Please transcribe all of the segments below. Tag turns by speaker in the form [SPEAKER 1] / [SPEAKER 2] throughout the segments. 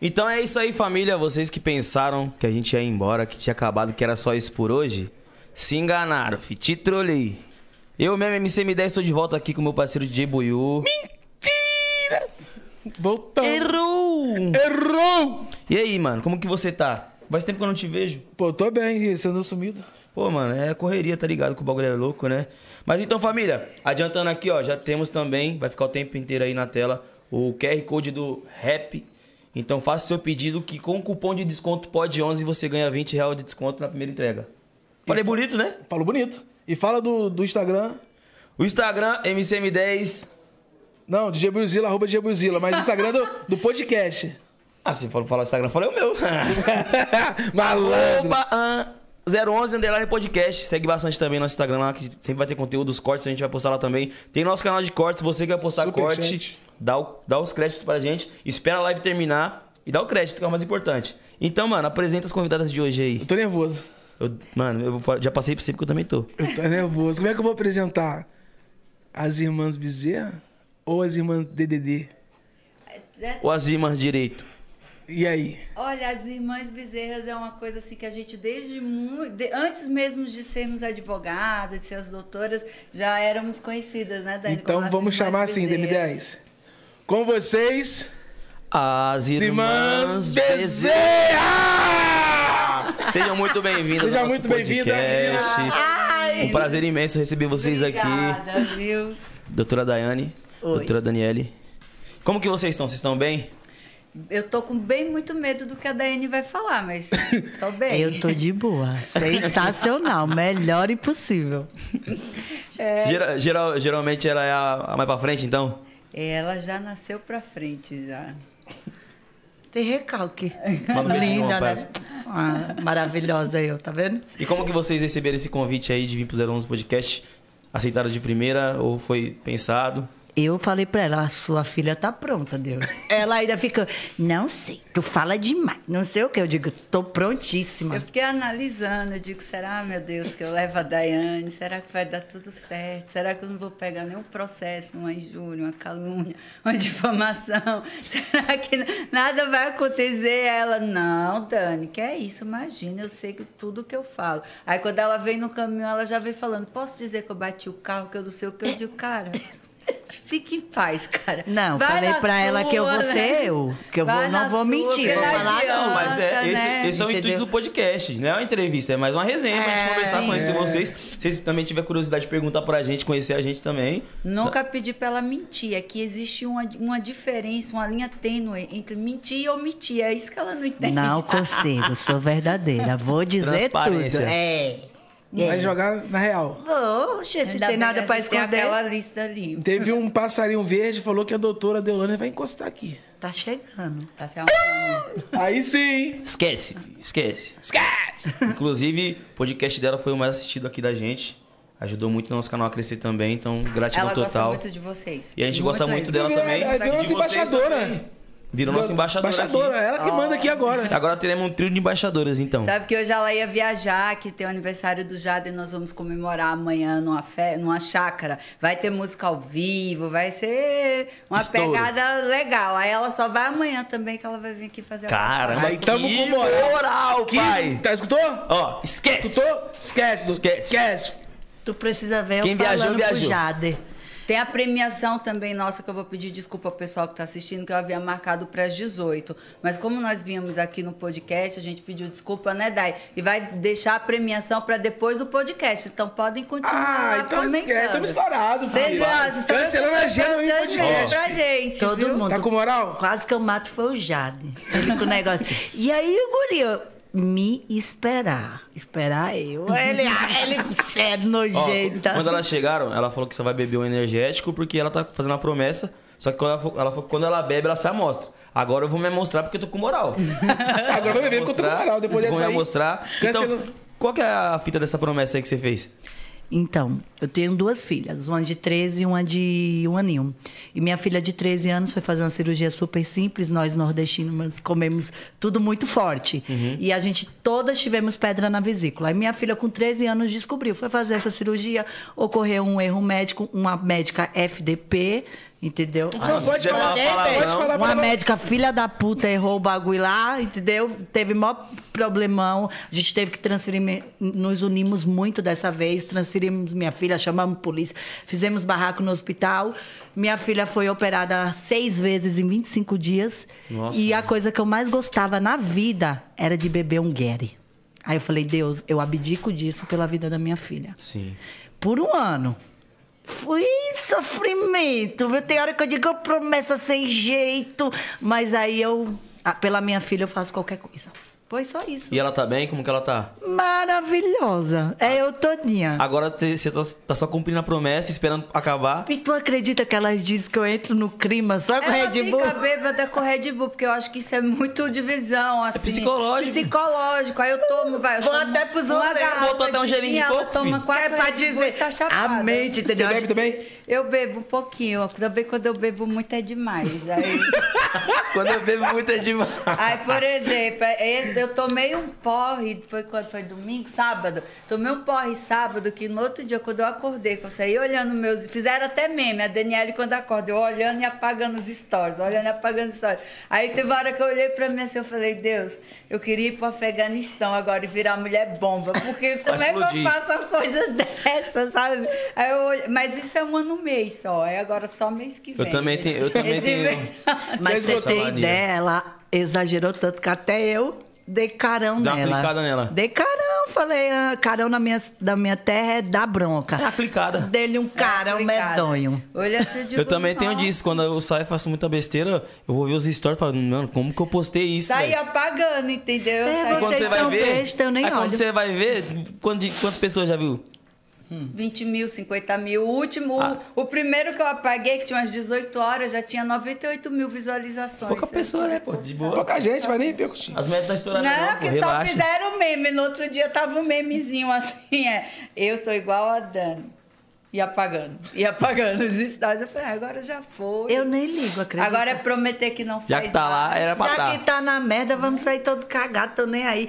[SPEAKER 1] Então é isso aí, família. Vocês que pensaram que a gente ia embora, que tinha acabado, que era só isso por hoje, se enganaram, fi. Te trolei. Eu mesmo, MCM10, estou de volta aqui com meu parceiro DJ Buiu.
[SPEAKER 2] Voltando.
[SPEAKER 1] Errou!
[SPEAKER 2] Errou!
[SPEAKER 1] E aí, mano, como que você tá? Faz tempo que eu não te vejo.
[SPEAKER 2] Pô, tô bem, Gui, você andou sumido.
[SPEAKER 1] Pô, mano, é correria, tá ligado? Que o bagulho é louco, né? Mas então, família, adiantando aqui, ó, já temos também, vai ficar o tempo inteiro aí na tela, o QR Code do Rap. Então faça seu pedido que com o cupom de desconto POD11 você ganha 20 reais de desconto na primeira entrega. Falei bonito, né?
[SPEAKER 2] Falou bonito. E fala do, do Instagram.
[SPEAKER 1] O Instagram, MCM10.
[SPEAKER 2] Não, DJ Buizila, arroba DJ Buizila, mas o Instagram do, do podcast.
[SPEAKER 1] Ah, se for falar o Instagram, falei o meu.
[SPEAKER 2] Ah, Malandro.
[SPEAKER 1] Arroba, ah, 011 Underline Podcast. Segue bastante também nosso Instagram lá, que sempre vai ter conteúdo dos cortes, a gente vai postar lá também. Tem nosso canal de cortes, você que vai postar
[SPEAKER 2] Super
[SPEAKER 1] corte,
[SPEAKER 2] chat.
[SPEAKER 1] dá, o- dá os créditos pra gente, espera a live terminar e dá o crédito, que é o mais importante. Então, mano, apresenta as convidadas de hoje aí.
[SPEAKER 2] Eu tô nervoso.
[SPEAKER 1] Eu- mano, eu vou fa- já passei pra você porque eu também tô.
[SPEAKER 2] Eu tô nervoso. Como é que eu vou apresentar? As irmãs Bezerra ou as irmãs DDD?
[SPEAKER 3] né?
[SPEAKER 1] O Azimas direito.
[SPEAKER 2] E aí?
[SPEAKER 3] Olha, as irmãs bezerras é uma coisa assim que a gente desde muito, antes mesmo de sermos advogadas, de ser as doutoras, já éramos conhecidas, né, Dani?
[SPEAKER 2] então
[SPEAKER 3] como as
[SPEAKER 2] vamos
[SPEAKER 3] irmãs
[SPEAKER 2] chamar assim, DM10.
[SPEAKER 3] Bezerras.
[SPEAKER 2] Com vocês,
[SPEAKER 1] As
[SPEAKER 2] as irmãs
[SPEAKER 1] irmãs Bezerra.
[SPEAKER 2] Bezerra!
[SPEAKER 1] Sejam muito bem-vindas. ao
[SPEAKER 2] Seja
[SPEAKER 1] nosso
[SPEAKER 2] muito bem-vinda,
[SPEAKER 1] podcast. Um prazer imenso receber vocês aqui.
[SPEAKER 3] Obrigada, viu?
[SPEAKER 1] Doutora Daiane,
[SPEAKER 3] Oi.
[SPEAKER 1] doutora Daniele. Como que vocês estão? Vocês estão bem?
[SPEAKER 3] Eu tô com bem muito medo do que a Daiane vai falar, mas tô bem.
[SPEAKER 4] Eu tô de boa. Sensacional. Melhor impossível.
[SPEAKER 1] Gera- geral- geralmente ela é a, a mais pra frente, então?
[SPEAKER 3] Ela já nasceu pra frente já.
[SPEAKER 4] Tem recalque.
[SPEAKER 1] Uma
[SPEAKER 4] Linda, né?
[SPEAKER 1] peça.
[SPEAKER 4] Ah, maravilhosa eu, tá vendo?
[SPEAKER 1] E como que vocês receberam esse convite aí de vir pro 011 Podcast? Aceitaram de primeira ou foi pensado?
[SPEAKER 4] Eu falei pra ela, a sua filha tá pronta, Deus. Ela ainda fica, não sei, tu fala demais, não sei o que. Eu digo, tô prontíssima.
[SPEAKER 3] Eu fiquei analisando, eu digo, será, meu Deus, que eu levo a Daiane? Será que vai dar tudo certo? Será que eu não vou pegar nenhum processo, uma injúria, uma calúnia, uma difamação? Será que nada vai acontecer? Ela, não, Dani, que é isso, imagina, eu sei que tudo que eu falo. Aí quando ela vem no caminho, ela já vem falando, posso dizer que eu bati o carro, que eu não sei o que? Eu digo, cara... Fique em paz, cara.
[SPEAKER 4] Não,
[SPEAKER 3] Vai
[SPEAKER 4] falei
[SPEAKER 3] na
[SPEAKER 4] pra ela que eu vou
[SPEAKER 3] né?
[SPEAKER 4] ser eu, que eu vou-
[SPEAKER 3] Vai
[SPEAKER 4] não
[SPEAKER 3] na
[SPEAKER 4] vou mentir,
[SPEAKER 3] porque
[SPEAKER 4] vou falar não,
[SPEAKER 3] adianta,
[SPEAKER 1] mas é, esse,
[SPEAKER 3] né?
[SPEAKER 1] esse é o
[SPEAKER 4] Entendeu?
[SPEAKER 1] intuito do podcast, não é uma entrevista, é mais uma resenha pra gente
[SPEAKER 4] É,
[SPEAKER 1] conversar,
[SPEAKER 4] sim.
[SPEAKER 1] conhecer vocês. Se vocês também tiver curiosidade de perguntar pra gente, conhecer a gente também.
[SPEAKER 3] Nunca
[SPEAKER 1] Tá.
[SPEAKER 3] pedi pra ela mentir. É que existe uma, uma diferença, uma linha tênue entre mentir e omitir. É isso que ela não entende.
[SPEAKER 4] Não consigo, sou verdadeira. Vou dizer tudo.
[SPEAKER 1] Transparência.
[SPEAKER 4] É.
[SPEAKER 2] Vai jogar na real.
[SPEAKER 4] Vou, gente,
[SPEAKER 3] Ainda
[SPEAKER 4] não tem
[SPEAKER 3] bem,
[SPEAKER 4] nada
[SPEAKER 3] a
[SPEAKER 4] pra
[SPEAKER 3] gente tem
[SPEAKER 4] esconder.
[SPEAKER 3] aquela lista ali.
[SPEAKER 2] Teve um passarinho verde falou que a doutora Deolane vai encostar aqui.
[SPEAKER 4] Tá chegando.
[SPEAKER 3] Tá se arrumando.
[SPEAKER 2] Aí sim!
[SPEAKER 1] Esquece, filho, esquece. Esquece! Inclusive, o podcast dela foi o mais assistido aqui da gente. Ajudou muito o nosso canal a crescer também, então gratidão
[SPEAKER 3] Ela gosta
[SPEAKER 1] total.
[SPEAKER 3] muito de vocês.
[SPEAKER 1] E a gente gosta muito
[SPEAKER 3] mesmo.
[SPEAKER 1] dela
[SPEAKER 2] Virou-
[SPEAKER 1] também.
[SPEAKER 2] aí virou
[SPEAKER 1] E
[SPEAKER 2] é nossa
[SPEAKER 1] de tá vocês
[SPEAKER 2] embaixadora.
[SPEAKER 1] também. Virou nossa embaixadora,
[SPEAKER 2] Embaixadora, é.
[SPEAKER 1] aqui.
[SPEAKER 2] ela que manda aqui agora.
[SPEAKER 1] Agora teremos um trio de embaixadoras, então.
[SPEAKER 3] Sabe que hoje ela ia viajar, que tem o aniversário do Jado e nós vamos comemorar amanhã numa, fe... numa chácara. Vai ter música ao vivo, vai ser uma
[SPEAKER 1] Estouro.
[SPEAKER 3] pegada legal. Aí ela só vai amanhã também que ela vai vir aqui fazer a
[SPEAKER 1] Caramba,
[SPEAKER 2] Aí tamo
[SPEAKER 1] que
[SPEAKER 2] com moral.
[SPEAKER 1] que... pai!
[SPEAKER 2] Tá, escutou?
[SPEAKER 1] Ó, esquece!
[SPEAKER 2] Escutou? Esquece, doutor.
[SPEAKER 1] Esquece.
[SPEAKER 2] Esquece.
[SPEAKER 4] Tu precisa ver
[SPEAKER 1] Quem
[SPEAKER 4] eu
[SPEAKER 1] viajou,
[SPEAKER 4] falando
[SPEAKER 1] viajou.
[SPEAKER 4] pro Jader.
[SPEAKER 3] Tem a premiação também nossa, que eu vou pedir desculpa ao pessoal que está assistindo, que eu havia marcado para as 18. Mas como nós vimos aqui no podcast, a gente pediu desculpa, né, Dai? E vai deixar a premiação para depois do podcast. Então podem continuar
[SPEAKER 2] Ah, então
[SPEAKER 3] comentando.
[SPEAKER 2] esquece. Tamo estourado,
[SPEAKER 3] Vocês
[SPEAKER 2] filho.
[SPEAKER 3] gostam? Então
[SPEAKER 2] Cancelando a
[SPEAKER 3] vocês
[SPEAKER 2] agenda do
[SPEAKER 3] dando
[SPEAKER 2] podcast.
[SPEAKER 3] pra gente,
[SPEAKER 4] Todo
[SPEAKER 3] viu?
[SPEAKER 4] mundo.
[SPEAKER 2] Tá com moral?
[SPEAKER 4] Quase que eu mato foi o Jade. Ele com o negócio. E aí o guri, eu, me esperar. Esperar eu. Ele, ah, ele cê é
[SPEAKER 1] Ó,
[SPEAKER 4] nojenta.
[SPEAKER 1] quando elas chegaram, ela falou que só vai beber um energético porque ela tá fazendo uma promessa. Só que quando ela, for- ela for- quando ela bebe, ela se amostra. Agora eu vou me mostrar porque eu tô com moral.
[SPEAKER 2] Agora eu vou beber porque eu tô com
[SPEAKER 1] Mostrar,
[SPEAKER 2] moral, depois
[SPEAKER 1] Vou
[SPEAKER 2] dessa
[SPEAKER 1] me
[SPEAKER 2] aí.
[SPEAKER 1] mostrar. Então,
[SPEAKER 2] Cancelou.
[SPEAKER 1] qual que é a fita dessa promessa aí que você fez?
[SPEAKER 4] Então, eu tenho duas filhas, uma de 13 e uma de um aninho. E minha filha de 13 anos foi fazer uma cirurgia super simples, nós nordestinos comemos tudo muito forte.
[SPEAKER 1] Uhum.
[SPEAKER 4] E a gente todas tivemos pedra na vesícula. E minha filha com 13 anos descobriu, foi fazer essa cirurgia, ocorreu um erro médico, uma médica FDP, Entendeu?
[SPEAKER 1] Ah,
[SPEAKER 2] Não,
[SPEAKER 4] Aí-
[SPEAKER 2] pode
[SPEAKER 1] se der
[SPEAKER 2] falar,
[SPEAKER 1] uma palavra,
[SPEAKER 2] pode
[SPEAKER 1] não.
[SPEAKER 2] falar.
[SPEAKER 4] uma
[SPEAKER 2] palavrão.
[SPEAKER 4] médica filha da puta errou o bagulho lá, entendeu? Teve maior problemão. A gente teve que transferir. me- Nos unimos muito dessa vez. Transferimos minha filha, chamamos polícia, fizemos barraco no hospital. Minha filha foi operada seis vezes em 25 dias.
[SPEAKER 1] Nossa.
[SPEAKER 4] E a coisa que eu mais gostava na vida era de beber um Guerre. Aí eu falei, Deus, eu abdico disso pela vida da minha filha
[SPEAKER 1] Sim.
[SPEAKER 4] por um ano. Foi sofrimento, viu? Tem hora que eu digo eu promessa sem jeito, mas aí eu, ah, pela minha filha, eu faço qualquer coisa. Foi só isso.
[SPEAKER 1] E ela tá bem? Como que ela tá?
[SPEAKER 4] Maravilhosa. É eu todinha.
[SPEAKER 1] Agora você tá, tá só cumprindo a promessa, esperando acabar.
[SPEAKER 4] E tu acredita que elas dizem que eu entro no clima só com
[SPEAKER 3] Ela
[SPEAKER 4] Red Bull?
[SPEAKER 3] fica bêbada com Red Bull, porque eu acho que isso é muito divisão, assim.
[SPEAKER 1] psicológico.
[SPEAKER 3] Psicológico. Aí eu tomo, vai. Eu
[SPEAKER 4] Vou
[SPEAKER 3] tomo
[SPEAKER 4] até pros
[SPEAKER 3] uma
[SPEAKER 4] outros, né?
[SPEAKER 3] garrafa
[SPEAKER 1] Botou até um gelinho de
[SPEAKER 3] gin, ela
[SPEAKER 1] coco,
[SPEAKER 3] toma
[SPEAKER 1] filho.
[SPEAKER 3] quatro
[SPEAKER 4] É pra
[SPEAKER 3] Red Bull
[SPEAKER 4] dizer,
[SPEAKER 3] e tá chapada.
[SPEAKER 4] a mente,
[SPEAKER 2] Você
[SPEAKER 4] entendeu?
[SPEAKER 2] bebe também?
[SPEAKER 3] Eu bebo um pouquinho. Também quando eu bebo muito é demais. Aí...
[SPEAKER 1] Quando eu bebo muito é demais.
[SPEAKER 3] Aí, por exemplo, é, eu eu tomei um porre, foi quando foi domingo, sábado. Tomei um porre sábado que no outro dia, quando eu acordei, que eu saí olhando meus. Fizeram até meme, a Daniele quando acorda, eu olhando e apagando os stories, olhando e apagando os stories. Aí teve uma hora que eu olhei pra mim assim, eu falei, Deus, eu queria ir pro Afeganistão agora e virar mulher bomba. Porque como é que eu
[SPEAKER 1] explodir.
[SPEAKER 3] faço uma coisa dessa, sabe? Aí eu olhei- mas isso é um ano mês só, é agora só mês que
[SPEAKER 1] Eu
[SPEAKER 3] vem. né?
[SPEAKER 1] também tenho. Eu também
[SPEAKER 3] Esse
[SPEAKER 1] tenho.
[SPEAKER 3] verão.
[SPEAKER 4] Mas
[SPEAKER 1] Essa
[SPEAKER 4] você tem
[SPEAKER 1] mania.
[SPEAKER 4] ideia, ela exagerou tanto que até eu dei carão
[SPEAKER 1] Dá uma
[SPEAKER 4] nela.
[SPEAKER 1] clicada nela.
[SPEAKER 4] Dei carão, falei, ah, carão na minha, da minha terra é da bronca.
[SPEAKER 1] É a clicada.
[SPEAKER 4] Dei-lhe um carão
[SPEAKER 3] Complicado.
[SPEAKER 4] medonho.
[SPEAKER 3] Olha, assim, eu digo,
[SPEAKER 1] Eu também tenho
[SPEAKER 3] nossa.
[SPEAKER 1] disso. Quando eu saio e faço muita besteira, eu vou ver os stories e falo, mano, como que eu postei isso?
[SPEAKER 3] Saí
[SPEAKER 1] velho?"
[SPEAKER 3] apagando, entendeu?
[SPEAKER 4] É,
[SPEAKER 3] Saí
[SPEAKER 4] você- Vocês são besta, eu nem
[SPEAKER 1] aí quando
[SPEAKER 4] olho.
[SPEAKER 1] você vai ver, quando- quantas pessoas já viu?
[SPEAKER 3] 20 mil, 50 mil. O último,
[SPEAKER 1] Ah.
[SPEAKER 3] o primeiro que eu apaguei, que tinha umas 18 horas, já tinha 98 mil visualizações.
[SPEAKER 1] Pouca pessoa, né, pô? De boa.
[SPEAKER 2] Pouca gente, vai nem repercutir.
[SPEAKER 1] As mulheres estão estourando.
[SPEAKER 3] Não,
[SPEAKER 1] pô,
[SPEAKER 3] que só
[SPEAKER 1] relaxa.
[SPEAKER 3] fizeram meme. No outro dia tava um memezinho assim, é. Eu tô igual a Dani. E apagando. E apagando os stories. Eu falei, ah, agora já foi.
[SPEAKER 4] Eu nem ligo, acredito.
[SPEAKER 3] Agora é prometer que não faz
[SPEAKER 1] Já que tá lá,
[SPEAKER 3] mais.
[SPEAKER 1] era pra
[SPEAKER 4] Já
[SPEAKER 1] tá.
[SPEAKER 4] que tá na merda, vamos sair todo cagado, tô nem aí.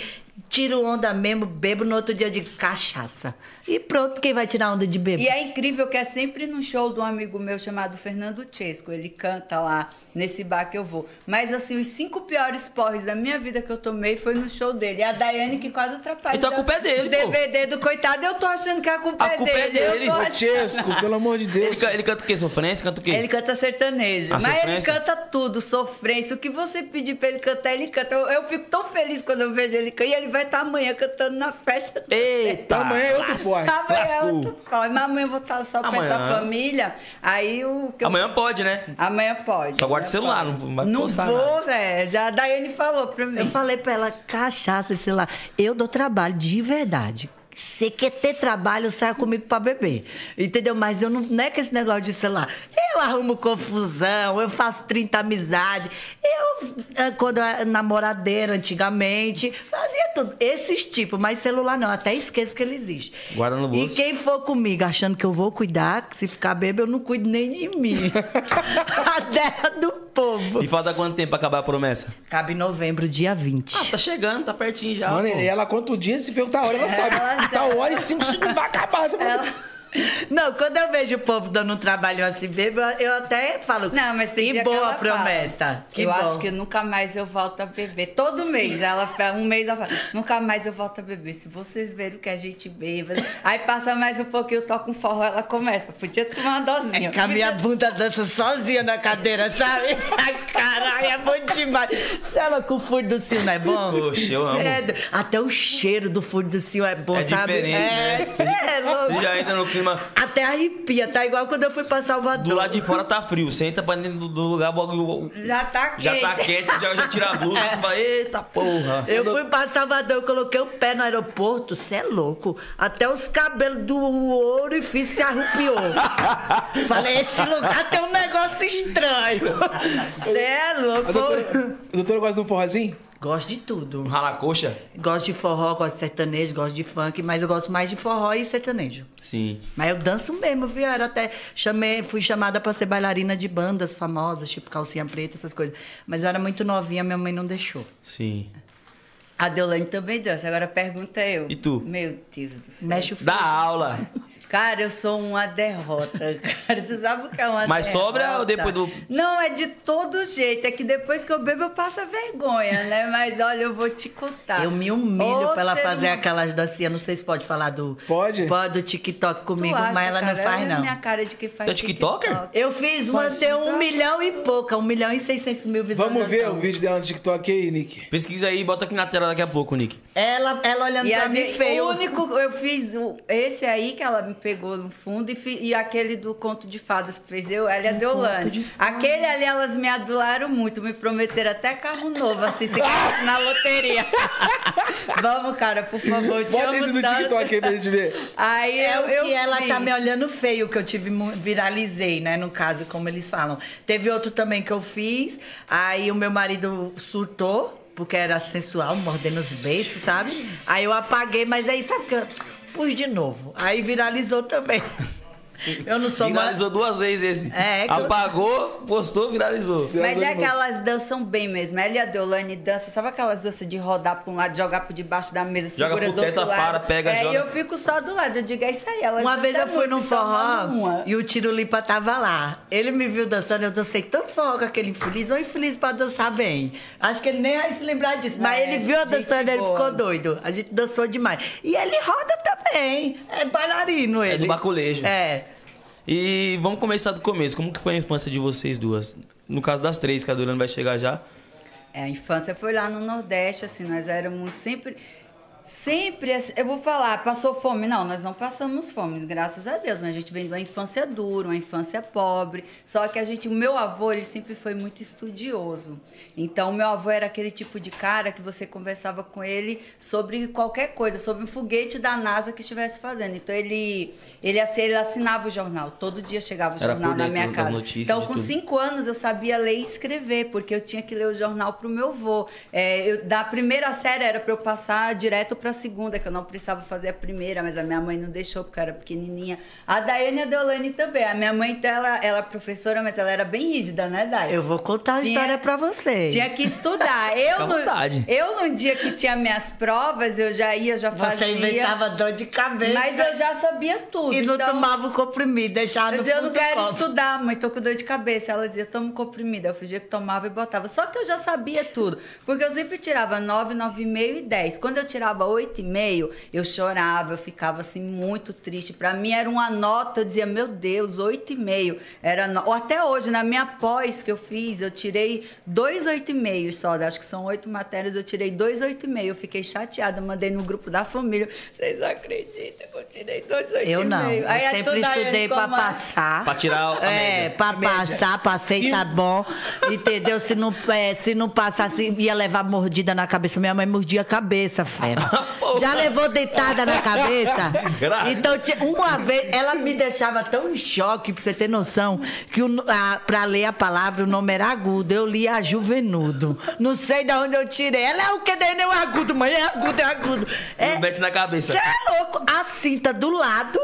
[SPEAKER 4] Tiro onda mesmo, bebo no outro dia de cachaça. E pronto, quem vai tirar onda de bebo?
[SPEAKER 3] E é incrível que é sempre num show de um amigo meu chamado Fernando Chesco. Ele canta lá nesse bar que eu vou. Mas assim, os cinco piores porres da minha vida que eu tomei foi no show dele. E a Daiane que quase atrapalha.
[SPEAKER 1] Então a culpa é dele,
[SPEAKER 3] O
[SPEAKER 1] pô.
[SPEAKER 3] DVD do coitado, eu tô achando que a culpa,
[SPEAKER 1] A culpa é dele.
[SPEAKER 3] Eu tô
[SPEAKER 1] Ô,
[SPEAKER 3] achando...
[SPEAKER 2] Francesco, pelo amor de
[SPEAKER 1] Ele,
[SPEAKER 2] Deus.
[SPEAKER 1] ca- ele canta o quê? Sofrência? Canta o quê?
[SPEAKER 3] Ele canta sertanejo.
[SPEAKER 1] Ah,
[SPEAKER 3] mas
[SPEAKER 1] sofrência?
[SPEAKER 3] ele canta tudo, sofrência. O que você pedir pra ele cantar, ele canta. Eu, eu fico tão feliz quando eu vejo ele cantar. E ele vai estar amanhã cantando na festa dele.
[SPEAKER 1] Eita!
[SPEAKER 2] Amanhã é outro porre.
[SPEAKER 3] Amanhã
[SPEAKER 1] Lascou.
[SPEAKER 3] eu outro corre. Mas amanhã eu vou estar só perto
[SPEAKER 1] Amanhã.
[SPEAKER 3] da família. Aí o que eu-
[SPEAKER 1] Amanhã pode, né?
[SPEAKER 3] Amanhã pode.
[SPEAKER 1] Só guarda
[SPEAKER 3] amanhã
[SPEAKER 1] o celular,
[SPEAKER 3] pode.
[SPEAKER 1] não vai postar
[SPEAKER 3] Não vou,
[SPEAKER 1] nada.
[SPEAKER 3] velho. Já a Daiane falou pra mim.
[SPEAKER 4] Eu falei pra ela, cachaça, sei lá. Eu dou trabalho de verdade. Você quer ter trabalho, saia comigo pra beber. Entendeu? Mas eu não, não é que esse negócio de, sei lá, eu arrumo confusão, eu faço 30 amizades. Eu, ah, quando eu era namoradeira antigamente, fazia tudo. Esses tipos, mas celular não, até esqueço que ele existe.
[SPEAKER 1] Guarda no
[SPEAKER 4] E
[SPEAKER 1] bolso.
[SPEAKER 4] quem for comigo achando que eu vou cuidar, que se ficar bebo, eu não cuido nem de mim. A terra do povo.
[SPEAKER 1] E falta quanto tempo pra acabar a promessa?
[SPEAKER 4] Cabe em novembro, dia 20.
[SPEAKER 1] Ah, tá chegando, tá pertinho já.
[SPEAKER 2] Mano,
[SPEAKER 1] pô.
[SPEAKER 2] e ela conta o dia, se perguntar a hora, ela sabe.
[SPEAKER 3] Ela-
[SPEAKER 2] Tá hora e cinco segundos vai acabar. Você fala,
[SPEAKER 4] Não, quando eu vejo o povo dando um trabalho assim bebo, eu até falo.
[SPEAKER 3] Não, mas tem
[SPEAKER 4] que
[SPEAKER 3] dia
[SPEAKER 4] boa
[SPEAKER 3] que ela
[SPEAKER 4] a promessa.
[SPEAKER 3] Fala.
[SPEAKER 4] Que
[SPEAKER 3] eu
[SPEAKER 4] bom.
[SPEAKER 3] acho que nunca mais eu volto a beber. Todo mês ela fala, um mês ela fala, nunca mais eu volto a beber. Se vocês verem o que a gente beba. Aí passa mais um pouquinho, eu toco um forró, ela começa. Podia tomar uma dosinha.
[SPEAKER 4] É que a minha bunda dança sozinha na cadeira, sabe? Caralho, é bom demais. Se ela com o furo do cio não é bom?
[SPEAKER 1] Poxa, eu amo.
[SPEAKER 4] Cê é do- Até o cheiro do furo do cio é bom,
[SPEAKER 1] É
[SPEAKER 4] sabe?
[SPEAKER 1] diferente,
[SPEAKER 4] é,
[SPEAKER 1] né?
[SPEAKER 4] cê é louco.
[SPEAKER 1] Você já entra no clima.
[SPEAKER 4] Até arrepia, tá igual quando eu fui pra Salvador.
[SPEAKER 1] Do lado de fora tá frio. Você entra pra dentro do- do lugar, o bagulho
[SPEAKER 3] Já tá quente.
[SPEAKER 1] já tá quente, já, já tira a blusa. Você fala, eita porra.
[SPEAKER 4] Eu fui pra Salvador, eu coloquei o pé no aeroporto, cê é louco. Até os cabelos do orifício se arrupiou. Falei, esse lugar tem um negócio estranho. Cê é
[SPEAKER 2] A
[SPEAKER 4] louco.
[SPEAKER 2] doutora, a doutora gosta de um forrozinho?
[SPEAKER 4] Gosto de tudo.
[SPEAKER 1] Um ralacoxa?
[SPEAKER 4] Gosto de forró, gosto de sertanejo, gosto de funk, mas eu gosto mais de forró e sertanejo.
[SPEAKER 1] Sim.
[SPEAKER 4] Mas eu danço mesmo, viu? Era até chamei, fui chamada pra ser bailarina de bandas famosas, tipo calcinha preta, essas coisas. Mas eu era muito novinha, minha mãe não deixou.
[SPEAKER 1] Sim.
[SPEAKER 3] A Deolane também dança. Agora pergunta eu.
[SPEAKER 1] E tu?
[SPEAKER 3] Meu Deus do céu.
[SPEAKER 4] Mexe o
[SPEAKER 1] Dá aula.
[SPEAKER 3] Cara, eu sou uma derrota, cara. Tu sabe o que é uma
[SPEAKER 1] Mas
[SPEAKER 3] derrota?
[SPEAKER 1] sobra ou depois do-
[SPEAKER 3] Não, é de todo jeito. É que depois que eu bebo, eu passo a vergonha, né? Mas olha, eu vou te contar.
[SPEAKER 4] Eu me
[SPEAKER 3] Ô,
[SPEAKER 4] humilho pra ela
[SPEAKER 3] ser
[SPEAKER 4] fazer
[SPEAKER 3] humano.
[SPEAKER 4] aquelas dancinhas. Não sei se pode falar do.
[SPEAKER 2] Pode?
[SPEAKER 4] Pode do TikTok
[SPEAKER 3] Tu
[SPEAKER 4] comigo,
[SPEAKER 3] acha,
[SPEAKER 4] mas ela
[SPEAKER 3] cara?
[SPEAKER 4] não faz,
[SPEAKER 3] Olha a
[SPEAKER 4] não.
[SPEAKER 3] minha cara de que faz
[SPEAKER 1] Tu é tiktoker?
[SPEAKER 4] Eu fiz uma
[SPEAKER 2] Pode
[SPEAKER 4] de um
[SPEAKER 2] citar.
[SPEAKER 4] milhão e pouca, um milhão e seiscentos mil
[SPEAKER 2] Vamos
[SPEAKER 4] visualizações.
[SPEAKER 2] ver o vídeo dela no TikTok aí, Nick.
[SPEAKER 1] Pesquisa aí, bota aqui na tela daqui a pouco, Nick.
[SPEAKER 4] Ela, ela olhando
[SPEAKER 3] E
[SPEAKER 4] pra
[SPEAKER 3] a
[SPEAKER 4] mim
[SPEAKER 3] gente,
[SPEAKER 4] feio.
[SPEAKER 3] o único, eu fiz o- esse aí que ela me pegou no fundo e, fi- e aquele do conto de fadas que fez eu, ela é Deolane. Aquele ali elas me adularam muito, me prometeram até carro novo, assim, se ganhasse na loteria. Vamos, cara, por favor, eu te
[SPEAKER 2] Bota
[SPEAKER 3] amo
[SPEAKER 2] esse do
[SPEAKER 3] tanto.
[SPEAKER 2] TikTok aí pra gente ver.
[SPEAKER 3] Aí
[SPEAKER 4] É
[SPEAKER 3] eu,
[SPEAKER 4] o
[SPEAKER 3] eu
[SPEAKER 4] que ela
[SPEAKER 3] fiz.
[SPEAKER 4] tá me olhando feio, que eu tive mu- viralizei, né? No caso, como eles falam. Teve outro também que eu fiz, aí o meu marido surtou, porque era sensual, mordendo os beiços, sabe? Aí eu apaguei, mas aí sabe que eu pus de novo. Aí viralizou também. Eu não sou mais.
[SPEAKER 1] Viralizou duas vezes esse.
[SPEAKER 4] É, é que eu-
[SPEAKER 1] Apagou, postou, viralizou.
[SPEAKER 3] Mas é que elas dançam bem mesmo. Ela e a Deolane dançam, sabe aquelas danças de rodar pra um lado, jogar por debaixo da mesa,
[SPEAKER 1] Joga
[SPEAKER 3] segura
[SPEAKER 1] pro
[SPEAKER 3] do outro
[SPEAKER 1] teto,
[SPEAKER 3] lado.
[SPEAKER 1] para, pega,
[SPEAKER 3] é,
[SPEAKER 1] joga.
[SPEAKER 3] E eu fico só do lado, eu digo, é isso aí. Elas
[SPEAKER 4] Uma vez eu
[SPEAKER 3] dançam
[SPEAKER 4] fui num
[SPEAKER 3] muito, então
[SPEAKER 4] forró
[SPEAKER 3] vamos uma.
[SPEAKER 4] e o Tirolipa tava lá. Ele me viu dançando, eu dancei tanto forró com aquele infeliz, ou infeliz pra dançar bem. Acho que ele nem vai se lembrar disso. Mas
[SPEAKER 3] É,
[SPEAKER 4] ele viu eu
[SPEAKER 3] gente
[SPEAKER 4] dançando, ele
[SPEAKER 3] boa.
[SPEAKER 4] ficou doido. A gente dançou demais. E ele roda também. É bailarino ele.
[SPEAKER 1] do baculejo.
[SPEAKER 4] É.
[SPEAKER 1] E vamos começar do começo. Como que foi a infância de vocês duas? No caso das três, que a Durana vai chegar já.
[SPEAKER 3] É, a infância foi lá no Nordeste, assim, nós éramos sempre. Sempre, assim, eu vou falar, passou fome? Não, nós não passamos fome, graças a Deus, mas a gente vem de uma infância dura, uma infância pobre. Só que a gente, o meu avô, ele sempre foi muito estudioso. Então, o meu avô era aquele tipo de cara que você conversava com ele sobre qualquer coisa, sobre um foguete da NASA que estivesse fazendo. Então, ele, ele, assi- ele assinava o jornal, todo dia chegava o
[SPEAKER 1] Era por
[SPEAKER 3] jornal na
[SPEAKER 1] dentro
[SPEAKER 3] minha
[SPEAKER 1] das
[SPEAKER 3] casa.
[SPEAKER 1] notícias,
[SPEAKER 3] então,
[SPEAKER 1] de
[SPEAKER 3] com
[SPEAKER 1] tudo.
[SPEAKER 3] cinco anos eu sabia ler e escrever, porque eu tinha que ler o jornal pro meu avô. É, eu- da primeira série era para eu passar direto pra segunda, que eu não precisava fazer a primeira, mas a minha mãe não deixou, porque eu era pequenininha. A Daiane e a Deolane também. A minha mãe, então, ela, ela é professora, mas ela era bem rígida, né, Dai?
[SPEAKER 4] Eu vou contar a
[SPEAKER 3] Tinha-
[SPEAKER 4] história pra você.
[SPEAKER 3] Tinha que estudar. Eu,
[SPEAKER 1] à
[SPEAKER 3] no,
[SPEAKER 1] vontade.
[SPEAKER 3] eu, no dia que tinha minhas provas, eu já ia, já
[SPEAKER 4] Você
[SPEAKER 3] fazia.
[SPEAKER 4] inventava dor de cabeça.
[SPEAKER 3] Mas eu já sabia tudo.
[SPEAKER 4] E não
[SPEAKER 3] então-
[SPEAKER 4] tomava o comprimido, deixava
[SPEAKER 3] eu
[SPEAKER 4] no
[SPEAKER 3] dizia, eu
[SPEAKER 4] fundo
[SPEAKER 3] não
[SPEAKER 4] do
[SPEAKER 3] quero
[SPEAKER 4] copo.
[SPEAKER 3] estudar, mãe, tô com dor de cabeça. Ela dizia, tomo comprimida. Eu fingia que tomava e botava. Só que eu já sabia tudo. Porque eu sempre tirava 9, 9,5 e 10. Quando eu tirava 8,5, eu chorava, eu ficava assim muito triste. Pra mim era uma nota, eu dizia, meu Deus, 8,5. Era no... Ou Até hoje, na minha pós que eu fiz, eu tirei dois 8,5 só. Acho que são oito matérias, eu tirei dois 8,5. Eu fiquei chateada, mandei no grupo da família. Vocês acreditam que eu tirei dois 8,5?
[SPEAKER 4] Eu não. Eu
[SPEAKER 3] Aí a
[SPEAKER 4] sempre
[SPEAKER 3] toda
[SPEAKER 4] estudei pra
[SPEAKER 3] Ana Comar-
[SPEAKER 4] passar.
[SPEAKER 1] Pra tirar a
[SPEAKER 4] É,
[SPEAKER 1] média.
[SPEAKER 4] pra passar, passei, tá bom. Entendeu? Se não, é, se não passasse, ia levar mordida na cabeça. Minha mãe mordia a cabeça, fera. Já levou deitada na cabeça?
[SPEAKER 1] Desgraça.
[SPEAKER 4] Então, ti- uma vez, ela me deixava tão em choque, pra você ter noção, que o, a, pra ler a palavra, o nome era agudo. Eu lia juvenudo. Não sei de onde eu tirei. Ela é o que? Daí nem o agudo, mãe. É agudo, é agudo. É,
[SPEAKER 1] Um mete na cabeça.
[SPEAKER 4] Cê é louco? A cinta do lado,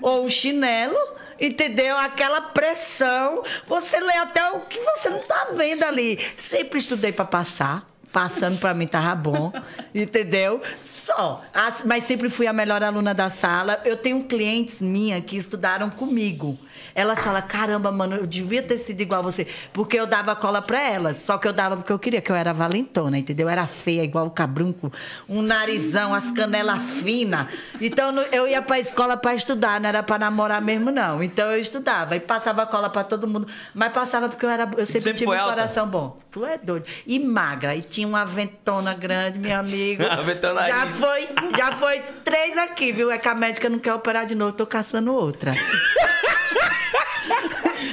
[SPEAKER 4] ou um chinelo, entendeu? Aquela pressão. Você lê até o que você não tá vendo ali. Sempre estudei pra passar. Passando pra mim tava bom, entendeu? Só. As- Mas sempre fui a melhor aluna da sala. Eu tenho clientes minha que estudaram comigo. Elas falam: caramba, mano, eu devia ter sido igual a você. Porque eu dava cola pra elas. Só que eu dava porque eu queria, que eu era valentona, entendeu? Eu era feia, igual o cabrunco. Um narizão, as canelas finas. Então no- eu ia pra escola pra estudar, não era pra namorar mesmo, não. Então eu estudava e passava cola pra todo mundo. Mas passava porque eu era. Eu sempre,
[SPEAKER 1] sempre
[SPEAKER 4] tive
[SPEAKER 1] foi
[SPEAKER 4] um
[SPEAKER 1] alta?
[SPEAKER 4] coração bom. Tu é doido. E magra. E tinha uma ventona grande, meu amigo.
[SPEAKER 1] Aventona
[SPEAKER 4] já
[SPEAKER 1] aí.
[SPEAKER 4] foi, já foi três aqui, viu? É que a médica não quer operar de novo, eu tô caçando outra.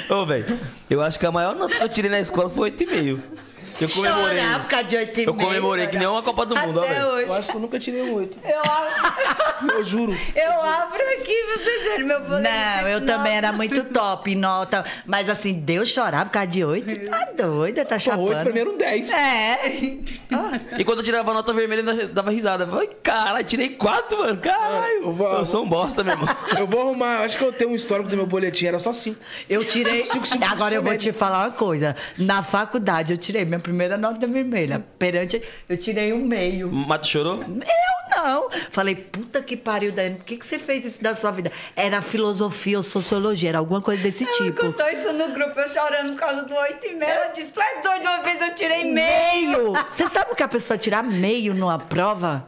[SPEAKER 1] Ô, velho, eu acho que a maior nota que eu tirei na escola foi 8,5. Eu comemorei.
[SPEAKER 4] Chorar por causa de oito e
[SPEAKER 1] Eu
[SPEAKER 4] meia,
[SPEAKER 1] comemorei que nem
[SPEAKER 4] chorar.
[SPEAKER 1] uma Copa do Mundo, ó,
[SPEAKER 3] Até
[SPEAKER 1] velho.
[SPEAKER 2] Eu
[SPEAKER 3] hoje.
[SPEAKER 2] acho que eu nunca tirei um oito.
[SPEAKER 3] Eu abro,
[SPEAKER 2] Eu juro.
[SPEAKER 3] eu abro aqui, vocês verem meu poder.
[SPEAKER 4] Não, eu também era muito top, nota. Mas assim, deu chorar por causa de oito? Tá doida, tá
[SPEAKER 2] Pô,
[SPEAKER 4] chapando.
[SPEAKER 2] oito pra mim era um dez.
[SPEAKER 4] É.
[SPEAKER 1] E quando eu tirava a nota vermelha, ainda dava risada. Eu falei, caralho, tirei 4, mano. Caralho.
[SPEAKER 2] É, Eu
[SPEAKER 1] Eu,
[SPEAKER 2] vou-
[SPEAKER 1] sou um bosta, meu irmão.
[SPEAKER 2] Eu vou arrumar, acho que eu tenho um histórico do meu boletim, era só cinco.
[SPEAKER 4] Eu tirei. Agora eu vou te falar uma coisa. Na faculdade eu tirei minha primeira nota vermelha. Perante. Eu tirei um meio.
[SPEAKER 1] Mato chorou?
[SPEAKER 4] Eu não. Falei, puta que pariu, Daiane, por que, que você fez isso da sua vida? Era filosofia ou sociologia, era alguma coisa desse
[SPEAKER 3] Ela
[SPEAKER 4] tipo.
[SPEAKER 3] contou isso no grupo, eu chorando por causa do 8 e meia. Ela disse, tu é doido, uma vez eu tirei
[SPEAKER 4] Hum.
[SPEAKER 3] meio.
[SPEAKER 4] Você sabe o que a pessoa tirar meio numa prova?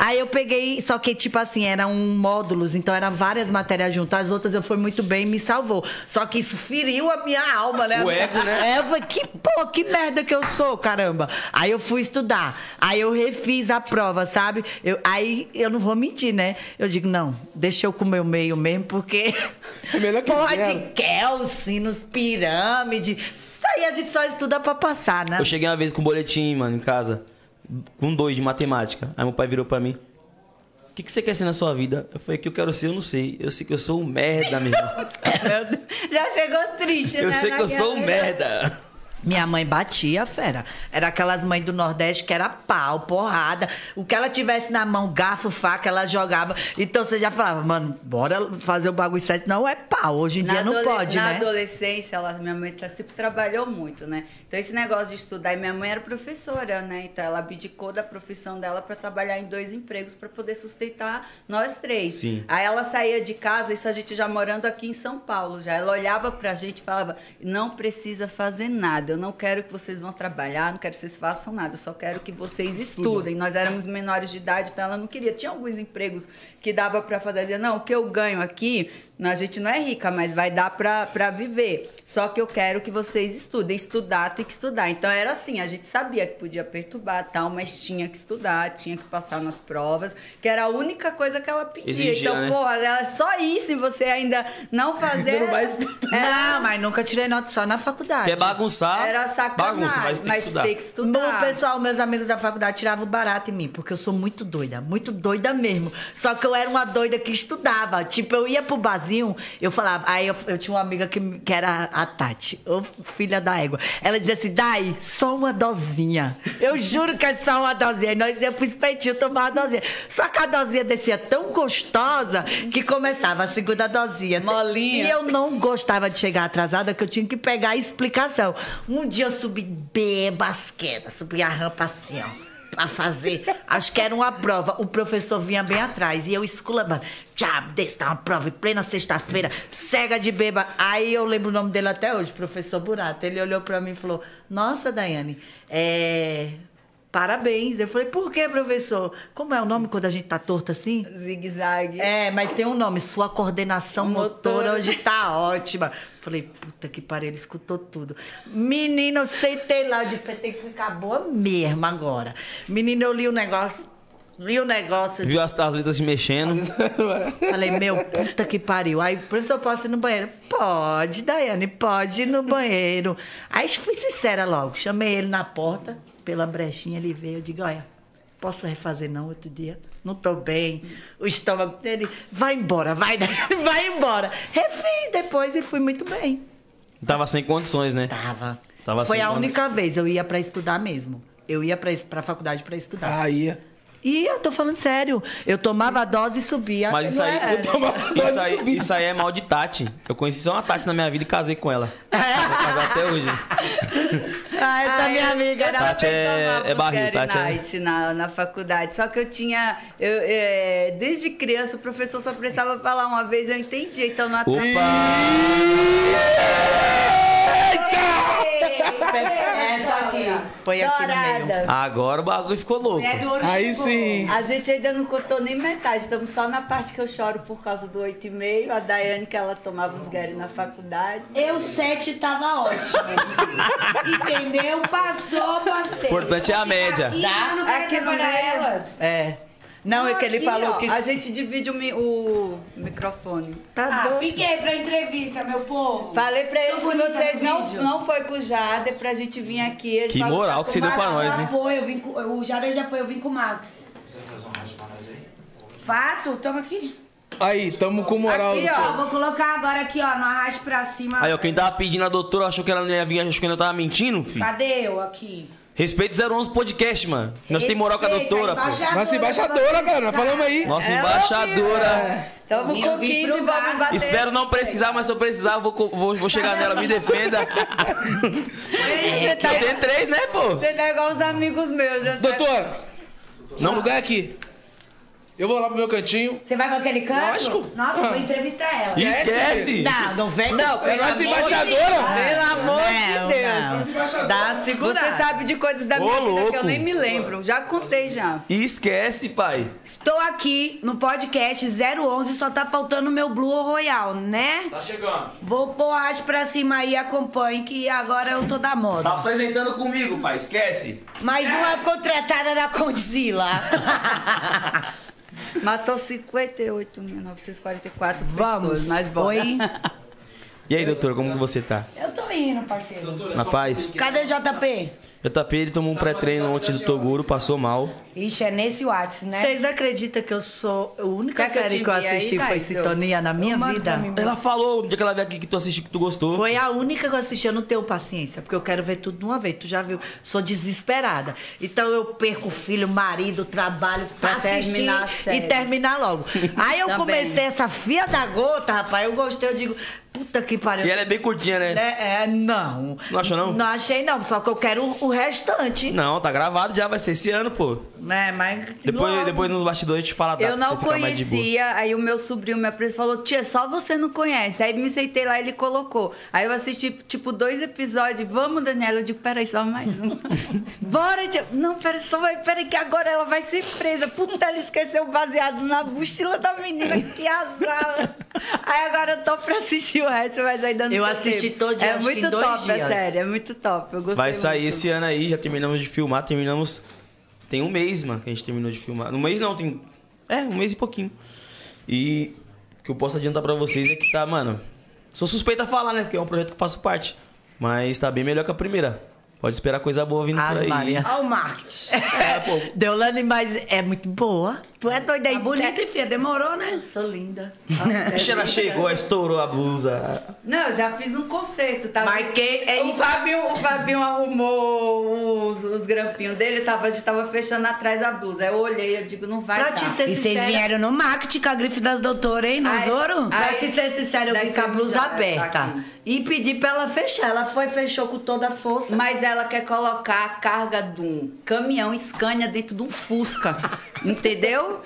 [SPEAKER 4] Aí eu peguei, só que tipo assim, eram módulos, então eram várias matérias juntas, as outras eu fui muito bem e me salvou. Só que isso feriu a minha alma, né?
[SPEAKER 1] O ego, né?
[SPEAKER 4] É, eu falei, que pô, que merda que eu sou, caramba. Aí eu fui estudar, aí eu refiz a prova, sabe? Eu- aí eu não vou mentir, né? Eu digo, não, deixa eu comer o meio mesmo, porque
[SPEAKER 2] É melhor que zero.
[SPEAKER 4] pode Kelsinos, pirâmide. Isso aí a gente só estuda pra passar, né?
[SPEAKER 1] Eu cheguei uma vez com um boletim, mano, em casa. Com dois de matemática. Aí meu pai virou pra mim. O que, que você quer ser na sua vida? Eu falei, o que eu quero ser, eu não sei. Eu sei que eu sou um merda, meu irmão.
[SPEAKER 3] Já chegou triste, né?
[SPEAKER 1] Eu sei que eu sou um
[SPEAKER 3] Naquela-
[SPEAKER 1] merda.
[SPEAKER 4] Minha mãe batia, fera. Era aquelas mães do Nordeste que era pau, porrada. O que ela tivesse na mão, garfo, faca, ela jogava. Então você já falava, mano, bora fazer o bagulho certo. Não é pau, hoje em dia não
[SPEAKER 3] adole-
[SPEAKER 4] pode,
[SPEAKER 3] na
[SPEAKER 4] né?
[SPEAKER 3] adolescência, ela, minha mãe tra- sempre trabalhou muito, né? Então, esse negócio de estudar, e minha mãe era professora, né? Então, ela abdicou da profissão dela para trabalhar em dois empregos para poder sustentar nós três.
[SPEAKER 1] Sim.
[SPEAKER 3] Aí ela saía de casa, isso a gente já morando aqui em São Paulo, já. Ela olhava pra gente e falava: não precisa fazer nada, eu não quero que vocês vão trabalhar, não quero que vocês façam nada, eu só quero que vocês estudem. Nós éramos menores de idade, então ela não queria. Tinha alguns empregos que dava pra fazer, ela dizia: não, o que eu ganho aqui, a gente não é rica, mas vai dar pra, pra viver. Só que eu quero que vocês estudem. Estudar tem que estudar. Então era assim, a gente sabia que podia perturbar tal, mas tinha que estudar, tinha que passar nas provas, que era a única coisa que ela pedia.
[SPEAKER 1] Exigia,
[SPEAKER 3] então,
[SPEAKER 1] né?
[SPEAKER 3] pô, ela- só isso e você ainda não fazer.
[SPEAKER 2] Ainda não vai estudar.
[SPEAKER 4] Não, É, mas nunca tirei nota só na faculdade.
[SPEAKER 1] Quer bagunçar?
[SPEAKER 3] Era sacanagem,
[SPEAKER 1] Bagunça, mas tem que estudar.
[SPEAKER 4] O pessoal, meus amigos da faculdade tiravam barato em mim, porque eu sou muito doida, muito doida mesmo. Só que eu era uma doida que estudava. Tipo, eu ia pro barzinho, eu falava. Aí eu, eu tinha uma amiga que, que era a Tati, ô filha da égua. Ela dizia assim: Dai, só uma dosinha. Eu juro que é só uma dosinha. E nós íamos pro espetinho tomar uma dosinha. Só que a dosinha descia tão gostosa que começava a segunda dosinha.
[SPEAKER 3] Molinha.
[SPEAKER 4] E eu eu não gostava de chegar atrasada, que eu tinha que pegar a explicação. Um dia eu subi bem basqueta, subi a rampa assim, ó. Pra fazer, acho que era uma prova. O professor vinha bem atrás e eu esculambando. Diabo, desse tá uma prova em plena sexta-feira, cega de beba. Aí eu lembro o nome dele até hoje, professor Burato. Ele olhou pra mim e falou: Nossa, Daiane, é. Parabéns. Eu falei: Por que, professor? Como é o nome quando a gente tá torto assim?
[SPEAKER 3] Zigue-zague.
[SPEAKER 4] É, mas tem um nome. Sua coordenação motora,
[SPEAKER 3] Motora.
[SPEAKER 4] hoje tá ótima. Falei, puta que pariu, ele escutou tudo. Menino, eu sentei lá. Eu disse, você tem que ficar boa mesmo agora. Menino, eu li o negócio. Li o negócio. eu
[SPEAKER 1] Viu as tarletas se mexendo.
[SPEAKER 4] Falei, meu, puta que pariu. Aí, professor, posso ir no banheiro? Pode, Daiane, pode ir no banheiro. Aí fui sincera logo. Chamei ele na porta, pela brechinha, ele veio. Eu digo, olha, posso refazer não outro dia? Não tô bem. O estômago dele, vai embora, vai, Daiane, vai embora. Refiz depois e fui muito bem.
[SPEAKER 1] Tava sem condições, né?
[SPEAKER 4] Tava.
[SPEAKER 1] Tava
[SPEAKER 4] Foi
[SPEAKER 1] sem
[SPEAKER 4] a
[SPEAKER 1] condições.
[SPEAKER 4] única vez. Eu ia pra estudar mesmo. Eu ia pra, es- pra faculdade pra estudar.
[SPEAKER 2] Aí.
[SPEAKER 4] E eu tô falando sério. Eu tomava a dose e subia.
[SPEAKER 1] Mas isso
[SPEAKER 4] Não é?
[SPEAKER 1] aí,
[SPEAKER 4] era-
[SPEAKER 1] isso, aí, isso aí é mal de Tati. Eu conheci só uma Tati na minha vida e casei com ela. Vou casar até hoje.
[SPEAKER 4] Ah, essa
[SPEAKER 3] Ah,
[SPEAKER 4] minha
[SPEAKER 3] eu-
[SPEAKER 4] amiga
[SPEAKER 3] eu
[SPEAKER 4] era
[SPEAKER 1] Tati
[SPEAKER 3] também
[SPEAKER 1] é-
[SPEAKER 3] tomava
[SPEAKER 1] é barril,
[SPEAKER 3] Scary
[SPEAKER 1] Tati é-
[SPEAKER 3] Night na, na faculdade. Só que eu tinha. eu, é, desde criança, o professor só precisava falar uma vez, eu entendi. Então não atrasei.
[SPEAKER 1] Opa!
[SPEAKER 4] Essa aqui. Põe aqui no meio.
[SPEAKER 3] Dourada.
[SPEAKER 1] Agora o bagulho ficou louco.
[SPEAKER 3] É do ouro
[SPEAKER 2] Aí
[SPEAKER 3] chegou.
[SPEAKER 1] Ah.
[SPEAKER 2] sim.
[SPEAKER 3] A gente ainda não contou nem metade. Estamos só na parte que eu choro por causa do 8,5. A Daiane, que ela tomava os Gary na faculdade.
[SPEAKER 5] Eu sete tava ótimo. Entendeu? Passou, passei.
[SPEAKER 1] Importante é a média.
[SPEAKER 5] Aqui, Ah, não quero
[SPEAKER 3] Aqui no
[SPEAKER 5] trabalhar
[SPEAKER 3] meio.
[SPEAKER 5] elas.
[SPEAKER 4] É. Não, é que ele
[SPEAKER 3] Aqui,
[SPEAKER 4] falou
[SPEAKER 3] ó,
[SPEAKER 4] que.
[SPEAKER 3] A gente divide o, mi- o microfone. Tá
[SPEAKER 5] Ah,
[SPEAKER 3] doido.
[SPEAKER 5] fiquei pra entrevista, meu povo.
[SPEAKER 3] Falei pra eles
[SPEAKER 5] Tô
[SPEAKER 3] que
[SPEAKER 5] bonita
[SPEAKER 3] vocês
[SPEAKER 5] no
[SPEAKER 3] não,
[SPEAKER 5] vídeo.
[SPEAKER 3] não foi com o Jader pra gente vir aqui. Ele
[SPEAKER 1] Que
[SPEAKER 3] falou
[SPEAKER 1] moral
[SPEAKER 3] tá
[SPEAKER 1] que você
[SPEAKER 3] com
[SPEAKER 1] deu pra
[SPEAKER 3] uma-
[SPEAKER 5] Max
[SPEAKER 1] nós,
[SPEAKER 5] já
[SPEAKER 1] hein?
[SPEAKER 5] foi, eu vim com, o Jader já foi, eu vim com o Max. Faço, toma aqui.
[SPEAKER 2] Aí, tamo com moral.
[SPEAKER 3] Aqui,
[SPEAKER 2] no
[SPEAKER 3] ó.
[SPEAKER 5] Ó, vou colocar agora aqui, ó, no arraste pra cima.
[SPEAKER 1] Aí, ó, quem tava pedindo a doutora achou que ela não ia vir, achou que eu tava mentindo, filho.
[SPEAKER 5] Cadê eu aqui?
[SPEAKER 1] Respeito 011 podcast, mano. Nós tem moral com a
[SPEAKER 5] Respeita,
[SPEAKER 1] doutora, pô.
[SPEAKER 5] embaixadora.
[SPEAKER 2] Nossa embaixadora, cara, nós falamos aí.
[SPEAKER 1] Nossa
[SPEAKER 3] É,
[SPEAKER 1] embaixadora.
[SPEAKER 3] Tamo
[SPEAKER 5] Eu
[SPEAKER 3] com
[SPEAKER 5] vim
[SPEAKER 3] 15 e vamos
[SPEAKER 5] provar.
[SPEAKER 3] bater.
[SPEAKER 1] Espero não precisar, mas se eu precisar, eu vou, co- vou, vou chegar nela. Me defenda.
[SPEAKER 3] Você tá,
[SPEAKER 1] Eu tenho três, né, pô?
[SPEAKER 3] você tá igual os amigos meus. né?
[SPEAKER 2] Doutor, seu lugar é aqui. Eu vou lá pro meu cantinho.
[SPEAKER 5] Você vai pra aquele canto?
[SPEAKER 2] Lógico.
[SPEAKER 5] Nossa, eu
[SPEAKER 2] Ah.
[SPEAKER 5] vou entrevistar ela.
[SPEAKER 1] Esquece!
[SPEAKER 4] Não, não vem. Não,
[SPEAKER 2] É nossa embaixadora.
[SPEAKER 4] Pelo amor
[SPEAKER 3] de Deus.
[SPEAKER 4] Dá segura.
[SPEAKER 3] Você sabe de coisas da
[SPEAKER 1] Ô,
[SPEAKER 3] minha vida que eu
[SPEAKER 1] louco.
[SPEAKER 3] nem me lembro. Já contei já.
[SPEAKER 1] Esquece, pai.
[SPEAKER 5] Estou aqui no podcast 011, só tá faltando o meu Blue Royal, né?
[SPEAKER 1] Tá chegando.
[SPEAKER 5] Vou pôr a haste pra cima aí, acompanhe, que agora eu tô da moda.
[SPEAKER 1] Tá apresentando comigo, pai. Esquece.
[SPEAKER 5] Mais uma contratada da Condzilla.
[SPEAKER 3] Matou 58.944
[SPEAKER 5] Vamos.
[SPEAKER 3] pessoas. Mas bora.
[SPEAKER 5] Oi.
[SPEAKER 1] E aí, doutor, como que você tá?
[SPEAKER 5] Eu tô indo, parceiro.
[SPEAKER 1] Na paz?
[SPEAKER 5] Cadê JP?
[SPEAKER 1] JP, ele tomou um pré-treino ontem do Toguro, passou mal.
[SPEAKER 5] Ixi, é nesse WhatsApp, né?
[SPEAKER 4] Vocês acreditam que eu sou. A única
[SPEAKER 3] Quer que eu
[SPEAKER 4] série
[SPEAKER 3] te
[SPEAKER 4] que, eu
[SPEAKER 3] envie aí, então.
[SPEAKER 4] assisti foi
[SPEAKER 3] Caio?
[SPEAKER 4] Sintonia na minha
[SPEAKER 5] mando
[SPEAKER 4] vida?
[SPEAKER 5] pra mim.
[SPEAKER 1] Ela falou no dia que ela veio aqui que tu assistiu, que tu gostou.
[SPEAKER 4] Foi a única que eu assisti. Eu não tenho paciência, porque eu quero ver tudo de uma vez. Tu já viu? Sou desesperada. Então eu perco o filho, o marido, o trabalho pra
[SPEAKER 3] Pra
[SPEAKER 4] assistir
[SPEAKER 3] terminar a
[SPEAKER 4] e
[SPEAKER 3] série.
[SPEAKER 4] terminar logo. Aí eu
[SPEAKER 3] Também.
[SPEAKER 4] comecei essa fia da gota, rapaz. Eu gostei, eu digo, puta que pariu.
[SPEAKER 1] E ela é bem curtinha, né?
[SPEAKER 4] É, é, não.
[SPEAKER 1] Não achou, não?
[SPEAKER 4] Não achei, não. Só que eu quero o- o restante.
[SPEAKER 1] Não, tá gravado já, vai ser esse ano, pô.
[SPEAKER 4] Né, mas.
[SPEAKER 1] Depois,
[SPEAKER 4] logo.
[SPEAKER 1] depois nos bastidores a gente fala a data
[SPEAKER 3] Eu
[SPEAKER 1] pra
[SPEAKER 3] não
[SPEAKER 1] você ficar mais de boa.
[SPEAKER 3] conhecia, aí o meu sobrinho me apresentou falou: Tia, só você não conhece. Aí me sentei lá ele colocou. Aí eu assisti, tipo, dois episódios. Vamos, Daniela. Eu digo: Peraí, só mais um. Bora, tia. Não, peraí, só vai. Peraí, que agora ela vai ser presa. Puta, ela esqueceu o baseado na mochila da menina. Que azar. Aí agora eu tô pra assistir o resto, mas ainda não
[SPEAKER 4] Eu
[SPEAKER 3] deu
[SPEAKER 4] assisti
[SPEAKER 3] tempo.
[SPEAKER 4] todo dia,
[SPEAKER 3] É
[SPEAKER 4] acho que
[SPEAKER 3] muito
[SPEAKER 4] em dois
[SPEAKER 3] top,
[SPEAKER 4] dias.
[SPEAKER 3] é sério. É muito top. Eu gostei.
[SPEAKER 1] Vai sair
[SPEAKER 3] muito.
[SPEAKER 1] esse ano aí, já terminamos de filmar, terminamos. Tem um mês, mano, que a gente terminou de filmar. Um mês não, tem. É, um mês e pouquinho. E o que eu posso adiantar pra vocês é que tá, mano. Sou suspeita a falar, né? Porque é um projeto que eu faço parte. Mas tá bem melhor que a primeira. Pode esperar coisa boa vindo
[SPEAKER 4] Ave
[SPEAKER 1] por aí.
[SPEAKER 4] Maria.
[SPEAKER 5] Olha o marketing.
[SPEAKER 1] É, pô,
[SPEAKER 4] Deolane, mas é muito boa.
[SPEAKER 5] Tu é doida aí.
[SPEAKER 4] Tá bonita,
[SPEAKER 5] e fia, demorou, né?
[SPEAKER 4] Sou linda.
[SPEAKER 1] Ixi,
[SPEAKER 5] É
[SPEAKER 1] ela chegou, estourou a blusa.
[SPEAKER 3] Não, já fiz um concerto, tá?
[SPEAKER 4] Mas quem-
[SPEAKER 3] É, o, Fabinho, o Fabinho arrumou os, os grampinhos dele, tava, a gente tava fechando atrás a blusa. Aí eu olhei, eu digo, não vai
[SPEAKER 4] Pra
[SPEAKER 3] dar.
[SPEAKER 4] te ser
[SPEAKER 5] E vocês
[SPEAKER 4] sincera-
[SPEAKER 5] vieram no marketing com a grife das doutoras, hein? Nos
[SPEAKER 3] Ai,
[SPEAKER 5] ouro?
[SPEAKER 3] ai,
[SPEAKER 4] Pra te ser sincera, eu
[SPEAKER 3] Daí
[SPEAKER 4] vim com a
[SPEAKER 3] você
[SPEAKER 4] blusa
[SPEAKER 3] já-
[SPEAKER 4] aberta.
[SPEAKER 3] tá aqui.
[SPEAKER 4] e pedi pra ela fechar. Ela foi, fechou com toda a força.
[SPEAKER 3] Mas ela quer colocar a carga de um caminhão Scania dentro de um Fusca. entendeu?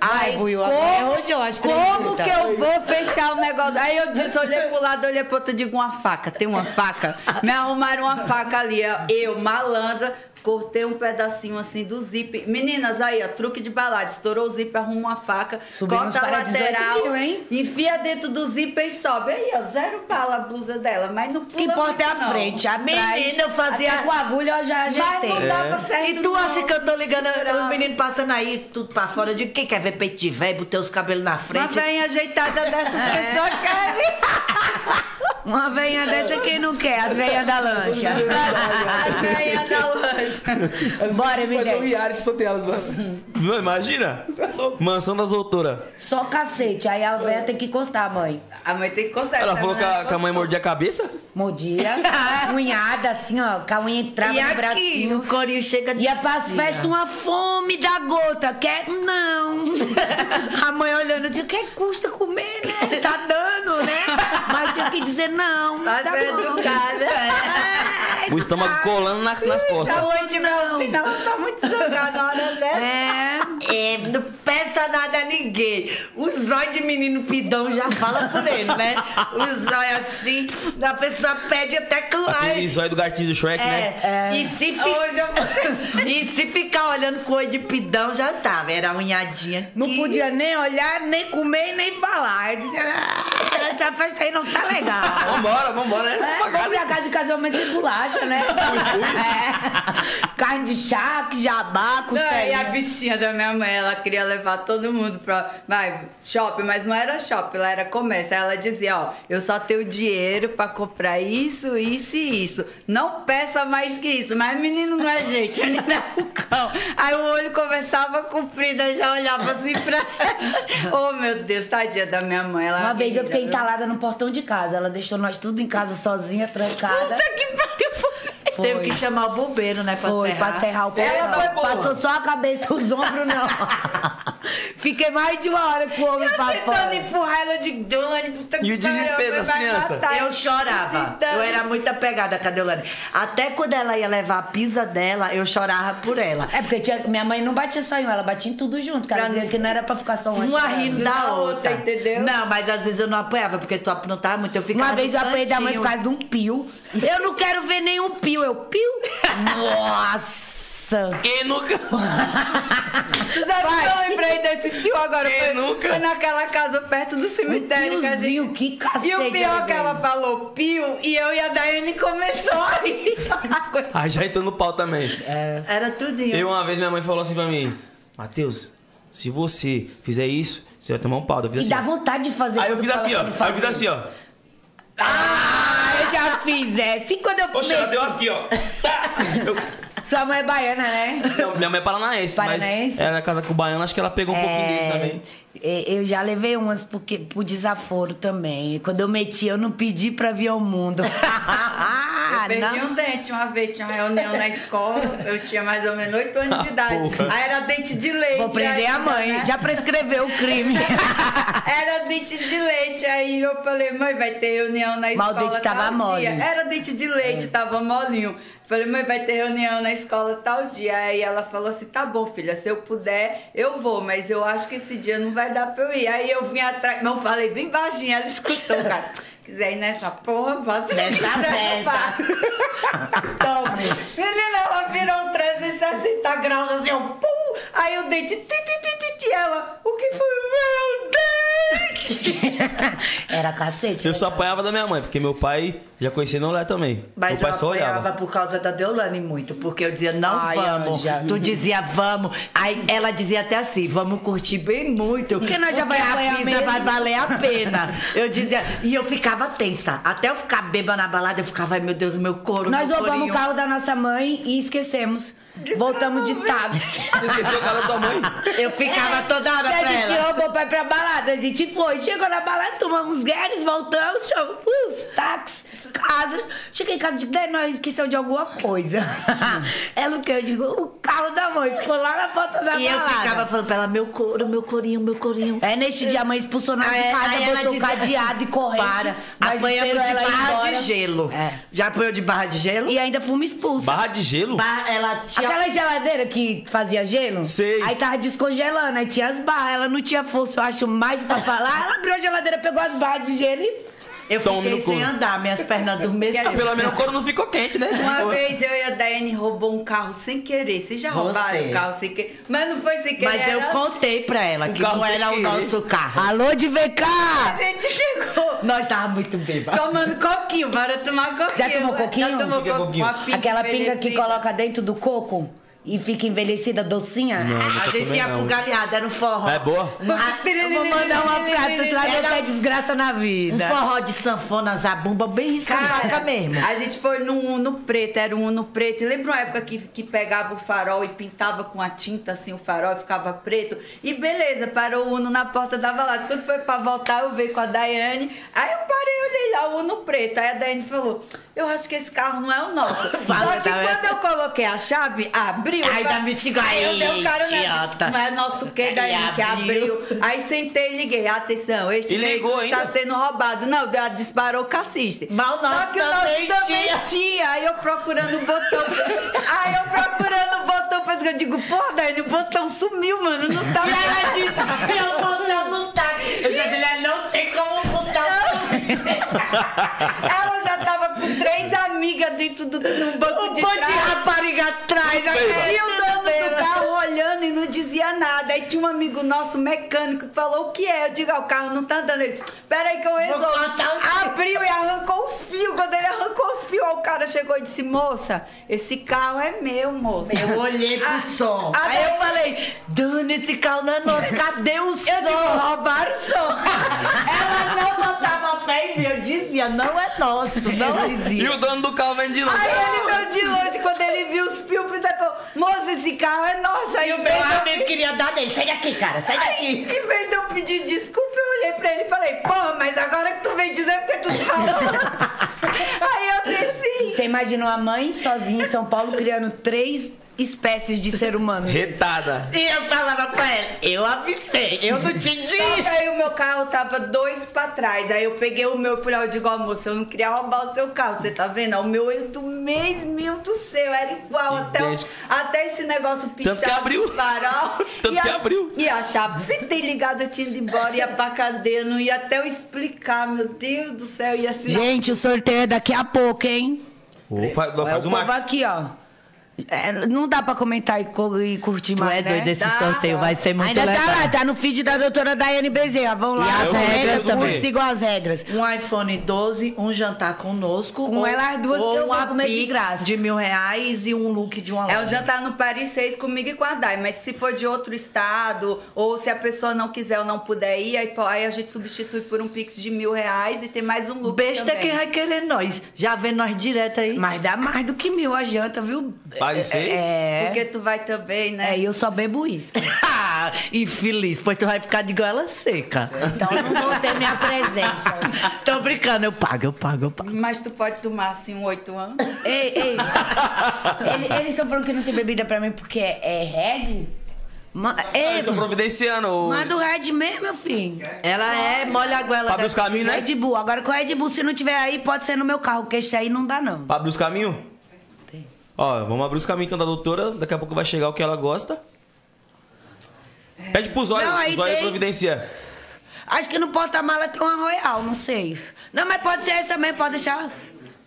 [SPEAKER 3] Ai,
[SPEAKER 4] Buiu,
[SPEAKER 3] como,
[SPEAKER 4] amanhã é hoje, eu acho,
[SPEAKER 3] como
[SPEAKER 4] trinta.
[SPEAKER 3] que eu vou fechar o negócio? Aí eu disse, olhei pro lado, olhei pro outro, digo, uma faca, tem uma faca? Me arrumaram uma faca ali, ó. eu, malandra, cortei um pedacinho assim do zip. Meninas, aí, ó, truque de balada, estourou o zip, arruma uma faca,
[SPEAKER 5] Subimos
[SPEAKER 3] corta a
[SPEAKER 5] para 18
[SPEAKER 3] lateral,
[SPEAKER 5] mil, hein?
[SPEAKER 3] enfia dentro do zip e sobe. Aí, ó, zero bala a blusa dela, mas não
[SPEAKER 5] O que
[SPEAKER 3] pula
[SPEAKER 5] importa é a
[SPEAKER 3] muito, não.
[SPEAKER 5] frente, atrás.
[SPEAKER 4] Menina, eu fazia-
[SPEAKER 5] Até com agulha eu já ajeitei.
[SPEAKER 3] Mas não dava
[SPEAKER 1] É.
[SPEAKER 3] certo.
[SPEAKER 4] E tu acha
[SPEAKER 3] não.
[SPEAKER 4] que eu tô ligando
[SPEAKER 3] Segurava.
[SPEAKER 4] o menino passando aí, tudo pra fora? Eu digo, quem quer ver peito de velho, botei os cabelos na
[SPEAKER 3] Uma
[SPEAKER 4] frente?
[SPEAKER 3] bem ajeitada dessas
[SPEAKER 5] É.
[SPEAKER 3] pessoas querem.
[SPEAKER 5] Uma veinha dessa quem não quer, as veias da lancha.
[SPEAKER 3] A veinha da lancha.
[SPEAKER 5] Bora,
[SPEAKER 2] Mas eu
[SPEAKER 5] Miguel.
[SPEAKER 2] reality só delas, mano.
[SPEAKER 1] Não, imagina?
[SPEAKER 5] é
[SPEAKER 1] Mansão da doutora.
[SPEAKER 5] Só cacete, aí a véia tem que encostar, mãe.
[SPEAKER 3] A mãe tem que consertar.
[SPEAKER 1] Ela falou
[SPEAKER 5] é
[SPEAKER 3] né?
[SPEAKER 1] que a, que a mãe mordia a cabeça?
[SPEAKER 5] Mordia, unhada, assim, ó, com a unha entrava
[SPEAKER 4] E
[SPEAKER 5] no
[SPEAKER 4] aqui,
[SPEAKER 5] bracinho.
[SPEAKER 4] o corinho chega de
[SPEAKER 5] Ia pras
[SPEAKER 4] cima.
[SPEAKER 5] festas uma fome da gota. Quer? Não. A mãe olhando, dizia, o que custa comer, né? Tá dando, né? Mas tinha que dizer não.
[SPEAKER 3] Tá
[SPEAKER 5] tá
[SPEAKER 3] sendo
[SPEAKER 5] bom.
[SPEAKER 3] educada.
[SPEAKER 5] É, tá
[SPEAKER 1] O estômago colando nas, nas
[SPEAKER 3] A
[SPEAKER 1] costas.
[SPEAKER 3] mãe de não. Ela tá muito zangada na hora dessa.
[SPEAKER 4] É, não peça nada a ninguém. O zóio de menino pidão já fala por ele, né? O zóio assim, a pessoa pede até que... ai,
[SPEAKER 1] Aquele zóio do gatinho do Shrek, né?
[SPEAKER 4] É, E, se fi-
[SPEAKER 3] Hoje eu
[SPEAKER 4] e se ficar olhando com olho de pidão, já sabe, era unhadinha.
[SPEAKER 5] Não
[SPEAKER 4] que-
[SPEAKER 5] podia nem olhar, nem comer, nem falar. Eu dizia, "Ah, essa festa aí não tá legal.
[SPEAKER 1] Vambora, vambora, né?
[SPEAKER 5] É, vamos pra casa de casamento de bolacha, né? É. Carne de charque, jabá,
[SPEAKER 3] Não, e a
[SPEAKER 5] costelinha.
[SPEAKER 3] bichinha da minha mãe, ela queria levar todo mundo pra. Vai, shopping, mas não era shopping, lá era comércio. Aí ela dizia: Ó, eu só tenho dinheiro pra comprar isso, isso e isso. Não peça mais que isso. Mas menino não é gente, menino é um cão. Aí o olho conversava comprido, eu já olhava assim pra ela. Oh, meu Deus, tadinha da minha mãe. Ela
[SPEAKER 5] Uma vez eu fiquei
[SPEAKER 3] querida,
[SPEAKER 5] entalada no portão de casa. Ela deixou nós tudo em casa sozinha, trancada.
[SPEAKER 3] viu? Puta que pariu,
[SPEAKER 4] Teve
[SPEAKER 5] Foi.
[SPEAKER 4] que chamar o bombeiro, né, pra
[SPEAKER 5] Foi,
[SPEAKER 4] serrar.
[SPEAKER 5] pra serrar o portão.
[SPEAKER 1] Ela foi boa.
[SPEAKER 5] Passou só a cabeça, os ombros não. Fiquei mais de uma hora com o homem pra
[SPEAKER 3] Tentando
[SPEAKER 5] fora.
[SPEAKER 3] empurrar ela de Dani, puta
[SPEAKER 1] E o
[SPEAKER 3] que pariu,
[SPEAKER 1] desespero das
[SPEAKER 3] vai
[SPEAKER 1] crianças?
[SPEAKER 3] matar.
[SPEAKER 5] Eu chorava.
[SPEAKER 3] Tentando.
[SPEAKER 5] Eu era muito apegada com a Deolane.
[SPEAKER 4] Até quando ela ia levar a pisa dela, eu chorava por ela.
[SPEAKER 5] É porque tinha- minha mãe não batia só em um, ela batia em tudo junto. que Ela
[SPEAKER 3] Pra
[SPEAKER 5] dizia
[SPEAKER 3] não-
[SPEAKER 5] que não era pra ficar só uma tá.
[SPEAKER 4] Uma
[SPEAKER 5] chorando.
[SPEAKER 4] rindo
[SPEAKER 3] da
[SPEAKER 4] da
[SPEAKER 3] outra,
[SPEAKER 4] outra,
[SPEAKER 3] entendeu?
[SPEAKER 4] Não, mas às vezes eu não apoiava, porque tu aprontava muito, eu ficava
[SPEAKER 5] Uma vez
[SPEAKER 4] no
[SPEAKER 5] eu apanhei da mãe
[SPEAKER 4] cantinho.
[SPEAKER 5] por causa de um pio. Eu não quero ver nenhum pio. Eu, pio? Nossa!
[SPEAKER 1] Quem nunca?
[SPEAKER 3] Tu sabe que eu lembrei desse fio agora?
[SPEAKER 1] Quem
[SPEAKER 3] Foi,
[SPEAKER 1] nunca?
[SPEAKER 3] foi naquela casa perto do cemitério. que a gente-
[SPEAKER 5] Piozinho, que cacete.
[SPEAKER 3] E o pior é
[SPEAKER 5] né,
[SPEAKER 3] que ela
[SPEAKER 5] velho?
[SPEAKER 3] falou pio e eu e a Daiane começou a rir.
[SPEAKER 1] Ah, já entrou no pau também.
[SPEAKER 5] É.
[SPEAKER 4] Era tudinho.
[SPEAKER 1] Eu uma vez minha mãe falou assim pra mim, Matheus, se você fizer isso, você vai tomar um pau. Eu fiz
[SPEAKER 5] E
[SPEAKER 1] assim,
[SPEAKER 5] dá
[SPEAKER 1] ó.
[SPEAKER 5] vontade de fazer.
[SPEAKER 1] Aí eu
[SPEAKER 5] quando
[SPEAKER 1] fiz
[SPEAKER 5] fala
[SPEAKER 1] assim, ó.
[SPEAKER 5] que não
[SPEAKER 1] Aí eu
[SPEAKER 5] faz.
[SPEAKER 1] fiz assim, ó.
[SPEAKER 5] Ah, eu já fiz essa. E quando eu
[SPEAKER 1] Poxa, ela
[SPEAKER 5] comecei?
[SPEAKER 1] deu aqui, ó. Tá. Eu-
[SPEAKER 5] Sua mãe é baiana, né?
[SPEAKER 1] Não, minha mãe é paranaense, mas
[SPEAKER 5] Paranaense?
[SPEAKER 1] ela é na casa cubaiana, acho que ela pegou um pouquinho dele também.
[SPEAKER 5] É, Eu já levei umas porque, por desaforo também. E Quando eu meti, eu não pedi pra vir ao mundo.
[SPEAKER 3] Eu perdi
[SPEAKER 5] não.
[SPEAKER 3] um dente uma vez, tinha uma reunião na escola, eu tinha mais ou menos 8 anos de idade.
[SPEAKER 1] Ah, porra.
[SPEAKER 3] Aí era dente de leite.
[SPEAKER 5] Vou prender a
[SPEAKER 3] ainda,
[SPEAKER 5] mãe.
[SPEAKER 3] né?
[SPEAKER 5] Já prescreveu o crime.
[SPEAKER 3] Era dente de leite. Aí eu falei, mãe, vai ter reunião na
[SPEAKER 5] Mas o
[SPEAKER 3] escola.
[SPEAKER 5] dente tava É.
[SPEAKER 3] tal
[SPEAKER 5] mole.
[SPEAKER 3] dia. Era dente de leite, tava molinho. Falei, mãe, vai ter reunião na escola tal dia. Aí ela falou assim: tá bom, filha, se eu puder, eu vou, mas eu acho que esse dia não vai dar pra eu ir. Aí eu vim atrás, não falei bem baixinho, ela escutou, cara. Quiser ir nessa porra, pode ser.
[SPEAKER 5] Nessa festa. Tome.
[SPEAKER 3] Menina, ela virou 360 graus assim, eu, pum! Aí o dente, ti, ti, ti, ti, ti, ela, o que foi? Meu dente!
[SPEAKER 5] Era cacete.
[SPEAKER 1] Eu
[SPEAKER 5] né?
[SPEAKER 1] só apanhava da minha mãe, porque meu pai já conhecia não olhar também. meu
[SPEAKER 4] Mas eu
[SPEAKER 1] pai só olhava.
[SPEAKER 4] apanhava por causa da Deolane muito, porque eu dizia, não
[SPEAKER 5] Ai,
[SPEAKER 4] vamos.
[SPEAKER 5] Anja.
[SPEAKER 4] Tu dizia, vamos. Aí ela dizia até assim, vamos curtir bem muito.
[SPEAKER 5] Porque nós já vai
[SPEAKER 4] a
[SPEAKER 5] apanhar
[SPEAKER 4] pizza
[SPEAKER 5] mesmo.
[SPEAKER 4] vai valer a pena. Eu dizia, e eu ficava tensa. Até eu ficar bêbada na balada, eu ficava, ai meu Deus, meu couro,
[SPEAKER 5] Nós
[SPEAKER 4] meu
[SPEAKER 5] roubamos
[SPEAKER 4] corinho.
[SPEAKER 5] o carro da nossa mãe e esquecemos. Voltamos de táxi.
[SPEAKER 1] Você esqueceu o cara da tua mãe?
[SPEAKER 4] Eu ficava toda hora
[SPEAKER 5] E a
[SPEAKER 4] pra
[SPEAKER 5] gente
[SPEAKER 4] ela.
[SPEAKER 5] roubou pra ir pra balada. A gente foi, chegou na balada, tomamos guerras, voltamos, chamamos os táxis, casas. Cheguei em casa de digo, nós esqueceu de alguma coisa. Ela o que? Eu digo, o carro da mãe ficou lá na porta da
[SPEAKER 4] E eu
[SPEAKER 5] balada.
[SPEAKER 4] ficava falando pra ela, meu couro, meu corinho, meu corinho.
[SPEAKER 5] É, neste dia a mãe expulsou nós de
[SPEAKER 4] Aí- é-
[SPEAKER 5] casa,
[SPEAKER 4] aí ela
[SPEAKER 5] botou
[SPEAKER 4] dizia,
[SPEAKER 5] cadeado e corrente.
[SPEAKER 4] Para.
[SPEAKER 5] Nós
[SPEAKER 4] Apanhamos
[SPEAKER 5] esperou
[SPEAKER 4] de
[SPEAKER 5] ela ir
[SPEAKER 4] barra
[SPEAKER 5] embora.
[SPEAKER 4] de gelo.
[SPEAKER 5] É.
[SPEAKER 4] Já apanhou de barra de gelo?
[SPEAKER 5] E ainda fomos expulsos.
[SPEAKER 1] Barra de gelo?
[SPEAKER 4] Ba- Ela tinha
[SPEAKER 5] Aquela geladeira que fazia gelo?
[SPEAKER 1] Sei.
[SPEAKER 5] Aí tava descongelando, aí tinha as barras. Ela não tinha força, eu acho, mais pra falar. Ela abriu a geladeira, pegou as barras de gelo e...
[SPEAKER 4] Eu
[SPEAKER 1] Tome
[SPEAKER 4] fiquei
[SPEAKER 1] no cu.
[SPEAKER 4] sem andar, minhas pernas
[SPEAKER 1] Ah,
[SPEAKER 4] adormeceram.
[SPEAKER 1] Pelo menos o couro não ficou quente, né?
[SPEAKER 3] Uma vez eu e a Daiane roubou um carro sem querer. Vocês já roubaram
[SPEAKER 4] Você.
[SPEAKER 3] o carro sem querer? Mas não foi sem querer.
[SPEAKER 4] Mas eu
[SPEAKER 3] era-
[SPEAKER 4] contei pra ela
[SPEAKER 1] O
[SPEAKER 4] que
[SPEAKER 1] carro
[SPEAKER 4] não
[SPEAKER 1] sem
[SPEAKER 4] era o
[SPEAKER 1] querer.
[SPEAKER 4] nosso carro.
[SPEAKER 5] Alô, de VK!
[SPEAKER 3] A gente chegou
[SPEAKER 4] Nós tava muito bêbados.
[SPEAKER 3] tomando coquinho. Bora tomar coquinho. né?
[SPEAKER 5] Já tomou coquinho?
[SPEAKER 3] Já
[SPEAKER 1] O
[SPEAKER 3] tomou
[SPEAKER 1] que é
[SPEAKER 3] co-
[SPEAKER 1] coquinho?
[SPEAKER 3] uma pinga
[SPEAKER 5] Aquela pinga que
[SPEAKER 3] envelhecida.
[SPEAKER 5] coloca dentro do coco e fica envelhecida, docinha.
[SPEAKER 1] Não, nunca
[SPEAKER 4] A gente
[SPEAKER 1] tomei,
[SPEAKER 4] ia
[SPEAKER 1] não.
[SPEAKER 4] pro galeado, era um forró.
[SPEAKER 1] É boa?
[SPEAKER 4] Ah,
[SPEAKER 5] Eu vou mandar uma pra tu, trazer
[SPEAKER 4] Era
[SPEAKER 5] até desgraça na
[SPEAKER 4] Um
[SPEAKER 5] vida.
[SPEAKER 4] forró de sanfona, zabumba, bem riscada
[SPEAKER 3] Cara,
[SPEAKER 4] mesmo.
[SPEAKER 3] é. A gente foi num Uno preto, era um Uno preto. E lembra uma época que, que pegava o farol e pintava com a tinta assim o farol e ficava preto? E beleza, parou o Uno na porta da balada. Quando foi pra voltar, eu veio com a Daiane. Aí eu parei, olhei lá o Uno preto. Aí a Daiane falou: Eu acho que esse carro não é o nosso.
[SPEAKER 4] Fala,
[SPEAKER 3] Só que
[SPEAKER 4] tá vendo?
[SPEAKER 3] quando eu coloquei a chave, abriu.
[SPEAKER 4] Aí
[SPEAKER 3] eu falei-
[SPEAKER 4] dá me xingou,
[SPEAKER 3] Aí eu
[SPEAKER 4] "Ei,
[SPEAKER 3] dei o cara na.
[SPEAKER 4] idiota."
[SPEAKER 3] Não é nosso que,
[SPEAKER 4] Aí
[SPEAKER 3] Daiane, que
[SPEAKER 4] abriu.
[SPEAKER 3] abriu. Aí sentei e liguei: Atenção, este
[SPEAKER 1] E ligou
[SPEAKER 3] veículo está
[SPEAKER 1] ainda?
[SPEAKER 3] sendo roubado. Não, deu- disparou o caciste.
[SPEAKER 4] Mas o
[SPEAKER 3] Só
[SPEAKER 4] nosso
[SPEAKER 3] que o nosso
[SPEAKER 4] também tinha.
[SPEAKER 3] tinha. Aí eu procurando o botão. aí eu procurando o botão. mas Eu digo, porra, Dani, o botão sumiu, mano. Não tá mais.
[SPEAKER 4] Meu botão não tá. Eu já dizia, não tem como botar o
[SPEAKER 3] Ela já tava com três amigas dentro do no banco de
[SPEAKER 4] botão Um de
[SPEAKER 3] trás.
[SPEAKER 4] rapariga atrás.
[SPEAKER 3] E o
[SPEAKER 4] né?
[SPEAKER 3] dono do carro olhando e não dizia nada. Aí tinha um amigo nosso, mecânico, que falou o que é. Eu digo, ah, o carro não tá andando. Ele, peraí que eu resolvo.
[SPEAKER 4] cortar os fios.
[SPEAKER 3] Abriu e arrancou os fios. Quando ele arrancou os fios, aí o cara chegou e disse, moça, esse carro é meu, moça.
[SPEAKER 4] Eu olhei pro
[SPEAKER 3] Ah,
[SPEAKER 4] som.
[SPEAKER 3] ah,
[SPEAKER 4] Aí eu
[SPEAKER 3] daí-
[SPEAKER 4] falei, Dani, esse carro não é nosso, cadê o som?
[SPEAKER 3] Eu digo, roubaram o som.
[SPEAKER 4] Ela não botava fé em mim, eu dizia, não é nosso, não dizia.
[SPEAKER 1] E o dono do carro vem de novo.
[SPEAKER 3] Aí ele veio de longe, quando ele viu os filmes, ele falou, moça, esse carro é nosso. Aí em
[SPEAKER 4] Meu
[SPEAKER 3] vez de eu
[SPEAKER 4] amigo queria dar nele, sai daqui, cara, sai
[SPEAKER 3] Aí,
[SPEAKER 4] daqui.
[SPEAKER 3] em vez de eu pedir desculpa, eu olhei pra ele e falei, porra, mas agora que tu vem dizer porque tu falou. Aí eu desci.
[SPEAKER 5] Você imaginou a mãe sozinha em São Paulo criando três espécies de ser humano.
[SPEAKER 1] Retada.
[SPEAKER 5] E eu falava pra ela, eu avisei, eu não
[SPEAKER 3] Só
[SPEAKER 5] te
[SPEAKER 3] que
[SPEAKER 5] disse.
[SPEAKER 3] aí o meu carro tava dois pra trás. Aí eu peguei o meu e falei, ó, eu digo, ó, moço, eu não queria roubar o seu carro, você tá vendo? Ó, O meu é do mesmo do seu, era igual, até, o-
[SPEAKER 1] Idêntico.
[SPEAKER 3] até esse negócio
[SPEAKER 1] que
[SPEAKER 3] pichado
[SPEAKER 1] abriu.
[SPEAKER 3] de farol.
[SPEAKER 1] Tanto
[SPEAKER 3] E
[SPEAKER 1] que
[SPEAKER 3] a-
[SPEAKER 1] abriu.
[SPEAKER 3] E a chave, se tem ligado, eu tinha ido embora, ia pra cadeia, não ia até eu explicar, meu Deus do céu, ia assinar.
[SPEAKER 5] Gente, o sorteio é daqui a pouco, hein?
[SPEAKER 1] Ô, faz,
[SPEAKER 5] Ó,
[SPEAKER 1] faz
[SPEAKER 5] é o
[SPEAKER 1] uma
[SPEAKER 5] povo aqui, ó. É, não dá pra comentar e, co- e curtir
[SPEAKER 4] Tu
[SPEAKER 5] mais,
[SPEAKER 4] é
[SPEAKER 5] né?
[SPEAKER 4] doido, esse
[SPEAKER 3] Dá,
[SPEAKER 4] sorteio
[SPEAKER 3] dá.
[SPEAKER 4] vai ser muito
[SPEAKER 5] Ainda
[SPEAKER 4] legal.
[SPEAKER 5] tá lá, tá no feed da doutora Daiane Bezerra. Vão lá,
[SPEAKER 4] E as
[SPEAKER 5] as regras,
[SPEAKER 4] regras também.
[SPEAKER 5] curte, sigam as regras.
[SPEAKER 4] Um iPhone 12, um jantar conosco.
[SPEAKER 3] Um
[SPEAKER 5] Com
[SPEAKER 3] é
[SPEAKER 5] elas duas
[SPEAKER 4] ou
[SPEAKER 5] que eu vou
[SPEAKER 4] uma
[SPEAKER 5] comer de
[SPEAKER 4] Pix
[SPEAKER 5] graça.
[SPEAKER 4] De mil reais e um look de uma
[SPEAKER 3] É
[SPEAKER 4] loja.
[SPEAKER 3] o jantar no Paris 6 comigo e com a Dai, mas se for de outro estado, ou se a pessoa não quiser ou não puder ir, aí, pô, aí a gente substitui por um pix de mil reais e tem mais um look
[SPEAKER 4] Besta
[SPEAKER 3] também.
[SPEAKER 4] quem vai querer nós. Já vê nós direto aí.
[SPEAKER 5] Mas dá mais do que mil a janta, viu?
[SPEAKER 1] Vale seis?
[SPEAKER 5] É,
[SPEAKER 3] Porque tu vai também, né?
[SPEAKER 5] é, e eu só bebo isso.
[SPEAKER 4] Infeliz, pois tu vai ficar de goela seca.
[SPEAKER 5] Então não vou ter minha presença.
[SPEAKER 4] Tô brincando, eu pago, eu pago, eu pago.
[SPEAKER 3] Mas tu pode tomar, assim, um oito anos.
[SPEAKER 5] Ei, ei. Ele- Eles estão falando que não tem bebida pra mim porque é, é red? Ma-
[SPEAKER 1] Eu
[SPEAKER 5] ei,
[SPEAKER 1] tô providenciando. ô.
[SPEAKER 5] manda o red mesmo, meu filho.
[SPEAKER 4] Ela é molha a goela.
[SPEAKER 1] Pablo
[SPEAKER 4] da-
[SPEAKER 1] os caminhos, né?
[SPEAKER 5] Red Bull. Agora com o Red Bull, se não tiver aí, pode ser no meu carro, porque esse aí não dá, não.
[SPEAKER 1] Pra abrir os caminhos? Tem. Ó, vamos abrir os caminhos então da doutora. Daqui a pouco vai chegar o que ela gosta. Pede pro Zóio,
[SPEAKER 5] É. Não, aí
[SPEAKER 1] o Zóio
[SPEAKER 5] tem-
[SPEAKER 1] providencia.
[SPEAKER 5] Acho que no porta-mala tem uma Royal, não sei. Não, mas pode ser essa mesmo, pode deixar.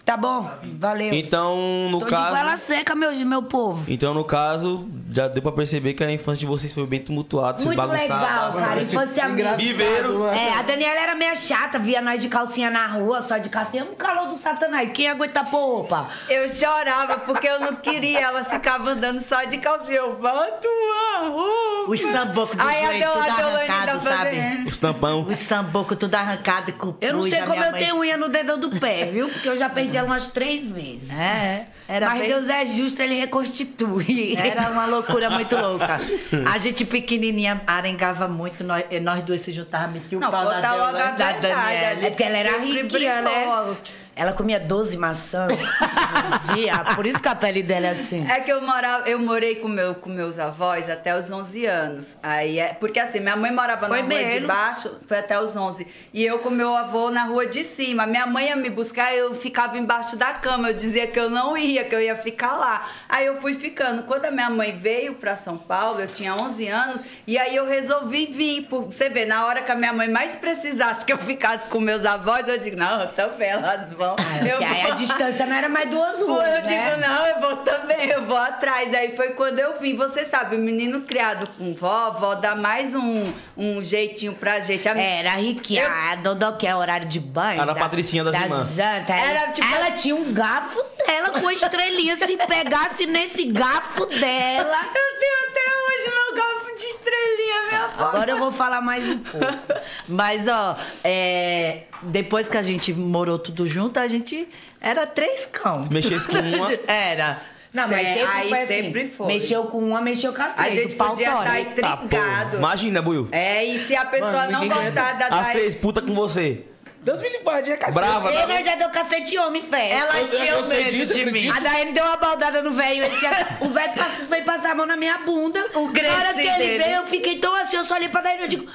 [SPEAKER 5] Tá bom, valeu.
[SPEAKER 1] Então, no
[SPEAKER 5] Tô de
[SPEAKER 1] caso.
[SPEAKER 5] goela seca, meu, meu povo.
[SPEAKER 1] Então, no caso, já deu pra perceber que a infância de vocês foi bem tumultuada, vocês
[SPEAKER 5] Muito
[SPEAKER 1] bagunçaram.
[SPEAKER 5] legal,
[SPEAKER 1] bastante.
[SPEAKER 5] cara. Infância minha.
[SPEAKER 1] Viveiro.
[SPEAKER 2] mano.
[SPEAKER 5] É, a Daniela era meio chata, via nós de calcinha na rua, só de calcinha. Um calor do satanás. Quem aguenta pôr roupa?
[SPEAKER 3] Eu chorava porque eu não queria. Ela ficava andando só de calcinha. Eu boto uma roupa.
[SPEAKER 4] Os sambocos do
[SPEAKER 3] Aí a
[SPEAKER 4] joelho
[SPEAKER 3] Deu-
[SPEAKER 4] tudo
[SPEAKER 3] a Deolane tá
[SPEAKER 4] arrancado, sabe?
[SPEAKER 3] fazendo.
[SPEAKER 1] Os tampão.
[SPEAKER 4] Os sambocos tudo arrancado e com
[SPEAKER 5] Eu não sei
[SPEAKER 4] a
[SPEAKER 5] como
[SPEAKER 4] minha
[SPEAKER 5] eu
[SPEAKER 4] mãe-
[SPEAKER 5] tenho unha no dedão do pé, viu? Porque eu já perdi ela umas três vezes.
[SPEAKER 4] É, era
[SPEAKER 5] Mas
[SPEAKER 4] bem-
[SPEAKER 5] Deus é justo, ele reconstitui.
[SPEAKER 4] Era uma loucura muito louca. A gente pequenininha arengava muito, nós,
[SPEAKER 5] eh,
[SPEAKER 4] e nós duas se juntávamos, metia o
[SPEAKER 3] Não,
[SPEAKER 4] pau na
[SPEAKER 3] conta logo a
[SPEAKER 4] Deolane, da
[SPEAKER 3] verdade, a
[SPEAKER 4] Daniela.
[SPEAKER 5] É porque ela era
[SPEAKER 3] Sempre
[SPEAKER 5] riquinha,
[SPEAKER 3] brincou.
[SPEAKER 5] né? Ela comia 12 maçãs por dia, por isso que a pele dela é assim.
[SPEAKER 3] É que eu morava, eu morei com, meu, com meus avós até os 11 anos. Aí é, porque assim, minha mãe morava
[SPEAKER 5] Foi
[SPEAKER 3] na rua de
[SPEAKER 5] mesmo?
[SPEAKER 3] baixo, foi até os 11. E eu com meu avô na rua de cima. Minha mãe ia me buscar, eu ficava embaixo da cama. Eu dizia que eu não ia, que eu ia ficar lá. Aí eu fui ficando. Quando a minha mãe veio pra São Paulo, eu tinha 11 anos, e aí eu resolvi vir. Por, você vê, na hora que a minha mãe mais precisasse que eu ficasse com meus avós, eu digo, não, também elas vão. Eu
[SPEAKER 5] Porque é aí a
[SPEAKER 3] vou.
[SPEAKER 5] distância não era mais duas
[SPEAKER 3] Pô,
[SPEAKER 5] ruas,
[SPEAKER 3] eu
[SPEAKER 5] né?
[SPEAKER 3] digo, não, eu vou também, eu vou atrás. Aí foi quando eu vim. Você sabe, o menino criado com vó, vó dá mais um, um jeitinho pra gente. A
[SPEAKER 5] É,
[SPEAKER 3] minha-
[SPEAKER 5] Era riquinha,
[SPEAKER 3] Eu-
[SPEAKER 5] a Dodô que é horário de banho.
[SPEAKER 1] Era a Patricinha das
[SPEAKER 5] da
[SPEAKER 1] irmãs.
[SPEAKER 5] Janta. Ela,
[SPEAKER 3] Era, tipo,
[SPEAKER 5] ela tinha um garfo dela com a estrelinha. Se pegasse nesse garfo dela.
[SPEAKER 3] Eu tenho até hoje meu garfo de estrelinha, minha avó.
[SPEAKER 5] Agora eu vou falar mais um pouco.
[SPEAKER 4] Mas, ó, é, depois que a gente morou tudo junto, a gente era três cão.
[SPEAKER 1] Mexesse com uma.
[SPEAKER 4] Era.
[SPEAKER 5] Não, mas
[SPEAKER 3] Cê-
[SPEAKER 5] sempre
[SPEAKER 3] aí
[SPEAKER 5] foi assim.
[SPEAKER 3] sempre foi.
[SPEAKER 5] Mexeu com uma, mexeu com as
[SPEAKER 3] A
[SPEAKER 5] três.
[SPEAKER 3] gente
[SPEAKER 5] o pau
[SPEAKER 3] podia estar
[SPEAKER 5] tora.
[SPEAKER 3] aí
[SPEAKER 1] Ah, pô,
[SPEAKER 3] trincado.
[SPEAKER 1] Imagina, Buiu.
[SPEAKER 3] É, e se a pessoa
[SPEAKER 2] Mano,
[SPEAKER 3] não
[SPEAKER 2] ninguém
[SPEAKER 3] gostar da
[SPEAKER 1] As
[SPEAKER 3] Dai-
[SPEAKER 1] três putas com você.
[SPEAKER 2] Deus me livre, é cacete.
[SPEAKER 1] Brava,
[SPEAKER 5] Ei,
[SPEAKER 1] tá
[SPEAKER 5] nós já deu cacete homem, fé.
[SPEAKER 4] Elas
[SPEAKER 2] Eu- eu
[SPEAKER 4] tinham
[SPEAKER 2] sei
[SPEAKER 4] medo
[SPEAKER 2] disso,
[SPEAKER 4] de mim.
[SPEAKER 2] acredito.
[SPEAKER 5] A Daiane deu uma baldada no velho. ele tinha- O velho pass- veio passar a mão na minha bunda.
[SPEAKER 4] O
[SPEAKER 5] Na hora que
[SPEAKER 4] Gracie
[SPEAKER 5] ele
[SPEAKER 4] dele.
[SPEAKER 5] veio, eu fiquei tão assim. Eu só olhei pra Daiane e digo: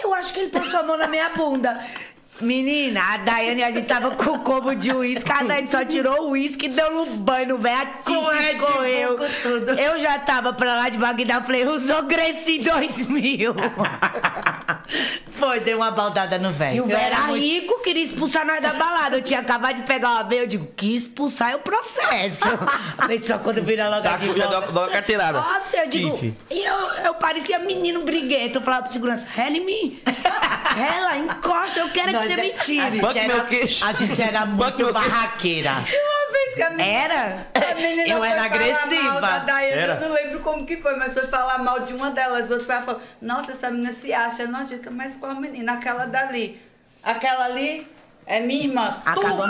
[SPEAKER 5] Eu acho que ele passou a mão na minha bunda. Menina, a Daiane, a gente tava com o combo de uísque. A Daiane só tirou o uísque e deu um banho no velho. A
[SPEAKER 4] Com
[SPEAKER 5] tique
[SPEAKER 4] Red Bull,
[SPEAKER 5] correu.
[SPEAKER 4] com tudo.
[SPEAKER 5] Eu já tava pra lá de Bagdá. Falei: Usou Gracie 2000.
[SPEAKER 4] Foi, deu uma baldada no velho.
[SPEAKER 5] E o velho
[SPEAKER 4] Eu era
[SPEAKER 5] era
[SPEAKER 4] muito-
[SPEAKER 5] rico, queria expulsar nós da balada. Eu tinha acabado de pegar uma veia, eu digo, que expulsar é o processo. Falei, só quando vira logo
[SPEAKER 1] Saco,
[SPEAKER 5] Tá de
[SPEAKER 1] Tá já
[SPEAKER 5] volta.
[SPEAKER 1] dá- dá uma carteirada.
[SPEAKER 5] Nossa, eu digo,
[SPEAKER 1] Kiff.
[SPEAKER 5] e eu, eu parecia menino briguento. Eu falava pro segurança, rela em mim. Rela, encosta, eu quero é que
[SPEAKER 4] Nós
[SPEAKER 5] você
[SPEAKER 4] é-
[SPEAKER 5] me
[SPEAKER 4] A
[SPEAKER 5] tire.
[SPEAKER 1] Banque
[SPEAKER 4] gente,
[SPEAKER 1] meu
[SPEAKER 4] era,
[SPEAKER 1] queixo.
[SPEAKER 4] a gente era
[SPEAKER 1] Banque meu
[SPEAKER 4] muito
[SPEAKER 1] queixo.
[SPEAKER 4] barraqueira.
[SPEAKER 3] Uma vez que a menina
[SPEAKER 5] Era?
[SPEAKER 3] A menina
[SPEAKER 4] Eu
[SPEAKER 3] foi
[SPEAKER 4] era
[SPEAKER 3] falar
[SPEAKER 4] agressiva.
[SPEAKER 3] Mal da Daiane,
[SPEAKER 1] Era.
[SPEAKER 3] Eu não lembro como que foi, mas foi falar mal de uma delas. Outras ela falou: Nossa, essa menina se acha nojenta, mas qual menina? Aquela dali. Aquela ali. É minha irmã.
[SPEAKER 5] Acabou
[SPEAKER 3] Tu-
[SPEAKER 5] a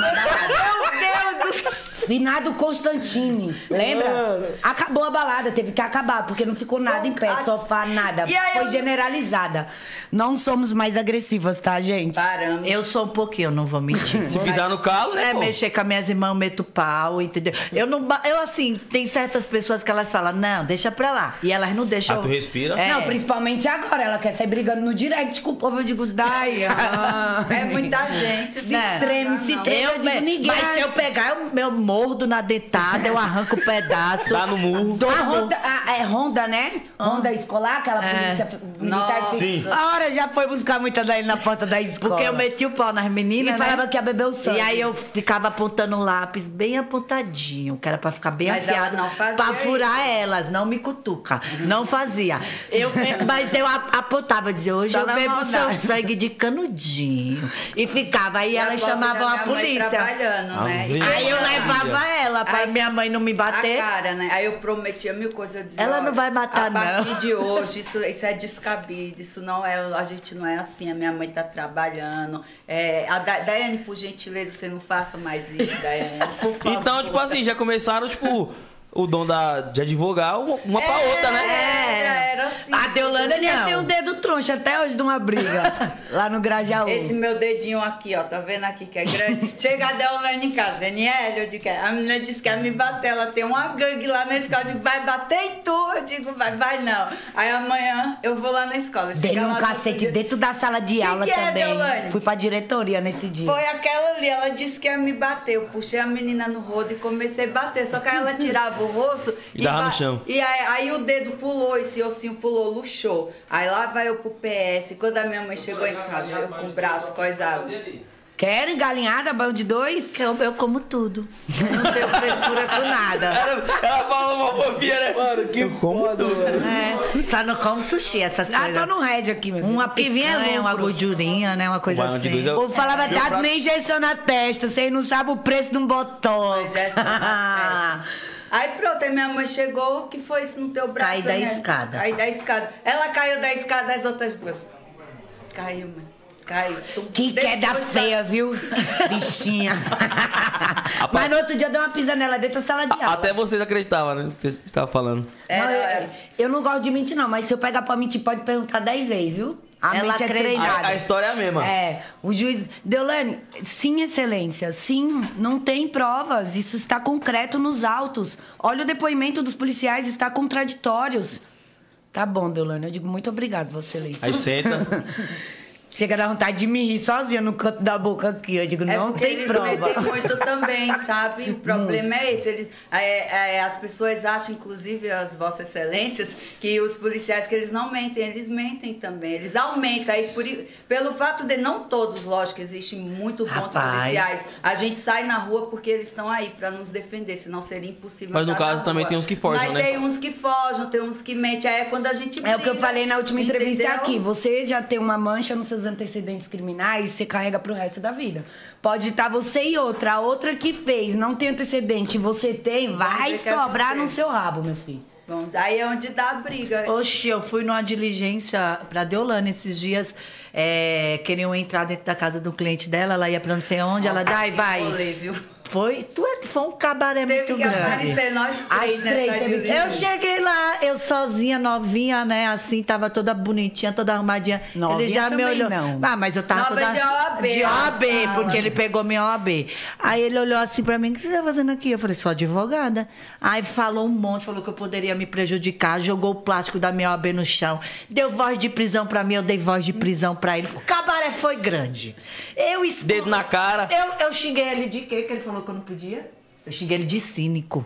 [SPEAKER 3] Meu Deus do céu.
[SPEAKER 5] Finado Constantine, lembra? Acabou a balada, teve que acabar, porque não ficou nada em pé, sofá, nada.
[SPEAKER 3] E aí
[SPEAKER 5] Foi
[SPEAKER 3] eu-
[SPEAKER 5] generalizada. Não somos mais agressivas, tá, gente?
[SPEAKER 3] Paramos.
[SPEAKER 4] Eu sou um pouquinho, eu não vou mentir.
[SPEAKER 1] Se pisar no calo, né?
[SPEAKER 4] É,
[SPEAKER 1] pô?
[SPEAKER 4] mexer com as minhas irmãs, eu meto pau, entendeu? Eu não. ba- Eu, assim, tem certas pessoas que elas falam, não, deixa pra lá. E elas não deixam.
[SPEAKER 1] Ah, tu respira?
[SPEAKER 4] É.
[SPEAKER 5] Não, principalmente agora. Ela quer sair brigando no direct com o povo. Eu digo, Dai, ah,
[SPEAKER 3] É muita gente.
[SPEAKER 5] Se
[SPEAKER 3] né?
[SPEAKER 5] treme, se
[SPEAKER 3] Não,
[SPEAKER 5] treme.
[SPEAKER 4] Eu
[SPEAKER 5] Eu digo,
[SPEAKER 4] me-
[SPEAKER 5] ninguém-
[SPEAKER 4] Mas se eu pegar, eu, eu mordo na dentada, eu arranco o pedaço.
[SPEAKER 1] Dá no murro.
[SPEAKER 5] A Honda, a- é Honda, né? Honda escolar, aquela polícia militar que...
[SPEAKER 1] Sim.
[SPEAKER 5] A hora já foi buscar muita daí na porta da escola.
[SPEAKER 4] Porque eu meti o pau nas meninas, né?
[SPEAKER 5] E falava que ia beber o sangue.
[SPEAKER 4] E aí eu ficava apontando o lápis bem apontadinho, que era pra ficar bem
[SPEAKER 3] Mas
[SPEAKER 4] afiado.
[SPEAKER 3] ela não fazia
[SPEAKER 4] pra furar elas, não me cutuca. Não fazia. Eu, mas eu a- apontava, dizia, hoje
[SPEAKER 5] Só
[SPEAKER 4] eu
[SPEAKER 5] na
[SPEAKER 4] bebo seu
[SPEAKER 5] maldade.
[SPEAKER 4] sangue de canudinho. E ficava, aí
[SPEAKER 3] E
[SPEAKER 4] elas
[SPEAKER 3] a pobre
[SPEAKER 4] chamavam
[SPEAKER 3] da
[SPEAKER 4] a
[SPEAKER 3] minha mãe
[SPEAKER 4] polícia.
[SPEAKER 3] Trabalhando, né?
[SPEAKER 1] Ave
[SPEAKER 4] Aí eu
[SPEAKER 1] Maria.
[SPEAKER 4] levava ela pra
[SPEAKER 3] Ai,
[SPEAKER 4] minha mãe não me bater.
[SPEAKER 3] A cara, né? Aí eu prometia mil coisas. Eu dizia,
[SPEAKER 4] Ela não
[SPEAKER 3] "Olha,
[SPEAKER 4] vai matar,
[SPEAKER 3] a partir
[SPEAKER 4] não."
[SPEAKER 3] de hoje, isso, isso é descabido. Isso não é... A gente não é assim. A minha mãe tá trabalhando. É, a da, Daiane, por gentileza, você não faça mais isso, Daiane. Por favor.
[SPEAKER 1] Então, tipo assim, já começaram, tipo, o dom da, de advogar uma pra
[SPEAKER 5] É.
[SPEAKER 1] outra, né?
[SPEAKER 3] Era, era assim.
[SPEAKER 4] A
[SPEAKER 5] O
[SPEAKER 4] Deolane é
[SPEAKER 5] Daniel
[SPEAKER 4] não.
[SPEAKER 5] tem um dedo troncha até hoje de uma briga. lá no Grajaú.
[SPEAKER 3] Esse meu dedinho aqui, ó, tá vendo aqui que é grande? Chega a Deolane em casa, Daniela, eu digo, "É, a menina disse que ia me bater, ela tem uma gangue lá na escola, eu digo, vai bater em tu, eu digo, vai, vai não. Aí amanhã eu vou lá na escola.
[SPEAKER 5] Dei
[SPEAKER 3] chega
[SPEAKER 5] um
[SPEAKER 3] lá no
[SPEAKER 5] cacete
[SPEAKER 3] outro dia,
[SPEAKER 5] dentro da sala de aula
[SPEAKER 3] que é,
[SPEAKER 5] também.
[SPEAKER 3] Deolane?
[SPEAKER 5] Fui pra diretoria nesse dia.
[SPEAKER 3] Foi aquela ali, ela disse que ia me bater. Eu puxei a menina no rodo e comecei a bater. Só que aí ela tirava o rosto
[SPEAKER 1] E dava no
[SPEAKER 3] ba-
[SPEAKER 1] chão.
[SPEAKER 3] E aí, aí o dedo pulou, esse ossinho pulou, luxou. Aí lá vai eu pro PS. Quando a minha mãe chegou em casa, eu com o braço coisado.
[SPEAKER 5] Querem galinhada, banho de dois?
[SPEAKER 4] Eu, eu como tudo. Eu não tenho frescura com nada.
[SPEAKER 1] Ela fala uma bobinha, né?
[SPEAKER 2] Mano, que foda, mano.
[SPEAKER 4] É, só não como sushi, essas
[SPEAKER 5] Ah,
[SPEAKER 3] então
[SPEAKER 4] coisas.
[SPEAKER 5] tô no red aqui, meu filho.
[SPEAKER 4] Uma
[SPEAKER 5] Que vinha
[SPEAKER 4] picanha, uma
[SPEAKER 5] lucro.
[SPEAKER 4] gordurinha, né? Uma coisa
[SPEAKER 1] Baião de
[SPEAKER 4] assim.
[SPEAKER 1] dois é
[SPEAKER 5] O povo falava,
[SPEAKER 1] Meu
[SPEAKER 5] dá
[SPEAKER 1] braço-
[SPEAKER 5] uma injeção na testa, vocês não sabem o preço de um botox.
[SPEAKER 3] Mas essa é uma Aí pronto, aí minha mãe chegou, o que foi isso no teu braço? né?
[SPEAKER 4] Caí da escada.
[SPEAKER 3] Caí da escada. Ela caiu da escada, as outras duas. Caiu, mãe. Caiu. Tum.
[SPEAKER 5] que queda
[SPEAKER 3] Depois da-
[SPEAKER 5] feia, viu? Bichinha. Mas no outro dia eu dei uma pisanela dentro da sala de aula.
[SPEAKER 1] Até vocês acreditavam, né? O que você estava falando.
[SPEAKER 5] Não,
[SPEAKER 3] Era,
[SPEAKER 5] eu,
[SPEAKER 3] era.
[SPEAKER 5] eu não gosto de mentir, não, mas se eu pegar pra mentir, pode perguntar dez vezes, viu? A
[SPEAKER 4] Ela
[SPEAKER 5] mente é
[SPEAKER 4] acredita.
[SPEAKER 5] treinada.
[SPEAKER 1] A, a história é a mesma.
[SPEAKER 5] É, o juiz. Deolane, sim, excelência, sim, não tem provas. Isso está concreto nos autos. Olha o depoimento dos policiais, está contraditórios. Tá bom, Deolane, eu digo muito obrigado, Vossa Excelência.
[SPEAKER 1] Aí senta.
[SPEAKER 5] Chega a dar vontade de me rir sozinha no canto da boca aqui. Eu digo,
[SPEAKER 3] É
[SPEAKER 5] não
[SPEAKER 3] porque
[SPEAKER 5] tem
[SPEAKER 3] eles
[SPEAKER 5] prova. Hum.
[SPEAKER 3] metem muito também, sabe? O problema é esse. Eles, é, é, as pessoas acham, inclusive as vossas excelências, que os policiais que eles não mentem, eles mentem também. Eles aumentam. Aí por i- pelo fato de não todos, lógico, existem muito bons
[SPEAKER 4] Rapaz.
[SPEAKER 3] policiais. A gente sai na rua porque eles estão aí pra nos defender, senão seria impossível.
[SPEAKER 1] Mas no
[SPEAKER 3] entrar na
[SPEAKER 1] caso também
[SPEAKER 3] rua.
[SPEAKER 1] tem uns que forjam,
[SPEAKER 3] Mas
[SPEAKER 1] né?
[SPEAKER 3] tem uns que forjam, tem uns que mentem. Aí é quando a gente
[SPEAKER 5] É o que eu
[SPEAKER 3] briga,
[SPEAKER 5] falei na última entrevista
[SPEAKER 3] entendeu?
[SPEAKER 5] aqui. Você já tem uma mancha nos seus antecedentes criminais, você carrega pro resto da vida. Pode estar você e outra, a outra que fez, não tem antecedente, você tem, vai
[SPEAKER 3] ver que é
[SPEAKER 5] sobrar
[SPEAKER 3] você.
[SPEAKER 5] no seu rabo, meu filho.
[SPEAKER 3] Bom, aí é onde dá a briga.
[SPEAKER 4] Oxi, eu fui numa diligência pra Deolane esses dias. é, queriam entrar dentro da casa do cliente dela, ela ia pra não sei onde, ela dá e
[SPEAKER 3] que
[SPEAKER 4] vai.
[SPEAKER 3] rolê, viu?
[SPEAKER 4] Foi, tu é, foi um cabaré
[SPEAKER 3] Teve
[SPEAKER 4] muito
[SPEAKER 3] que
[SPEAKER 4] grande.
[SPEAKER 3] aparecer nós
[SPEAKER 5] As
[SPEAKER 3] três, né?
[SPEAKER 5] três
[SPEAKER 3] pra
[SPEAKER 5] teve que-
[SPEAKER 3] dirigir.
[SPEAKER 4] Eu cheguei lá, eu sozinha, novinha, né? Assim, tava toda bonitinha, toda arrumadinha.
[SPEAKER 5] Novinha
[SPEAKER 4] ele já me
[SPEAKER 5] também
[SPEAKER 4] olhou.
[SPEAKER 5] não.
[SPEAKER 4] Ah, mas eu tava
[SPEAKER 3] Nova
[SPEAKER 4] toda.
[SPEAKER 3] de OAB,
[SPEAKER 4] De
[SPEAKER 3] ela
[SPEAKER 4] OAB,
[SPEAKER 3] fala.
[SPEAKER 4] porque ele pegou minha OAB. Aí ele olhou assim pra mim: o que você tá fazendo aqui? Eu falei: sou advogada. Aí falou um monte, falou que eu poderia me prejudicar, jogou o plástico da minha OAB no chão, deu voz de prisão pra mim, eu dei voz de prisão pra ele. O cabaré foi grande. Eu escuto.
[SPEAKER 1] Dedo na cara.
[SPEAKER 4] Eu, eu xinguei ele de quê que ele falou que eu não podia? Eu xinguei ele de cínico.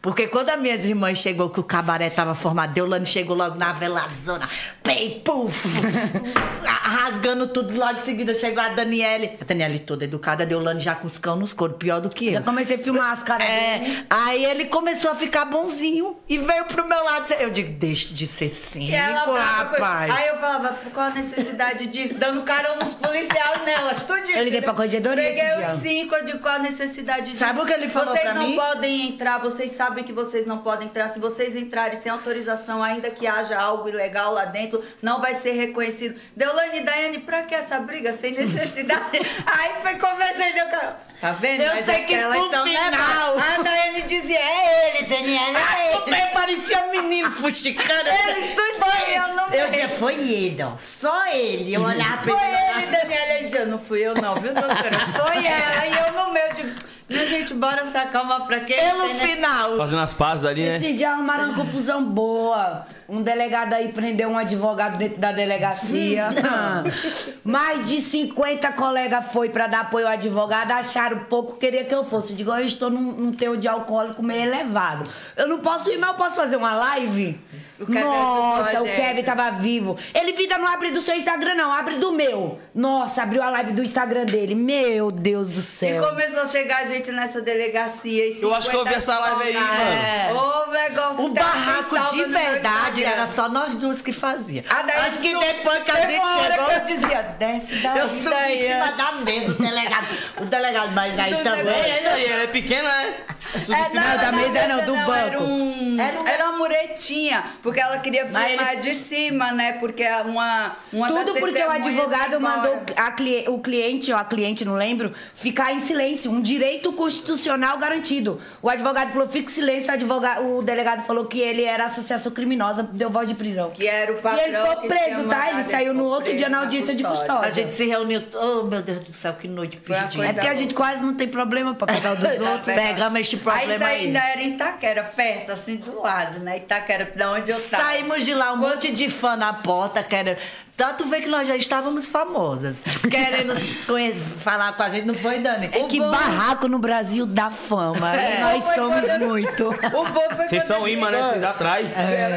[SPEAKER 4] Porque quando as minhas irmãs chegou que o cabaré tava formado, Deolane chegou logo na velazona, pei, puf, rasgando tudo. Logo em seguida chegou a Daniele. A Daniele toda educada, a Deolane já com os cão nos coros, pior do que eu.
[SPEAKER 5] Já comecei a filmar as caras dele.
[SPEAKER 4] É, aí ele começou a ficar bonzinho e veio pro meu lado. Eu digo, deixa de ser
[SPEAKER 3] E
[SPEAKER 4] cínico,
[SPEAKER 3] ela brava com-
[SPEAKER 4] rapaz.
[SPEAKER 3] Aí eu falava, por qual a necessidade disso? Dando carão nos policiais nelas, tudinho.
[SPEAKER 5] Eu liguei pra corregedoria esse
[SPEAKER 3] Peguei
[SPEAKER 5] dia.
[SPEAKER 3] os cinco, eu digo, qual a necessidade disso?
[SPEAKER 4] Sabe o que ele falou
[SPEAKER 3] Vocês
[SPEAKER 4] pra
[SPEAKER 3] não
[SPEAKER 4] mim?
[SPEAKER 3] podem entrar, vocês sabem que vocês não podem entrar. Se vocês entrarem sem autorização, ainda que haja algo ilegal lá dentro, isso, não vai ser reconhecido. Deolane e Daiane, pra que essa briga sem necessidade? Aí foi conversando, eu cara, tá vendo?
[SPEAKER 5] Eu
[SPEAKER 3] Mas
[SPEAKER 5] sei
[SPEAKER 3] é
[SPEAKER 5] que
[SPEAKER 3] elas
[SPEAKER 5] no
[SPEAKER 3] são, né,
[SPEAKER 5] final-
[SPEAKER 3] mãe? a Daiane dizia, é ele, Daniela, é ele.
[SPEAKER 5] Aí parecia um menino fusticando.
[SPEAKER 3] Eles dois dormiam no
[SPEAKER 5] Eu
[SPEAKER 3] meio.
[SPEAKER 5] dizia, foi ele, ó. Só ele. Eu olhava pra
[SPEAKER 3] Foi
[SPEAKER 5] ele.
[SPEAKER 3] ele, Daniela. Ele dizia, não fui eu não, viu, doutora? Foi ela. E eu no meu, digo, minha gente, bora se acalmar pra quê?
[SPEAKER 5] Pelo
[SPEAKER 3] Tem, né?
[SPEAKER 5] final.
[SPEAKER 1] Fazendo as pazes ali,
[SPEAKER 3] É.
[SPEAKER 1] né?
[SPEAKER 5] Esse dia arrumaram uma confusão boa. Um delegado aí prendeu um advogado dentro da delegacia. Mais de 50 colegas foi pra dar apoio ao advogado, acharam pouco, queria que eu fosse. Eu digo, eu estou num, num teor de alcoólico meio elevado. Eu não posso ir, mas eu posso fazer uma live?
[SPEAKER 3] O Kevin é. ajudou
[SPEAKER 5] Nossa,
[SPEAKER 3] a
[SPEAKER 5] o
[SPEAKER 3] gente.
[SPEAKER 5] Kevin tava vivo. Ele vida não abre do seu Instagram, não, abre do meu. Nossa, abriu a live do Instagram dele. Meu Deus do
[SPEAKER 3] E
[SPEAKER 5] céu.
[SPEAKER 3] começou a chegar gente nessa delegacia. E
[SPEAKER 1] Eu acho que eu vi essa live aí,
[SPEAKER 3] É. Ô, negócio. tá
[SPEAKER 4] O Um barraco
[SPEAKER 3] salvo
[SPEAKER 4] de
[SPEAKER 3] no meu
[SPEAKER 4] verdade
[SPEAKER 3] Instagram.
[SPEAKER 4] era só nós duas que fazia.
[SPEAKER 3] A Daiane
[SPEAKER 4] Acho que
[SPEAKER 3] su-
[SPEAKER 4] depois que a
[SPEAKER 3] Teve
[SPEAKER 4] gente
[SPEAKER 3] uma hora
[SPEAKER 4] chegou.
[SPEAKER 3] que eu dizia, desce daí,
[SPEAKER 4] Eu subi em
[SPEAKER 3] Daiane.
[SPEAKER 5] da mesa, o delegado. O delegado, mas aí
[SPEAKER 3] Do
[SPEAKER 5] também.
[SPEAKER 3] delegado.
[SPEAKER 1] É, e ela é pequena, né?
[SPEAKER 3] tá É,
[SPEAKER 5] Não, da mesa não, do
[SPEAKER 3] Era,
[SPEAKER 5] banco.
[SPEAKER 3] um-
[SPEAKER 5] Era um-
[SPEAKER 3] era uma muretinha, porque ela queria
[SPEAKER 5] Mas
[SPEAKER 3] filmar de cima, né? Porque uma, uma das é
[SPEAKER 5] Tudo porque o
[SPEAKER 3] testemunhas ia
[SPEAKER 5] advogado
[SPEAKER 3] embora.
[SPEAKER 5] mandou a cli- o cliente, ou a cliente, não lembro, ficar em silêncio. Um direito constitucional garantido. O advogado falou, fique em silêncio. O, advogado, o delegado falou que ele era associação criminosa, deu voz de prisão.
[SPEAKER 3] Que era o
[SPEAKER 5] e
[SPEAKER 3] patrão
[SPEAKER 5] ele ficou
[SPEAKER 3] que
[SPEAKER 5] preso,
[SPEAKER 3] tinha
[SPEAKER 5] tá?
[SPEAKER 3] mandado,
[SPEAKER 5] Ele saiu no
[SPEAKER 3] ficou
[SPEAKER 5] outro dia
[SPEAKER 3] preso
[SPEAKER 5] na audiência de
[SPEAKER 3] custódia.
[SPEAKER 5] custódia.
[SPEAKER 4] A gente se reuniu. Oh, meu Deus do céu, que noite
[SPEAKER 3] Foi uma
[SPEAKER 4] fedida.
[SPEAKER 5] É
[SPEAKER 3] coisa
[SPEAKER 5] porque a gente quase não tem problema pra pegar o dos outros.
[SPEAKER 3] Tá,
[SPEAKER 4] Pegamos este
[SPEAKER 3] Aí isso
[SPEAKER 4] problema aí.
[SPEAKER 3] ainda era Itaquera, perto, assim, do lado, né? Itaquera, da onde eu tava.
[SPEAKER 4] Saímos de lá, um monte de fã na porta, querendo. Tanto ver que nós já estávamos famosas. Querendo se conhe- falar com a gente, não foi, Dani?
[SPEAKER 5] É que
[SPEAKER 3] bom-
[SPEAKER 5] barraco no Brasil da fama.
[SPEAKER 3] É.
[SPEAKER 5] E nós
[SPEAKER 3] Foi
[SPEAKER 5] somos
[SPEAKER 3] quando-
[SPEAKER 5] muito.
[SPEAKER 3] O bom foi
[SPEAKER 1] Vocês
[SPEAKER 3] quando
[SPEAKER 1] são
[SPEAKER 3] a gente-
[SPEAKER 1] imã, né? Vocês atraem.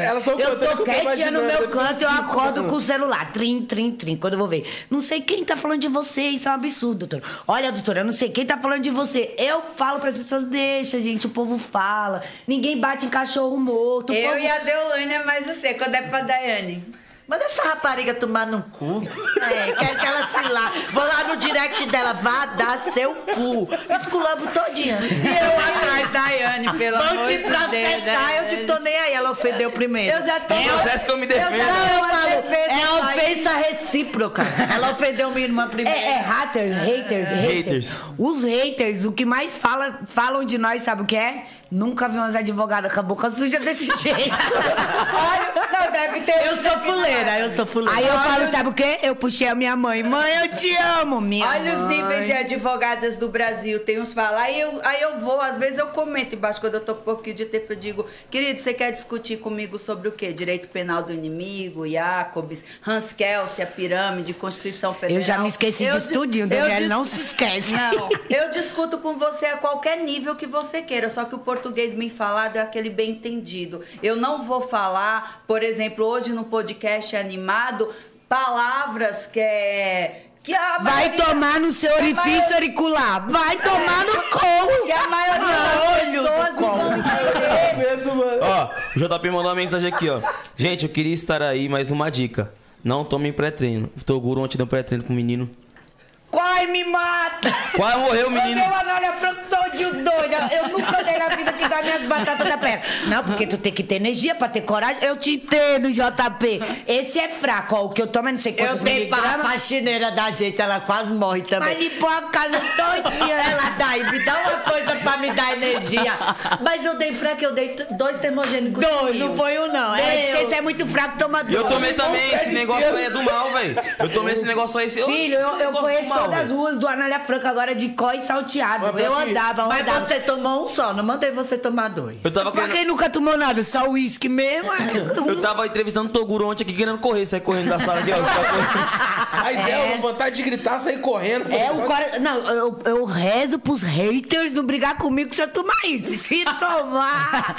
[SPEAKER 2] Elas estão
[SPEAKER 5] É. Eu
[SPEAKER 2] contando que
[SPEAKER 5] tô
[SPEAKER 2] eu tô
[SPEAKER 5] quietinha no
[SPEAKER 2] imaginando,
[SPEAKER 5] meu
[SPEAKER 2] deve ser
[SPEAKER 5] canto, eu
[SPEAKER 3] assim,
[SPEAKER 2] cinco,
[SPEAKER 5] acordo
[SPEAKER 3] "Hum."
[SPEAKER 2] né?
[SPEAKER 5] com o celular. Trim, trim, trim. Quando eu vou ver. Não sei quem tá falando de você, isso é um absurdo, doutora. Olha, doutora, eu não sei quem tá falando de você. Eu falo pras pessoas, deixa, gente, o povo fala. Ninguém bate em cachorro morto. o
[SPEAKER 3] Eu
[SPEAKER 5] povo-
[SPEAKER 3] e a Deolane é mais assim, quando é pra Daiane.
[SPEAKER 4] Manda essa rapariga tomar no cu. É, quero que ela se lá. Vou lá no direct dela, vá dar seu cu. Esculhambo todinha.
[SPEAKER 3] E eu atrás da Daiane, pelo
[SPEAKER 4] Vão
[SPEAKER 3] amor
[SPEAKER 4] te
[SPEAKER 3] de Deus.
[SPEAKER 4] processar,
[SPEAKER 3] né?
[SPEAKER 4] eu te tô nem aí. Ela ofendeu primeiro.
[SPEAKER 3] Eu já tô...
[SPEAKER 1] Quem é o que eu me
[SPEAKER 3] já-
[SPEAKER 1] defendo?
[SPEAKER 4] Não, eu
[SPEAKER 3] Uma
[SPEAKER 4] falo,
[SPEAKER 3] defesa
[SPEAKER 4] é
[SPEAKER 3] vai.
[SPEAKER 4] ofensa recíproca. Ela ofendeu minha irmã primeiro.
[SPEAKER 5] É, é haters, haters, haters.
[SPEAKER 1] Haters.
[SPEAKER 5] Os haters, o que mais fala, falam de nós, sabe o que é? Nunca vi umas advogadas com a boca suja desse jeito.
[SPEAKER 3] Olha, não, deve ter...
[SPEAKER 4] Eu sou fuleira, eu sou fuleira.
[SPEAKER 5] Aí eu falo, sabe o quê? Eu puxei a minha mãe. Mãe, eu te amo, minha
[SPEAKER 3] Olha os
[SPEAKER 5] mãe.
[SPEAKER 3] níveis de advogadas do Brasil, tem uns falar, aí eu, aí eu vou, às vezes eu comento embaixo, quando eu tô com um pouquinho de tempo, eu digo, querido, você quer discutir comigo sobre o quê? Direito penal do inimigo, Jacobs, Hans Kelsen, a pirâmide, Constituição Federal.
[SPEAKER 5] Eu já me esqueci
[SPEAKER 3] Eu
[SPEAKER 5] disso
[SPEAKER 3] di-
[SPEAKER 5] tudinho,
[SPEAKER 3] eu
[SPEAKER 5] Daniela
[SPEAKER 3] dis-
[SPEAKER 5] não se esquece.
[SPEAKER 3] Não, eu discuto com você a qualquer nível que você queira, só que o português bem falado é aquele bem entendido. Eu não vou falar, por exemplo, hoje no podcast é animado, palavras que é. Que a
[SPEAKER 5] Vai
[SPEAKER 3] maioria-
[SPEAKER 5] tomar no seu
[SPEAKER 3] que a
[SPEAKER 5] orifício
[SPEAKER 3] maioria-
[SPEAKER 5] auricular. Vai tomar no
[SPEAKER 3] Que
[SPEAKER 5] colo.
[SPEAKER 3] a maioria das pessoas não vão entender.
[SPEAKER 1] Ó, o JP mandou uma mensagem aqui, ó. Gente, eu queria estar aí, mas uma dica. Não tomem pré-treino. O Toguro ontem deu pré-treino com o menino.
[SPEAKER 5] Quase me mata.
[SPEAKER 1] Quase morreu o menino.
[SPEAKER 5] Meu olha Franco todinho doido. Eu nunca dei na vida que dá minhas batatas da perna. Não, porque tu tem que ter energia pra ter coragem. Eu te entendo, JP. Esse é fraco, ó. O que eu tomo é não sei
[SPEAKER 4] Eu
[SPEAKER 5] quantos
[SPEAKER 4] dei pra a
[SPEAKER 5] miligramas.
[SPEAKER 4] faxineira da gente, ela quase morre
[SPEAKER 5] Mas
[SPEAKER 4] também.
[SPEAKER 5] limpou a casa todinha.
[SPEAKER 4] Ela dá, me dá uma coisa pra me dar energia. Mas eu dei fraca, eu dei t- dois termogênicos.
[SPEAKER 5] Dois, não foi um, não. Ela disse,
[SPEAKER 4] Meu.
[SPEAKER 5] esse é muito fraco, toma
[SPEAKER 1] E
[SPEAKER 5] dois.
[SPEAKER 1] eu tomei também, esse negócio aí é do mal, velho. Eu tomei esse negócio aí. esse-
[SPEAKER 5] Filho, eu, eu
[SPEAKER 1] gosto do
[SPEAKER 5] conheço
[SPEAKER 1] mal,
[SPEAKER 5] todas as
[SPEAKER 1] um, velho.
[SPEAKER 5] ruas do Anália Franca agora de có e salteado. eu andava, eu
[SPEAKER 4] Mas
[SPEAKER 5] andava.
[SPEAKER 4] você tomou um só, não mandei você tomar dois.
[SPEAKER 1] Eu tava
[SPEAKER 5] Pra
[SPEAKER 1] querendo-
[SPEAKER 5] quem nunca tomou nada, só uísque mesmo. é.
[SPEAKER 1] Eu tava entrevistando o Toguro ontem aqui querendo correr, sair correndo da sala aqui, ó.
[SPEAKER 2] Mas é, uma vontade de gritar, sair correndo. Então,
[SPEAKER 5] É o cora... Não, eu, eu rezo pros haters não brigar comigo se eu tomar isso. Se tomar.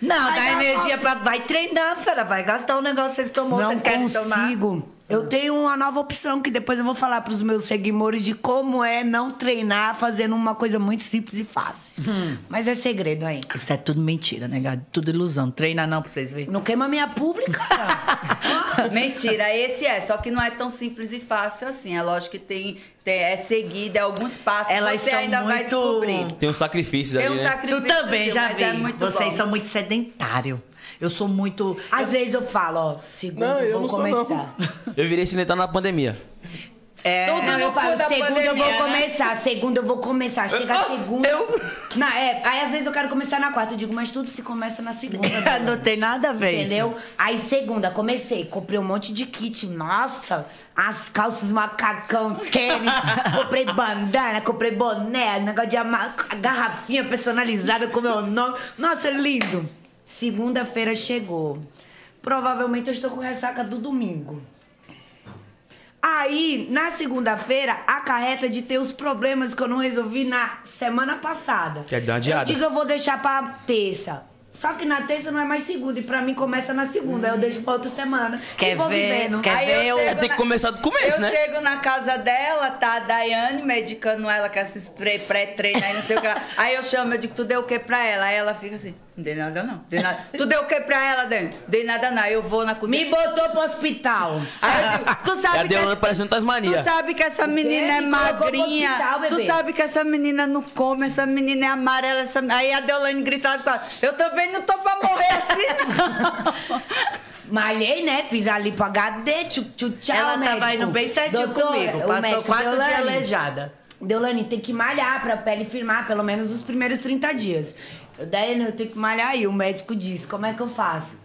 [SPEAKER 4] Não,
[SPEAKER 5] Vai
[SPEAKER 4] dá
[SPEAKER 5] dar
[SPEAKER 4] energia pra. Vai treinar, fera. Vai gastar o negócio que vocês tomou,
[SPEAKER 5] Não
[SPEAKER 4] vocês querem tomar.
[SPEAKER 5] consigo. Eu tenho uma nova opção que depois eu vou falar pros meus seguidores de como é não treinar fazendo uma coisa muito simples e fácil.
[SPEAKER 4] Hum.
[SPEAKER 5] Mas é segredo ainda.
[SPEAKER 4] Isso é tudo mentira, né, gado? Tudo ilusão. Treina não pra vocês verem.
[SPEAKER 5] Não queima minha pública.
[SPEAKER 3] Mentira, esse é, só que não é tão simples e fácil assim. É lógico que tem, tem- é seguida, é alguns passos
[SPEAKER 4] Elas
[SPEAKER 3] você
[SPEAKER 4] são
[SPEAKER 3] ainda vai
[SPEAKER 4] muito-
[SPEAKER 3] descobrir.
[SPEAKER 1] Tem uns sacrifícios
[SPEAKER 3] Tem
[SPEAKER 1] ali,
[SPEAKER 3] um
[SPEAKER 1] né?
[SPEAKER 3] sacrifício,
[SPEAKER 4] Tu também
[SPEAKER 3] viu,
[SPEAKER 4] já
[SPEAKER 3] mas
[SPEAKER 4] vi.
[SPEAKER 3] é muito
[SPEAKER 4] vocês
[SPEAKER 3] bom.
[SPEAKER 4] são muito sedentário. Eu sou muito.
[SPEAKER 5] Às vezes eu falo, ó, segundo,
[SPEAKER 2] Não, eu
[SPEAKER 5] vou
[SPEAKER 2] não sou,
[SPEAKER 5] começar.
[SPEAKER 2] não.
[SPEAKER 1] Eu virei cinetão na pandemia.
[SPEAKER 4] É,
[SPEAKER 3] Todo
[SPEAKER 5] Não, eu
[SPEAKER 3] mundo
[SPEAKER 5] falo,
[SPEAKER 3] da
[SPEAKER 5] segunda eu vou
[SPEAKER 3] pandemia, né?
[SPEAKER 5] começar, segunda eu vou começar. Chega a segunda.
[SPEAKER 3] eu?
[SPEAKER 5] Na é, aí às vezes eu quero começar na quarta. Eu digo, mas tudo se começa na segunda. Dona.
[SPEAKER 4] não tem nada a ver. isso.
[SPEAKER 5] Entendeu? Aí segunda, comecei, comprei um monte de kit. Nossa, as calças, macacão, tênis, comprei bandana, comprei boné, negócio de ama- garrafinha personalizada com meu nome. Nossa, é lindo. Segunda-feira chegou. Provavelmente eu estou com ressaca do domingo. Aí, na segunda-feira, acarreta de ter os problemas que eu não resolvi na semana passada.
[SPEAKER 1] Quer dar uma adiada?
[SPEAKER 5] Eu digo, eu vou deixar pra terça. Só que na terça não é mais segunda, e pra mim começa na segunda. Aí eu deixo pra outra semana.
[SPEAKER 4] Quer
[SPEAKER 5] e vou
[SPEAKER 4] ver?
[SPEAKER 5] vivendo.
[SPEAKER 4] Quer
[SPEAKER 5] Aí
[SPEAKER 3] eu
[SPEAKER 4] ver? o-
[SPEAKER 3] chego
[SPEAKER 1] É, tem que
[SPEAKER 3] na-
[SPEAKER 1] começar do começo,
[SPEAKER 3] eu
[SPEAKER 1] né?
[SPEAKER 3] chego na casa dela, tá a Daiane medicando ela com esses tre- pré-treino aí, não sei o que lá. Aí eu chamo, eu digo, tu deu o que pra ela? Aí ela fica assim, não dei nada não, dei nada. Tu deu o que pra ela, Daiane? Dei nada não. Aí eu vou na cozinha.
[SPEAKER 5] Me botou pro hospital.
[SPEAKER 3] Aí eu digo, tu
[SPEAKER 1] E
[SPEAKER 3] sabe
[SPEAKER 1] a
[SPEAKER 3] que...
[SPEAKER 1] Deolane parecendo Tasmania.
[SPEAKER 3] Tu sabe que essa menina é
[SPEAKER 5] Me colocou pro
[SPEAKER 3] magrinha.
[SPEAKER 5] hospital, bebê.
[SPEAKER 3] tu sabe que essa menina não come, essa menina é amarela. Essa... Aí a Deolane gritava com ela, eu também não tô pra morrer assim, não.
[SPEAKER 5] Malhei, né? Fiz ali pro HD, tchu, tchu, tchau,
[SPEAKER 4] Ela tá
[SPEAKER 5] médico.
[SPEAKER 4] tava indo bem certinho
[SPEAKER 5] Doutora,
[SPEAKER 4] comigo.
[SPEAKER 5] o
[SPEAKER 4] Passou
[SPEAKER 5] médico,
[SPEAKER 4] quatro dias
[SPEAKER 5] Deolane.
[SPEAKER 4] aleijada.
[SPEAKER 5] Deolane, tem que malhar pra pele firmar pelo menos os primeiros 30 dias. Eu, Daiane, eu tenho que malhar aí. O médico disse, como é que eu faço?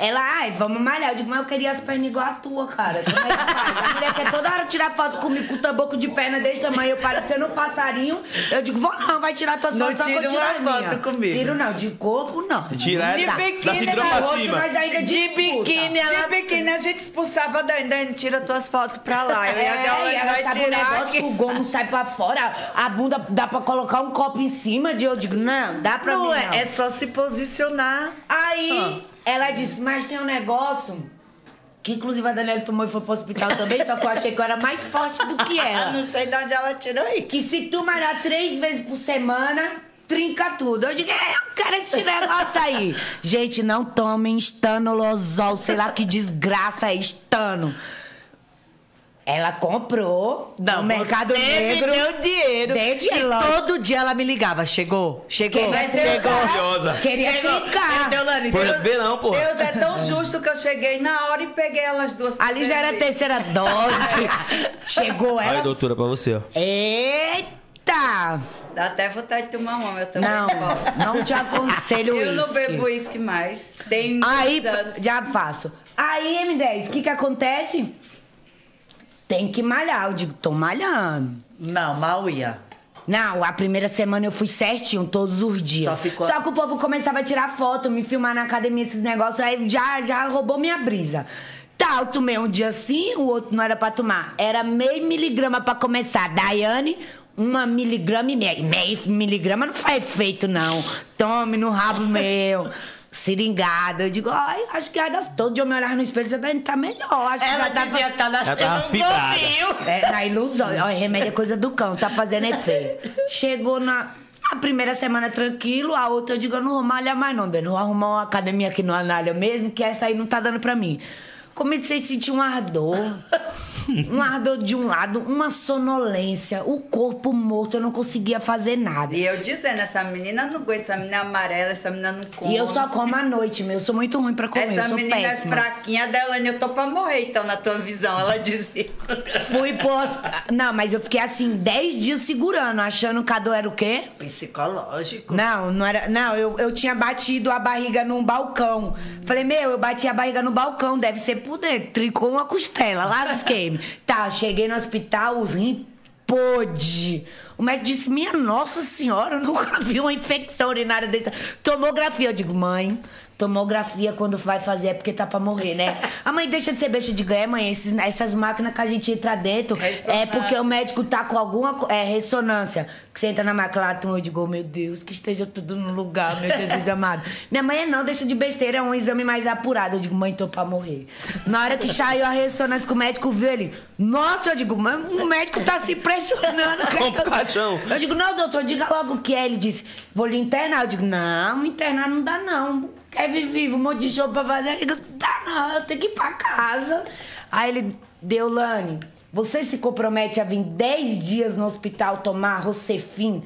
[SPEAKER 5] Ela, ai, vamos malhar. Eu digo, mas eu queria as pernas igual a tua, cara. Como é que faz? A mulher quer toda hora tirar foto comigo com o tamboco de perna desse tamanho, eu parecendo um passarinho. Eu digo, vou não, vai tirar tuas
[SPEAKER 4] Não
[SPEAKER 5] fotos, só que
[SPEAKER 4] tira
[SPEAKER 5] eu tiro
[SPEAKER 4] uma
[SPEAKER 5] a minha.
[SPEAKER 4] foto comigo.
[SPEAKER 5] Tiro não, de corpo não.
[SPEAKER 1] Tirar
[SPEAKER 3] De
[SPEAKER 1] ela da
[SPEAKER 3] biquíni
[SPEAKER 1] cintura
[SPEAKER 3] na
[SPEAKER 1] pra
[SPEAKER 3] roça,
[SPEAKER 5] Rosto,
[SPEAKER 1] cima.
[SPEAKER 5] mas ainda
[SPEAKER 3] De
[SPEAKER 5] disputa.
[SPEAKER 3] biquíni, ela... De biquíni, a gente expulsava a Dani. Dani, tira tuas fotos pra lá. Eu
[SPEAKER 5] É,
[SPEAKER 3] e a Deolane
[SPEAKER 5] e ela
[SPEAKER 3] vai
[SPEAKER 5] sabe o
[SPEAKER 3] tirar
[SPEAKER 5] negócio
[SPEAKER 3] aqui.
[SPEAKER 5] que o gomo sai pra fora, a bunda dá pra colocar um copo em cima de eu digo, não, dá pra
[SPEAKER 3] Não,
[SPEAKER 5] mim não.
[SPEAKER 3] é, Ah. é só se posicionar.
[SPEAKER 5] Aí ela disse, mas tem um negócio que inclusive a Daniela tomou e foi pro hospital também, só que eu achei que eu era mais forte do que
[SPEAKER 3] Ah,
[SPEAKER 5] ela.
[SPEAKER 3] não sei de onde ela tirou isso.
[SPEAKER 5] Que se tu malhar três vezes por semana, trinca tudo. Eu digo, é, eu quero esse negócio aí. Gente, não tomem estanolosol, sei lá que desgraça é estano. Ela comprou
[SPEAKER 4] Não,
[SPEAKER 5] no Mercado
[SPEAKER 4] você me
[SPEAKER 5] Negro.
[SPEAKER 4] deu dinheiro.
[SPEAKER 5] Dei
[SPEAKER 4] E
[SPEAKER 5] dinheiro.
[SPEAKER 4] todo dia ela me ligava. Chegou, chegou,
[SPEAKER 5] Mas eu-
[SPEAKER 4] chegou.
[SPEAKER 1] Maravilhosa.
[SPEAKER 5] Queria
[SPEAKER 4] é Chegou. Então,
[SPEAKER 5] trincar.
[SPEAKER 4] Deolane,
[SPEAKER 1] Pô,
[SPEAKER 4] Deus-
[SPEAKER 1] não vê não, porra.
[SPEAKER 3] Deus é tão justo que eu cheguei na hora e peguei elas duas.
[SPEAKER 5] Ali já era a terceira dose. Chegou
[SPEAKER 1] Olha,
[SPEAKER 5] ela.
[SPEAKER 1] doutora, pra você, ó.
[SPEAKER 5] Eita!
[SPEAKER 3] Dá até vontade de tomar uma, eu também
[SPEAKER 5] Não,
[SPEAKER 3] posso.
[SPEAKER 5] não te aconselho
[SPEAKER 3] Eu não
[SPEAKER 5] uísque.
[SPEAKER 3] bebo uísque mais. Tem muitos
[SPEAKER 5] Aí,
[SPEAKER 3] anos.
[SPEAKER 5] já faço. Aí, M10, o que que acontece? Tem que malhar. Eu digo, tô malhando.
[SPEAKER 4] Não, mal ia.
[SPEAKER 5] Não, a primeira semana eu fui certinho, todos os dias.
[SPEAKER 4] Só ficou-
[SPEAKER 5] que o povo começava a tirar foto, me filmar na academia, esses negócios, aí já, já roubou minha brisa. Tá, eu tomei um dia sim, o outro não era pra tomar. Era meio miligrama pra começar. Daiane, uma miligrama e meia. Meio miligrama não faz efeito, não. Tome no rabo meu. Seringada. Eu digo, ai, acho que é das todo dia eu me olhar no espelho, já tá melhor. Acho
[SPEAKER 4] Ela
[SPEAKER 5] que já tá
[SPEAKER 4] dizia, tá
[SPEAKER 1] Ela
[SPEAKER 4] nascendo
[SPEAKER 1] tava
[SPEAKER 4] um
[SPEAKER 1] fibrada.
[SPEAKER 4] bobinho.
[SPEAKER 5] é, na ilusão. Ó, remédio é coisa do cão, tá fazendo efeito. Chegou na. A primeira semana tranquilo, a outra eu digo, eu não vou malhar mais não, Dani. Vou arrumar uma academia aqui no Anália mesmo, que essa aí não tá dando pra mim. Comecei a sentir um ardor. Um ardor de um lado, uma sonolência, o corpo morto, eu não conseguia fazer nada.
[SPEAKER 3] E eu dizendo, essa menina não aguenta, essa menina é amarela, essa menina não come.
[SPEAKER 5] E eu só como à noite, meu. Eu sou muito ruim pra comer, eu
[SPEAKER 3] Essa
[SPEAKER 5] sou
[SPEAKER 3] menina é
[SPEAKER 5] péssima.
[SPEAKER 3] fraquinha, Delane, eu tô pra morrer, então, na tua visão, ela dizia.
[SPEAKER 5] Fui pro... hosp- Não, mas eu fiquei assim, 10 dias segurando, achando que a dor era o quê?
[SPEAKER 4] Psicológico.
[SPEAKER 5] Não, não era. Não, eu, eu tinha batido a barriga num balcão. Falei, meu, eu bati a barriga no balcão, deve ser por dentro. Tricou uma costela, lasquei-me. tá, cheguei no hospital, os rins pôde. O médico disse, minha nossa senhora, eu nunca vi uma infecção urinária dessa. Tomografia, eu digo, mãe. Tomografia, quando vai fazer, é porque tá pra morrer, né? A mãe deixa de ser besta de ganhar, mãe. esses- essas máquinas que a gente entra dentro é
[SPEAKER 3] Ressonância.
[SPEAKER 5] porque o médico tá com alguma co- é, ressonância. Que você entra na maclatum, eu digo, oh, meu Deus, que esteja tudo no lugar, meu Jesus amado. Minha mãe é não, deixa de besteira, é um exame mais apurado. Eu digo, mãe, tô pra morrer. Na hora que saiu a ressonância que o médico viu ele, nossa, eu digo, mãe, o médico tá se impressionando.
[SPEAKER 1] Com um caixão.
[SPEAKER 5] Eu digo, não, doutor, diga logo o que é. Ele disse, vou lhe internar. Eu digo, não, internar não dá não. Quer vir vivo, um monte de show pra fazer. Eu digo, dá não, eu tenho que ir pra casa. Aí ele, Deolane, você se compromete a vir 10 dias no hospital tomar Rocefin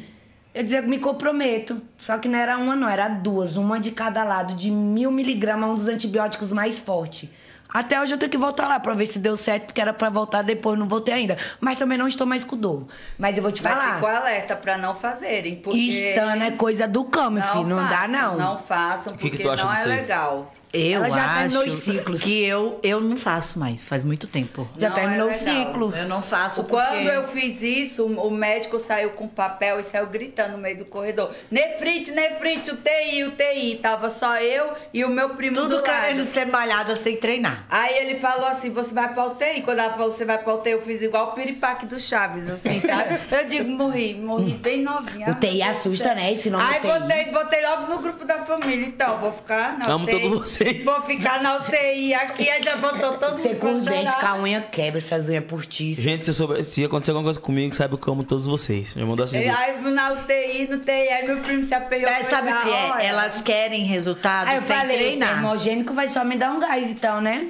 [SPEAKER 5] Eu dizia que me comprometo. Só que não era uma, não, era duas. Uma de cada lado, de mil miligramas, um dos antibióticos mais fortes. Até hoje eu tenho que voltar lá pra ver se deu certo, porque era pra voltar depois, não voltei ainda. Mas também não estou mais com dor. Mas eu vou te
[SPEAKER 3] Mas
[SPEAKER 5] falar.
[SPEAKER 3] ficou alerta pra não fazerem, porque...
[SPEAKER 5] Estando é coisa do cama, filho. Não dá,
[SPEAKER 3] façam,
[SPEAKER 5] não.
[SPEAKER 3] Não façam,
[SPEAKER 1] O que que
[SPEAKER 3] porque
[SPEAKER 1] tu acha
[SPEAKER 3] não é
[SPEAKER 1] disso aí?
[SPEAKER 3] legal.
[SPEAKER 4] Eu
[SPEAKER 5] Ela já
[SPEAKER 4] acho
[SPEAKER 5] terminou os ciclos.
[SPEAKER 4] que eu, eu não faço mais, faz muito tempo.
[SPEAKER 5] Já
[SPEAKER 3] Não
[SPEAKER 5] terminou
[SPEAKER 3] é
[SPEAKER 5] o
[SPEAKER 3] legal.
[SPEAKER 5] ciclo.
[SPEAKER 4] Eu não faço porque...
[SPEAKER 3] Quando eu fiz isso, o médico saiu com papel e saiu gritando no meio do corredor. Nefrite, nefrite, UTI, UTI. Tava só eu e o meu primo do
[SPEAKER 4] Tudo
[SPEAKER 3] lado.
[SPEAKER 4] querendo ser malhada sem treinar.
[SPEAKER 3] Aí ele falou assim, você vai pra UTI. Quando ela falou, você vai pra UTI, eu fiz igual o piripaque do Chaves, assim, sabe? Eu digo, morri, morri bem novinha.
[SPEAKER 5] UTI assusta, né? Esse nome
[SPEAKER 3] Aí
[SPEAKER 5] UTI.
[SPEAKER 3] botei, botei logo no grupo da família, então, vou ficar na
[SPEAKER 1] Amo
[SPEAKER 3] UTI.
[SPEAKER 1] todos vocês.
[SPEAKER 3] Vou ficar na UTI aqui, aí já botou todo
[SPEAKER 5] Você
[SPEAKER 3] mundo
[SPEAKER 5] com os
[SPEAKER 4] um
[SPEAKER 3] pra
[SPEAKER 5] dentes, com
[SPEAKER 3] chorar.
[SPEAKER 5] a unha quebra, essas unhas postiças.
[SPEAKER 1] Gente, se, eu souber- se acontecer alguma coisa comigo, saiba que eu amo todos vocês. Eu mando assim.
[SPEAKER 3] E
[SPEAKER 5] É,
[SPEAKER 3] É, Aí na UTI, no TI, aí meu primo se aperreou.
[SPEAKER 4] Mas
[SPEAKER 3] foi
[SPEAKER 4] sabe o
[SPEAKER 3] lá,
[SPEAKER 4] que
[SPEAKER 3] olha.
[SPEAKER 4] é? Elas querem resultado
[SPEAKER 5] Aí eu
[SPEAKER 4] sem
[SPEAKER 5] falei,
[SPEAKER 4] treinar.
[SPEAKER 5] termogênico vai só me dar um gás, então, né?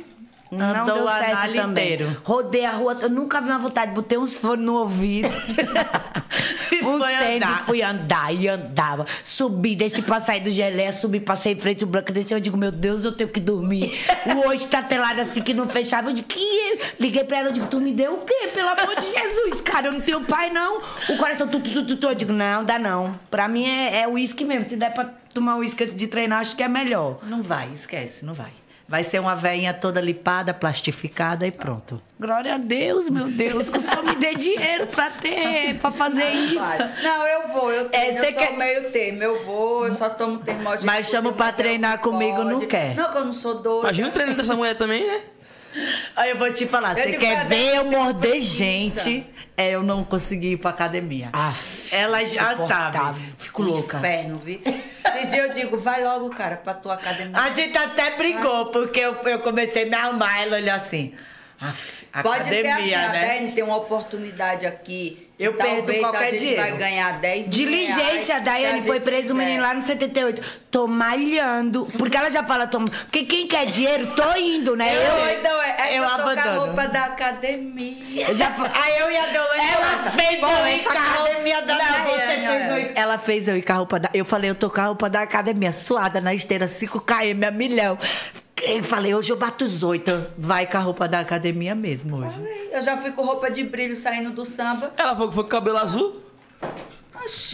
[SPEAKER 5] Não
[SPEAKER 4] Andou
[SPEAKER 5] deu
[SPEAKER 4] a
[SPEAKER 5] certo
[SPEAKER 4] análise
[SPEAKER 5] também.
[SPEAKER 4] inteiro.
[SPEAKER 5] Rodei a rua, eu nunca vi uma vontade, botei uns fones no ouvido.
[SPEAKER 4] E
[SPEAKER 5] um
[SPEAKER 4] foi
[SPEAKER 5] tênis,
[SPEAKER 4] andar.
[SPEAKER 5] fui andar e andava. Subi, desci pra sair do geleia, subi, passei em frente ao branco, desci, eu digo, meu Deus, eu tenho que dormir. O olho estatelado assim que não fechava, eu digo, que... Liguei pra ela, eu digo, tu me deu o quê? Pelo amor de Jesus, cara, eu não tenho pai, não. O coração, tu, tu, tu, tu, tu. eu digo, não, dá não. Pra mim é é uísque mesmo, se der pra tomar uísque antes de treinar, acho que é melhor.
[SPEAKER 4] Não vai, esquece, não vai. Vai ser uma veinha toda lipada, plastificada e pronto.
[SPEAKER 5] Glória a Deus, meu Deus, que o senhor me dê dinheiro pra ter, pra fazer isso.
[SPEAKER 3] Não, eu vou, eu tenho,
[SPEAKER 4] É, você
[SPEAKER 3] eu sou
[SPEAKER 4] quer-
[SPEAKER 3] meio termo, eu vou, eu só tomo termogênico.
[SPEAKER 4] Mas chama
[SPEAKER 3] sim,
[SPEAKER 4] pra
[SPEAKER 3] mas eu
[SPEAKER 4] treinar comigo, não
[SPEAKER 3] pode.
[SPEAKER 4] quer. Tá
[SPEAKER 3] Não, que eu não sou doida.
[SPEAKER 1] Imagina o treino dessa mulher também, né?
[SPEAKER 4] Aí eu vou te falar,
[SPEAKER 3] Eu
[SPEAKER 4] você
[SPEAKER 3] digo,
[SPEAKER 4] quer
[SPEAKER 3] mas
[SPEAKER 4] ver
[SPEAKER 3] é-
[SPEAKER 4] eu morder
[SPEAKER 3] preguiça.
[SPEAKER 4] gente? É, eu não consegui ir pra academia. Ela já sabe. Fico louca.
[SPEAKER 3] Inferno, viu? Esses dias eu digo, vai logo, cara, pra tua academia.
[SPEAKER 4] A gente até brigou, porque eu, eu comecei a me arrumar, ela olhou assim. "Aff,
[SPEAKER 3] Pode ser
[SPEAKER 4] academia,
[SPEAKER 3] assim,
[SPEAKER 4] né?
[SPEAKER 3] a Daiane tem uma oportunidade aqui. que
[SPEAKER 4] Eu perdo
[SPEAKER 3] talvez
[SPEAKER 4] qualquer
[SPEAKER 3] a gente
[SPEAKER 4] dinheiro.
[SPEAKER 3] vai ganhar 10 mil reais, se
[SPEAKER 5] Diligência,
[SPEAKER 3] a
[SPEAKER 5] Daiane
[SPEAKER 3] gente
[SPEAKER 5] foi preso o
[SPEAKER 3] quiser.
[SPEAKER 5] menino lá no 78. Tô malhando. Porque ela já fala, tô... porque quem quer dinheiro, tô indo, né?
[SPEAKER 3] Eu,
[SPEAKER 5] Eu,
[SPEAKER 3] então, é, é
[SPEAKER 4] eu
[SPEAKER 3] eu, tô com a
[SPEAKER 4] abandono.
[SPEAKER 3] roupa da academia.
[SPEAKER 5] eu já fa-
[SPEAKER 3] Aí eu e a Deolane.
[SPEAKER 4] Ela
[SPEAKER 3] nossa,
[SPEAKER 4] fez
[SPEAKER 3] bom,
[SPEAKER 4] eu ir
[SPEAKER 3] essa
[SPEAKER 4] com a
[SPEAKER 3] academia
[SPEAKER 4] roupa-
[SPEAKER 3] da
[SPEAKER 4] Não, você
[SPEAKER 3] Daiane,
[SPEAKER 4] fez
[SPEAKER 3] olha.
[SPEAKER 4] eu ir- Ela fez eu ir com a roupa da. Eu falei, eu tô com a roupa da academia, suada na esteira 5km, a milhão. Eu falei, hoje eu bato os oito. Vai com a roupa da academia mesmo hoje.
[SPEAKER 3] Eu já fui com roupa de brilho saindo do samba.
[SPEAKER 1] Ela falou que foi com cabelo azul.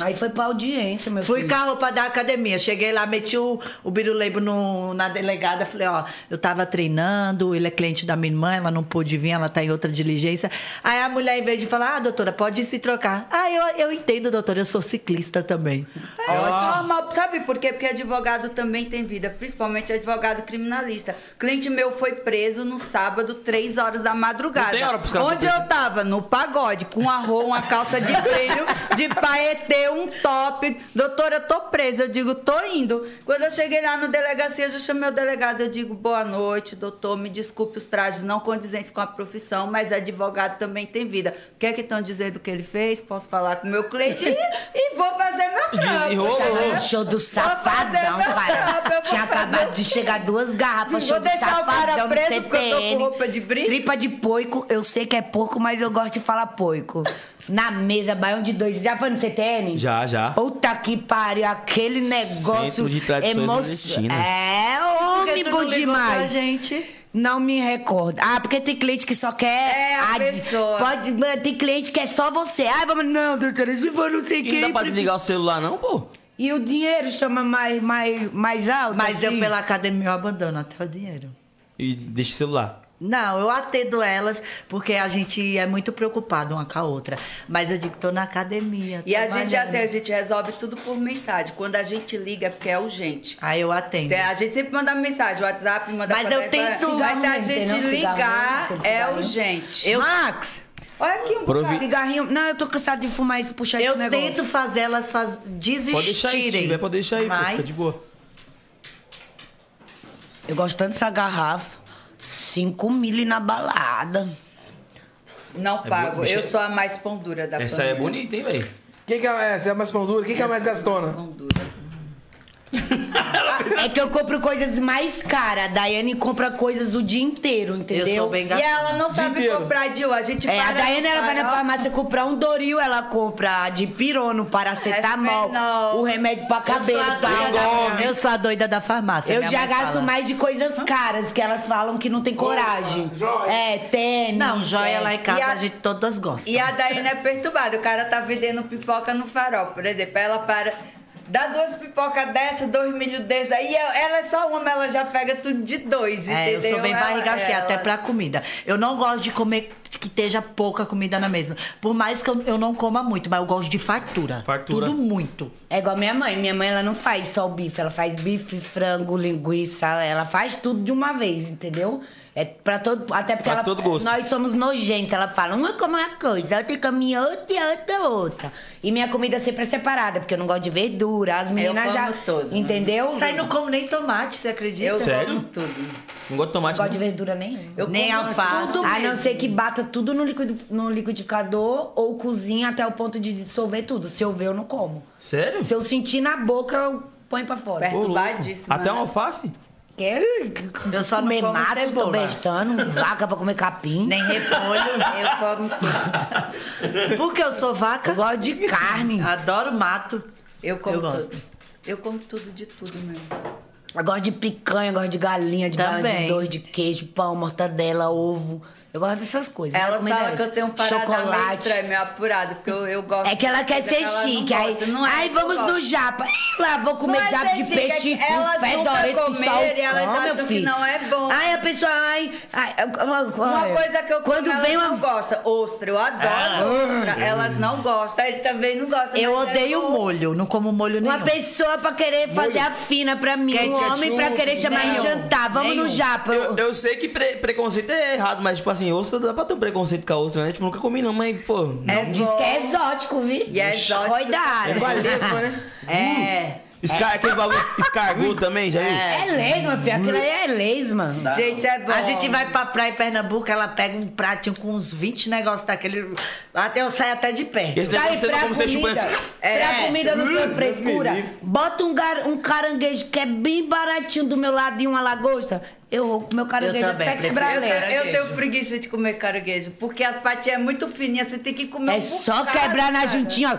[SPEAKER 5] Aí foi pra audiência, meu
[SPEAKER 4] Fui
[SPEAKER 5] filho.
[SPEAKER 4] com a roupa da academia. Cheguei lá, meti o, o biruleibo no- na delegada. Falei, ó, eu tava treinando, ele é cliente da minha irmã, ela não pôde vir, ela tá em outra diligência. Aí a mulher, em vez de falar, ah, doutora, pode se trocar. Ah, eu, eu entendo, doutora, eu sou ciclista também.
[SPEAKER 3] É normal, sabe por quê? Porque advogado também tem vida, principalmente advogado criminalista. Cliente meu foi preso no sábado, três horas da madrugada.
[SPEAKER 1] Não tem hora pros caras
[SPEAKER 3] Onde
[SPEAKER 1] serem
[SPEAKER 3] eu tava? No pagode, com um arroz, uma calça de brilho, de paetê, um top. Doutora, eu tô presa. Eu digo, tô indo. Quando eu cheguei lá no delegacia, eu já chamei o delegado. Eu digo, boa noite, doutor, me desculpe os trajes não condizentes com a profissão, mas advogado também tem vida. O que é que estão dizendo que ele fez? Posso falar com o meu cliente e, e vou fazer meu trampo.
[SPEAKER 1] Desenrolou.
[SPEAKER 3] entendeu?
[SPEAKER 5] Ai, show do
[SPEAKER 3] fazer
[SPEAKER 5] safadão,
[SPEAKER 3] meu trampo, eu
[SPEAKER 5] cara.
[SPEAKER 3] vou
[SPEAKER 5] Tinha
[SPEAKER 3] fazer.
[SPEAKER 5] acabado de chegar duas garrafas,
[SPEAKER 3] Vou
[SPEAKER 5] show do
[SPEAKER 3] deixar o cara
[SPEAKER 5] safadão no
[SPEAKER 3] preso porque eu tô com
[SPEAKER 5] CPN.
[SPEAKER 3] roupa de brinco?
[SPEAKER 5] Tripa de poico, eu sei que é porco, mas eu gosto de falar poico. Na mesa, baião de dois. Já foi no CTN?
[SPEAKER 1] Já, já.
[SPEAKER 5] Puta que pariu, aquele negócio
[SPEAKER 1] Centro de Tradições
[SPEAKER 5] emo-
[SPEAKER 1] Nordestinas.
[SPEAKER 5] É,
[SPEAKER 4] Por
[SPEAKER 5] homem
[SPEAKER 4] que tu
[SPEAKER 5] bom
[SPEAKER 4] não ligou pra
[SPEAKER 5] demais.
[SPEAKER 4] gente.
[SPEAKER 5] Não me recordo. Ah, porque tem cliente que só quer.
[SPEAKER 3] É, a pessoa.
[SPEAKER 5] Pode, mano, tem cliente que é só você. Ah, vamos. Não, doutora, se for não sei
[SPEAKER 1] E não
[SPEAKER 5] quem.
[SPEAKER 1] dá pra desligar o celular, não, pô?
[SPEAKER 5] E o dinheiro chama mais, mais, mais alto?
[SPEAKER 4] Mas eu,
[SPEAKER 5] assim?
[SPEAKER 4] pela academia, eu abandono até o dinheiro.
[SPEAKER 1] E deixa o celular.
[SPEAKER 4] Não, eu atendo elas porque a gente é muito preocupado uma com a outra. Mas eu digo, tô na academia.
[SPEAKER 3] E a gente,
[SPEAKER 4] trabalhando.
[SPEAKER 3] assim, a gente resolve tudo por mensagem. Quando a gente liga é porque é urgente.
[SPEAKER 4] Aí eu atendo.
[SPEAKER 3] Tem- A gente sempre manda mensagem, WhatsApp, manda
[SPEAKER 4] Mas
[SPEAKER 3] pra-
[SPEAKER 4] eu tento-
[SPEAKER 3] pra- Mas se a
[SPEAKER 5] Cigarro
[SPEAKER 3] gente
[SPEAKER 5] mesmo, tem não?
[SPEAKER 3] ligar,
[SPEAKER 5] Cigarro mesmo, aquele
[SPEAKER 3] é
[SPEAKER 5] cigarrinho.
[SPEAKER 3] urgente.
[SPEAKER 4] Eu-
[SPEAKER 5] Max!
[SPEAKER 3] Olha aqui um
[SPEAKER 1] Provi-
[SPEAKER 3] bocado.
[SPEAKER 5] Cigarrinho. Não, eu tô cansado de fumar isso, puxar
[SPEAKER 4] Eu
[SPEAKER 5] esse negócio.
[SPEAKER 4] tento fazer elas faz... desistirem.
[SPEAKER 1] Pode deixar aí, se tiver, pode deixar aí, pô.
[SPEAKER 4] mas...
[SPEAKER 1] Fica de boa.
[SPEAKER 5] Eu gosto tanto dessa garrafa. 5 mil na balada.
[SPEAKER 3] Não pago.
[SPEAKER 1] É, deixa
[SPEAKER 3] eu
[SPEAKER 1] eu-
[SPEAKER 3] sou a mais pão dura da
[SPEAKER 1] Essa aí
[SPEAKER 3] família.
[SPEAKER 1] é bonita, hein, velho?
[SPEAKER 2] Quem que é essa? É a mais pão dura? Quem que é a mais gastona?
[SPEAKER 3] Pão dura.
[SPEAKER 5] É que eu compro coisas mais caras. A Daiane compra coisas o dia inteiro, entendeu?
[SPEAKER 4] é- Eu sou bem
[SPEAKER 3] E
[SPEAKER 4] gastona.
[SPEAKER 3] ela não sabe
[SPEAKER 1] inteiro.
[SPEAKER 3] comprar, Dil. A gente
[SPEAKER 5] É, a
[SPEAKER 3] para
[SPEAKER 5] Daiane,
[SPEAKER 3] no
[SPEAKER 5] ela vai na
[SPEAKER 3] farol.
[SPEAKER 5] farmácia comprar um Doril, ela compra de pirono, paracetamol,
[SPEAKER 3] Refenol.
[SPEAKER 5] o remédio pra cabelo,
[SPEAKER 4] sou a
[SPEAKER 5] pra
[SPEAKER 4] doida
[SPEAKER 5] algodão.
[SPEAKER 4] da- eu sou a doida da farmácia.
[SPEAKER 5] Eu
[SPEAKER 4] minha
[SPEAKER 5] já
[SPEAKER 4] mãe
[SPEAKER 5] gasto
[SPEAKER 4] fala.
[SPEAKER 5] mais de coisas caras, que elas falam que não tem coragem.
[SPEAKER 2] joia.
[SPEAKER 5] É, tênis.
[SPEAKER 4] Não, joia
[SPEAKER 5] é.
[SPEAKER 4] lá em casa
[SPEAKER 3] E a-
[SPEAKER 4] a... gente todas gosta.
[SPEAKER 3] E a Daiane é perturbada. O cara tá vendendo pipoca no farol, por exemplo. Ela para. Dá duas pipocas dessa, dois milho desse. Aí eu- ela é só uma, ela já pega tudo de dois,
[SPEAKER 4] É, eu
[SPEAKER 3] entendeu? Ah,
[SPEAKER 4] sou bem
[SPEAKER 3] Ela-
[SPEAKER 4] barriga cheia,
[SPEAKER 3] ela-
[SPEAKER 4] até pra comida. Eu não gosto de comer que esteja pouca comida na mesa. Por mais que eu, eu não coma muito, mas eu gosto de fartura.
[SPEAKER 1] Fartura.
[SPEAKER 4] Tudo muito.
[SPEAKER 5] É igual minha mãe. Minha mãe, ela não faz só o bife. Ela faz bife, frango, linguiça. Ela faz tudo de uma vez, entendeu? É pra todo... Até porque
[SPEAKER 1] Pra
[SPEAKER 5] ela,
[SPEAKER 1] todo gosto.
[SPEAKER 5] nós somos nojentos. Ela fala uma como uma coisa, outra come outra e outra outra. E minha comida sempre é separada, porque eu não gosto de verdura. As meninas
[SPEAKER 3] como
[SPEAKER 5] já...
[SPEAKER 3] tudo. né?
[SPEAKER 5] Entendeu?
[SPEAKER 4] Sai não como nem tomate, você acredita?
[SPEAKER 3] Eu
[SPEAKER 1] Sério?
[SPEAKER 3] como tudo.
[SPEAKER 1] Não gosto de
[SPEAKER 5] Não
[SPEAKER 1] tomate.
[SPEAKER 5] gosto de
[SPEAKER 1] Não.
[SPEAKER 5] verdura nenhuma.
[SPEAKER 3] Eu
[SPEAKER 4] Nem
[SPEAKER 3] como
[SPEAKER 4] alface.
[SPEAKER 3] tudo
[SPEAKER 5] A
[SPEAKER 3] mesmo.
[SPEAKER 5] não ser que bata tudo no, liquido, no liquidificador ou cozinha até o ponto de dissolver tudo. Se eu ver, eu não como.
[SPEAKER 1] Sério?
[SPEAKER 5] Se eu sentir na boca, eu ponho pra fora.
[SPEAKER 3] Pera.
[SPEAKER 1] Ô, louco.
[SPEAKER 3] perturbadíssima,
[SPEAKER 1] Até uma
[SPEAKER 3] né?
[SPEAKER 1] alface?
[SPEAKER 5] Quer
[SPEAKER 4] Eu só não
[SPEAKER 5] comer
[SPEAKER 4] como
[SPEAKER 5] mato, tô
[SPEAKER 4] cebola.
[SPEAKER 5] bestando, vaca pra comer capim.
[SPEAKER 4] Nem repolho.
[SPEAKER 3] Eu como tudo.
[SPEAKER 4] Porque eu sou
[SPEAKER 5] Eu
[SPEAKER 4] vaca.
[SPEAKER 5] gosto de carne.
[SPEAKER 4] Adoro mato.
[SPEAKER 3] Eu como
[SPEAKER 4] Eu gosto.
[SPEAKER 3] tudo. Eu como tudo de tudo mesmo.
[SPEAKER 5] Eu gosto de picanha, eu gosto de galinha, de barra de
[SPEAKER 4] Também.
[SPEAKER 5] dois, de queijo, pão, mortadela, ovo. Eu gosto dessas coisas.
[SPEAKER 3] Ela
[SPEAKER 5] Minha comida é
[SPEAKER 3] fala que eu
[SPEAKER 5] essa.
[SPEAKER 3] tenho um parada meio
[SPEAKER 5] Chocolate.
[SPEAKER 3] estranha, meio apurado, porque eu, eu gosto.
[SPEAKER 5] É que ela quer
[SPEAKER 3] dessas
[SPEAKER 5] ser
[SPEAKER 3] coisas, ela não
[SPEAKER 5] chique. Aí,
[SPEAKER 3] gosta, não é
[SPEAKER 5] aí
[SPEAKER 3] que eu
[SPEAKER 5] vamos
[SPEAKER 3] gosto.
[SPEAKER 5] no japa. Ih, lá, vou comer
[SPEAKER 3] Não é
[SPEAKER 5] japa de
[SPEAKER 3] ser chique,
[SPEAKER 5] peixe
[SPEAKER 3] é que
[SPEAKER 5] com
[SPEAKER 3] elas
[SPEAKER 5] fedorento
[SPEAKER 3] nunca
[SPEAKER 5] com sal.
[SPEAKER 3] comeram e elas
[SPEAKER 5] meu
[SPEAKER 3] acham que
[SPEAKER 5] filho.
[SPEAKER 3] não é bom.
[SPEAKER 5] Ai, a pessoa... Ai, ai, ai,
[SPEAKER 3] Uma coisa que eu como,
[SPEAKER 5] Quando
[SPEAKER 3] elas
[SPEAKER 5] vem uma...
[SPEAKER 3] não gosta. Ostra, eu adoro
[SPEAKER 4] Ah,
[SPEAKER 3] ostra. Elas não gostam, ele também não gosta.
[SPEAKER 4] Eu
[SPEAKER 3] mas é
[SPEAKER 4] odeio
[SPEAKER 3] bom.
[SPEAKER 4] molho, não como molho nenhum.
[SPEAKER 5] Uma pessoa pra querer fazer a fina pra mim.
[SPEAKER 2] Ketchup,
[SPEAKER 5] um homem pra querer chamar
[SPEAKER 4] nenhum,
[SPEAKER 5] no jantar. Vamos
[SPEAKER 4] nenhum.
[SPEAKER 5] no japa.
[SPEAKER 1] Eu, eu sei que pre- preconceito é errado, mas, tipo assim, osso dá pra ter um preconceito com a osso, né? Tipo, nunca comi não, mas, pô...
[SPEAKER 3] É
[SPEAKER 5] Diz
[SPEAKER 3] bom.
[SPEAKER 5] que é exótico, viu?
[SPEAKER 3] E é exótico.
[SPEAKER 5] Cuidado.
[SPEAKER 2] É valesma, né?
[SPEAKER 4] É.
[SPEAKER 1] Escar, aquele bagulho escargot também, já viu?
[SPEAKER 5] É lesma, filho. Aquilo aí é lesma.
[SPEAKER 3] Gente, é bom.
[SPEAKER 4] A gente vai pra praia em Pernambuco, ela pega um pratinho com uns 20 negócios daquele. Até eu saio até de pé.
[SPEAKER 1] Esse
[SPEAKER 5] Tá,
[SPEAKER 1] negócio
[SPEAKER 5] e
[SPEAKER 1] você
[SPEAKER 5] pra
[SPEAKER 1] não como você chupa... né?
[SPEAKER 5] comida,
[SPEAKER 3] É.
[SPEAKER 5] pra comida não tem frescura.
[SPEAKER 2] Deus me livre.
[SPEAKER 5] Bota um, gar- um caranguejo que é bem baratinho do meu lado e uma lagosta. Eu vou comer o caranguejo
[SPEAKER 4] também,
[SPEAKER 5] até
[SPEAKER 4] prefiro
[SPEAKER 5] quebrar
[SPEAKER 3] Eu,
[SPEAKER 5] leite.
[SPEAKER 3] tenho- eu tenho preguiça de comer caranguejo, porque as patinhas é muito fininhas, você tem que comer
[SPEAKER 5] É
[SPEAKER 3] um
[SPEAKER 5] só
[SPEAKER 3] bocado,
[SPEAKER 5] quebrar na
[SPEAKER 3] cara.
[SPEAKER 5] juntinha, ó.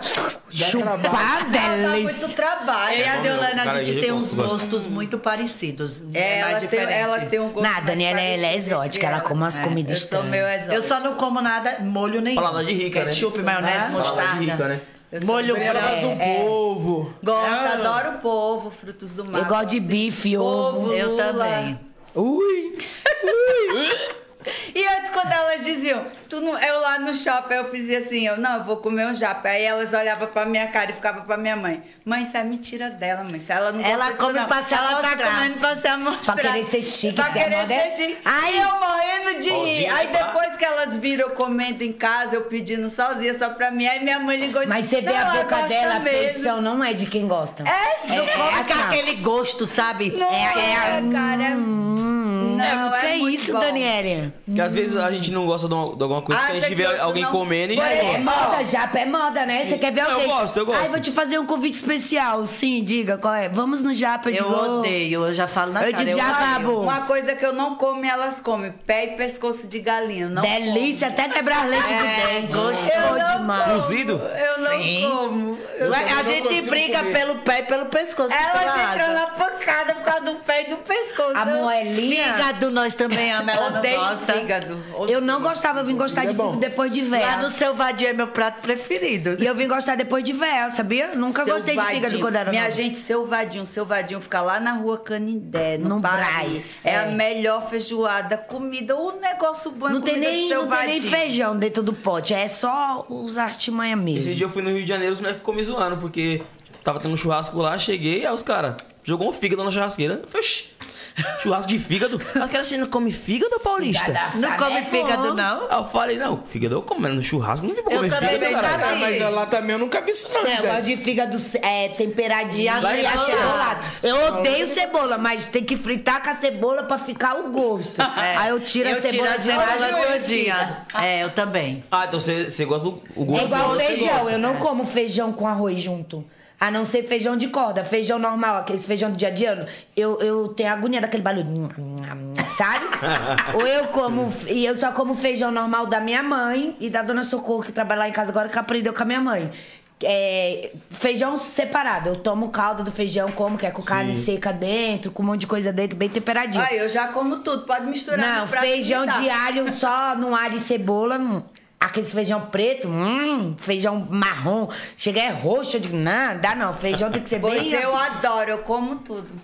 [SPEAKER 3] Dá
[SPEAKER 5] Chupar, delícia.
[SPEAKER 3] muito
[SPEAKER 1] É,
[SPEAKER 3] trabalho.
[SPEAKER 4] Eu e a Deolane, a
[SPEAKER 1] Cara,
[SPEAKER 4] gente
[SPEAKER 1] eu
[SPEAKER 4] tem
[SPEAKER 1] gosto,
[SPEAKER 4] uns
[SPEAKER 1] gosto.
[SPEAKER 4] gostos muito parecidos.
[SPEAKER 3] É,
[SPEAKER 4] mais
[SPEAKER 3] elas, têm,
[SPEAKER 4] diferente.
[SPEAKER 3] elas têm um gosto.
[SPEAKER 5] Nada, Daniela,
[SPEAKER 3] mais
[SPEAKER 5] ela é
[SPEAKER 3] parecido
[SPEAKER 5] exótica,
[SPEAKER 3] que
[SPEAKER 5] ela come umas
[SPEAKER 3] É,
[SPEAKER 5] comidas
[SPEAKER 3] Eu sou
[SPEAKER 5] estranhas.
[SPEAKER 3] meio exótica.
[SPEAKER 4] Eu só não como nada, molho nenhum.
[SPEAKER 1] Palavra de rica, né?
[SPEAKER 4] Ketchup, maionese,
[SPEAKER 1] Né? Palavra
[SPEAKER 4] mostarda.
[SPEAKER 1] de rica, né?
[SPEAKER 3] Eu sou
[SPEAKER 4] Molho
[SPEAKER 3] bem-
[SPEAKER 2] Ela
[SPEAKER 4] branco.
[SPEAKER 2] gosta é do
[SPEAKER 5] É.
[SPEAKER 2] povo.
[SPEAKER 3] Gosto, adoro polvo, frutos do mar.
[SPEAKER 5] Eu gosto de bife, ovo.
[SPEAKER 4] Eu
[SPEAKER 3] Lula.
[SPEAKER 4] também.
[SPEAKER 5] Ui.
[SPEAKER 3] E antes, quando elas diziam, tu não, eu lá no shopping, eu fazia assim, eu, não, eu vou comer um japa. Aí elas olhavam pra minha cara e ficavam pra minha mãe. Mãe, isso é mentira dela, mãe. Isso ela não
[SPEAKER 4] Ela
[SPEAKER 3] gosta disso,
[SPEAKER 4] come
[SPEAKER 3] não.
[SPEAKER 4] pra se
[SPEAKER 3] Ela tá
[SPEAKER 4] amostrar.
[SPEAKER 3] comendo pra se amostrar.
[SPEAKER 5] Pra querer ser chique,
[SPEAKER 3] Pra
[SPEAKER 5] porque a
[SPEAKER 3] querer
[SPEAKER 5] moda
[SPEAKER 3] ser
[SPEAKER 5] é-
[SPEAKER 3] chique.
[SPEAKER 5] Ai.
[SPEAKER 3] E eu morrendo de rir.
[SPEAKER 1] Sozinha,
[SPEAKER 3] Aí
[SPEAKER 1] tá?
[SPEAKER 3] depois que elas viram eu comendo em casa, eu pedindo sozinha, só pra mim. Aí minha mãe ligou e
[SPEAKER 5] Mas
[SPEAKER 3] disse,
[SPEAKER 5] você vê
[SPEAKER 3] "Não,
[SPEAKER 5] a
[SPEAKER 3] ela
[SPEAKER 5] boca
[SPEAKER 3] gosta
[SPEAKER 5] dela, a
[SPEAKER 3] mesmo."
[SPEAKER 5] feição não é de quem gosta.
[SPEAKER 3] É, sim.
[SPEAKER 4] Não come
[SPEAKER 5] assim,
[SPEAKER 4] com
[SPEAKER 5] ó.
[SPEAKER 4] aquele gosto, sabe?
[SPEAKER 3] Não
[SPEAKER 4] é, é a-
[SPEAKER 3] cara. é-
[SPEAKER 5] hum.
[SPEAKER 3] Não,
[SPEAKER 5] que
[SPEAKER 3] é muito
[SPEAKER 5] isso,
[SPEAKER 3] bom.
[SPEAKER 5] Daniele?
[SPEAKER 1] Porque às vezes a gente não gosta de, uma- de alguma coisa, porque a
[SPEAKER 3] Acha
[SPEAKER 1] gente
[SPEAKER 3] que
[SPEAKER 1] vê
[SPEAKER 3] eu
[SPEAKER 1] alguém
[SPEAKER 3] não-
[SPEAKER 1] comendo e...
[SPEAKER 3] Por
[SPEAKER 5] É,
[SPEAKER 3] exemplo,
[SPEAKER 1] É,
[SPEAKER 5] moda, japa é moda, né? Você quer ver
[SPEAKER 1] Eu
[SPEAKER 5] alguém?
[SPEAKER 1] gosto, eu gosto.
[SPEAKER 5] Ai, vou te fazer um convite especial. Sim, diga qual é. Vamos no japa, eu
[SPEAKER 4] Eu
[SPEAKER 5] digo.
[SPEAKER 4] odeio, eu já falo na
[SPEAKER 5] Eu
[SPEAKER 4] cara.
[SPEAKER 5] digo, já
[SPEAKER 4] odeio.
[SPEAKER 5] acabou.
[SPEAKER 3] Uma coisa que eu não como, elas comem. Pé e pescoço de galinha. eu Não
[SPEAKER 5] Delícia, até quebrar leite
[SPEAKER 4] É,
[SPEAKER 5] do dente.
[SPEAKER 4] gostoso
[SPEAKER 5] Bom demais.
[SPEAKER 1] Cozido?
[SPEAKER 3] como. Eu não
[SPEAKER 4] Sim.
[SPEAKER 3] como. Eu
[SPEAKER 4] Não é-
[SPEAKER 2] também
[SPEAKER 4] a
[SPEAKER 2] não
[SPEAKER 4] gente
[SPEAKER 2] consigo
[SPEAKER 4] briga
[SPEAKER 2] comer.
[SPEAKER 4] pelo pé e pelo pescoço. pela
[SPEAKER 3] Elas
[SPEAKER 4] água.
[SPEAKER 3] entram na pancada por causa do pé e do pescoço.
[SPEAKER 5] A moelinha.
[SPEAKER 4] Fígado nós também amamos, ela não
[SPEAKER 3] Odeio
[SPEAKER 4] gosta.
[SPEAKER 3] fígado. Odeio.
[SPEAKER 5] Eu não gostava, eu vim gostar de
[SPEAKER 2] É bom.
[SPEAKER 5] fígado depois de
[SPEAKER 4] Lá no
[SPEAKER 5] véia.
[SPEAKER 4] seu vadio é meu prato preferido.
[SPEAKER 5] E eu vim gostar depois de véia, sabia? Nunca gostei de fígado
[SPEAKER 3] Selvadinho.
[SPEAKER 5] quando era
[SPEAKER 3] Minha
[SPEAKER 5] nova.
[SPEAKER 3] gente, selvadinho, selvadinho fica lá na rua Canindé, no,
[SPEAKER 5] No
[SPEAKER 3] Paris.
[SPEAKER 5] Brás,
[SPEAKER 3] É,
[SPEAKER 5] é.
[SPEAKER 3] a melhor feijoada, comida, o negócio bom é
[SPEAKER 5] Não tem,
[SPEAKER 3] comida
[SPEAKER 5] nem,
[SPEAKER 3] do
[SPEAKER 5] não tem
[SPEAKER 3] selvadinho.
[SPEAKER 5] nem feijão dentro do pote, é só os artimanha
[SPEAKER 1] Esse
[SPEAKER 5] mesmo.
[SPEAKER 1] dia eu fui no Rio de Janeiro, os moleques ficou me zoando, porque tava tendo um churrasco lá, cheguei, aí os caras jogou um fígado na churrasqueira. Eu falei, "Oxi, churrasco de fígado? Mas cara, você não come fígado, Paulista?
[SPEAKER 4] Não
[SPEAKER 5] É né?
[SPEAKER 4] come fígado, não?
[SPEAKER 1] Aí eu falei, não, fígado eu como, mas no churrasco não tem pra
[SPEAKER 4] Eu
[SPEAKER 1] comer
[SPEAKER 4] também
[SPEAKER 1] fígado,
[SPEAKER 4] não
[SPEAKER 1] cara.
[SPEAKER 2] Ah, mas lá também eu nunca vi isso, não.
[SPEAKER 5] É, eu
[SPEAKER 2] cara.
[SPEAKER 5] gosto de fígado é, temperadinho e
[SPEAKER 4] Vai
[SPEAKER 5] a
[SPEAKER 4] fritar.
[SPEAKER 5] cebolada. Eu odeio cebola, mas tem que fritar com a cebola pra ficar o gosto.
[SPEAKER 4] É.
[SPEAKER 5] Aí eu tiro a
[SPEAKER 4] eu tiro
[SPEAKER 5] cebola
[SPEAKER 4] a
[SPEAKER 5] de lá.
[SPEAKER 4] cebola gordinha. É, eu também.
[SPEAKER 1] Ah, então você você gosta do o gosto
[SPEAKER 5] É igual
[SPEAKER 1] do- você
[SPEAKER 5] feijão,
[SPEAKER 1] gosta. né?
[SPEAKER 5] eu não como feijão com arroz junto. A não ser feijão de corda, feijão normal, aqueles feijão do dia a dia. Eu, eu tenho agonia daquele barulho. Sabe? Ou eu como. E eu só como feijão normal da minha mãe e da dona Socorro, que trabalha lá em casa agora, que aprendeu com a minha mãe. É, feijão separado. Eu tomo caldo do feijão, como que é com carne seca dentro, com um monte de coisa dentro, bem temperadinho.
[SPEAKER 3] Aí eu já como tudo, pode misturar
[SPEAKER 5] Não,
[SPEAKER 3] no prato e
[SPEAKER 5] feijão
[SPEAKER 3] me dá.
[SPEAKER 5] de alho só no alho e cebola. hum. Aqueles feijão preto, hum, feijão marrom. Chega é roxo, eu digo, não, dá não. Feijão tem que ser
[SPEAKER 3] Pois é,
[SPEAKER 5] bem... assim."
[SPEAKER 3] eu adoro, eu como tudo.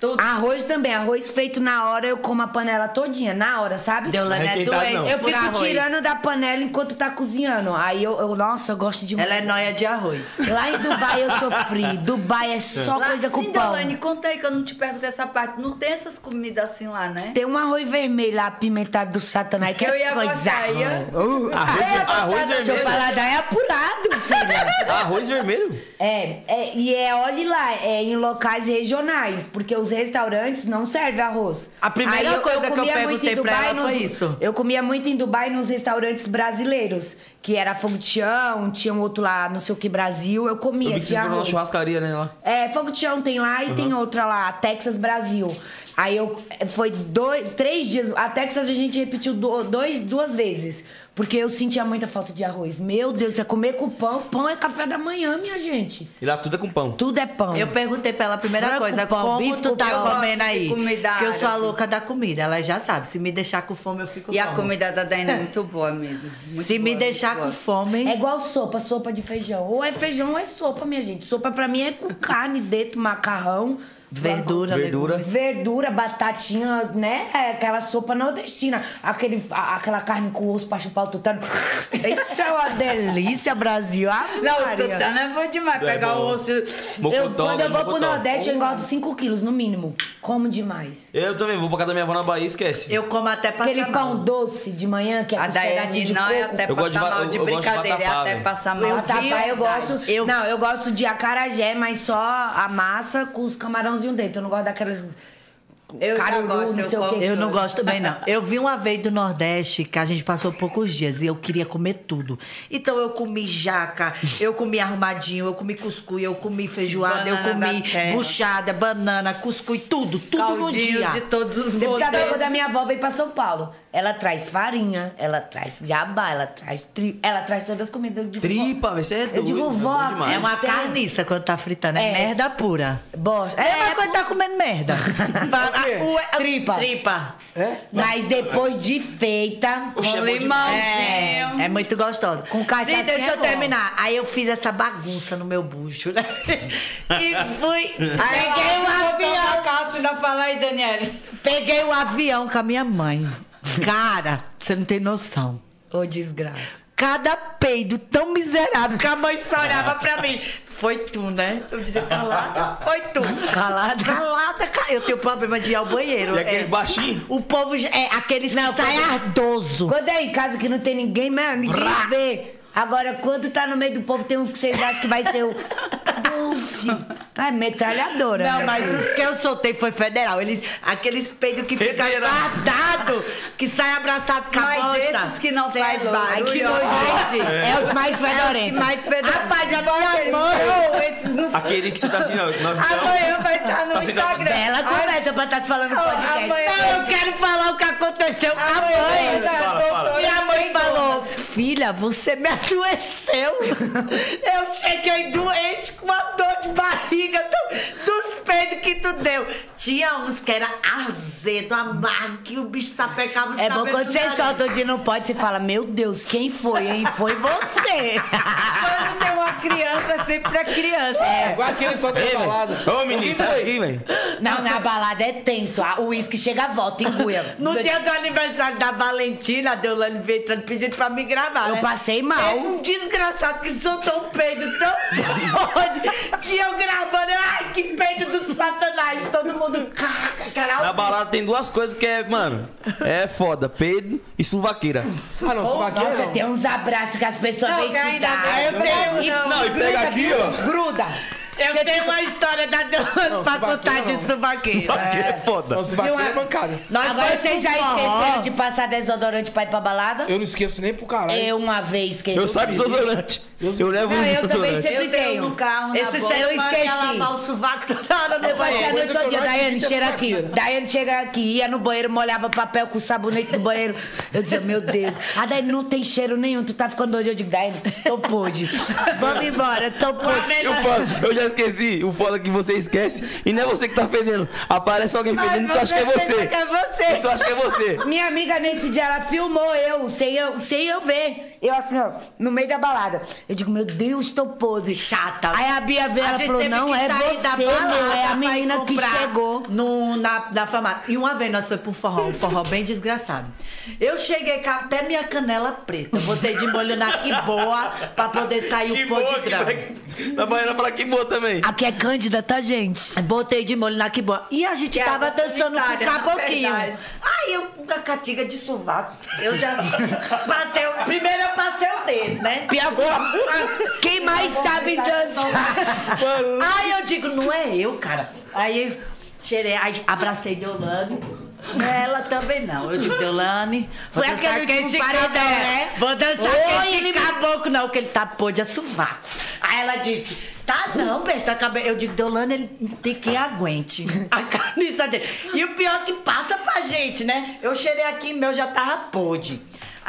[SPEAKER 3] Tudo.
[SPEAKER 5] Arroz também, arroz feito na hora, eu como a panela todinha, na hora, sabe?
[SPEAKER 3] Deus, ela
[SPEAKER 1] Não é
[SPEAKER 3] é
[SPEAKER 1] requeitado, não.
[SPEAKER 3] doente
[SPEAKER 5] Eu
[SPEAKER 3] por
[SPEAKER 5] fico
[SPEAKER 3] arroz.
[SPEAKER 5] tirando da panela enquanto tá cozinhando. Aí eu, eu- nossa, eu gosto de
[SPEAKER 4] Ela é noia de arroz.
[SPEAKER 5] Lá em Dubai eu sofri. Dubai é só
[SPEAKER 3] Lá,
[SPEAKER 5] coisa com pão.
[SPEAKER 3] Cinderlane, conta aí que eu não te perguntei essa parte. Não tem essas comidas assim lá, né?
[SPEAKER 5] Tem um arroz vermelho lá, apimentado do satanás, que
[SPEAKER 3] Eu
[SPEAKER 5] é
[SPEAKER 3] ia
[SPEAKER 5] coisa.
[SPEAKER 3] gostar, ia.
[SPEAKER 5] Uh,
[SPEAKER 1] Arroz-
[SPEAKER 5] eu ia gostar
[SPEAKER 1] arroz
[SPEAKER 5] do Seu
[SPEAKER 1] vermelho.
[SPEAKER 5] paladar é apurado, filha.
[SPEAKER 1] Arroz vermelho?
[SPEAKER 5] É, é, e é, olhe lá, é em locais regionais, porque os restaurantes não servem arroz.
[SPEAKER 4] A primeira coisa que eu
[SPEAKER 5] comia muito
[SPEAKER 4] perguntei
[SPEAKER 5] em
[SPEAKER 4] pra
[SPEAKER 5] Dubai
[SPEAKER 4] ela foi isso.
[SPEAKER 5] Eu comia muito em Dubai nos restaurantes brasileiros, que era Fogo de Chão, tinha um outro lá, não sei o que, Brasil, eu
[SPEAKER 1] Eu
[SPEAKER 5] comia,
[SPEAKER 1] vi que você
[SPEAKER 5] tinha
[SPEAKER 1] ficou na
[SPEAKER 5] arroz.
[SPEAKER 1] churrascaria, né? Lá.
[SPEAKER 5] É, Fogo de Chão tem lá e tem outra lá, Texas Brasil. Aí eu. eh, Foi dois, três dias. A Texas a gente repetiu do- dois, duas vezes. Porque eu sentia muita falta de arroz. Meu Deus, é comer com pão. Pão é café da manhã, minha gente.
[SPEAKER 1] E lá tudo é com pão.
[SPEAKER 5] Tudo é pão.
[SPEAKER 4] Eu perguntei pra ela a primeira
[SPEAKER 5] Frango,
[SPEAKER 4] coisa,
[SPEAKER 5] pão,
[SPEAKER 4] como
[SPEAKER 5] bife,
[SPEAKER 4] tu tá
[SPEAKER 5] pão.
[SPEAKER 4] comendo aí?
[SPEAKER 3] Eu gosto de comida
[SPEAKER 4] Porque eu sou a
[SPEAKER 3] árabe.
[SPEAKER 4] louca da comida, ela já sabe. Se me deixar com fome, eu fico
[SPEAKER 3] E a
[SPEAKER 4] com
[SPEAKER 3] comida da Daina é muito boa mesmo. Muito
[SPEAKER 4] Se me
[SPEAKER 3] boa, é
[SPEAKER 4] deixar
[SPEAKER 3] muito
[SPEAKER 4] com
[SPEAKER 3] boa.
[SPEAKER 4] fome,
[SPEAKER 5] É igual sopa, sopa de feijão. Ou é feijão ou é sopa, minha gente. Sopa pra mim é com carne dentro, macarrão.
[SPEAKER 4] verdura,
[SPEAKER 5] né?
[SPEAKER 1] Verdura.
[SPEAKER 4] legumes.
[SPEAKER 5] Verdura, batatinha, né? É aquela sopa nordestina. Aquele, a- aquela carne com osso pra chupar o tutano. Isso é uma delícia, Brasil. Ave
[SPEAKER 3] Não, o
[SPEAKER 5] Maria.
[SPEAKER 3] tutano é bom demais.
[SPEAKER 1] É
[SPEAKER 3] pegar
[SPEAKER 1] bom.
[SPEAKER 3] o osso.
[SPEAKER 5] Eu,
[SPEAKER 1] Mocotó,
[SPEAKER 5] quando eu vou pro
[SPEAKER 1] mocotó.
[SPEAKER 5] Nordeste, eu engordo 5 quilos, no mínimo. Como demais.
[SPEAKER 1] Eu também vou pra casa da minha avó na Bahia, esquece.
[SPEAKER 4] Eu como até passar
[SPEAKER 5] Aquele
[SPEAKER 4] mal.
[SPEAKER 5] pão doce de manhã, que é com
[SPEAKER 3] A
[SPEAKER 5] os
[SPEAKER 3] Daiane
[SPEAKER 5] pedacinhos de
[SPEAKER 3] não é
[SPEAKER 5] coco.
[SPEAKER 3] até
[SPEAKER 1] Eu gosto de
[SPEAKER 3] passar
[SPEAKER 1] va-
[SPEAKER 3] mal
[SPEAKER 1] eu-
[SPEAKER 3] de
[SPEAKER 1] eu gosto de
[SPEAKER 3] brincadeira, é
[SPEAKER 1] vatapá,
[SPEAKER 3] até
[SPEAKER 1] velho.
[SPEAKER 3] passar mal.
[SPEAKER 5] Eu tapar, eu
[SPEAKER 3] Viu,
[SPEAKER 5] gosto.
[SPEAKER 3] Dai?
[SPEAKER 5] Não, eu gosto de acarajé, mas só a massa com os camarãozinhos dentro. Eu não gosto daquelas.
[SPEAKER 3] Eu já
[SPEAKER 5] caruru,
[SPEAKER 3] gosto,
[SPEAKER 5] não
[SPEAKER 3] eu
[SPEAKER 5] sei o
[SPEAKER 3] como.
[SPEAKER 5] quê.
[SPEAKER 4] Eu não gosto também, não. Eu vi uma vez do Nordeste que a gente passou poucos dias e eu queria comer tudo. Então eu comi jaca, eu comi arrumadinho, eu comi cuscuz, eu comi feijoada,
[SPEAKER 3] Banana
[SPEAKER 4] eu comi
[SPEAKER 3] da terra.
[SPEAKER 4] buchada, banana, cuscuz, tudo, tudo no dia.
[SPEAKER 3] Caldinhos de todos os
[SPEAKER 5] Você precisa ver quando
[SPEAKER 3] modelos.
[SPEAKER 5] a minha avó veio pra São Paulo. Ela traz farinha, ela traz jabá, ela traz tri... ela traz todas as comidas. Eu digo,
[SPEAKER 1] Tripa, velho, você é doido.
[SPEAKER 5] Eu digo,
[SPEAKER 1] é bom
[SPEAKER 5] vó,
[SPEAKER 1] demais.
[SPEAKER 4] É uma
[SPEAKER 3] Então,
[SPEAKER 5] Tem-
[SPEAKER 4] carniça quando tá fritando, é,
[SPEAKER 5] É.
[SPEAKER 4] merda pura.
[SPEAKER 5] vó, Bosta.
[SPEAKER 4] É,
[SPEAKER 5] É,
[SPEAKER 4] mas quando tá comendo merda.
[SPEAKER 2] O quê?
[SPEAKER 4] Ué,
[SPEAKER 5] Tripa.
[SPEAKER 4] Tripa.
[SPEAKER 2] É?
[SPEAKER 5] mas depois de feita.
[SPEAKER 3] Com
[SPEAKER 5] é bom
[SPEAKER 3] limão.
[SPEAKER 5] demais.
[SPEAKER 4] É, é muito gostosa.
[SPEAKER 5] Com cachaça
[SPEAKER 4] Gente, deixa
[SPEAKER 5] é
[SPEAKER 4] eu
[SPEAKER 5] bom.
[SPEAKER 4] terminar. Aí eu fiz essa bagunça no meu bucho, né? E fui. Peguei
[SPEAKER 5] eu
[SPEAKER 4] um
[SPEAKER 5] vou
[SPEAKER 4] avião.
[SPEAKER 3] Ainda fala aí, Daniele.
[SPEAKER 4] Peguei um avião com a minha mãe. Cara, você não tem noção.
[SPEAKER 5] Ô, desgraça.
[SPEAKER 4] Cada peido tão miserável que a mãe só olhava pra mim. Foi tu, né? Eu dizia, calada, foi tu.
[SPEAKER 5] Calada.
[SPEAKER 4] Calada, ca- Eu tenho problema de ir ao
[SPEAKER 5] um-
[SPEAKER 4] banheiro. É.
[SPEAKER 1] E
[SPEAKER 5] é.
[SPEAKER 1] aqueles baixinhos?
[SPEAKER 4] O povo, já- é, aqueles não, que sai ardoso.
[SPEAKER 5] Quando é em casa que não tem ninguém, mano, ninguém
[SPEAKER 4] Brá.
[SPEAKER 5] vê. Agora, quando tá no meio do povo, tem um que vocês acham que vai ser o. Uf, é metralhadora.
[SPEAKER 4] Não, mas os que eu soltei foi federal. Eles, aqueles peidos que fica
[SPEAKER 1] Federal.
[SPEAKER 4] guardado, que sai abraçado com a
[SPEAKER 3] Mas
[SPEAKER 4] bosta.
[SPEAKER 3] esses que não
[SPEAKER 4] Cê
[SPEAKER 3] faz
[SPEAKER 4] é louco.
[SPEAKER 3] barulho,
[SPEAKER 4] Ai, que
[SPEAKER 3] ó.
[SPEAKER 4] nojento.
[SPEAKER 5] É, os mais fedorentos.
[SPEAKER 3] Mais é fedor.
[SPEAKER 4] Rapaz, a minha mãe...
[SPEAKER 3] Não, esses não
[SPEAKER 1] Aquele que você tá assim, ó. Nós
[SPEAKER 5] Ah,
[SPEAKER 3] Amanhã vai estar no
[SPEAKER 1] Tá
[SPEAKER 2] Assim,
[SPEAKER 1] se dando-
[SPEAKER 3] Instagram.
[SPEAKER 5] Ela conversa pra estar se falando no podcast.
[SPEAKER 3] amanhã-
[SPEAKER 4] Não, eu quero falar o que aconteceu com a
[SPEAKER 3] Amanhã,
[SPEAKER 4] mãe.
[SPEAKER 1] Fala, fala.
[SPEAKER 3] doutora,
[SPEAKER 4] Minha mãe
[SPEAKER 3] tem
[SPEAKER 4] falou,
[SPEAKER 3] donas.
[SPEAKER 4] filha, você me adoeceu. Eu cheguei doente com uma dor de barriga do- dos peitos que tu deu. Tinha uns que era azedo, amargo, que o bicho sapecava os
[SPEAKER 5] É bom
[SPEAKER 4] cabelos
[SPEAKER 5] quando
[SPEAKER 4] do
[SPEAKER 5] você
[SPEAKER 4] nariz.
[SPEAKER 5] solta o dia não pode, você fala, meu Deus, quem foi, hein? Foi você.
[SPEAKER 3] Quando tem uma criança, é sempre a criança.
[SPEAKER 2] É igual aquele só tá falado.
[SPEAKER 1] Ô, menino, sai aqui, velho.
[SPEAKER 5] Não, na balada é tenso. ah, O uísque chega a volta, enguia.
[SPEAKER 4] No dia do aniversário da Valentina, a Deolane veio entrando pedindo pra me gravar.
[SPEAKER 5] Eu
[SPEAKER 4] né?
[SPEAKER 5] passei mal.
[SPEAKER 4] Teve um desgraçado que soltou um peido tão forte que eu gravando. Ai, que peido do satanás! Todo mundo. "Caraca, Caralho,
[SPEAKER 1] Na balada tem duas coisas que é, mano, é foda, peido e suvaqueira.
[SPEAKER 2] Ah, não, suvaqueiro
[SPEAKER 5] Nossa,
[SPEAKER 2] não.
[SPEAKER 5] tem uns abraços que as pessoas
[SPEAKER 3] Não,
[SPEAKER 5] vêm
[SPEAKER 3] que
[SPEAKER 5] te
[SPEAKER 3] ainda
[SPEAKER 5] dar.
[SPEAKER 3] bem, eu tenho,
[SPEAKER 5] E
[SPEAKER 3] não.
[SPEAKER 1] Não, e pega aqui, ó.
[SPEAKER 5] Gruda.
[SPEAKER 4] Eu tenho uma história da Deolane
[SPEAKER 2] Não,
[SPEAKER 4] pra
[SPEAKER 2] subaqueira
[SPEAKER 4] contar de
[SPEAKER 2] não.
[SPEAKER 4] subaqueiro.
[SPEAKER 1] Suvaqueira é foda.
[SPEAKER 2] Não, suvaqueiro é pancada.
[SPEAKER 4] Nós
[SPEAKER 5] Agora
[SPEAKER 4] fomos
[SPEAKER 5] vocês já
[SPEAKER 4] pro forró.
[SPEAKER 5] esqueceram de passar desodorante pra ir pra balada? É,
[SPEAKER 2] Eu não esqueço nem pro caralho.
[SPEAKER 5] Eu uma vez esqueci.
[SPEAKER 1] Eu saio desodorante. Eu levo
[SPEAKER 5] Não,
[SPEAKER 1] um
[SPEAKER 5] eu também
[SPEAKER 1] desodorante.
[SPEAKER 5] sempre
[SPEAKER 3] Eu tenho
[SPEAKER 5] tenho.
[SPEAKER 3] no carro, na
[SPEAKER 5] Esse
[SPEAKER 3] bolsa,
[SPEAKER 5] eu
[SPEAKER 3] mas
[SPEAKER 5] esqueci.
[SPEAKER 3] ela lava
[SPEAKER 5] o sovaco toda hora
[SPEAKER 2] depois.
[SPEAKER 5] a noite
[SPEAKER 2] Coisa que eu
[SPEAKER 5] todo dia.
[SPEAKER 2] não
[SPEAKER 5] Daiane,
[SPEAKER 2] admito
[SPEAKER 5] cheira
[SPEAKER 2] essa
[SPEAKER 5] aqui.
[SPEAKER 2] parada.
[SPEAKER 5] Daiane chega aqui, ia no banheiro, molhava papel com sabonete do banheiro. Eu dizia, meu Deus. A Daiane não tem cheiro nenhum, tu tá ficando doido. Eu digo, Daiane, tô pude. Vamos embora, tô
[SPEAKER 1] E o
[SPEAKER 5] pude.
[SPEAKER 1] foda, eu já esqueci. O foda que você esquece. E não é você que tá fedendo. Aparece alguém fedendo e tu acha que é você.
[SPEAKER 5] pensa que é você.
[SPEAKER 1] E tu acha que é você.
[SPEAKER 5] Minha amiga, nesse dia, ela filmou eu, sem eu, sem eu ver. Eu assim, ó, no meio da balada. Eu digo, meu Deus, tô podre.
[SPEAKER 3] Chata.
[SPEAKER 5] Aí a Bia veio,
[SPEAKER 3] A
[SPEAKER 5] ela
[SPEAKER 3] gente
[SPEAKER 5] falou,
[SPEAKER 3] teve
[SPEAKER 5] não,
[SPEAKER 3] que
[SPEAKER 5] é
[SPEAKER 3] sair da
[SPEAKER 5] você,
[SPEAKER 3] balada
[SPEAKER 5] meu, é
[SPEAKER 3] pra
[SPEAKER 5] a
[SPEAKER 3] ir
[SPEAKER 5] menina que
[SPEAKER 3] comprar.
[SPEAKER 5] chegou.
[SPEAKER 4] No, na, na farmácia. E uma vez nós foi pro forró, um forró bem desgraçado. Eu cheguei com até minha canela preta. Botei de molho na que boa pra poder sair
[SPEAKER 1] Que
[SPEAKER 4] o pó
[SPEAKER 1] boa,
[SPEAKER 4] de
[SPEAKER 1] que
[SPEAKER 4] grama.
[SPEAKER 1] vai- Na baiana fala que boa também.
[SPEAKER 5] Aqui é Cândida, tá, gente?
[SPEAKER 4] Botei de molho na que boa. E a gente
[SPEAKER 3] Que
[SPEAKER 4] tava
[SPEAKER 3] água
[SPEAKER 4] dançando
[SPEAKER 3] sanitária,
[SPEAKER 4] com
[SPEAKER 3] na
[SPEAKER 4] capoquinho.
[SPEAKER 3] verdade.
[SPEAKER 4] Aí eu com a catiga de sovaco. Eu já passei. o- Primeiro eu passei o dedo, né?
[SPEAKER 5] Piagou. Quem mais sabe dançar?
[SPEAKER 4] Aí eu digo, não é eu, cara. Aí cheirei, aí abracei Deolane. Ela também não. Eu digo, Deolane, vou
[SPEAKER 5] Foi
[SPEAKER 4] dançar
[SPEAKER 5] aquele
[SPEAKER 4] com esse
[SPEAKER 5] último
[SPEAKER 4] caboclo,
[SPEAKER 5] paredão, né?
[SPEAKER 4] Vou dançar
[SPEAKER 5] Oi,
[SPEAKER 4] com esse
[SPEAKER 5] ele me-
[SPEAKER 4] caboclo, não, que ele tá pô de assovar. Aí ela disse, tá não, besta, acabei. Eu digo, Deolane, ele não tem quem aguente a camisa dele. E o pior é que passa pra gente, né? Eu cheirei aqui, meu já tava podre.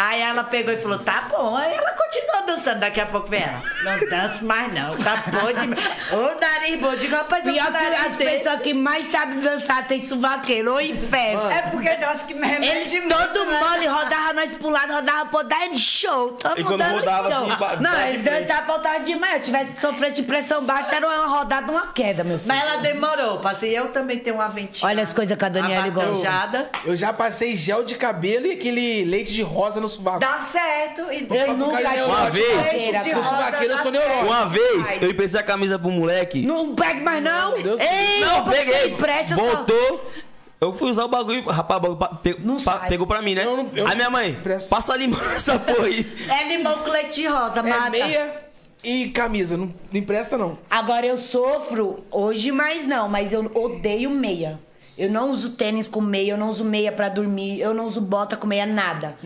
[SPEAKER 4] Aí ela pegou e falou, tá bom. Aí ela continuou dançando, daqui a pouco vem ela. Não danço mais não, tá podre. Ô, nariz bom, Eu digo, rapaz, eu
[SPEAKER 5] Pior
[SPEAKER 4] vou
[SPEAKER 5] que as
[SPEAKER 4] nariz desse.
[SPEAKER 5] pessoas que mais sabem dançar tem suvaqueiro. Ô, inferno.
[SPEAKER 3] É porque eu acho que me
[SPEAKER 5] Eles
[SPEAKER 3] remete muito,
[SPEAKER 5] todo
[SPEAKER 3] né?
[SPEAKER 5] mole, rodava nós pro lado, rodava pro dar show. Todo
[SPEAKER 1] E
[SPEAKER 5] mundo
[SPEAKER 1] quando
[SPEAKER 5] dando
[SPEAKER 1] rodava,
[SPEAKER 5] show.
[SPEAKER 1] assim, ba-
[SPEAKER 5] Não,
[SPEAKER 1] ba-
[SPEAKER 5] ele dançava, faltava demais. Se tivesse sofrendo de pressão baixa, era uma rodada, uma queda, meu filho.
[SPEAKER 4] Mas ela demorou, passei. Eu também tenho uma ventinha.
[SPEAKER 5] Olha as coisas que a Daniele gosta.
[SPEAKER 4] abatanjada.
[SPEAKER 2] Eu já passei gel de cabelo e aquele leite de rosa no sovaco.
[SPEAKER 3] Dá certo e
[SPEAKER 5] Eu
[SPEAKER 2] Pra
[SPEAKER 5] nunca
[SPEAKER 2] ficar
[SPEAKER 5] tive
[SPEAKER 2] neurótico.
[SPEAKER 1] Uma vez.
[SPEAKER 5] suvaqueira,
[SPEAKER 2] Com
[SPEAKER 5] pô.
[SPEAKER 2] suvaqueiro eu sou neurótico.
[SPEAKER 1] Uma vez eu emprestei a camisa pro moleque.
[SPEAKER 5] Não pegue mais, não.
[SPEAKER 2] Deus
[SPEAKER 5] Ei,
[SPEAKER 1] Não,
[SPEAKER 5] você
[SPEAKER 1] peguei.
[SPEAKER 5] Empresta, só.
[SPEAKER 1] Voltou. Eu fui usar o bagulho, rapaz, o bagulho pa- pe- pa- pegou pra mim, né?
[SPEAKER 2] Eu não- eu
[SPEAKER 1] aí minha mãe,
[SPEAKER 2] não empresto.
[SPEAKER 1] passa limão nessa porra aí.
[SPEAKER 4] É limão com leite de rosa,
[SPEAKER 2] É
[SPEAKER 4] mata.
[SPEAKER 2] meia e camisa. Não, não empresta, não.
[SPEAKER 5] Agora eu sofro, hoje mais não, mas eu odeio meia. Eu não uso tênis com meia, eu não uso meia pra dormir, eu não uso bota com meia, nada.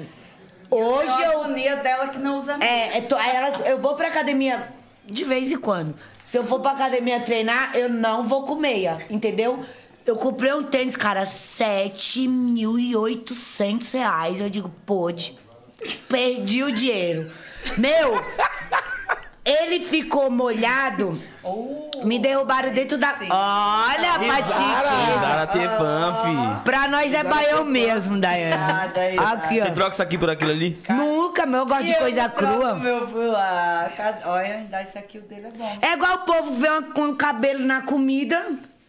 [SPEAKER 5] Hoje
[SPEAKER 3] Hoje a
[SPEAKER 5] eu
[SPEAKER 3] agonia dela que não usa
[SPEAKER 5] É, eu, tô- aí elas- eu vou pra academia de vez em quando. Se eu for pra academia treinar, eu não vou com meia, entendeu? Eu comprei um tênis, cara, R$ 7.800 reais. Eu digo, pôde. Perdi o dinheiro. Meu, ele ficou molhado. me derrubaram dentro da... Olha, Patinho.
[SPEAKER 1] Cara, tem fã, fi.
[SPEAKER 5] Pra nós é baião mesmo, Daiane. Aqui,
[SPEAKER 1] Você
[SPEAKER 5] ó.
[SPEAKER 1] troca isso aqui por aquilo ali?
[SPEAKER 5] Nunca, meu, eu gosto de
[SPEAKER 3] Eu
[SPEAKER 5] coisa
[SPEAKER 3] troco
[SPEAKER 5] crua.
[SPEAKER 3] Meu, ah, cada- olha, dá isso aqui, o dele é bom.
[SPEAKER 5] É igual o povo vê uma- com o cabelo na comida.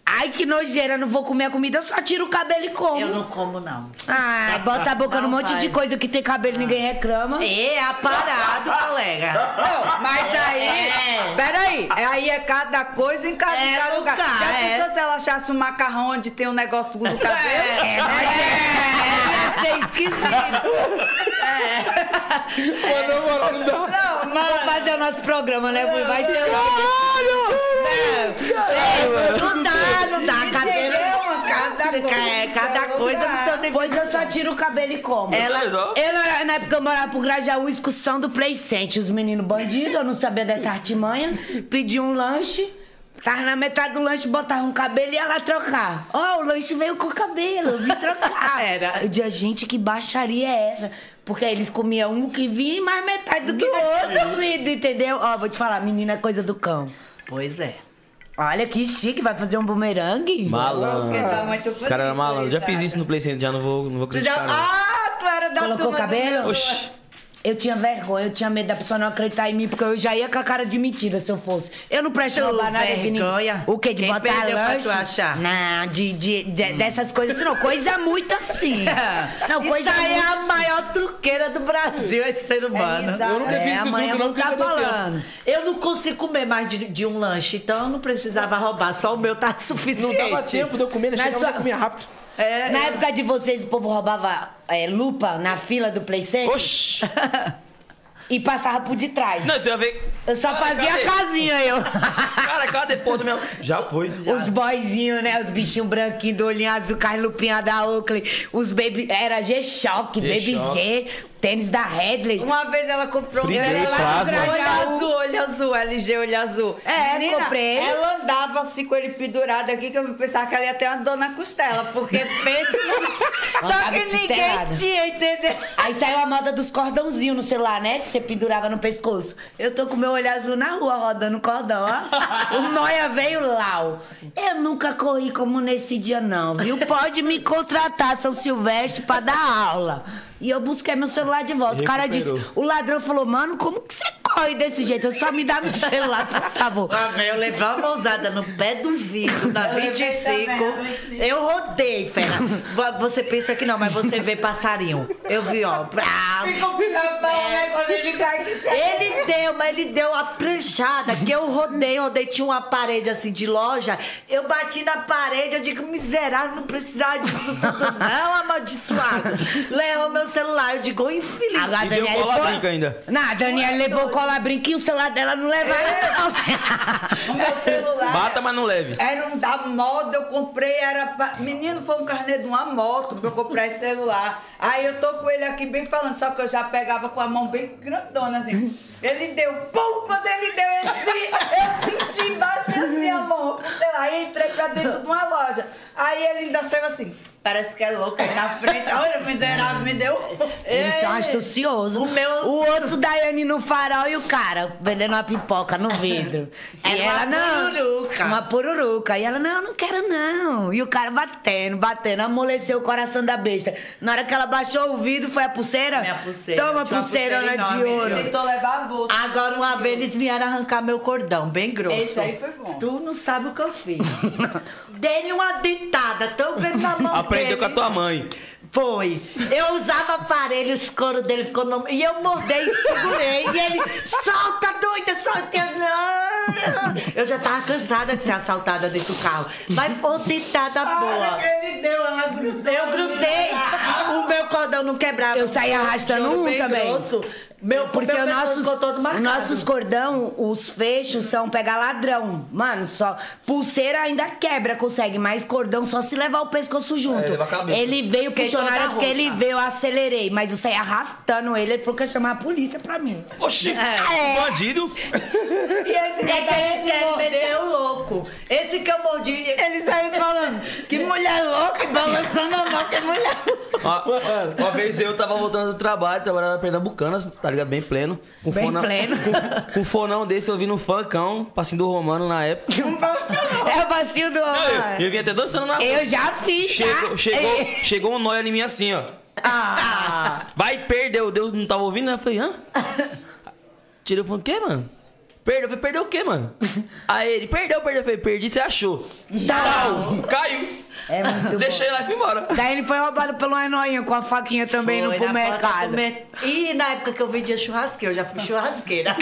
[SPEAKER 5] Ai, que nojeira, não vou comer a comida, eu só tiro o cabelo e como.
[SPEAKER 4] Eu não como, não.
[SPEAKER 5] Ah, bota a boca
[SPEAKER 4] Não
[SPEAKER 5] num monte
[SPEAKER 4] vai.
[SPEAKER 5] de coisa que tem cabelo e ninguém reclama.
[SPEAKER 4] É, aparado, colega.
[SPEAKER 3] Não, mas aí.
[SPEAKER 4] É.
[SPEAKER 3] Peraí, aí é cada coisa em cada
[SPEAKER 4] É
[SPEAKER 3] lugar.
[SPEAKER 4] lugar,
[SPEAKER 3] Porque a
[SPEAKER 4] é.
[SPEAKER 3] pessoa, se ela achasse um macarrão onde tem um negócio do cabelo.
[SPEAKER 5] É,
[SPEAKER 3] né?
[SPEAKER 5] mas é, é, é esquisito.
[SPEAKER 2] Mas na moral, não dá.
[SPEAKER 3] Não, mas.
[SPEAKER 5] Vamos fazer o nosso programa, né, Bui? Vai ser Caralho! Não dá, não dá.
[SPEAKER 3] Entendeu?
[SPEAKER 5] Cabelo.
[SPEAKER 3] Cada coisa
[SPEAKER 5] É,
[SPEAKER 3] no
[SPEAKER 5] cada
[SPEAKER 3] seu
[SPEAKER 5] coisa no
[SPEAKER 3] lugar.
[SPEAKER 5] seu devido. Pois eu só tiro o cabelo e como.
[SPEAKER 1] Beleza, ó.
[SPEAKER 5] Eu, na- na época, eu morava pro Grajaú, excursão do Play Center. Os meninos bandidos, eu não sabia dessa artimanha. Pedi um lanche, tava na metade do lanche, botava um cabelo e ia lá trocar. Ó, o lanche veio com o cabelo, eu vim trocar.
[SPEAKER 4] Era.
[SPEAKER 5] Eu dizia, gente, que baixaria é essa? Porque aí eles comiam um que vinha e mais metade do que o outro, vida, entendeu? Ó, vou te falar, menina é coisa do cão.
[SPEAKER 4] Pois é.
[SPEAKER 5] Olha que chique, vai fazer um bumerangue?
[SPEAKER 3] Você
[SPEAKER 1] Malandro.
[SPEAKER 3] tá muito
[SPEAKER 1] Os caras eram malandros. Já fiz isso no Play Center, já não vou, não vou
[SPEAKER 3] Tu já-
[SPEAKER 1] criticar, não.
[SPEAKER 3] Ah, tu era da
[SPEAKER 5] Colocou
[SPEAKER 3] turma do
[SPEAKER 5] cabelo?
[SPEAKER 3] meu-
[SPEAKER 1] Oxi.
[SPEAKER 5] Eu tinha vergonha, eu tinha medo da pessoa não acreditar em mim, porque eu já ia com a cara de mentira se eu fosse. Eu não presto
[SPEAKER 4] Tu
[SPEAKER 5] roubar nada de ninguém.
[SPEAKER 4] vergonha?
[SPEAKER 5] O que? De
[SPEAKER 4] Quem
[SPEAKER 5] botar
[SPEAKER 4] perdeu pra
[SPEAKER 5] lanche?
[SPEAKER 4] tu achar? Hum.
[SPEAKER 5] Não, de, de- de- dessas coisas não. Coisa muito assim. Não, coisa
[SPEAKER 4] Isso aí é
[SPEAKER 5] muito
[SPEAKER 4] a
[SPEAKER 5] assim.
[SPEAKER 4] maior truqueira do Brasil, esse ser humano.
[SPEAKER 3] exato.
[SPEAKER 2] Eu nunca
[SPEAKER 5] É,
[SPEAKER 2] fiz esse
[SPEAKER 5] amanhã
[SPEAKER 2] truque, não, porque
[SPEAKER 5] vamos tá
[SPEAKER 2] eu não tenho.
[SPEAKER 5] falando.
[SPEAKER 4] Eu não consigo comer mais de, de um lanche, então eu não precisava roubar, só o meu tá
[SPEAKER 2] Não
[SPEAKER 4] suficiente.
[SPEAKER 2] dava tempo de eu comer, né?
[SPEAKER 5] Na
[SPEAKER 2] Chegava
[SPEAKER 5] sua-
[SPEAKER 2] eu comia rápido.
[SPEAKER 4] É,
[SPEAKER 5] Na época de vocês, o povo roubava é, lupa na fila do Play Center
[SPEAKER 1] Oxi.
[SPEAKER 5] e passava por detrás.
[SPEAKER 1] Não, tu ia ver.
[SPEAKER 5] Eu só
[SPEAKER 1] Cara,
[SPEAKER 5] fazia a
[SPEAKER 1] cadê?
[SPEAKER 5] casinha, eu.
[SPEAKER 1] Cara, cadê porra do meu. Já foi.
[SPEAKER 5] Os boyzinhos, né? Os bichinhos branquinhos do olhinho azul, Carlos Lupinha da Oakley. Os baby... Era G-Shock, Baby
[SPEAKER 1] G-Shock.
[SPEAKER 5] G. tênis da Headley.
[SPEAKER 3] Uma vez ela comprou
[SPEAKER 1] Friguei
[SPEAKER 3] ela lá
[SPEAKER 1] plasma.
[SPEAKER 3] no Olho azul, olho azul, LG, olho azul.
[SPEAKER 5] É, comprei.
[SPEAKER 3] Ela andava assim com ele pendurado aqui, que eu pensava que ela ia ter uma dor na costela, porque pensa. no- Só
[SPEAKER 5] Andava
[SPEAKER 3] que ninguém
[SPEAKER 5] titelada.
[SPEAKER 3] tinha, entendeu?
[SPEAKER 5] Aí saiu a moda dos cordãozinhos no celular, né? Que você pendurava no pescoço. Eu tô com meu olho azul na rua rodando o cordão, ó. O Noia veio lá. Eu nunca corri como nesse dia, não, viu? Pode me contratar, São Silvestre, pra dar aula. E eu busquei meu celular de volta. O cara disse,
[SPEAKER 1] Recuperou.
[SPEAKER 5] o ladrão falou, mano, como que você corre desse jeito? Eu só me dá meu celular, por favor.
[SPEAKER 4] Ah, velho, eu levei uma mãozada no pé do vidro, da
[SPEAKER 3] Eu levei
[SPEAKER 4] 25.
[SPEAKER 3] também,
[SPEAKER 4] Eu rodei, fera. Vo- Você pensa que não, mas você vê passarinho. Eu vi, ó. Brá,
[SPEAKER 3] Ficou pica-pau, né? Quando ele cai, que
[SPEAKER 4] Ele deu, mas ele deu a pranchada, que eu rodei, rodei, tinha uma parede assim de loja, eu bati na parede, eu digo, miserável, não precisava disso tudo não, amaldiçoado. Levou meu celular, eu digo, "Ô, infeliz.
[SPEAKER 5] Agora a
[SPEAKER 1] E deu
[SPEAKER 5] Daniela
[SPEAKER 1] cola
[SPEAKER 5] foi-
[SPEAKER 1] brinca ainda.
[SPEAKER 5] Não, a Daniela levou cola brinquinho, o celular dela não leva
[SPEAKER 4] É.
[SPEAKER 5] não.
[SPEAKER 3] O meu celular.
[SPEAKER 1] Bata, mas não leve.
[SPEAKER 3] Era um da moda, eu comprei, era. pra- Menino, foi um carnê de uma moto pra eu comprar esse celular. Aí eu tô com ele aqui bem falando, só que eu já pegava com a mão bem grandona, assim. Ele deu, pum, quando ele deu, ele se- eu senti embaixo assim a mão. Sei lá, aí entrei pra dentro de uma loja. Aí ele ainda saiu assim, parece que é louco aí na frente. Olha, o miserável me deu.
[SPEAKER 5] Eles são astuciosos.
[SPEAKER 3] O meu-
[SPEAKER 5] o outro Daiane no farol e o cara vendendo uma pipoca no vidro. e
[SPEAKER 4] Era uma
[SPEAKER 5] ela, não.
[SPEAKER 4] pururuca.
[SPEAKER 5] Uma pururuca. E ela, não, não quero não. E o cara batendo, batendo, amoleceu o coração da besta. Na hora que ela baixou o vidro, foi a pulseira?
[SPEAKER 4] Minha pulseira.
[SPEAKER 5] Toma
[SPEAKER 4] Tinha uma
[SPEAKER 5] pulseirona
[SPEAKER 4] pulseira
[SPEAKER 5] de
[SPEAKER 4] enorme,
[SPEAKER 5] ouro.
[SPEAKER 3] Tentou levar a bolsa.
[SPEAKER 4] Agora, uma vez eles vieram arrancar meu cordão, bem grosso.
[SPEAKER 3] Esse aí foi bom.
[SPEAKER 4] Tu não sabe o que eu fiz. Dei-lhe uma dentada, tão vendo na mão dele.
[SPEAKER 1] Aprendeu com a tua mãe.
[SPEAKER 4] Foi. Eu usava aparelho, os couro dele ficou no... E eu mordei e segurei. e ele, solta, doida, solta. Eu, não. eu já tava cansada de ser assaltada dentro do carro. Mas foi uma dentada boa.
[SPEAKER 3] Ele deu, ela grudou.
[SPEAKER 4] Eu grudei. O meu cordão não quebrava.
[SPEAKER 5] Eu saí arrastando
[SPEAKER 4] Juro,
[SPEAKER 5] um
[SPEAKER 4] bem
[SPEAKER 5] também.
[SPEAKER 4] grosso. Meu,
[SPEAKER 5] Porque
[SPEAKER 4] meu
[SPEAKER 5] o
[SPEAKER 4] pescoço
[SPEAKER 5] nossos,
[SPEAKER 4] ficou todo
[SPEAKER 5] os
[SPEAKER 4] marcado.
[SPEAKER 5] nossos cordão, os fechos são pegar ladrão. Mano, só. Pulseira ainda quebra, consegue, mas cordão só se levar o pescoço junto.
[SPEAKER 1] É, leva a cabeça.
[SPEAKER 5] ele veio
[SPEAKER 4] Fiquei
[SPEAKER 5] puxando
[SPEAKER 4] toda
[SPEAKER 5] na hora porque
[SPEAKER 4] roxa.
[SPEAKER 5] ele veio, eu acelerei, mas eu saí arrastando ele, ele falou que ia chamar a polícia pra mim.
[SPEAKER 1] Oxi, um
[SPEAKER 5] É.
[SPEAKER 1] bandido.
[SPEAKER 3] E esse
[SPEAKER 4] É que
[SPEAKER 3] daí
[SPEAKER 4] esse
[SPEAKER 3] se
[SPEAKER 4] é
[SPEAKER 3] mordeu.
[SPEAKER 4] meteu louco. Esse que eu mordi.
[SPEAKER 3] Ele saiu falando, que mulher louca, e balançando a mão, que mulher louca.
[SPEAKER 1] Ó, uma vez eu tava voltando do trabalho, trabalhando na Pernambucanas, tá ligado? Bem pleno. Com
[SPEAKER 5] Bem
[SPEAKER 1] fona-
[SPEAKER 5] pleno.
[SPEAKER 1] Com, com fonão desse eu vi no funkão, passinho do Romano na época.
[SPEAKER 5] É o vacilo do
[SPEAKER 1] Eu, eu vim até dançando na
[SPEAKER 5] Eu já fiz.
[SPEAKER 1] Chegou,
[SPEAKER 5] tá?
[SPEAKER 1] chegou, chegou um nóia em mim assim, ó.
[SPEAKER 5] Ah.
[SPEAKER 1] Vai, perdeu. Deus não tava ouvindo, né? Eu falei, hã? Tirei o fone, o quê, mano? Perdeu, eu falei, perdeu o quê, mano? Aí ele, perdeu, perdeu. Eu falei, perdi, você achou. Tal, caiu.
[SPEAKER 5] É muito
[SPEAKER 1] Deixei lá e fui embora.
[SPEAKER 5] Daí ele foi roubado pelo Anoinha com a faquinha também
[SPEAKER 4] Foi
[SPEAKER 5] no pro
[SPEAKER 4] na porta
[SPEAKER 5] mercado.
[SPEAKER 4] do mer- E na época que eu vendia churrasqueira, eu já fui churrasqueira.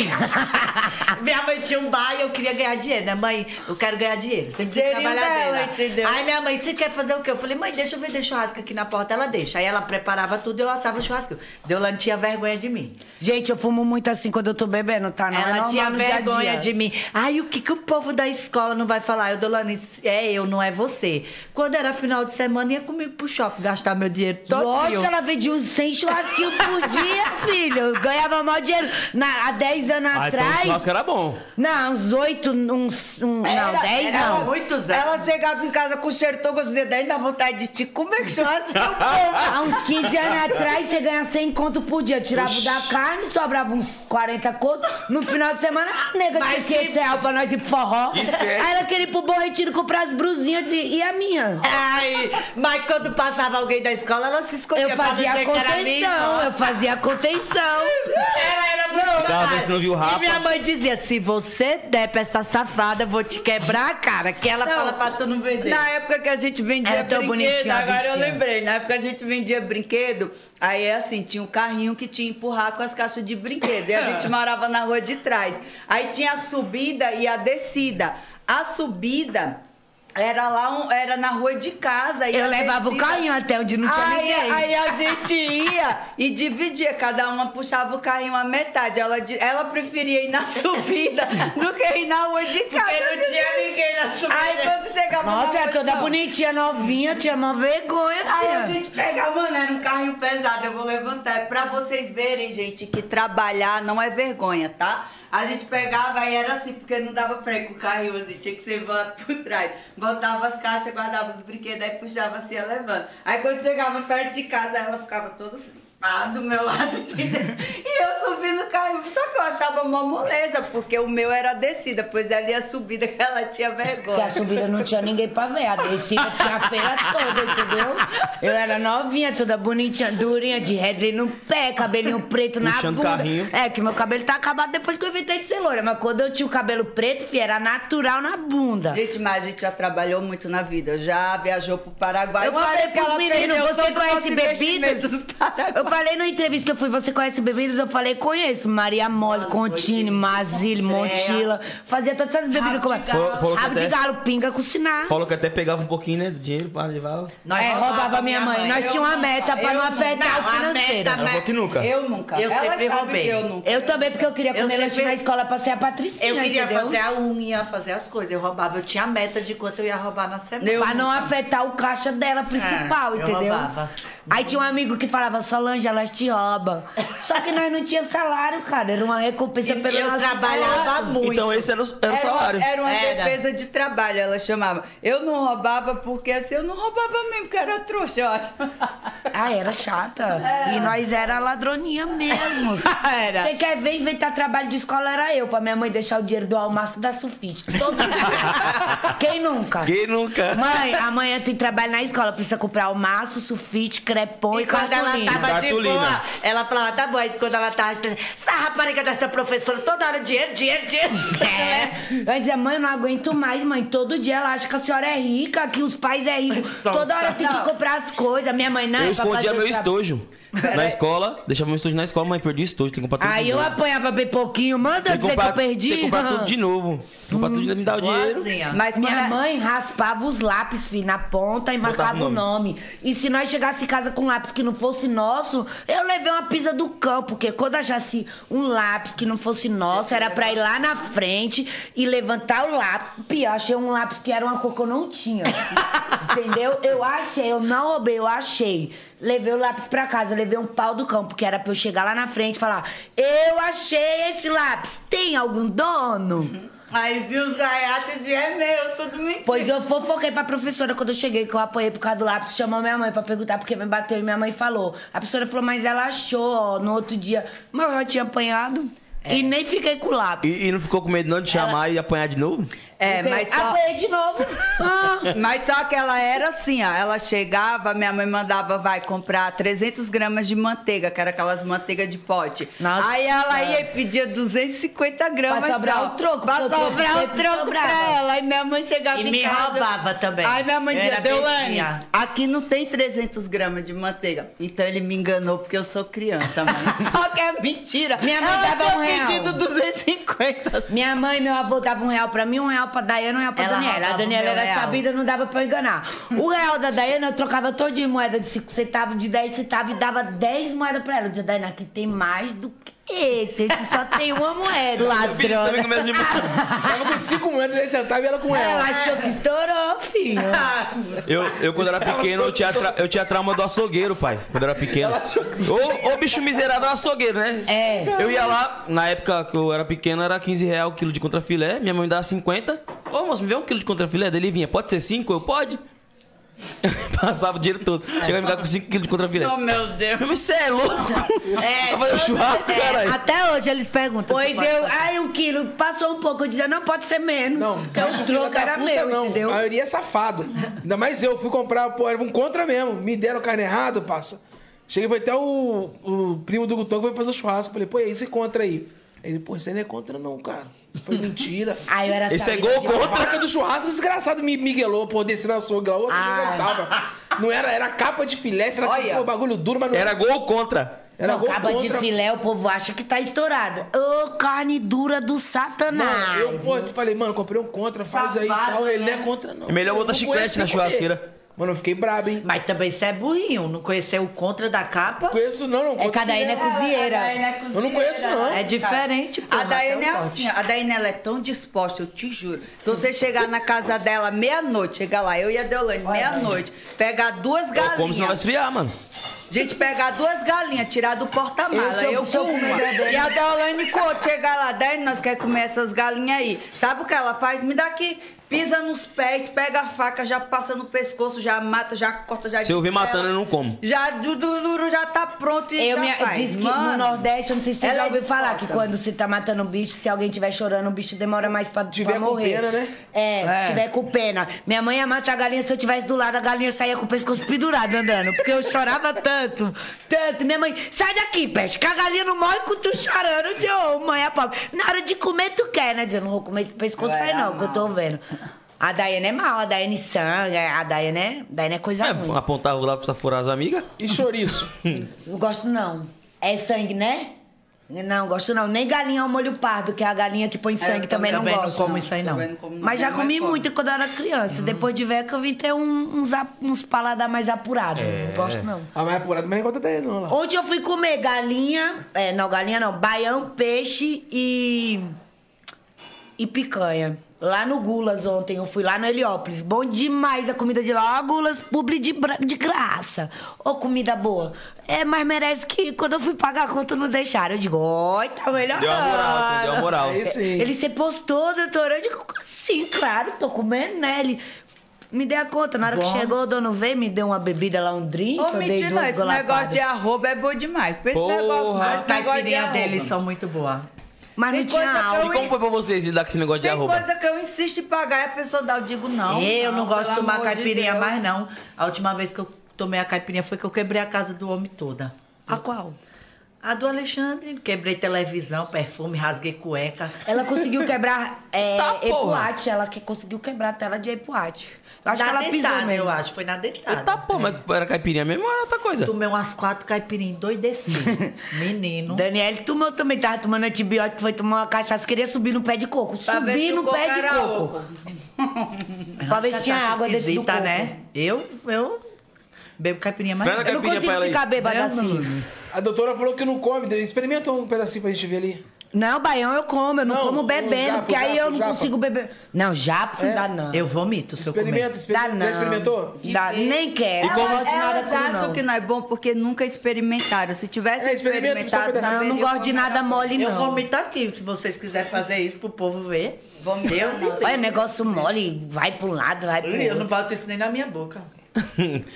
[SPEAKER 4] minha mãe tinha um bar e eu queria ganhar dinheiro, né? Mãe, eu quero ganhar dinheiro, sempre fui
[SPEAKER 3] Dinheirinho dela,
[SPEAKER 4] trabalhadeira.
[SPEAKER 3] entendeu?
[SPEAKER 4] Aí minha mãe, você quer fazer o quê? Eu falei, mãe, deixa eu vender churrasco aqui na porta, ela deixa. Aí ela preparava tudo e eu assava o churrasco. Deu, ela não tinha vergonha de mim.
[SPEAKER 5] Gente, eu fumo muito assim quando eu tô bebendo, tá? Não é
[SPEAKER 4] Ela
[SPEAKER 5] normal
[SPEAKER 4] tinha
[SPEAKER 5] no dia a
[SPEAKER 4] vergonha
[SPEAKER 5] dia.
[SPEAKER 4] de mim. Ai, o que, que o povo da escola não vai falar? Eu, Dolane, é eu, não é você. Quando era final de semana, ia comigo pro shopping gastar meu dinheiro todo.
[SPEAKER 5] Lógico que ela vendia uns 100 churrasquinhos por dia, filho. Eu ganhava mal dinheiro. Na, há 10 anos
[SPEAKER 1] Ah, então o
[SPEAKER 5] atrás.
[SPEAKER 1] churrasco era bom.
[SPEAKER 5] Não, uns 8, uns. um- não, 10
[SPEAKER 4] era
[SPEAKER 5] não.
[SPEAKER 4] muitos anos.
[SPEAKER 3] Ela chegava em casa com cheiro todo gostoso, daí dá vontade de te comer churrasco.
[SPEAKER 5] Há uns 15 anos atrás, você ganha 100 conto por dia. Eu Tirava da carne, sobrava uns 40 conto. No final de semana, a nega tinha 500 reais pra nós ir pro forró.
[SPEAKER 1] Esquece.
[SPEAKER 5] Aí ela queria ir pro Bom Retiro comprar as brusinhas de, e a minha.
[SPEAKER 4] Ai, mas quando passava alguém da escola, ela se escondia.
[SPEAKER 5] Eu
[SPEAKER 4] pra
[SPEAKER 5] fazia
[SPEAKER 4] não
[SPEAKER 5] a
[SPEAKER 4] ver que era
[SPEAKER 5] contenção,
[SPEAKER 4] minha.
[SPEAKER 5] eu fazia a contenção.
[SPEAKER 4] Ela era muito
[SPEAKER 1] Tá,
[SPEAKER 4] maldade.
[SPEAKER 1] você não viu o rapa?
[SPEAKER 4] E minha mãe dizia, se você der pra essa safada, eu vou te quebrar a cara. Que ela
[SPEAKER 3] Não.
[SPEAKER 4] fala pra tu não vender.
[SPEAKER 3] Na época que a gente vendia
[SPEAKER 5] Era tão
[SPEAKER 3] brinquedo,
[SPEAKER 5] bonitinha a
[SPEAKER 3] agora eu
[SPEAKER 5] bichinha.
[SPEAKER 3] lembrei, na época a gente vendia brinquedo, aí assim, tinha um carrinho que tinha que empurrar com as caixas de brinquedo, e a gente morava na rua de trás. Aí tinha a subida e a descida. A subida Era lá, um- era na rua de casa. e
[SPEAKER 5] Eu
[SPEAKER 3] às
[SPEAKER 5] levava o
[SPEAKER 3] vezes ia-
[SPEAKER 5] carrinho até onde não tinha
[SPEAKER 3] Aí,
[SPEAKER 5] ninguém.
[SPEAKER 3] aí a gente ia e dividia, cada uma puxava o carrinho a metade. Ela, di- ela preferia ir na subida do que ir na rua de casa.
[SPEAKER 6] Porque não
[SPEAKER 3] Eu disse,
[SPEAKER 6] tinha ninguém na subida.
[SPEAKER 3] Aí quando chegava
[SPEAKER 5] Nossa,
[SPEAKER 3] na
[SPEAKER 5] era toda
[SPEAKER 3] posição,
[SPEAKER 5] bonitinha, novinha, tinha uma vergonha,
[SPEAKER 3] Aí a
[SPEAKER 5] filha.
[SPEAKER 3] gente pegava, mano, era um carrinho pesado, eu vou levantar. É pra vocês verem, gente, que trabalhar não é vergonha, tá? A gente pegava e era assim, porque não dava freio com o carrinho, assim, tinha que ser lá por trás. Botava as caixas, guardava os brinquedos, aí puxava assim, ia levando. Aí quando chegava perto de casa, ela ficava toda assim. pá, do meu lado, entendeu? E eu subi no carrinho, só que eu achava uma moleza, porque o meu era descida, pois ali a subida que ela tinha
[SPEAKER 5] Porque a
[SPEAKER 3] vergonha.
[SPEAKER 5] subida não tinha ninguém pra ver, a descida tinha a feira toda, entendeu? Eu era novinha, toda bonitinha, durinha, de Redley no pé, cabelinho preto na
[SPEAKER 1] Puxando
[SPEAKER 5] bunda.
[SPEAKER 1] carrinho.
[SPEAKER 5] É, que meu cabelo tá acabado depois que eu inventei de ser loira, mas quando eu tinha o cabelo preto, filha, era natural na bunda.
[SPEAKER 3] Gente, mas a gente já trabalhou muito na vida, já viajou pro Paraguai.
[SPEAKER 5] Eu
[SPEAKER 3] Uma
[SPEAKER 5] falei
[SPEAKER 3] vez que
[SPEAKER 5] pros
[SPEAKER 3] ela
[SPEAKER 5] meninos,
[SPEAKER 3] perdeu
[SPEAKER 5] você
[SPEAKER 3] todo o nosso
[SPEAKER 5] conhece
[SPEAKER 3] investimento
[SPEAKER 5] bebidas?
[SPEAKER 3] no Paraguai.
[SPEAKER 5] Eu falei na entrevista que eu fui, você conhece bebidas? Eu falei, conheço. Maria Mole, Contini,
[SPEAKER 6] É.
[SPEAKER 5] Mazile, Montila. Fazia todas essas bebidas. Como...
[SPEAKER 1] galo. Falou- falou que
[SPEAKER 5] Rabo de
[SPEAKER 1] até-
[SPEAKER 5] galo, pinga com sinal.
[SPEAKER 1] Falou que até pegava um pouquinho, né? Do dinheiro para levar.
[SPEAKER 6] Nós
[SPEAKER 5] É, roubava minha mãe. Nós tínhamos uma meta pra não afetar o financeiro.
[SPEAKER 1] Eu vou que nunca.
[SPEAKER 3] Eu nunca.
[SPEAKER 6] Eu
[SPEAKER 3] ela
[SPEAKER 6] sempre
[SPEAKER 3] sabe
[SPEAKER 6] roubei.
[SPEAKER 3] que eu nunca.
[SPEAKER 5] Eu também, porque eu queria
[SPEAKER 6] Eu
[SPEAKER 5] comer lanche
[SPEAKER 6] sempre-
[SPEAKER 5] na escola pra ser a Patricinha,
[SPEAKER 6] Eu queria
[SPEAKER 5] entendeu?
[SPEAKER 6] fazer a unha, fazer as coisas. Eu roubava, eu tinha a meta de quanto eu ia roubar na semana.
[SPEAKER 5] pra não afetar o caixa dela principal,
[SPEAKER 6] É, eu
[SPEAKER 5] entendeu?
[SPEAKER 6] roubava.
[SPEAKER 5] Aí tinha um amigo que falava, Solange, elas te roubam. Só que nós não tinha salário, cara. Era uma recompensa pelo
[SPEAKER 6] eu
[SPEAKER 5] nosso
[SPEAKER 6] trabalhava
[SPEAKER 5] esforço.
[SPEAKER 6] muito.
[SPEAKER 1] Então esse era o, era o
[SPEAKER 3] Era uma,
[SPEAKER 1] salário.
[SPEAKER 3] era uma
[SPEAKER 6] Era.
[SPEAKER 3] defesa de trabalho, ela chamava. Eu não roubava porque assim, eu não roubava mesmo, porque era trouxa, eu acho.
[SPEAKER 5] Ah, era chata.
[SPEAKER 6] É.
[SPEAKER 5] E nós era ladroninha mesmo.
[SPEAKER 3] Era.
[SPEAKER 5] Você quer ver inventar trabalho de escola? Era eu, pra minha mãe deixar o dinheiro do almoço da sulfite. Todo dia. Quem nunca?
[SPEAKER 1] Quem nunca?
[SPEAKER 5] Mãe, amanhã tem trabalho na escola. Precisa comprar almaço, sulfite, crepom e,
[SPEAKER 6] E quando ela
[SPEAKER 5] cartolina.
[SPEAKER 6] tava
[SPEAKER 1] Cartolina.
[SPEAKER 6] de boa, ela falava, tá bom. Aí quando ela tava, essa rapariga dessa professora, toda hora dinheiro, dinheiro, dinheiro.
[SPEAKER 5] É. Eu dizia, mãe, eu não aguento mais, mãe. Todo dia ela acha que a senhora é rica, que os pais é rico. Toda hora tem que comprar as coisas. Minha mãe não
[SPEAKER 1] um Eu
[SPEAKER 5] é pra fazer
[SPEAKER 1] escondia meu
[SPEAKER 5] o trabalho.
[SPEAKER 1] estojo. Na escola, deixava meu estojo na escola, mas perdi o estojo, tem que comprar tudo
[SPEAKER 5] Aí
[SPEAKER 1] de
[SPEAKER 5] eu
[SPEAKER 1] novo.
[SPEAKER 5] apanhava bem pouquinho. Manda eu
[SPEAKER 1] Tem que
[SPEAKER 5] dizer
[SPEAKER 1] comprar-
[SPEAKER 5] que eu perdi.
[SPEAKER 1] Tem que comprar tudo de novo. Tem que Comprar tudo de novo, me dá o dinheiro.
[SPEAKER 6] Boazinha.
[SPEAKER 3] Mas é-
[SPEAKER 5] Minha
[SPEAKER 3] quando-
[SPEAKER 5] mãe raspava os lápis, filho, na ponta e
[SPEAKER 1] Botava
[SPEAKER 5] marcava
[SPEAKER 1] o
[SPEAKER 5] o nome. E se nós chegasse em casa com um lápis que não fosse nosso, eu levei uma pisa do cão, porque quando achasse um lápis que não fosse nosso, era pra ir lá na frente e levantar o lápis. Pia, eu achei um lápis que era uma cor que eu não tinha. Entendeu? Eu achei, eu não roubei, eu achei. Levei o lápis pra casa, levei um pau do cão, porque era pra eu chegar lá na frente e falar: Eu achei esse lápis, tem algum dono?
[SPEAKER 3] Aí vi os gaiatos e dizia, é meu, tudo mentira.
[SPEAKER 5] Pois eu fofoquei pra professora quando eu cheguei, que eu apanhei por causa do lápis, chamou minha mãe pra perguntar porque me bateu e minha mãe falou. A professora falou, mas ela achou ó, no outro dia. Mas eu já tinha apanhado e nem fiquei com o lápis.
[SPEAKER 1] E, e não ficou com medo não de chamar e apanhar de novo?
[SPEAKER 3] É, mas só,
[SPEAKER 5] Apanhei de novo.
[SPEAKER 3] mas só que ela era assim, ó. Ela chegava, minha mãe mandava, vai comprar 300 gramas de manteiga, que era aquelas manteigas de pote.
[SPEAKER 5] Nossa.
[SPEAKER 3] Aí ela ia e pedia 250 gramas.
[SPEAKER 5] Pra sobrar
[SPEAKER 3] ó,
[SPEAKER 5] o troco,
[SPEAKER 3] Pra
[SPEAKER 5] porque o troco
[SPEAKER 3] sobrar o
[SPEAKER 5] sempre
[SPEAKER 3] troco pra
[SPEAKER 5] sobrava.
[SPEAKER 3] ela. Aí minha mãe chegava
[SPEAKER 6] E
[SPEAKER 3] em
[SPEAKER 6] me
[SPEAKER 3] casa.
[SPEAKER 6] roubava também.
[SPEAKER 3] Aí minha mãe
[SPEAKER 6] Eu
[SPEAKER 3] dizia,
[SPEAKER 6] era
[SPEAKER 3] Deolane,
[SPEAKER 6] bestinha.
[SPEAKER 3] aqui não tem 300 gramas de manteiga. Então ele me enganou porque eu sou criança, mãe. só que é mentira.
[SPEAKER 5] Minha mãe
[SPEAKER 3] ela
[SPEAKER 5] dava
[SPEAKER 3] tinha
[SPEAKER 5] um real.
[SPEAKER 3] pedido 250.
[SPEAKER 5] Minha mãe e meu avô davam um real pra mim, um real pra Daiana, um real pra
[SPEAKER 6] Ela
[SPEAKER 5] Daniela. A
[SPEAKER 6] roubava o
[SPEAKER 5] Daniela
[SPEAKER 6] meu
[SPEAKER 5] era
[SPEAKER 6] real.
[SPEAKER 5] sabida, não dava pra eu enganar. O real da Daiana eu trocava todo de moeda de 5 centavos, de 10 centavos e dava 10 moedas pra ela. Eu dizia, Daiana, aqui tem mais do que esse. Esse só tem uma moeda.
[SPEAKER 1] Ladrão. também começa de
[SPEAKER 2] Tava com cinco moedas, aí sentava e ela com
[SPEAKER 5] Ela
[SPEAKER 2] ela.
[SPEAKER 5] achou que estourou, filho.
[SPEAKER 1] Eu, eu, quando era pequeno, eu tinha, tra- eu tinha trauma do açougueiro, pai. Quando eu era pequeno. Ô, ô bicho miserável é o açougueiro, né?
[SPEAKER 5] É.
[SPEAKER 1] Eu ia lá, na época que eu era pequeno, era 15 reais o quilo de contrafilé. Minha mãe me dava 50. Ô, moço, me vê um quilo de contrafilé? Daí ele vinha, pode ser 5? Eu, pode. Passava o dinheiro todo. Chegava em casa com 5 quilos de contrafilé.
[SPEAKER 3] Oh, meu Deus.
[SPEAKER 1] Meu, você é louco? É, fazer churrasco,
[SPEAKER 6] É,
[SPEAKER 1] caralho.
[SPEAKER 6] até hoje eles perguntam. se
[SPEAKER 5] Pois
[SPEAKER 6] pode
[SPEAKER 5] eu,
[SPEAKER 6] fazer.
[SPEAKER 5] ai, um quilo, passou um pouco, eu dizia, não, pode ser menos.
[SPEAKER 2] Não,
[SPEAKER 5] porque o
[SPEAKER 2] filha
[SPEAKER 5] troco
[SPEAKER 2] da
[SPEAKER 5] Então, era
[SPEAKER 2] puta,
[SPEAKER 5] meu,
[SPEAKER 2] não.
[SPEAKER 5] entendeu?
[SPEAKER 2] A maioria é safado. Ainda mais eu, fui comprar, pô, era um contra mesmo. Me deram carne errada, passa. Cheguei, foi até o, o primo do Gutão que foi fazer o churrasco. Falei, pô, e esse contra aí? Ele, pô, isso aí não é contra não, cara. Foi mentira.
[SPEAKER 5] Ai, eu era
[SPEAKER 1] Esse é
[SPEAKER 5] sabida
[SPEAKER 1] gol
[SPEAKER 5] de-
[SPEAKER 2] A
[SPEAKER 1] contra.
[SPEAKER 2] placa do churrasco, desgraçado, me miguelou, pô, desceu na açougue
[SPEAKER 5] Ah.
[SPEAKER 2] lá, outro dia eu tava. Não era, era capa de filé, será que
[SPEAKER 3] Olha.
[SPEAKER 2] foi bagulho duro, mas não
[SPEAKER 1] Era gol contra.
[SPEAKER 2] Era
[SPEAKER 5] Não,
[SPEAKER 2] gol
[SPEAKER 5] caba de
[SPEAKER 2] contra-
[SPEAKER 5] filé, o povo acha que tá estourada. Ô, carne dura do
[SPEAKER 2] Mano,
[SPEAKER 5] satanás.
[SPEAKER 2] eu pô, eu falei, mano, comprei um contra, faz aí e
[SPEAKER 3] Safado,
[SPEAKER 2] tal. Ele não
[SPEAKER 3] né?
[SPEAKER 2] é contra, não.
[SPEAKER 1] É melhor
[SPEAKER 2] Eu
[SPEAKER 1] botar
[SPEAKER 2] vou
[SPEAKER 1] chiclete
[SPEAKER 2] conhecer
[SPEAKER 1] na
[SPEAKER 2] qual
[SPEAKER 1] churrasqueira.
[SPEAKER 2] é. Mano, eu fiquei brabo, hein?
[SPEAKER 6] Mas também você é burrinho, não conheceu o contra da capa?
[SPEAKER 2] Não conheço, não, não.
[SPEAKER 5] É
[SPEAKER 2] contra
[SPEAKER 5] cada um
[SPEAKER 2] ninguém.
[SPEAKER 5] Ana é cozinheira.
[SPEAKER 2] Eu não conheço, não.
[SPEAKER 6] É diferente, pô.
[SPEAKER 3] A Daiane é
[SPEAKER 5] um
[SPEAKER 6] Rafael
[SPEAKER 3] assim, a Daiane ela é tão disposta, eu te juro. Se você chegar na casa dela meia-noite, chegar lá, eu e a Deolane, meia-noite, pegar duas
[SPEAKER 1] Eu como, senão vai
[SPEAKER 3] galinhas.
[SPEAKER 1] esfriar, mano.
[SPEAKER 3] Gente, pegar duas galinhas, tirar do porta-mala,
[SPEAKER 5] Esse é o
[SPEAKER 3] eu
[SPEAKER 5] seu
[SPEAKER 3] com uma.
[SPEAKER 5] comedor.
[SPEAKER 3] E a Deolane com outra, chegar lá, Daiane, nós quer comer essas galinhas aí. Sabe o que ela faz? Me dá aqui. Pisa nos pés, pega a faca, já passa no pescoço, já mata, já corta, já...
[SPEAKER 1] Se eu ver
[SPEAKER 3] desfela.
[SPEAKER 1] matando, eu não como.
[SPEAKER 3] Já, du, du- du- já tá pronto e
[SPEAKER 5] Eu
[SPEAKER 3] já
[SPEAKER 5] me
[SPEAKER 3] faz.
[SPEAKER 5] diz que no
[SPEAKER 3] Mano.
[SPEAKER 5] Nordeste, eu não sei se você
[SPEAKER 3] Ela
[SPEAKER 5] já
[SPEAKER 3] é
[SPEAKER 5] ouviu falar que
[SPEAKER 3] disposta.
[SPEAKER 5] quando você tá matando um bicho, se alguém tiver chorando, o bicho demora mais pra,
[SPEAKER 2] Tiver
[SPEAKER 5] pra
[SPEAKER 2] com
[SPEAKER 5] morrer.
[SPEAKER 2] pena, né?
[SPEAKER 5] É,
[SPEAKER 6] É.
[SPEAKER 5] tiver com pena. Minha mãe ia matar a galinha, se eu tivesse do lado, a galinha saía com o pescoço pendurado andando. Porque eu chorava tanto, tanto. Minha mãe, sai daqui, peste, que a galinha não morre com tu chorando. Eu dizia, ô mãe, a pobre. Na hora de comer, tu quer, né? Eu dizia, não vou comer esse pescoço
[SPEAKER 3] Eu
[SPEAKER 5] aí,
[SPEAKER 3] era
[SPEAKER 5] não, que eu tô vendo. A Daiane é mal, a Daiane sangra, a Daiane é, Daiane é coisa ruim.
[SPEAKER 1] É, apontava lá pra furar as amigas.
[SPEAKER 2] E chouriço.
[SPEAKER 5] Não gosto não. É sangue, né? Não, gosto não. Nem galinha ao molho pardo, que é a galinha que põe sangue,
[SPEAKER 6] eu
[SPEAKER 5] também,
[SPEAKER 6] também
[SPEAKER 5] não
[SPEAKER 6] não
[SPEAKER 5] gosto.
[SPEAKER 6] como isso aí, não. Hum.
[SPEAKER 3] Também como, não.
[SPEAKER 5] Mas já
[SPEAKER 3] Minha mãe
[SPEAKER 5] comi
[SPEAKER 3] come.
[SPEAKER 5] muito quando eu era criança. Depois de velho que eu vim ter um- uns, a- uns paladar mais apurado.
[SPEAKER 6] É.
[SPEAKER 5] Não gosto não.
[SPEAKER 2] A mais apurada, Ah, mas nem conta até ele, não. Lá.
[SPEAKER 5] Ontem eu fui comer galinha, é, não, galinha não, baião, peixe e e picanha. Lá no Gulas ontem, eu fui lá no Heliópolis. Bom demais a comida de lá. Ó, Gulas, publi de, bra- de graça. Ô, comida boa. É, mas merece que quando eu fui pagar a conta não deixaram. Eu digo, oi, tá melhor.
[SPEAKER 1] Deu uma
[SPEAKER 5] Ah,
[SPEAKER 1] moral, tu deu uma moral.
[SPEAKER 2] Aí sim.
[SPEAKER 5] Ele se postou, doutor. Eu digo, sim, claro, tô comendo, né? Ele me deu a conta. Na hora que chegou, o dono veio, me deu uma bebida lá, um drink.
[SPEAKER 3] Ô,
[SPEAKER 5] eu dei
[SPEAKER 3] mentira,
[SPEAKER 5] duas
[SPEAKER 3] não, esse
[SPEAKER 5] golapadas.
[SPEAKER 3] negócio de arroba é bom demais. Pra esse
[SPEAKER 1] Porra.
[SPEAKER 3] negócio, pra
[SPEAKER 1] As
[SPEAKER 3] esse
[SPEAKER 6] As
[SPEAKER 3] negócio de
[SPEAKER 6] caipirinhas
[SPEAKER 3] arroba.
[SPEAKER 6] deles são muito boas.
[SPEAKER 5] Mas não
[SPEAKER 3] Tem
[SPEAKER 5] tinha
[SPEAKER 3] coisa que eu
[SPEAKER 5] álcool.
[SPEAKER 1] E como foi pra vocês lidar com esse negócio de
[SPEAKER 3] Tem
[SPEAKER 1] arroba?
[SPEAKER 3] coisa que eu insisto em pagar e a pessoa dá, eu digo não.
[SPEAKER 6] Eu não, gosto de
[SPEAKER 3] pelo
[SPEAKER 6] tomar
[SPEAKER 3] amor de
[SPEAKER 6] caipirinha
[SPEAKER 3] Deus.
[SPEAKER 6] mais, não. A última vez que eu tomei a caipirinha foi que eu quebrei a casa do homem toda.
[SPEAKER 5] A qual?
[SPEAKER 6] A do Alexandre, quebrei televisão, perfume, rasguei cueca.
[SPEAKER 5] Ela conseguiu quebrar é,
[SPEAKER 1] Tá, porra.
[SPEAKER 5] Epoate. Ela que conseguiu quebrar a tela de Epoate. Eu
[SPEAKER 6] Na
[SPEAKER 5] acho que ela pisou
[SPEAKER 6] deitada,
[SPEAKER 5] mesmo.
[SPEAKER 6] Eu acho, foi na deitada.
[SPEAKER 1] Tá, pô, mas era caipirinha mesmo ou era outra coisa?
[SPEAKER 6] Tomei umas quatro caipirinhas, endoideci. Menino.
[SPEAKER 5] Daniele tomou também, tava tomando antibiótico, foi tomar uma cachaça, queria subir no pé de coco.
[SPEAKER 3] Pra ver
[SPEAKER 5] Subir
[SPEAKER 3] se
[SPEAKER 5] no
[SPEAKER 3] o
[SPEAKER 5] pé
[SPEAKER 3] coco
[SPEAKER 5] de
[SPEAKER 3] era
[SPEAKER 5] coco.
[SPEAKER 3] oco.
[SPEAKER 5] Pra ver se tinha
[SPEAKER 6] Cachaça
[SPEAKER 5] água dentro do
[SPEAKER 6] esquisita,
[SPEAKER 5] coco.
[SPEAKER 6] né? Eu, eu bebo caipirinha mais.
[SPEAKER 1] Não era
[SPEAKER 5] Eu não
[SPEAKER 1] Caipirinha pra
[SPEAKER 5] consigo
[SPEAKER 1] ela aí.
[SPEAKER 5] ficar bêbada
[SPEAKER 6] Não,
[SPEAKER 5] assim.
[SPEAKER 2] A doutora falou que não come. deu- Experimenta um pedacinho pra gente ver ali.
[SPEAKER 5] Não, baião eu como, eu não,
[SPEAKER 2] Não,
[SPEAKER 5] como
[SPEAKER 2] o
[SPEAKER 5] bebendo,
[SPEAKER 2] japa,
[SPEAKER 5] porque
[SPEAKER 2] o
[SPEAKER 5] aí
[SPEAKER 2] japa,
[SPEAKER 5] eu
[SPEAKER 2] o
[SPEAKER 5] não
[SPEAKER 2] japa.
[SPEAKER 5] consigo beber. Não, japa não dá não.
[SPEAKER 6] Eu vomito se eu comer.
[SPEAKER 2] Experimenta,
[SPEAKER 5] Dá
[SPEAKER 2] experimenta.
[SPEAKER 5] não.
[SPEAKER 2] Já experimentou?
[SPEAKER 5] Dá, nem quer.
[SPEAKER 1] E como-
[SPEAKER 5] Ela- ela
[SPEAKER 3] Elas
[SPEAKER 5] come,
[SPEAKER 3] acham
[SPEAKER 5] não.
[SPEAKER 3] que não é bom porque nunca experimentaram. Se tivesse
[SPEAKER 2] É, experimenta,
[SPEAKER 3] experimentado,
[SPEAKER 2] só um pedacinho.
[SPEAKER 5] Não, eu não
[SPEAKER 3] saberia
[SPEAKER 5] gosto de
[SPEAKER 3] como era
[SPEAKER 5] nada
[SPEAKER 3] bom.
[SPEAKER 5] mole, não.
[SPEAKER 6] Eu vomito aqui, se vocês quiserem fazer isso pro povo ver.
[SPEAKER 3] Vomitar,
[SPEAKER 6] eu,
[SPEAKER 3] não.
[SPEAKER 5] Olha, é negócio mole, vai pra um lado, vai pro
[SPEAKER 6] Ui, eu
[SPEAKER 5] outro.
[SPEAKER 6] não boto isso nem na minha boca.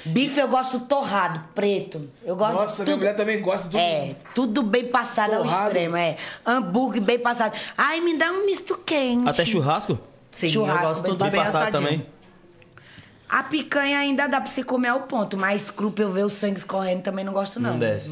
[SPEAKER 5] Bife eu gosto torrado, preto. Eu gosto de
[SPEAKER 2] Nossa, minha
[SPEAKER 5] tudo.
[SPEAKER 2] mulher também gosta do.
[SPEAKER 5] É, tudo bem passado ao
[SPEAKER 2] Torrado.
[SPEAKER 5] extremo, é. Hambúrguer bem passado. Ai, me dá um misto quente.
[SPEAKER 1] Até churrasco?
[SPEAKER 6] Sim,
[SPEAKER 5] Churrasco,
[SPEAKER 6] eu gosto
[SPEAKER 5] bem
[SPEAKER 6] tudo bem,
[SPEAKER 1] passado
[SPEAKER 6] assadinho.
[SPEAKER 1] também.
[SPEAKER 5] A picanha ainda dá pra você comer ao ponto, mas cru pra eu ver o sangue escorrendo também não gosto, não.
[SPEAKER 1] Não desce.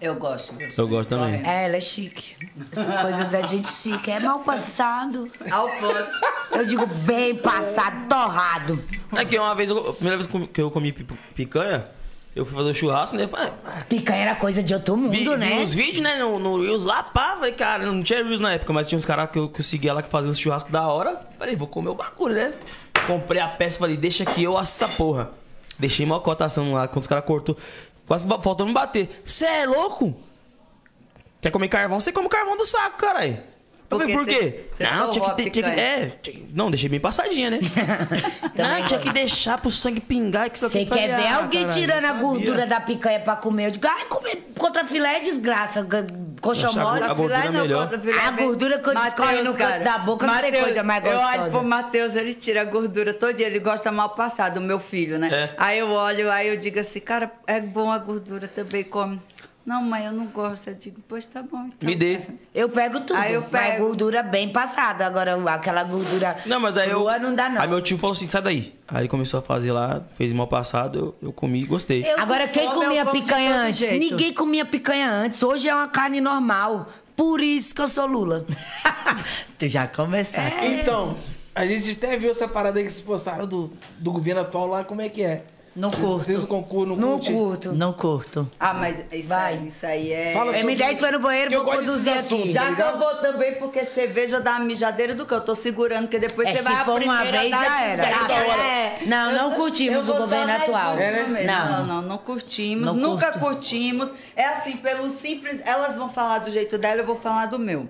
[SPEAKER 3] Eu gosto. viu?
[SPEAKER 1] Eu gosto também.
[SPEAKER 5] É, ela é chique. Essas coisas é gente chique. É mal passado.
[SPEAKER 3] Ao ponto.
[SPEAKER 5] Eu digo bem passado, torrado.
[SPEAKER 1] É que uma vez, eu- a primeira vez que eu comi- que eu comi pi- picanha, eu fui fazer um churrasco, né? Falei, ah,
[SPEAKER 5] Picanha era coisa de outro mundo,
[SPEAKER 1] vi, vi
[SPEAKER 5] né?
[SPEAKER 1] uns vídeos, né? No, no Reels lá, pá. Falei, cara, não tinha Reels na época, mas tinha uns caras que eu, que eu seguia lá que faziam uns churrasco da hora. Falei, vou comer o bagulho, né? Comprei a peça, falei, deixa que eu asso essa porra. Deixei uma cotação lá, quando os caras cortou. Quase ba- faltou me bater. Cê é louco? Quer comer carvão? Você come carvão do saco, caralho. Falei,
[SPEAKER 3] Porque
[SPEAKER 1] por
[SPEAKER 3] cê-
[SPEAKER 1] quê?
[SPEAKER 3] cê
[SPEAKER 1] não,
[SPEAKER 5] tá
[SPEAKER 3] torrou
[SPEAKER 1] tinha que,
[SPEAKER 3] a
[SPEAKER 1] ter- tinha que.
[SPEAKER 3] picanha.
[SPEAKER 1] É, tinha que- não, deixei bem passadinha, né? não, tinha que deixar pro sangue pingar. e que isso
[SPEAKER 5] Você
[SPEAKER 1] aqui- falei,
[SPEAKER 5] quer ver
[SPEAKER 1] ah,
[SPEAKER 5] alguém
[SPEAKER 1] caralho,
[SPEAKER 5] tirando
[SPEAKER 1] não
[SPEAKER 5] a
[SPEAKER 1] sabia.
[SPEAKER 5] gordura da picanha pra comer? Eu digo, ai, comer contra filé é desgraça. g- Coxa
[SPEAKER 1] Poxa,
[SPEAKER 5] mole.
[SPEAKER 1] A gordura
[SPEAKER 3] Filé
[SPEAKER 1] é
[SPEAKER 3] não,
[SPEAKER 1] melhor.
[SPEAKER 3] contra filé
[SPEAKER 5] A
[SPEAKER 3] bem-
[SPEAKER 5] gordura quando escorre no canto
[SPEAKER 3] cara.
[SPEAKER 5] da boca não tem coisa mais
[SPEAKER 3] Eu
[SPEAKER 5] gostosa.
[SPEAKER 3] olho pro Matheus, ele tira a gordura todo dia, ele gosta mal passado, o meu filho, né?
[SPEAKER 1] É.
[SPEAKER 3] Aí eu olho, aí eu digo assim, cara, é bom a gordura também, come. Não, mãe, eu não gosto. Eu digo, pois tá bom. Então.
[SPEAKER 1] Me dê.
[SPEAKER 5] Eu pego tudo.
[SPEAKER 3] Aí eu
[SPEAKER 5] Mas
[SPEAKER 3] pego.
[SPEAKER 5] gordura bem passada. Agora, aquela gordura
[SPEAKER 1] Não, mas aí eu.
[SPEAKER 5] crua não dá, não.
[SPEAKER 1] Aí meu tio falou assim: sai daí. Aí ele começou a fazer lá, fez mal passado, eu, eu comi e gostei.
[SPEAKER 3] Eu
[SPEAKER 5] Agora,
[SPEAKER 3] com
[SPEAKER 5] quem
[SPEAKER 3] fome,
[SPEAKER 5] comia
[SPEAKER 3] eu como de
[SPEAKER 5] picanha
[SPEAKER 3] todo
[SPEAKER 5] antes?
[SPEAKER 3] jeito.
[SPEAKER 5] Ninguém comia picanha antes. Hoje é uma carne normal. Por isso que eu sou Lula.
[SPEAKER 6] tu já começaste.
[SPEAKER 2] Então, a gente até viu essa parada aí que se postaram do, do governo atual lá, como é que é?
[SPEAKER 5] Não
[SPEAKER 2] Vocês
[SPEAKER 5] curto.
[SPEAKER 2] concurso, não
[SPEAKER 7] Não
[SPEAKER 2] curte?
[SPEAKER 7] curto.
[SPEAKER 4] Não curto.
[SPEAKER 3] Ah, mas isso aí, isso aí é.
[SPEAKER 2] Fala sobre
[SPEAKER 7] M10
[SPEAKER 2] isso,
[SPEAKER 7] foi no banheiro,
[SPEAKER 2] que eu
[SPEAKER 7] vou
[SPEAKER 2] gosto desses
[SPEAKER 7] conduzir aqui.
[SPEAKER 2] assuntos, tá
[SPEAKER 3] Já que
[SPEAKER 2] ligado?
[SPEAKER 3] eu vou também, porque cerveja dá uma mijadeira do que eu tô segurando, porque depois você
[SPEAKER 5] É, se
[SPEAKER 3] vai a
[SPEAKER 5] for uma
[SPEAKER 3] primeira
[SPEAKER 5] vez,
[SPEAKER 3] dá
[SPEAKER 5] já era.
[SPEAKER 3] desgraça.
[SPEAKER 5] Toda hora.
[SPEAKER 3] É.
[SPEAKER 5] Não, não curtimos
[SPEAKER 3] eu vou
[SPEAKER 5] o governo
[SPEAKER 3] só mais
[SPEAKER 5] atual.
[SPEAKER 3] uma
[SPEAKER 2] É, né?
[SPEAKER 3] mesmo.
[SPEAKER 5] Não.
[SPEAKER 3] Não. não, não, curtimos,
[SPEAKER 4] Não
[SPEAKER 3] nunca
[SPEAKER 4] curto.
[SPEAKER 3] curtimos. É assim, pelo simples, elas vão falar do jeito dela, eu vou falar do meu.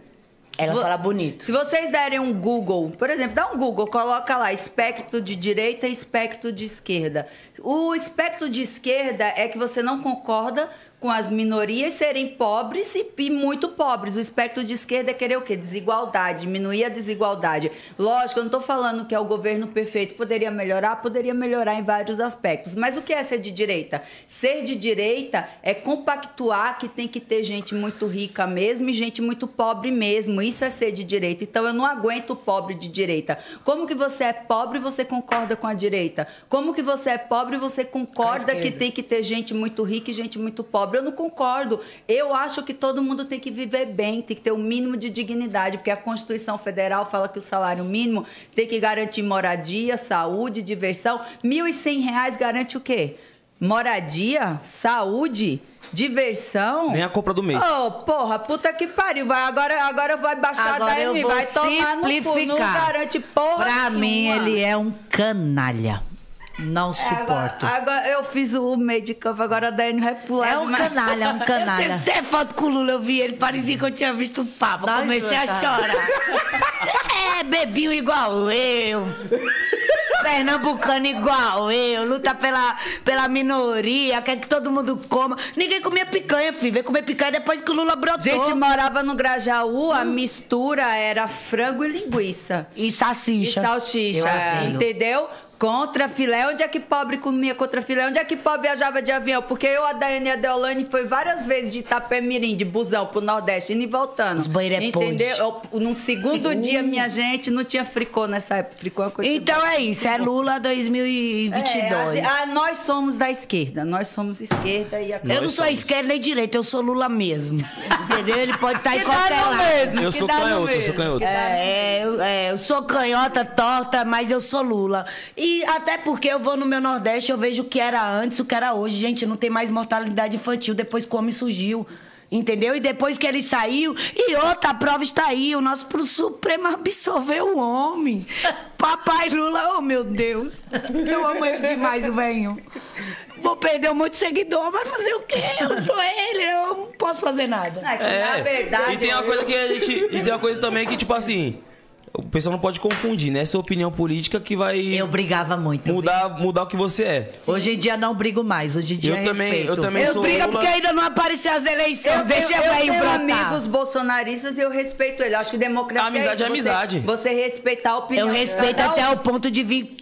[SPEAKER 5] Ela
[SPEAKER 3] Se vo-
[SPEAKER 5] fala bonito.
[SPEAKER 3] Se vocês derem um Google, por exemplo, dá um Google, coloca lá espectro de direita e espectro de esquerda. O espectro de esquerda é que você não concorda com as minorias serem pobres e, e muito pobres. O espectro de esquerda é querer o quê? Desigualdade, diminuir a desigualdade. Lógico, eu não estou falando que é o governo perfeito. Poderia melhorar? Poderia melhorar em vários aspectos. Mas o que é ser de direita? Ser de direita é compactuar que tem que ter gente muito rica mesmo e gente muito pobre mesmo. Isso é ser de direita. Então eu não aguento o pobre de direita. Como que você é pobre e você concorda com a direita? Como que você é pobre e você concorda que tem que ter gente muito rica e gente muito pobre? Eu não concordo. Eu acho que todo mundo tem que viver bem, tem que ter o mínimo de dignidade, porque a Constituição Federal fala que o salário mínimo tem que garantir moradia, saúde, diversão. R$ 1.100 reais garante o quê? Moradia, saúde, diversão.
[SPEAKER 1] Nem a compra do mês.
[SPEAKER 3] Ô, porra, puta que pariu. Vai, agora, agora vai baixar
[SPEAKER 5] Agora
[SPEAKER 3] da
[SPEAKER 5] eu
[SPEAKER 3] M,
[SPEAKER 5] vou
[SPEAKER 3] vai tomar no cu. Não
[SPEAKER 4] simplificar.
[SPEAKER 3] garante porra
[SPEAKER 4] Pra
[SPEAKER 3] nenhuma.
[SPEAKER 4] mim, ele é um canalha. Não
[SPEAKER 3] É, agora-
[SPEAKER 4] suporto.
[SPEAKER 3] Agora, eu fiz o meio de campo, agora a Daiane vai pular.
[SPEAKER 4] É um
[SPEAKER 3] demais.
[SPEAKER 4] canalha, é um
[SPEAKER 5] Tem
[SPEAKER 4] canalha.
[SPEAKER 5] até foto com o Lula, eu vi ele, parecia que eu tinha visto o Papa.
[SPEAKER 4] Nós
[SPEAKER 5] Comecei
[SPEAKER 4] duas, tá?
[SPEAKER 5] a chorar. é, bebinho igual eu. Pernambucano igual eu, luta pela, pela minoria, quer que todo mundo coma. Ninguém comia picanha, filho. Veio comer picanha depois que o Lula brotou.
[SPEAKER 3] Gente, morava no Grajaú, a mistura era frango e linguiça.
[SPEAKER 5] e
[SPEAKER 3] E
[SPEAKER 5] salsicha.
[SPEAKER 3] salsicha, é.
[SPEAKER 5] Eu odeio.
[SPEAKER 3] entendeu? Contra filé, onde é que pobre comia contra filé? Onde é que pobre viajava de avião? Porque eu, a Daiane e a Deolane foi várias vezes de Itapemirim, de busão pro Nordeste, indo e voltando.
[SPEAKER 5] Os banheiros é
[SPEAKER 3] Entendeu? Eu, num segundo dia, minha gente, não tinha fricô nessa época. Fricô é uma coisa
[SPEAKER 5] Então é isso, é Lula 2022.
[SPEAKER 3] É, a ge- ah, nós somos da esquerda, nós somos esquerda e a
[SPEAKER 5] Eu não sou
[SPEAKER 1] somos.
[SPEAKER 5] esquerda nem direita, eu sou Lula mesmo. Entendeu? Ele pode estar em
[SPEAKER 3] tá
[SPEAKER 5] qualquer lado.
[SPEAKER 1] Eu sou canhoto, eu sou canhoto.
[SPEAKER 3] né?
[SPEAKER 5] É, eu, é, eu sou canhota torta, mas eu sou Lula. E até porque eu vou no meu Nordeste, eu vejo o que era antes, o que era hoje. Gente, não tem mais mortalidade infantil depois que o homem surgiu. Entendeu? E depois que ele saiu, e outra a prova está aí, o nosso pro Supremo absorveu o homem. Papai Lula, oh meu Deus. Eu amo ele demais, o venho. Vou perder um monte de seguidor, vai fazer o quê? Eu sou ele, eu não posso fazer nada.
[SPEAKER 3] Ah, que
[SPEAKER 1] É.
[SPEAKER 3] Na verdade,
[SPEAKER 1] E tem uma
[SPEAKER 3] eu-
[SPEAKER 1] coisa que a gente. E tem uma coisa também que, tipo assim, o pessoal não pode confundir, né? É sua opinião política que vai
[SPEAKER 4] Eu brigava muito.
[SPEAKER 1] mudar, mudar o que você é.
[SPEAKER 4] Hoje em dia não brigo mais. Hoje em dia é
[SPEAKER 1] Eu também-
[SPEAKER 4] respeito.
[SPEAKER 1] eu também
[SPEAKER 5] Eu
[SPEAKER 1] sou
[SPEAKER 5] briga
[SPEAKER 1] Lula.
[SPEAKER 5] porque ainda não apareceu as eleições.
[SPEAKER 3] Eu
[SPEAKER 5] Deixa
[SPEAKER 3] tenho,
[SPEAKER 5] eu
[SPEAKER 3] eu
[SPEAKER 5] aí
[SPEAKER 3] tenho
[SPEAKER 5] brotar.
[SPEAKER 3] amigos bolsonaristas e eu respeito ele. Acho que democracia
[SPEAKER 1] Amizade
[SPEAKER 3] isso,
[SPEAKER 1] é
[SPEAKER 3] você-
[SPEAKER 1] amizade.
[SPEAKER 3] Você respeitar a opinião.
[SPEAKER 5] Eu
[SPEAKER 3] de
[SPEAKER 5] respeito
[SPEAKER 3] cada
[SPEAKER 5] até
[SPEAKER 3] um.
[SPEAKER 5] o ponto de vir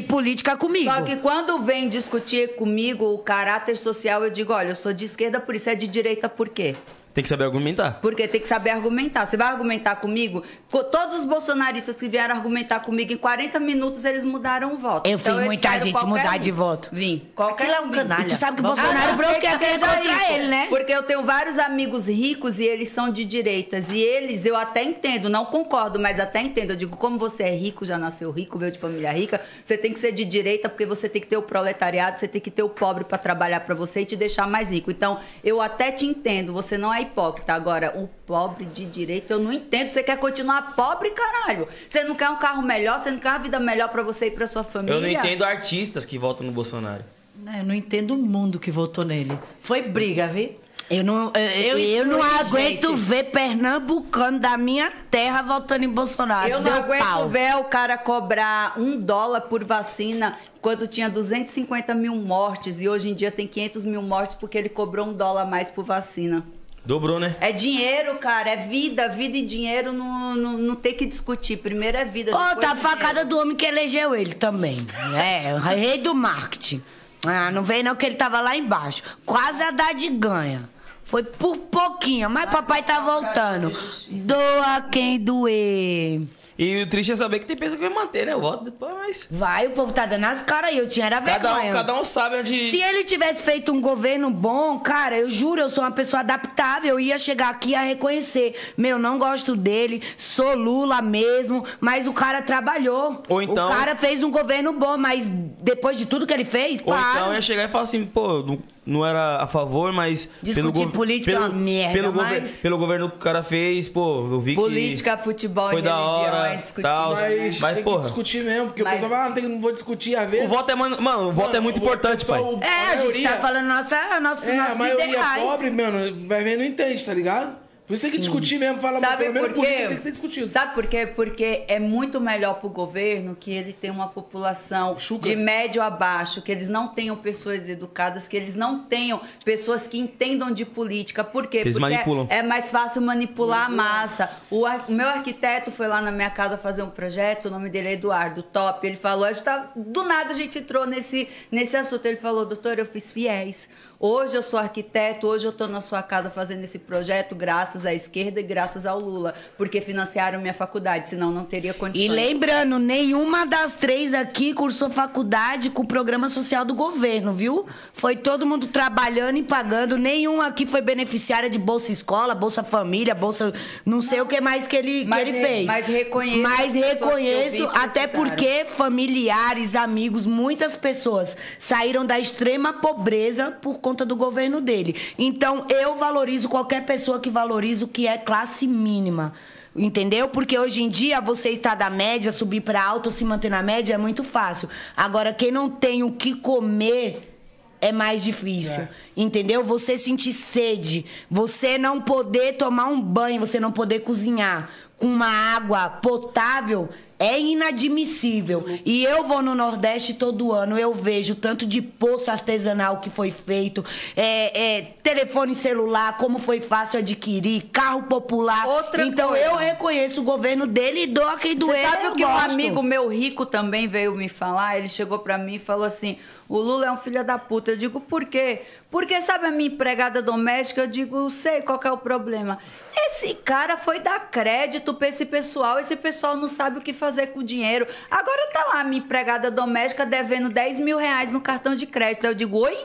[SPEAKER 3] que-
[SPEAKER 5] política comigo.
[SPEAKER 3] Só que quando vem discutir comigo o caráter social, eu digo, olha, eu sou de esquerda, por isso é de direita, por quê?
[SPEAKER 1] Tem que saber argumentar.
[SPEAKER 3] Porque tem que saber argumentar. Você vai argumentar comigo? Co- Todos os bolsonaristas que vieram argumentar comigo, em 40 minutos eles mudaram o voto. Então,
[SPEAKER 5] Eu fiz muita
[SPEAKER 3] espero
[SPEAKER 5] gente
[SPEAKER 3] qualquer
[SPEAKER 5] mudar
[SPEAKER 3] um.
[SPEAKER 5] de voto.
[SPEAKER 3] Vim. Qualquer
[SPEAKER 4] Aquilo é um canalha.
[SPEAKER 5] E tu sabe que o
[SPEAKER 4] Vamos-
[SPEAKER 5] Bolsonaro
[SPEAKER 3] não,
[SPEAKER 5] brigou
[SPEAKER 3] sei
[SPEAKER 5] porque
[SPEAKER 3] que
[SPEAKER 5] quer
[SPEAKER 3] seja
[SPEAKER 5] contra
[SPEAKER 3] isso,
[SPEAKER 5] ele, né?
[SPEAKER 3] Porque eu tenho vários amigos ricos e eles são de direitas. E eles, eu até entendo, não concordo, mas até entendo. Eu digo, como você é rico, já nasceu rico, veio de família rica, você tem que ser de direita porque você tem que ter o proletariado, você tem que ter o pobre pra trabalhar pra você e te deixar mais rico. Então, eu até te entendo, você não é hipócrita. Agora, o pobre de direita, eu não entendo. Você quer continuar pobre, caralho. Você não quer um carro melhor, você não quer uma vida melhor pra você e pra sua família.
[SPEAKER 1] Eu não entendo artistas que votam no Bolsonaro.
[SPEAKER 4] Né, Eu não entendo o mundo que votou nele. Foi briga, viu?
[SPEAKER 5] Eu não,
[SPEAKER 4] Eu
[SPEAKER 5] eu, eu não
[SPEAKER 4] excluí,
[SPEAKER 5] aguento
[SPEAKER 4] gente.
[SPEAKER 5] ver pernambucano da minha terra votando em
[SPEAKER 1] Ah,
[SPEAKER 5] Bolsonaro.
[SPEAKER 3] Eu não
[SPEAKER 5] Deu
[SPEAKER 3] aguento
[SPEAKER 5] pau.
[SPEAKER 3] ver o cara cobrar um dólar por vacina quando tinha 250 mil mortes e hoje em dia tem 500 mil mortes porque ele cobrou um dólar a mais por vacina.
[SPEAKER 1] Dobrou, né?
[SPEAKER 3] É dinheiro, cara, é vida. Vida e dinheiro não, não, não tem que discutir. Primeiro é vida.
[SPEAKER 1] tá
[SPEAKER 3] depois
[SPEAKER 5] Outra
[SPEAKER 3] é
[SPEAKER 5] tá facada do homem que elegeu ele também. É, o rei do marketing. Ah, não veio não que ele tava lá embaixo. Quase a Haddad ganha. Foi por pouquinho, mas papai tá voltando. Doa quem doer.
[SPEAKER 1] E E o triste é saber que tem pessoa que vai manter, né? O voto depois, mas.
[SPEAKER 5] Vai, o povo tá dando as caras aí. Eu tinha era
[SPEAKER 1] Cada
[SPEAKER 5] vergonha.
[SPEAKER 1] um, cada um sabe onde.
[SPEAKER 5] Se ele tivesse feito um governo bom, cara, eu juro, eu sou uma pessoa adaptável. Eu ia chegar aqui e ia reconhecer. Meu, não gosto dele, sou Lula mesmo, mas o cara trabalhou.
[SPEAKER 1] Ou então-
[SPEAKER 5] O cara fez um governo bom, mas depois de tudo que ele fez,
[SPEAKER 1] Ou
[SPEAKER 5] para.
[SPEAKER 1] então ia chegar e falar assim, pô, não, não era a favor, mas.
[SPEAKER 6] Discutir
[SPEAKER 1] gov-
[SPEAKER 6] política é uma merda,
[SPEAKER 1] pelo, gover-
[SPEAKER 6] mas-
[SPEAKER 1] pelo governo que o cara fez, pô, eu vi
[SPEAKER 3] Política,
[SPEAKER 1] que.
[SPEAKER 3] futebol
[SPEAKER 1] foi
[SPEAKER 3] e
[SPEAKER 1] da
[SPEAKER 3] religião
[SPEAKER 1] hora,
[SPEAKER 3] é discutível.
[SPEAKER 1] tal,
[SPEAKER 2] Mas,
[SPEAKER 1] Mas,
[SPEAKER 2] tem
[SPEAKER 1] porra.
[SPEAKER 2] que discutir mesmo, porque
[SPEAKER 3] Mas-
[SPEAKER 2] o pessoal fala, ah, não, tem- não vou discutir às
[SPEAKER 1] O
[SPEAKER 2] vezes.
[SPEAKER 1] voto é. man- Mano, o voto é muito importante, pai.
[SPEAKER 2] pessoal-
[SPEAKER 5] É, a gente tá
[SPEAKER 2] maioria-
[SPEAKER 5] falando assim, nossa, nossa,
[SPEAKER 2] É, a
[SPEAKER 5] nossos
[SPEAKER 2] maioria
[SPEAKER 5] ideais.
[SPEAKER 2] pobre, mano, vai ver, não entende, tá ligado? Por isso tem que discutir mesmo, fala, mas
[SPEAKER 3] Sabe
[SPEAKER 2] pelo menos
[SPEAKER 3] por
[SPEAKER 2] política
[SPEAKER 3] quê?
[SPEAKER 2] tem que ser discutido.
[SPEAKER 3] Sabe por quê? Porque é muito melhor pro governo que ele tenha uma população
[SPEAKER 2] Chuca.
[SPEAKER 3] de médio a baixo, que eles não tenham pessoas educadas, que eles não tenham pessoas que entendam de política. Por quê?
[SPEAKER 1] Eles
[SPEAKER 3] Porque
[SPEAKER 1] manipulam.
[SPEAKER 3] é mais fácil manipular a massa. O, ar- o meu arquiteto foi lá na minha casa fazer um projeto, o nome dele é Eduardo, top. Ele falou, a gente tá, do nada a gente entrou nesse, nesse assunto. Ele falou, doutor, eu fiz fiéis. Hoje eu sou arquiteto, hoje eu estou na sua casa fazendo esse projeto graças à esquerda e graças ao Lula, porque financiaram minha faculdade, senão não teria
[SPEAKER 5] E
[SPEAKER 3] condições.
[SPEAKER 5] lembrando, nenhuma das três aqui cursou faculdade com o programa social do governo, viu? Foi todo mundo trabalhando e pagando. Nenhuma aqui foi beneficiária de Bolsa Escola, Bolsa Família, Bolsa. Não sei o que mais que ele, que
[SPEAKER 3] Mas
[SPEAKER 5] ele
[SPEAKER 3] re-
[SPEAKER 5] fez.
[SPEAKER 3] mas reconheço
[SPEAKER 5] Mas
[SPEAKER 3] as pessoas que eu
[SPEAKER 5] reconheço,
[SPEAKER 3] vi que
[SPEAKER 5] até
[SPEAKER 3] precisaram.
[SPEAKER 5] porque familiares, amigos, muitas pessoas saíram da extrema pobreza por conta do governo dele. Então, eu valorizo qualquer pessoa que valoriza o que é classe mínima. Entendeu? Porque hoje em dia você está da média, subir para alto, se manter na média é muito fácil. Agora, quem não tem o que comer é mais difícil. Entendeu? Você sentir sede, você não poder tomar um banho, você não poder cozinhar com uma água potável é inadmissível. E eu vou no Nordeste todo ano, eu vejo tanto de poço artesanal que foi feito, é, é, telefone celular, como foi fácil adquirir, carro popular.
[SPEAKER 3] Outra
[SPEAKER 5] então
[SPEAKER 3] coisa.
[SPEAKER 5] eu reconheço o governo dele e dou a quem doer.
[SPEAKER 3] Você sabe
[SPEAKER 5] eu
[SPEAKER 3] o que um
[SPEAKER 5] gosto.
[SPEAKER 3] amigo meu rico também veio me falar? Ele chegou pra mim e falou assim: o Lula é um filho da puta. Eu digo, por quê? Porque sabe a minha empregada doméstica? Eu digo, sei qual que é o problema. Esse cara foi dar crédito pra esse pessoal, esse pessoal não sabe o que fazer com o dinheiro. Agora tá lá a minha empregada doméstica devendo 10 mil reais no cartão de crédito. Eu digo, oi?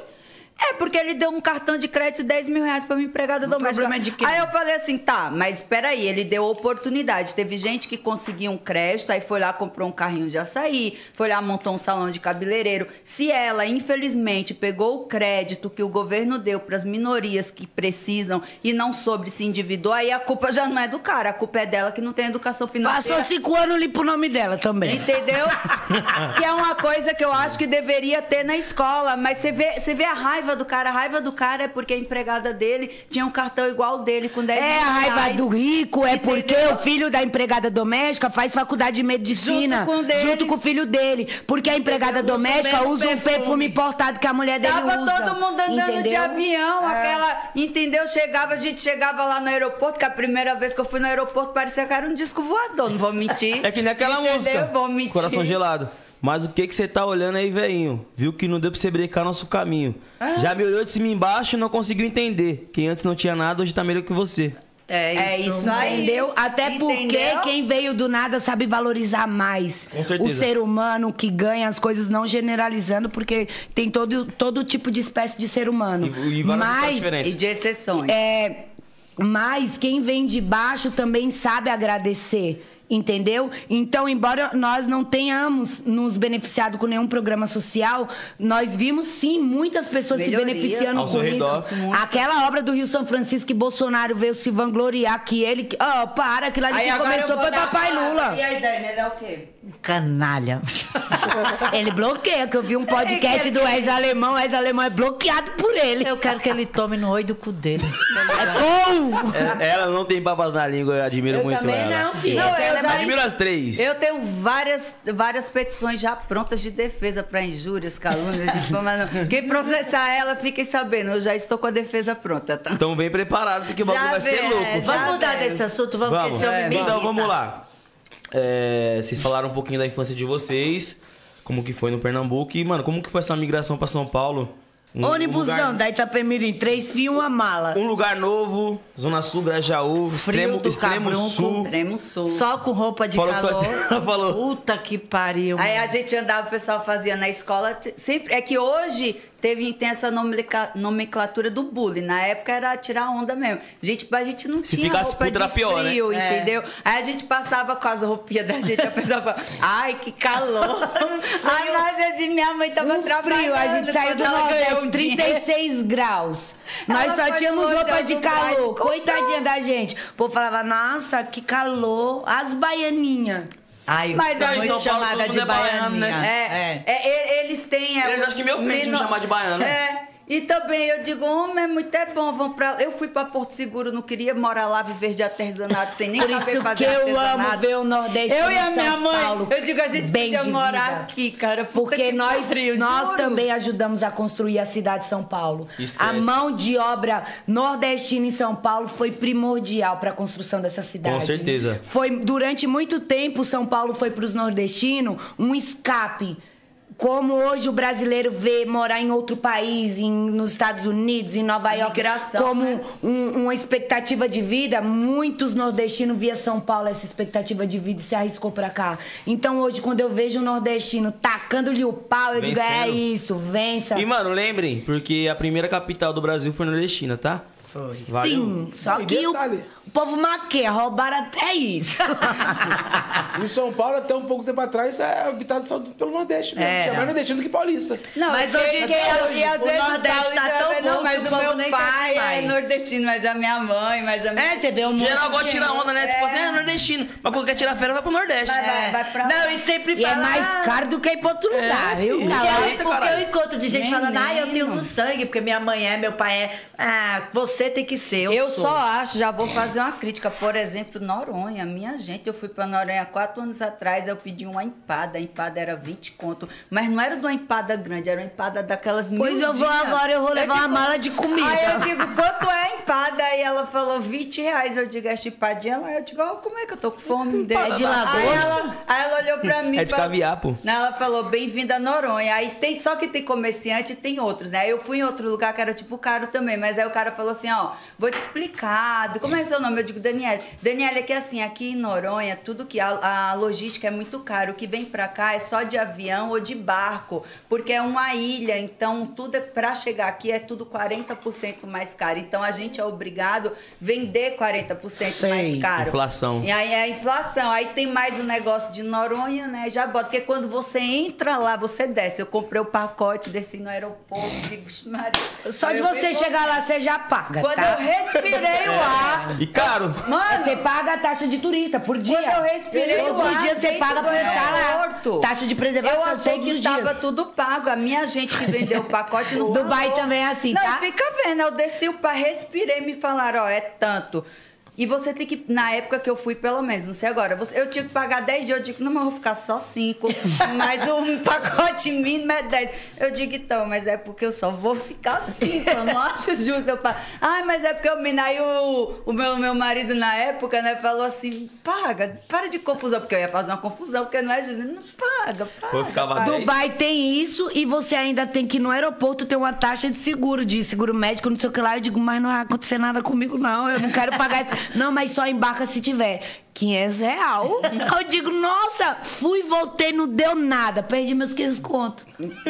[SPEAKER 3] É, porque ele deu um cartão de crédito de 10 mil reais pra minha empregada doméstica.
[SPEAKER 5] problema é de quem?
[SPEAKER 3] Aí eu falei assim, tá, mas peraí, ele deu oportunidade. Teve gente que conseguiu um crédito, aí foi lá, comprou um carrinho de açaí, foi lá, montou um salão de cabeleireiro. Se ela, infelizmente, pegou o crédito que o governo deu para as minorias que precisam e não soube se endividou, aí a culpa já não é do cara, a culpa é dela que não tem educação financeira.
[SPEAKER 5] Passou cinco anos limpo o nome dela também.
[SPEAKER 3] Entendeu? que é uma coisa que eu acho que deveria ter na escola, mas você vê, você vê a raiva do cara. A raiva do cara é porque a empregada dele tinha um cartão igual o dele, com 10
[SPEAKER 5] É
[SPEAKER 3] mil
[SPEAKER 5] a raiva
[SPEAKER 3] reais.
[SPEAKER 5] do rico, é
[SPEAKER 3] Entendeu?
[SPEAKER 5] porque o filho da empregada doméstica faz faculdade de medicina
[SPEAKER 3] Junto com o dele.
[SPEAKER 5] junto com o filho dele. Porque a empregada
[SPEAKER 3] Entendeu? Usa o
[SPEAKER 5] doméstica
[SPEAKER 3] mesmo
[SPEAKER 5] usa um
[SPEAKER 3] perfume.
[SPEAKER 5] perfume importado que a mulher dele
[SPEAKER 3] Tava
[SPEAKER 5] usa.
[SPEAKER 3] todo mundo andando de
[SPEAKER 5] entendeu? É.
[SPEAKER 3] avião, aquela, entendeu? Chegava, a gente chegava lá no aeroporto, que a primeira vez que eu fui no aeroporto parecia que era um disco voador, não vou mentir.
[SPEAKER 1] É que nem aquela
[SPEAKER 3] Entendeu?
[SPEAKER 1] música.
[SPEAKER 3] Vou mentir.
[SPEAKER 1] Coração gelado. Mas o que que você tá olhando aí, veinho? Viu que não deu pra você brecar nosso caminho. Já me olhou de cima e embaixo e não conseguiu entender. Quem antes não tinha nada, hoje tá melhor que você.
[SPEAKER 3] É isso aí.
[SPEAKER 5] Entendeu? Até
[SPEAKER 3] Entendeu?
[SPEAKER 5] porque quem veio do nada sabe valorizar mais
[SPEAKER 1] Com certeza.
[SPEAKER 5] o ser humano que ganha as coisas, não generalizando, porque tem todo, todo tipo de espécie de ser humano.
[SPEAKER 1] E- e várias pessoas
[SPEAKER 5] Mas
[SPEAKER 1] diferentes.
[SPEAKER 3] E de exceções.
[SPEAKER 5] É, mas quem vem de baixo também sabe agradecer. Entendeu? Então, embora nós não tenhamos nos beneficiado com nenhum programa social, nós vimos sim muitas pessoas se
[SPEAKER 3] Melhorias.
[SPEAKER 5] beneficiando
[SPEAKER 1] Ao
[SPEAKER 5] com
[SPEAKER 1] seu redor.
[SPEAKER 5] isso. Aquela obra do Rio São Francisco que Bolsonaro veio se vangloriar que ele. que- Ó, para, aquilo ali
[SPEAKER 3] Aí
[SPEAKER 5] que
[SPEAKER 3] agora eu
[SPEAKER 5] começou
[SPEAKER 3] vou
[SPEAKER 5] foi
[SPEAKER 3] dar a
[SPEAKER 5] Papai
[SPEAKER 3] palavra.
[SPEAKER 5] Lula.
[SPEAKER 3] E aí, Dani, ele é o quê?
[SPEAKER 6] Canalha.
[SPEAKER 5] Ele bloqueia, que eu vi um podcast do ex-alemão, o ex-alemão é bloqueado por ele.
[SPEAKER 6] Eu quero que ele tome no olho do cu dele.
[SPEAKER 1] É, ela não tem babas na língua, eu admiro muito ela.
[SPEAKER 5] filho.
[SPEAKER 3] Não, eu
[SPEAKER 1] Eu
[SPEAKER 3] já
[SPEAKER 1] admiro as três.
[SPEAKER 3] Eu tenho várias, várias petições já prontas de defesa para injúrias, calúnias, difamação. Quem processar ela, fiquem sabendo. Eu já estou com a defesa pronta, tá?
[SPEAKER 1] Então vem preparado, porque o bagulho
[SPEAKER 3] Já
[SPEAKER 1] vai ser
[SPEAKER 3] vem,
[SPEAKER 1] louco.
[SPEAKER 3] já
[SPEAKER 6] Vamos mudar
[SPEAKER 3] velho.
[SPEAKER 6] desse assunto? Vamos, porque esse homem me
[SPEAKER 1] Então
[SPEAKER 6] irrita.
[SPEAKER 1] vamos lá. É, vocês falaram um pouquinho da infância de vocês, como que foi no Pernambuco e, mano, como que foi essa migração pra São Paulo? Um- um
[SPEAKER 5] Ônibusão
[SPEAKER 1] lugar-
[SPEAKER 5] da Itapemirim, três fios, uma mala.
[SPEAKER 1] Um lugar novo, Zona Sul, Grajaú, extremo,
[SPEAKER 4] do
[SPEAKER 1] extremo
[SPEAKER 4] Cabrunco,
[SPEAKER 1] sul.
[SPEAKER 3] Extremo sul.
[SPEAKER 4] Só com roupa de
[SPEAKER 1] Falou que só
[SPEAKER 4] calor.
[SPEAKER 1] tinha- falou.
[SPEAKER 4] Puta que pariu.
[SPEAKER 3] Aí a gente andava, o pessoal fazia na escola. t- Sempre, é que hoje teve, tem essa nomencla- nomenclatura do bullying. Na época era tirar onda mesmo. Gente, pra gente não
[SPEAKER 1] Se
[SPEAKER 3] tinha
[SPEAKER 1] ficasse
[SPEAKER 3] roupa
[SPEAKER 1] puto,
[SPEAKER 3] de
[SPEAKER 1] era pior, né?
[SPEAKER 3] frio,
[SPEAKER 5] É.
[SPEAKER 3] entendeu? Aí a gente passava com as roupinhas da gente, a pessoa falava, ai, que calor. Ai, mas eu de- minha mãe tava
[SPEAKER 5] Um
[SPEAKER 3] trabalhando.
[SPEAKER 5] frio, a gente saiu do
[SPEAKER 3] quando ela ganhou
[SPEAKER 5] Nordeste,
[SPEAKER 3] um dinheiro.
[SPEAKER 5] 36 graus. Nós
[SPEAKER 3] Ela
[SPEAKER 5] só
[SPEAKER 3] foi
[SPEAKER 5] tínhamos
[SPEAKER 3] no
[SPEAKER 5] roupa
[SPEAKER 3] Lojão
[SPEAKER 5] de
[SPEAKER 3] do Brasil,
[SPEAKER 5] calor.
[SPEAKER 3] comprou.
[SPEAKER 5] Coitadinha da gente. O povo falava, nossa, que calor. As baianinhas.
[SPEAKER 4] Ai,
[SPEAKER 3] Mas
[SPEAKER 4] mas
[SPEAKER 3] aí, em
[SPEAKER 4] muito
[SPEAKER 3] São
[SPEAKER 1] Paulo,
[SPEAKER 4] chamada
[SPEAKER 1] todo
[SPEAKER 4] de
[SPEAKER 1] mundo é baiano,
[SPEAKER 4] baianinha.
[SPEAKER 1] né?
[SPEAKER 3] É, é, e- eles têm. é,
[SPEAKER 1] Eles
[SPEAKER 3] o
[SPEAKER 1] acham que me ofende de me chamar de baiano, né?
[SPEAKER 3] É. E também eu digo, homem, é muito é bom, vamos pra. Eu fui pra Porto Seguro, não queria morar lá, viver de artesanato sem nem
[SPEAKER 5] Por
[SPEAKER 3] saber
[SPEAKER 5] isso
[SPEAKER 3] fazer
[SPEAKER 5] que eu
[SPEAKER 3] artesanato.
[SPEAKER 5] amo ver o Nordeste
[SPEAKER 3] Eu e a
[SPEAKER 5] em
[SPEAKER 3] minha
[SPEAKER 5] São
[SPEAKER 3] mãe,
[SPEAKER 5] Paulo
[SPEAKER 3] eu digo, a gente
[SPEAKER 5] bem
[SPEAKER 3] podia
[SPEAKER 5] de
[SPEAKER 3] morar
[SPEAKER 5] vida.
[SPEAKER 3] aqui, cara. puta
[SPEAKER 5] Porque
[SPEAKER 3] que
[SPEAKER 5] nós,
[SPEAKER 3] pariu,
[SPEAKER 5] nós
[SPEAKER 3] juro.
[SPEAKER 5] também ajudamos a construir a cidade de São Paulo.
[SPEAKER 1] Esquece.
[SPEAKER 5] A mão de obra nordestina em São Paulo foi primordial para a construção dessa cidade.
[SPEAKER 1] Com certeza.
[SPEAKER 5] Foi durante muito tempo São Paulo foi para os nordestinos um escape. Como hoje o brasileiro vê morar em outro país, em- nos Estados Unidos, em Nova York,
[SPEAKER 3] migração,
[SPEAKER 5] como
[SPEAKER 3] né?
[SPEAKER 5] um- uma expectativa de vida, muitos nordestinos via São Paulo essa expectativa de vida e se arriscou pra cá. Então hoje, quando eu vejo um nordestino tacando-lhe o pau, eu digo, é
[SPEAKER 1] Vencendo.
[SPEAKER 5] isso, vença.
[SPEAKER 1] E, mano, lembrem, porque a primeira capital do Brasil foi nordestina, tá? Foi.
[SPEAKER 5] Sim, só
[SPEAKER 2] E
[SPEAKER 5] que o,
[SPEAKER 2] detalhe.
[SPEAKER 5] o povo maquia, roubaram até isso.
[SPEAKER 2] Em São Paulo, até um pouco tempo atrás, é habitado só pelo Nordeste mesmo.
[SPEAKER 4] É.
[SPEAKER 2] Tinha mais nordestino do que paulista.
[SPEAKER 3] Não,
[SPEAKER 4] Mas
[SPEAKER 3] mas
[SPEAKER 4] hoje
[SPEAKER 3] hoje
[SPEAKER 4] em
[SPEAKER 3] que,
[SPEAKER 4] dia,
[SPEAKER 3] e às
[SPEAKER 4] o
[SPEAKER 3] vezes
[SPEAKER 4] Nordeste
[SPEAKER 3] fala isso,
[SPEAKER 4] tá tão
[SPEAKER 3] mas não,
[SPEAKER 4] bom que
[SPEAKER 3] mas
[SPEAKER 4] o
[SPEAKER 3] o
[SPEAKER 4] povo nem
[SPEAKER 3] meu pai
[SPEAKER 4] quer mais.
[SPEAKER 3] é nordestino, mas a minha mãe, mas a minha
[SPEAKER 5] tá é, você vê um monte
[SPEAKER 1] Geral
[SPEAKER 5] de
[SPEAKER 1] gosta de tirar
[SPEAKER 5] gente.
[SPEAKER 1] onda, né? Tipo assim, é nordestino. Mas quando quer tirar férias, vai pro Nordeste.
[SPEAKER 3] Vai, vai, vai um pra lá. É,
[SPEAKER 4] Não, e sempre
[SPEAKER 5] é. E
[SPEAKER 4] fala...
[SPEAKER 5] é mais
[SPEAKER 4] "Ah,
[SPEAKER 5] caro do que ir pra outro lugar, viu?
[SPEAKER 1] filho.
[SPEAKER 5] cara?
[SPEAKER 1] Eita,
[SPEAKER 4] porque eu
[SPEAKER 1] caralho.
[SPEAKER 4] encontro de gente falando, ah, eu tenho no
[SPEAKER 3] Menino.
[SPEAKER 4] sangue, porque minha mãe é, meu pai é. Ah, você tem que ser. Eu,
[SPEAKER 3] Eu
[SPEAKER 4] sou.
[SPEAKER 3] só acho, já vou fazer uma crítica. Por exemplo, Noronha. Minha gente, eu fui pra Noronha há quatro anos atrás, eu pedi uma empada. A empada era 20 conto. Mas não era de uma empada grande, era uma empada daquelas
[SPEAKER 5] Pois eu vou
[SPEAKER 3] miudinhas.
[SPEAKER 5] agora, eu vou levar uma mala de comida.
[SPEAKER 3] Aí eu digo, quanto é a empada? Aí ela falou, 20 reais. Eu digo, esta empadinha lá. Eu digo, ó, como é que eu tô com fome?
[SPEAKER 5] É de lagosta.
[SPEAKER 3] Aí ela, aí ela olhou pra mim.
[SPEAKER 1] É de
[SPEAKER 3] falou-
[SPEAKER 1] caviar, pô.
[SPEAKER 3] Não, ela falou, bem-vinda a Noronha. Aí tem, só que tem comerciante e tem outros, né? Eu fui em outro lugar que era tipo caro também, mas aí o cara falou assim, ó, vou te explicar, do- como é seu nome? Eu digo, Daniela. Daniela, é que assim, aqui em Noronha, tudo que a, a logística é muito caro, o que vem pra cá é só de avião ou de barco, porque é uma ilha, então tudo é, pra chegar aqui é tudo 40% mais caro. Então a gente é obrigado vender 40% mais
[SPEAKER 5] Sei.
[SPEAKER 3] caro.
[SPEAKER 1] Inflação.
[SPEAKER 3] E aí é a inflação. Aí tem mais o negócio de Noronha, né? Já bota. Porque quando você entra lá, você desce. Eu comprei o pacote, desci no aeroporto, digo, "Vixe, Maria.
[SPEAKER 5] Só
[SPEAKER 3] Aí
[SPEAKER 5] de
[SPEAKER 3] eu
[SPEAKER 5] você
[SPEAKER 3] peguei-
[SPEAKER 5] chegar lá, você já paga,
[SPEAKER 3] Quando
[SPEAKER 5] tá?
[SPEAKER 3] eu respirei o ar.
[SPEAKER 1] E caro.
[SPEAKER 3] Mano,
[SPEAKER 5] Você paga a taxa de turista por dia.
[SPEAKER 3] Quando eu respirei o
[SPEAKER 5] Todo
[SPEAKER 3] ar
[SPEAKER 5] dia você
[SPEAKER 3] dentro
[SPEAKER 5] paga
[SPEAKER 3] do
[SPEAKER 5] por estar lá.
[SPEAKER 3] aeroporto.
[SPEAKER 5] Taxa de preservação
[SPEAKER 3] eu achei
[SPEAKER 5] todos
[SPEAKER 3] que
[SPEAKER 5] os
[SPEAKER 3] tava
[SPEAKER 5] dias.
[SPEAKER 3] tudo pago. A minha gente que vendeu o pacote não
[SPEAKER 5] Dubai
[SPEAKER 3] falou.
[SPEAKER 5] também é assim,
[SPEAKER 3] não,
[SPEAKER 5] tá?
[SPEAKER 3] e fica vendo. Eu desci o pá, respirei, me falaram, ó, é tanto. E você tem que, na época que eu fui, pelo menos, não sei agora, você- eu tinha que pagar 10 dias. Eu digo, não, mas eu vou ficar só 5. mas um pacote mínimo é 10. Eu digo, então, mas é porque eu só vou ficar 5. Eu não acho justo. Eu pago. Ai, mas é porque eu me. Aí o, o meu, meu marido, na época, né, falou assim: paga, para de confusão, porque eu ia fazer uma confusão, porque não é justo. Não paga, paga.
[SPEAKER 1] Eu ficava
[SPEAKER 3] paga.
[SPEAKER 1] dez.
[SPEAKER 5] Dubai tem isso e você ainda tem que ir no aeroporto ter uma taxa de seguro, de seguro médico, não sei o que lá. Eu digo, mas não vai acontecer nada comigo, não. Eu não quero pagar. isso. não, mas só embarca se tiver. 500 real. Eu digo, nossa, fui, voltei, não deu nada. Perdi meus 500 conto.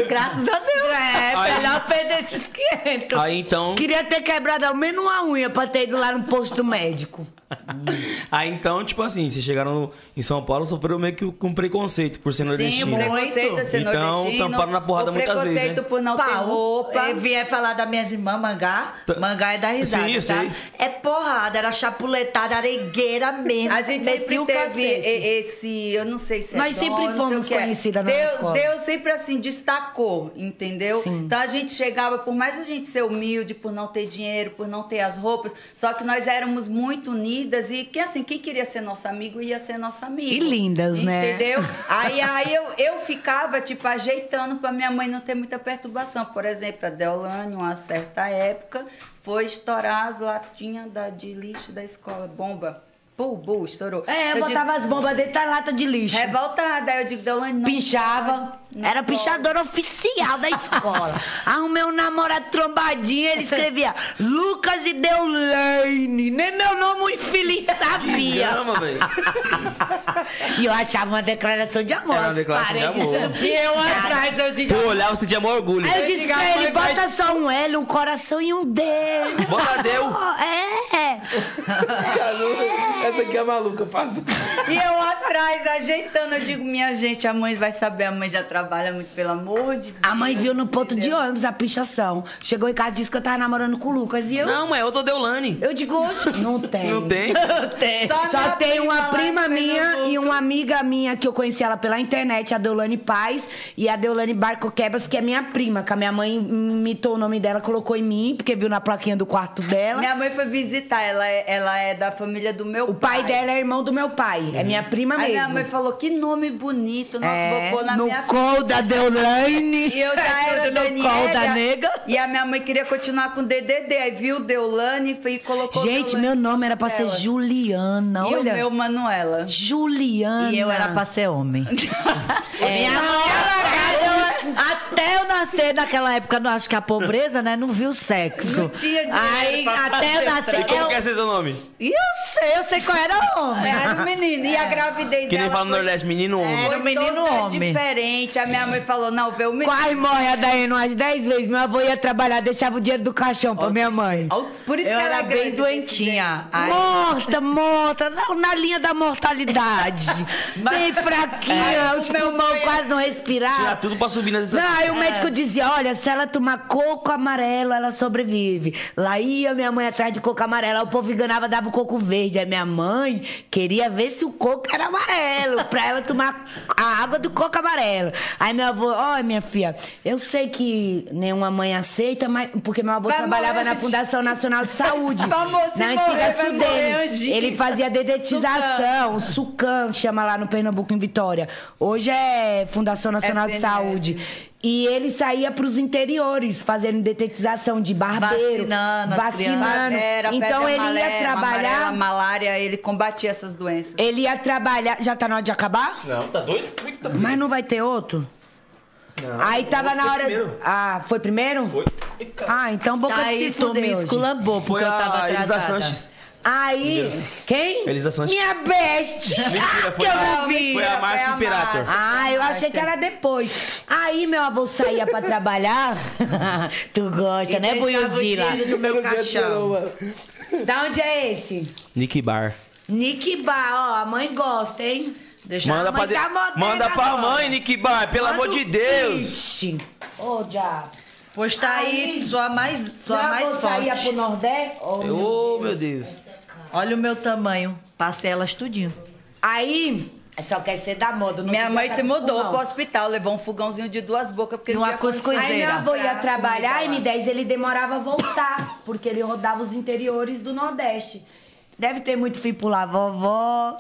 [SPEAKER 3] Graças a Deus.
[SPEAKER 1] Aí-
[SPEAKER 3] É, melhor perder esses 500.
[SPEAKER 1] Aí então.
[SPEAKER 5] Queria ter quebrado ao menos uma unha pra ter ido lá no posto médico.
[SPEAKER 1] Aí então, tipo assim, vocês chegaram em São Paulo, sofreram meio que com preconceito por ser
[SPEAKER 3] Sim,
[SPEAKER 1] nordestino.
[SPEAKER 3] o preconceito de ser
[SPEAKER 1] Então,
[SPEAKER 3] nordestino.
[SPEAKER 1] tamparam na porrada
[SPEAKER 3] o
[SPEAKER 1] muitas vezes,
[SPEAKER 3] preconceito
[SPEAKER 1] né?
[SPEAKER 3] por não ter roupa. é,
[SPEAKER 4] E vier falar das minhas irmãs mangá.
[SPEAKER 1] Tá.
[SPEAKER 4] Mangá é da risada.
[SPEAKER 1] Sim, eu
[SPEAKER 4] tá?
[SPEAKER 1] sei.
[SPEAKER 4] É porrada, era chapuletada, aregueira mesmo.
[SPEAKER 3] A gente sempre
[SPEAKER 4] Metia o
[SPEAKER 3] teve
[SPEAKER 4] cacete.
[SPEAKER 3] e- esse, eu não sei se é
[SPEAKER 5] Nós
[SPEAKER 3] dom,
[SPEAKER 5] sempre
[SPEAKER 3] eu não sei
[SPEAKER 5] fomos
[SPEAKER 3] o que é.
[SPEAKER 5] conhecidas na
[SPEAKER 3] Deus,
[SPEAKER 5] escola.
[SPEAKER 3] Deus sempre assim destacou, entendeu?
[SPEAKER 5] Sim.
[SPEAKER 3] Então a gente chegava, por mais a gente ser humilde, por não ter dinheiro, por não ter as roupas, só que nós éramos muito unidas e que assim, quem queria ser nosso amigo ia ser nosso amigo.
[SPEAKER 5] E lindas, né?
[SPEAKER 3] Entendeu? Aí, aí eu, eu ficava, tipo, ajeitando pra minha mãe não ter muita perturbação. Por exemplo, a Deolane, uma certa época, foi estourar as latinhas da- de lixo da escola, bomba. Pum, bum, estourou.
[SPEAKER 5] É, eu,
[SPEAKER 3] digo,
[SPEAKER 5] botava as bombas dentro da lata de lixo.
[SPEAKER 3] Revoltada. Aí eu digo, Deolane, não.
[SPEAKER 5] Pinchava.
[SPEAKER 3] pode.
[SPEAKER 5] Era pichadora oficial da escola. Arrumei um namorado trombadinho, ele escrevia Lucas e Deulaine. Nem meu nome o infeliz sabia.
[SPEAKER 1] Chama, velho.
[SPEAKER 5] E eu achava uma declaração de amor.
[SPEAKER 1] Era uma
[SPEAKER 5] aos
[SPEAKER 1] declaração de
[SPEAKER 5] parentes.
[SPEAKER 1] amor.
[SPEAKER 5] E eu atrás, eu digo.
[SPEAKER 1] Tu olhava, você tinha maior orgulho.
[SPEAKER 5] Aí eu disse pra ele, bota só um L, um coração e um D.
[SPEAKER 1] Bota Deu.
[SPEAKER 5] É.
[SPEAKER 2] Essa aqui é maluca, passa.
[SPEAKER 3] E eu atrás, ajeitando, eu digo, minha gente, a mãe vai saber, a mãe já trabalha muito, pelo amor de Deus.
[SPEAKER 5] A mãe viu no ponto de ônibus a pichação. Chegou em casa e disse que eu tava namorando com o Lucas. E eu,
[SPEAKER 1] Não, mãe, eu tô Deolane.
[SPEAKER 5] eu digo, hoje não tem.
[SPEAKER 1] Não tem?
[SPEAKER 5] tem. Só,
[SPEAKER 3] minha
[SPEAKER 5] tem
[SPEAKER 3] prima
[SPEAKER 5] uma
[SPEAKER 3] lá
[SPEAKER 5] prima
[SPEAKER 3] em
[SPEAKER 5] minha
[SPEAKER 3] Pernambuco.
[SPEAKER 5] e uma amiga minha que eu conheci ela pela internet, a Deolane Paz e a Deolane Barco Quebras, que é minha prima, que a minha mãe imitou o nome dela, colocou em mim, porque viu na plaquinha do quarto dela.
[SPEAKER 3] Minha mãe foi visitar, ela é, ela é da família do meu
[SPEAKER 5] O pai dela é irmão do meu pai, é minha prima
[SPEAKER 3] Aí minha
[SPEAKER 5] mesmo.
[SPEAKER 3] mãe falou, que nome bonito, nossa,
[SPEAKER 5] É,
[SPEAKER 3] vou pôr na
[SPEAKER 5] no
[SPEAKER 3] minha
[SPEAKER 5] colo da Deolane.
[SPEAKER 3] E eu já era
[SPEAKER 5] no colo da
[SPEAKER 3] Daniela,
[SPEAKER 5] nega.
[SPEAKER 3] E a minha mãe quria continuar com DDD, aí viu Deolane e colocou
[SPEAKER 5] Gente,
[SPEAKER 3] Deolane
[SPEAKER 5] meu nome era pra ser
[SPEAKER 3] dela.
[SPEAKER 5] Juliana,
[SPEAKER 3] E
[SPEAKER 5] olha.
[SPEAKER 3] o meu Manuela.
[SPEAKER 5] Juliana.
[SPEAKER 4] E eu era pra ser homem.
[SPEAKER 5] É.
[SPEAKER 4] Minha mãe era gata. Até eu nascer naquela época, não acho que a pobreza, né? Não viu sexo.
[SPEAKER 3] Não tinha dinheiro
[SPEAKER 4] Aí,
[SPEAKER 3] pra
[SPEAKER 4] até eu nascer.
[SPEAKER 1] E como
[SPEAKER 4] eu-
[SPEAKER 1] que é seu nome?
[SPEAKER 4] E eu sei, eu sei qual era o homem.
[SPEAKER 5] É.
[SPEAKER 3] Era um menino. E a gravidez
[SPEAKER 1] Que
[SPEAKER 3] dela
[SPEAKER 1] nem fala no
[SPEAKER 3] foi,
[SPEAKER 1] Nordeste, menino homem.
[SPEAKER 4] Era um menino
[SPEAKER 3] toda
[SPEAKER 4] homem.
[SPEAKER 3] diferente. A minha mãe falou, não, vê o menino.
[SPEAKER 5] Quase morre a Daiane umas 10 vezes. Meu avô ia trabalhar, deixava o dinheiro do caixão pra minha mãe.
[SPEAKER 3] Por isso
[SPEAKER 4] Eu
[SPEAKER 3] que ela
[SPEAKER 4] era
[SPEAKER 3] é
[SPEAKER 4] bem
[SPEAKER 3] grande desse
[SPEAKER 4] doentinha. Ai,
[SPEAKER 5] Morta, morta, na, na linha da mortalidade. Bem fraquinha,
[SPEAKER 3] é,
[SPEAKER 5] os pulmões quase não
[SPEAKER 1] Tira
[SPEAKER 5] respiravam.
[SPEAKER 1] tudo pra subir nessa...
[SPEAKER 5] Não,
[SPEAKER 3] é.
[SPEAKER 5] aí o médico dizia: olha, se ela tomar coco amarelo, ela sobrevive. Lá ia minha mãe atrás de coco amarelo, aí o povo enganava, dava o coco verde. Aí minha mãe queria ver se o coco era amarelo, pra ela tomar a água do coco amarelo. Aí meu avô, ó, minha filha, eu sei que nenhuma mãe aceita, mas porque meu avô
[SPEAKER 3] Vai
[SPEAKER 5] trabalhava
[SPEAKER 3] morrer,
[SPEAKER 5] na
[SPEAKER 3] gente.
[SPEAKER 5] Fundação Nacional de Saúde.
[SPEAKER 3] Vamos, se
[SPEAKER 5] na
[SPEAKER 3] morrer,
[SPEAKER 5] antiga
[SPEAKER 3] vai morrer,
[SPEAKER 5] Sudene.
[SPEAKER 3] anjinho.
[SPEAKER 5] Ele fazia dedetização, sucam, chama lá no Pernambuco em Vitória. Hoje é Fundação Nacional de
[SPEAKER 3] FNS.
[SPEAKER 5] Saúde. E ele saía para os interiores, fazendo detetização de barbeiro,
[SPEAKER 4] Vacinando as
[SPEAKER 5] vacinando.
[SPEAKER 4] crianças.
[SPEAKER 3] Era
[SPEAKER 5] então
[SPEAKER 3] febre
[SPEAKER 5] ele ia
[SPEAKER 3] amarela,
[SPEAKER 5] trabalhar,
[SPEAKER 3] amarela, malária, ele combatia essas doenças.
[SPEAKER 5] ele ia trabalhar, já tá na hora de acabar?
[SPEAKER 1] Não, tá doido? Puta.
[SPEAKER 5] Mas não vai ter outro. Aí tava na hora.
[SPEAKER 1] primeiro.
[SPEAKER 5] Ah, foi primeiro? Foi. Ah, então boca de
[SPEAKER 4] Tá
[SPEAKER 5] se
[SPEAKER 4] Aí tu
[SPEAKER 5] fuder
[SPEAKER 4] me
[SPEAKER 5] hoje.
[SPEAKER 4] esculambou,
[SPEAKER 1] Foi
[SPEAKER 4] porque eu tava
[SPEAKER 1] a Elisa
[SPEAKER 4] atrasada.
[SPEAKER 1] Sanches.
[SPEAKER 5] Aí, quem?
[SPEAKER 1] Elisa Sanches.
[SPEAKER 5] Minha best!
[SPEAKER 1] Mentira, foi
[SPEAKER 5] que eu
[SPEAKER 1] a-
[SPEAKER 3] Então,
[SPEAKER 5] não vi.
[SPEAKER 1] Foi a Márcia Imperator.
[SPEAKER 5] Ah, eu achei que era depois. Aí meu avô saía pra trabalhar. tu gosta, né, Buiuzila?
[SPEAKER 8] do meu caixão.
[SPEAKER 5] Da onde é esse?
[SPEAKER 1] Nick Bar.
[SPEAKER 5] Nick Bar, ó, a mãe gosta, hein? Deixa
[SPEAKER 1] Manda
[SPEAKER 5] a
[SPEAKER 1] pra,
[SPEAKER 5] mãe
[SPEAKER 1] de...
[SPEAKER 5] tá moderna
[SPEAKER 1] Manda pra
[SPEAKER 5] agora.
[SPEAKER 1] mãe, Nick Bar, pelo
[SPEAKER 5] Manda
[SPEAKER 1] amor
[SPEAKER 5] o
[SPEAKER 1] de Deus.
[SPEAKER 5] pitch. Ô, diabo.
[SPEAKER 3] Pois tá aí, sua mais, sua
[SPEAKER 5] Meu
[SPEAKER 3] mais
[SPEAKER 5] avô saía pro
[SPEAKER 3] forte.
[SPEAKER 5] Nordeste? Ô, meu
[SPEAKER 1] Ô, meu Deus.
[SPEAKER 4] Olha o meu tamanho. Passei elas tudinho.
[SPEAKER 5] Aí, só quer ser da moda. não
[SPEAKER 3] Minha
[SPEAKER 5] quer
[SPEAKER 3] mãe
[SPEAKER 5] botar
[SPEAKER 3] se
[SPEAKER 5] no
[SPEAKER 3] mudou
[SPEAKER 5] fogão.
[SPEAKER 3] pro hospital, levou um fogãozinho de duas bocas, porque
[SPEAKER 4] Numa
[SPEAKER 3] não tinha condição.
[SPEAKER 4] cuscuzeira.
[SPEAKER 5] Aí meu avô ia
[SPEAKER 3] Pra
[SPEAKER 5] trabalhar,
[SPEAKER 3] comida lá.
[SPEAKER 5] M10, ele demorava a voltar, porque ele rodava os interiores do Nordeste. Deve ter muito fim pular, vovó.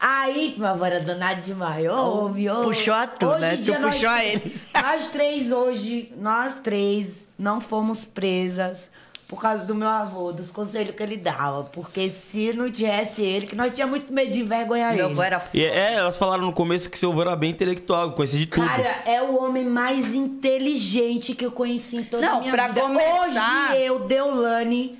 [SPEAKER 5] Aí, meu avô era danado demais. Ô, ouve, ô.
[SPEAKER 4] Puxou a tu,
[SPEAKER 5] Hoje
[SPEAKER 4] né?
[SPEAKER 5] em
[SPEAKER 4] Tu
[SPEAKER 5] dia, nós-
[SPEAKER 4] puxou a ele.
[SPEAKER 5] Nós três hoje, nós três não fomos presas por causa do meu avô, dos conselhos que ele dava. Porque se não tivesse ele, que nós tínhamos muito medo de envergonhar
[SPEAKER 3] Meu
[SPEAKER 5] ele.
[SPEAKER 3] avô era
[SPEAKER 1] E é, elas falaram no começo que seu avô era bem intelectual, conhecia de tudo.
[SPEAKER 5] Cara, é o homem mais inteligente que eu conheci em toda a
[SPEAKER 3] Não,
[SPEAKER 5] minha
[SPEAKER 3] pra
[SPEAKER 5] vida.
[SPEAKER 3] começar-
[SPEAKER 5] Hoje eu, Deolane,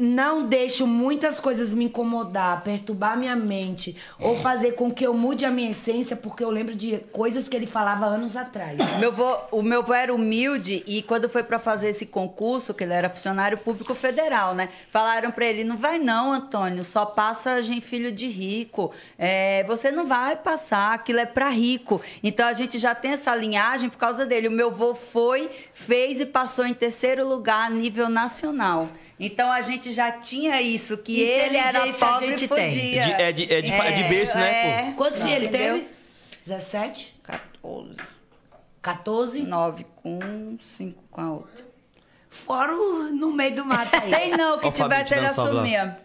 [SPEAKER 5] não deixo muitas coisas me incomodar, perturbar minha mente ou fazer com que eu mude a minha essência porque eu lembro de coisas que ele falava anos atrás.
[SPEAKER 3] Meu vô- o meu avô era humilde e quando foi pra fazer esse concurso, que ele era funcionário público federal, né? Falaram pra ele: não vai não, Antônio, só passa gente filho de rico. É, você não vai passar, aquilo é pra rico. Então a gente já tem essa linhagem por causa dele. O meu avô foi, fez e passou em terceiro lugar a nível nacional. Então a gente já tinha isso, que ele era
[SPEAKER 4] Inteligência a
[SPEAKER 3] pobre
[SPEAKER 4] gente
[SPEAKER 3] e
[SPEAKER 4] tem.
[SPEAKER 3] podia.
[SPEAKER 1] De- é de- é de- é de berço, né,
[SPEAKER 5] Quantos
[SPEAKER 3] Não,
[SPEAKER 5] ele
[SPEAKER 3] entendeu?
[SPEAKER 5] teve? 17?
[SPEAKER 3] 14.
[SPEAKER 5] 14?
[SPEAKER 3] Nove com um, cinco com a outra.
[SPEAKER 5] Fora o, no meio do mato aí.
[SPEAKER 3] Tem não, que
[SPEAKER 1] Ó, Fabinho,
[SPEAKER 3] tivesse
[SPEAKER 1] te
[SPEAKER 3] ele
[SPEAKER 1] dando um salve lá.
[SPEAKER 3] assumia.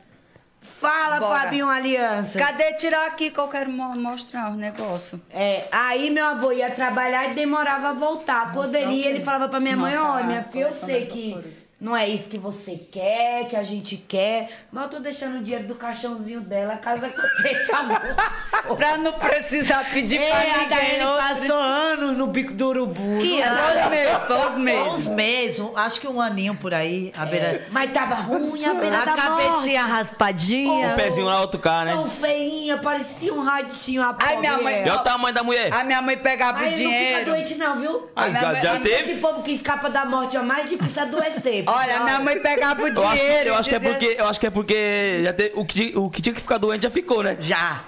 [SPEAKER 5] Fala,
[SPEAKER 3] Bora.
[SPEAKER 5] Fabinho Aliança.
[SPEAKER 3] Cadê tirar aqui que eu quero mo- mostrar os negócios?
[SPEAKER 5] É, aí meu avô ia trabalhar e demorava a voltar. Quando ele ia, ele falava pra minha mãe,
[SPEAKER 3] Nossa,
[SPEAKER 5] olha, minha
[SPEAKER 3] as
[SPEAKER 5] filha, eu
[SPEAKER 3] coleções
[SPEAKER 5] sei
[SPEAKER 3] das
[SPEAKER 5] que
[SPEAKER 3] loucuras.
[SPEAKER 5] Não é isso que você quer, que a gente quer. Mas eu tô deixando o dinheiro do caixãozinho dela, caso aconteça amor.
[SPEAKER 3] Pra não precisar pedir
[SPEAKER 4] É,
[SPEAKER 3] pra
[SPEAKER 4] a
[SPEAKER 3] ninguém.
[SPEAKER 4] Daiane
[SPEAKER 3] outro.
[SPEAKER 4] passou anos no bico do urubu.
[SPEAKER 3] Que
[SPEAKER 4] não
[SPEAKER 3] ano? Foi os
[SPEAKER 4] dá.
[SPEAKER 3] meses, foi os meses.
[SPEAKER 4] Foi os meses, É. um- acho que um aninho por aí. A beira,
[SPEAKER 5] Mas tava ruim, a beira
[SPEAKER 4] a
[SPEAKER 5] da morte.
[SPEAKER 4] cabecinha raspadinha.
[SPEAKER 1] O
[SPEAKER 5] Oh,
[SPEAKER 1] Um pezinho lá, outro cá, né?
[SPEAKER 5] Tão feinha, parecia um ratinho a
[SPEAKER 3] Ai, minha
[SPEAKER 5] pobre.
[SPEAKER 3] mãe,
[SPEAKER 1] E olha o tamanho da mulher.
[SPEAKER 3] A minha mãe pegava
[SPEAKER 5] Mas
[SPEAKER 3] o
[SPEAKER 5] ele não fica
[SPEAKER 3] dinheiro.
[SPEAKER 5] doente não, viu?
[SPEAKER 1] Ai,
[SPEAKER 3] minha
[SPEAKER 1] já
[SPEAKER 3] mãe-
[SPEAKER 1] já
[SPEAKER 3] a minha
[SPEAKER 1] teve?
[SPEAKER 5] Esse povo que escapa da morte é o mais difícil adoecer.
[SPEAKER 3] Olha,
[SPEAKER 5] não.
[SPEAKER 3] minha mãe pegava o
[SPEAKER 1] Eu acho, que-
[SPEAKER 3] dinheiro.
[SPEAKER 1] eu acho que é
[SPEAKER 3] dizia-
[SPEAKER 1] porque, eu acho que é porque já teve- o, que, ti- o que tinha que ficar doente já ficou, né?
[SPEAKER 4] Já.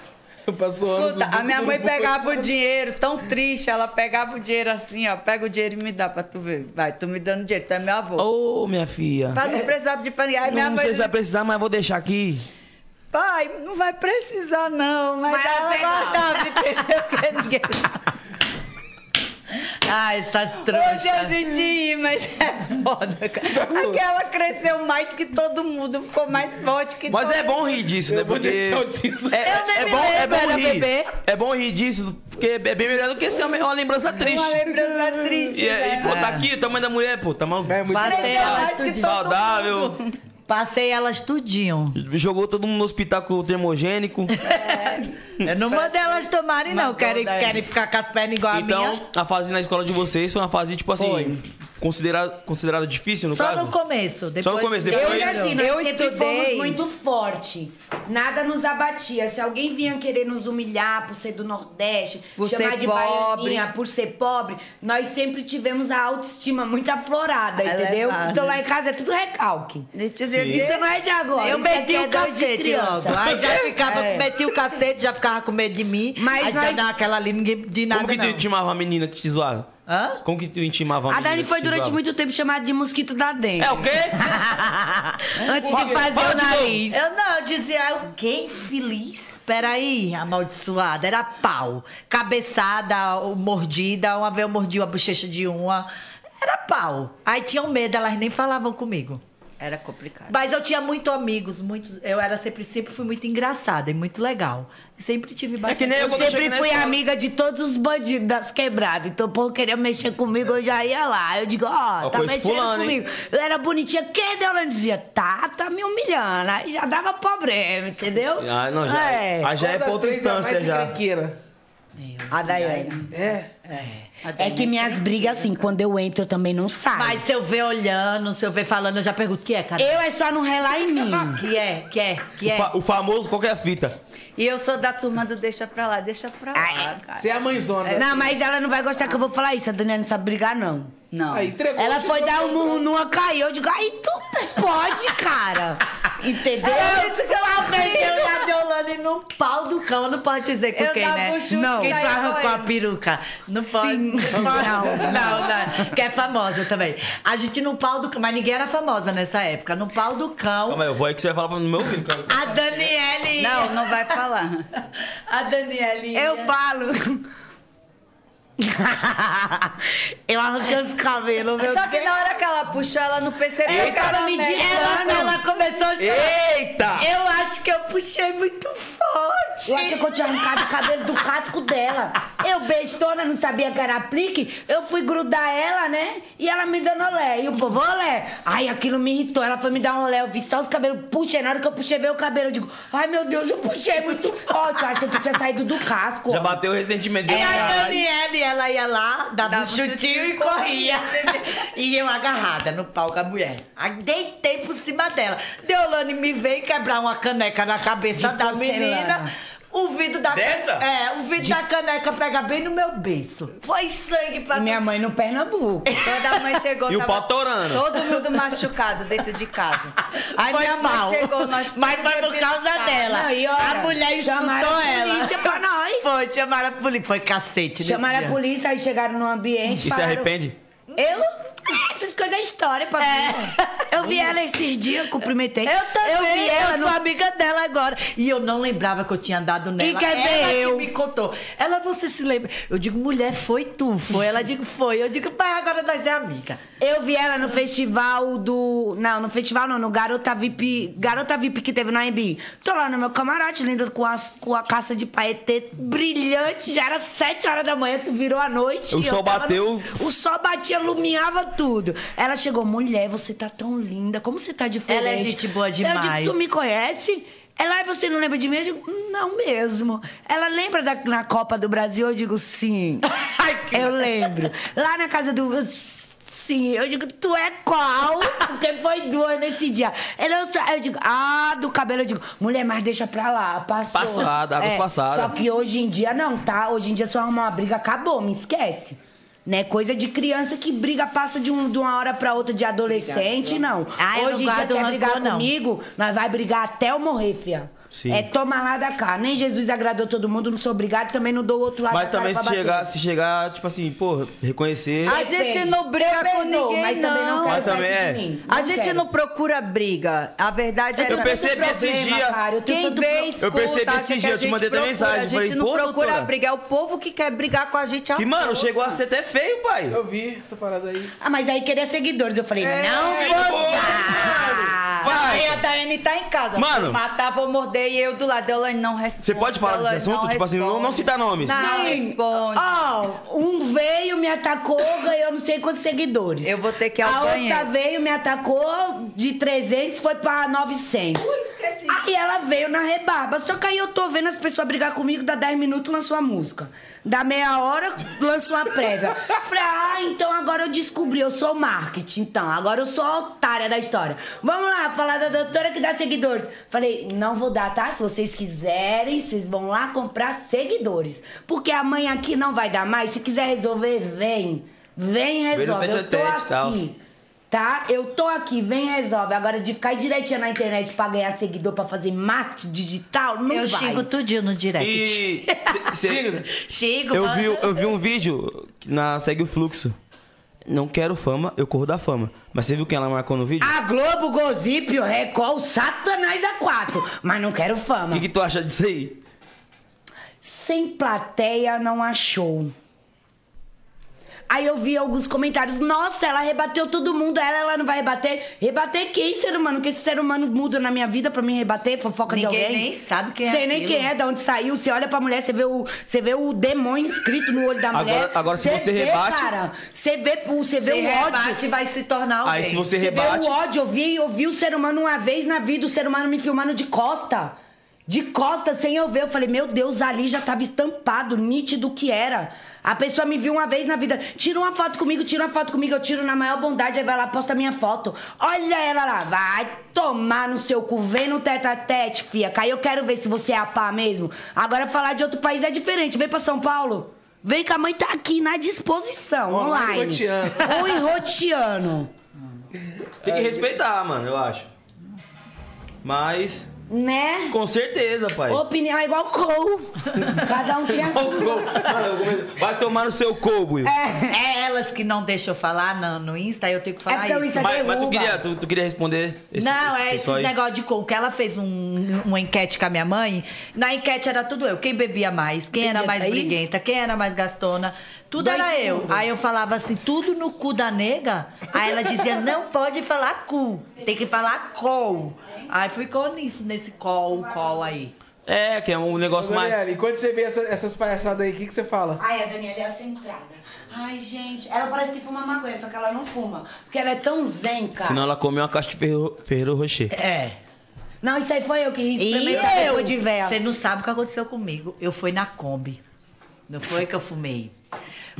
[SPEAKER 2] Passou anos no
[SPEAKER 3] Escuta, a
[SPEAKER 2] bico
[SPEAKER 3] minha
[SPEAKER 2] do
[SPEAKER 3] mãe
[SPEAKER 2] urubu.
[SPEAKER 3] pegava o dinheiro tão triste, ela pegava o dinheiro assim, ó. Pega o dinheiro e me dá pra tu ver. Vai, tu me dando dinheiro, tu é meu avô.
[SPEAKER 1] Ô, minha filha.
[SPEAKER 3] Pra não precisar pedir pra ninguém. Aí Tá minha
[SPEAKER 1] Não,
[SPEAKER 3] mãe
[SPEAKER 1] sei se é vai
[SPEAKER 3] dizia,
[SPEAKER 1] precisar, mas vou deixar aqui.
[SPEAKER 3] pai, não vai precisar não, mas,
[SPEAKER 5] Mas
[SPEAKER 3] mas ela
[SPEAKER 5] vai pegar.
[SPEAKER 3] guardava, entendeu? Porque ninguém...
[SPEAKER 4] Ah, essas
[SPEAKER 3] Hoje a
[SPEAKER 4] trouxas.
[SPEAKER 3] gente ri, mas é foda, cara. Aquela cresceu mais que todo mundo, ficou mais forte que
[SPEAKER 1] Mas
[SPEAKER 3] todo
[SPEAKER 1] é bom rir disso, né?
[SPEAKER 2] Eu vou
[SPEAKER 1] Porque
[SPEAKER 2] deixar o título.
[SPEAKER 1] é,
[SPEAKER 3] Eu nem
[SPEAKER 1] é
[SPEAKER 3] me
[SPEAKER 1] bom, é
[SPEAKER 3] lembro,
[SPEAKER 1] bom
[SPEAKER 3] era
[SPEAKER 1] rir.
[SPEAKER 3] bebê.
[SPEAKER 1] É bom rir disso, porque é bem melhor do que ser uma, uma lembrança triste.
[SPEAKER 3] Uma lembrança triste,
[SPEAKER 1] E, é- e, pô,
[SPEAKER 3] né?
[SPEAKER 1] tá aqui, o tamanho da mulher, pô, tá tamanho
[SPEAKER 2] É, muito
[SPEAKER 4] Passei
[SPEAKER 3] Cresceu
[SPEAKER 4] elas,
[SPEAKER 3] mais que todo
[SPEAKER 1] saudável.
[SPEAKER 3] mundo.
[SPEAKER 4] passei elas tudinho.
[SPEAKER 1] Jogou todo mundo no hospital com o termogênico.
[SPEAKER 4] Eu não mandei elas tomarem, não.
[SPEAKER 3] Mandou,
[SPEAKER 4] Querem,
[SPEAKER 3] Daiane.
[SPEAKER 4] querem ficar com as pernas igual a minha.
[SPEAKER 1] Então, a fase na escola de vocês foi uma fase, tipo assim,
[SPEAKER 4] Foi.
[SPEAKER 1] considerada, considerada difícil, no
[SPEAKER 4] Só
[SPEAKER 1] caso?
[SPEAKER 4] no começo. Depois,
[SPEAKER 1] começo,
[SPEAKER 5] Eu
[SPEAKER 1] depois-
[SPEAKER 5] e assim, nós
[SPEAKER 3] Eu
[SPEAKER 5] sempre
[SPEAKER 3] estudei.
[SPEAKER 5] fomos muito forte. Nada nos abatia. Se alguém vinha querer nos humilhar por ser do Nordeste,
[SPEAKER 3] Por
[SPEAKER 5] chamar
[SPEAKER 3] ser
[SPEAKER 5] de
[SPEAKER 3] pobre.
[SPEAKER 5] baianinha, por ser pobre, nós sempre tivemos a autoestima muito aflorada,
[SPEAKER 3] É
[SPEAKER 5] entendeu?
[SPEAKER 3] Elevada.
[SPEAKER 5] Então lá em casa é tudo recalque. Isso não é de agora.
[SPEAKER 4] Eu
[SPEAKER 5] isso é
[SPEAKER 4] meti
[SPEAKER 5] que é
[SPEAKER 4] o
[SPEAKER 5] doido de
[SPEAKER 4] cacete
[SPEAKER 5] criança.
[SPEAKER 4] logo. Aí já ficava,
[SPEAKER 5] É.
[SPEAKER 4] meti o cacete, já ficava com medo de mim.
[SPEAKER 5] Mas
[SPEAKER 4] aí já
[SPEAKER 5] nós-
[SPEAKER 4] dava aquela ali, ninguém de nada
[SPEAKER 1] Como que tu
[SPEAKER 4] não.
[SPEAKER 1] intimava a menina que te zoava?
[SPEAKER 4] Hã?
[SPEAKER 1] Como que tu intimava a
[SPEAKER 5] A
[SPEAKER 1] menina?
[SPEAKER 5] Dani
[SPEAKER 1] que
[SPEAKER 5] foi
[SPEAKER 1] te
[SPEAKER 5] durante
[SPEAKER 1] zoava?
[SPEAKER 5] muito tempo chamada de mosquito da dengue.
[SPEAKER 1] É o quê?
[SPEAKER 4] Antes de
[SPEAKER 1] fala
[SPEAKER 4] fazer o
[SPEAKER 1] de novo.
[SPEAKER 4] nariz. Eu não, eu dizia, eu que infeliz. Peraí, amaldiçoada. Era pau. Cabeçada, ou mordida. Uma vez eu mordi a bochecha de uma. Era pau. Aí tinham medo, elas nem falavam comigo.
[SPEAKER 3] Era complicado.
[SPEAKER 4] Mas eu tinha muitos amigos, muitos. Eu era sempre, sempre fui muito engraçada e muito legal. Sempre
[SPEAKER 3] É
[SPEAKER 4] tive bastante.
[SPEAKER 1] É nem eu
[SPEAKER 5] Eu
[SPEAKER 1] quando
[SPEAKER 5] sempre
[SPEAKER 1] cheguei na
[SPEAKER 5] fui
[SPEAKER 1] escola.
[SPEAKER 5] amiga de todos os bandidos das quebradas. Então, o povo queria mexer comigo, eu já ia lá. Eu digo, ó,
[SPEAKER 1] Ó,
[SPEAKER 5] tá
[SPEAKER 1] conheço
[SPEAKER 5] mexendo
[SPEAKER 1] fulano, hein?
[SPEAKER 5] comigo. Eu era bonitinha, quem deu? Ela dizia, tá, tá me humilhando. Aí já dava problema, entendeu?
[SPEAKER 1] Ah, não, já.
[SPEAKER 5] É.
[SPEAKER 1] Aí já é
[SPEAKER 2] Uma das
[SPEAKER 1] pra outra
[SPEAKER 2] três é a mais
[SPEAKER 1] instância já.
[SPEAKER 2] encrenqueira.
[SPEAKER 5] A Daiane.
[SPEAKER 2] É.
[SPEAKER 5] É que minhas brigas, assim, quando eu entro, eu também não saio.
[SPEAKER 4] Mas se eu ver olhando, se eu ver falando, eu já pergunto: que é, cara?
[SPEAKER 5] eu é só não relar em mim.
[SPEAKER 4] Que é, que é, que é.
[SPEAKER 1] Fa- O famoso qualquer fita.
[SPEAKER 3] E eu sou da turma do deixa pra lá, deixa pra lá, cara.
[SPEAKER 2] Você é a mãezona.
[SPEAKER 3] né?
[SPEAKER 2] da-
[SPEAKER 5] Não, mas ela não vai gostar que eu vou falar isso. A Daiane não sabe brigar, não.
[SPEAKER 3] Não.
[SPEAKER 2] Aí, entregou.
[SPEAKER 5] Ela
[SPEAKER 2] te
[SPEAKER 5] foi
[SPEAKER 2] jogou.
[SPEAKER 5] dar um murro numa, caiu. Eu digo, aí tu pode, cara. Entendeu?
[SPEAKER 4] É isso que eu aprendeu na Deolane e no pau do cão. Não pode dizer com
[SPEAKER 3] Eu
[SPEAKER 4] quem,
[SPEAKER 3] dava
[SPEAKER 4] né?
[SPEAKER 3] um chute
[SPEAKER 4] não.
[SPEAKER 3] e
[SPEAKER 4] Quem tu
[SPEAKER 3] saía
[SPEAKER 4] arrancou a
[SPEAKER 3] correndo.
[SPEAKER 4] peruca. Não pode. Não, não, não. Que é famosa também. A gente no pau do cão, mas ninguém era famosa nessa época. No pau do cão,
[SPEAKER 1] Calma aí, eu vou aí que você vai falar pro meu filho, cara.
[SPEAKER 4] a Daniele.
[SPEAKER 3] é Não, não vai falar.
[SPEAKER 4] A Daniele.
[SPEAKER 5] Eu falo. eu arranquei os cabelos, meu
[SPEAKER 3] Só que na hora que ela puxou, ela não percebeu que
[SPEAKER 5] tava
[SPEAKER 3] era
[SPEAKER 5] me
[SPEAKER 3] merda.
[SPEAKER 5] dizendo-
[SPEAKER 4] Ela, ela começou a chorar.
[SPEAKER 1] Eita!
[SPEAKER 4] Eu acho que eu puxei muito forte.
[SPEAKER 5] Eu achei que eu tinha arrancado o cabelo do casco dela. Eu, bestona, não sabia que era aplique. Eu fui grudar ela, né? E ela me dando olé. E o povo, olé. Ai, aquilo me irritou. Ela foi me dar um olé. Eu vi só os cabelos. Puxei. Na hora que eu puxei, veio o cabelo. Eu digo, ai, meu Deus, eu puxei muito forte. Eu achei que tinha saído do casco.
[SPEAKER 1] Já bateu o ressentimento
[SPEAKER 4] E
[SPEAKER 1] dele,
[SPEAKER 4] a
[SPEAKER 1] caralho.
[SPEAKER 4] Daniele, ela ia lá, É dava, um chutinho e corria. e eu agarrada no pau com a mulher. Aí Deitei por cima dela. Deolane me veio quebrar uma caneca na cabeça da menina. O vidro da
[SPEAKER 1] Dessa?
[SPEAKER 4] É, o vidro da caneca pega bem no meu beiço. Foi sangue pra
[SPEAKER 5] Minha mãe no Pernambuco.
[SPEAKER 3] Quando a mãe chegou,
[SPEAKER 1] E o
[SPEAKER 3] tava
[SPEAKER 1] pau torando.
[SPEAKER 3] todo mundo machucado dentro de casa. Aí
[SPEAKER 4] Foi
[SPEAKER 3] minha mãe
[SPEAKER 4] mal.
[SPEAKER 3] chegou, nós
[SPEAKER 4] Mas
[SPEAKER 3] tudo
[SPEAKER 4] foi por causa
[SPEAKER 3] bebidas,
[SPEAKER 4] dela.
[SPEAKER 5] Não, e olha,
[SPEAKER 4] a mulher insultou
[SPEAKER 5] chamaram a
[SPEAKER 4] ela.
[SPEAKER 5] polícia pra nós.
[SPEAKER 4] Foi, chamaram a polícia. Foi cacete. né, nesse
[SPEAKER 5] Chamaram
[SPEAKER 4] dia.
[SPEAKER 5] a polícia, aí chegaram no ambiente.
[SPEAKER 1] E se
[SPEAKER 5] falaram-
[SPEAKER 1] arrepende?
[SPEAKER 5] Eu? Essas coisas é história pra mim. Eu vi ela esses dias, cumprimentei.
[SPEAKER 4] Eu também, eu,
[SPEAKER 5] vi ela
[SPEAKER 4] sou
[SPEAKER 5] no
[SPEAKER 4] amiga dela agora. hora. E eu não lembrava que eu tinha dado nela.
[SPEAKER 5] quer ver
[SPEAKER 4] ela que
[SPEAKER 5] eu?
[SPEAKER 4] me contou. Ela, você se lembra? Eu digo, mulher, foi tu. Foi. Ela digo, foi. Eu digo, pai, agora nós é amiga.
[SPEAKER 5] Eu vi ela no festival do. Não, no festival não, no Garota VIP. Garota VIP que teve na AMB. Tô lá no meu camarote, linda, com, as, com a caça de paetê brilhante. Já era sete horas da manhã, tu virou a noite.
[SPEAKER 1] O
[SPEAKER 5] e eu
[SPEAKER 1] sol
[SPEAKER 5] tava-
[SPEAKER 1] bateu.
[SPEAKER 5] O sol batia, iluminava tudo. Ela chegou, mulher, você tá tão linda, como você tá diferente.
[SPEAKER 4] Ela é gente boa
[SPEAKER 5] Eu
[SPEAKER 4] demais.
[SPEAKER 5] digo, tu me conhece? Ela, "Ai, você não lembra de mim? Eu digo, não mesmo. Ela lembra da, na Copa do Brasil? Eu digo, sim. eu lembro. Lá na casa do... Sim, eu digo, tu é qual? Porque foi duas nesse dia. Ela, eu, sou- eu digo, ah, do cabelo. Eu digo, mulher, mas deixa pra lá, passou. É,
[SPEAKER 1] Passada, águas passadas.
[SPEAKER 5] Só que hoje em dia não, tá? Hoje em dia só arrumar uma briga, acabou, me esquece. Né? Coisa de criança que briga, passa de, um- de uma hora pra outra de adolescente, não.
[SPEAKER 4] Ah, eu não
[SPEAKER 5] hoje em dia
[SPEAKER 4] guardo
[SPEAKER 5] quer
[SPEAKER 4] rancor,
[SPEAKER 5] brigar
[SPEAKER 4] não.
[SPEAKER 5] comigo, nós vai brigar até eu morrer, fia.
[SPEAKER 1] Sim.
[SPEAKER 5] É tomar lá da cá. Nem Jesus agradou todo mundo, não sou obrigado, também não dou outro lado
[SPEAKER 1] Mas
[SPEAKER 5] da
[SPEAKER 1] também
[SPEAKER 5] cara
[SPEAKER 1] se
[SPEAKER 5] pra bater.
[SPEAKER 1] chegar, se chegar, tipo assim, pô, reconhecer.
[SPEAKER 3] A gente não briga
[SPEAKER 5] Eu
[SPEAKER 3] com
[SPEAKER 5] perdoo,
[SPEAKER 3] ninguém,
[SPEAKER 5] mas também não,
[SPEAKER 3] não.
[SPEAKER 5] quero
[SPEAKER 1] Mas também
[SPEAKER 5] perto
[SPEAKER 1] é.
[SPEAKER 5] de mim.
[SPEAKER 3] A gente
[SPEAKER 5] quero.
[SPEAKER 3] não procura briga. A verdade é
[SPEAKER 1] Eu
[SPEAKER 3] essa.
[SPEAKER 1] percebi esses
[SPEAKER 5] problema,
[SPEAKER 1] dias.
[SPEAKER 5] cara, eu tenho
[SPEAKER 3] Quem
[SPEAKER 5] tanto
[SPEAKER 3] vê,
[SPEAKER 5] pro-
[SPEAKER 3] escuta,
[SPEAKER 1] Eu percebi
[SPEAKER 3] acha
[SPEAKER 1] esses
[SPEAKER 3] que
[SPEAKER 1] dias,
[SPEAKER 3] a
[SPEAKER 1] eu te
[SPEAKER 3] gente
[SPEAKER 1] mandei até
[SPEAKER 3] procura.
[SPEAKER 1] mensagem,
[SPEAKER 3] A
[SPEAKER 1] falei,
[SPEAKER 3] gente não
[SPEAKER 1] "Pô,
[SPEAKER 3] procura
[SPEAKER 1] doutora."
[SPEAKER 3] briga. É o povo que quer brigar com a gente. à
[SPEAKER 1] Que, mano,
[SPEAKER 3] força.
[SPEAKER 1] chegou a ser até feio, pai.
[SPEAKER 2] Eu vi essa parada aí.
[SPEAKER 5] Ah, mas aí queria seguidores. Eu falei, não
[SPEAKER 1] Ei,
[SPEAKER 5] vou
[SPEAKER 1] pô,
[SPEAKER 5] dar.
[SPEAKER 1] Vai.
[SPEAKER 3] Aí a Daiane tá em casa.
[SPEAKER 1] Mano.
[SPEAKER 3] Se matar, vou morder e eu do lado. Ela não responde.
[SPEAKER 1] Você pode falar desse
[SPEAKER 3] ela
[SPEAKER 1] assunto?
[SPEAKER 3] não
[SPEAKER 1] Tipo assim, não- não
[SPEAKER 3] responde.
[SPEAKER 1] citar nomes.
[SPEAKER 3] Não
[SPEAKER 5] Sim.
[SPEAKER 3] responde.
[SPEAKER 5] Ó, um veio, me atacou, ganhou não sei quantos seguidores.
[SPEAKER 3] Eu vou ter que ir ao
[SPEAKER 5] A outra
[SPEAKER 3] banheiro.
[SPEAKER 5] veio, me atacou, de 300 foi pra 900.
[SPEAKER 3] esqueci.
[SPEAKER 5] Aí ela veio na rebarba. Só que aí eu tô vendo as pessoas brigar comigo, dá 10 minutos, lançou a música. Da meia hora, lançou a prévia. Falei, ah, então agora eu descobri, eu sou marketing, então. Agora eu sou a otária da história. Vamos lá, falar da doutora que dá seguidores. Falei, não vou dar, tá? Se vocês quiserem, vocês vão lá comprar seguidores. Porque amanhã aqui não vai dar mais. Se quiser resolver, vem. Vem
[SPEAKER 1] no
[SPEAKER 5] resolve.
[SPEAKER 1] tete a
[SPEAKER 5] Eu tô
[SPEAKER 1] tete, tal.
[SPEAKER 5] aqui. Tá? Eu tô aqui, vem resolve. Agora de ficar direitinho na internet pra ganhar seguidor, pra fazer marketing digital, não
[SPEAKER 4] eu
[SPEAKER 5] vai.
[SPEAKER 4] xingo tudinho no direct.
[SPEAKER 1] E. cê- cê-
[SPEAKER 4] Xingo,
[SPEAKER 1] eu,
[SPEAKER 4] mano.
[SPEAKER 1] vi, eu vi um vídeo na Segue o Fluxo. Não quero fama, eu corro da fama. Mas você viu quem ela marcou no vídeo?
[SPEAKER 5] A Globo, Gozípio, Record, Satanás a quatro. Mas não quero
[SPEAKER 1] O
[SPEAKER 5] fama.
[SPEAKER 1] que, que tu acha disso aí?
[SPEAKER 5] Sem plateia não achou. Aí eu vi alguns comentários. Nossa, ela rebateu todo mundo. Ela, ela não vai rebater. Rebater quem, ser humano? Que esse ser humano muda na minha vida pra mim rebater fofoca de
[SPEAKER 4] Ninguém
[SPEAKER 5] alguém.
[SPEAKER 4] nem sabe quem é
[SPEAKER 5] Sei nem
[SPEAKER 4] aquilo.
[SPEAKER 5] quem é, de onde saiu. Você olha pra mulher, você vê o, você vê o demônio escrito no olho da
[SPEAKER 1] Agora-
[SPEAKER 5] mulher.
[SPEAKER 1] agora se você
[SPEAKER 5] vê,
[SPEAKER 1] rebate-
[SPEAKER 5] Cara, você vê, você vê
[SPEAKER 4] Se
[SPEAKER 3] um
[SPEAKER 5] o ódio.
[SPEAKER 4] rebate, vai se tornar alguém.
[SPEAKER 1] Aí se você
[SPEAKER 5] Você
[SPEAKER 1] rebate.
[SPEAKER 5] vê o ódio, eu vi, eu vi o ser humano uma vez na vida, o ser humano me filmando de costa. De costa, sem eu ver. Eu falei, meu Deus, ali já tava estampado, nítido que era. A pessoa me viu uma vez na vida. Tira uma foto comigo, tira uma foto comigo, eu tiro na maior bondade, aí vai lá, posta a minha foto. Olha ela lá, vai tomar no seu cu, vem no tete a tete, fia. Cai, eu quero ver se você é a pá mesmo. Agora falar de outro país é diferente. Vem pra São Paulo. Vem que a mãe tá aqui na disposição,
[SPEAKER 2] Online
[SPEAKER 5] online.
[SPEAKER 2] roteando.
[SPEAKER 5] Ou em roteando.
[SPEAKER 1] Tem que respeitar, mano, eu acho. Mas.
[SPEAKER 5] Né?
[SPEAKER 1] Com certeza, pai.
[SPEAKER 5] Opinião é igual cou. Cada um tem a
[SPEAKER 1] Ó, o
[SPEAKER 5] sua.
[SPEAKER 1] gol. Mano, eu comecei- Vai tomar no seu cobo, Will.
[SPEAKER 4] É elas que não deixam eu falar no, no Insta, eu tenho que falar
[SPEAKER 5] É porque um o
[SPEAKER 4] isso.
[SPEAKER 5] Insta
[SPEAKER 1] Mas, mas tu,
[SPEAKER 5] derruba.
[SPEAKER 1] queria, tu, tu queria responder esse
[SPEAKER 4] não,
[SPEAKER 1] esse
[SPEAKER 4] é esses
[SPEAKER 1] pessoal aí?
[SPEAKER 4] negócio de coco. Ela fez um- uma enquete com a minha mãe. Na enquete era tudo eu. Quem bebia mais, quem era
[SPEAKER 5] Entendi,
[SPEAKER 4] mais
[SPEAKER 5] tá aí?
[SPEAKER 4] briguenta, quem era mais gastona. Tudo
[SPEAKER 5] Dois
[SPEAKER 4] era eu.
[SPEAKER 5] segundos.
[SPEAKER 4] Aí eu falava assim, tudo no cu da nega. Aí ela dizia, não pode falar cu, tem que falar col. Aí ficou nisso, nesse col, col aí.
[SPEAKER 1] É, que é um negócio mais.
[SPEAKER 2] Daniela, e quando você vê essa- essas palhaçadas aí, o que, que você fala?
[SPEAKER 5] Ai, a Daniela é a centrada. Ai, gente, ela parece que fuma maconha, só que ela não fuma. Porque ela é tão zen, cara.
[SPEAKER 1] Senão ela comeu uma caixa de ferro- Ferreiro Rocher.
[SPEAKER 4] É.
[SPEAKER 5] Não, isso aí foi eu que
[SPEAKER 4] E
[SPEAKER 5] experimentei a
[SPEAKER 4] eu,
[SPEAKER 5] água de vela.
[SPEAKER 4] você não sabe o que aconteceu comigo. Eu fui na Kombi. Não foi que eu fumei.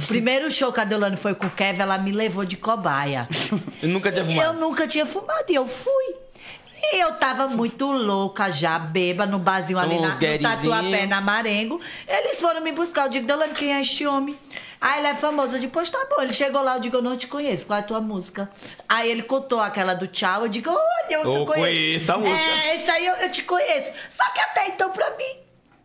[SPEAKER 4] Primeiro show que a Deolane foi com o Kevin, ela me levou de cobaia.
[SPEAKER 1] Eu nunca tinha
[SPEAKER 4] Eu
[SPEAKER 1] fumado.
[SPEAKER 4] nunca tinha fumado e eu fui. E eu tava muito louca já, beba, no barzinho ali
[SPEAKER 1] Tomou
[SPEAKER 4] na,
[SPEAKER 1] Então, uns
[SPEAKER 4] no
[SPEAKER 1] guerizinho.
[SPEAKER 4] Tatuapé, na Marengo. Eles foram me buscar. Eu digo, Delano, quem é este homem? Aí ele é famoso. Eu digo, pois tá bom. Ele chegou lá, eu digo, eu não te conheço. Qual é a tua música? Aí ele contou aquela do tchau. Eu digo, olha, eu,
[SPEAKER 1] Eu
[SPEAKER 4] só conheço.
[SPEAKER 1] conheço a música.
[SPEAKER 4] É, isso aí eu, eu te conheço. Só que até então, pra mim...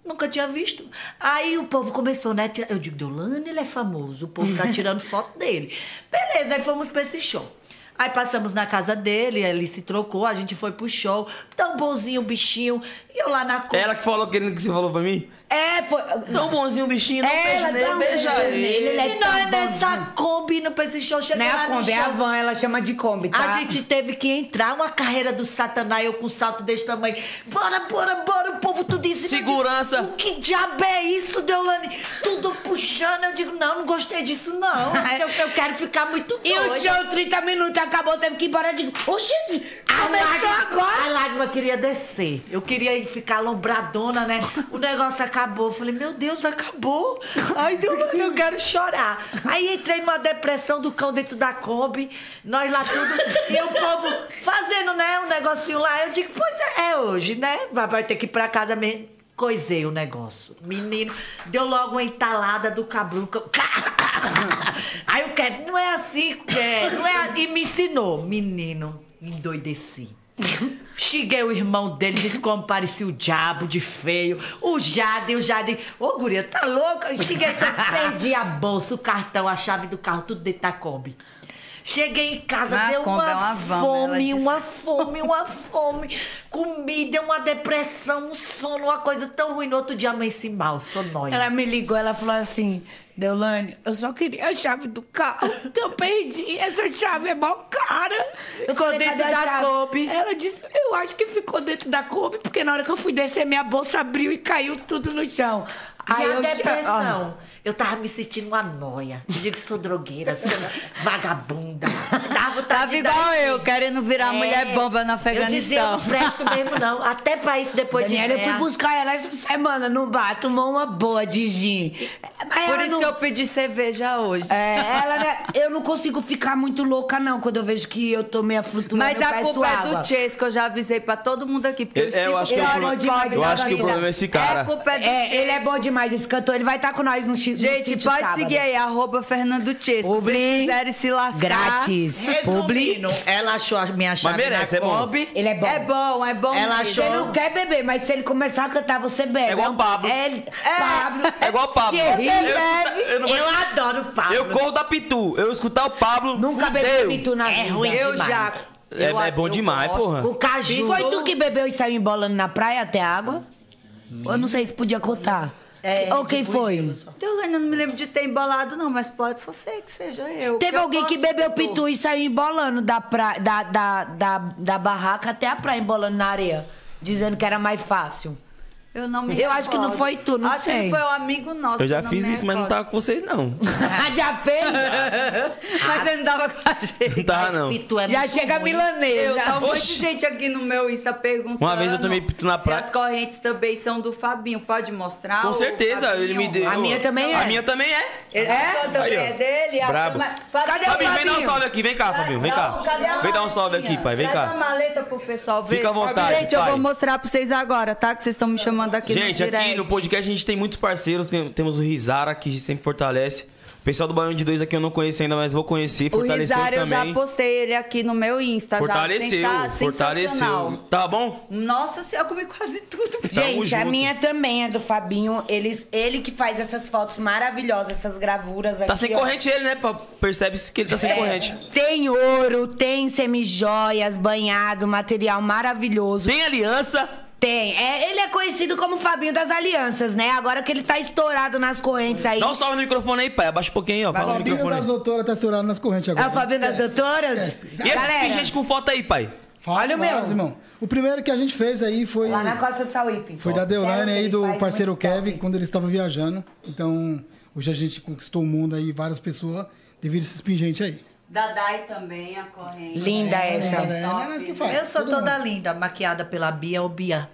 [SPEAKER 4] Nunca tinha visto. Aí o povo começou, né? tira- Eu digo, Deolane, ele é famoso. O povo tá tirando foto dele. Beleza, aí fomos pra esse show. Aí passamos na casa dele, ele se trocou, a gente foi pro show. Tão bonzinho o bichinho. E
[SPEAKER 3] eu lá na
[SPEAKER 4] É.
[SPEAKER 3] cor.
[SPEAKER 1] Ela que falou aquele que você falou pra mim?
[SPEAKER 5] É, foi.
[SPEAKER 1] Tão bonzinho o bichinho, não
[SPEAKER 5] Ela tá
[SPEAKER 1] beijo nele,
[SPEAKER 5] tão
[SPEAKER 1] beija
[SPEAKER 5] bonzinho,
[SPEAKER 1] ele.
[SPEAKER 5] ele
[SPEAKER 4] tá
[SPEAKER 5] é
[SPEAKER 4] E nós
[SPEAKER 5] tão
[SPEAKER 4] nessa Kombi, não pensa em show, chegar
[SPEAKER 5] Não é
[SPEAKER 4] lá
[SPEAKER 5] a
[SPEAKER 4] no
[SPEAKER 5] Kombi, é a
[SPEAKER 4] show.
[SPEAKER 5] van, ela chama de Kombi, tá?
[SPEAKER 4] A gente teve que entrar uma carreira do Satanás, eu com salto desse tamanho. Bora, bora, bora, o povo tudo em cima.
[SPEAKER 1] Segurança.
[SPEAKER 4] Eu digo, O que diabo é isso, Deolane? Tudo puxando. Eu digo, não, não gostei disso, não. Eu, eu quero ficar muito
[SPEAKER 5] E
[SPEAKER 4] doida.
[SPEAKER 5] o show, 30 minutos, acabou, teve que ir embora. Eu digo, oxi,
[SPEAKER 4] A
[SPEAKER 5] começou
[SPEAKER 4] lágrima,
[SPEAKER 5] agora.
[SPEAKER 4] a lágrima queria descer. Eu queria ir ficar lombradona, né? O negócio acabou. Eu falei, meu Deus, acabou. Ai, Deolane, eu quero chorar. Aí entrei numa depressão do cão dentro da Kombi. Nós lá tudo. E o povo fazendo, né? Um negocinho lá. Eu digo, pois é, é hoje, né? Vai, vai ter que ir pra casa mesmo. Coisei o negócio. Menino, deu logo uma entalada do cabruca. Aí eu quero, não é assim, é, não é assim. E me ensinou. Menino, endoideci. Cheguei o irmão dele, disse como parecia o diabo de feio. O Jade, o Jade. Ô, guria, tá louca? Cheguei, perdi a bolsa, o cartão, a chave do carro, tudo dentro da Kombi. Cheguei em casa,
[SPEAKER 3] Não é
[SPEAKER 4] deu
[SPEAKER 3] Kombi,
[SPEAKER 4] uma,
[SPEAKER 3] é uma van, ela
[SPEAKER 4] fome,
[SPEAKER 3] disse.
[SPEAKER 4] uma fome, uma fome. Comida, é uma depressão, um sono, uma coisa tão ruim. No outro dia amanheci mal, sou nóia.
[SPEAKER 5] Ela é me ligou, ela falou assim, Deolane, eu só queria a chave do carro que eu perdi. Essa chave é mal cara.
[SPEAKER 4] Ficou
[SPEAKER 5] falei,
[SPEAKER 4] dentro
[SPEAKER 5] "Cadê a
[SPEAKER 4] da
[SPEAKER 5] chave?"
[SPEAKER 4] Kombi.
[SPEAKER 5] Ela disse, eu acho que ficou dentro da Kombi, porque na hora que eu fui descer, minha bolsa abriu e caiu tudo no chão.
[SPEAKER 4] e a
[SPEAKER 5] eu já-
[SPEAKER 4] depressão?
[SPEAKER 5] ó.
[SPEAKER 4] Eu tava me sentindo uma noia. Eu digo que sou drogueira, sou vagabunda. Tava,
[SPEAKER 3] Tava igual eu, querendo virar mulher bomba no
[SPEAKER 4] É, Eu dizia, eu
[SPEAKER 3] Afeganistão.
[SPEAKER 4] não presto mesmo, não. Até pra isso, depois
[SPEAKER 5] Daniela, eu
[SPEAKER 4] de
[SPEAKER 5] fui buscar ela essa semana no bar, tomou uma boa de gin. Mas
[SPEAKER 3] Por
[SPEAKER 5] ela
[SPEAKER 3] isso
[SPEAKER 5] não-
[SPEAKER 3] que eu pedi cerveja hoje.
[SPEAKER 5] É, ela, né, eu não consigo ficar muito louca, não, quando eu vejo que eu tô meio flutuando.
[SPEAKER 3] Mas
[SPEAKER 5] eu
[SPEAKER 3] a
[SPEAKER 5] peço
[SPEAKER 3] culpa é
[SPEAKER 5] água.
[SPEAKER 3] do Chase, que eu já avisei pra todo mundo aqui. Porque
[SPEAKER 1] Eu-
[SPEAKER 3] os
[SPEAKER 1] eu
[SPEAKER 3] cinco
[SPEAKER 1] acho que é o
[SPEAKER 3] piores
[SPEAKER 1] problema-
[SPEAKER 3] pobres
[SPEAKER 1] eu
[SPEAKER 3] da
[SPEAKER 1] acho que o
[SPEAKER 3] vida.
[SPEAKER 1] problema é esse cara.
[SPEAKER 3] É, a culpa é do
[SPEAKER 5] É,
[SPEAKER 3] Chase.
[SPEAKER 5] ele é bom demais, esse cantor. Ele vai estar com nós no X.
[SPEAKER 3] Gente, pode seguir aí, arroba Fernando Chase. Se
[SPEAKER 5] Publi.
[SPEAKER 3] vocês quiserem se lascar.
[SPEAKER 5] Grátis. Publi.
[SPEAKER 4] Resumindo, ela achou a minha chave
[SPEAKER 1] merece, é
[SPEAKER 4] na
[SPEAKER 1] bom.
[SPEAKER 4] Kombi.
[SPEAKER 5] Ele é bom.
[SPEAKER 3] É bom, é bom.
[SPEAKER 4] Ela
[SPEAKER 3] mesmo.
[SPEAKER 5] Você não quer beber, mas se ele começar a cantar, você bebe.
[SPEAKER 1] É igual
[SPEAKER 5] um-
[SPEAKER 1] Pablo.
[SPEAKER 5] É, Pablo.
[SPEAKER 1] É igual o Pablo.
[SPEAKER 5] Thierry
[SPEAKER 1] Eu-
[SPEAKER 5] bebe.
[SPEAKER 1] eu não vou-
[SPEAKER 4] Eu adoro o Pablo.
[SPEAKER 1] Eu corro da Pitu. Eu escutar o Pablo.
[SPEAKER 5] Nunca bebi
[SPEAKER 1] fudeu.
[SPEAKER 5] pitu na
[SPEAKER 4] É
[SPEAKER 5] vida.
[SPEAKER 4] ruim
[SPEAKER 3] Eu
[SPEAKER 4] demais.
[SPEAKER 3] já.
[SPEAKER 1] É,
[SPEAKER 3] eu-
[SPEAKER 1] é bom
[SPEAKER 3] eu
[SPEAKER 1] demais,
[SPEAKER 3] gosto.
[SPEAKER 1] porra.
[SPEAKER 4] O caju.
[SPEAKER 5] Foi tu que bebeu e saiu embolando na praia até a água? É, Eu não sei se podia contar. Ou quem foi?
[SPEAKER 3] Deus, eu ainda não me lembro de ter embolado, não, mas pode só ser que seja eu.
[SPEAKER 5] Teve
[SPEAKER 3] Eu
[SPEAKER 5] alguém que
[SPEAKER 3] posso,
[SPEAKER 5] bebeu
[SPEAKER 3] Pitu.
[SPEAKER 5] pitu e saiu embolando da, pra, da, da, da, da barraca até a praia, embolando na areia, dizendo que era mais fácil.
[SPEAKER 3] Eu não me
[SPEAKER 5] Eu acho que não
[SPEAKER 3] recordo.
[SPEAKER 5] foi tu, não
[SPEAKER 3] acho
[SPEAKER 5] sei.
[SPEAKER 3] que foi um amigo nosso.
[SPEAKER 1] Eu já
[SPEAKER 3] que
[SPEAKER 1] fiz
[SPEAKER 3] me
[SPEAKER 1] isso, mas não
[SPEAKER 3] recordo.
[SPEAKER 1] tava com vocês, não.
[SPEAKER 5] Já fez?
[SPEAKER 3] Mas eu não tava com a
[SPEAKER 1] Não
[SPEAKER 3] gente.
[SPEAKER 1] tava, não.
[SPEAKER 4] Pitu é
[SPEAKER 5] Já
[SPEAKER 4] muito
[SPEAKER 5] chega
[SPEAKER 4] ruim.
[SPEAKER 3] Eu,
[SPEAKER 5] milanesa.
[SPEAKER 3] tá um monte de
[SPEAKER 1] Oxi.
[SPEAKER 3] gente aqui no meu Insta perguntando.
[SPEAKER 1] Uma vez eu tomei pitu na praia.
[SPEAKER 3] Se as correntes também são do Fabinho, pode mostrar?
[SPEAKER 1] Com
[SPEAKER 3] o
[SPEAKER 1] certeza, ele me
[SPEAKER 3] Fabinho?
[SPEAKER 1] deu.
[SPEAKER 5] A minha também
[SPEAKER 1] A
[SPEAKER 5] é.
[SPEAKER 1] minha também é.
[SPEAKER 3] Ele é? também
[SPEAKER 1] Aí,
[SPEAKER 3] é
[SPEAKER 1] ó.
[SPEAKER 3] dele. a
[SPEAKER 1] Brabo.
[SPEAKER 3] turma-
[SPEAKER 5] Cadê o
[SPEAKER 1] Fabinho, vem dar um
[SPEAKER 5] Fabinho?
[SPEAKER 1] salve aqui. Vem cá, Fabinho. Vem cá.
[SPEAKER 3] Cadê a
[SPEAKER 1] Vem dar um salve aqui,
[SPEAKER 3] maletinha?
[SPEAKER 1] pai. Vem
[SPEAKER 3] Traz a
[SPEAKER 1] cá.
[SPEAKER 3] maleta pro pessoal ver.
[SPEAKER 1] Fica à vontade,
[SPEAKER 3] Gente, eu
[SPEAKER 1] pai.
[SPEAKER 3] vou mostrar pra vocês agora, tá? Que vocês estão me chamando aqui
[SPEAKER 1] Gente,
[SPEAKER 3] no
[SPEAKER 1] aqui
[SPEAKER 3] direct.
[SPEAKER 1] no podcast a gente tem muitos parceiros. Tem- temos o Rizara, que sempre fortalece. O pessoal do Baião de 2 aqui eu não conheço ainda, mas vou conhecer.
[SPEAKER 3] O
[SPEAKER 1] Fortaleceu
[SPEAKER 3] Rizar, eu já
[SPEAKER 1] também.
[SPEAKER 3] postei ele aqui no meu Insta.
[SPEAKER 1] fortaleceu,
[SPEAKER 3] já. Sensa-
[SPEAKER 1] fortaleceu.
[SPEAKER 3] sensacional.
[SPEAKER 1] Tá bom?
[SPEAKER 3] Nossa senhora, eu comi quase tudo.
[SPEAKER 1] Tamo
[SPEAKER 5] Gente, a
[SPEAKER 1] junto.
[SPEAKER 5] minha também é do Fabinho. Ele, ele que faz essas fotos maravilhosas, essas gravuras aqui.
[SPEAKER 1] Tá sem
[SPEAKER 5] ó. É,
[SPEAKER 1] corrente ele, né? pa- Percebe-se que ele tá sem corrente.
[SPEAKER 5] Tem ouro, tem semijoias, banhado, material maravilhoso.
[SPEAKER 1] Tem aliança.
[SPEAKER 5] Tem. É, ele é conhecido como Fabinho das Alianças, né? Agora que ele tá estourado nas correntes aí.
[SPEAKER 1] Dá um salve no microfone aí, pai. Abaixa um pouquinho, ó. Fala no
[SPEAKER 9] Fabinho
[SPEAKER 1] microfone.
[SPEAKER 9] das
[SPEAKER 1] aí.
[SPEAKER 9] doutoras tá estourado nas correntes
[SPEAKER 5] É o
[SPEAKER 9] agora.
[SPEAKER 5] Fabinho das Doutoras?
[SPEAKER 9] esquece.
[SPEAKER 1] E esses
[SPEAKER 5] Galera,
[SPEAKER 1] pingentes com foto aí, pai?
[SPEAKER 9] Olha o meu. irmão. O primeiro que a gente fez aí foi...
[SPEAKER 5] lá na Costa do Sauípe.
[SPEAKER 9] Foi da Deolane
[SPEAKER 5] Sério,
[SPEAKER 9] aí,
[SPEAKER 5] ele
[SPEAKER 9] do
[SPEAKER 5] faz
[SPEAKER 9] parceiro
[SPEAKER 5] muito top.
[SPEAKER 9] Kevin, quando ele estava viajando. Então, hoje a gente conquistou o mundo aí, várias pessoas, devido a esses pingentes aí.
[SPEAKER 3] Dadai também, a corrente.
[SPEAKER 5] Linda essa.
[SPEAKER 9] Tá vendo?
[SPEAKER 3] né?
[SPEAKER 9] É nós que faz.
[SPEAKER 4] Eu sou
[SPEAKER 9] todo
[SPEAKER 4] toda
[SPEAKER 9] mundo.
[SPEAKER 4] linda, maquiada pela Bia ou Bia.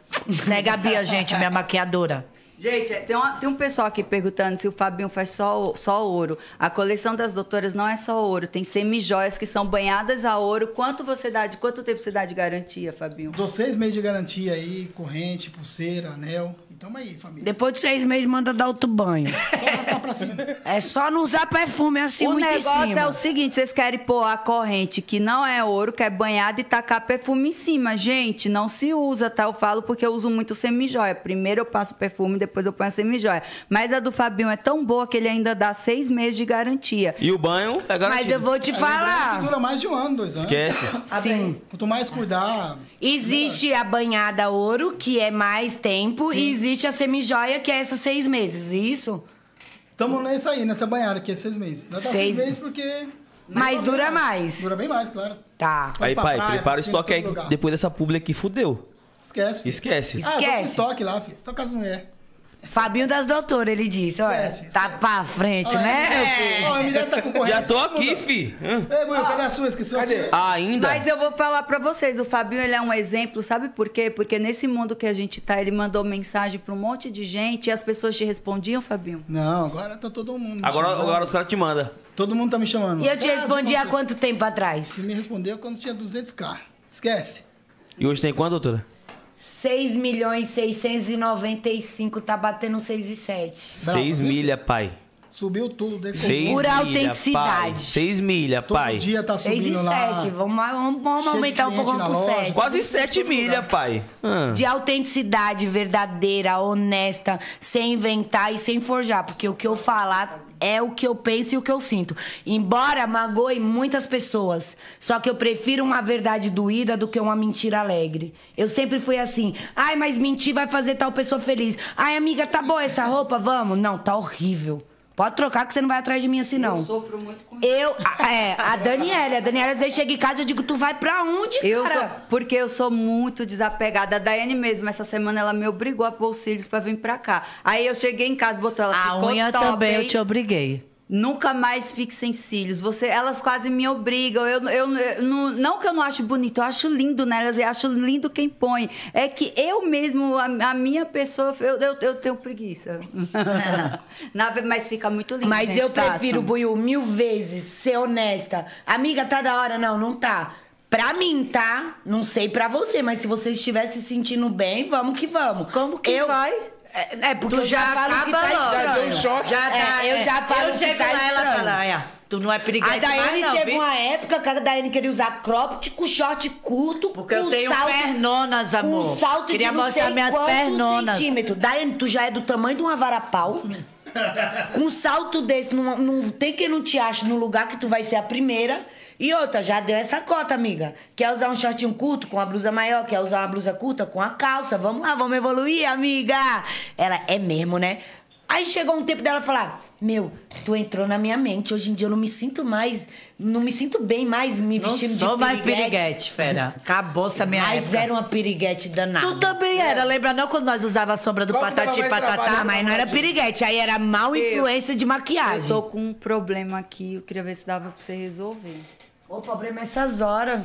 [SPEAKER 4] Segue a Bia, gente, minha maquiadora.
[SPEAKER 3] Gente, tem, uma- tem um pessoal aqui perguntando se o Fabinho faz só, só ouro. A coleção das doutoras não é só ouro, tem semijoias que são banhadas a ouro. Quanto você dá de quanto tempo você dá de garantia, Fabinho?
[SPEAKER 9] Dou seis meses de garantia aí, corrente, pulseira, anel. Então aí, família.
[SPEAKER 5] Depois de seis meses, manda dar outro banho.
[SPEAKER 9] Só arrastar pra cima.
[SPEAKER 5] É só não usar perfume assim
[SPEAKER 3] o
[SPEAKER 5] muito
[SPEAKER 3] negócio
[SPEAKER 5] em cima.
[SPEAKER 3] é o seguinte, vocês querem pôr a corrente que não é ouro, que é banhada e tacar perfume em cima. Gente, não se usa, tá? Eu falo porque eu uso muito semijoia. Primeiro eu passo perfume, depois eu ponho a semijoia. Mas a do Fabinho é tão boa que ele ainda dá seis meses de garantia.
[SPEAKER 1] E o banho é garantido.
[SPEAKER 5] Mas eu vou te
[SPEAKER 9] Lembrando que
[SPEAKER 5] falar.
[SPEAKER 9] dura mais de um ano, dois anos.
[SPEAKER 1] Esquece.
[SPEAKER 5] Sim.
[SPEAKER 9] Quanto mais cuidar,
[SPEAKER 5] Existe a banhada ouro, que é mais tempo, e existe a semijoia, que é essas seis meses, isso?
[SPEAKER 9] Estamos nessa aí, nessa banhada, que é seis meses. Dá seis
[SPEAKER 5] Seis.
[SPEAKER 9] meses porque
[SPEAKER 5] Mas dura mais.
[SPEAKER 9] dura bem mais, claro.
[SPEAKER 5] Tá.
[SPEAKER 9] Pode
[SPEAKER 1] Aí,
[SPEAKER 9] ir pra
[SPEAKER 1] pai,
[SPEAKER 9] praia,
[SPEAKER 1] prepara o
[SPEAKER 9] piscina,
[SPEAKER 1] estoque aí.
[SPEAKER 9] todo
[SPEAKER 1] que
[SPEAKER 9] lugar.
[SPEAKER 1] Depois dessa publi aqui, fudeu.
[SPEAKER 9] Esquece. filho.
[SPEAKER 1] Esquece.
[SPEAKER 9] Ah, eu tô com
[SPEAKER 5] Esquece.
[SPEAKER 9] estoque lá, filho. Tô com as mulheres.
[SPEAKER 5] Fabinho das doutoras, ele disse, olha,
[SPEAKER 9] Esquece,
[SPEAKER 5] tá
[SPEAKER 9] esquece.
[SPEAKER 5] pra frente, né, meu filho?
[SPEAKER 9] Ó, a MDS tá concorrendo.
[SPEAKER 1] Já tô aqui, fi. Hã?
[SPEAKER 9] Ei, mãe, cadê a sua? Esqueceu
[SPEAKER 2] Cadê?
[SPEAKER 9] a sua?
[SPEAKER 1] Ah,
[SPEAKER 5] é.
[SPEAKER 1] Ainda.
[SPEAKER 3] Mas eu vou falar pra vocês, o Fabinho ele é um exemplo, sabe por quê? Porque nesse mundo que a gente tá, ele mandou mensagem pra um monte de gente e as pessoas te respondiam, Fabinho.
[SPEAKER 9] Não, agora tá todo mundo. me
[SPEAKER 1] Agora,
[SPEAKER 9] chamando.
[SPEAKER 1] agora os caras te mandam.
[SPEAKER 9] Todo mundo tá me chamando.
[SPEAKER 5] E eu te
[SPEAKER 9] Ah,
[SPEAKER 5] respondi há
[SPEAKER 9] quanto-
[SPEAKER 5] quanto tempo atrás?
[SPEAKER 9] Você me respondeu quando tinha 200k. Esquece.
[SPEAKER 1] E hoje tem quanto, doutora?
[SPEAKER 5] 6 milhões 695, tá batendo 6 e 7.
[SPEAKER 9] Bravo,
[SPEAKER 1] Seis
[SPEAKER 9] viu?
[SPEAKER 1] milha, pai.
[SPEAKER 9] Subiu tudo. decolou.
[SPEAKER 1] Seis
[SPEAKER 5] Por
[SPEAKER 1] milha,
[SPEAKER 5] autenticidade.
[SPEAKER 1] pai. Seis milha,
[SPEAKER 9] Todo
[SPEAKER 1] pai.
[SPEAKER 9] dia tá
[SPEAKER 5] 6 e
[SPEAKER 9] subindo lá.
[SPEAKER 5] 7, vamos, vamos, vamos
[SPEAKER 9] Cheio de
[SPEAKER 5] aumentar um
[SPEAKER 9] cliente
[SPEAKER 5] pouco
[SPEAKER 9] na
[SPEAKER 5] pro
[SPEAKER 9] loja.
[SPEAKER 5] 7.
[SPEAKER 1] Quase sete milha, pai. Ah. Hã?
[SPEAKER 5] De autenticidade verdadeira, honesta, sem inventar e sem forjar. Porque o que eu falar é o que eu penso e o que eu sinto. Embora magoe muitas pessoas. Só que eu prefiro uma verdade doída do que uma mentira alegre. Eu sempre fui assim. Ai, mas mentir vai fazer tal pessoa feliz. Ai, amiga, tá boa essa roupa? Vamos. Não, tá horrível. Pode trocar que você não vai atrás de mim assim, não.
[SPEAKER 3] Eu sofro muito com isso.
[SPEAKER 5] Eu, a- é, a Daniela. A Daniela às vezes chega em casa e eu digo, tu vai pra onde, cara?
[SPEAKER 3] Eu sou- porque eu sou muito desapegada. A Daiane mesmo, essa semana, ela me obrigou a pôr os cílios pra vir pra cá. Aí eu cheguei em casa, botou ela
[SPEAKER 4] A
[SPEAKER 3] ficou
[SPEAKER 4] unha
[SPEAKER 3] top,
[SPEAKER 4] também eu
[SPEAKER 3] hein?
[SPEAKER 4] te obriguei.
[SPEAKER 3] Nunca mais fique sem cílios. Você, elas quase me obrigam. Eu, eu, eu não, não que eu não acho bonito, eu acho lindo nelas e acho lindo quem põe. É que eu mesmo, a, a minha pessoa, eu, eu, eu tenho preguiça. Na ve- mas fica muito lindo.
[SPEAKER 5] Mas
[SPEAKER 3] gente,
[SPEAKER 5] eu prefiro,
[SPEAKER 3] façam.
[SPEAKER 5] Buiu, mil vezes ser honesta. Amiga, tá da hora? Não, não tá. Pra mim, tá? Não sei pra você, mas se você estiver se sentindo bem, vamos que vamos.
[SPEAKER 3] Como que
[SPEAKER 5] eu...
[SPEAKER 3] vai?
[SPEAKER 5] É, é porque
[SPEAKER 6] Tu
[SPEAKER 5] eu já,
[SPEAKER 6] já
[SPEAKER 5] falo que
[SPEAKER 6] acaba
[SPEAKER 5] tá
[SPEAKER 6] logo.
[SPEAKER 2] Já deu um
[SPEAKER 5] estranho.
[SPEAKER 2] choque.
[SPEAKER 6] Já tá,
[SPEAKER 5] É, eu
[SPEAKER 6] é.
[SPEAKER 5] já falo
[SPEAKER 6] Eu
[SPEAKER 5] que
[SPEAKER 6] chego
[SPEAKER 5] tá
[SPEAKER 6] lá, ela
[SPEAKER 5] estranho.
[SPEAKER 6] fala, "Ah, tu não é perigosa
[SPEAKER 5] A Daiane
[SPEAKER 6] não,
[SPEAKER 5] teve
[SPEAKER 6] viu?
[SPEAKER 5] uma época que a Daiane queria usar cropped com short curto.
[SPEAKER 6] Porque
[SPEAKER 5] com
[SPEAKER 6] eu tenho
[SPEAKER 5] salto,
[SPEAKER 6] pernonas, amor.
[SPEAKER 5] Com salto
[SPEAKER 6] Queria
[SPEAKER 5] de não
[SPEAKER 6] mostrar
[SPEAKER 5] sei
[SPEAKER 6] minhas
[SPEAKER 5] quantos
[SPEAKER 6] pernonas.
[SPEAKER 5] centímetros. Daiane, tu já é do tamanho de uma vara-pau. com um salto desse, não, não tem quem não te ache no lugar que tu vai ser a primeira. E outra, já deu essa cota, amiga. Quer usar um shortinho curto com a blusa maior? Quer usar uma blusa curta com a calça? Vamos lá, vamos evoluir, amiga. Ela é mesmo, né? Aí chegou um tempo dela falar: Meu, tu entrou na minha mente. Hoje em dia eu não me sinto mais. Não me sinto bem mais me
[SPEAKER 6] Não
[SPEAKER 5] vestindo
[SPEAKER 6] sou
[SPEAKER 5] de
[SPEAKER 6] mais
[SPEAKER 5] piriguete.
[SPEAKER 6] piriguete, fera. Acabou essa minha
[SPEAKER 5] Mas
[SPEAKER 6] época.
[SPEAKER 5] era um- uma piriguete danada.
[SPEAKER 6] Tu também era, lembra não quando nós usava a sombra do
[SPEAKER 2] Qual que dava
[SPEAKER 6] patati
[SPEAKER 2] mais
[SPEAKER 6] patatá?
[SPEAKER 2] trabalho?
[SPEAKER 5] Mas não era é piriguete, aí era mal influência de maquiagem.
[SPEAKER 3] Eu tô com um problema aqui, eu queria ver se dava pra você resolver.
[SPEAKER 5] O problema é essas horas.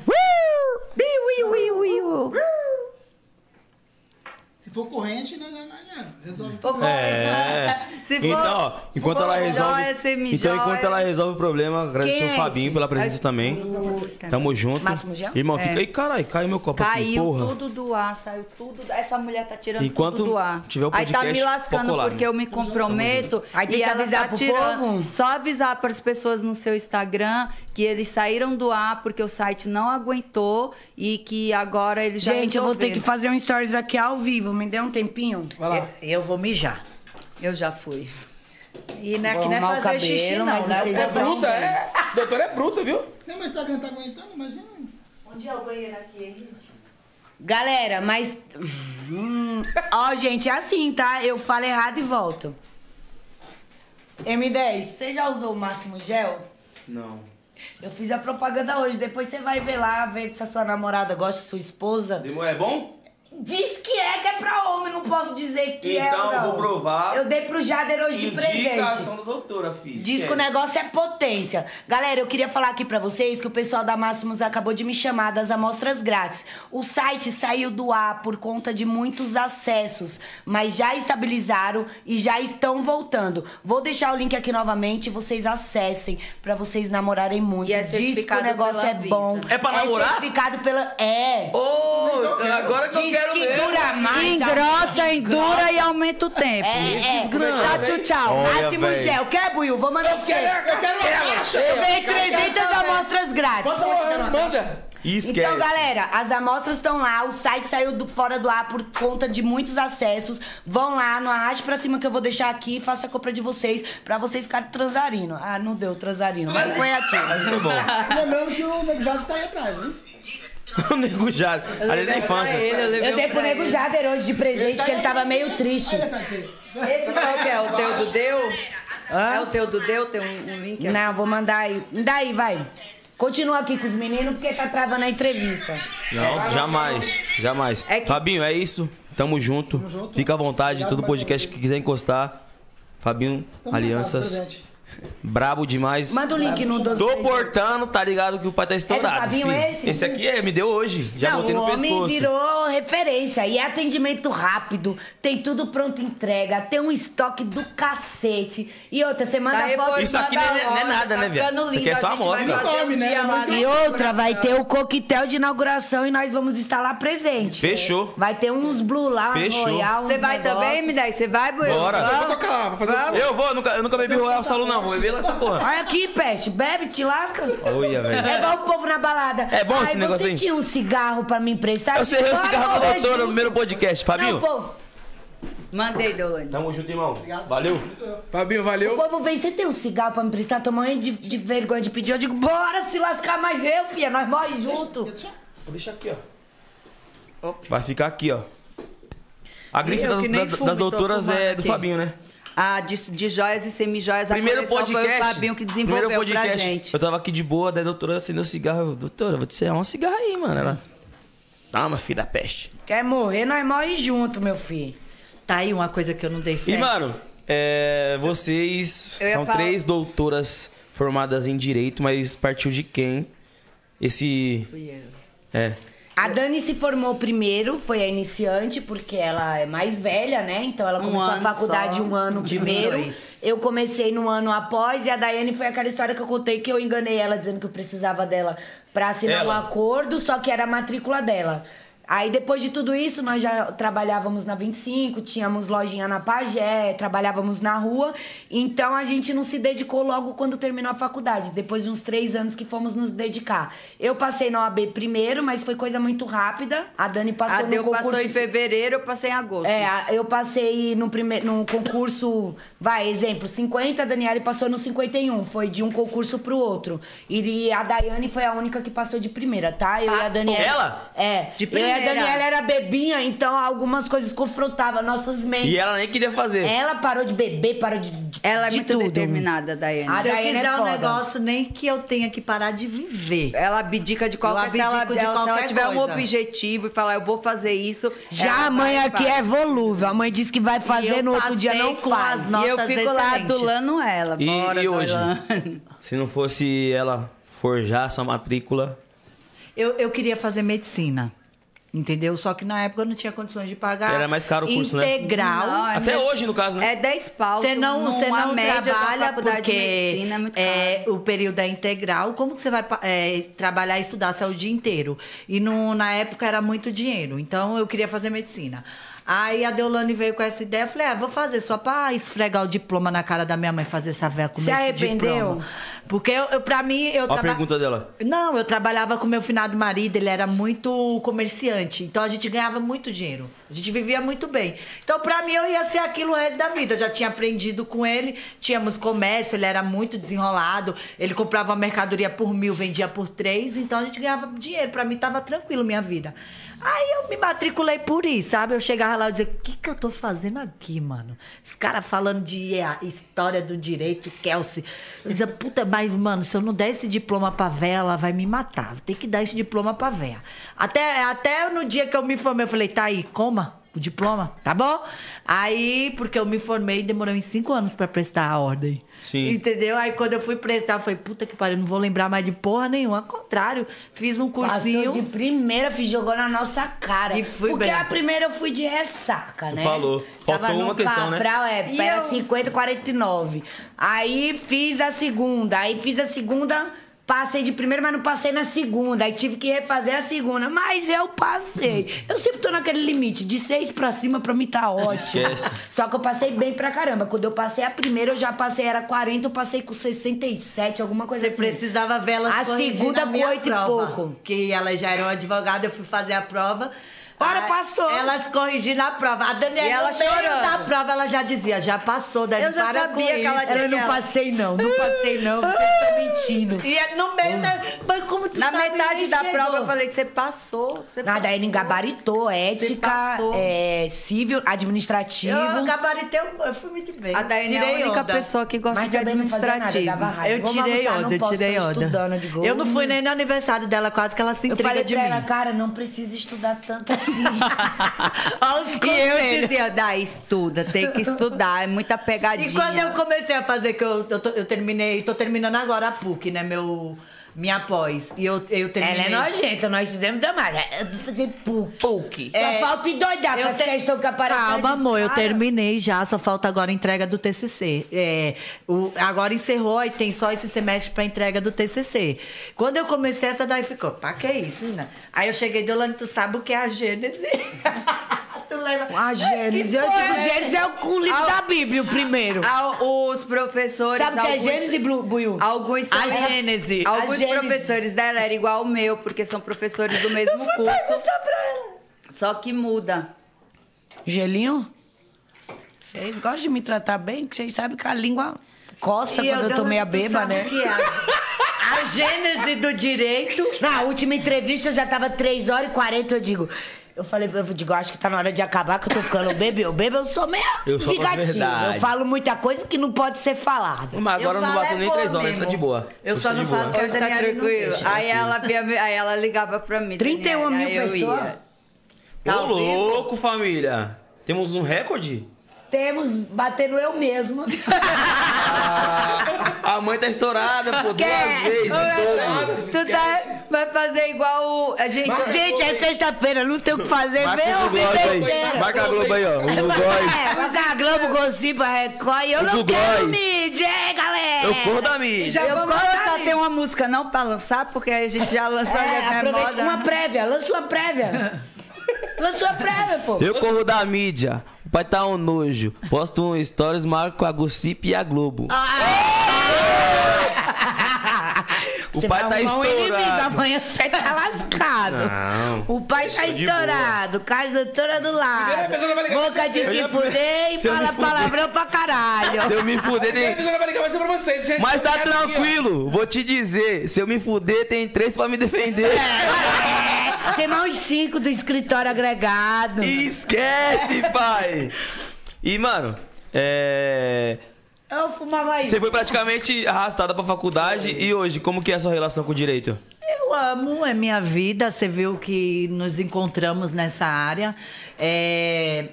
[SPEAKER 9] Se for corrente, né, não, não, não, não. Resolve.
[SPEAKER 5] né?
[SPEAKER 1] É.
[SPEAKER 3] Se for- é
[SPEAKER 1] Então, ó, enquanto ela
[SPEAKER 3] Joia,
[SPEAKER 1] resolve.
[SPEAKER 3] semijoia.
[SPEAKER 1] Então, enquanto ela resolve o problema, agradecer
[SPEAKER 5] é Quem é
[SPEAKER 1] o Fabinho
[SPEAKER 5] esse?
[SPEAKER 1] pela presença também. Tamo junto.
[SPEAKER 5] Máximo É. Gel?
[SPEAKER 1] Irmão, fica aí, caralho, caiu meu copo aqui,
[SPEAKER 3] Caiu
[SPEAKER 1] assim, porra.
[SPEAKER 3] tudo do ar, saiu tudo. Essa mulher tá tirando
[SPEAKER 1] Enquanto
[SPEAKER 3] tudo do ar.
[SPEAKER 1] tiver o
[SPEAKER 3] Aí tá
[SPEAKER 1] podcast,
[SPEAKER 3] me lascando
[SPEAKER 1] pode colar,
[SPEAKER 3] porque
[SPEAKER 1] né?
[SPEAKER 3] eu me comprometo.
[SPEAKER 5] Aí tem
[SPEAKER 3] e
[SPEAKER 5] que
[SPEAKER 3] ela
[SPEAKER 5] avisar
[SPEAKER 3] tá
[SPEAKER 5] pro
[SPEAKER 3] tirando.
[SPEAKER 5] povo?
[SPEAKER 3] Só avisar para as pessoas no seu Instagram que eles saíram do ar porque o site não aguentou e que agora eles já
[SPEAKER 5] Gente, eu vou ter que
[SPEAKER 3] resolveram.
[SPEAKER 5] fazer um stories aqui ao vivo. Me dê um tempinho.
[SPEAKER 2] Vai lá.
[SPEAKER 1] É,
[SPEAKER 6] Eu, eu vou mijar.
[SPEAKER 3] Eu já fui.
[SPEAKER 6] E não é
[SPEAKER 5] Vou
[SPEAKER 6] que não é
[SPEAKER 5] arrumar o
[SPEAKER 6] fazer xixi,
[SPEAKER 5] cabelo,
[SPEAKER 6] não,
[SPEAKER 5] mas
[SPEAKER 6] né?
[SPEAKER 5] vocês
[SPEAKER 2] É
[SPEAKER 6] Eu vou-
[SPEAKER 2] bruta, é. Doutora é bruta, viu?
[SPEAKER 9] Nem meu Instagram tá aguentando, imagina.
[SPEAKER 5] Galera, mas. Hum, Ó, gente, é assim, tá? Eu falo errado e volto. M10, você já usou o máximo gel?
[SPEAKER 1] Não.
[SPEAKER 5] Eu fiz a propaganda hoje. Depois você vai ver lá, ver se a sua namorada gosta, sua esposa.
[SPEAKER 1] Demora é bom?
[SPEAKER 5] Diz que é, que é pra homem, não posso dizer que é.
[SPEAKER 1] Então,
[SPEAKER 5] ou não.
[SPEAKER 1] eu vou provar.
[SPEAKER 5] Eu dei pro Jader hoje de presente.
[SPEAKER 1] da doutora, filho.
[SPEAKER 5] Diz que o negócio é potência. Galera, eu queria falar aqui pra vocês que o pessoal da Máximos acabou de me chamar das amostras grátis. O site saiu do ar por conta de muitos acessos, mas já estabilizaram e já estão voltando. Vou deixar o link aqui novamente, vocês acessem pra vocês namorarem muito.
[SPEAKER 3] E é
[SPEAKER 5] Diz que o
[SPEAKER 3] certificado
[SPEAKER 5] negócio
[SPEAKER 3] pela
[SPEAKER 5] é bom.
[SPEAKER 3] Anvisa.
[SPEAKER 1] É pra namorar?
[SPEAKER 5] É certificado pela é.
[SPEAKER 1] Ô, agora que eu
[SPEAKER 5] Diz
[SPEAKER 1] quero
[SPEAKER 5] que
[SPEAKER 1] ver.
[SPEAKER 5] dura mais.
[SPEAKER 3] Engrossa, endura e aumenta o tempo.
[SPEAKER 5] É, é.
[SPEAKER 1] desgrama.
[SPEAKER 5] Tchau, tchau, tchau.
[SPEAKER 1] Olha,
[SPEAKER 5] Máximo
[SPEAKER 1] véi.
[SPEAKER 5] gel. Quer, Buiu? Vou mandar pra você. Eu
[SPEAKER 2] Ela,
[SPEAKER 5] ganhei 300 amostras grátis.
[SPEAKER 2] Manda.
[SPEAKER 1] E esquece.
[SPEAKER 5] Então, galera, as amostras estão lá, o site saiu do- fora do ar por conta de muitos acessos. Vão lá, não arraste pra cima que eu vou deixar aqui, faça a compra de vocês, pra vocês ficarem transarino. Ah, não deu transarino, mas foi aqui.
[SPEAKER 1] Muito Tá bom.
[SPEAKER 9] Lembrando que o Negvado tá aí atrás, viu?
[SPEAKER 1] o nego Jader. Ali na infância.
[SPEAKER 5] é Eu um dei pro Nego Jader hoje de presente, que ele tá tava meio triste.
[SPEAKER 9] é
[SPEAKER 3] Esse qual que é? O teu do Deu? É o teu do Deu? Tem um, um link aqui.
[SPEAKER 5] Não, vou mandar aí. Daí, vai. Continua aqui com os meninos, porque tá travando a entrevista.
[SPEAKER 1] Não, jamais, jamais. Fabinho, é isso. Tamo junto. Fica à vontade, todo podcast que quiser encostar. Fabinho,
[SPEAKER 9] um
[SPEAKER 1] alianças. Brabo demais.
[SPEAKER 5] Manda o link no um dos
[SPEAKER 1] Tô portando, tá ligado que o pai tá estourado.
[SPEAKER 5] Fabinho
[SPEAKER 1] filho.
[SPEAKER 5] esse?
[SPEAKER 1] Esse aqui é, me deu hoje. Já
[SPEAKER 5] Não,
[SPEAKER 1] botei no
[SPEAKER 5] o homem
[SPEAKER 1] pescoço.
[SPEAKER 5] virou referência e é atendimento rápido, tem tudo pronto entrega, tem um estoque do cacete. E outra, você manda
[SPEAKER 3] Tá
[SPEAKER 5] foto.
[SPEAKER 1] Isso aqui nem,
[SPEAKER 3] reformando
[SPEAKER 1] nem é
[SPEAKER 3] a
[SPEAKER 1] nada,
[SPEAKER 3] loja,
[SPEAKER 1] né,
[SPEAKER 3] tá
[SPEAKER 1] viado?
[SPEAKER 3] ficando
[SPEAKER 1] Isso aqui é
[SPEAKER 3] lindo,
[SPEAKER 1] só
[SPEAKER 3] a gente
[SPEAKER 1] amostra.
[SPEAKER 3] vai fazer um
[SPEAKER 2] né?
[SPEAKER 3] dia lá na
[SPEAKER 5] E outra, vai ter o coquetel de inauguração e nós vamos estar lá presente.
[SPEAKER 1] Fechou.
[SPEAKER 5] Vai ter uns Blue lá, uns
[SPEAKER 1] Fechou.
[SPEAKER 5] Royal. uns
[SPEAKER 3] Você vai
[SPEAKER 5] negócio.
[SPEAKER 3] também, me dá? Você vai, Boi?
[SPEAKER 1] Bora.
[SPEAKER 2] Eu vou tocar lá, vou fazer o
[SPEAKER 1] Eu vou, eu nunca, eu nunca bebi Royal Salu, não. Vou beber lá essa porra.
[SPEAKER 5] Olha aqui, peste, bebe, te lasca.
[SPEAKER 1] Olha, velho.
[SPEAKER 5] É igual o povo na balada.
[SPEAKER 1] É bom
[SPEAKER 5] Ai,
[SPEAKER 1] esse negócio aí?
[SPEAKER 5] Você tinha um cigarro pra me emprestar?
[SPEAKER 1] Eu serrei o
[SPEAKER 5] Bora,
[SPEAKER 1] cigarro da
[SPEAKER 5] bora
[SPEAKER 1] doutora no
[SPEAKER 5] junto.
[SPEAKER 1] primeiro podcast.
[SPEAKER 5] Não,
[SPEAKER 1] Fabinho,
[SPEAKER 5] pô,
[SPEAKER 3] Mandei, Dolane.
[SPEAKER 1] tamo junto, irmão. Valeu.
[SPEAKER 2] Fabinho,
[SPEAKER 5] o
[SPEAKER 2] valeu.
[SPEAKER 5] povo vem, você tem um cigarro pra me emprestar? Tô morrendo de, de vergonha de pedir. Eu digo, bora se lascar mais eu, filha. Nós morre junto.
[SPEAKER 1] Vou deixar aqui, ó. Vai ficar aqui, ó. A grife
[SPEAKER 3] Eu
[SPEAKER 1] da-
[SPEAKER 3] que nem
[SPEAKER 1] da-
[SPEAKER 3] fumo,
[SPEAKER 1] das
[SPEAKER 3] tô
[SPEAKER 1] doutoras é
[SPEAKER 3] fumando
[SPEAKER 1] do
[SPEAKER 3] aqui.
[SPEAKER 1] Fabinho, né?
[SPEAKER 3] Ah, de, de joias e semijoias, a
[SPEAKER 1] Primeiro
[SPEAKER 3] coleção
[SPEAKER 1] podcast.
[SPEAKER 3] foi o Fabinho que desenvolveu
[SPEAKER 1] primeiro podcast,
[SPEAKER 3] pra gente.
[SPEAKER 1] Eu tava aqui de boa, daí a doutora acendeu o cigarro. Eu, doutora, vou te serrar um cigarro aí, mano. Ela. Toma, filho da peste.
[SPEAKER 5] Quer morrer, nós morre junto, meu filho.
[SPEAKER 4] Tá aí uma coisa que eu não dei certo.
[SPEAKER 1] E, mano, é, vocês
[SPEAKER 3] Eu ia
[SPEAKER 1] são
[SPEAKER 3] falar-
[SPEAKER 1] três doutoras formadas em direito, mas partiu de quem? Esse. É.
[SPEAKER 5] A Dani se formou primeiro, foi a iniciante, porque ela é mais velha, né? Então ela
[SPEAKER 3] Um
[SPEAKER 5] começou a
[SPEAKER 3] ano
[SPEAKER 5] faculdade
[SPEAKER 3] só,
[SPEAKER 5] um ano
[SPEAKER 3] de
[SPEAKER 5] primeiro.
[SPEAKER 3] dois.
[SPEAKER 5] Eu comecei no ano após, e a Daiane foi aquela história que eu contei que eu enganei ela dizendo que eu precisava dela pra assinar
[SPEAKER 1] Ela.
[SPEAKER 5] um acordo, só que era a matrícula dela. Aí depois de tudo isso, nós já trabalhávamos na 25, tínhamos lojinha na Pajé, trabalhávamos na rua. Então a gente não se dedicou logo quando terminou a faculdade, depois de uns três anos que fomos nos dedicar. Eu passei na OAB primeiro, mas foi coisa muito rápida. A Dani passou
[SPEAKER 3] A
[SPEAKER 5] no
[SPEAKER 3] Ah, Deu
[SPEAKER 5] concurso.
[SPEAKER 3] passou em fevereiro, eu passei em agosto.
[SPEAKER 5] É, a- eu passei no primeiro num concurso, vai, exemplo, 50, a Daniele passou no 51, foi de um concurso pro outro. E, e a Daiane foi a única que passou de primeira, tá? Eu e a Daniela.
[SPEAKER 1] ela?
[SPEAKER 3] De
[SPEAKER 5] É. Eu e a
[SPEAKER 3] primeira.
[SPEAKER 5] Daniela era bebinha, então algumas coisas confrontavam nossas mentes.
[SPEAKER 1] E ela nem queria fazer.
[SPEAKER 4] É,
[SPEAKER 5] Ela parou de beber, parou de, de
[SPEAKER 3] Ela é
[SPEAKER 5] de
[SPEAKER 3] muito
[SPEAKER 5] tudo.
[SPEAKER 3] determinada, Daiane.
[SPEAKER 5] A
[SPEAKER 4] Se eu
[SPEAKER 5] Daiane
[SPEAKER 4] quiser
[SPEAKER 5] é
[SPEAKER 4] um
[SPEAKER 5] foda.
[SPEAKER 4] negócio, nem que eu tenha que parar de viver.
[SPEAKER 3] Ela abdica de qualquer
[SPEAKER 4] Eu
[SPEAKER 3] se ela,
[SPEAKER 4] abdico de
[SPEAKER 3] ela- se ela
[SPEAKER 4] qualquer
[SPEAKER 3] tiver um
[SPEAKER 4] coisa.
[SPEAKER 3] objetivo e falar, eu vou fazer isso.
[SPEAKER 5] Já
[SPEAKER 3] ela
[SPEAKER 5] a mãe
[SPEAKER 3] vai e
[SPEAKER 5] aqui
[SPEAKER 3] faz.
[SPEAKER 5] é volúvel. A mãe diz que vai
[SPEAKER 4] E
[SPEAKER 5] fazer,
[SPEAKER 4] eu
[SPEAKER 5] no outro dia
[SPEAKER 4] passei
[SPEAKER 5] não
[SPEAKER 4] com
[SPEAKER 5] faz.
[SPEAKER 4] as notas
[SPEAKER 3] E eu fico lá
[SPEAKER 4] excelentes.
[SPEAKER 3] adulando ela.
[SPEAKER 1] E-
[SPEAKER 3] Bora,
[SPEAKER 1] e hoje?
[SPEAKER 3] Dolane.
[SPEAKER 1] Se não fosse ela forjar sua matrícula.
[SPEAKER 4] Eu, eu queria fazer medicina. Entendeu? Só que na época eu não tinha condições de pagar.
[SPEAKER 1] Era mais caro o curso, né?
[SPEAKER 4] Integral.
[SPEAKER 3] Não, é
[SPEAKER 1] Até
[SPEAKER 3] cê-
[SPEAKER 1] hoje, no caso, né?
[SPEAKER 3] É 10 pau.
[SPEAKER 4] Você não, você
[SPEAKER 3] numa
[SPEAKER 4] não
[SPEAKER 3] média da
[SPEAKER 4] trabalha
[SPEAKER 3] um faculdade
[SPEAKER 4] porque
[SPEAKER 3] de medicina, é muito
[SPEAKER 4] é,
[SPEAKER 3] caro.
[SPEAKER 4] o período é integral. Como que você vai pa- é, trabalhar e estudar se é o dia inteiro? E no- na época era muito dinheiro. Então eu queria fazer medicina. Aí a Deolane veio com essa ideia. Eu falei, ah, vou fazer só pra esfregar o diploma na cara da minha mãe, fazer essa véia com
[SPEAKER 5] Se
[SPEAKER 4] esse
[SPEAKER 5] arrependeu?
[SPEAKER 4] diploma. Porque eu, eu, pra mim, eu
[SPEAKER 1] Olha a
[SPEAKER 4] traba-
[SPEAKER 1] pergunta dela.
[SPEAKER 4] não, eu trabalhava com meu finado marido, ele era muito comerciante, então a gente ganhava muito dinheiro. A gente vivia muito bem. Então, pra mim, eu ia ser aquilo o resto da vida. Eu já tinha aprendido com ele, tínhamos comércio, ele era muito desenrolado, ele comprava mercadoria por mil, vendia por três, então a gente ganhava dinheiro. Pra mim, tava tranquilo minha vida. Aí eu me matriculei por isso, sabe? Eu chegava lá e dizia, o que, que eu tô fazendo aqui, mano? Esse cara falando de eh, história do direito, Kelsey. Eu dizia, puta, mas, mano, se eu não der esse diploma pra véia, ela vai me matar. Tem que dar esse diploma pra véia. Até, até no dia que eu me formei, eu falei, tá aí, coma o diploma, tá bom? Aí, porque eu me formei, demorou uns cinco anos pra prestar a ordem.
[SPEAKER 1] Sim.
[SPEAKER 4] Entendeu? Aí quando eu fui prestar, eu falei, puta que pariu, não vou lembrar mais de porra nenhuma. Ao contrário, fiz um cursinho.
[SPEAKER 5] Passou de primeira, fi, jogou na nossa cara.
[SPEAKER 4] E fui
[SPEAKER 5] Porque
[SPEAKER 4] bem.
[SPEAKER 5] a primeira eu fui de ressaca,
[SPEAKER 1] Tu
[SPEAKER 5] né?
[SPEAKER 1] falou. Faltou
[SPEAKER 5] Tava
[SPEAKER 1] uma
[SPEAKER 5] num
[SPEAKER 1] questão, né?
[SPEAKER 5] Cabral, é,
[SPEAKER 3] E
[SPEAKER 5] era
[SPEAKER 3] eu-
[SPEAKER 5] 50, 49. Aí fiz a segunda, aí fiz a segunda, passei de primeira, mas não passei na segunda. Aí tive que refazer a segunda, mas eu passei. Eu sempre tô naquele limite, de seis pra cima pra mim tá ótimo.
[SPEAKER 1] Esquece.
[SPEAKER 5] Só que eu passei bem pra caramba. Quando eu passei a primeira, eu já passei, era 40, eu passei com 67, alguma coisa
[SPEAKER 4] Você
[SPEAKER 5] assim.
[SPEAKER 4] precisava ver ela
[SPEAKER 5] A
[SPEAKER 4] corrigir
[SPEAKER 5] segunda
[SPEAKER 4] na minha
[SPEAKER 5] com oito e
[SPEAKER 4] prova,
[SPEAKER 5] pouco.
[SPEAKER 4] Que ela já era uma advogada, eu fui fazer a prova.
[SPEAKER 5] Ora, passou.
[SPEAKER 4] Elas corrigiram a prova. A Daniela,
[SPEAKER 3] E ela
[SPEAKER 4] no meio
[SPEAKER 3] chorando.
[SPEAKER 4] da prova, ela já dizia, já passou, Dani,
[SPEAKER 3] Eu já
[SPEAKER 4] para
[SPEAKER 3] sabia
[SPEAKER 4] com
[SPEAKER 3] que
[SPEAKER 4] isso.
[SPEAKER 3] ela tinha
[SPEAKER 4] Eu não
[SPEAKER 3] que-
[SPEAKER 4] passei, não. Não passei, não. Vocês estão mentindo. E é no meio da... Mas como tu
[SPEAKER 3] Na
[SPEAKER 4] sabe,
[SPEAKER 3] metade
[SPEAKER 4] nem
[SPEAKER 3] da
[SPEAKER 4] chegou.
[SPEAKER 3] prova eu falei, você passou. Você
[SPEAKER 5] Nada,
[SPEAKER 3] passou.
[SPEAKER 5] ele engabaritou ética,
[SPEAKER 3] passou.
[SPEAKER 5] é, civil, administrativo.
[SPEAKER 4] Eu gabaritei, eu eu fui muito bem.
[SPEAKER 3] A Daiane é a
[SPEAKER 4] Tirei
[SPEAKER 3] única
[SPEAKER 4] onda.
[SPEAKER 3] pessoa que gosta
[SPEAKER 5] Mas
[SPEAKER 3] de
[SPEAKER 5] também não fazia nada,
[SPEAKER 3] administrativo.
[SPEAKER 5] dava raiva.
[SPEAKER 4] Eu
[SPEAKER 5] Vamos
[SPEAKER 4] tirei
[SPEAKER 5] almoçar, não
[SPEAKER 4] onda,
[SPEAKER 5] posso,
[SPEAKER 4] tirei
[SPEAKER 5] tô
[SPEAKER 4] onda.
[SPEAKER 5] estudando, eu digo,
[SPEAKER 4] Eu não fui
[SPEAKER 5] hum.
[SPEAKER 4] nem no aniversário dela, quase que ela se
[SPEAKER 5] Eu
[SPEAKER 4] entrega
[SPEAKER 5] falei
[SPEAKER 4] de
[SPEAKER 5] pra ela,
[SPEAKER 4] mim.
[SPEAKER 5] cara, não precisa estudar tanto assim.
[SPEAKER 4] Olha os
[SPEAKER 3] E eu
[SPEAKER 4] conselhos.
[SPEAKER 3] dizia, Dai, estuda, tem que estudar, é muita pegadinha.
[SPEAKER 4] E quando eu comecei a fazer, que eu, eu, tô- eu terminei, tô terminando agora a PUC, né? Meu, minha pós. E eu, eu terminei.
[SPEAKER 5] ela é nojenta, nós fizemos damada. Eu vou fazer PUC. Só
[SPEAKER 4] É,
[SPEAKER 5] falta endoidar
[SPEAKER 4] eu
[SPEAKER 5] pra essa
[SPEAKER 4] te-
[SPEAKER 5] questão que apareceu.
[SPEAKER 4] Calma, amor, eu
[SPEAKER 5] termino.
[SPEAKER 4] terminei já, só falta agora a entrega do TCC. É, o- agora encerrou e tem só esse semestre pra entrega do TCC. Quando eu comecei essa daí ficou, pá, que é isso, Nina? Aí eu cheguei, Deolane, tu sabe o que é a Gênese? tu lembra?
[SPEAKER 5] A Gênesis,
[SPEAKER 4] Que
[SPEAKER 5] eu
[SPEAKER 4] foi,
[SPEAKER 5] digo,
[SPEAKER 4] né?
[SPEAKER 5] Gênesis é o livro da Bíblia, o primeiro.
[SPEAKER 3] Ao- Os professores.
[SPEAKER 5] Sabe o que é
[SPEAKER 3] alguns-
[SPEAKER 5] Gênesis, Blu- Buiu?
[SPEAKER 3] Alguns são.
[SPEAKER 4] A Gênese.
[SPEAKER 3] Alguns
[SPEAKER 5] A Gênese.
[SPEAKER 3] professores dela eram igual ao meu, porque são professores do mesmo curso. Só que muda.
[SPEAKER 5] Gelinho? Vocês gostam de me tratar bem? Que vocês sabem que a língua coça
[SPEAKER 4] E
[SPEAKER 5] quando eu, tô
[SPEAKER 4] Deolane,
[SPEAKER 5] meia
[SPEAKER 4] tu
[SPEAKER 5] beba,
[SPEAKER 4] sabe
[SPEAKER 5] né?
[SPEAKER 4] o que é a- a Gênese do direito.
[SPEAKER 5] Na última entrevista eu já tava 3 horas e 40, eu digo. Eu falei, eu digo, acho que tá na hora de acabar, que eu tô ficando bebê. Eu bebo, eu sou meio
[SPEAKER 1] Eu sou uma
[SPEAKER 5] vingativa.
[SPEAKER 1] verdade.
[SPEAKER 5] Eu falo muita coisa que não pode ser falada.
[SPEAKER 1] Mas agora
[SPEAKER 4] Eu
[SPEAKER 1] não
[SPEAKER 4] falo,
[SPEAKER 1] bateu
[SPEAKER 4] é
[SPEAKER 1] nem
[SPEAKER 4] boa
[SPEAKER 1] três horas,
[SPEAKER 4] mesmo.
[SPEAKER 1] tá de boa.
[SPEAKER 4] Eu só
[SPEAKER 1] sou
[SPEAKER 4] não
[SPEAKER 1] de boa.
[SPEAKER 4] falo-
[SPEAKER 3] Hoje tá
[SPEAKER 4] Daniela não
[SPEAKER 3] tranquilo.
[SPEAKER 4] deixa,
[SPEAKER 3] Aí ela, via- aí ela ligava pra mim.
[SPEAKER 5] 31
[SPEAKER 3] Daniela,
[SPEAKER 5] mil
[SPEAKER 3] aí eu
[SPEAKER 5] pessoas?
[SPEAKER 3] ia. Tá
[SPEAKER 1] Ô,
[SPEAKER 3] ao vivo?
[SPEAKER 1] louco, família. Temos um recorde?
[SPEAKER 5] Temos batendo eu mesma.
[SPEAKER 1] A mãe tá estourada, pô, duas vezes. em dobro.
[SPEAKER 3] Tu tá, vai fazer igual o. A gente.
[SPEAKER 5] Gente, é sexta-feira, não tem o que fazer,
[SPEAKER 1] Marca
[SPEAKER 5] vem
[SPEAKER 1] o
[SPEAKER 5] ouvir
[SPEAKER 1] Globo aí.
[SPEAKER 5] besteira.
[SPEAKER 1] Marca a Globo aí, ó. O Góis.
[SPEAKER 5] É, vai dar Globo, Gossipa, Record, eu
[SPEAKER 1] Eu
[SPEAKER 5] não
[SPEAKER 1] vou
[SPEAKER 5] quero
[SPEAKER 1] Góis.
[SPEAKER 5] mídia, hein,
[SPEAKER 4] É.
[SPEAKER 5] galera?
[SPEAKER 1] Eu corro da mídia.
[SPEAKER 3] Já eu
[SPEAKER 5] vamos
[SPEAKER 3] vou
[SPEAKER 5] lá,
[SPEAKER 3] lançar,
[SPEAKER 5] hein?
[SPEAKER 3] tem uma música não pra lançar, porque aí a gente já lançou
[SPEAKER 5] É,
[SPEAKER 3] já é
[SPEAKER 5] aproveita
[SPEAKER 3] moda.
[SPEAKER 5] uma prévia, lança uma prévia. lança uma prévia, pô.
[SPEAKER 1] Eu corro da mídia. O pai tá um nojo. Posto um stories, marco a Gossip e a Globo.
[SPEAKER 5] Ah!
[SPEAKER 1] O
[SPEAKER 5] Você
[SPEAKER 1] pai tá
[SPEAKER 5] vai arrumar um inimigo,
[SPEAKER 1] estourado.
[SPEAKER 5] amanhã você tá lascado.
[SPEAKER 1] Não.
[SPEAKER 5] o pai
[SPEAKER 1] Isso é
[SPEAKER 5] tá
[SPEAKER 1] de
[SPEAKER 5] estourado, casa toda do
[SPEAKER 2] Primeira
[SPEAKER 5] lado.
[SPEAKER 2] pessoa que vai ligar pra
[SPEAKER 5] Boca de
[SPEAKER 2] você.
[SPEAKER 5] se
[SPEAKER 1] Eu já-
[SPEAKER 5] fuder e
[SPEAKER 1] é Se eu me
[SPEAKER 5] fala
[SPEAKER 1] fuder.
[SPEAKER 5] palavrão pra caralho.
[SPEAKER 1] Se eu me fuder, tem...
[SPEAKER 2] A televisão vai ligar, vai ser pra vocês, gente.
[SPEAKER 1] Mas tá
[SPEAKER 2] Obrigado aqui, ó.
[SPEAKER 1] tranquilo, vou te dizer. Se eu me fuder, tem três pra me defender.
[SPEAKER 5] É, Tem mais uns cinco do escritório agregado.
[SPEAKER 1] Esquece, pai! E, mano, é.
[SPEAKER 5] Eu fumava isso.
[SPEAKER 1] Você foi praticamente arrastada pra faculdade e hoje, como que é a sua relação com o direito?
[SPEAKER 4] Eu amo, é minha vida. Você viu que nos encontramos nessa área. É,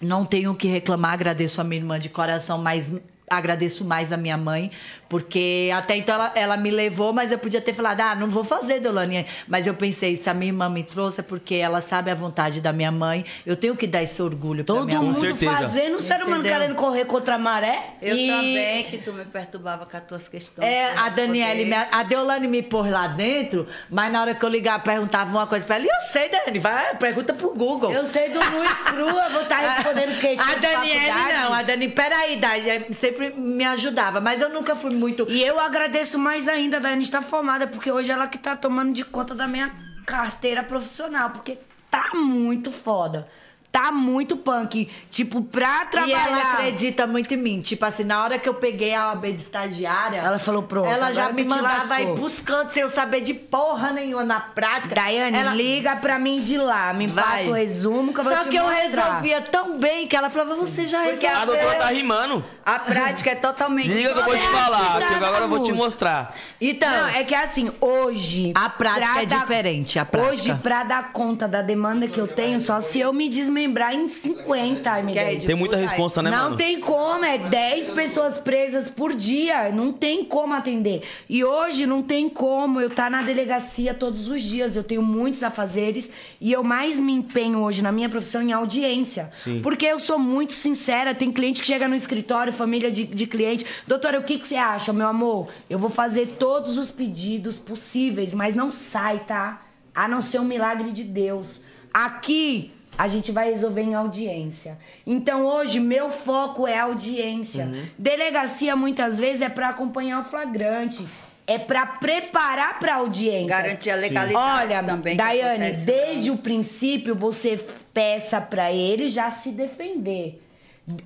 [SPEAKER 4] Não tenho o que reclamar, agradeço a minha irmã de coração, mas agradeço mais a minha mãe, porque até então ela, ela me levou, mas eu podia ter falado, ah, não vou fazer, Delane. Mas eu pensei, se a minha irmã me trouxe, é porque ela sabe a vontade da minha mãe, eu tenho que dar esse orgulho pra
[SPEAKER 5] Todo
[SPEAKER 4] minha mãe.
[SPEAKER 5] mundo
[SPEAKER 1] certeza.
[SPEAKER 5] fazendo, o ser humano
[SPEAKER 4] Entendeu?
[SPEAKER 5] querendo correr contra a maré.
[SPEAKER 3] Eu
[SPEAKER 5] e-
[SPEAKER 3] também, que tu me perturbava com as tuas questões.
[SPEAKER 4] É,
[SPEAKER 3] pra
[SPEAKER 4] a Daniele,
[SPEAKER 3] responder.
[SPEAKER 4] me- a Deolane me pôs lá dentro, mas na hora que eu ligava, perguntava uma coisa pra ela, e eu sei, Dani, vai, pergunta pro Google.
[SPEAKER 5] Eu sei do nu e crua, vou
[SPEAKER 4] tá
[SPEAKER 5] estar respondendo questão
[SPEAKER 4] A
[SPEAKER 5] de
[SPEAKER 4] Daniele
[SPEAKER 5] faculdade.
[SPEAKER 4] não, a Dani, peraí, Dani, é, sempre me ajudava, mas eu nunca fui muito.
[SPEAKER 5] E eu agradeço mais ainda da Dani estar formada, porque hoje ela que tá tomando de conta da minha carteira profissional, porque tá muito foda. Tá muito punk. Tipo, pra
[SPEAKER 4] E
[SPEAKER 5] trabalhar.
[SPEAKER 4] ela acredita muito em mim. Tipo assim, na hora que eu peguei a OAB de estagiária.
[SPEAKER 5] Ela falou, pronto,
[SPEAKER 4] Ela já
[SPEAKER 5] agora
[SPEAKER 4] me
[SPEAKER 5] tu te
[SPEAKER 4] mandava
[SPEAKER 5] lascou.
[SPEAKER 4] ir pros cantos sem eu saber de porra nenhuma na prática.
[SPEAKER 5] Daiane,
[SPEAKER 4] ela...
[SPEAKER 5] liga pra mim de lá. Me
[SPEAKER 4] Vai.
[SPEAKER 5] passa o resumo que eu vou
[SPEAKER 4] Só
[SPEAKER 5] te
[SPEAKER 4] que eu
[SPEAKER 5] mostrar.
[SPEAKER 4] resolvia tão bem que ela falava, você já
[SPEAKER 3] Porque
[SPEAKER 4] resolveu.
[SPEAKER 1] A doutora tá rimando.
[SPEAKER 3] A prática é totalmente.
[SPEAKER 1] Liga que eu vou te falar, que agora eu vou te mostrar.
[SPEAKER 4] Então,
[SPEAKER 5] Não, é que assim, hoje.
[SPEAKER 4] A prática
[SPEAKER 5] pra
[SPEAKER 4] é diferente, a prática.
[SPEAKER 5] Hoje, pra dar conta da demanda que eu tenho, só se eu me desmembrar em 50 MD.
[SPEAKER 1] Tem muita responsa, né,
[SPEAKER 5] não
[SPEAKER 1] mano?
[SPEAKER 5] tem como, é 10 pessoas presas por dia, não tem como atender. E hoje não tem como, eu tá na delegacia todos os dias, eu tenho muitos afazeres e eu mais me empenho hoje na minha profissão em audiência.
[SPEAKER 1] Sim.
[SPEAKER 5] Porque eu sou muito sincera, tem cliente que chega no escritório, família de, de cliente, doutora, o que, que você acha, meu amor? Eu vou fazer todos os pedidos possíveis, mas não sai, tá? A não ser um milagre de Deus. Aqui a gente vai resolver em audiência. Então hoje meu foco é audiência. Delegacia muitas vezes é para acompanhar o flagrante. É pra preparar pra audiência.
[SPEAKER 3] Garantir a legalidade
[SPEAKER 5] Olha,
[SPEAKER 3] também. que
[SPEAKER 5] Daiane,
[SPEAKER 3] acontece.
[SPEAKER 5] desde o princípio você f- peça pra ele já se defender.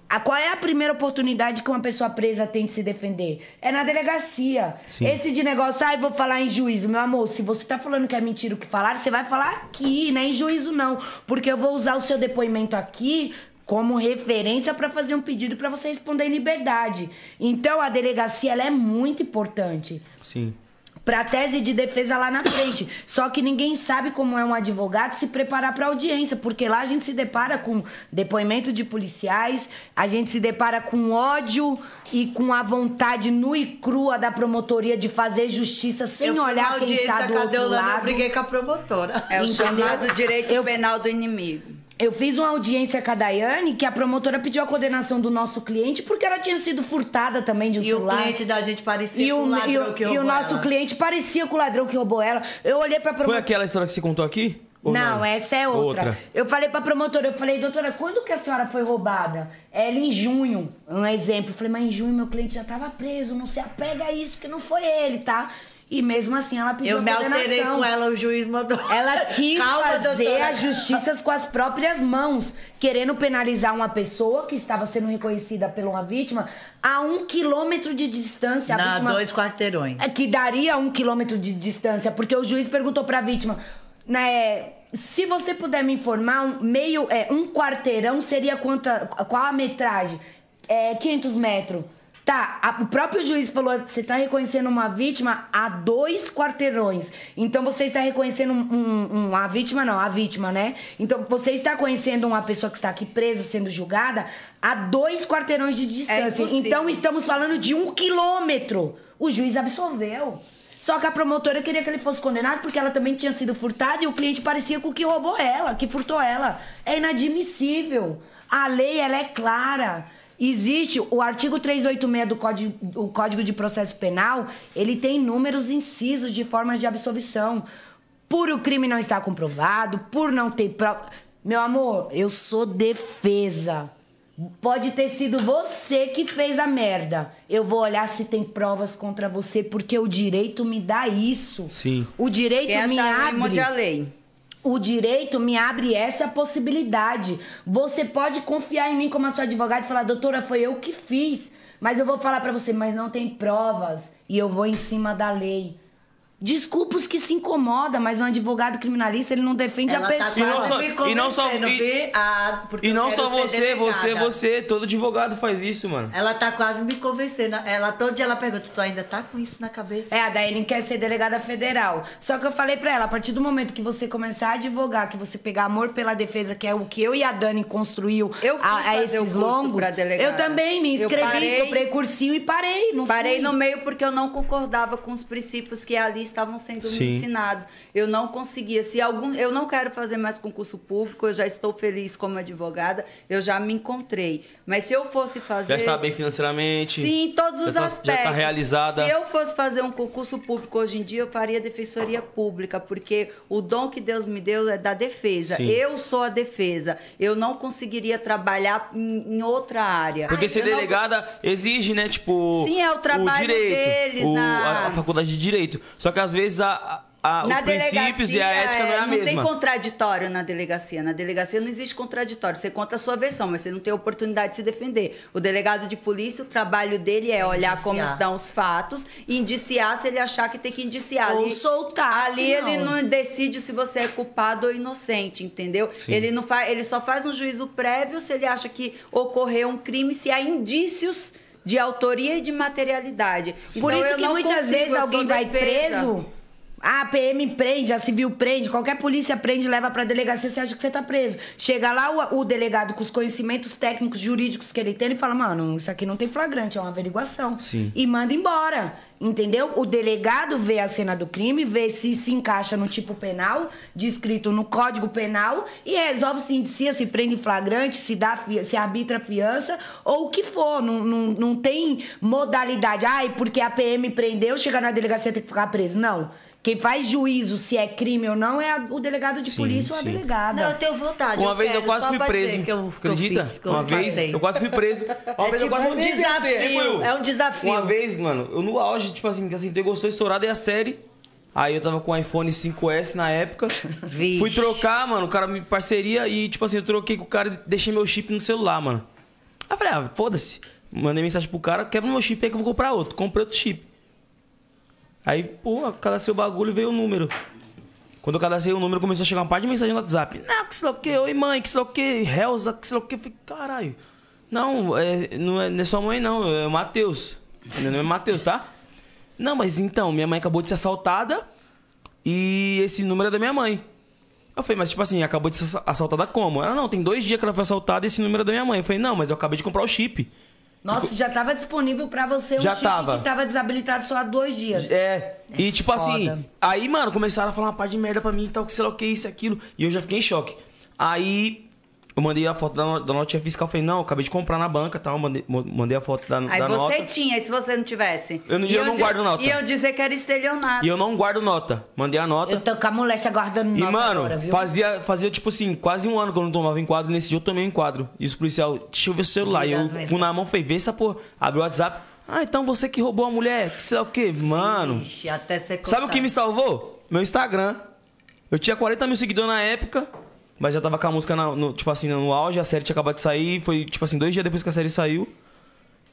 [SPEAKER 5] A, qual é a primeira oportunidade que uma pessoa presa tem de se defender? É na delegacia.
[SPEAKER 1] Sim.
[SPEAKER 5] Esse de negócio, ai, vou falar em juízo. Meu amor, se você tá falando que é mentira o que falaram, você vai falar aqui, não é em juízo não. Porque eu vou usar o seu depoimento aqui como referência pra fazer um pedido pra você responder em liberdade. Então, a delegacia, ela é muito importante
[SPEAKER 1] Sim.
[SPEAKER 5] pra tese de defesa lá na frente. Só que ninguém sabe como é um advogado se preparar pra audiência, porque lá a gente se depara com depoimento de policiais, a gente se depara com ódio e com a vontade nua e crua da promotoria de fazer justiça sem
[SPEAKER 3] Eu fui na
[SPEAKER 5] olhar quem
[SPEAKER 3] audiência,
[SPEAKER 5] está do
[SPEAKER 3] cadê
[SPEAKER 5] outro
[SPEAKER 3] o Lando? Eu
[SPEAKER 5] lado.
[SPEAKER 6] Briguei com a promotora.
[SPEAKER 3] É o
[SPEAKER 5] Entendeu?
[SPEAKER 3] chamado direito
[SPEAKER 5] Eu-
[SPEAKER 3] penal do inimigo.
[SPEAKER 5] Eu fiz uma audiência com a Daiane que a promotora pediu a coordenação do nosso cliente porque ela tinha sido furtada também de um
[SPEAKER 6] E o
[SPEAKER 5] celular.
[SPEAKER 6] cliente da gente parecia
[SPEAKER 5] E
[SPEAKER 6] com
[SPEAKER 5] o,
[SPEAKER 4] um
[SPEAKER 6] o ladrão
[SPEAKER 5] e o-
[SPEAKER 6] que
[SPEAKER 5] e o
[SPEAKER 6] roubou
[SPEAKER 5] nosso
[SPEAKER 6] ela.
[SPEAKER 5] cliente parecia com o ladrão que roubou ela. Eu olhei pra
[SPEAKER 1] Foi
[SPEAKER 5] promotora.
[SPEAKER 1] aquela história que você contou aqui? Ou
[SPEAKER 5] Não, essa é outra. Eu falei pra promotora, eu falei, doutora, quando que a senhora foi roubada? Ela em junho, um exemplo. Eu falei, mas em junho meu cliente já tava preso, não se apega a isso que não foi ele, tá? E mesmo assim ela pediu
[SPEAKER 6] Eu
[SPEAKER 5] a
[SPEAKER 6] me alterei
[SPEAKER 5] coordenação.
[SPEAKER 6] com ela, o juiz mandou.
[SPEAKER 5] Ela quis
[SPEAKER 6] Calma,
[SPEAKER 5] fazer
[SPEAKER 6] doutora.
[SPEAKER 5] as justiças com as próprias mãos, querendo penalizar uma pessoa que estava sendo reconhecida por uma vítima a um quilômetro de distância. A
[SPEAKER 6] Na
[SPEAKER 5] vítima
[SPEAKER 6] dois quarteirões.
[SPEAKER 5] é que daria um quilômetro de distância, porque o juiz perguntou pra vítima, né? Se você puder me informar, um meio, é, um quarteirão seria quanta, qual a metragem? É, 500 metros. Tá, a- o próprio juiz falou, você tá reconhecendo uma vítima a dois quarteirões. Então você está reconhecendo um- um- um- a vítima, não, a vítima, né? Então você está conhecendo uma pessoa que está aqui presa, sendo julgada, a dois quarteirões de distância.
[SPEAKER 3] impossível.
[SPEAKER 5] então Estamos falando de um quilômetro. O juiz absolveu. Só que a promotora queria que ele fosse condenado porque ela também tinha sido furtada e o cliente parecia com o que roubou ela, que furtou ela. É inadmissível. A lei, ela é clara. Existe o artigo 386 do Código, o Código de Processo Penal, ele tem inúmeros incisos de formas de absolvição. Por o crime não estar comprovado, por não ter prova. Meu amor, eu sou defesa. Pode ter sido você que fez a merda. Eu vou olhar se tem provas contra você, porque o direito me dá isso.
[SPEAKER 1] Sim.
[SPEAKER 5] O direito
[SPEAKER 3] Quem
[SPEAKER 5] me
[SPEAKER 4] um
[SPEAKER 3] achar ruim,
[SPEAKER 5] abre.
[SPEAKER 3] mude a lei.
[SPEAKER 5] O direito me abre essa possibilidade. Você pode confiar em mim como a sua advogada e falar, doutora, foi eu que fiz. Mas eu vou falar pra você, mas não tem provas. E eu vou em cima da lei. Desculpa os que se incomoda, mas um advogado criminalista, ele não defende a
[SPEAKER 6] Ela tá
[SPEAKER 5] pessoa.
[SPEAKER 1] E não só-
[SPEAKER 6] quase me
[SPEAKER 1] e não só-
[SPEAKER 6] convencendo,
[SPEAKER 1] e-
[SPEAKER 6] vi? Ah, porque
[SPEAKER 1] E
[SPEAKER 6] eu
[SPEAKER 1] não
[SPEAKER 6] quero
[SPEAKER 1] só
[SPEAKER 6] ser
[SPEAKER 1] você, você,
[SPEAKER 6] delegada.
[SPEAKER 1] você. Todo advogado faz isso, mano.
[SPEAKER 6] Ela tá quase me convencendo. Ela, todo dia ela pergunta, tu ainda tá com isso na cabeça?
[SPEAKER 5] É, a Daiane quer ser delegada federal. Só que eu falei pra ela, a partir do momento que você começar a advogar, que você pegar amor pela defesa, que é o que eu e a Dani construiu
[SPEAKER 3] Eu fui
[SPEAKER 5] a, a
[SPEAKER 3] fazer o
[SPEAKER 5] esses
[SPEAKER 3] curso
[SPEAKER 5] longos,
[SPEAKER 3] pra delegada.
[SPEAKER 5] eu também me
[SPEAKER 3] Eu
[SPEAKER 5] inscrevi,
[SPEAKER 3] parei-
[SPEAKER 5] comprei cursinho e parei. Não
[SPEAKER 3] Parei
[SPEAKER 5] fui.
[SPEAKER 3] no meio porque eu não concordava com os princípios que ali estavam sendo
[SPEAKER 1] Sim.
[SPEAKER 3] me ensinados. Eu não conseguia. Se algum, eu não quero fazer mais concurso público, eu já estou feliz como advogada, eu já me encontrei. Mas se eu fosse fazer
[SPEAKER 1] Já está bem financeiramente.
[SPEAKER 3] Sim, em todos
[SPEAKER 1] já
[SPEAKER 3] os
[SPEAKER 1] tá-
[SPEAKER 3] aspectos.
[SPEAKER 1] Já tá realizada.
[SPEAKER 3] Se eu fosse fazer um concurso público hoje em dia, eu faria defensoria pública, porque o dom que Deus me deu é da defesa.
[SPEAKER 1] Sim.
[SPEAKER 3] Eu sou a defesa. Eu não conseguiria trabalhar em, em outra área.
[SPEAKER 1] Porque ser
[SPEAKER 3] Eu não-
[SPEAKER 1] delegada exige, né, tipo.
[SPEAKER 3] Sim, é o trabalho
[SPEAKER 1] direito,
[SPEAKER 3] deles
[SPEAKER 1] o-
[SPEAKER 3] na-
[SPEAKER 1] a, a faculdade de direito. Só que às vezes a, a- Tá? os
[SPEAKER 3] Na
[SPEAKER 1] princípios e a
[SPEAKER 3] delegacia,
[SPEAKER 1] ética não
[SPEAKER 3] é,
[SPEAKER 1] é a mesma.
[SPEAKER 3] tem contraditório na delegacia. Na delegacia não existe contraditório. Você conta a sua versão, mas você não tem oportunidade de se defender. O delegado de polícia, o trabalho dele é olhar como estão os fatos e indiciar se ele achar que tem que indiciar.
[SPEAKER 5] Ou
[SPEAKER 3] Ali-
[SPEAKER 5] soltar,
[SPEAKER 3] Ali
[SPEAKER 5] se não.
[SPEAKER 3] ele não decide se você é culpado ou inocente, entendeu? Ele, não fa... ele só faz um juízo prévio se ele acha que ocorreu um crime, se há indícios de autoria e de materialidade.
[SPEAKER 5] Por
[SPEAKER 3] Então,
[SPEAKER 5] isso
[SPEAKER 3] eu
[SPEAKER 5] que
[SPEAKER 3] não
[SPEAKER 5] muitas
[SPEAKER 3] consigo,
[SPEAKER 5] vezes
[SPEAKER 3] eu sou
[SPEAKER 5] alguém vai
[SPEAKER 3] defesa.
[SPEAKER 5] preso. A PM prende, a civil prende, qualquer polícia prende, leva pra delegacia, você acha que você tá preso. Chega lá o, o delegado com os conhecimentos técnicos, jurídicos que ele tem, ele fala, mano, isso aqui não tem flagrante, é uma averiguação.
[SPEAKER 1] Sim.
[SPEAKER 5] E manda embora, entendeu? O delegado vê a cena do crime, vê se se encaixa no tipo penal, descrito no Código Penal, e resolve se indicia, se prende em flagrante, se, dá, fi- se arbitra fiança, ou o que for. Não, não, não tem modalidade. Ai, porque a PM prendeu, chegar na delegacia tem que ficar preso. Não. Quem faz juízo se é crime ou não é a- o delegado de
[SPEAKER 1] Sim,
[SPEAKER 5] polícia ou a
[SPEAKER 1] sim.
[SPEAKER 5] delegada.
[SPEAKER 4] É, Não, eu tenho vontade.
[SPEAKER 1] Uma vez eu
[SPEAKER 4] quero,
[SPEAKER 1] quase
[SPEAKER 4] só
[SPEAKER 1] fui
[SPEAKER 4] pra dizer
[SPEAKER 1] preso.
[SPEAKER 4] Que eu, que eu
[SPEAKER 1] Acredita?
[SPEAKER 4] fiz, que eu
[SPEAKER 1] Uma vez
[SPEAKER 4] passei.
[SPEAKER 1] eu quase fui preso. Uma
[SPEAKER 4] É
[SPEAKER 1] vez eu
[SPEAKER 4] tipo
[SPEAKER 1] quase
[SPEAKER 4] um
[SPEAKER 1] não tinha
[SPEAKER 4] desafio,
[SPEAKER 1] exercer, tipo eu.
[SPEAKER 4] é um desafio.
[SPEAKER 1] Uma vez, mano, eu no auge, tipo assim, assim pegou só estourada e a série. Aí eu tava com o iPhone 5S na época.
[SPEAKER 4] Vixe.
[SPEAKER 1] Fui trocar, mano, o cara me parceria e, tipo assim, eu troquei com o cara e deixei meu chip no celular, mano. Aí eu falei, ah, foda-se. Mandei mensagem pro cara, quebra meu chip aí que eu vou comprar outro. Comprei outro chip. Aí, pô, cadastrei o bagulho e veio o número. Quando eu cadastrei o número, começou a chegar uma parte de mensagem no WhatsApp. Não, que sei lá o quê, oi mãe, que sei lá o quê, Helza, que sei lá o quê. Eu falei, caralho. Não, é, não, é, não é sua mãe não, é o Matheus. Meu nome é Matheus, tá? Não, mas então, minha mãe acabou de ser assaltada e esse número é da minha mãe. Eu falei, mas tipo assim, acabou de ser assa- assaltada como? Ela, não, tem dois dias que ela foi assaltada e esse número é da minha mãe. Eu falei, não, mas eu acabei de comprar o chip.
[SPEAKER 5] Nossa, já estava disponível para você um
[SPEAKER 1] Já
[SPEAKER 5] chip
[SPEAKER 1] tava.
[SPEAKER 5] que estava desabilitado só há dois dias.
[SPEAKER 1] É. E tipo
[SPEAKER 4] foda.
[SPEAKER 1] assim, aí, mano, começaram a falar uma parte de merda pra mim e tal, que sei lá o que, isso e aquilo. E eu já fiquei em choque. Aí eu mandei a foto da, no- da notinha fiscal, falei, não, eu acabei de comprar na banca e tal. Mandei, mo- mandei a foto da,
[SPEAKER 3] Aí
[SPEAKER 1] da
[SPEAKER 3] você
[SPEAKER 1] nota.
[SPEAKER 3] tinha, e se você não tivesse?
[SPEAKER 1] Eu não-
[SPEAKER 3] E
[SPEAKER 1] eu não
[SPEAKER 3] di-
[SPEAKER 1] guardo nota.
[SPEAKER 3] E eu dizer que era estelionato.
[SPEAKER 1] E eu não guardo nota. Mandei a nota.
[SPEAKER 5] Eu tô com a moléstia guardando
[SPEAKER 1] E,
[SPEAKER 5] nota
[SPEAKER 1] mano,
[SPEAKER 5] agora, viu?
[SPEAKER 1] fazia, fazia, tipo assim, quase um ano que eu não tomava enquadro. Nesse dia eu tomei um enquadro. E os policial, deixa eu ver o celular. E eu fui na mão, falei, vê essa porra. Abriu o WhatsApp. Ah, então você que roubou a mulher, que sei lá o que, mano.
[SPEAKER 4] Ixi, até ser
[SPEAKER 1] Sabe o que me salvou? Meu Instagram. Eu tinha 40 mil seguidores na época, mas já tava com a música, na- no, tipo assim, no auge, a série tinha acabado de sair, foi, tipo assim, dois dias depois que a série saiu.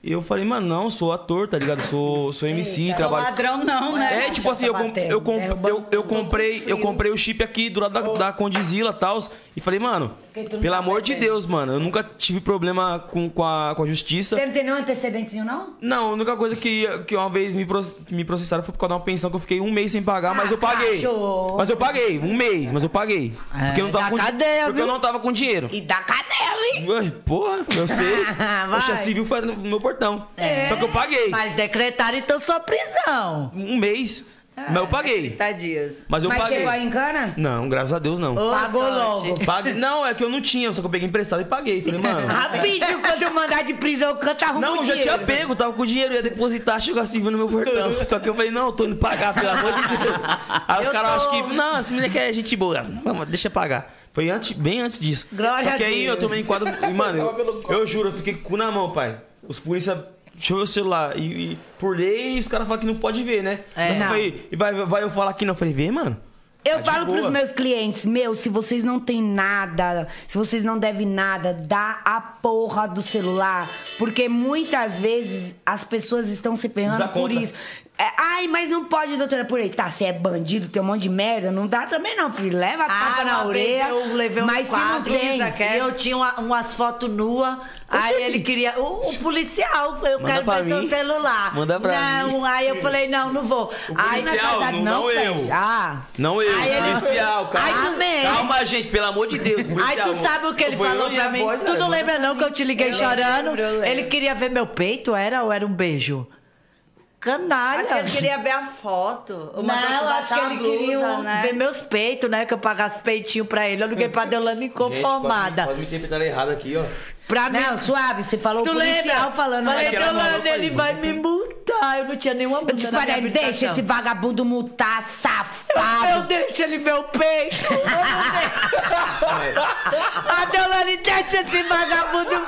[SPEAKER 1] E eu falei, mano, não, sou ator, tá ligado? Sou, sou MC, trabalho...
[SPEAKER 3] Ladrão não, né?
[SPEAKER 1] É, tipo assim, eu, com- eu, com- eu, eu comprei, eu comprei o chip aqui do lado da, da Condizila e tal. E falei, mano, pelo amor de Deus, mano, eu nunca tive problema com, com, a, com a justiça.
[SPEAKER 5] Você não tem nenhum antecedentezinho, não?
[SPEAKER 1] Não, a única coisa que, que uma vez me, pro- me processaram foi por causa de uma pensão que eu fiquei um mês sem pagar, mas eu paguei.
[SPEAKER 5] Ah, cachorro.
[SPEAKER 1] Mas eu paguei, um mês, mas eu paguei. porque eu não
[SPEAKER 5] da
[SPEAKER 1] tava com,
[SPEAKER 5] cadeia,
[SPEAKER 1] porque
[SPEAKER 5] viu?
[SPEAKER 1] eu não tava com dinheiro.
[SPEAKER 5] E da cadela, hein?
[SPEAKER 1] Ai, Porra, eu sei.
[SPEAKER 4] Vai.
[SPEAKER 1] Poxa, a civil foi no meu portão.
[SPEAKER 5] É.
[SPEAKER 1] Só que eu paguei.
[SPEAKER 4] Mas decretaram então sua prisão.
[SPEAKER 1] Um mês, mas eu paguei.
[SPEAKER 3] tá, Tadias.
[SPEAKER 1] Mas eu
[SPEAKER 5] Mas
[SPEAKER 1] paguei.
[SPEAKER 5] chegou aí em cana?
[SPEAKER 1] Não, graças a Deus não.
[SPEAKER 5] Pagou
[SPEAKER 4] sorte.
[SPEAKER 5] logo.
[SPEAKER 1] Pague- Não, é que eu não tinha, só que eu peguei emprestado e paguei. Falei, mano.
[SPEAKER 5] Rapidinho, quando eu mandar de prisão, canta arruma
[SPEAKER 1] Não,
[SPEAKER 5] o
[SPEAKER 1] eu já tinha
[SPEAKER 5] dinheiro.
[SPEAKER 1] pego, tava com dinheiro, ia depositar, chegou a civil no meu portão. Só que eu falei, não, eu tô indo pagar, pelo amor de Deus. Aí os caras acham que, não, esse menino aqui é gente boa, vamos, deixa eu pagar. Foi antes, bem antes disso.
[SPEAKER 5] Glória
[SPEAKER 1] Só que
[SPEAKER 5] a
[SPEAKER 1] aí eu
[SPEAKER 5] Deus.
[SPEAKER 1] tomei enquadro. E, mano,
[SPEAKER 2] Passava pelo
[SPEAKER 1] eu,
[SPEAKER 2] copo.
[SPEAKER 1] eu juro, eu fiquei com o cu na mão, pai. Os polícia. Deixa eu ver o celular. E, e por lei, os caras falam que não pode ver, né? Só
[SPEAKER 4] É,
[SPEAKER 1] que eu
[SPEAKER 4] não.
[SPEAKER 1] falei, e vai, vai eu falar aqui, não. Eu falei, vê, mano.
[SPEAKER 5] Eu
[SPEAKER 1] Tá de
[SPEAKER 5] falo
[SPEAKER 1] boa.
[SPEAKER 5] pros meus clientes, meu, se vocês não têm nada, se vocês não devem nada, dá a porra do celular. Porque muitas vezes as pessoas estão se
[SPEAKER 1] Usa a
[SPEAKER 5] ferrando por
[SPEAKER 1] conta.
[SPEAKER 5] isso. É, ai, mas não pode, doutora, por aí. Tá, você é bandido, tem um monte de merda, não dá também não, filho. Leva a
[SPEAKER 4] Ah,
[SPEAKER 5] tapa na
[SPEAKER 4] uma vez
[SPEAKER 5] orelha,
[SPEAKER 4] Eu levei um
[SPEAKER 5] mas
[SPEAKER 4] quadro,
[SPEAKER 5] se não
[SPEAKER 4] Isa,
[SPEAKER 5] tem...
[SPEAKER 4] quer? e eu tinha uma- umas fotos nuas. Aí ele queria. O, o policial, eu
[SPEAKER 1] Manda
[SPEAKER 4] quero
[SPEAKER 1] pra
[SPEAKER 4] ver seu
[SPEAKER 1] mim.
[SPEAKER 4] celular.
[SPEAKER 1] Manda pra
[SPEAKER 4] não,
[SPEAKER 1] mim.
[SPEAKER 4] aí eu falei, não, não vou. aí na
[SPEAKER 1] policial,
[SPEAKER 4] casa
[SPEAKER 1] não, não eu.
[SPEAKER 4] fecha.
[SPEAKER 5] Ah,
[SPEAKER 1] Não eu,
[SPEAKER 4] Aí ele-
[SPEAKER 1] policial, cara.
[SPEAKER 4] Aí tu mesmo.
[SPEAKER 1] Calma, gente, pelo amor de Deus.
[SPEAKER 4] Aí
[SPEAKER 1] policial.
[SPEAKER 4] tu sabe o que ele
[SPEAKER 1] Foi eu
[SPEAKER 4] falou
[SPEAKER 1] e
[SPEAKER 4] pra
[SPEAKER 1] a
[SPEAKER 4] mim?
[SPEAKER 1] voz,
[SPEAKER 4] tu
[SPEAKER 1] né?
[SPEAKER 4] não lembra não que eu te liguei chorando?
[SPEAKER 3] lembro, eu lembro.
[SPEAKER 4] Ele queria ver meu peito, era ou era um beijo?
[SPEAKER 5] Então.
[SPEAKER 4] Canalha.
[SPEAKER 3] Acho que ele queria ver a foto. Ou mandou tu
[SPEAKER 4] não, acho
[SPEAKER 3] baixar
[SPEAKER 4] que
[SPEAKER 3] a
[SPEAKER 4] ele
[SPEAKER 3] blusa,
[SPEAKER 4] queria um-
[SPEAKER 3] né?
[SPEAKER 4] ver meus peitos, né? Que eu pagasse peitinho pra ele. Eu liguei pra Deolane
[SPEAKER 1] Gente, quase me-
[SPEAKER 4] inconformada.
[SPEAKER 1] Quase me interpretaram errado aqui, ó.
[SPEAKER 4] Pra mim,
[SPEAKER 5] não, suave, você falou
[SPEAKER 4] tu
[SPEAKER 5] policial
[SPEAKER 4] lembra?
[SPEAKER 5] falando...
[SPEAKER 4] Falei,
[SPEAKER 5] né?
[SPEAKER 1] Aquela
[SPEAKER 4] Deolane,
[SPEAKER 1] maluca aí.
[SPEAKER 4] ele vai me multar. Eu não tinha nenhuma multa
[SPEAKER 5] Eu disse
[SPEAKER 4] na
[SPEAKER 5] para
[SPEAKER 4] minha
[SPEAKER 5] ele, deixa
[SPEAKER 4] habilitação.
[SPEAKER 5] esse vagabundo multar,
[SPEAKER 4] Eu, eu
[SPEAKER 5] safado.
[SPEAKER 4] deixo ele ver o peito. Eu não deixo. A Deolane deixa esse vagabundo. Eu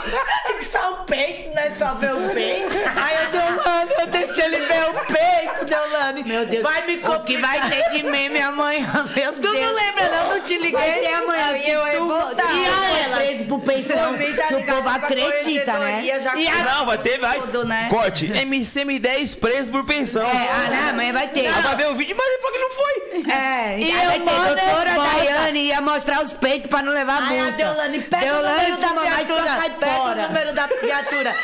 [SPEAKER 4] digo só o peito, não é só ver o peito. Aí eu, Deolane, eu deixo ele ver o peito, Deolane. Meu Deus. Vai me complicar. O que vai ter de meme amanhã, meu Deus. Tu não lembra, não? Não te liguei.
[SPEAKER 5] Vai ter amanhã
[SPEAKER 4] Aí eu
[SPEAKER 5] que tu-
[SPEAKER 4] voltar.
[SPEAKER 5] E a ela? Preso pro pensão,
[SPEAKER 3] Também já
[SPEAKER 5] que o
[SPEAKER 3] ligaram
[SPEAKER 5] povo
[SPEAKER 3] pra
[SPEAKER 5] acredita, né?
[SPEAKER 3] corregedoria, já
[SPEAKER 5] E a...
[SPEAKER 1] Não, vai ter, vai.
[SPEAKER 3] Tudo, né?
[SPEAKER 1] Corte. MCM10 preso por pensão.
[SPEAKER 5] É, ah, não, amanhã vai ter.
[SPEAKER 1] Ela vai ver o vídeo, mas ele falou que não foi.
[SPEAKER 5] É, e
[SPEAKER 4] E
[SPEAKER 5] aí vai
[SPEAKER 4] eu
[SPEAKER 5] ter
[SPEAKER 4] mando
[SPEAKER 5] doutora
[SPEAKER 4] embora.
[SPEAKER 5] Daiane ia mostrar os peitos pra não levar
[SPEAKER 4] Aí a
[SPEAKER 5] multa.
[SPEAKER 4] Deolane pega o número da
[SPEAKER 5] fuma mais que ela
[SPEAKER 4] viatura.
[SPEAKER 5] sai
[SPEAKER 4] Pega o
[SPEAKER 5] fora.
[SPEAKER 4] número da viatura.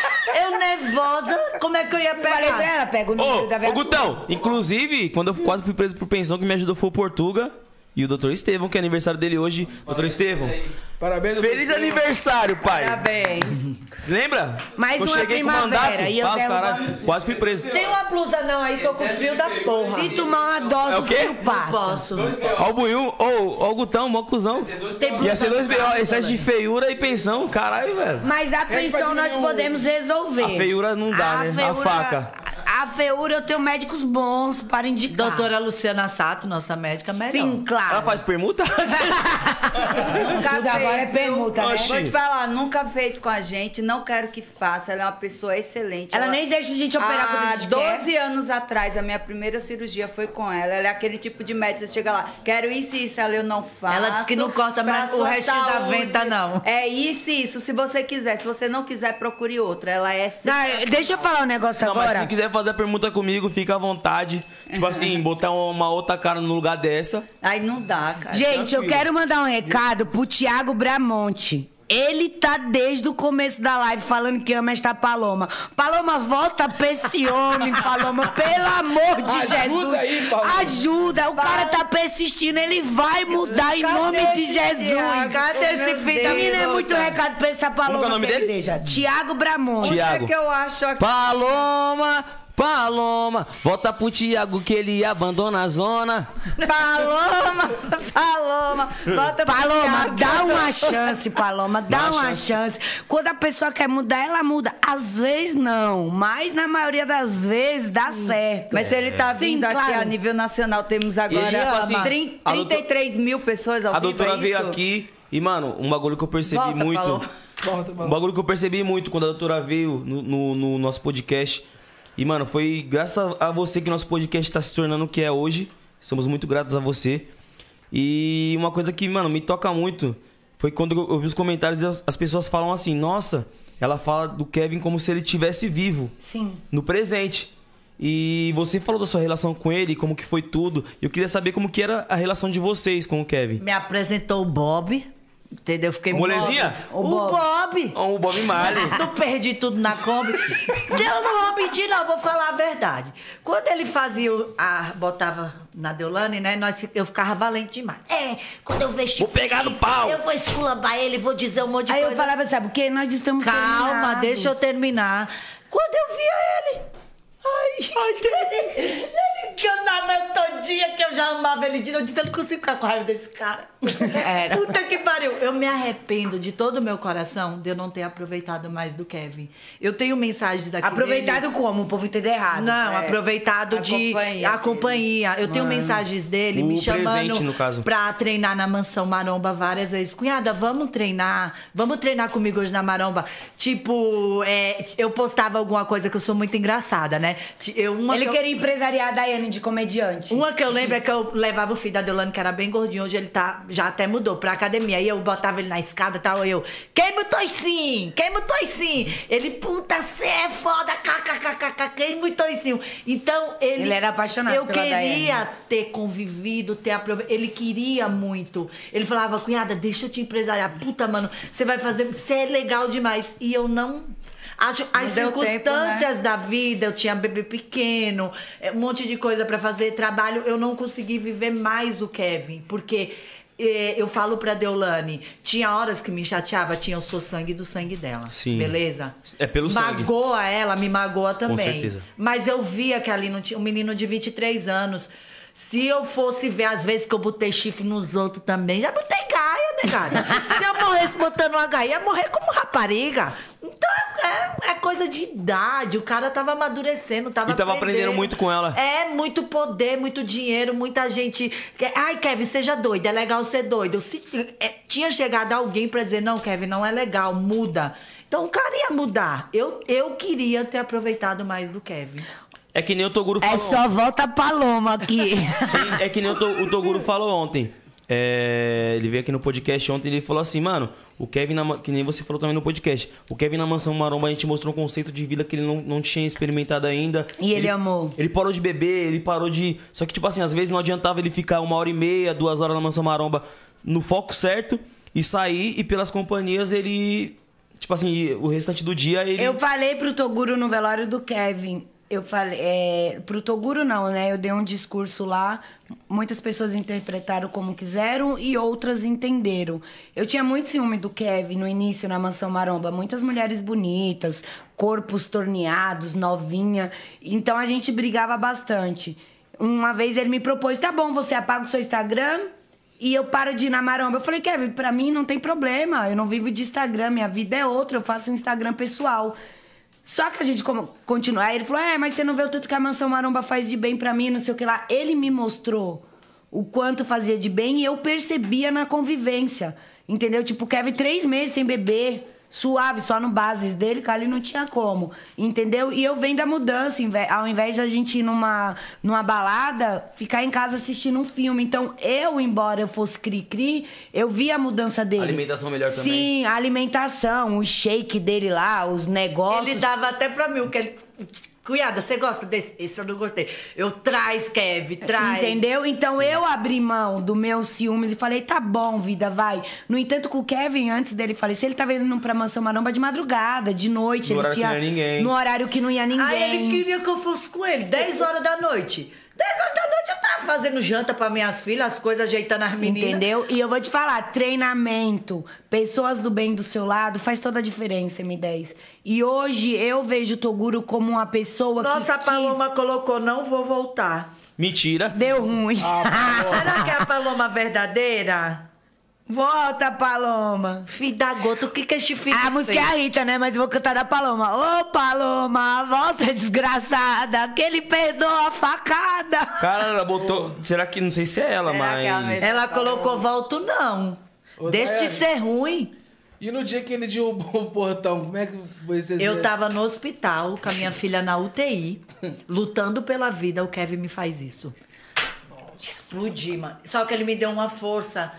[SPEAKER 4] Eu nervosa, como é que eu ia
[SPEAKER 5] Eu
[SPEAKER 4] pegar?
[SPEAKER 5] Falei pra ela, pega o número da
[SPEAKER 1] Ô, ô,
[SPEAKER 5] viatura.
[SPEAKER 1] Gutão, inclusive, quando eu quase fui preso por pensão, que me ajudou foi o Portuga e o Dr. Estevão, que é aniversário dele hoje. Dr. Estevão,
[SPEAKER 2] Parabéns, doutor
[SPEAKER 1] feliz
[SPEAKER 2] Estevam.
[SPEAKER 1] aniversário, pai.
[SPEAKER 3] Parabéns.
[SPEAKER 1] Lembra?
[SPEAKER 5] Mais
[SPEAKER 1] eu
[SPEAKER 5] uma
[SPEAKER 1] cheguei com
[SPEAKER 5] primavera,
[SPEAKER 1] mandato.
[SPEAKER 5] e eu
[SPEAKER 1] Quase,
[SPEAKER 5] derrubo a-
[SPEAKER 1] caralho, quase fui preso.
[SPEAKER 4] Tem uma blusa não aí, tô com frio da porra.
[SPEAKER 5] Se tomar uma dose,
[SPEAKER 1] É o
[SPEAKER 5] o
[SPEAKER 1] quê?
[SPEAKER 5] fio passa.
[SPEAKER 4] Posso.
[SPEAKER 1] Ó o Buiu, ô, ó o Gutão, mó cuzão.
[SPEAKER 4] Tem
[SPEAKER 1] Ia
[SPEAKER 4] blusa
[SPEAKER 1] ser dois
[SPEAKER 4] no
[SPEAKER 1] B.O.,
[SPEAKER 4] carro,
[SPEAKER 5] né,
[SPEAKER 1] excesso de feiura e pensão, caralho, velho.
[SPEAKER 5] Mas a pensão nós
[SPEAKER 2] diminuir o-
[SPEAKER 5] podemos resolver.
[SPEAKER 1] A feiura não dá, né? A faca.
[SPEAKER 5] A a Feura eu tenho médicos bons para indicar.
[SPEAKER 4] Doutora Luciana Sato, nossa médica, melhor.
[SPEAKER 5] Sim, claro.
[SPEAKER 1] Ela faz permuta?
[SPEAKER 3] Nunca
[SPEAKER 5] Tudo
[SPEAKER 3] fez,
[SPEAKER 5] agora é
[SPEAKER 3] viu?
[SPEAKER 5] permuta, né?
[SPEAKER 1] Oxi.
[SPEAKER 3] Vou te falar, nunca fez com a gente, não quero que faça. Ela é uma pessoa
[SPEAKER 1] assim,
[SPEAKER 3] excelente.
[SPEAKER 5] Ela nem deixa a gente
[SPEAKER 1] Ah,
[SPEAKER 5] operar quando a
[SPEAKER 3] Há
[SPEAKER 5] gente
[SPEAKER 4] é?
[SPEAKER 5] quer.
[SPEAKER 3] 12 anos atrás, a minha primeira cirurgia foi com ela. Ela é aquele tipo de médico, você chega lá, quero isso e isso, ela eu não faço.
[SPEAKER 4] Ela disse que não corta
[SPEAKER 3] pra
[SPEAKER 4] mais o
[SPEAKER 3] sua
[SPEAKER 4] resto da
[SPEAKER 3] saúde.
[SPEAKER 4] venta, não.
[SPEAKER 3] É isso e isso, se você quiser. Se você não quiser, procure outra. Ela é
[SPEAKER 5] Não, deixa eu falar um negócio
[SPEAKER 1] Não, mas
[SPEAKER 5] agora.
[SPEAKER 1] se quiser fazer a permuta comigo, fica à vontade. Tipo assim, botar uma outra cara no lugar dessa.
[SPEAKER 3] Aí não dá, cara.
[SPEAKER 5] Gente, eu
[SPEAKER 1] é tranquilo.
[SPEAKER 5] quero mandar um recado pro Tiago Bramonte. Ele tá desde o começo da live falando que ama esta Paloma. Paloma, volta pra esse homem, Paloma. Pelo amor de
[SPEAKER 2] Ajuda
[SPEAKER 5] Jesus.
[SPEAKER 2] aí, Paloma.
[SPEAKER 5] Ajuda. O cara tá persistindo. Ele vai mudar em nome de
[SPEAKER 3] esse
[SPEAKER 5] Jesus.
[SPEAKER 3] Tiago?
[SPEAKER 5] Cadê
[SPEAKER 3] Meu
[SPEAKER 5] esse filho da
[SPEAKER 3] Deus,
[SPEAKER 5] menina? É muito
[SPEAKER 3] cara.
[SPEAKER 5] recado pra essa Paloma.
[SPEAKER 1] Como que é o nome
[SPEAKER 5] que ele
[SPEAKER 1] dele?
[SPEAKER 5] deixa. Tiago Bramonte.
[SPEAKER 1] Tiago.
[SPEAKER 3] Onde é que eu acho aqui?
[SPEAKER 1] Paloma, Paloma, volta pro Tiago que ele abandona a zona.
[SPEAKER 3] Paloma, Paloma, volta pra Thiago.
[SPEAKER 5] Paloma, dá uma chance, Paloma, dá
[SPEAKER 1] Dá uma
[SPEAKER 5] uma chance. Quando a pessoa quer mudar, ela muda. Às vezes não, mas na maioria das vezes dá certo.
[SPEAKER 3] Mas se ele tá vindo aqui
[SPEAKER 5] claro.
[SPEAKER 3] a nível nacional, temos agora
[SPEAKER 1] E, tipo assim,
[SPEAKER 3] trin-
[SPEAKER 1] a doutor-
[SPEAKER 3] 33 mil pessoas ao
[SPEAKER 1] A
[SPEAKER 3] vivo,
[SPEAKER 1] doutora
[SPEAKER 3] é
[SPEAKER 1] veio
[SPEAKER 3] isso?
[SPEAKER 1] aqui e, mano, um bagulho que eu percebi
[SPEAKER 3] Volta,
[SPEAKER 1] muito.
[SPEAKER 3] Paloma.
[SPEAKER 2] Volta,
[SPEAKER 1] Um
[SPEAKER 2] mano.
[SPEAKER 1] bagulho que eu percebi muito quando a doutora veio no, no- no nosso podcast. E, mano, foi graças a você que nosso podcast tá se tornando o que é hoje. Somos muito gratos a você. E uma coisa que, mano, me toca muito foi quando eu, eu vi os comentários e as, as pessoas falam assim: Nossa, ela fala do Kevin como se ele tivesse vivo.
[SPEAKER 6] Sim.
[SPEAKER 1] No presente. E você falou da sua relação com ele, como que foi tudo. E eu queria saber como que era a relação de vocês com o Kevin.
[SPEAKER 4] Me apresentou o Bob, entendeu? Fiquei
[SPEAKER 1] O molezinha?
[SPEAKER 4] O Bob.
[SPEAKER 1] Ó, O Bob Marley.
[SPEAKER 4] Não perdi tudo na Kombi. Eu não vou mentir, não, vou falar a verdade. Quando ele fazia, o- a, botava na Deolane, né? Nós, fi- eu ficava valente demais.
[SPEAKER 6] É, quando eu vejo
[SPEAKER 1] Vou pegar no pau.
[SPEAKER 6] Eu vou esculambar ele, vou dizer um monte de
[SPEAKER 5] Aí eu
[SPEAKER 6] coisa.
[SPEAKER 5] falava, sabe o quê? Nós estamos
[SPEAKER 4] Calma,
[SPEAKER 5] terminados.
[SPEAKER 4] deixa eu terminar. Quando eu via ele. Ai, ai, ele, ele que eu nadando todo dia, que eu já amava ele de novo. Eu disse, eu não consigo ficar com raiva desse cara.
[SPEAKER 5] Era.
[SPEAKER 4] Puta que pariu. Eu me arrependo de todo o meu coração de eu não ter aproveitado mais do Kevin. Eu tenho mensagens aqui. dele.
[SPEAKER 5] Aproveitado como? O povo entendeu errado.
[SPEAKER 4] Não,
[SPEAKER 3] É.
[SPEAKER 4] aproveitado
[SPEAKER 3] A
[SPEAKER 4] de.
[SPEAKER 3] companhia
[SPEAKER 4] a companhia. Eu tenho mensagens dele
[SPEAKER 1] O
[SPEAKER 4] me chamando
[SPEAKER 1] presente, no caso.
[SPEAKER 4] pra treinar na mansão maromba várias vezes. Cunhada, vamos treinar. Vamos treinar comigo hoje na maromba. Tipo, é, eu postava alguma coisa que eu sou muito engraçada, né? Ti- Eu, uma
[SPEAKER 5] Ele
[SPEAKER 4] que eu-
[SPEAKER 5] queria empresariar a Daiane de comediante.
[SPEAKER 4] uma que eu lembro é que eu levava o filho da Delane, que era bem gordinho, hoje ele tá, já até mudou pra academia. Aí eu botava ele na escada e tal, aí eu, queima o toicinho, queima o toicinho. Ele, puta, cê é foda, kkkk, queima o toicinho. Então, ele...
[SPEAKER 5] Ele era apaixonado
[SPEAKER 4] Eu
[SPEAKER 5] pela
[SPEAKER 4] queria
[SPEAKER 5] Daiane.
[SPEAKER 4] ter convivido, ter aproveitado. Ele queria muito. Ele falava, cunhada, deixa eu te empresariar. Puta, mano, você vai fazer, você é legal demais. E eu não... Acho, as
[SPEAKER 3] deu tempo, né?
[SPEAKER 4] circunstâncias circunstâncias da vida, eu tinha bebê pequeno, é, um monte de coisa pra fazer, trabalho, eu não consegui viver mais o Kevin, porque é, eu falo pra Deolane, tinha horas que me chateava, tinha eu sou sangue do sangue dela,
[SPEAKER 1] Sim.
[SPEAKER 4] beleza?
[SPEAKER 1] É pelo sangue.
[SPEAKER 4] Magoa ela, me magoa também.
[SPEAKER 1] certeza.
[SPEAKER 4] Mas eu via que ali não tinha um menino de 23 anos. Se eu fosse ver as vezes que eu botei chifre nos outros também, já botei gaia, né, cara? Se eu morresse botando uma gaia, ia morrer como rapariga. Então é, é coisa de idade. O cara tava amadurecendo, tava
[SPEAKER 1] E tava aprendendo muito com ela.
[SPEAKER 4] É, muito poder, muito dinheiro, muita gente. que- Ai, Kevin, seja doido, é legal ser doido. Se, é, tinha chegado alguém pra dizer, não, Kevin, não é legal, muda. Então o cara ia mudar. Eu, eu queria ter aproveitado mais do Kevin.
[SPEAKER 1] É que nem o Toguro falou.
[SPEAKER 5] É só volta a Paloma aqui.
[SPEAKER 1] É que nem o, To- o Toguro falou ontem. É, ele veio aqui no podcast ontem e ele falou assim, mano, o Kevin, na ma- que nem você falou também no podcast, o Kevin na Mansão Maromba a gente mostrou um conceito de vida que ele não, não tinha experimentado ainda.
[SPEAKER 5] E ele amou.
[SPEAKER 1] Ele parou de beber, ele parou de. Só que, tipo assim, às vezes não adiantava ele ficar uma hora e meia, duas horas na Mansão Maromba no foco certo e sair e pelas companhias ele. Tipo assim, o restante do dia ele.
[SPEAKER 5] Eu falei pro Toguro no velório do Kevin. Eu falei. É, pro Toguro não, né? Eu dei um discurso lá. Muitas pessoas interpretaram como quiseram e outras entenderam. Eu tinha muito ciúme do Kevin no início na Mansão Maromba. Muitas mulheres bonitas, corpos torneados, novinha. Então a gente brigava bastante. Uma vez ele me propôs: tá bom, você apaga o seu Instagram e eu paro de ir na maromba. Eu falei, Kevin, pra mim não tem problema. Eu não vivo de Instagram, minha vida é outra, eu faço um Instagram pessoal. Só que a gente como, continuou. Aí ele falou: É, mas você não vê o tanto que a mansão maromba faz de bem pra mim, não sei o que lá. Ele me mostrou o quanto fazia de bem e eu percebia na convivência. Entendeu? Tipo, o Kevin, três meses sem beber, suave, só no bases dele, cara, ele não tinha como. Entendeu? E eu venho da mudança, inve- ao invés de a gente ir numa, numa balada, ficar em casa assistindo um filme. Então, eu, embora eu fosse cri-cri, eu vi a mudança dele.
[SPEAKER 1] Alimentação melhor também.
[SPEAKER 5] Sim, a alimentação, o shake dele lá, os negócios.
[SPEAKER 4] Ele dava até pra mim o que ele. Cunhada, você gosta desse? Esse eu não gostei. Eu traz, Kevin, traz.
[SPEAKER 5] Entendeu? Então eu abri mão do meus ciúmes e falei, tá bom, vida, vai. No entanto, com o Kevin, antes dele falecer, ele tava indo pra Mansão Maromba de madrugada, de noite.
[SPEAKER 1] No
[SPEAKER 5] ele
[SPEAKER 1] horário que
[SPEAKER 5] tinha,
[SPEAKER 1] não ia ninguém.
[SPEAKER 5] No horário que não ia ninguém.
[SPEAKER 4] Aí Ah, ele queria que eu fosse com ele, 10 horas da noite. 10 horas da noite eu tava fazendo janta pra minhas filhas, as coisas, ajeitando as meninas.
[SPEAKER 5] Entendeu? E eu vou te falar, treinamento, pessoas do bem do seu lado, faz toda a diferença, M10. E hoje eu vejo o Toguro como uma pessoa
[SPEAKER 4] Nossa, a
[SPEAKER 5] que quis-
[SPEAKER 4] Paloma colocou, não vou voltar.
[SPEAKER 1] Mentira.
[SPEAKER 5] deu ruim.
[SPEAKER 4] Será que é a Paloma verdadeira?
[SPEAKER 5] Volta, Paloma.
[SPEAKER 4] Filho da gota, o que que este filho
[SPEAKER 5] A
[SPEAKER 4] fez?
[SPEAKER 5] música é a Rita, né? Mas eu vou cantar da Paloma. Ô, Paloma, volta desgraçada, que ele perdoa a facada.
[SPEAKER 1] Cara, ela botou. Será que não sei se é ela,
[SPEAKER 3] Será que é a
[SPEAKER 1] mas.
[SPEAKER 3] mesma?
[SPEAKER 4] Ela colocou, volto não.
[SPEAKER 2] Ô,
[SPEAKER 4] Deixa de
[SPEAKER 2] Daiane.
[SPEAKER 4] ser ruim.
[SPEAKER 2] E no dia que ele derrubou o portão, como é que você...
[SPEAKER 4] Eu tava no hospital com a minha filha na UTI, lutando pela vida. O Kevin me faz isso. Explodi, mano. Só que ele me deu uma força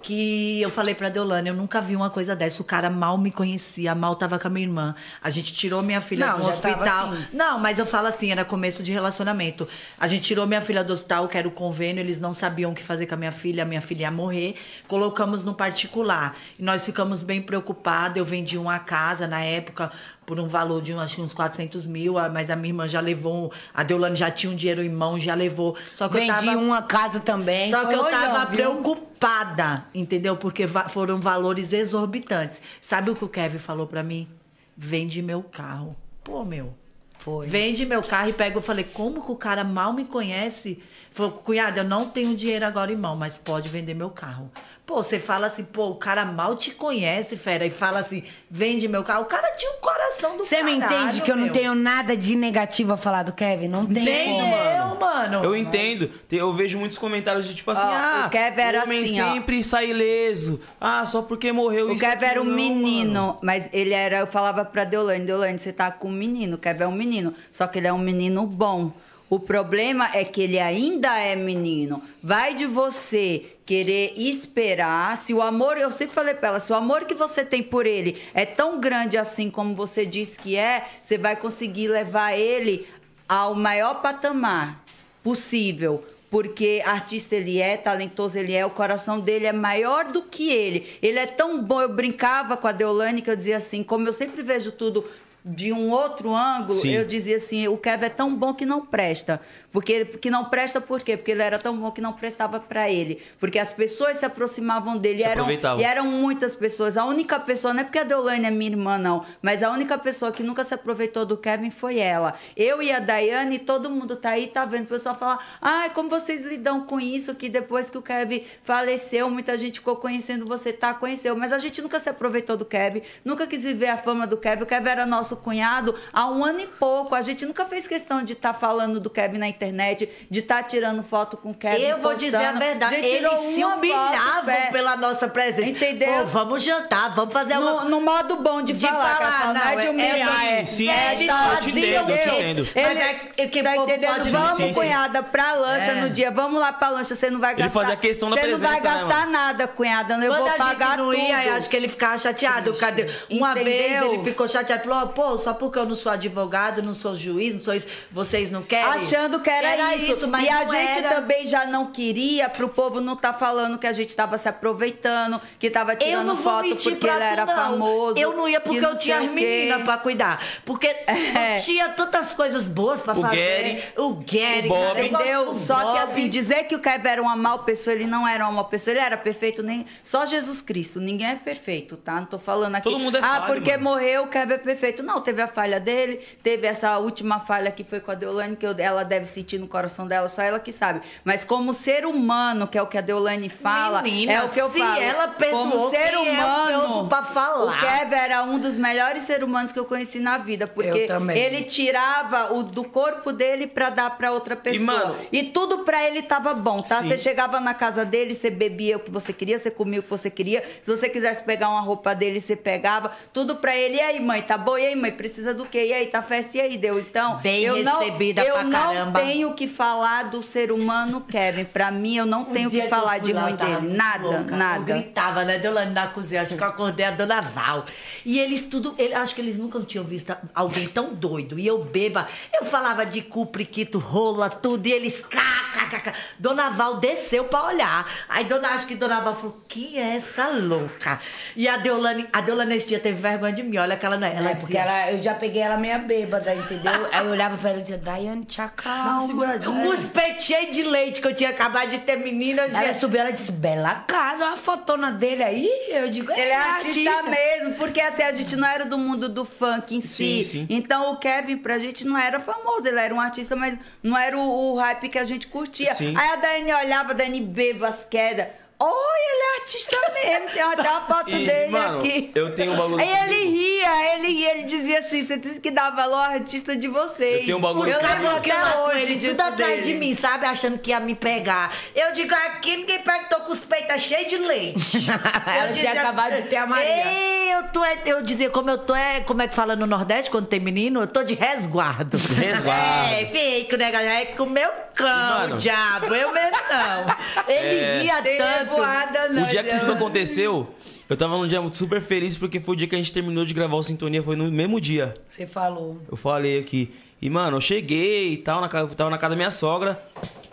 [SPEAKER 4] que eu falei pra Deolane, eu nunca vi uma coisa dessa. O cara mal me conhecia, mal tava com a minha irmã. A gente tirou minha filha
[SPEAKER 5] Não,
[SPEAKER 4] do
[SPEAKER 5] já tava
[SPEAKER 4] hospital.
[SPEAKER 5] assim.
[SPEAKER 4] Não, mas eu falo assim, era começo de relacionamento. A gente tirou minha filha do hospital, que era o convênio, eles não sabiam o que fazer com a minha filha, a minha filha ia morrer. Colocamos no particular. E nós ficamos bem preocupados. Eu vendi uma casa na época por um valor de acho que uns 400 mil, ah, mas a minha irmã já levou, a Deolane já tinha um dinheiro em mão, já levou. Só que eu
[SPEAKER 5] Vendi um
[SPEAKER 4] tava...
[SPEAKER 5] uma casa também.
[SPEAKER 4] Só que eu
[SPEAKER 5] Foi
[SPEAKER 4] tava
[SPEAKER 5] olhão, É, viu?
[SPEAKER 4] preocupada, entendeu? Porque va- foram valores exorbitantes. Sabe o que o Kevin falou pra mim? Vende meu carro. Pô, meu.
[SPEAKER 5] Foi.
[SPEAKER 4] Vende meu carro e pega. Eu falei, como que o cara mal me conhece? Falou, cunhada, eu não tenho dinheiro agora em mão, mas pode vender meu carro. Pô, você fala assim, pô, o cara mal te conhece, fera, e fala assim, vende meu carro. O cara tinha o coração do
[SPEAKER 5] Você me
[SPEAKER 4] caralho,
[SPEAKER 5] entende que eu não
[SPEAKER 4] meu.
[SPEAKER 5] tenho nada de negativo a falar do Kevin? Não tem
[SPEAKER 4] Nem
[SPEAKER 5] como.
[SPEAKER 4] eu, mano.
[SPEAKER 1] Eu entendo. Te- Eu vejo muitos comentários de tipo assim,
[SPEAKER 3] Ó,
[SPEAKER 1] ah,
[SPEAKER 3] o Kev era
[SPEAKER 1] homem
[SPEAKER 3] assim, ó.
[SPEAKER 1] sempre sai ileso. Ah, só porque morreu
[SPEAKER 3] O
[SPEAKER 1] isso,
[SPEAKER 3] Kev era
[SPEAKER 1] aquilo,
[SPEAKER 3] um
[SPEAKER 1] não, é
[SPEAKER 3] menino,
[SPEAKER 1] mano.
[SPEAKER 3] mas ele era. Eu falava pra Deolane, Deolane, você tá com um menino. O Kev é um menino, só que ele é um menino bom. O problema é que ele ainda é menino. Vai de você querer esperar. Se o amor, eu sempre falei pra ela, se o amor que você tem por ele é tão grande assim como você diz que é, você vai conseguir levar ele ao maior patamar possível. Porque artista ele é, talentoso ele é, o coração dele é maior do que ele. Ele é tão bom. Eu brincava com a Deolane que eu dizia assim, como eu sempre vejo tudo de um outro ângulo,
[SPEAKER 1] Sim.
[SPEAKER 3] eu dizia assim, o Kev é tão bom que não presta. Porque que não presta por quê? Porque ele era tão bom que não prestava pra ele. Porque as pessoas se aproximavam dele,
[SPEAKER 1] Se
[SPEAKER 3] eram,
[SPEAKER 1] aproveitavam.
[SPEAKER 3] e eram muitas pessoas. A única pessoa, não é porque a Deolane é minha irmã, não, mas a única pessoa que nunca se aproveitou do Kevin foi ela. Eu e a Daiane, todo mundo tá aí, tá vendo o pessoal falar, ai, como vocês lidam com isso, que depois que o Kevin faleceu, muita gente ficou conhecendo você, tá, conheceu. Mas a gente nunca se aproveitou do Kevin, nunca quis viver a fama do Kevin. O Kevin era nosso cunhado há um ano e pouco. A gente nunca fez questão de estar falando do Kevin na internet, de estar tirando foto com o Kevin.
[SPEAKER 4] Eu vou dizer a
[SPEAKER 3] postando.
[SPEAKER 4] verdade.
[SPEAKER 3] um gente
[SPEAKER 4] Eles
[SPEAKER 3] tirou
[SPEAKER 4] se
[SPEAKER 3] uma foto,
[SPEAKER 4] humilhavam
[SPEAKER 3] velho.
[SPEAKER 4] pela nossa presença.
[SPEAKER 3] Entendeu?
[SPEAKER 4] Pô, vamos jantar, vamos fazer
[SPEAKER 3] No,
[SPEAKER 4] é uma...
[SPEAKER 3] no modo bom de,
[SPEAKER 4] De
[SPEAKER 3] falar,
[SPEAKER 4] falar,
[SPEAKER 3] Cacau, não é
[SPEAKER 4] não,
[SPEAKER 3] de
[SPEAKER 4] é-
[SPEAKER 3] humilhar.
[SPEAKER 1] é-
[SPEAKER 3] é-
[SPEAKER 1] sim,
[SPEAKER 3] é
[SPEAKER 1] eu
[SPEAKER 3] de
[SPEAKER 1] te
[SPEAKER 3] fazer
[SPEAKER 1] entendo, eu te
[SPEAKER 3] Deus.
[SPEAKER 1] entendo.
[SPEAKER 3] Ele,
[SPEAKER 4] Mas é- é que
[SPEAKER 3] tá
[SPEAKER 4] o povo
[SPEAKER 3] entendendo?
[SPEAKER 4] pode-
[SPEAKER 3] vamos,
[SPEAKER 1] Sim, sim, sim.
[SPEAKER 3] cunhada, pra lancha
[SPEAKER 4] É.
[SPEAKER 3] no dia. Vamos lá pra lancha, você não vai
[SPEAKER 1] Ele
[SPEAKER 3] gastar.
[SPEAKER 1] fazia questão da
[SPEAKER 3] você não
[SPEAKER 1] presença,
[SPEAKER 3] vai
[SPEAKER 1] né,
[SPEAKER 3] gastar nada, cunhada. Eu
[SPEAKER 4] Quando
[SPEAKER 3] vou
[SPEAKER 4] a
[SPEAKER 3] pagar
[SPEAKER 4] gente não
[SPEAKER 3] tudo.
[SPEAKER 4] ia, eu acho que ele ficava chateado. Cadê? Uma vez
[SPEAKER 3] Entendeu?
[SPEAKER 4] ele ficou chateado. Falou, ó, pô, só porque eu não sou advogado, não sou juiz, não sou isso, vocês não querem?
[SPEAKER 3] Achando que era, isso.
[SPEAKER 4] mas
[SPEAKER 3] e a
[SPEAKER 4] não
[SPEAKER 3] gente
[SPEAKER 4] era.
[SPEAKER 3] também já não queria pro povo não tá falando que a gente tava se aproveitando, que tava tá tirando
[SPEAKER 4] Eu não vou
[SPEAKER 3] foto
[SPEAKER 4] mentir
[SPEAKER 3] porque
[SPEAKER 4] pra
[SPEAKER 3] ele
[SPEAKER 4] tu,
[SPEAKER 3] era
[SPEAKER 4] não.
[SPEAKER 3] famoso.
[SPEAKER 4] Eu não ia porque
[SPEAKER 3] que não
[SPEAKER 4] eu tinha
[SPEAKER 3] sei
[SPEAKER 4] as
[SPEAKER 3] o quê.
[SPEAKER 4] meninas pra cuidar. Porque
[SPEAKER 3] É.
[SPEAKER 4] eu tinha tantas coisas boas pra
[SPEAKER 1] O
[SPEAKER 4] fazer.
[SPEAKER 1] Gary,
[SPEAKER 4] o Gary,
[SPEAKER 1] o Bob.
[SPEAKER 4] cara, eu gosto um
[SPEAKER 3] Entendeu?
[SPEAKER 4] do
[SPEAKER 3] Só que
[SPEAKER 4] Bob.
[SPEAKER 3] assim, dizer que o Kevin era uma mal pessoa, ele não era uma mal pessoa, ele era perfeito, nem. Só Jesus Cristo. Ninguém é perfeito, tá? Não tô falando aqui.
[SPEAKER 1] Todo mundo é
[SPEAKER 3] Ah,
[SPEAKER 1] falho,
[SPEAKER 3] porque
[SPEAKER 1] mano.
[SPEAKER 3] morreu, o Kevin é perfeito. Não, teve a falha dele, teve essa última falha que foi com a Deolane, que eu- ela deve sentir no coração dela, só ela que sabe. Mas como ser humano, que é o que a Deolane fala,
[SPEAKER 4] Menina,
[SPEAKER 3] é o que eu
[SPEAKER 4] se
[SPEAKER 3] falo.
[SPEAKER 4] ela perdoou,
[SPEAKER 3] como ser
[SPEAKER 4] quem é o
[SPEAKER 3] humano,
[SPEAKER 4] povo pra falar?
[SPEAKER 3] o Kevin era um dos melhores seres humanos que eu conheci na na vida, porque
[SPEAKER 10] Eu também.
[SPEAKER 3] ele tirava o do corpo dele pra dar pra outra pessoa. E,
[SPEAKER 1] mano-
[SPEAKER 3] tudo pra ele tava bom, tá?
[SPEAKER 1] Sim.
[SPEAKER 3] Você chegava na casa dele, você bebia o que você queria, você comia o que você queria. Se você quisesse pegar uma roupa dele, você pegava. Tudo pra ele. E aí, mãe, tá bom? E aí, mãe, precisa do quê? E aí, tá festa? E aí, deu? Então,
[SPEAKER 4] Bem
[SPEAKER 3] eu não,
[SPEAKER 4] recebida
[SPEAKER 3] eu
[SPEAKER 4] pra
[SPEAKER 3] não
[SPEAKER 4] caramba.
[SPEAKER 3] tenho o que falar do ser humano Kevin. Pra mim, eu não tenho o que falar
[SPEAKER 4] um
[SPEAKER 3] de mãe
[SPEAKER 4] tá
[SPEAKER 3] dele. Nada,
[SPEAKER 4] Eu
[SPEAKER 3] nada.
[SPEAKER 4] gritava, né? Deolane na cozinha, acho que eu acordei a dona Val. E eles tudo, ele, acho que eles nunca tinham visto alguém tão doido. E eu beba, eu falava de cu, priquito, rola, tudo, e eles cá, cá, cá, cá. Dona Val desceu pra olhar. Aí dona, acho que dona Val falou, quem é essa louca? E a Deolane, a Deolane esse dia teve vergonha de mim, olha que ela não é. Ela
[SPEAKER 5] É,
[SPEAKER 4] dizia,
[SPEAKER 5] porque ela, eu já peguei ela meia bêbada, entendeu? Aí eu olhava pra ela e dizia, Daiane, te acalma.
[SPEAKER 4] com os peitos cheios "Um de leite que eu tinha acabado de ter meninas.
[SPEAKER 5] Aí ela subiu, ela disse, bela casa, olha a fotona dele aí. Eu digo,
[SPEAKER 3] Ele é artista, mesmo, porque assim, a gente não era do mundo do funk em
[SPEAKER 1] Sim,
[SPEAKER 3] si.
[SPEAKER 1] sim.
[SPEAKER 3] Então o Kevin pra gente não era famoso, ele era um artista, mas não era o, o hype que a gente curtia.
[SPEAKER 1] Sim.
[SPEAKER 3] Aí a Dani olhava, a Dani beba as quedas. Olha, ele é artista mesmo, tem até uma foto
[SPEAKER 1] E,
[SPEAKER 3] dele
[SPEAKER 1] mano,
[SPEAKER 3] aqui.
[SPEAKER 1] eu tenho um bagulho
[SPEAKER 3] Aí ele
[SPEAKER 1] comigo.
[SPEAKER 3] ria, ele ria, ele dizia assim, você disse que dá valor ao artista de vocês.
[SPEAKER 1] Eu tenho um bagulho
[SPEAKER 3] Eu
[SPEAKER 1] comigo.
[SPEAKER 3] lembro
[SPEAKER 4] Porque
[SPEAKER 3] até
[SPEAKER 4] ela com
[SPEAKER 3] hoje
[SPEAKER 4] ele
[SPEAKER 3] disso
[SPEAKER 4] tudo atrás
[SPEAKER 3] dele.
[SPEAKER 4] de mim, sabe? Achando que ia me pegar. Eu digo, aqui ninguém pega, tô com os peitos cheios de leite.
[SPEAKER 5] Ela
[SPEAKER 4] Eu
[SPEAKER 5] tinha
[SPEAKER 4] dizia,
[SPEAKER 5] acabado de ter a Maria.
[SPEAKER 4] Ei, eu tô, é- eu dizia, como eu tô, é, como é que fala no Nordeste quando tem menino? Eu tô de resguardo.
[SPEAKER 1] Resguardo.
[SPEAKER 4] É, fico, né, galera? É com o meu cão,
[SPEAKER 1] mano?
[SPEAKER 4] diabo. Eu mesmo não. Ele
[SPEAKER 1] É.
[SPEAKER 4] ria
[SPEAKER 3] Ele é
[SPEAKER 4] tanto.
[SPEAKER 3] voada, não.
[SPEAKER 1] O dia que
[SPEAKER 3] ele é-
[SPEAKER 1] tudo aconteceu, eu tava num dia super feliz porque foi o dia que a gente terminou de gravar o Sintonia, foi no mesmo dia.
[SPEAKER 5] Você falou.
[SPEAKER 1] Eu falei aqui. E, mano, eu cheguei e tal, na, ca- tava na casa da minha sogra.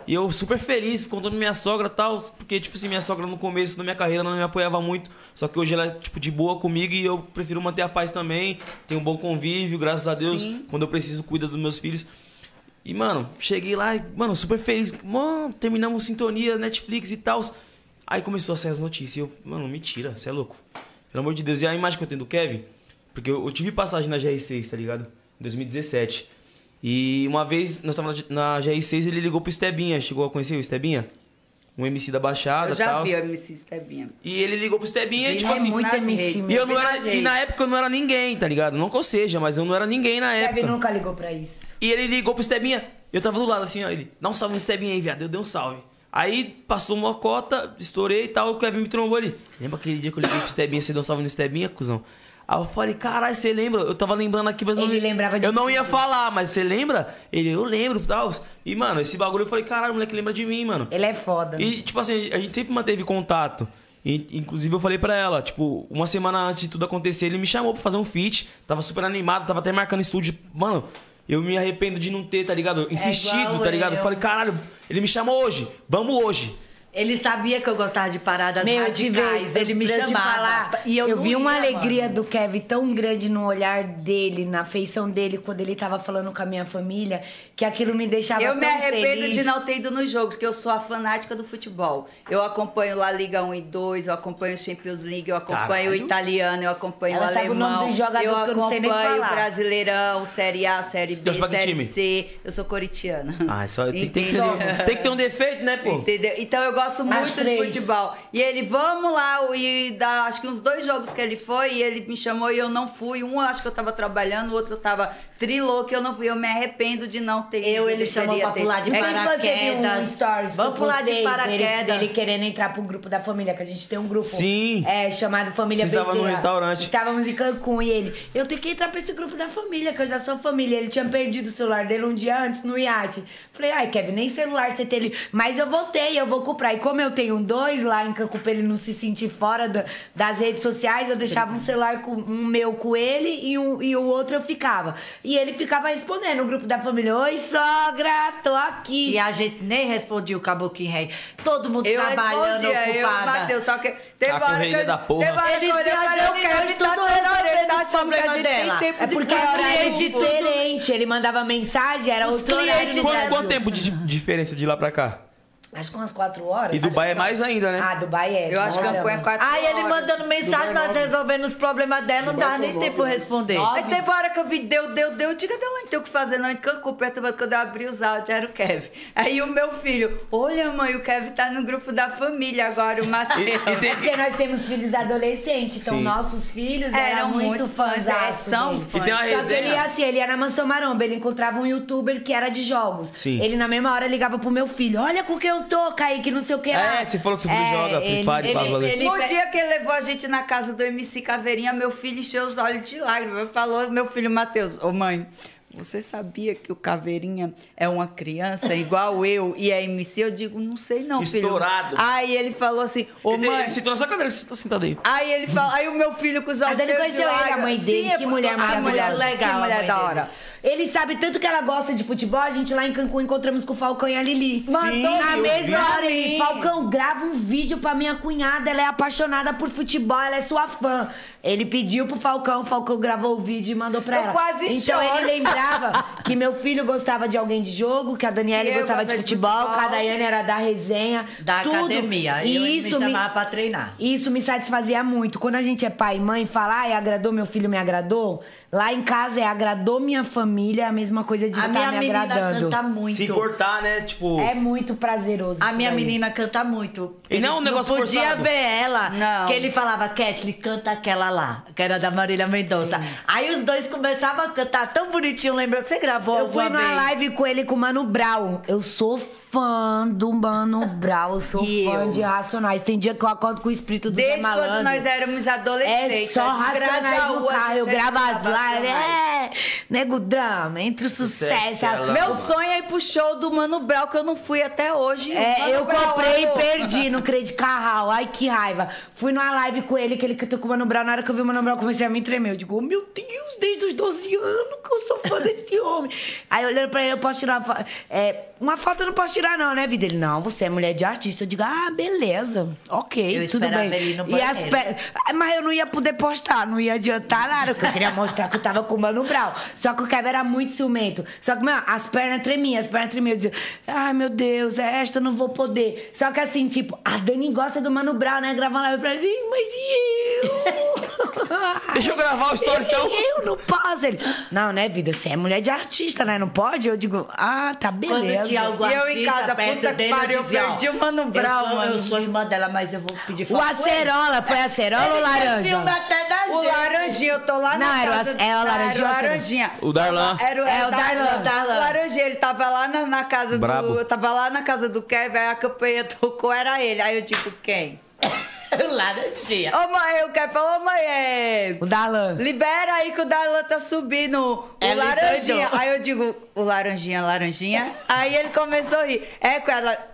[SPEAKER 1] E eu super feliz contando minha sogra e tal, porque, tipo assim, minha sogra no começo da minha carreira não me apoiava muito. Só que hoje ela é, tipo, de boa comigo e eu prefiro manter a paz também. Tenho um bom convívio, graças a Deus. Quando eu preciso, cuida dos meus filhos. E, mano, cheguei lá e, mano, super feliz. Mano, terminamos sintonia, Netflix e tal. Aí começou a sair as notícias. E eu, mano, mentira, você é louco. Pelo amor de Deus. E a imagem que eu tenho do Kevin, porque eu, eu tive passagem na GR6, tá ligado? Em 2017. E uma vez, nós estávamos na, na GR6, ele ligou pro Estebinha. Chegou a conhecer o Estebinha? Um MC da Baixada
[SPEAKER 3] Eu
[SPEAKER 1] e tal.
[SPEAKER 3] já vi o MC Stebinha.
[SPEAKER 1] E ele ligou pro Estebinha e, tipo
[SPEAKER 3] nas
[SPEAKER 1] assim.
[SPEAKER 5] muito
[SPEAKER 3] redes,
[SPEAKER 5] MC
[SPEAKER 1] E, eu
[SPEAKER 3] vi
[SPEAKER 1] não
[SPEAKER 3] nas
[SPEAKER 1] era, e
[SPEAKER 3] redes.
[SPEAKER 1] na época eu não era ninguém, tá ligado? Não que eu seja, mas eu não era ninguém na
[SPEAKER 3] É,
[SPEAKER 1] época.
[SPEAKER 5] Kevin nunca ligou pra isso.
[SPEAKER 1] E ele ligou pro Stebinha. Eu tava do lado assim, ó. Ele, dá um salve no Stebinha aí, viado. Eu dei um salve. Aí passou uma cota, estourei e tal. O Kevin me trombou ali. Lembra aquele dia que eu liguei pro Stebinha, você deu um salve no Stebinha, cuzão? Aí eu falei, caralho, você lembra? Eu tava lembrando aqui, mas
[SPEAKER 5] Ele
[SPEAKER 1] não.
[SPEAKER 5] lembrava de
[SPEAKER 1] Eu não ia
[SPEAKER 5] tudo.
[SPEAKER 1] falar, mas você lembra? Ele, eu lembro e tal. E, mano, esse bagulho eu falei, caralho, o moleque lembra de mim, mano.
[SPEAKER 5] Ele é foda.
[SPEAKER 1] E, tipo assim, a gente sempre manteve contato. E, inclusive, eu falei pra ela, tipo, uma semana antes de tudo acontecer, ele me chamou pra fazer um feat. Tava super animado, tava até marcando estúdio. Mano, eu me arrependo de não ter, tá ligado? Insistido,
[SPEAKER 4] igual
[SPEAKER 1] tá ligado?
[SPEAKER 4] eu.
[SPEAKER 1] Falei, caralho, ele me chamou hoje, vamos hoje.
[SPEAKER 4] Ele sabia que eu gostava de paradas
[SPEAKER 5] Meu, eu te
[SPEAKER 4] radicais.
[SPEAKER 5] vejo,
[SPEAKER 4] ele me
[SPEAKER 5] pra eu te
[SPEAKER 4] chamava.
[SPEAKER 5] falar,
[SPEAKER 4] e eu,
[SPEAKER 5] eu
[SPEAKER 4] não
[SPEAKER 5] vi uma
[SPEAKER 4] ia, mano.
[SPEAKER 5] alegria do Kevin tão grande no olhar dele, na feição dele, quando ele tava falando com a minha família, que aquilo me deixava
[SPEAKER 3] Eu
[SPEAKER 5] tão
[SPEAKER 3] me arrependo
[SPEAKER 5] feliz.
[SPEAKER 3] de não ter ido nos jogos, que eu sou a fanática do futebol. Eu acompanho La Liga 1 e 2, eu acompanho Champions League, eu acompanho o
[SPEAKER 1] Caralho.
[SPEAKER 3] italiano, eu acompanho
[SPEAKER 5] Ela
[SPEAKER 3] o
[SPEAKER 5] sabe o
[SPEAKER 3] alemão.
[SPEAKER 5] nome dos jogadores
[SPEAKER 3] eu
[SPEAKER 5] que eu não sei nem
[SPEAKER 3] acompanho o
[SPEAKER 5] falar.
[SPEAKER 3] Brasileirão, Série A, Série B,
[SPEAKER 1] Deus pague
[SPEAKER 3] Série
[SPEAKER 1] time.
[SPEAKER 3] C. Eu sou coritiana.
[SPEAKER 1] Ah, só tem, tem que
[SPEAKER 3] Entendeu?
[SPEAKER 1] ter, tem que ter um defeito, né, pô?
[SPEAKER 3] Entendeu? Então eu gosto
[SPEAKER 5] As
[SPEAKER 3] muito de
[SPEAKER 5] três.
[SPEAKER 3] futebol. E ele, vamos lá, e dá, acho que uns dois jogos que ele foi, e ele me chamou e eu não fui. Um acho que eu tava trabalhando, o outro eu tava trilouco e eu não fui. Eu me arrependo de não ter
[SPEAKER 4] Eu,
[SPEAKER 3] ido,
[SPEAKER 4] ele
[SPEAKER 3] eu
[SPEAKER 4] chamou
[SPEAKER 3] teria
[SPEAKER 4] pra pular
[SPEAKER 3] ter- É tipo
[SPEAKER 4] de
[SPEAKER 5] Não sei se você viu um
[SPEAKER 4] paraquedas.
[SPEAKER 5] stories que
[SPEAKER 4] Vamos
[SPEAKER 5] eu
[SPEAKER 4] pular de
[SPEAKER 5] postei dele-
[SPEAKER 4] paraquedas.
[SPEAKER 5] Dele, querendo entrar pro grupo da família, que a gente tem um grupo.
[SPEAKER 1] Sim.
[SPEAKER 5] É, chamado Família
[SPEAKER 1] Vocês estavam
[SPEAKER 5] Bezerra.
[SPEAKER 1] num restaurante.
[SPEAKER 5] Estávamos em Cancún e ele, eu tenho que entrar pra esse grupo da família, que eu já sou família. Ele tinha perdido o celular dele um dia antes no iate. Falei, ai, Kevin, nem celular você tem ele. Mas eu voltei, eu vou comprar. E como eu tenho dois lá em Cancún pra ele não se sentir fora da- das redes sociais, eu deixava um celular com um meu com ele e, um, e o outro eu ficava. E ele ficava respondendo no grupo da família, oi, sogra, tô aqui.
[SPEAKER 4] E a gente nem respondia o Caboclo Rei. Todo mundo
[SPEAKER 3] assim, Eu
[SPEAKER 4] trabalhando,
[SPEAKER 3] respondia, eu,
[SPEAKER 4] ocupada.
[SPEAKER 3] Mateus, só que teve
[SPEAKER 1] Tá
[SPEAKER 3] uma hora que
[SPEAKER 1] correria
[SPEAKER 3] eu,
[SPEAKER 1] da porra.
[SPEAKER 3] teve uma hora que eu
[SPEAKER 4] Eles
[SPEAKER 3] olhei e falei,
[SPEAKER 4] viajando
[SPEAKER 3] o
[SPEAKER 4] e
[SPEAKER 3] Kevin tá
[SPEAKER 4] nós tudo
[SPEAKER 3] tendo hora, ele
[SPEAKER 4] resolvendo
[SPEAKER 3] tá
[SPEAKER 4] os
[SPEAKER 3] achando que a
[SPEAKER 4] problemas
[SPEAKER 3] gente tem
[SPEAKER 4] dela.
[SPEAKER 3] tempo
[SPEAKER 5] É
[SPEAKER 3] de
[SPEAKER 5] porque era
[SPEAKER 3] falar.
[SPEAKER 5] um horário
[SPEAKER 4] cliente
[SPEAKER 5] diferente. Ele mandava mensagem, era
[SPEAKER 4] Os
[SPEAKER 5] outro
[SPEAKER 4] clientes
[SPEAKER 5] horário no
[SPEAKER 1] Quanto,
[SPEAKER 5] Brasil.
[SPEAKER 1] quanto tempo de di- diferença de lá pra cá?
[SPEAKER 5] Acho que umas quatro horas.
[SPEAKER 1] E Dubai é mais ainda, né?
[SPEAKER 5] Ah, Dubai é.
[SPEAKER 3] Eu acho que
[SPEAKER 5] Bora,
[SPEAKER 3] Cancún é
[SPEAKER 5] mano.
[SPEAKER 3] quatro
[SPEAKER 6] Aí ele
[SPEAKER 3] horas.
[SPEAKER 6] mandando mensagem, nós resolvendo os problemas dela, não dá nem tempo responder.
[SPEAKER 3] Aí teve uma hora que eu vi, deu, deu, deu. Eu digo, Adelante, não tem o que fazer não em Cancún. Perturbado, quando eu abri os áudios, era o Kevin. Aí o meu filho, olha mãe, o Kevin tá no grupo da família agora, o
[SPEAKER 1] E,
[SPEAKER 3] Matheus.
[SPEAKER 1] e tem,
[SPEAKER 5] É Porque nós temos filhos adolescentes, então
[SPEAKER 1] Sim.
[SPEAKER 5] nossos filhos eram,
[SPEAKER 3] Eram
[SPEAKER 5] muito
[SPEAKER 3] muito
[SPEAKER 5] fãs.
[SPEAKER 3] fãs, é, são
[SPEAKER 5] dele.
[SPEAKER 1] e tem uma
[SPEAKER 5] Só que ele,
[SPEAKER 1] resenha.
[SPEAKER 5] assim, ele era mansão maromba, ele encontrava um youtuber que era de jogos.
[SPEAKER 1] Sim.
[SPEAKER 5] Ele na mesma hora ligava pro meu filho, olha com que eu tô, Kaique, não sei o que lá.
[SPEAKER 1] É, você falou que seu filho joga Free
[SPEAKER 5] ele-
[SPEAKER 1] Fire, blá, blá, blá.
[SPEAKER 5] ele-
[SPEAKER 3] No dia que ele levou a gente na casa do MC Caveirinha, meu filho encheu os olhos de lágrimas. Falou, meu filho Matheus, ô mãe, você sabia que o Caveirinha é uma criança igual eu e é MC? Eu digo, não sei não, filho.
[SPEAKER 1] Estourado.
[SPEAKER 3] Aí ele falou assim, ô
[SPEAKER 1] Ele, tem-
[SPEAKER 3] mãe...
[SPEAKER 1] ele citou nessa cadeira que você tá sentado aí.
[SPEAKER 3] Aí ele fala, aí o meu filho com os olhos
[SPEAKER 5] Mas ele
[SPEAKER 3] cheios É de
[SPEAKER 5] conheceu ele, a
[SPEAKER 3] lágrimas.
[SPEAKER 5] mãe dele,
[SPEAKER 3] Sim, é
[SPEAKER 5] que mulher
[SPEAKER 3] porque- Ah,
[SPEAKER 5] maravilhosa.
[SPEAKER 3] mulher legal,
[SPEAKER 5] que
[SPEAKER 3] mulher da hora.
[SPEAKER 5] Ele sabe tanto que ela gosta de futebol, a gente lá em Cancún encontramos com o Falcão e a Lili. Mandou na
[SPEAKER 1] eu
[SPEAKER 5] mesma
[SPEAKER 1] vi.
[SPEAKER 5] hora ele, Falcão, grava um vídeo pra minha cunhada, ela é apaixonada por futebol, ela é sua fã. Ele pediu pro Falcão, o Falcão gravou o vídeo e mandou pra
[SPEAKER 3] Eu
[SPEAKER 5] ela.
[SPEAKER 3] quase
[SPEAKER 5] então
[SPEAKER 3] choro.
[SPEAKER 5] ele lembrava que meu filho gostava de alguém de jogo, que a Daniela
[SPEAKER 3] Que eu
[SPEAKER 5] gostava de
[SPEAKER 3] gostava de
[SPEAKER 5] futebol,
[SPEAKER 3] futebol.
[SPEAKER 5] que a Daiane era da resenha,
[SPEAKER 6] Da
[SPEAKER 5] tudo.
[SPEAKER 6] academia.
[SPEAKER 5] E
[SPEAKER 6] E eu
[SPEAKER 5] isso
[SPEAKER 6] isso me chamava pra treinar.
[SPEAKER 5] isso me satisfazia muito. Quando a gente é pai e mãe, falar, ai, agradou, meu filho me agradou. Lá em casa é agradou minha família, é a mesma coisa de
[SPEAKER 6] A minha
[SPEAKER 5] estar me
[SPEAKER 6] menina
[SPEAKER 5] agradando.
[SPEAKER 6] canta muito.
[SPEAKER 1] Se cortar, né? Tipo.
[SPEAKER 5] É muito prazeroso.
[SPEAKER 6] A
[SPEAKER 5] isso
[SPEAKER 6] minha
[SPEAKER 5] daí.
[SPEAKER 6] menina canta muito.
[SPEAKER 1] E não é um negócio
[SPEAKER 6] não podia
[SPEAKER 1] forçado.
[SPEAKER 6] ver ela.
[SPEAKER 3] Não.
[SPEAKER 6] Que ele falava, Kathleen, canta aquela lá, que era da Marília Mendonça. Aí os dois começavam a cantar tão bonitinho, lembra? Você gravou
[SPEAKER 5] Eu
[SPEAKER 6] alguma
[SPEAKER 5] fui numa
[SPEAKER 6] vez?
[SPEAKER 5] live com ele com o Mano Brown. Eu sou fã do Mano Brown. Eu sou
[SPEAKER 3] E
[SPEAKER 5] fã
[SPEAKER 3] eu?
[SPEAKER 5] de Racionais. Tem dia que eu acordo com o espírito do Zé
[SPEAKER 3] Desde
[SPEAKER 5] Malandro.
[SPEAKER 3] quando nós éramos
[SPEAKER 5] É
[SPEAKER 3] adolescentes.
[SPEAKER 5] só
[SPEAKER 3] de
[SPEAKER 5] racionais
[SPEAKER 3] Grajaú,
[SPEAKER 5] no
[SPEAKER 3] a
[SPEAKER 5] carro.
[SPEAKER 3] gente
[SPEAKER 5] Eu
[SPEAKER 3] era
[SPEAKER 5] gravo as lives.
[SPEAKER 3] Racionais.
[SPEAKER 5] É, nego drama, entre o
[SPEAKER 1] Sucesso,
[SPEAKER 5] sucesso.
[SPEAKER 1] é lá.
[SPEAKER 5] sabe?
[SPEAKER 3] Meu sonho é ir pro show do Mano Brown, que eu não fui até hoje. Mano
[SPEAKER 5] É, eu
[SPEAKER 3] Brown,
[SPEAKER 5] comprei e
[SPEAKER 3] alô.
[SPEAKER 5] perdi no Credit Carral. Ai, que raiva. Fui numa live com ele, que ele cantou com o Mano Brown. Na hora que eu vi o Mano Brown, eu comecei a me tremer. Eu digo, oh, meu Deus, desde os 12 anos que eu sou fã desse homem. Aí, olhando pra ele, eu posso tirar uma foto. É, uma foto eu não posso tirar não, né, vida? Ele, não, você é mulher de artista. Eu digo, ah, beleza, ok,
[SPEAKER 6] Eu
[SPEAKER 5] tudo
[SPEAKER 6] esperava
[SPEAKER 5] bem.
[SPEAKER 6] ele ir no
[SPEAKER 5] e as
[SPEAKER 6] banheiro.
[SPEAKER 5] pe- ah, Mas eu não ia poder postar, não ia adiantar nada, porque eu queria mostrar que eu tava com o Mano Brown. Só que o Kevin era muito ciumento. Só que, meu, as pernas tremiam, as pernas tremiam. Eu dizia, ai meu Deus, é esta, eu não vou poder. Só que assim, tipo, a Dani gosta do Mano Brown, né? Grava uma live pra gente, mas e eu?
[SPEAKER 1] Deixa eu gravar o story então.
[SPEAKER 5] E eu não posso. Ele, não, né, vida? Você é mulher de artista, né? Não pode? Eu digo, ah, tá
[SPEAKER 6] Quando
[SPEAKER 5] beleza.
[SPEAKER 6] tinha algum
[SPEAKER 3] E eu em
[SPEAKER 6] artista
[SPEAKER 3] casa,
[SPEAKER 6] perto
[SPEAKER 3] puta que
[SPEAKER 6] dele,
[SPEAKER 3] pariu, eu
[SPEAKER 6] dizia, ó,
[SPEAKER 3] perdi o Mano
[SPEAKER 6] eu
[SPEAKER 3] Brown,
[SPEAKER 6] sou- Eu
[SPEAKER 3] mano.
[SPEAKER 6] sou irmã dela, mas eu vou pedir
[SPEAKER 5] O
[SPEAKER 6] foto com ele.
[SPEAKER 5] acerola, foi acerola ou
[SPEAKER 6] Ele tem ciúme
[SPEAKER 5] laranja?
[SPEAKER 6] até da
[SPEAKER 3] O
[SPEAKER 6] gente.
[SPEAKER 3] laranjinha, eu tô lá
[SPEAKER 5] Não,
[SPEAKER 3] na
[SPEAKER 5] era o
[SPEAKER 3] casa.
[SPEAKER 5] ac- é o
[SPEAKER 3] Não, Era
[SPEAKER 5] laranjinha ou
[SPEAKER 3] o
[SPEAKER 5] acerola?
[SPEAKER 3] laranjinha.
[SPEAKER 1] O Darlan.
[SPEAKER 3] Era,
[SPEAKER 5] É, o Darlan,
[SPEAKER 3] O
[SPEAKER 5] Darlan.
[SPEAKER 3] laranjinha, ele tava lá na, na casa
[SPEAKER 1] Brabo.
[SPEAKER 3] do... Eu tava lá na casa do Kevin, aí a campanha tocou, era ele. Aí eu digo, quem?
[SPEAKER 5] é
[SPEAKER 6] Laranjinha.
[SPEAKER 3] Ô mãe, o Kevin falou, ô mãe, é...
[SPEAKER 5] O Darlan.
[SPEAKER 3] Libera aí que o Darlan tá subindo o
[SPEAKER 6] Ela
[SPEAKER 3] laranjinha.
[SPEAKER 6] endoidou.
[SPEAKER 3] Aí eu digo, o laranjinha, laranjinha. Aí ele começou a rir. É, cunhada,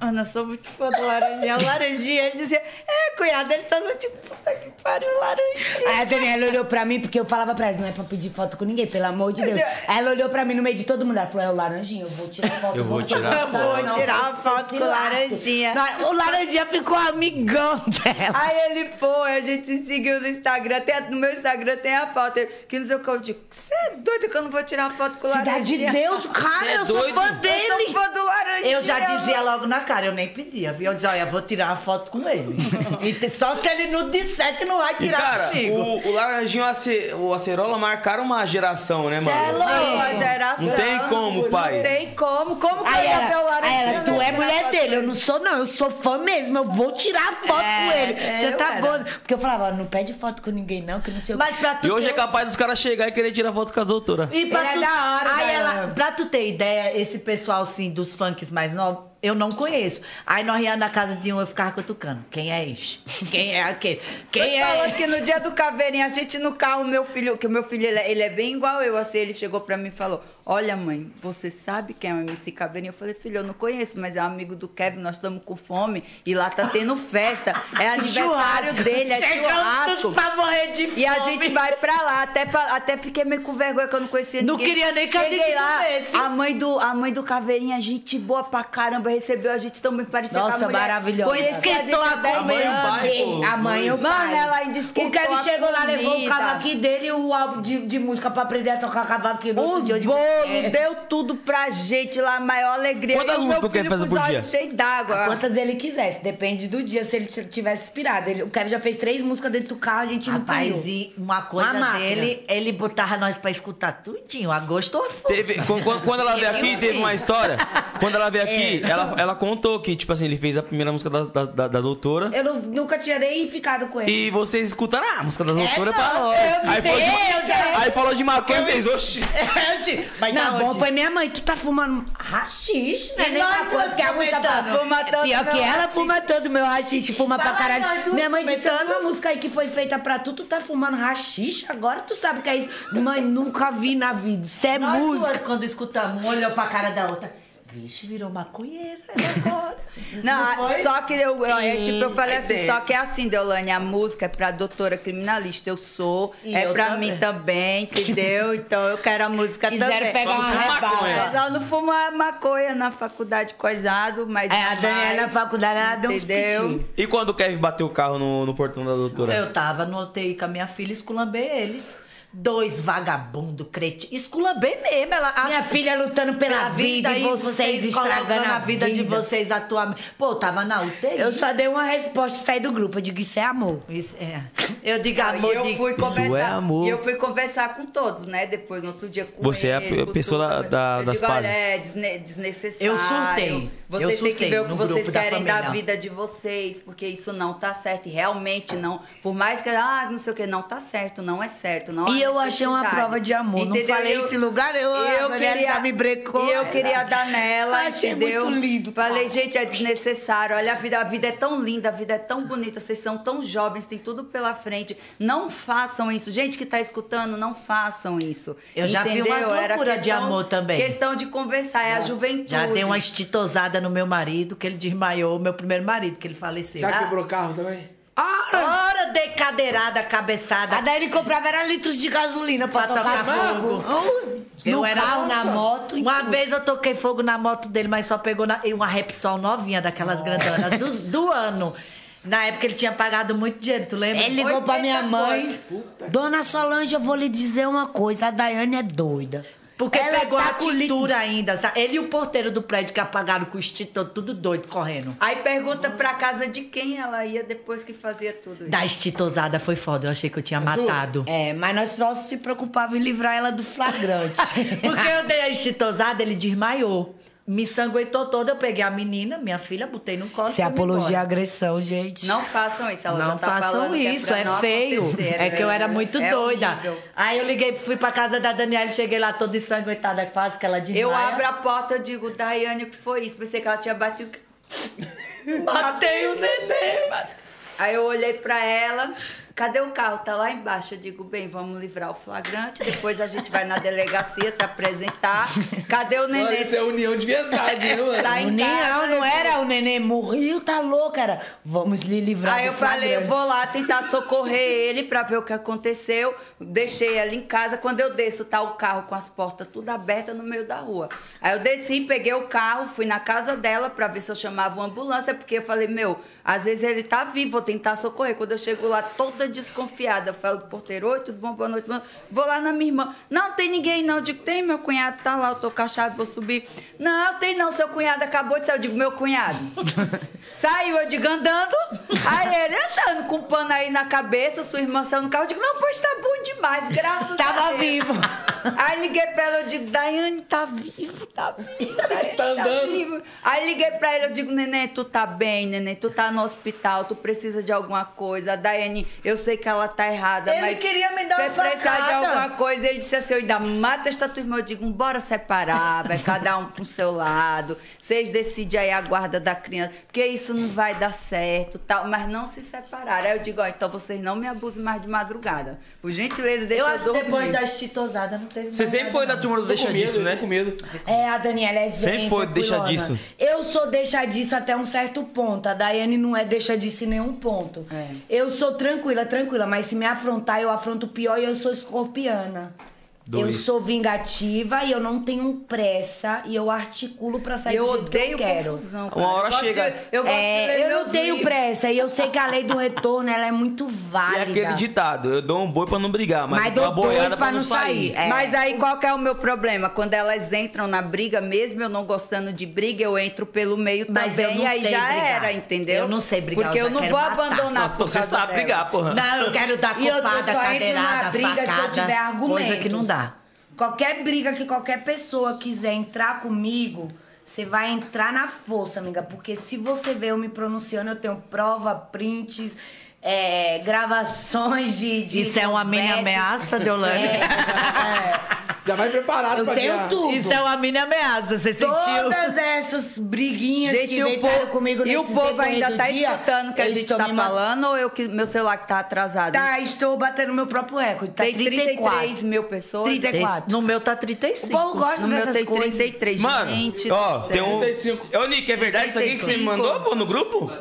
[SPEAKER 3] Ana, eu sou muito fã do laranjinha. O laranjinha, ele dizia, é, cunhada, ele tá só tipo, puta que pariu, laranjinha.
[SPEAKER 5] Aí a Daniela olhou pra mim, porque eu falava pra ela, não é pra pedir foto com ninguém, pelo amor de Deus. Aí ela olhou pra mim no meio de todo mundo, ela falou, é o laranjinho, eu vou tirar foto
[SPEAKER 1] Eu
[SPEAKER 5] com
[SPEAKER 1] vou
[SPEAKER 5] você.
[SPEAKER 1] tirar
[SPEAKER 5] Não,
[SPEAKER 1] foto.
[SPEAKER 5] não,
[SPEAKER 3] Vou tirar
[SPEAKER 5] não,
[SPEAKER 3] foto
[SPEAKER 5] se
[SPEAKER 3] com o
[SPEAKER 5] lasque.
[SPEAKER 3] laranjinha.
[SPEAKER 5] Não, O laranjinha ficou amigão dela.
[SPEAKER 3] Aí ele foi, a gente se seguiu no Instagram. Tem, a- no meu Instagram tem a foto. Ele, que não sei o que. Eu digo, você é doido que eu não vou tirar foto com o
[SPEAKER 5] Cidade de
[SPEAKER 3] laranjinha.
[SPEAKER 5] Deus, cara,
[SPEAKER 1] Você é
[SPEAKER 5] eu sou
[SPEAKER 1] doido?
[SPEAKER 5] fã dele.
[SPEAKER 3] Eu sou fã do laranjinha.
[SPEAKER 6] Eu
[SPEAKER 5] é
[SPEAKER 6] já dizia logo na cara, eu nem pedia, viu? Eu dizia, olha, vou tirar uma foto com ele. E te- só se ele não disser que não vai
[SPEAKER 1] E,
[SPEAKER 6] tirar
[SPEAKER 1] cara,
[SPEAKER 6] comigo.
[SPEAKER 1] o, o Laranjinho e o Ace- o Acerola marcaram uma geração, né, mano?
[SPEAKER 5] é louco.
[SPEAKER 3] Não, a geração.
[SPEAKER 1] Não tem como, pai.
[SPEAKER 3] Não tem como. Como que
[SPEAKER 5] Aí
[SPEAKER 3] eu ia ver o
[SPEAKER 5] ela,
[SPEAKER 3] laranjinha?
[SPEAKER 5] aí ela, tu
[SPEAKER 3] né?
[SPEAKER 5] é mulher dele, eu não sou não, eu sou fã mesmo, eu vou tirar foto com ele.
[SPEAKER 3] é,
[SPEAKER 5] Você
[SPEAKER 3] eu
[SPEAKER 5] tá
[SPEAKER 3] era.
[SPEAKER 5] bom. Porque eu falava, não pede foto com ninguém não, que não sei o
[SPEAKER 6] Mas pra tu
[SPEAKER 1] E hoje
[SPEAKER 6] ter um-
[SPEAKER 1] é capaz dos caras chegar e querer tirar foto com as né? doutoras.
[SPEAKER 6] E pra
[SPEAKER 5] Ela é
[SPEAKER 6] tu...
[SPEAKER 5] da hora,
[SPEAKER 6] Aí
[SPEAKER 5] Daiane.
[SPEAKER 6] ela, pra tu ter ideia, esse pessoal, assim, dos funks mais novos, eu não conheço. Aí nós ia na casa de um, eu ficava cutucando. Quem é este? Quem é aquele?
[SPEAKER 3] Quem
[SPEAKER 6] Quem é
[SPEAKER 3] falando
[SPEAKER 6] esse?
[SPEAKER 3] que no dia do caveirinha, a gente no carro, meu filho, que o meu filho ele é, ele é bem igual eu, assim, ele chegou pra mim e falou: Olha, mãe, você sabe quem é o MC Caveirinha? Eu falei, filho, eu não conheço, mas é um amigo do Kevin, nós estamos com fome e lá tá tendo festa. É aniversário
[SPEAKER 6] Churrasco.
[SPEAKER 3] dele, é
[SPEAKER 5] um
[SPEAKER 6] Chegamos
[SPEAKER 3] churrasco.
[SPEAKER 6] tudo pra morrer de
[SPEAKER 3] E a
[SPEAKER 6] fome.
[SPEAKER 3] gente vai pra lá, até, fa- até fiquei meio com vergonha que eu não conhecia
[SPEAKER 6] Não
[SPEAKER 3] ninguém.
[SPEAKER 6] queria nem que a
[SPEAKER 3] Cheguei
[SPEAKER 6] gente
[SPEAKER 3] lá,
[SPEAKER 6] comesse.
[SPEAKER 3] a mãe do A mãe do Caveirinha, gente boa pra caramba, recebeu a gente tão bão, parecia
[SPEAKER 5] Nossa,
[SPEAKER 3] com a mulher.
[SPEAKER 5] maravilhosa.
[SPEAKER 3] Conheci a gente
[SPEAKER 6] Esquentou
[SPEAKER 3] há
[SPEAKER 6] a
[SPEAKER 3] 10
[SPEAKER 1] é
[SPEAKER 6] comida.
[SPEAKER 1] um
[SPEAKER 3] anos.
[SPEAKER 1] Pai,
[SPEAKER 5] A mãe eu
[SPEAKER 3] Mano, ela ainda esquentou
[SPEAKER 5] O Kevin
[SPEAKER 3] a
[SPEAKER 5] chegou lá,
[SPEAKER 3] comida.
[SPEAKER 5] levou o cavaquinho dele e o álbum de, de música pra aprender a tocar cavaquinho no
[SPEAKER 3] Os
[SPEAKER 5] outro dia. Eu digo,
[SPEAKER 3] bolo, deu tudo pra gente lá, a maior alegria.
[SPEAKER 1] Quantas
[SPEAKER 3] E o
[SPEAKER 1] músicas
[SPEAKER 3] meu
[SPEAKER 1] tu quer
[SPEAKER 3] filho
[SPEAKER 1] fazer
[SPEAKER 3] com os
[SPEAKER 1] por dia?
[SPEAKER 3] olhos cheios d'água.
[SPEAKER 5] Quantas ele quisesse, depende do dia, se ele t- tivesse inspirado. Ele- o Kevin já fez três músicas dentro do carro, a gente não
[SPEAKER 4] Rapaz,
[SPEAKER 5] pariu.
[SPEAKER 4] e uma coisa
[SPEAKER 5] Uma máquina.
[SPEAKER 4] dele, ele botava nós pra escutar tudinho, a gosto ou a fome.
[SPEAKER 1] Teve, quan- quan- quando ela veio aqui, teve uma história. Quando ela veio aqui, ela, ela contou que, tipo assim, ele fez a primeira música da, da, da- da doutora.
[SPEAKER 5] Eu não- nunca tinha nem ficado com ele.
[SPEAKER 1] E vocês escutaram ah, a música da doutora pra
[SPEAKER 4] não,
[SPEAKER 1] nós.
[SPEAKER 4] eu
[SPEAKER 1] Aí falou,
[SPEAKER 4] sei, eu
[SPEAKER 1] de,
[SPEAKER 4] já-
[SPEAKER 1] aí falou de maconha, vocês, oxi.
[SPEAKER 4] Mas
[SPEAKER 5] não,
[SPEAKER 4] tá
[SPEAKER 5] bom,
[SPEAKER 4] onde?
[SPEAKER 5] foi minha mãe, tu tá fumando rachixe, né?
[SPEAKER 4] E
[SPEAKER 5] Nem
[SPEAKER 4] nós
[SPEAKER 5] uma
[SPEAKER 4] duas
[SPEAKER 5] coisa que a música
[SPEAKER 4] comentando,
[SPEAKER 5] pra-
[SPEAKER 4] fuma tanto
[SPEAKER 5] Pior que
[SPEAKER 4] meu
[SPEAKER 5] ela
[SPEAKER 4] haxixe.
[SPEAKER 5] fuma todo o meu rachixe, fuma
[SPEAKER 4] Fala
[SPEAKER 5] pra caralho.
[SPEAKER 4] nós duas
[SPEAKER 5] minha mãe disse,
[SPEAKER 4] comentando.
[SPEAKER 5] uma música aí que foi feita pra tu, tu tá fumando rachixe? Agora tu sabe o que é isso. Mãe, nunca vi na vida, isso é
[SPEAKER 4] Nós
[SPEAKER 5] música.
[SPEAKER 4] duas, quando escutamos, um olhou pra cara da outra. Vixe, virou maconheira ela agora.
[SPEAKER 3] Não,
[SPEAKER 4] foi?
[SPEAKER 3] só que eu, eu- é, tipo, eu falei
[SPEAKER 4] aí
[SPEAKER 3] assim,
[SPEAKER 4] dentro.
[SPEAKER 3] só que é assim, Deolane, a música é pra doutora criminalista, eu sou,
[SPEAKER 4] E
[SPEAKER 3] é
[SPEAKER 4] eu
[SPEAKER 3] pra
[SPEAKER 4] também.
[SPEAKER 3] mim também, entendeu? Então eu quero a música
[SPEAKER 4] Quiseram
[SPEAKER 3] também.
[SPEAKER 4] pegar uma
[SPEAKER 3] Vamos fumar
[SPEAKER 4] rebala.
[SPEAKER 3] maconha. Mas ela não fuma maconha na faculdade, coisado, mas...
[SPEAKER 5] É, a Daniela na
[SPEAKER 3] mas,
[SPEAKER 5] faculdade, ela deu uns
[SPEAKER 3] Entendeu?
[SPEAKER 5] pitinhos.
[SPEAKER 1] E quando o Kevin bateu o carro no, no portão da doutora?
[SPEAKER 4] Eu tava no UTI com a minha filha, esculambei eles. Dois vagabundo, crente. Esculambei mesmo. Ela acha
[SPEAKER 5] Minha filha lutando pela vida, e vocês estragando
[SPEAKER 4] colocando a vida, de vocês atualmente. Pô, eu tava na UTI.
[SPEAKER 5] Eu só dei uma resposta e saí do grupo. Eu digo, isso é amor.
[SPEAKER 4] Isso, é. Eu digo
[SPEAKER 3] Aí
[SPEAKER 4] amor
[SPEAKER 3] eu
[SPEAKER 4] de...
[SPEAKER 3] fui
[SPEAKER 1] Isso
[SPEAKER 3] conversar,
[SPEAKER 1] é amor.
[SPEAKER 3] E eu fui conversar com todos, né? Depois, no outro dia com
[SPEAKER 1] Você é a
[SPEAKER 3] ele, com
[SPEAKER 1] pessoa
[SPEAKER 3] tudo.
[SPEAKER 1] da- da-
[SPEAKER 3] eu
[SPEAKER 1] das
[SPEAKER 3] digo, olha,
[SPEAKER 1] pazes.
[SPEAKER 3] é desne- desnecessário.
[SPEAKER 4] Eu surtei.
[SPEAKER 3] Vocês
[SPEAKER 4] Eu
[SPEAKER 3] têm que
[SPEAKER 4] surtei
[SPEAKER 3] ver o que
[SPEAKER 4] no
[SPEAKER 3] vocês
[SPEAKER 4] grupo da
[SPEAKER 3] querem da,
[SPEAKER 4] família.
[SPEAKER 3] vida de vocês, porque isso não tá certo. E realmente não. Por mais que, ah, não sei o que, não tá certo, não é certo. Não há
[SPEAKER 5] E eu achei uma
[SPEAKER 3] necessidade.
[SPEAKER 5] prova de amor. Não falei esse lugar, eu- a Daniela já me brecou.
[SPEAKER 3] E eu queria dar nela,
[SPEAKER 5] Achei
[SPEAKER 3] entendeu?
[SPEAKER 5] muito lindo, cara.
[SPEAKER 3] Falei, gente, é desnecessário. Olha, a vida, a vida é tão linda, a vida é tão bonita. Vocês são tão jovens, tem tudo pela frente. Não façam isso. Gente que tá escutando, não façam isso.
[SPEAKER 4] Eu já vi
[SPEAKER 3] Entendeu?
[SPEAKER 4] umas
[SPEAKER 3] Era
[SPEAKER 4] loucuras de amor também.
[SPEAKER 3] Questão de conversar, é a juventude.
[SPEAKER 4] Já dei uma estitosada no meu marido, que ele desmaiou, meu primeiro marido, que ele faleceu.
[SPEAKER 2] Já
[SPEAKER 4] Ah,
[SPEAKER 2] quebrou carro também?
[SPEAKER 4] Ora, dei cadeirada, cabeçada.
[SPEAKER 5] A daí ele comprava era litros de gasolina pra,
[SPEAKER 4] Pra tocar fogo.
[SPEAKER 5] Ah,
[SPEAKER 4] Eu
[SPEAKER 5] no
[SPEAKER 4] era então.
[SPEAKER 5] carro,
[SPEAKER 4] moça.
[SPEAKER 5] na moto. e
[SPEAKER 4] Uma
[SPEAKER 5] tudo.
[SPEAKER 4] vez eu toquei fogo na moto dele, mas só pegou na, e uma Repsol novinha, daquelas grandonas, do, do ano. Na época ele tinha pagado muito dinheiro, tu lembra?
[SPEAKER 5] Ele ligou pra minha mãe. Dona Solange, eu vou lhe dizer uma coisa. A Daiane é doida.
[SPEAKER 4] Porque
[SPEAKER 5] Ela
[SPEAKER 4] pegou
[SPEAKER 5] tá
[SPEAKER 4] a
[SPEAKER 5] com li-
[SPEAKER 4] tintura ainda, sabe? Ele e o porteiro do prédio que apagaram com o extintor, tudo doido, correndo.
[SPEAKER 3] Aí pergunta pra casa de quem ela ia depois que fazia tudo isso.
[SPEAKER 4] Da extitosada foi foda, eu achei que eu tinha matado.
[SPEAKER 5] É, mas nós só se preocupava em livrar ela do flagrante.
[SPEAKER 4] Porque eu dei a extitosada, ele desmaiou. Me sanguentou toda, eu peguei a menina, minha filha, botei no colo.
[SPEAKER 5] Se
[SPEAKER 4] e fui
[SPEAKER 5] apologia à
[SPEAKER 4] embora.
[SPEAKER 5] agressão, gente.
[SPEAKER 3] Não façam isso, ela já
[SPEAKER 4] não
[SPEAKER 3] tá
[SPEAKER 4] façam
[SPEAKER 3] falando que
[SPEAKER 4] isso,
[SPEAKER 3] pra
[SPEAKER 4] é,
[SPEAKER 3] não
[SPEAKER 4] feio.
[SPEAKER 3] acontecer,
[SPEAKER 4] É que eu era
[SPEAKER 3] feio,
[SPEAKER 4] muito
[SPEAKER 3] é
[SPEAKER 4] doida.
[SPEAKER 3] horrível.
[SPEAKER 4] Aí eu liguei, fui pra casa da Daniela, cheguei lá toda ensanguentada, quase que ela desmaia.
[SPEAKER 3] Eu abro a porta, eu digo, Daiane, o que foi isso? Pensei que ela tinha batido.
[SPEAKER 4] Matei o neném.
[SPEAKER 3] Aí eu olhei pra ela, cadê o carro? Tá lá embaixo. Eu digo, bem, vamos livrar o flagrante, depois a gente vai na delegacia se apresentar. Cadê o
[SPEAKER 2] Mano,
[SPEAKER 3] neném?
[SPEAKER 2] isso é união de verdade, né, mano?
[SPEAKER 3] Tá em
[SPEAKER 5] Não,
[SPEAKER 3] casa,
[SPEAKER 5] não é?
[SPEAKER 3] eu
[SPEAKER 5] era o neném morreu, tá louca, era. Vamos lhe livrar
[SPEAKER 3] Aí eu
[SPEAKER 5] do
[SPEAKER 3] falei, eu
[SPEAKER 5] flagrante."
[SPEAKER 3] vou lá tentar socorrer ele pra ver o que aconteceu. Deixei ela em casa. Quando eu desço, tá o carro com as portas tudo abertas no meio da rua. Aí eu desci, peguei o carro, fui na casa dela pra ver se eu chamava uma ambulância, porque eu falei, meu, às vezes ele tá vivo, vou tentar socorrer. Quando eu chego lá toda desconfiada, eu falo pro porteiro, oi, tudo bom, boa noite, boa noite. Vou lá na minha irmã. Não, tem ninguém não. Eu digo, tem meu cunhado, tá lá, eu tô com a chave, vou subir. Não, tem não, seu cunhado acabou de sair. Eu digo, meu cunhado. Saiu, eu digo, andando. Aí ele andando com o pano aí na cabeça, sua irmã saiu no carro. Eu digo, não, pois tá bom demais, graças a
[SPEAKER 5] Tava
[SPEAKER 3] Deus.
[SPEAKER 5] vivo.
[SPEAKER 3] Aí liguei pra ela, eu digo, Daiane, tá vivo, tá vivo. Daiane, tá
[SPEAKER 2] andando.
[SPEAKER 3] vivo. Aí liguei pra ele, eu digo, neném, tu tá bem, neném, tu tá no hospital, tu precisa de alguma coisa. A Daiane, eu sei que ela tá errada,
[SPEAKER 4] Ele
[SPEAKER 3] mas...
[SPEAKER 4] queria me dar
[SPEAKER 3] você
[SPEAKER 4] uma
[SPEAKER 3] precisa de
[SPEAKER 4] facada.
[SPEAKER 3] alguma coisa. Ele disse assim, eu ainda mata esta tua irmã. Eu digo, bora separar, vai cada um pro seu lado. Vocês decidem aí a guarda da criança, porque isso não vai dar certo, tal. Mas não se separaram. Aí eu digo, ó, então vocês não me abusem mais de madrugada. Por gentileza, deixa
[SPEAKER 4] Eu
[SPEAKER 3] eu,
[SPEAKER 4] acho que depois
[SPEAKER 3] dormir.
[SPEAKER 4] da extitosada não teve
[SPEAKER 1] Você
[SPEAKER 4] mais
[SPEAKER 1] sempre
[SPEAKER 4] nada,
[SPEAKER 1] foi
[SPEAKER 4] não.
[SPEAKER 1] da turma do
[SPEAKER 2] Tô com
[SPEAKER 1] deixa
[SPEAKER 2] medo,
[SPEAKER 1] disso,
[SPEAKER 2] eu
[SPEAKER 1] né?
[SPEAKER 2] Tô com medo.
[SPEAKER 5] É, a Daniela é zen,
[SPEAKER 1] Sempre foi deixa
[SPEAKER 5] tranquilona.
[SPEAKER 1] disso.
[SPEAKER 5] Eu sou deixa disso até um certo ponto. A Daiane não é deixa disso em nenhum ponto.
[SPEAKER 3] É.
[SPEAKER 5] Eu sou tranquila, tranquila, mas se me afrontar, eu afronto pior e eu sou escorpiana. Eu
[SPEAKER 1] Dois.
[SPEAKER 5] sou vingativa e eu não tenho pressa e eu articulo pra sair
[SPEAKER 3] Eu
[SPEAKER 5] do jeito
[SPEAKER 3] odeio
[SPEAKER 5] que eu quero.
[SPEAKER 3] confusão.
[SPEAKER 1] Uma
[SPEAKER 3] cara. Eu
[SPEAKER 1] hora
[SPEAKER 3] gosto de-
[SPEAKER 1] chega.
[SPEAKER 3] eu gosto de ler
[SPEAKER 5] É, eu
[SPEAKER 3] meus
[SPEAKER 5] não tenho
[SPEAKER 3] livros.
[SPEAKER 5] pressa e eu sei que a lei do retorno ela é muito
[SPEAKER 1] E
[SPEAKER 5] válida.
[SPEAKER 1] aquele ditado, eu dou um boi pra não brigar, mas,
[SPEAKER 5] Mas
[SPEAKER 1] eu dou uma
[SPEAKER 5] dou dois
[SPEAKER 1] boiada
[SPEAKER 5] pra não sair. É.
[SPEAKER 3] Mas aí qual que é o meu problema? Quando elas entram na briga, mesmo eu não gostando de briga, eu entro pelo meio
[SPEAKER 6] Mas eu
[SPEAKER 3] também
[SPEAKER 6] não
[SPEAKER 3] e aí
[SPEAKER 6] sei
[SPEAKER 3] já
[SPEAKER 6] brigar.
[SPEAKER 3] era, entendeu?
[SPEAKER 6] Eu não sei brigar,
[SPEAKER 3] Porque
[SPEAKER 6] eu
[SPEAKER 3] eu,
[SPEAKER 6] já
[SPEAKER 3] não
[SPEAKER 6] quero
[SPEAKER 3] vou
[SPEAKER 6] matar.
[SPEAKER 3] abandonar por
[SPEAKER 1] Você
[SPEAKER 3] causa
[SPEAKER 1] sabe
[SPEAKER 3] dela.
[SPEAKER 1] brigar, porra.
[SPEAKER 6] Não, eu quero
[SPEAKER 4] tá
[SPEAKER 6] dar
[SPEAKER 5] E eu tô
[SPEAKER 6] copada,
[SPEAKER 5] só indo na
[SPEAKER 6] cadeirada,
[SPEAKER 5] briga se eu
[SPEAKER 6] facada,
[SPEAKER 5] tiver argumentos.
[SPEAKER 6] coisa que não dá.
[SPEAKER 5] Qualquer briga que qualquer pessoa quiser entrar comigo, você vai entrar na força, amiga. Porque se você vê eu me pronunciando, eu tenho prova, prints, é, gravações de, de
[SPEAKER 4] Isso é uma mini
[SPEAKER 5] conversas. É.
[SPEAKER 4] ameaça, né? Deolane.
[SPEAKER 3] é
[SPEAKER 2] Já vai preparado
[SPEAKER 5] Eu
[SPEAKER 2] pra
[SPEAKER 5] tenho
[SPEAKER 2] guerra.
[SPEAKER 5] tudo.
[SPEAKER 4] Isso é uma mini ameaça, você sentiu?
[SPEAKER 5] Todas essas briguinhas
[SPEAKER 3] Gente,
[SPEAKER 5] que
[SPEAKER 3] e o
[SPEAKER 5] inventaram
[SPEAKER 3] povo-
[SPEAKER 5] comigo
[SPEAKER 3] e o
[SPEAKER 5] nesse
[SPEAKER 3] povo
[SPEAKER 5] decorrer
[SPEAKER 3] ainda
[SPEAKER 5] do
[SPEAKER 3] tá
[SPEAKER 5] dia,
[SPEAKER 3] escutando o que a
[SPEAKER 5] eles
[SPEAKER 3] gente
[SPEAKER 5] tão
[SPEAKER 3] tá
[SPEAKER 5] me matando.
[SPEAKER 3] falando ou eu que meu celular que tá atrasado?
[SPEAKER 5] Tá, estou batendo meu próprio recorde. Tá
[SPEAKER 3] Tem 33
[SPEAKER 5] 34.
[SPEAKER 3] mil pessoas.
[SPEAKER 5] 34.
[SPEAKER 4] No meu tá
[SPEAKER 5] O
[SPEAKER 4] 35.
[SPEAKER 5] povo gosta
[SPEAKER 3] No meu
[SPEAKER 5] dessas
[SPEAKER 3] tem
[SPEAKER 5] coisas.
[SPEAKER 3] 33.
[SPEAKER 1] Mano,
[SPEAKER 3] gente
[SPEAKER 1] ó,
[SPEAKER 3] do
[SPEAKER 1] tem
[SPEAKER 3] céu.
[SPEAKER 1] um.
[SPEAKER 2] 35.
[SPEAKER 1] Ô, Nick, é verdade isso aqui que você me
[SPEAKER 3] 35?
[SPEAKER 1] mandou, pô, no grupo?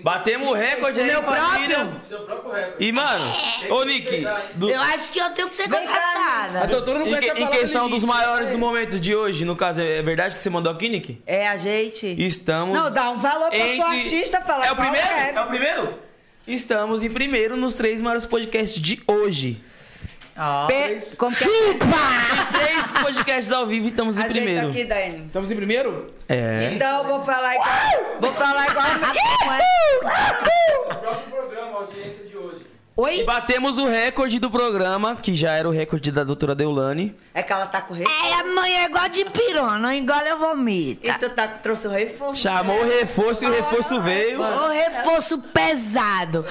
[SPEAKER 1] Bateu o recorde. Batemos o recorde aí,
[SPEAKER 5] meu
[SPEAKER 1] família. Seu próprio recorde. E, mano,
[SPEAKER 3] É.
[SPEAKER 1] ô, Nick, do-
[SPEAKER 5] Eu acho que eu tenho que ser
[SPEAKER 3] Vem cá,
[SPEAKER 5] contratada.
[SPEAKER 2] A doutora não
[SPEAKER 1] né? em,
[SPEAKER 2] conhece
[SPEAKER 1] que-
[SPEAKER 2] a
[SPEAKER 1] em
[SPEAKER 2] palavra
[SPEAKER 1] questão
[SPEAKER 2] limite,
[SPEAKER 1] dos maiores
[SPEAKER 2] né?
[SPEAKER 1] do momento de hoje, no caso, é verdade que você mandou aqui, Nick?
[SPEAKER 3] É a gente?
[SPEAKER 1] Estamos.
[SPEAKER 3] Não, dá um valor pra sua
[SPEAKER 1] entre-
[SPEAKER 3] artista falar
[SPEAKER 1] É o
[SPEAKER 3] qual
[SPEAKER 1] primeiro?
[SPEAKER 3] é.
[SPEAKER 1] É o primeiro? Estamos em primeiro nos três maiores podcasts de hoje.
[SPEAKER 3] Pe... Como que é?
[SPEAKER 1] Três podcasts ao vivo e estamos em
[SPEAKER 3] Ajeita
[SPEAKER 1] primeiro.
[SPEAKER 3] tá aqui, Dani.
[SPEAKER 2] Estamos em primeiro?
[SPEAKER 1] É.
[SPEAKER 3] Então eu vou falar igual. Vou falar igual.
[SPEAKER 1] E Batemos o recorde do programa, que já era o recorde da doutora Deulane.
[SPEAKER 3] É que ela tá com reforço.
[SPEAKER 5] É, a mãe é igual de pirona, não engole eu vomita.
[SPEAKER 3] E tu tá, trouxe o reforço?
[SPEAKER 1] Chamou o reforço e o reforço veio.
[SPEAKER 5] O reforço pesado.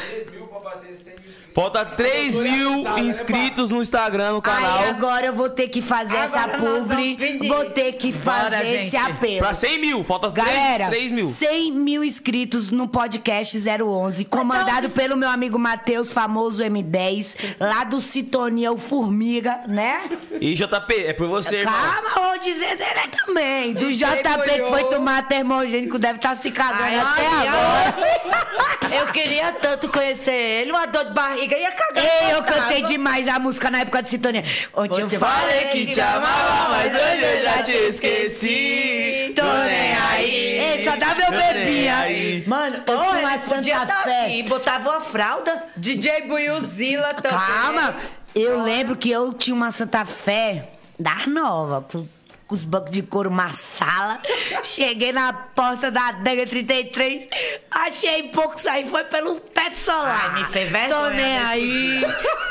[SPEAKER 1] Falta 3 mil inscritos no Instagram, no
[SPEAKER 5] Aí
[SPEAKER 1] canal.
[SPEAKER 5] agora eu vou ter que fazer essa
[SPEAKER 3] Agora nós vamos
[SPEAKER 5] publi,
[SPEAKER 3] pedir.
[SPEAKER 5] vou ter que fazer
[SPEAKER 4] Bora, gente.
[SPEAKER 5] esse apelo.
[SPEAKER 1] Pra 100 mil, falta 3,
[SPEAKER 5] Galera,
[SPEAKER 1] 3 mil.
[SPEAKER 5] 100 mil inscritos no podcast 011, comandado pelo meu amigo Matheus, famoso M10, lá do Sintonia, o Formiga, né?
[SPEAKER 1] E JP, é por você, irmão.
[SPEAKER 5] Calma, vou dizer dele também. Do
[SPEAKER 3] Chegou
[SPEAKER 5] JP que foi
[SPEAKER 3] eu.
[SPEAKER 5] tomar termogênico, deve estar se cagando
[SPEAKER 4] Ai,
[SPEAKER 5] até
[SPEAKER 4] ai,
[SPEAKER 5] agora.
[SPEAKER 4] Eu queria tanto conhecer ele, uma dor de barriga ia cagar.
[SPEAKER 5] Ei, eu cantei demais a música na época de Sintonia. Onde, eu falei que te amava, mas hoje eu já te esqueci. Tô
[SPEAKER 1] é
[SPEAKER 5] nem aí. Ei, só dá meu
[SPEAKER 1] Tô nem
[SPEAKER 5] bebinha.
[SPEAKER 1] aí.
[SPEAKER 5] Mano, eu fui uma
[SPEAKER 4] Podia
[SPEAKER 5] Santa
[SPEAKER 4] tá
[SPEAKER 5] Fé.
[SPEAKER 4] aqui, botava uma fralda.
[SPEAKER 3] DJ Buiuzila também.
[SPEAKER 5] Calma! Eu lembro que eu tinha uma Santa Fé da nova, com, com os bancos de couro, uma sala. Cheguei na porta da adega 33, achei pouco, saí, foi pelo teto solar.
[SPEAKER 6] Ai, me fez
[SPEAKER 5] Tô
[SPEAKER 6] vergonha
[SPEAKER 5] nem
[SPEAKER 6] desse
[SPEAKER 5] aí,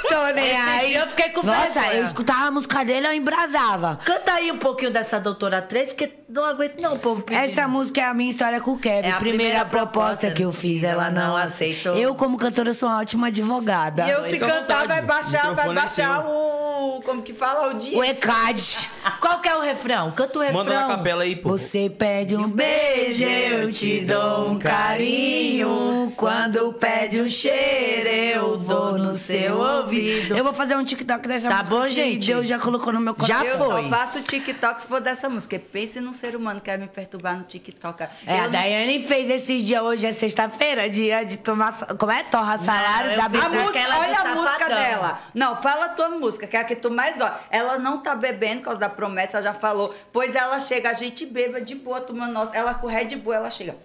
[SPEAKER 5] tô nem
[SPEAKER 6] Esse
[SPEAKER 5] aí.
[SPEAKER 6] dia eu fiquei com
[SPEAKER 5] Nossa,
[SPEAKER 6] vergonha.
[SPEAKER 5] eu escutava a música dele, eu embrasava.
[SPEAKER 6] Canta aí um pouquinho dessa doutora 3, porque não aguento não, o povo pedindo.
[SPEAKER 5] Essa música é a minha história com o Kevin.
[SPEAKER 6] É a
[SPEAKER 5] primeira,
[SPEAKER 6] primeira
[SPEAKER 5] proposta
[SPEAKER 6] proposta
[SPEAKER 5] que eu fiz, ela não aceitou. Eu, como cantora, sou uma ótima advogada.
[SPEAKER 3] E eu se
[SPEAKER 1] Fica à
[SPEAKER 3] cantar,
[SPEAKER 1] vontade.
[SPEAKER 3] vai baixar,
[SPEAKER 1] O
[SPEAKER 3] vai
[SPEAKER 1] Então microfone é
[SPEAKER 3] baixar o. Como que fala? O dia.
[SPEAKER 5] O ECAD.
[SPEAKER 6] Qual que é o refrão? Canta o refrão.
[SPEAKER 1] Manda na capela aí, pô.
[SPEAKER 5] Você pede um beijo, eu te dou um carinho. Quando pede um cheiro, eu dou no seu ouvido. Eu vou fazer um TikTok dessa
[SPEAKER 6] Tá
[SPEAKER 5] música.
[SPEAKER 6] bom,
[SPEAKER 5] que
[SPEAKER 6] gente?
[SPEAKER 5] Deus já colocou no meu
[SPEAKER 6] Já
[SPEAKER 5] coração.
[SPEAKER 3] Eu
[SPEAKER 6] foi.
[SPEAKER 3] só faço TikTok se for dessa música. Pense num ser humano que vai me perturbar no TikTok.
[SPEAKER 5] É,
[SPEAKER 3] eu
[SPEAKER 5] a
[SPEAKER 3] não-
[SPEAKER 5] Daiane fez esse dia, hoje é sexta-feira, dia de tomar. sa- Como é? Torra salário
[SPEAKER 6] eu
[SPEAKER 5] da
[SPEAKER 6] fiz
[SPEAKER 3] A
[SPEAKER 5] Bibi.
[SPEAKER 6] Aquela
[SPEAKER 3] música,
[SPEAKER 6] do
[SPEAKER 3] olha a música
[SPEAKER 6] Safadão.
[SPEAKER 3] dela. Não, fala a tua música, que é a que tu mais gosta. Ela não tá bebendo por causa da promessa, ela já falou. Pois ela chega, a gente beba de boa, toma nossa. Ela com Red Bull, ela chega.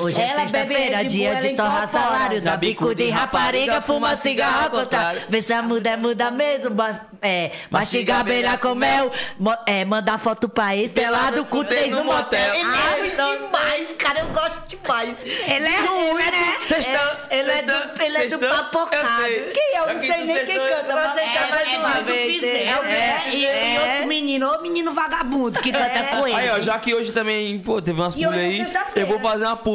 [SPEAKER 6] Hoje é
[SPEAKER 5] Ela bebe
[SPEAKER 6] sexta-feira,
[SPEAKER 5] Red Bull,
[SPEAKER 6] dia de
[SPEAKER 5] ela
[SPEAKER 6] torrar
[SPEAKER 5] incorpora.
[SPEAKER 6] salário,
[SPEAKER 1] Dá
[SPEAKER 6] dá bico de rapariga, fuma cigarro ao contrário. Vê se a muda é muda mesmo, mas- é, mastiga abelha com mel, mo- é, mandar foto pra esse, pelado com três no motel.
[SPEAKER 1] Ele
[SPEAKER 6] Ai, demais, cara, eu gosto demais.
[SPEAKER 5] Ele é ruim, né?
[SPEAKER 1] Vocês estão-
[SPEAKER 6] Ele é do-
[SPEAKER 1] vocês
[SPEAKER 6] ele é do
[SPEAKER 1] estão-
[SPEAKER 6] papocado.
[SPEAKER 1] Eu sei.
[SPEAKER 3] Quem é? Eu
[SPEAKER 1] Já
[SPEAKER 3] não
[SPEAKER 1] que
[SPEAKER 3] sei nem
[SPEAKER 1] vocês
[SPEAKER 3] quem
[SPEAKER 1] estão-
[SPEAKER 3] canta, mas vocês
[SPEAKER 1] tá
[SPEAKER 3] estão mais uma
[SPEAKER 6] Marco
[SPEAKER 3] vez.
[SPEAKER 6] Bezerra.
[SPEAKER 3] É o
[SPEAKER 5] É, e, e outro menino, outro menino vagabundo que canta com ele.
[SPEAKER 1] Aí, ó, já que hoje também, pô, teve umas
[SPEAKER 5] E
[SPEAKER 1] publi
[SPEAKER 5] hoje é
[SPEAKER 1] aí, eu
[SPEAKER 5] sexta-feira.
[SPEAKER 1] vou fazer uma publi.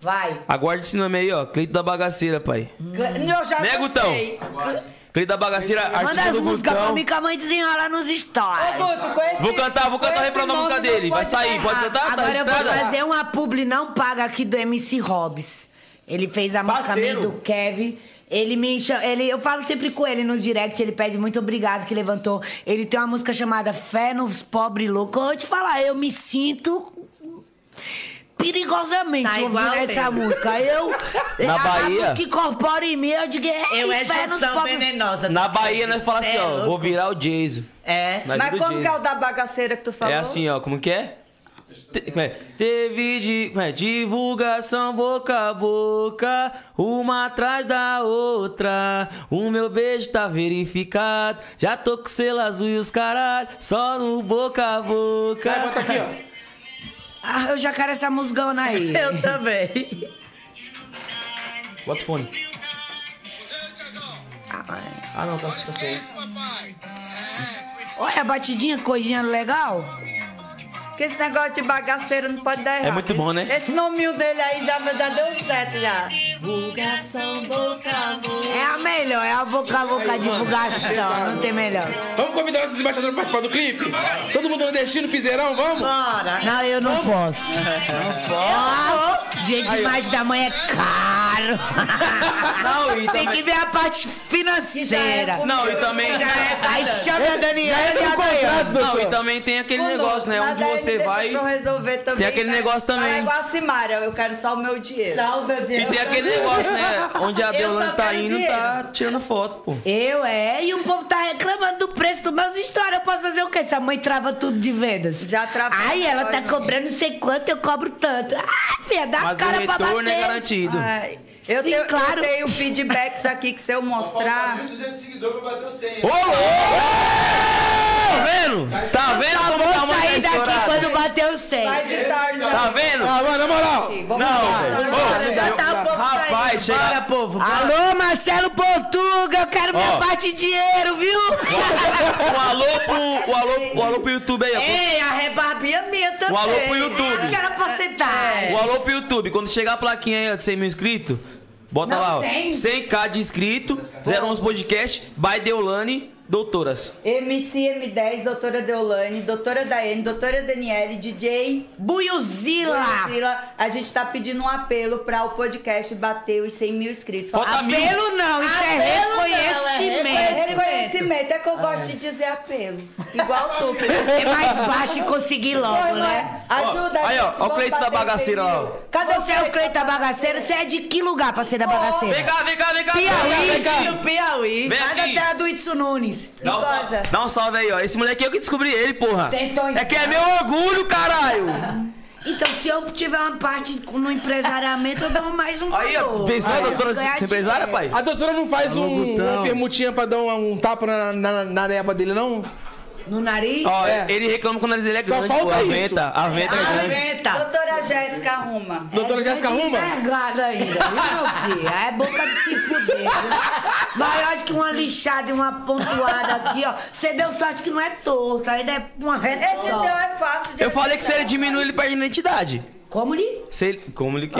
[SPEAKER 5] Vai.
[SPEAKER 1] Aguarde esse nome aí, ó. Cleito da Bagaceira, pai.
[SPEAKER 3] Hum. Eu já
[SPEAKER 1] Né, Gutão?
[SPEAKER 3] gostei.
[SPEAKER 1] Cleito da Bagaceira,
[SPEAKER 5] Manda
[SPEAKER 1] artista
[SPEAKER 5] as
[SPEAKER 1] do
[SPEAKER 5] músicas pra
[SPEAKER 1] Gutão.
[SPEAKER 5] mim que a mãe desenrola nos
[SPEAKER 3] Ô,
[SPEAKER 5] stories.
[SPEAKER 3] Guto, com esse-
[SPEAKER 1] Vou cantar, vou
[SPEAKER 3] com
[SPEAKER 1] cantar o
[SPEAKER 3] esse
[SPEAKER 1] refrão da
[SPEAKER 3] nome
[SPEAKER 1] música
[SPEAKER 3] não
[SPEAKER 1] dele. Vai
[SPEAKER 3] pode
[SPEAKER 1] sair,
[SPEAKER 3] dar
[SPEAKER 1] pode
[SPEAKER 3] errado.
[SPEAKER 1] cantar? Tá
[SPEAKER 5] Agora eu vou
[SPEAKER 1] registrada?
[SPEAKER 5] fazer uma publi não paga aqui do MC Hobbs. Ele fez a música
[SPEAKER 1] Parceiro.
[SPEAKER 5] minha do Kevin. Ele me chama, ele, eu falo sempre com ele nos direct, ele pede muito obrigado que levantou. Ele tem uma música chamada Fé nos Pobre Louco. Eu vou te falar, eu me sinto perigosamente
[SPEAKER 11] Tá igual
[SPEAKER 5] ouvindo essa
[SPEAKER 11] eu.
[SPEAKER 5] música. Eu. é
[SPEAKER 1] Na
[SPEAKER 5] a- a
[SPEAKER 1] Bahia-
[SPEAKER 5] música que incorpora em mim, eu digo, é
[SPEAKER 11] Eu é
[SPEAKER 5] inferno,
[SPEAKER 11] gestão
[SPEAKER 5] pobre-
[SPEAKER 11] venenosa.
[SPEAKER 1] Na Bahia, nós falamos assim,
[SPEAKER 11] Cê é
[SPEAKER 1] ó,
[SPEAKER 11] louco.
[SPEAKER 1] vou virar o Jason.
[SPEAKER 11] É.
[SPEAKER 1] Nós
[SPEAKER 3] Mas
[SPEAKER 1] vira
[SPEAKER 3] como que é
[SPEAKER 1] Jason.
[SPEAKER 3] o da bagaceira que tu falou?
[SPEAKER 1] É assim, ó, como que é? Te- como é? Teve de, como é? divulgação boca a boca, uma atrás da outra. O meu beijo tá verificado, já tô com selo azul e os caralho, só no boca a boca.
[SPEAKER 2] Vai, bota aqui, ó.
[SPEAKER 5] Ah, eu já quero essa musgona aí.
[SPEAKER 11] Eu também.
[SPEAKER 1] Bota o fone. Ah, não, tá, tá sem.
[SPEAKER 5] Olha a batidinha, coisinha legal.
[SPEAKER 3] Porque esse negócio de bagaceira não pode dar errado.
[SPEAKER 1] muito bom, né?
[SPEAKER 3] Esse nominho dele aí já, já deu certo, já.
[SPEAKER 5] É a melhor, é a boca a boca divulgação, não tem melhor.
[SPEAKER 2] Vamos convidar esses embaixadores pra participar do clipe? Todo mundo nordestino, piseirão, vamos?
[SPEAKER 5] Não, eu não posso. Não posso. Gente, mais da mãe é caro.
[SPEAKER 1] Não, e
[SPEAKER 5] Tem
[SPEAKER 1] também,
[SPEAKER 5] que ver a parte
[SPEAKER 11] é
[SPEAKER 5] financeira.
[SPEAKER 1] não, e também,
[SPEAKER 3] é.
[SPEAKER 5] Aí chama a Daniela e a Daniela.
[SPEAKER 1] um não, e também tem aquele
[SPEAKER 3] Conosco,
[SPEAKER 1] negócio, né?
[SPEAKER 3] nada
[SPEAKER 1] Onde
[SPEAKER 3] aí me
[SPEAKER 1] você
[SPEAKER 3] deixa
[SPEAKER 1] vai.
[SPEAKER 3] pra eu resolver também,
[SPEAKER 1] Tem aquele
[SPEAKER 3] tá?
[SPEAKER 1] negócio também.
[SPEAKER 3] Tá igual a Simária, eu quero só o meu dinheiro. Só o meu
[SPEAKER 1] E tem é aquele negócio, né? Onde a
[SPEAKER 3] Eu só
[SPEAKER 1] Deolane tá
[SPEAKER 3] quero
[SPEAKER 1] indo, tá
[SPEAKER 3] dinheiro.
[SPEAKER 1] tirando foto, pô.
[SPEAKER 5] Eu é, e o povo tá reclamando do preço dos meus stories. Eu posso fazer o quê? Se a mãe trava tudo de vendas.
[SPEAKER 3] Já travou.
[SPEAKER 5] Ai, ela tá
[SPEAKER 3] Olha.
[SPEAKER 5] cobrando não sei quanto, eu cobro tanto. Ai, filha, dá a
[SPEAKER 1] Mas o
[SPEAKER 5] cara pra
[SPEAKER 1] retorno é
[SPEAKER 5] bater.
[SPEAKER 1] garantido.
[SPEAKER 3] Ai, eu,
[SPEAKER 5] Sim,
[SPEAKER 3] tenho,
[SPEAKER 5] claro.
[SPEAKER 3] eu tenho feedbacks aqui que se eu mostrar.
[SPEAKER 12] 200 seguidores pra bater o 100.
[SPEAKER 1] Ô, louco! Tá vendo? Tá vendo
[SPEAKER 5] Só
[SPEAKER 1] como
[SPEAKER 5] vou
[SPEAKER 1] tá a mãe tá
[SPEAKER 5] sair daqui
[SPEAKER 1] estourada?
[SPEAKER 5] quando bater o 100.
[SPEAKER 3] Faz stories
[SPEAKER 1] Tá
[SPEAKER 3] aí.
[SPEAKER 1] vendo?
[SPEAKER 2] Ah, mas na moral.
[SPEAKER 3] Vamos
[SPEAKER 1] Não,
[SPEAKER 3] lá.
[SPEAKER 1] velho.
[SPEAKER 3] Agora,
[SPEAKER 1] Ô,
[SPEAKER 3] já tá um pouco
[SPEAKER 1] Rapaz,
[SPEAKER 3] saído.
[SPEAKER 1] chega, povo.
[SPEAKER 5] Alô, Marcelo Portuga, eu quero minha
[SPEAKER 1] Ó.
[SPEAKER 5] parte de dinheiro, viu?
[SPEAKER 1] Um alô pro, um alô, um alô pro YouTube aí,
[SPEAKER 11] Ei, a rebarbinha minha
[SPEAKER 1] ó. Um
[SPEAKER 11] também.
[SPEAKER 1] alô pro YouTube.
[SPEAKER 5] Quero
[SPEAKER 4] É.
[SPEAKER 5] porcentagem.
[SPEAKER 1] Um alô pro YouTube. Quando chegar a plaquinha aí ó, de 100 mil inscritos, bota lá, ó. 100k de inscrito, 011 podcast, by Deolane Doutoras.
[SPEAKER 3] MC M10, doutora Deolane, doutora Daiane, doutora Daniele, DJ
[SPEAKER 5] Buiuzila.
[SPEAKER 3] Priscila. A gente tá pedindo um apelo pra o podcast bater os 100 mil inscritos.
[SPEAKER 1] Falta mil.
[SPEAKER 5] Apelo não, isso é
[SPEAKER 11] Apelo não, é
[SPEAKER 5] reconhecimento.
[SPEAKER 3] Reconhecimento, é que eu gosto de dizer apelo. Igual tu, que
[SPEAKER 5] É mais baixo e conseguir
[SPEAKER 3] Foi,
[SPEAKER 5] logo,
[SPEAKER 3] não é?
[SPEAKER 5] né?
[SPEAKER 3] Ajuda
[SPEAKER 1] Ó, aí, ó,
[SPEAKER 3] gente,
[SPEAKER 1] ó o
[SPEAKER 3] vamos
[SPEAKER 1] Cleito da
[SPEAKER 3] bater
[SPEAKER 1] bagaceira,
[SPEAKER 3] 100
[SPEAKER 1] ó.
[SPEAKER 3] mil.
[SPEAKER 5] Cadê você é o Cleiton da Bagaceira? Você é de que lugar pra ser da Bagaceira?
[SPEAKER 1] Vem cá, vem cá, vem cá.
[SPEAKER 5] Piauí,
[SPEAKER 1] vem cá, vem cá.
[SPEAKER 11] Do Piauí.
[SPEAKER 1] Vem
[SPEAKER 5] Lá da
[SPEAKER 1] aqui.
[SPEAKER 5] terra do Itsu Nunes.
[SPEAKER 1] Dá um,
[SPEAKER 3] Que
[SPEAKER 1] salve,
[SPEAKER 3] coisa.
[SPEAKER 1] dá um salve aí, ó. Esse moleque é eu que descobri ele, porra.
[SPEAKER 5] Tentou
[SPEAKER 1] É que é meu orgulho, caralho.
[SPEAKER 5] Então, se eu tiver uma parte com- no empresariamento, eu dou mais um
[SPEAKER 1] Aí, ó,
[SPEAKER 5] valor.
[SPEAKER 1] pensou,
[SPEAKER 5] Aí,
[SPEAKER 1] doutora?
[SPEAKER 5] ganhar
[SPEAKER 1] Você é
[SPEAKER 5] dinheiro.
[SPEAKER 1] empresária, pai?
[SPEAKER 2] A doutora não faz
[SPEAKER 9] Alô,
[SPEAKER 2] um,
[SPEAKER 9] Gutão.
[SPEAKER 2] uma permutinha pra dar um, um tapa na, na, na areba dele, não?
[SPEAKER 5] No nariz? Ah,
[SPEAKER 1] Ó,
[SPEAKER 2] É.
[SPEAKER 1] ele reclama quando o nariz dele é
[SPEAKER 2] Só
[SPEAKER 1] grande,
[SPEAKER 2] falta
[SPEAKER 1] pô. A
[SPEAKER 2] isso.
[SPEAKER 1] venta, a venta é grande.
[SPEAKER 11] Aguenta.
[SPEAKER 3] Doutora Jéssica Arruma.
[SPEAKER 2] Doutora Jéssica Ruma?
[SPEAKER 5] É Envergada ainda, viu, meu filho? É boca de se fuder. viu? Mas eu acho que uma lixada e uma pontuada aqui, ó. Você deu sorte que não é torto, ainda é uma reta
[SPEAKER 3] Esse
[SPEAKER 5] só.
[SPEAKER 3] teu é fácil de
[SPEAKER 1] Eu falei que se ele diminui, ele perde identidade.
[SPEAKER 5] Como de?
[SPEAKER 1] Se ele... Como ele...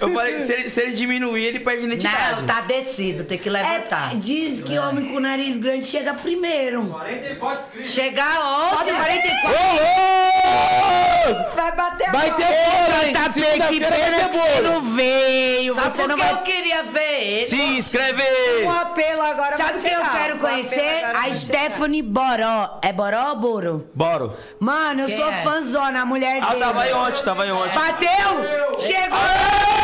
[SPEAKER 1] eu falei que se ele, se ele diminuir, ele perde identidade.
[SPEAKER 6] Não, tá descido, tem que
[SPEAKER 5] É,
[SPEAKER 6] levantar.
[SPEAKER 5] diz que homem com nariz grande chega primeiro.
[SPEAKER 12] 44 inscritos.
[SPEAKER 6] Chegar
[SPEAKER 5] Pode
[SPEAKER 6] onde?
[SPEAKER 5] 44
[SPEAKER 2] Ô, louco!
[SPEAKER 3] Vai bater
[SPEAKER 2] Vai ter bolo, hein?
[SPEAKER 5] tá
[SPEAKER 2] Segunda-feira vai ter bolo.
[SPEAKER 5] veio,
[SPEAKER 11] Sabe
[SPEAKER 5] você
[SPEAKER 11] por
[SPEAKER 5] não
[SPEAKER 11] que
[SPEAKER 5] vai
[SPEAKER 11] eu queria ver ele?
[SPEAKER 1] Se inscreve!
[SPEAKER 3] um apelo agora
[SPEAKER 5] Sabe
[SPEAKER 3] vai
[SPEAKER 5] quem eu
[SPEAKER 3] chegar.
[SPEAKER 5] quero
[SPEAKER 3] Um apelo
[SPEAKER 5] conhecer?
[SPEAKER 3] agora vai
[SPEAKER 5] A Stephanie Boró. É Boró ou Boro?
[SPEAKER 1] Bora.
[SPEAKER 5] Mano, eu sou
[SPEAKER 11] é?
[SPEAKER 5] fãzona, a mulher
[SPEAKER 1] Ah,
[SPEAKER 5] dele.
[SPEAKER 1] tava aí ontem, tava aí ontem.
[SPEAKER 5] Bateu! Chegou!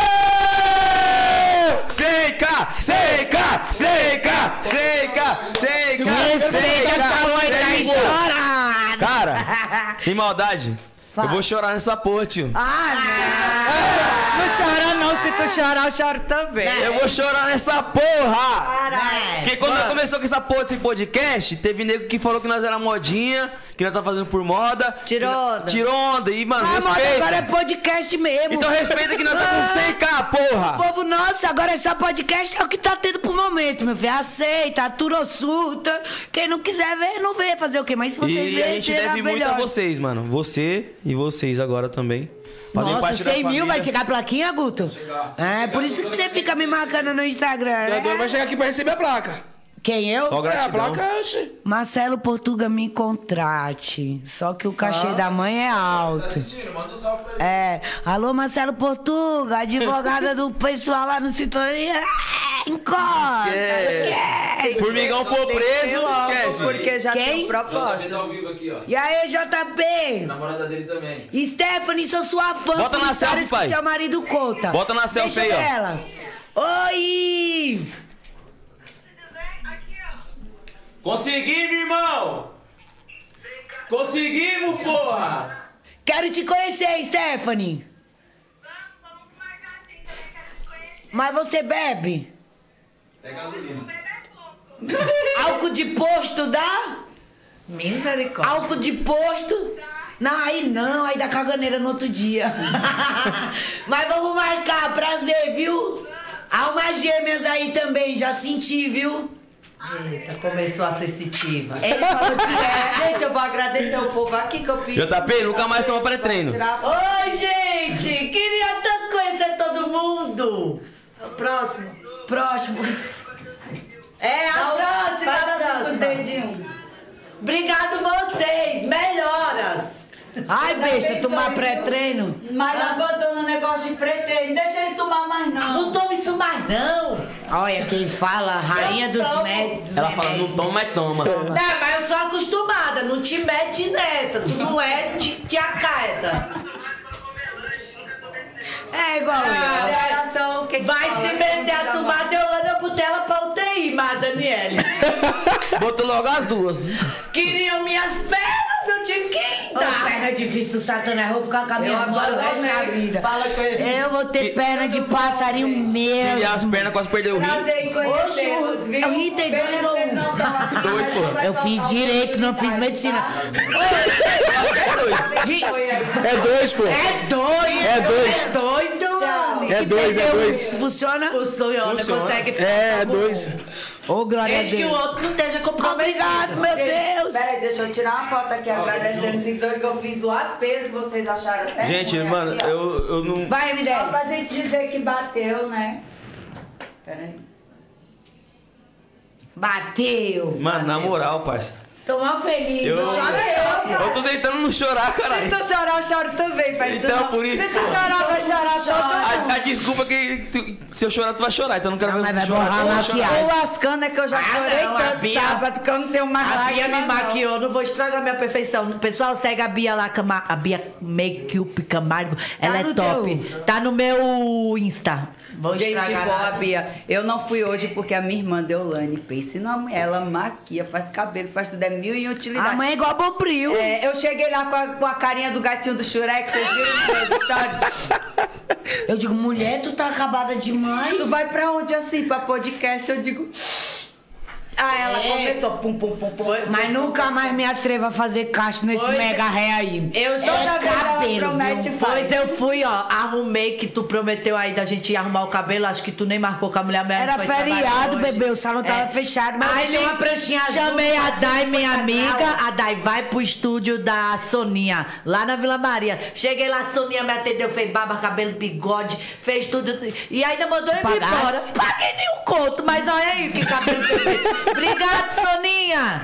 [SPEAKER 1] Seca, seca, seca, seca, seca.
[SPEAKER 5] Respeita
[SPEAKER 1] seca,
[SPEAKER 5] essa mãe tá
[SPEAKER 1] seca.
[SPEAKER 5] estourada!
[SPEAKER 1] Cara, sem maldade, eu vou chorar nessa porra, tio.
[SPEAKER 5] Ah, não! Não chora não, se tu chorar, eu choro também. Ah, é
[SPEAKER 1] Eu vou chorar nessa porra!
[SPEAKER 6] Caralho.
[SPEAKER 1] Porque quando começou com essa porra desse podcast, teve nego que falou que nós era modinha, que nós tá fazendo por moda.
[SPEAKER 6] Tirou
[SPEAKER 1] que nós-
[SPEAKER 6] onda.
[SPEAKER 1] Tirou onda. E, mano,
[SPEAKER 5] Ah, mano,
[SPEAKER 1] respeita.
[SPEAKER 5] agora é podcast mesmo.
[SPEAKER 1] Então respeita que nós tá com 100k,
[SPEAKER 5] O
[SPEAKER 1] porra!
[SPEAKER 5] povo nosso, agora é só podcast, é o que tá tendo pro momento, meu filho. Aceita, atura ou surta. Quem não quiser ver, não vê. Fazer o quê? Mas se vocês
[SPEAKER 1] E a
[SPEAKER 5] verem,
[SPEAKER 1] gente
[SPEAKER 5] será
[SPEAKER 1] deve muito a
[SPEAKER 5] melhor.
[SPEAKER 1] vocês, mano. Você e vocês agora também. Fazem
[SPEAKER 5] Nossa,
[SPEAKER 1] parte da
[SPEAKER 5] 100 mil
[SPEAKER 1] família.
[SPEAKER 5] vai chegar a plaquinha, Guto? É, por isso que você fica me marcando no Instagram,
[SPEAKER 2] A doutora
[SPEAKER 5] né?
[SPEAKER 2] vai chegar aqui pra receber a placa.
[SPEAKER 5] Quem eu?
[SPEAKER 1] Só gratidão. É, a placa
[SPEAKER 5] Marcelo Portuga me contrate. Só que o cachê
[SPEAKER 1] Ah.
[SPEAKER 5] da mãe é alto.
[SPEAKER 13] Manda um salve pra ele.
[SPEAKER 5] É. Alô, Marcelo Portuga, advogada do pessoal lá no Sintonia. Ah, Encosta! Esquece.
[SPEAKER 1] Formigão for preso, esquece.
[SPEAKER 3] Porque já
[SPEAKER 5] Quem?
[SPEAKER 3] tem um
[SPEAKER 13] JB tá ao
[SPEAKER 3] propostas.
[SPEAKER 13] vivo aqui, ó.
[SPEAKER 5] E aí, JP?
[SPEAKER 13] Namorada dele também.
[SPEAKER 5] Stephanie, sou sua fã.
[SPEAKER 1] Bota
[SPEAKER 5] por
[SPEAKER 1] na
[SPEAKER 5] histórias
[SPEAKER 1] selfie, pai.
[SPEAKER 5] que seu marido conta.
[SPEAKER 1] Bota na
[SPEAKER 5] Deixa
[SPEAKER 1] selfie aí, ó.
[SPEAKER 5] ela. Oi!
[SPEAKER 1] Consegui, meu irmão! Conseguimos, porra!
[SPEAKER 5] Quero te conhecer, Stephanie. Mas você bebe?
[SPEAKER 13] É gasolina.
[SPEAKER 5] Álcool de posto dá?
[SPEAKER 3] Misericórdia.
[SPEAKER 5] Álcool de posto? Não, aí não, aí dá caganeira no outro dia. Mas vamos marcar, prazer, viu? Há umas gêmeas aí também, já senti, viu?
[SPEAKER 4] Eita, começou a ser citiva.
[SPEAKER 3] Ele falou que é. Gente, eu vou agradecer o povo aqui que eu pedi.
[SPEAKER 1] JP, nunca mais toma pré-treino.
[SPEAKER 5] Oi, gente! Queria tanto conhecer todo mundo! Próximo. Próximo. É, a próxima,
[SPEAKER 3] Faz
[SPEAKER 5] a
[SPEAKER 3] assim com os
[SPEAKER 5] próxima.
[SPEAKER 3] dedinhos.
[SPEAKER 5] Obrigado vocês, melhoras! Ai, besta, tomar pré-treino.
[SPEAKER 3] Mas abandona o negócio de preteiro, não deixa ele tomar mais não.
[SPEAKER 5] Não toma isso mais, não. Olha quem fala, rainha
[SPEAKER 3] Eu
[SPEAKER 5] dos é
[SPEAKER 3] tomo.
[SPEAKER 5] médicos.
[SPEAKER 1] Ela fala, não toma, mas toma.
[SPEAKER 5] Não, mas eu sou acostumada, não te mete nessa. Tu não é, te, te acarta. É igual
[SPEAKER 3] Ah,
[SPEAKER 5] eu.
[SPEAKER 3] geração, o que que
[SPEAKER 5] Vai
[SPEAKER 3] fala? Tá
[SPEAKER 5] se meter
[SPEAKER 3] Não
[SPEAKER 5] a
[SPEAKER 3] dá
[SPEAKER 5] tomar Deolanda Butela pra UTI, mas Daniele.
[SPEAKER 1] Botou logo as duas.
[SPEAKER 5] Queriam minhas pernas, eu tive que ir. A perna é difícil do satanás, eu vou ficar com a minha irmã o resto da vida.
[SPEAKER 3] Fala com ele.
[SPEAKER 5] Eu vou ter perna de passarinho
[SPEAKER 1] E
[SPEAKER 5] mesmo.
[SPEAKER 1] as pernas quase perdeu o rim.
[SPEAKER 3] Prazer em conhecê-los, viu?
[SPEAKER 5] é o item
[SPEAKER 3] Pena
[SPEAKER 5] dois
[SPEAKER 3] que
[SPEAKER 5] ou
[SPEAKER 3] vocês
[SPEAKER 5] um.
[SPEAKER 3] não tão aqui,
[SPEAKER 1] Dois,
[SPEAKER 3] mas
[SPEAKER 1] pô.
[SPEAKER 3] não vai
[SPEAKER 5] Eu fiz
[SPEAKER 3] faltar
[SPEAKER 5] direito, não fiz medicina.
[SPEAKER 1] É dois.
[SPEAKER 3] Foi aí.
[SPEAKER 14] É dois, pô.
[SPEAKER 5] É dois! É
[SPEAKER 14] dois.
[SPEAKER 5] É dois, não.
[SPEAKER 14] É dois, é dois.
[SPEAKER 5] Funciona?
[SPEAKER 4] Funciona, consegue ficar.
[SPEAKER 14] É, é dois.
[SPEAKER 5] Ô, glória a
[SPEAKER 4] Desde que o
[SPEAKER 5] Deus.
[SPEAKER 4] outro não esteja comprometido.
[SPEAKER 5] Obrigado, meu Deus.
[SPEAKER 3] Peraí, deixa eu tirar uma foto aqui agradecendo os dois que eu fiz o apelo que vocês acharam até.
[SPEAKER 1] Gente,
[SPEAKER 3] ruim
[SPEAKER 1] mano,
[SPEAKER 3] aqui, ó.
[SPEAKER 1] eu, eu não.
[SPEAKER 5] Vai,
[SPEAKER 3] Só
[SPEAKER 5] M10.
[SPEAKER 3] pra gente dizer que bateu, né? Peraí.
[SPEAKER 5] Bateu.
[SPEAKER 1] Mano, na moral, parça.
[SPEAKER 5] Tô mal feliz.
[SPEAKER 1] Eu-
[SPEAKER 5] eu, cara.
[SPEAKER 1] Eu tô tentando não chorar, caralho.
[SPEAKER 3] Se tu chorar, eu choro também, pai.
[SPEAKER 1] Então,
[SPEAKER 3] Senão-
[SPEAKER 1] por isso-
[SPEAKER 3] Se tu chorar, vai chorar todo mundo.
[SPEAKER 1] A, a desculpa é que tu- se eu chorar, tu vai chorar, então eu não quero
[SPEAKER 5] Não,
[SPEAKER 1] ver
[SPEAKER 5] mas
[SPEAKER 1] você
[SPEAKER 5] vai borrar
[SPEAKER 1] chorar.
[SPEAKER 5] a
[SPEAKER 1] Eu vou chorar.
[SPEAKER 5] maquiagem.
[SPEAKER 3] O lascando é que eu já
[SPEAKER 5] Ah,
[SPEAKER 3] chorei
[SPEAKER 5] não, a
[SPEAKER 3] tanto
[SPEAKER 5] Bia-
[SPEAKER 3] sábado que eu não tenho mais
[SPEAKER 4] A Bia
[SPEAKER 3] lágrima, não.
[SPEAKER 4] me maquiou, não vou estragar minha perfeição. Pessoal, segue a Bia lá, Cama- a Bia Makeup Camargo. Ela é
[SPEAKER 5] Tá no
[SPEAKER 4] top. Tá no meu Insta. Vou
[SPEAKER 3] Gente,
[SPEAKER 4] estragar
[SPEAKER 3] boa,
[SPEAKER 4] nada.
[SPEAKER 3] Bia. Eu não fui hoje porque a minha irmã Deolane pense na mulher. Ela maquia, faz cabelo, faz tudo, é mil e
[SPEAKER 5] A
[SPEAKER 3] utilidade.
[SPEAKER 5] mãe é igual a Bombril.
[SPEAKER 3] É, eu cheguei lá com a, com a carinha do gatinho do Shurek, vocês viram no história?
[SPEAKER 5] Eu digo, mulher, tu tá acabada de mãe.
[SPEAKER 3] Tu vai pra onde assim, pra podcast? Eu digo. Ah, ela
[SPEAKER 5] É.
[SPEAKER 3] começou. Pum, pum, pum, pum.
[SPEAKER 5] Mas nunca mais me atrevo a fazer caixa nesse
[SPEAKER 4] Pois é.
[SPEAKER 5] mega ré aí.
[SPEAKER 4] Eu sou
[SPEAKER 3] Toda vez ela
[SPEAKER 5] cabelo,
[SPEAKER 3] promete
[SPEAKER 5] viu?
[SPEAKER 3] e faz.
[SPEAKER 4] Pois eu fui, ó, arrumei que tu prometeu aí da gente ir arrumar o cabelo, acho que tu nem marcou com a mulher minha
[SPEAKER 5] Era
[SPEAKER 4] foi trabalhar
[SPEAKER 5] feriado,
[SPEAKER 4] hoje. É.
[SPEAKER 5] bebê, o salão tava fechado, mas
[SPEAKER 4] aí um
[SPEAKER 5] tem uma pranchinha azul,
[SPEAKER 4] chamei a Dai, minha
[SPEAKER 5] 450
[SPEAKER 4] amiga,
[SPEAKER 5] graus.
[SPEAKER 4] a Dai vai pro estúdio da Soninha, lá na Vila Maria. Cheguei lá, a Soninha me atendeu, fez barba, cabelo, bigode, fez tudo. E ainda mandou eu ir
[SPEAKER 5] Pagasse.
[SPEAKER 4] embora. Paguei nenhum conto, mas olha aí que cabelo que eu fiz. Obrigado, Soninha!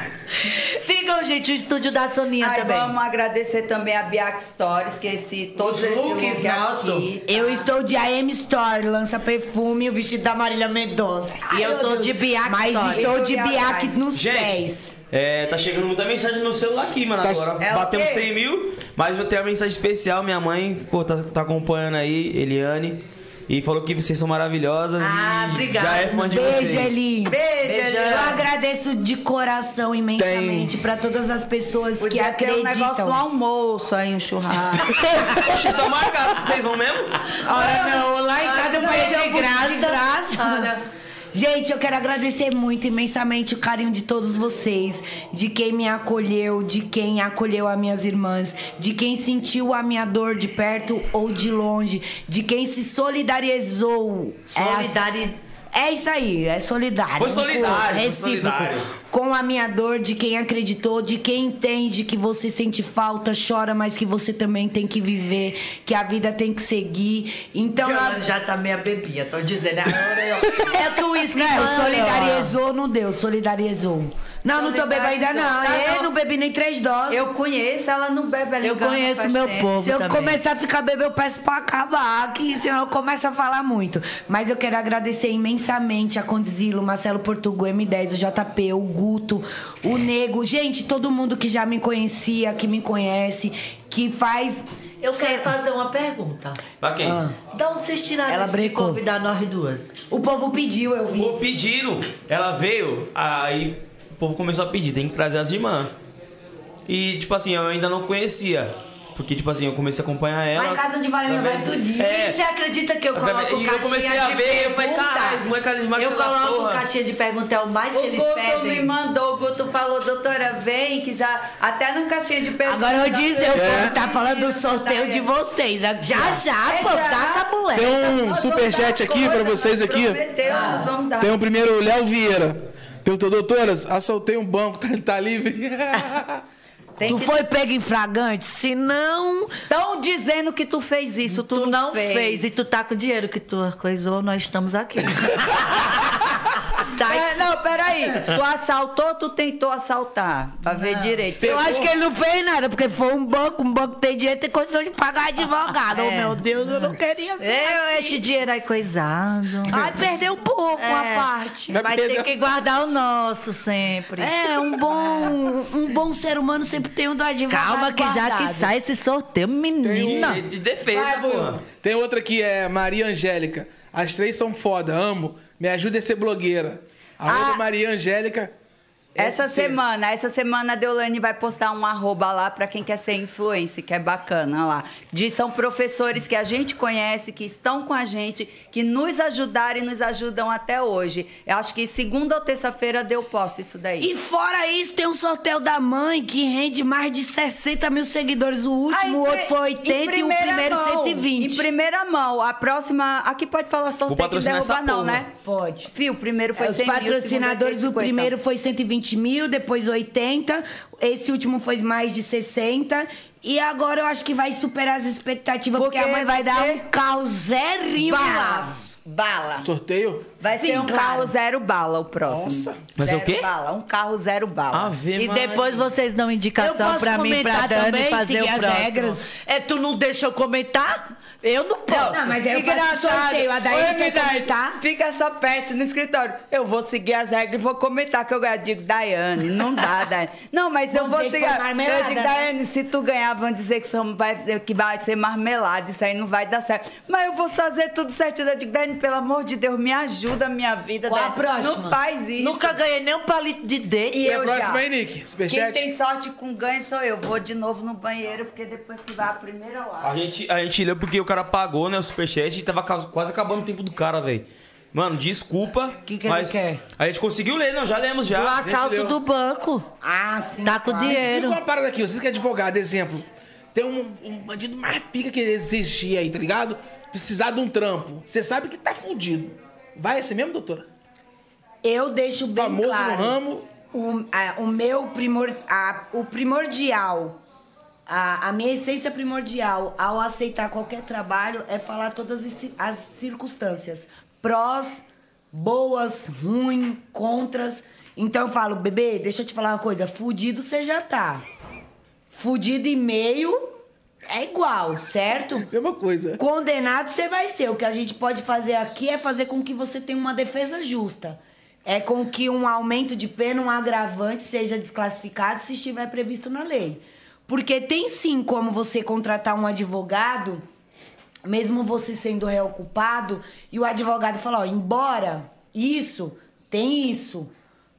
[SPEAKER 4] Sigam, gente, o estúdio da Soninha
[SPEAKER 3] Aí
[SPEAKER 4] também.
[SPEAKER 3] vamos agradecer também a Biac Stories, que esse, todos
[SPEAKER 5] Os
[SPEAKER 3] esses
[SPEAKER 5] looks
[SPEAKER 3] looks
[SPEAKER 5] nossos.
[SPEAKER 3] aqui.
[SPEAKER 5] Eu estou de AM Store, lança perfume e o vestido da Marília Mendonça.
[SPEAKER 4] E eu
[SPEAKER 5] meu
[SPEAKER 4] tô
[SPEAKER 5] Deus.
[SPEAKER 4] de Biak
[SPEAKER 5] Mas
[SPEAKER 4] Store.
[SPEAKER 5] estou de
[SPEAKER 3] Eu tô de
[SPEAKER 5] Biak
[SPEAKER 3] Biak.
[SPEAKER 5] nos
[SPEAKER 1] Gente,
[SPEAKER 5] pés.
[SPEAKER 1] É, tá chegando muita mensagem no celular aqui, mano.
[SPEAKER 2] Tá-
[SPEAKER 1] agora
[SPEAKER 3] É o
[SPEAKER 1] batemos
[SPEAKER 3] quê?
[SPEAKER 1] 100 mil, mas eu tenho uma mensagem especial. Minha mãe, pô, tá, tá acompanhando aí, Eliane, e falou que vocês são maravilhosas.
[SPEAKER 4] Ah,
[SPEAKER 1] e
[SPEAKER 4] obrigada.
[SPEAKER 1] Já é fã de vocês.
[SPEAKER 5] Beijo, Eli.
[SPEAKER 3] Beijo, Eli.
[SPEAKER 5] Eu agradeço de coração imensamente pra todas as pessoas que
[SPEAKER 3] Podia ter um negócio do
[SPEAKER 5] acreditam.
[SPEAKER 3] almoço aí, um churrasco.
[SPEAKER 1] Oxe, só marcar, vocês vão mesmo?
[SPEAKER 5] Ora, não, lá em casa eu
[SPEAKER 4] também
[SPEAKER 5] paguei
[SPEAKER 4] de
[SPEAKER 5] de graça.
[SPEAKER 4] graça.
[SPEAKER 5] Gente, eu quero agradecer muito imensamente o carinho de todos vocês, de quem me acolheu, de quem acolheu as minhas irmãs, de quem sentiu a minha dor de perto ou de longe, de quem se solidarizou.
[SPEAKER 4] Solidari-
[SPEAKER 5] É, É isso aí, é solidário.
[SPEAKER 1] Foi solidário, foi
[SPEAKER 5] recíproco.
[SPEAKER 1] solidário.
[SPEAKER 5] Com a minha dor, de quem acreditou, de quem entende que você sente falta, chora, mas que você também tem que viver, que a vida tem que seguir. Então.
[SPEAKER 6] Diana já tá meia bebia, tô dizendo. Agora eu...
[SPEAKER 5] É que o uísque não,
[SPEAKER 6] manda.
[SPEAKER 5] solidarizou, não deu, solidarizou. Não, não tô bebendo ainda não.
[SPEAKER 3] Solidarizou.
[SPEAKER 5] Eu não bebi nem três doses.
[SPEAKER 3] Eu conheço, ela não bebe ela
[SPEAKER 5] Eu
[SPEAKER 3] engana
[SPEAKER 5] conheço
[SPEAKER 3] faz
[SPEAKER 5] meu
[SPEAKER 3] tempo.
[SPEAKER 5] povo. é Se eu começar a ficar bebendo, eu peço pra acabar, que senão eu começo a falar muito. Mas eu quero agradecer imensamente a Condizilo, Marcelo Portugal, M10, o JP, o Guto, o Nego. Gente, todo mundo que já me conhecia, que me conhece, que faz.
[SPEAKER 6] Eu quero fazer uma pergunta.
[SPEAKER 1] Pra quem?
[SPEAKER 6] Da onde vocês tiraram
[SPEAKER 1] Ela
[SPEAKER 6] isso de
[SPEAKER 1] brecou.
[SPEAKER 6] convidar nós duas?
[SPEAKER 5] O povo pediu, eu vi.
[SPEAKER 1] Pô, pediram. Ela veio, aí o povo começou a pedir, tem que trazer as irmãs. E, tipo assim, eu ainda não conhecia. Porque, tipo assim, eu comecei a acompanhar ela.
[SPEAKER 6] Lá em casa onde vai
[SPEAKER 1] Ela
[SPEAKER 6] minha mãe,
[SPEAKER 1] veio-
[SPEAKER 6] tudinho.
[SPEAKER 1] É.
[SPEAKER 6] E você acredita que eu
[SPEAKER 1] Ela
[SPEAKER 6] coloco
[SPEAKER 1] veio- e eu
[SPEAKER 6] caixinha
[SPEAKER 1] comecei a
[SPEAKER 6] de
[SPEAKER 1] ver, eu
[SPEAKER 6] pergunta?
[SPEAKER 1] falei, "Caralho, esse moleque é animado
[SPEAKER 6] Eu
[SPEAKER 1] pela
[SPEAKER 6] coloco
[SPEAKER 1] porra."
[SPEAKER 6] caixinha de pergunta, é o mais
[SPEAKER 3] O
[SPEAKER 6] que eles
[SPEAKER 3] Guto
[SPEAKER 6] pedem.
[SPEAKER 3] me mandou, o Guto falou, doutora, vem, que já até na caixinha de perguntas.
[SPEAKER 5] Agora eu vou dizer, o povo
[SPEAKER 3] É.
[SPEAKER 5] tá falando do sorteio de vocês. Já, já,
[SPEAKER 3] É,
[SPEAKER 5] pô,
[SPEAKER 3] já.
[SPEAKER 5] tá com a mulher.
[SPEAKER 2] Tem um superchat aqui pra vocês aqui.
[SPEAKER 3] Prometeu,
[SPEAKER 5] Ah.
[SPEAKER 3] nós vamos dar.
[SPEAKER 2] Tem um- o primeiro, o Léo Vieira. Perguntou, doutoras, assaltei um banco, tá, tá livre?
[SPEAKER 5] tu foi pego em fragante? Se não.
[SPEAKER 6] Estão dizendo que tu fez isso, tu, não fez. E tu tá com o dinheiro que tu coisou, nós estamos aqui.
[SPEAKER 3] Tá. É, não, peraí. Tu assaltou, tu tentou assaltar. Pra ver
[SPEAKER 5] Ah.
[SPEAKER 3] direito.
[SPEAKER 5] Eu acho que ele não fez nada, porque foi um banco, um banco tem dinheiro, tem condição de pagar advogado. Oh,
[SPEAKER 6] É.
[SPEAKER 5] meu Deus, eu não queria ser.
[SPEAKER 6] Eu, esse dinheiro aí coisado.
[SPEAKER 5] Ai, perdeu um pouco
[SPEAKER 6] É.
[SPEAKER 5] a parte.
[SPEAKER 6] Vai ter que guardar o nosso sempre.
[SPEAKER 5] É, um bom, um bom ser humano sempre tem um do advogado.
[SPEAKER 6] Calma que já que sai esse sorteio, menina.
[SPEAKER 1] De, de defesa, porra.
[SPEAKER 2] Tem outra aqui, é Maria Angélica. As três são foda, amo. Me ajuda a ser blogueira. A outra Maria Angélica.
[SPEAKER 3] Essa
[SPEAKER 2] SC.
[SPEAKER 3] semana, essa semana a Deolane vai postar um arroba lá pra quem quer ser influencer, que é bacana lá. De, são professores que a gente conhece, que estão com a gente, que nos ajudaram e nos ajudam até hoje. Eu acho que segunda ou terça-feira deu posto isso daí.
[SPEAKER 5] E fora isso, tem um sorteio da mãe que rende mais de 60 mil seguidores. O
[SPEAKER 3] Ah, em
[SPEAKER 5] último, o
[SPEAKER 3] pri-
[SPEAKER 5] outro foi 80
[SPEAKER 3] em
[SPEAKER 5] e o
[SPEAKER 3] primeira
[SPEAKER 5] primeiro
[SPEAKER 3] mão,
[SPEAKER 5] 120.
[SPEAKER 3] Em primeira mão. A próxima. Aqui pode falar
[SPEAKER 1] Vou
[SPEAKER 3] sorteio que
[SPEAKER 1] patrocinar
[SPEAKER 3] derrubar,
[SPEAKER 1] essa
[SPEAKER 3] não,
[SPEAKER 1] porra.
[SPEAKER 3] né?
[SPEAKER 5] Pode.
[SPEAKER 3] Fio, o primeiro foi
[SPEAKER 5] É, os
[SPEAKER 3] 100 mil, o segundo é
[SPEAKER 5] patrocinadores, o
[SPEAKER 3] 150.
[SPEAKER 5] primeiro foi 120 mil, depois 80, esse último foi mais de 60. E agora eu acho que vai superar as expectativas, porque,
[SPEAKER 3] Porque
[SPEAKER 5] a mãe vai dar
[SPEAKER 3] você-
[SPEAKER 5] um carro zerinho
[SPEAKER 3] Bala.
[SPEAKER 5] lá.
[SPEAKER 3] Bala.
[SPEAKER 2] Sorteio?
[SPEAKER 3] Vai
[SPEAKER 5] Sim,
[SPEAKER 3] ser um
[SPEAKER 5] claro.
[SPEAKER 3] carro zero bala o próximo. Nossa.
[SPEAKER 1] Mas é o
[SPEAKER 3] zero
[SPEAKER 1] quê?
[SPEAKER 3] Bala. Um carro zero bala.
[SPEAKER 1] Ave
[SPEAKER 6] E
[SPEAKER 1] Maria.
[SPEAKER 6] depois vocês dão
[SPEAKER 5] Eu
[SPEAKER 6] indicação
[SPEAKER 5] posso
[SPEAKER 6] pra mim, pra
[SPEAKER 5] comentar
[SPEAKER 6] Dani
[SPEAKER 5] também,
[SPEAKER 6] fazer o
[SPEAKER 5] seguir as
[SPEAKER 6] próximo.
[SPEAKER 5] regras?
[SPEAKER 6] É, tu não deixa eu comentar? Eu não posso.
[SPEAKER 5] não, mas eu faço
[SPEAKER 6] Engraçado.
[SPEAKER 5] sorteio, a Daiane
[SPEAKER 6] Oi,
[SPEAKER 5] quer
[SPEAKER 6] Daiane.
[SPEAKER 5] comentar?
[SPEAKER 3] Tá? Fica essa peste no escritório. Eu vou seguir as regras e vou comentar que eu ganho. Eu digo, Daiane, não dá, Daiane. Não, mas eu
[SPEAKER 5] Vão
[SPEAKER 3] vou
[SPEAKER 5] dizer que
[SPEAKER 3] seguir.
[SPEAKER 5] foi
[SPEAKER 3] Eu
[SPEAKER 5] marmelada,
[SPEAKER 3] digo,
[SPEAKER 5] né?
[SPEAKER 3] Daiane, se tu ganhar, vão dizer que, são- vai, ser- que vai ser marmelada. Isso aí não vai dar certo. Mas eu vou fazer tudo certinho. Eu digo, Daiane, pelo amor de Deus, me ajuda, minha vida.
[SPEAKER 6] Qual a
[SPEAKER 3] Daiane.
[SPEAKER 6] próxima?
[SPEAKER 3] Não faz isso.
[SPEAKER 6] Nunca ganhei nem um palito de dente.
[SPEAKER 3] E
[SPEAKER 2] Tem a
[SPEAKER 3] eu
[SPEAKER 2] próxima é aí,
[SPEAKER 3] já.
[SPEAKER 2] Nick.
[SPEAKER 3] Quem
[SPEAKER 2] Superchat?
[SPEAKER 3] tem sorte com ganho sou eu. Vou de novo no banheiro, porque depois que vai a primeira lá.
[SPEAKER 1] A gente, a gente leu porque o cara pagou, né, o superchat e tava ca- quase acabando o tempo do cara, velho. Mano, desculpa. O
[SPEAKER 6] que ele quer?
[SPEAKER 1] A gente conseguiu ler, não, já lemos já.
[SPEAKER 6] O
[SPEAKER 1] Gente,
[SPEAKER 6] assalto
[SPEAKER 2] leu.
[SPEAKER 6] do banco.
[SPEAKER 5] Ah, sim.
[SPEAKER 6] Tá com
[SPEAKER 2] Explica
[SPEAKER 6] dinheiro.
[SPEAKER 2] uma parada aqui, vocês que é advogado, exemplo. Tem um, um bandido mais pica que existir aí, tá ligado? Precisar de um trampo. Você sabe que tá fudido. Vai esse mesmo, doutora?
[SPEAKER 5] Eu deixo bem
[SPEAKER 2] Famoso no
[SPEAKER 5] claro.
[SPEAKER 2] ramo.
[SPEAKER 5] O, a- o meu primor, a- o primordial, a, a minha essência primordial ao aceitar qualquer trabalho é falar todas as ci- as circunstâncias. Prós, boas, ruim, contras. Então eu falo, bebê, deixa eu te falar uma coisa. Fudido você já tá. Fudido e meio é igual, certo?
[SPEAKER 2] Mesma coisa.
[SPEAKER 5] Condenado você vai ser. O que a gente pode fazer aqui é fazer com que você tenha uma defesa justa. É com que um aumento de pena, um agravante, seja desclassificado se estiver previsto na lei. Porque tem sim como você contratar um advogado, mesmo você sendo réu culpado, e o advogado falar, ó, embora isso, tem isso.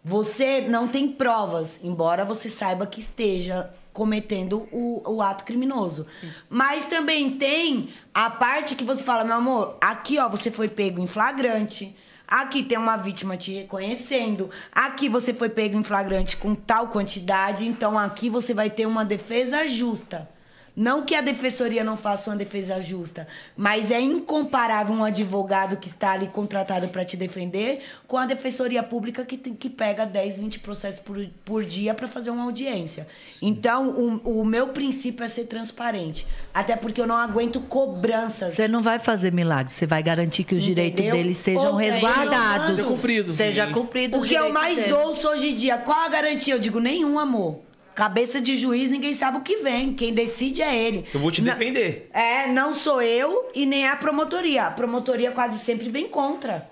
[SPEAKER 5] Você não tem provas, embora você saiba que esteja cometendo o, o ato criminoso. Mas também tem a parte que você fala, meu amor, aqui ó, você foi pego em flagrante. Aqui tem uma vítima te reconhecendo. Aqui você foi pego em flagrante com tal quantidade, então aqui você vai ter uma defesa justa. Não que a defensoria não faça uma defesa justa, mas é incomparável um advogado que está ali contratado para te defender com a defensoria pública que, tem, que pega 10, 20 processos por, por dia para fazer uma audiência. Então, o, o meu princípio é ser transparente. Até porque eu não aguento cobranças.
[SPEAKER 4] Você não vai fazer milagre, você vai garantir que os direitos
[SPEAKER 5] Entendeu?
[SPEAKER 4] deles sejam
[SPEAKER 5] Outra, eu
[SPEAKER 4] resguardados.
[SPEAKER 5] mando-
[SPEAKER 4] Seja cumprido.
[SPEAKER 5] O
[SPEAKER 4] os
[SPEAKER 5] que eu
[SPEAKER 4] direitos
[SPEAKER 5] mais
[SPEAKER 4] deles.
[SPEAKER 5] ouço hoje em dia, qual a garantia? Eu digo, nenhum, amor. Cabeça de juiz, ninguém sabe o que vem. Quem decide é ele.
[SPEAKER 1] Eu vou te defender.
[SPEAKER 5] É, não sou eu e nem a promotoria. A promotoria quase sempre vem contra.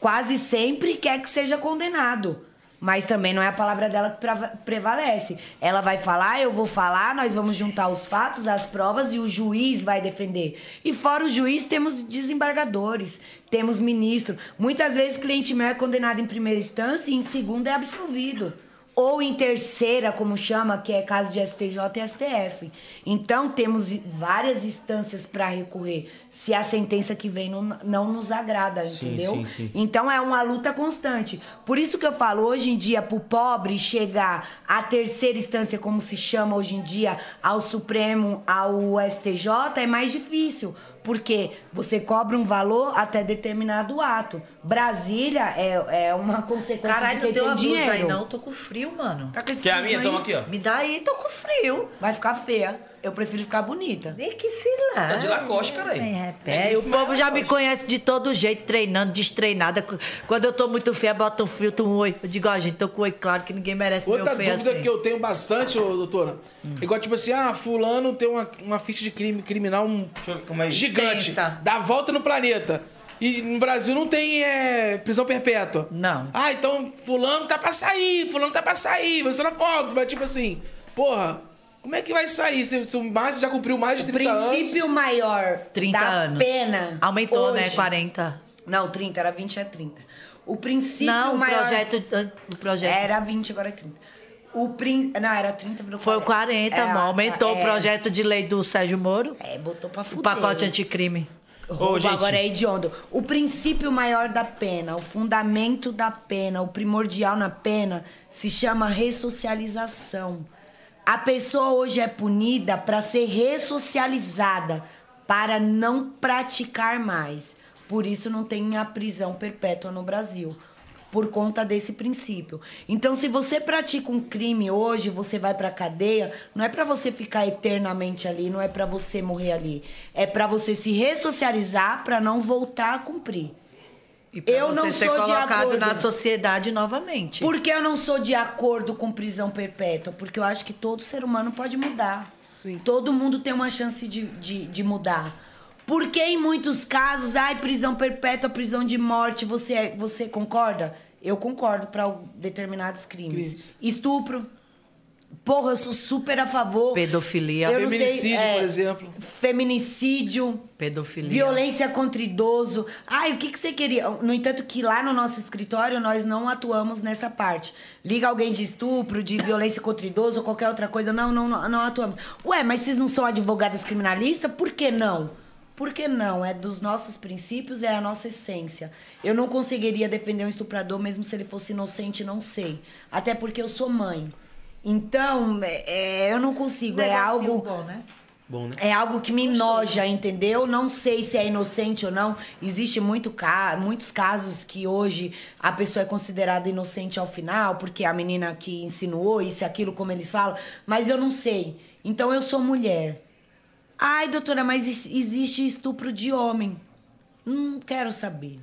[SPEAKER 5] Quase sempre quer que seja condenado. Mas também não é a palavra dela que preva- prevalece. Ela vai falar, eu vou falar, nós vamos juntar os fatos, as provas e o juiz vai defender. E fora o juiz, temos desembargadores, temos ministro. Muitas vezes cliente meu é condenado em primeira instância e em segunda é absolvido ou em terceira, como chama, que é caso de STJ e STF. Então, temos i- várias instâncias para recorrer, se a sentença que vem não, não nos agrada,
[SPEAKER 15] Sim,
[SPEAKER 5] entendeu?
[SPEAKER 15] sim, sim.
[SPEAKER 5] Então, é uma luta constante. Por isso que eu falo, hoje em dia, para o pobre chegar à terceira instância, como se chama hoje em dia, ao Supremo, ao STJ, é mais difícil. Porque você cobra um valor até determinado ato. Brasília é, é uma consequência
[SPEAKER 6] Caralho,
[SPEAKER 5] de
[SPEAKER 6] não
[SPEAKER 5] quem
[SPEAKER 6] deu
[SPEAKER 5] tem
[SPEAKER 6] uma blusa
[SPEAKER 5] dinheiro.
[SPEAKER 6] aí, não. Tô com frio, mano.
[SPEAKER 5] Tá com esse
[SPEAKER 1] Quer é a
[SPEAKER 5] frizz
[SPEAKER 1] minha?
[SPEAKER 5] aí?
[SPEAKER 1] Toma aqui, ó.
[SPEAKER 5] Me dá aí, tô com frio. Vai ficar feia. Eu prefiro ficar bonita.
[SPEAKER 6] E que se lá.
[SPEAKER 1] Tá de Lacoste, caralho.
[SPEAKER 6] É, É, e o povo já me conhece de todo jeito, treinando, destreinada. Quando eu tô muito feia, bota um filtro, um oi. Eu digo, ó, gente, tô com oi, claro que ninguém merece
[SPEAKER 2] Outra
[SPEAKER 6] meu feio
[SPEAKER 2] dúvida
[SPEAKER 6] assim.
[SPEAKER 2] que eu tenho bastante, ô, doutora. Igual, tipo assim, ah, fulano tem uma, uma ficha de crime criminal um- gigante. Dá a volta no planeta. E no Brasil não tem é, prisão perpétua.
[SPEAKER 6] Não.
[SPEAKER 2] Ah, então fulano tá pra sair, fulano tá pra sair. Mas você não pode, mas tipo assim, porra, como é que vai sair se, se o Márcio já cumpriu mais de 30 anos?
[SPEAKER 5] princípio maior
[SPEAKER 6] 30
[SPEAKER 5] da
[SPEAKER 6] anos.
[SPEAKER 5] pena.
[SPEAKER 6] Aumentou, né?
[SPEAKER 5] hoje-
[SPEAKER 6] 40.
[SPEAKER 5] Não, 30, era 20 a 30. O princípio
[SPEAKER 6] Não, o
[SPEAKER 5] maior.
[SPEAKER 6] projeto do projeto.
[SPEAKER 5] Era 20, agora é 30. O prin... Não, era 30, virou
[SPEAKER 6] Foi o 40,
[SPEAKER 5] É,
[SPEAKER 6] mano. Aumentou
[SPEAKER 5] é.
[SPEAKER 6] o projeto de lei do Sérgio Moro.
[SPEAKER 5] É, botou pra fuder.
[SPEAKER 6] O pacote é anticrime.
[SPEAKER 5] Roubo agora é hediondo. O princípio maior da pena, o fundamento da pena, o primordial na pena, se chama ressocialização. A pessoa hoje é punida para ser ressocializada, para não praticar mais. Por isso não tem a prisão perpétua no Brasil. Por conta desse princípio. Então, se você pratica um crime hoje, você vai pra cadeia, não é pra você ficar eternamente ali, não é pra você morrer ali. É pra você se ressocializar pra não voltar a cumprir.
[SPEAKER 6] Pra
[SPEAKER 5] eu
[SPEAKER 6] você
[SPEAKER 5] não
[SPEAKER 6] ser
[SPEAKER 5] sou de
[SPEAKER 6] colocado
[SPEAKER 5] acordo.
[SPEAKER 6] na sociedade novamente.
[SPEAKER 5] Por que eu não sou de acordo com prisão perpétua? Porque eu acho que todo ser humano pode mudar. Todo mundo tem uma chance de, de, de mudar. Porque em muitos casos, ai, prisão perpétua, prisão de morte, você, é- você concorda? Eu concordo para determinados crimes. Estupro. Porra, eu sou super a favor.
[SPEAKER 6] Pedofilia.
[SPEAKER 5] Eu não sei,
[SPEAKER 6] Feminicídio,
[SPEAKER 5] é,
[SPEAKER 6] por
[SPEAKER 2] exemplo.
[SPEAKER 5] Feminicídio.
[SPEAKER 6] Pedofilia.
[SPEAKER 5] Violência contra idoso. Ai, o que, que você queria? No entanto, que lá no nosso escritório nós não atuamos nessa parte. Liga alguém de estupro, de violência contra idoso ou qualquer outra coisa. Não, não, não, não atuamos. Ué, mas vocês não são advogadas criminalistas? Por que não? Por que não? É dos nossos princípios, é a nossa essência. Eu não conseguiria defender um estuprador mesmo se ele fosse inocente, não sei. Até porque eu sou mãe. Então, é- é, eu não consigo. É
[SPEAKER 6] Negocinho
[SPEAKER 5] algo.
[SPEAKER 6] bom, né?
[SPEAKER 1] Bom, né?
[SPEAKER 5] É algo que me noja, entendeu? Não sei se é inocente ou não. Existe muito ca muitos casos que hoje a pessoa é considerada inocente ao final, porque a menina que insinuou isso e aquilo, como eles falam, mas eu não sei. Então eu sou mulher. Ai, doutora, mas ex- existe estupro de homem. Não quero saber.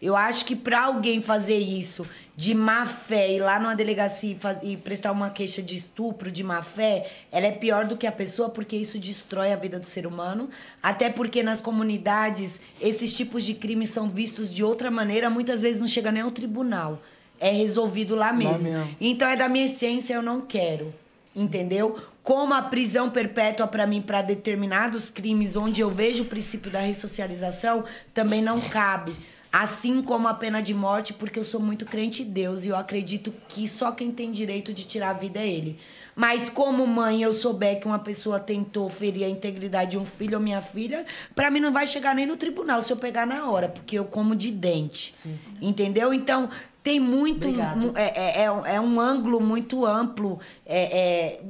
[SPEAKER 5] Eu acho que pra alguém fazer isso de má fé, ir lá numa delegacia e, fa- e prestar uma queixa de estupro, de má fé, ela é pior do que a pessoa porque isso destrói a vida do ser humano. Até porque nas comunidades esses tipos de crimes são vistos de outra maneira, muitas vezes não chega nem ao tribunal. É resolvido lá mesmo.
[SPEAKER 15] mesmo.
[SPEAKER 5] Então é da minha essência, eu não quero. Entendeu? Como a prisão perpétua pra mim pra determinados crimes onde eu vejo o princípio da ressocialização também não cabe. Assim como a pena de morte, porque eu sou muito crente em Deus e eu acredito que só quem tem direito de tirar a vida é ele. Mas como mãe, eu souber que uma pessoa tentou ferir a integridade de um filho ou minha filha, pra mim não vai chegar nem no tribunal se eu pegar na hora, porque eu como de dente. Entendeu? Então, tem muitos.
[SPEAKER 6] Obrigada.
[SPEAKER 5] mu- é, é, é, um- é um ângulo muito amplo. É, é,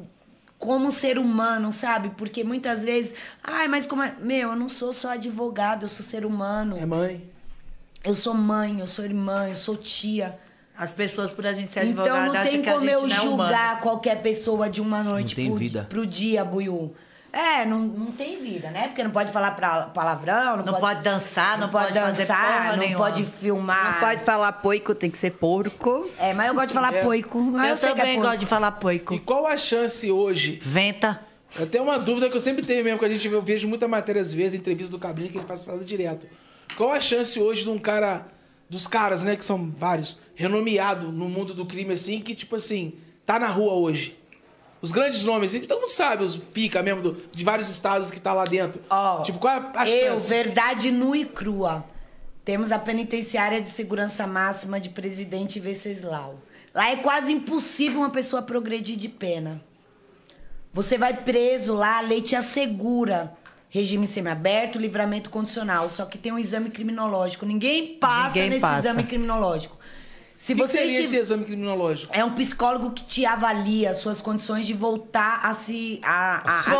[SPEAKER 5] como ser humano, sabe? Porque muitas vezes, ai, mas como é. Meu, eu não sou só advogado, eu sou ser humano. É
[SPEAKER 2] mãe.
[SPEAKER 5] Eu sou mãe, eu sou irmã, eu sou tia.
[SPEAKER 4] As pessoas, por a gente ser advogada,
[SPEAKER 5] Então não
[SPEAKER 4] acham
[SPEAKER 5] tem
[SPEAKER 4] que a
[SPEAKER 5] como
[SPEAKER 4] gente não
[SPEAKER 5] eu
[SPEAKER 4] é humana.
[SPEAKER 5] julgar qualquer pessoa de uma noite
[SPEAKER 1] tem
[SPEAKER 5] pro,
[SPEAKER 1] vida.
[SPEAKER 5] pro dia, Buiú. É, não, não tem vida, né? Porque não pode falar pra- palavrão, não, pode,
[SPEAKER 4] dançar,
[SPEAKER 5] não, pode,
[SPEAKER 3] fazer porra
[SPEAKER 5] dançar, não
[SPEAKER 3] nenhuma.
[SPEAKER 5] pode filmar.
[SPEAKER 3] Não pode falar poico, tem que ser porco.
[SPEAKER 5] É, mas eu gosto de falar
[SPEAKER 2] É.
[SPEAKER 5] poico. Mas eu, sei que é porco.
[SPEAKER 4] de falar poico.
[SPEAKER 2] E qual a chance hoje?
[SPEAKER 4] Venta.
[SPEAKER 2] Eu tenho uma dúvida que eu sempre tenho mesmo, que a gente eu vejo muita matéria às vezes, entrevista do Cabrinho, que ele faz frase direto. Qual a chance hoje de um cara, dos caras, né, que são vários, renomeado no mundo do crime assim, que tipo assim, tá na rua hoje? Os grandes nomes, assim, que todo mundo sabe, os pica mesmo do- de vários estados que tá lá dentro. tipo, qual é a
[SPEAKER 5] Eu,
[SPEAKER 2] chance?
[SPEAKER 5] verdade nua e crua. Temos a penitenciária de segurança máxima de presidente Venceslau. Lá é quase impossível uma pessoa progredir de pena. Você vai preso lá, a lei te assegura regime semiaberto, livramento condicional. Só que tem um exame criminológico. Ninguém passa
[SPEAKER 2] Ninguém
[SPEAKER 5] nesse
[SPEAKER 2] passa.
[SPEAKER 5] exame criminológico. Se
[SPEAKER 2] O que que
[SPEAKER 5] você
[SPEAKER 2] seria
[SPEAKER 5] estiver-
[SPEAKER 2] esse exame criminológico?
[SPEAKER 5] é um psicólogo que te avalia suas condições de voltar a se. A, a, a
[SPEAKER 4] Pra pôr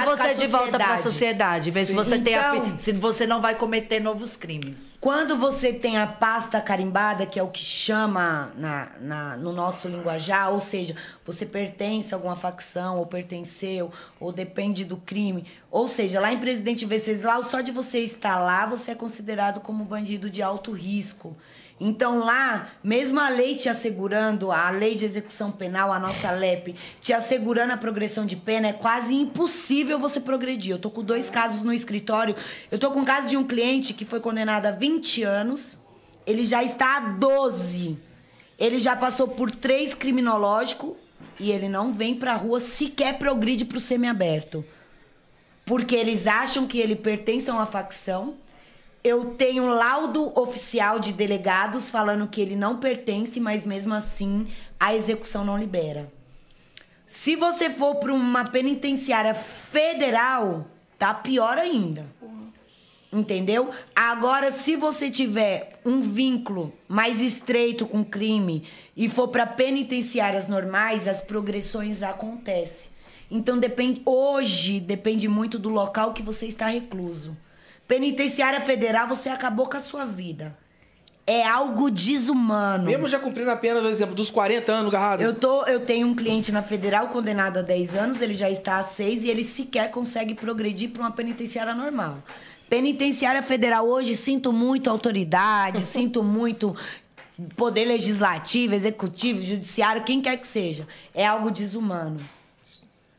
[SPEAKER 5] voltar com a
[SPEAKER 4] você de volta pra sociedade, ver se
[SPEAKER 5] Sim.
[SPEAKER 4] você tem a,
[SPEAKER 5] Então-
[SPEAKER 4] pe- se você não vai cometer novos crimes.
[SPEAKER 5] Quando você tem a pasta carimbada, que é o que chama na, na- no nosso linguajar, ou seja, você pertence a alguma facção, ou pertenceu, ou depende do crime. Ou seja, lá em Presidente Venceslau, só de você estar lá, você é considerado como bandido de alto risco. Então lá, mesmo a lei te assegurando, a lei de execução penal, a nossa LEP, te assegurando a progressão de pena, é quase impossível você progredir. Eu tô com dois casos no escritório. Eu tô com um caso de um cliente que foi condenado a 20 anos, ele já está a 12. Ele já passou por três criminológicos e ele não vem pra rua, sequer progride pro semiaberto. Porque eles acham que ele pertence a uma facção. Eu tenho laudo oficial de delegados falando que ele não pertence, mas mesmo assim a execução não libera. Se você for para uma penitenciária federal, tá pior ainda. Entendeu? Agora, se você tiver um vínculo mais estreito com o crime e for para penitenciárias normais, as progressões acontecem. Então, depende, hoje depende muito do local que você está recluso. Penitenciária federal, você acabou com a sua vida. É algo desumano.
[SPEAKER 2] Mesmo já cumprindo a pena, por exemplo, dos 40 anos, garrado?
[SPEAKER 5] Eu, tô, eu tenho um cliente na Federal condenado a 10 anos, ele já está a 6 e ele sequer consegue progredir para uma penitenciária normal. Penitenciária Federal hoje, sinto muito autoridade, sinto muito poder legislativo, executivo, judiciário, quem quer que seja. É algo desumano.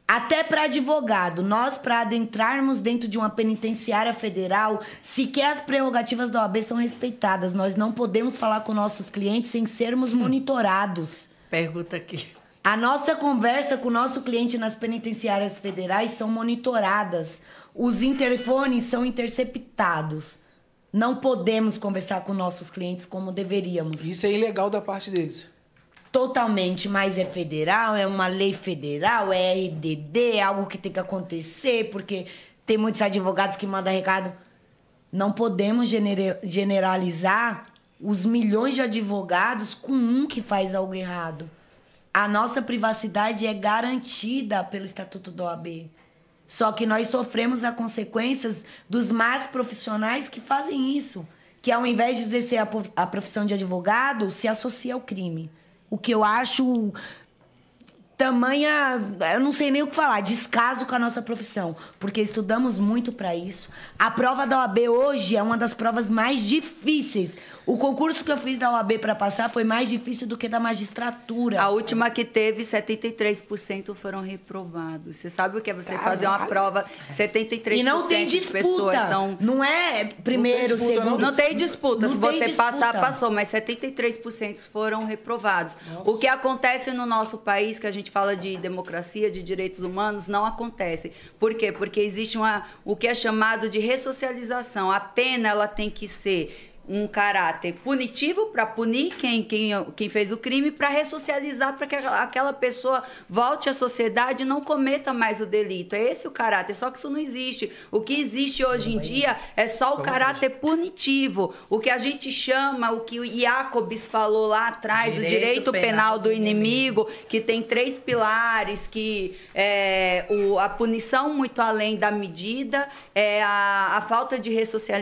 [SPEAKER 5] Até para advogado, nós para adentrarmos dentro de uma penitenciária federal, sequer as prerrogativas da OAB são respeitadas. Nós não podemos falar com nossos clientes sem sermos monitorados.
[SPEAKER 4] Pergunta aqui.
[SPEAKER 5] A nossa conversa com o nosso cliente nas penitenciárias federais são monitoradas. Os interfones são interceptados. Não podemos conversar com nossos clientes como deveríamos.
[SPEAKER 2] Isso é ilegal da parte deles.
[SPEAKER 5] Totalmente, mas é federal, é uma lei federal, é RDD, é algo que tem que acontecer, porque tem muitos advogados que mandam recado. Não podemos genere- generalizar os milhões de advogados com um que faz algo errado. A nossa privacidade é garantida pelo Estatuto da OAB. Só que nós sofremos as consequências dos más profissionais que fazem isso. Que ao invés de exercer a po- a profissão de advogado, se associa ao crime. O que eu acho tamanha, eu não sei nem o que falar, descaso com a nossa profissão, porque estudamos muito para isso. A prova da OAB hoje é uma das provas mais difíceis. O concurso que eu fiz da OAB para passar foi mais difícil do que da magistratura.
[SPEAKER 3] A última que teve, 73% foram reprovados. Você sabe o que é você
[SPEAKER 5] Caralho.
[SPEAKER 3] fazer uma prova? 73%
[SPEAKER 5] E não tem
[SPEAKER 3] de
[SPEAKER 5] disputa.
[SPEAKER 3] pessoas são.
[SPEAKER 5] Não é primeiro, segundo.
[SPEAKER 3] Não, tem disputa.
[SPEAKER 5] Não
[SPEAKER 3] Se
[SPEAKER 5] tem
[SPEAKER 3] você
[SPEAKER 5] disputa.
[SPEAKER 3] passar, passou. Mas 73% foram reprovados.
[SPEAKER 5] Nossa.
[SPEAKER 3] O que acontece no nosso país, que a gente fala de democracia, de direitos humanos, não acontece. Por quê? Porque existe uma, o que é chamado de ressocialização. A pena ela tem que ser um caráter punitivo para punir quem, quem, quem fez o crime, para ressocializar, para que aquela aquela pessoa volte à sociedade e não cometa mais o delito. É esse o caráter, só que isso não existe. O que existe hoje em dia é só o caráter punitivo, o que a gente chama, o que o Jacobs falou lá atrás, do
[SPEAKER 16] Direito
[SPEAKER 3] direito penal,
[SPEAKER 16] penal
[SPEAKER 3] do inimigo, que tem três pilares, que é o- a punição muito além da medida, é a, a falta de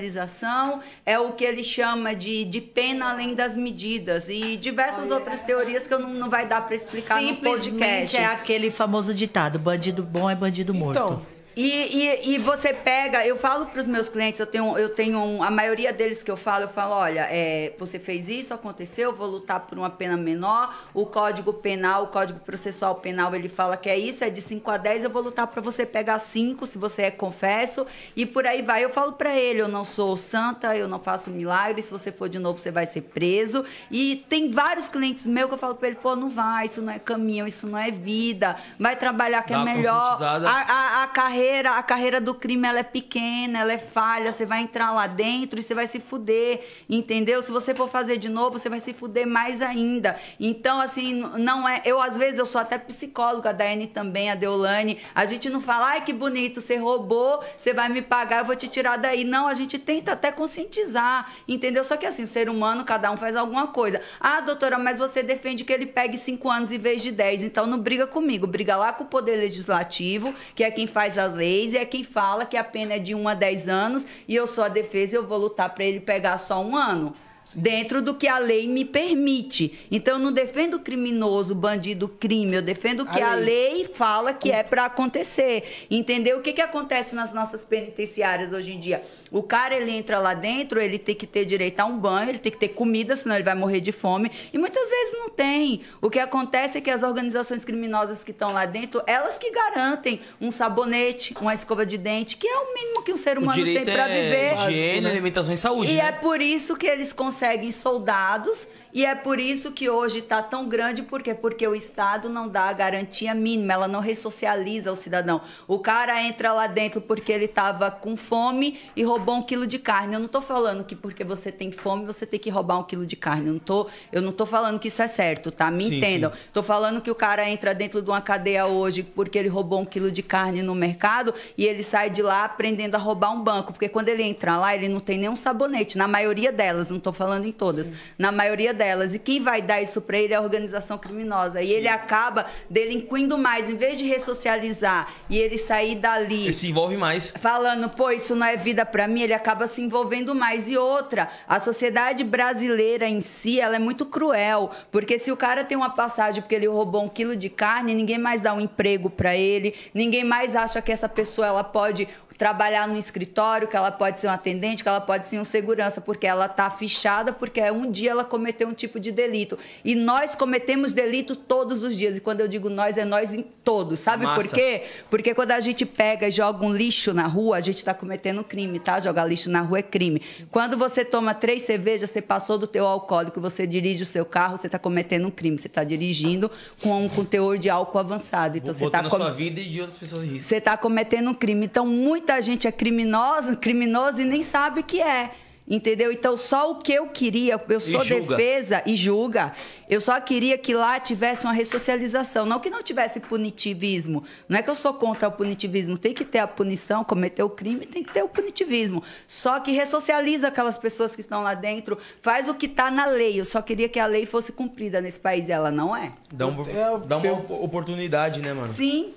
[SPEAKER 3] ressocialização, é o que ele chama de, de pena além das medidas e diversas outras teorias que eu não, não vai dar para explicar no podcast.
[SPEAKER 4] Simplesmente é aquele famoso ditado: bandido bom é bandido morto.
[SPEAKER 3] E, e- e você pega, eu falo para os meus clientes, eu tenho, eu tenho um- a maioria deles que eu falo, eu falo, olha, é, você fez isso, aconteceu, eu vou lutar por uma pena menor, o Código Penal, o Código Processual Penal, ele fala que é isso, é de 5 a 10, eu vou lutar para você pegar 5, se você é confesso, e por aí vai. Eu falo para ele, eu não sou santa, eu não faço milagre, se você for de novo, você vai ser preso. E tem vários clientes meus que eu falo para ele, pô, não vai, isso não é caminho, isso não é vida, vai trabalhar que
[SPEAKER 1] Dá
[SPEAKER 3] é
[SPEAKER 1] uma
[SPEAKER 3] melhor.
[SPEAKER 1] conscientizada.
[SPEAKER 3] A- a, a carreira a carreira do crime ela é pequena ela é falha você vai entrar lá dentro e você vai se fuder entendeu se você for fazer de novo você vai se fuder mais ainda então assim n- não é eu às vezes eu sou até psicóloga a Daiane também a Deolane a gente não fala ai que bonito você roubou você vai me pagar eu vou te tirar daí não a gente tenta até conscientizar entendeu só que assim o ser humano cada um faz alguma coisa ah doutora mas você defende que ele pegue cinco anos em vez de 10 então não briga comigo briga lá com o poder legislativo que é quem faz as leis e é quem fala que a pena é de 1 a 10 anos e eu sou a defesa e eu vou lutar para ele pegar só um ano. Dentro do que a lei me permite. Então, eu não defendo o criminoso, o bandido, o crime. Eu defendo o que a lei, fala que é para acontecer. Entendeu? O que, que acontece nas nossas penitenciárias hoje em dia? O cara, ele entra lá dentro, ele tem que ter direito a um banho, ele tem que ter comida, senão ele vai morrer de fome. E muitas vezes não tem. O que acontece é que as organizações criminosas que estão lá dentro, elas que garantem um sabonete, uma escova de dente, que é o mínimo que um ser
[SPEAKER 1] O
[SPEAKER 3] humano tem
[SPEAKER 1] direito
[SPEAKER 3] para
[SPEAKER 1] é
[SPEAKER 3] viver.
[SPEAKER 1] higiene, alimentação e saúde.
[SPEAKER 3] E
[SPEAKER 1] né?
[SPEAKER 3] é por isso que eles conseguem soldados e é por isso que hoje está tão grande, por quê? Porque o Estado não dá a garantia mínima, ela não ressocializa o cidadão. O cara entra lá dentro porque ele estava com fome e roubou um quilo de carne. Eu não estou falando que porque você tem fome você tem que roubar um quilo de carne. Eu não tô, eu não tô falando que isso é certo, tá? Me
[SPEAKER 16] Sim,
[SPEAKER 3] entendam.
[SPEAKER 16] sim.
[SPEAKER 3] Tô falando que o cara entra dentro de uma cadeia hoje porque ele roubou um quilo de carne no mercado e ele sai de lá aprendendo a roubar um banco. Porque quando ele entra lá, ele não tem nenhum sabonete. Na maioria delas, não tô falando em todas. Na maioria delas. E quem vai dar isso pra ele é a organização criminosa. E ele acaba delinquindo mais. Em vez de ressocializar e ele sair dali
[SPEAKER 1] Ele se envolve mais.
[SPEAKER 3] falando, pô, isso não é vida pra mim, ele acaba se envolvendo mais. E outra, a sociedade brasileira em si, ela é muito cruel, porque se o cara tem uma passagem porque ele roubou um quilo de carne, ninguém mais dá um emprego pra ele, ninguém mais acha que essa pessoa ela pode trabalhar no escritório, que ela pode ser um atendente, que ela pode ser um segurança, porque ela tá fichada, porque um dia ela cometeu um tipo de delito. E nós cometemos delitos todos os dias. E quando eu digo nós, é nós em todos. Sabe
[SPEAKER 16] Massa.
[SPEAKER 3] por quê? Porque quando a gente pega e joga um lixo na rua, a gente está cometendo crime, tá? Jogar lixo na rua é crime. Quando você toma três cervejas, você passou do teu alcoólico, você dirige o seu carro, você está cometendo um crime. Você está dirigindo com, com teor de álcool avançado. Então você está
[SPEAKER 1] Botando a sua vida e de outras pessoas em risco.
[SPEAKER 3] você está cometendo um crime. Então, muita gente é criminosa, criminoso e nem sabe o que é. Entendeu? Então, só o que eu queria, eu sou
[SPEAKER 16] julga.
[SPEAKER 3] defesa e julga. Eu só queria que lá tivesse uma ressocialização. Não que não tivesse punitivismo. Não é que eu sou contra o punitivismo. Tem que ter a punição, cometer o crime, tem que ter o punitivismo. Só que ressocializa aquelas pessoas que estão lá dentro, faz o que está na lei. Eu só queria que a lei fosse cumprida nesse país. e Ela não é.
[SPEAKER 1] Dá uma, dá uma op- oportunidade, né, mano?
[SPEAKER 3] Sim.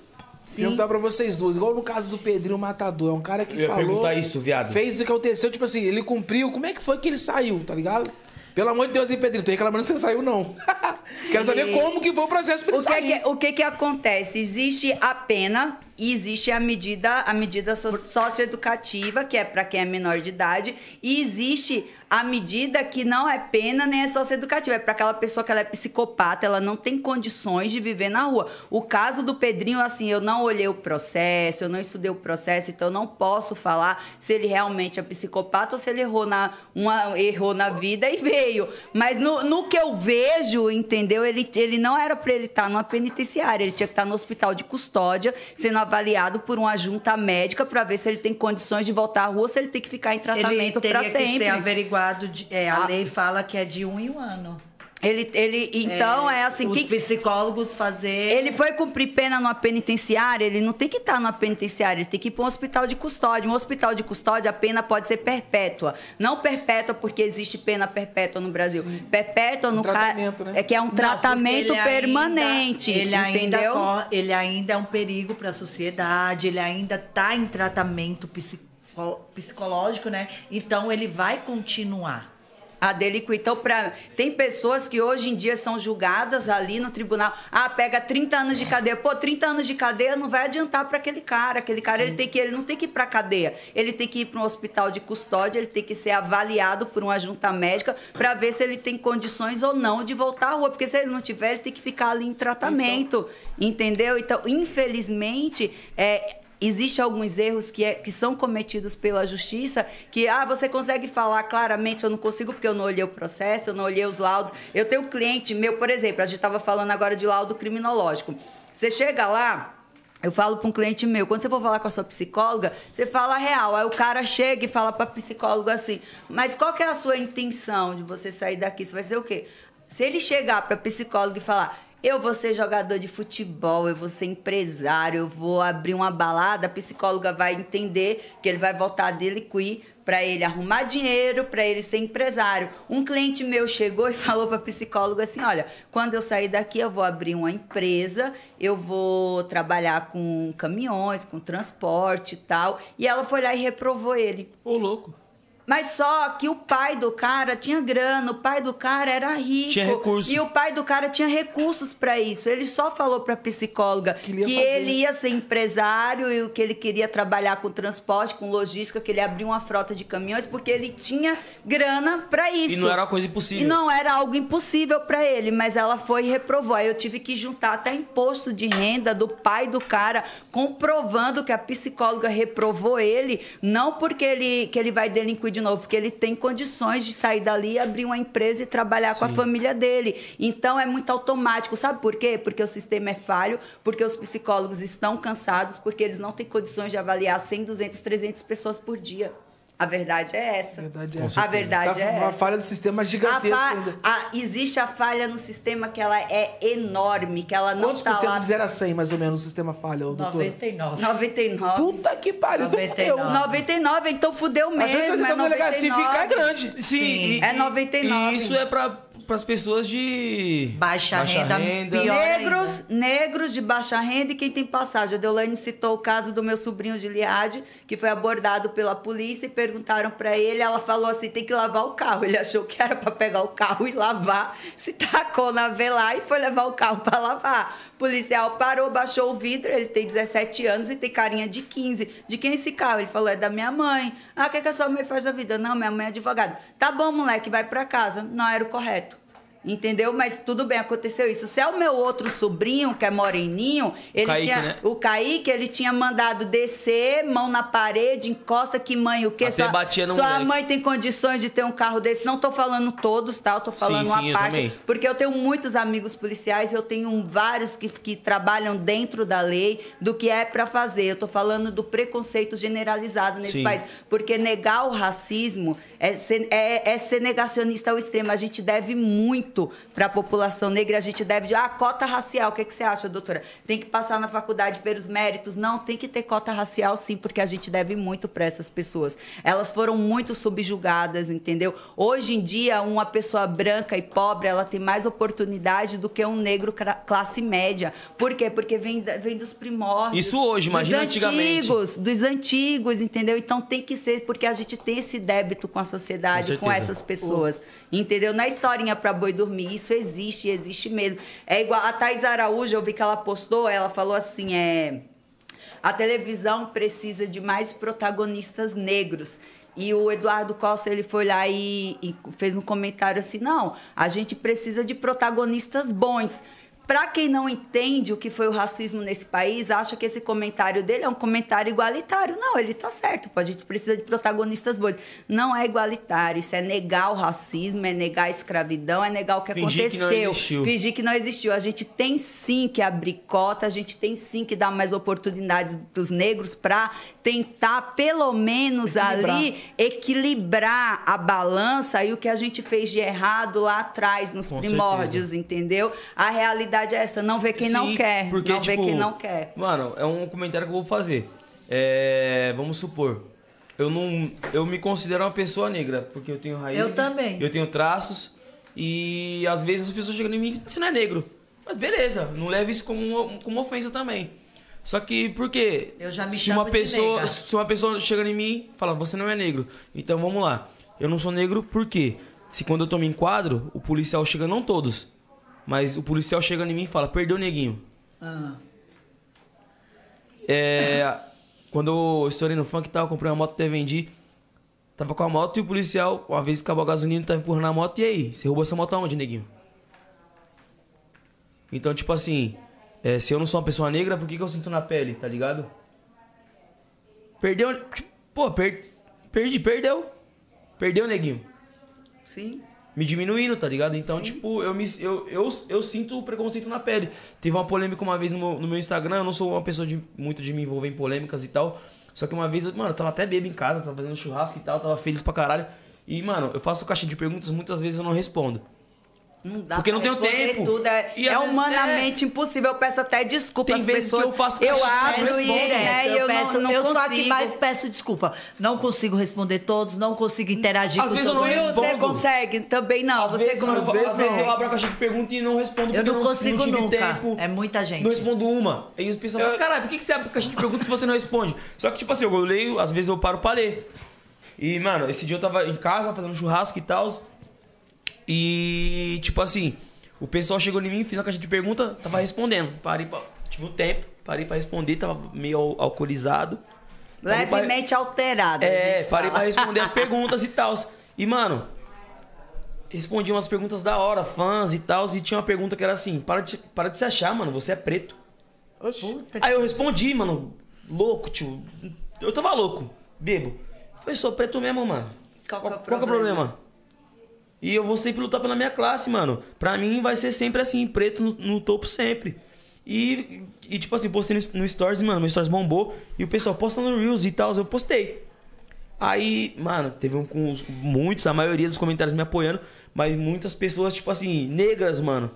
[SPEAKER 3] Sim.
[SPEAKER 2] Perguntar pra vocês duas, igual no caso do Pedrinho Matador, é um cara que
[SPEAKER 1] Eu ia
[SPEAKER 2] falou.
[SPEAKER 1] perguntar isso, viado.
[SPEAKER 2] Fez o que aconteceu, tipo assim, ele cumpriu, como é que foi que ele saiu, tá ligado? Pelo amor de Deus, hein, Pedrinho, tô reclamando que você saiu, não. Quero saber
[SPEAKER 3] E-
[SPEAKER 2] como que foi o processo pra
[SPEAKER 3] o
[SPEAKER 2] ele
[SPEAKER 3] que, é
[SPEAKER 2] sair.
[SPEAKER 3] que- o que que acontece? Existe a pena e existe a medida, a medida so- socioeducativa, que é para quem é menor de idade, e existe a medida que não é pena nem é socioeducativa, é para aquela pessoa que ela é psicopata, ela não tem condições de viver na rua. O caso do Pedrinho, assim, eu não olhei o processo, eu não estudei o processo, então eu não posso falar se ele realmente é psicopata ou se ele errou na, uma, errou na vida e veio. Mas no, no que eu vejo, entendeu? Ele, ele não era pra ele estar numa penitenciária, ele tinha que estar no hospital de custódia, sendo avaliado por uma junta médica pra ver se ele tem condições de voltar à rua, ou se ele tem que ficar em tratamento
[SPEAKER 6] teria
[SPEAKER 3] pra
[SPEAKER 6] que
[SPEAKER 3] sempre.
[SPEAKER 6] ser averiguado
[SPEAKER 11] lado de. é,
[SPEAKER 4] Ah.
[SPEAKER 11] a lei fala que é de um em um ano.
[SPEAKER 3] Ele, ele, então é, assim,
[SPEAKER 11] os
[SPEAKER 3] quem-
[SPEAKER 11] psicólogos fazer.
[SPEAKER 3] Ele foi cumprir pena numa penitenciária, ele não tem que estar numa penitenciária, ele tem que ir para um hospital de custódia. Um hospital de custódia, a pena pode ser perpétua. Não perpétua porque existe pena perpétua no Brasil. Perpétua no caso. É que é um
[SPEAKER 11] Não,
[SPEAKER 3] tratamento
[SPEAKER 11] porque ele ainda-
[SPEAKER 3] permanente.
[SPEAKER 11] ele ainda
[SPEAKER 3] entendeu?
[SPEAKER 11] cor- ele ainda é um perigo para a sociedade, ele ainda
[SPEAKER 4] tá
[SPEAKER 11] está em tratamento psico- psicológico, né? Então ele vai continuar.
[SPEAKER 3] A delíqua. Então, pra... tem pessoas que hoje em dia são julgadas ali no tribunal. Ah, pega 30 anos de cadeia. Pô, 30 anos de cadeia não vai adiantar para aquele cara. Aquele cara ele tem que ele não tem que ir para cadeia. Ele tem que ir para um hospital de custódia, ele tem que ser avaliado por uma junta médica para ver se ele tem condições ou não de voltar à rua, porque se ele não tiver, ele tem que ficar ali em tratamento. Entendeu? Então, infelizmente, é, Existem alguns erros que, é- que são cometidos pela justiça que, ah, você consegue falar claramente, eu não consigo porque eu não olhei o processo, eu não olhei os laudos. Eu tenho cliente meu, por exemplo, a gente estava falando agora de laudo criminológico. Você chega lá, eu falo para um cliente meu, quando você for falar com a sua psicóloga, você fala a real. Aí o cara chega e fala para a psicóloga assim, mas qual que é a sua intenção de você sair daqui? Você vai ser o quê? Se ele chegar para psicóloga e falar, eu vou ser jogador de futebol, eu vou ser empresário, eu vou abrir uma balada, a psicóloga vai entender que ele vai voltar a deliquir para ele arrumar dinheiro, para ele ser empresário. Um cliente meu chegou e falou para psicóloga assim: "Olha, quando eu sair daqui eu vou abrir uma empresa, eu vou trabalhar com caminhões, com transporte e tal". E ela foi lá e reprovou ele.
[SPEAKER 2] Ô louco.
[SPEAKER 3] Mas só que o pai do cara tinha grana, o pai do cara era rico.
[SPEAKER 1] Tinha recurso.
[SPEAKER 3] E o pai do cara tinha recursos para isso. Ele só falou para psicóloga que,
[SPEAKER 1] ia fazer.
[SPEAKER 3] ele ia ser empresário e o que ele queria trabalhar com transporte, com logística, que ele abriu uma frota de caminhões porque ele tinha grana para isso.
[SPEAKER 1] E não era uma coisa impossível.
[SPEAKER 3] E não era algo impossível para ele, mas ela foi e reprovou. Aí eu tive que juntar até imposto de renda do pai do cara, comprovando que a psicóloga reprovou ele, não porque ele, que ele vai delinquir de novo, porque ele tem condições de sair dali, abrir uma empresa e trabalhar com a
[SPEAKER 15] Sim.
[SPEAKER 3] família dele. Então é muito automático. Sabe por quê? Porque o sistema é falho, porque os psicólogos estão cansados, porque eles não têm condições de avaliar 100, 200, 300 pessoas por dia. A verdade é essa.
[SPEAKER 2] Verdade
[SPEAKER 3] é essa. A
[SPEAKER 2] tá,
[SPEAKER 3] verdade é
[SPEAKER 2] Uma
[SPEAKER 3] essa.
[SPEAKER 2] falha do sistema gigantesca
[SPEAKER 3] A fa- tá
[SPEAKER 2] ainda.
[SPEAKER 3] a- existe a falha no sistema que ela é enorme, que ela não
[SPEAKER 2] Quantos
[SPEAKER 3] tá
[SPEAKER 2] por cento
[SPEAKER 3] lá.
[SPEAKER 2] de 0 a 100, mais ou menos, o sistema falha, ô, doutora?
[SPEAKER 3] 99.
[SPEAKER 2] Puta que pariu, então fudeu.
[SPEAKER 3] 99, então fudeu
[SPEAKER 2] A
[SPEAKER 3] mesmo.
[SPEAKER 2] chance de você
[SPEAKER 3] é
[SPEAKER 2] ter uma delegacia e ficar é
[SPEAKER 3] 99.
[SPEAKER 2] grande.
[SPEAKER 1] Sim, e-
[SPEAKER 3] é
[SPEAKER 1] e-
[SPEAKER 3] 99.
[SPEAKER 1] E isso é para as pessoas de
[SPEAKER 3] Baixa,
[SPEAKER 1] renda, pior
[SPEAKER 3] negros, negros de baixa renda e quem tem passagem. A Deolane citou o caso do meu sobrinho de Liade, que foi abordado pela polícia e perguntaram pra ele, ela falou assim, tem que lavar o carro. Ele achou que era pra pegar o carro e lavar, se tacou na velar e foi levar o carro pra lavar. O policial parou, baixou o vidro, ele tem 17 anos e tem carinha de 15. De quem é esse carro? Ele falou, é da minha mãe. Ah, o que, é que a sua mãe faz da vida? Não, minha mãe é advogada. Tá bom, moleque, vai pra casa. Não era o correto. Entendeu? Mas tudo bem, aconteceu isso. Se é o meu outro sobrinho, que é moreninho, ele
[SPEAKER 1] Kaique,
[SPEAKER 3] tinha.
[SPEAKER 1] né?
[SPEAKER 3] O Kaique, ele tinha mandado descer, mão na parede, encosta que mãe, o quê?
[SPEAKER 1] Até
[SPEAKER 3] sua
[SPEAKER 1] batia no
[SPEAKER 3] sua
[SPEAKER 1] moleque.
[SPEAKER 3] mãe tem condições de ter um carro desse. Não tô falando todos, tá? Eu tô falando
[SPEAKER 1] Sim,
[SPEAKER 3] uma
[SPEAKER 1] sim, eu
[SPEAKER 3] parte.
[SPEAKER 1] também.
[SPEAKER 3] Porque eu tenho muitos amigos policiais, eu tenho vários que, que trabalham dentro da lei, do que é pra fazer. Eu tô falando do preconceito generalizado nesse
[SPEAKER 15] Sim.
[SPEAKER 3] país. Porque negar o racismo é ser, é- é ser negacionista ao extremo. A gente deve muito para a população negra, a gente deve. de- Ah, cota racial, o que, que você acha, doutora? Tem que passar na faculdade pelos méritos? Não, tem que ter cota racial, sim, porque a gente deve muito para essas pessoas. Elas foram muito subjugadas, entendeu? Hoje em dia, uma pessoa branca e pobre, ela tem mais oportunidade do que um negro cra- classe média. Por quê? Porque vem, da- vem dos primórdios.
[SPEAKER 1] Isso hoje, imagina
[SPEAKER 3] dos
[SPEAKER 1] antigamente.
[SPEAKER 3] antigos, dos antigos, entendeu? Então tem que ser, porque a gente tem esse débito com a sociedade,
[SPEAKER 15] Com
[SPEAKER 3] com,
[SPEAKER 15] certeza.
[SPEAKER 3] essas pessoas. Entendeu? Não é historinha pra boi dormir. Isso existe, existe mesmo. É igual a Thais Araújo, eu vi que ela postou, ela falou assim, é. A televisão precisa de mais protagonistas negros. E o Eduardo Costa ele foi lá e, e fez um comentário assim: não, a gente precisa de protagonistas bons. Pra quem não entende o que foi o racismo nesse país, acha que esse comentário dele é um comentário igualitário. Não, ele tá certo, pô, a gente precisa de protagonistas bons. Não é igualitário, isso é negar o racismo, é negar a escravidão, é negar o que
[SPEAKER 1] Fingir que não
[SPEAKER 3] aconteceu.
[SPEAKER 1] existiu.
[SPEAKER 3] Fingir que não existiu. A gente tem sim que abrir cota, a gente tem sim que dar mais oportunidades para os negros para tentar, pelo menos
[SPEAKER 2] Equilibrar.
[SPEAKER 3] ali, equilibrar a balança e o que a gente fez de errado lá atrás, nos
[SPEAKER 1] Com
[SPEAKER 3] primórdios,
[SPEAKER 1] certeza.
[SPEAKER 3] entendeu? A realidade é essa, não vê quem não
[SPEAKER 1] Sim,
[SPEAKER 3] quer.
[SPEAKER 1] Porque,
[SPEAKER 3] não vê
[SPEAKER 1] tipo,
[SPEAKER 3] quem não quer.
[SPEAKER 1] Mano, é um comentário que eu vou fazer. É, vamos supor. Eu não. Eu me considero uma pessoa negra, porque eu tenho raízes.
[SPEAKER 11] Eu também.
[SPEAKER 1] Eu tenho traços. E às vezes as pessoas chegam em mim e falam, você não é negro. Mas beleza, não leve isso como uma, como uma ofensa também. Só que, por quê?
[SPEAKER 11] Eu já me
[SPEAKER 1] se
[SPEAKER 11] chamo
[SPEAKER 1] uma
[SPEAKER 11] de
[SPEAKER 1] pessoa
[SPEAKER 11] nega.
[SPEAKER 1] Se uma pessoa chega em mim e fala, você não é negro. Então vamos lá. Eu não sou negro por quê? Se quando eu tomo enquadro, o policial chega, não todos, mas o policial chega em mim e fala, perdeu neguinho.
[SPEAKER 11] Ah.
[SPEAKER 1] É, quando eu estourei no funk e tal, comprei uma moto até vendi. Tava com a moto e o policial, uma vez acabou a gasolina, tava empurrando a moto. E aí, você roubou essa moto aonde, neguinho? Então, tipo assim, é, se eu não sou uma pessoa negra, por que, que eu sinto na pele, tá ligado? Perdeu. tipo, pô, per, perdi, perdeu. Perdeu, neguinho.
[SPEAKER 3] Sim.
[SPEAKER 1] Me diminuindo, tá ligado? Então, tipo, eu, me, eu, eu, eu sinto o preconceito na pele. Teve uma polêmica uma vez no meu, no meu Instagram, eu não sou uma pessoa de, muito de me envolver em polêmicas e tal. Só que uma vez, eu- mano, eu tava até bebo em casa, tava fazendo churrasco e tal, tava feliz pra caralho. E, mano, eu faço caixa de perguntas, muitas vezes eu não respondo.
[SPEAKER 3] Não dá
[SPEAKER 1] Porque
[SPEAKER 3] pra
[SPEAKER 1] não tenho
[SPEAKER 3] responder
[SPEAKER 1] tempo.
[SPEAKER 3] Tudo. É,
[SPEAKER 1] E, às
[SPEAKER 3] é
[SPEAKER 1] vezes,
[SPEAKER 3] humanamente impossível. Eu peço até desculpa
[SPEAKER 1] Tem
[SPEAKER 3] às
[SPEAKER 1] vezes que
[SPEAKER 3] pessoas.
[SPEAKER 1] eu faço
[SPEAKER 3] Eu
[SPEAKER 1] caixa-
[SPEAKER 3] abro e,
[SPEAKER 1] respondo.
[SPEAKER 3] né,
[SPEAKER 4] eu
[SPEAKER 3] eu, não-
[SPEAKER 4] peço-
[SPEAKER 3] não,
[SPEAKER 4] eu sou a
[SPEAKER 3] consigo.
[SPEAKER 4] que mais peço desculpa. Não consigo responder todos, não consigo interagir
[SPEAKER 1] Às
[SPEAKER 4] com
[SPEAKER 1] vezes eu
[SPEAKER 4] todo
[SPEAKER 1] não
[SPEAKER 4] mundo.
[SPEAKER 1] respondo.
[SPEAKER 3] Você consegue? Também não.
[SPEAKER 1] Às
[SPEAKER 3] você é
[SPEAKER 1] vezes,
[SPEAKER 3] consegue.
[SPEAKER 1] às vezes, eu abro a caixa de perguntas e não respondo
[SPEAKER 4] Eu
[SPEAKER 1] porque
[SPEAKER 4] não consigo
[SPEAKER 1] tive
[SPEAKER 4] nunca.
[SPEAKER 1] tempo.
[SPEAKER 4] É muita gente.
[SPEAKER 1] Não respondo uma. Aí os pessoal fala, caralho, por que que você abre caixa de perguntas se você não responde? Só que, tipo assim, eu leio, às vezes eu paro pra ler. E, mano, esse dia eu tava em casa fazendo churrasco e tal. E, tipo assim, o pessoal chegou em mim, fiz uma caixa de pergunta, tava respondendo. Parei pra. Tive um tempo, parei pra responder, tava meio al- alcoolizado. Parei pra-
[SPEAKER 3] Levemente alterada. a
[SPEAKER 1] é,
[SPEAKER 3] gente
[SPEAKER 1] parei
[SPEAKER 3] fala.
[SPEAKER 1] pra responder as perguntas e tal. E, mano, respondi umas perguntas da hora, fãs e tal. E tinha uma pergunta que era assim: para de, para de se achar, mano, você é preto.
[SPEAKER 3] Tá
[SPEAKER 1] Aí eu respondi, mano, louco, tio. Eu tava louco, bebo. Falei, sou preto mesmo, mano.
[SPEAKER 3] Qual que é o
[SPEAKER 1] Qual que é o problema? E eu vou sempre lutar pela minha classe, mano. Pra mim vai ser sempre assim, preto no, no topo sempre. E, e, tipo assim, postei no, no Stories, mano, meu Stories bombou. E o pessoal posta no Reels e tal, eu postei. Aí, mano, teve um com os- muitos, a maioria dos comentários me apoiando, mas muitas pessoas, tipo assim, negras, mano.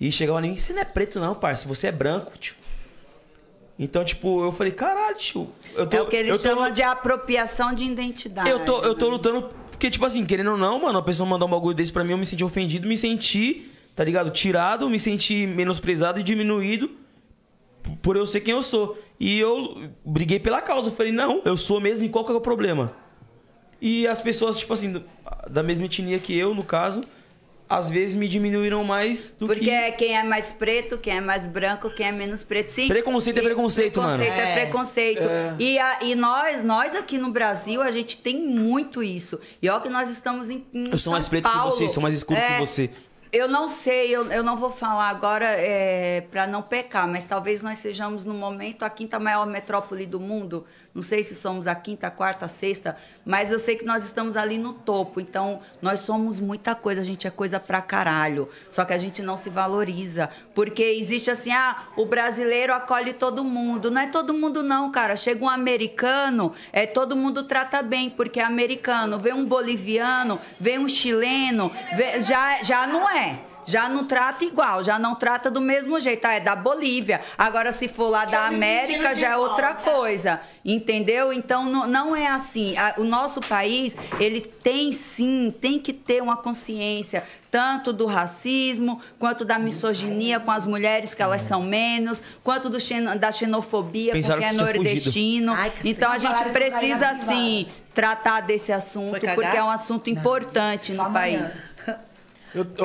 [SPEAKER 1] E chegava em mim, você não é preto não, parça, você é branco, tio. Então, tipo, eu falei, caralho, tio. Eu tô,
[SPEAKER 3] é o que
[SPEAKER 1] eu
[SPEAKER 3] eles
[SPEAKER 1] tô
[SPEAKER 3] chamam de apropriação de identidade.
[SPEAKER 1] eu tô, eu tô
[SPEAKER 3] né?
[SPEAKER 1] lutando, porque, tipo assim, querendo ou não, mano, a pessoa mandar um bagulho desse pra mim, eu me senti ofendido, me senti, tá ligado? Tirado, me senti menosprezado e diminuído p- por eu ser quem eu sou. E eu briguei pela causa. Eu falei, não, eu sou mesmo e qual que é o problema? E as pessoas, tipo assim, do- da mesma etnia que eu, no caso, às vezes me diminuíram mais do
[SPEAKER 3] Porque
[SPEAKER 1] que.
[SPEAKER 3] é quem é mais preto, quem é mais branco, quem é menos preto, sim.
[SPEAKER 1] Preconceito é preconceito, mano.
[SPEAKER 3] Preconceito é, preconceito.
[SPEAKER 1] É.
[SPEAKER 3] E, a- e nós, nós aqui no Brasil, a gente tem muito isso. E olha que nós estamos em, em
[SPEAKER 1] Eu sou mais
[SPEAKER 3] São
[SPEAKER 1] preto
[SPEAKER 3] Paulo.
[SPEAKER 1] que você, sou mais escuro
[SPEAKER 3] É,
[SPEAKER 1] que você.
[SPEAKER 3] Eu não sei, eu, eu não vou falar agora é, para não pecar, mas talvez nós sejamos no momento a quinta maior metrópole do mundo. Não sei se somos a quinta, a quarta, a sexta, mas eu sei que nós estamos ali no topo. Então, nós somos muita coisa, a gente é coisa pra caralho. Só que a gente não se valoriza. Porque existe assim, ah, o brasileiro acolhe todo mundo. Não é todo mundo, não, cara. Chega um americano, é todo mundo trata bem, porque é americano. Vem um boliviano, vem um chileno, vem- já, já não é. Já não trata igual, já não trata do mesmo jeito. Ah, é da Bolívia. Agora, se for lá da América, já é outra coisa. Entendeu? Então, não, não é assim. A- O nosso país, ele tem sim, tem que ter uma consciência tanto do racismo, quanto da misoginia com as mulheres, que elas são menos, quanto do xeno- da xenofobia,
[SPEAKER 1] Pensaram
[SPEAKER 3] porque é
[SPEAKER 1] que você tinha
[SPEAKER 3] nordestino. então, a gente
[SPEAKER 5] falaram que eu caí
[SPEAKER 3] precisa,
[SPEAKER 5] na privada.
[SPEAKER 3] assim, tratar desse assunto,
[SPEAKER 5] cagar?
[SPEAKER 3] porque é um assunto importante no
[SPEAKER 5] amanhã.
[SPEAKER 3] país.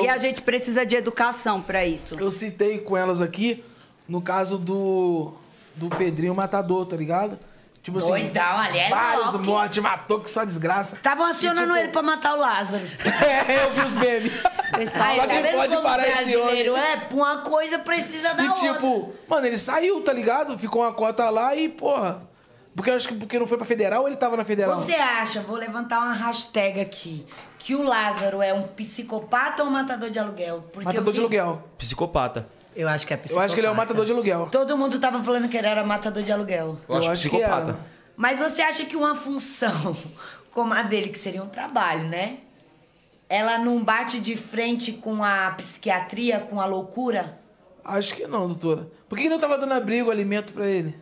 [SPEAKER 3] E a gente precisa de educação pra isso.
[SPEAKER 2] Eu citei com elas aqui, no caso do, do Pedrinho Matador, tá ligado? Tipo assim.
[SPEAKER 5] Doidão, ali é
[SPEAKER 2] Vários
[SPEAKER 5] top.
[SPEAKER 2] mortes, matou que só desgraça.
[SPEAKER 5] Estavam acionando
[SPEAKER 3] Tipo,
[SPEAKER 5] ele pra matar o Lázaro.
[SPEAKER 2] É, eu vi os memes.
[SPEAKER 5] Pessoal,
[SPEAKER 2] só
[SPEAKER 5] tá
[SPEAKER 2] quem
[SPEAKER 5] vendo
[SPEAKER 2] pode
[SPEAKER 5] como
[SPEAKER 2] parar esse
[SPEAKER 5] brasileiro Tá
[SPEAKER 2] homem.
[SPEAKER 5] É, uma coisa precisa da
[SPEAKER 2] E tipo,
[SPEAKER 5] outra.
[SPEAKER 2] mano, ele saiu, tá ligado? Ficou uma cota lá e, porra. Porque eu acho que porque não foi pra federal ou ele tava na federal?
[SPEAKER 5] Você é acha, vou levantar uma hashtag aqui, que o Lázaro é um psicopata ou um matador de aluguel? Porque
[SPEAKER 2] Matador de
[SPEAKER 5] eu vi-
[SPEAKER 2] aluguel.
[SPEAKER 1] Psicopata.
[SPEAKER 4] Eu acho que é
[SPEAKER 2] Eu acho que ele é o matador de aluguel.
[SPEAKER 5] Todo mundo tava falando que ele era matador de aluguel.
[SPEAKER 1] Eu acho
[SPEAKER 2] que é.
[SPEAKER 1] psicopata.
[SPEAKER 2] era.
[SPEAKER 5] Mas você acha que uma função como a dele, que seria um trabalho, né? Ela não bate de frente com a psiquiatria, com a loucura?
[SPEAKER 2] Acho que não, doutora. Por que que não tava dando abrigo, alimento pra ele?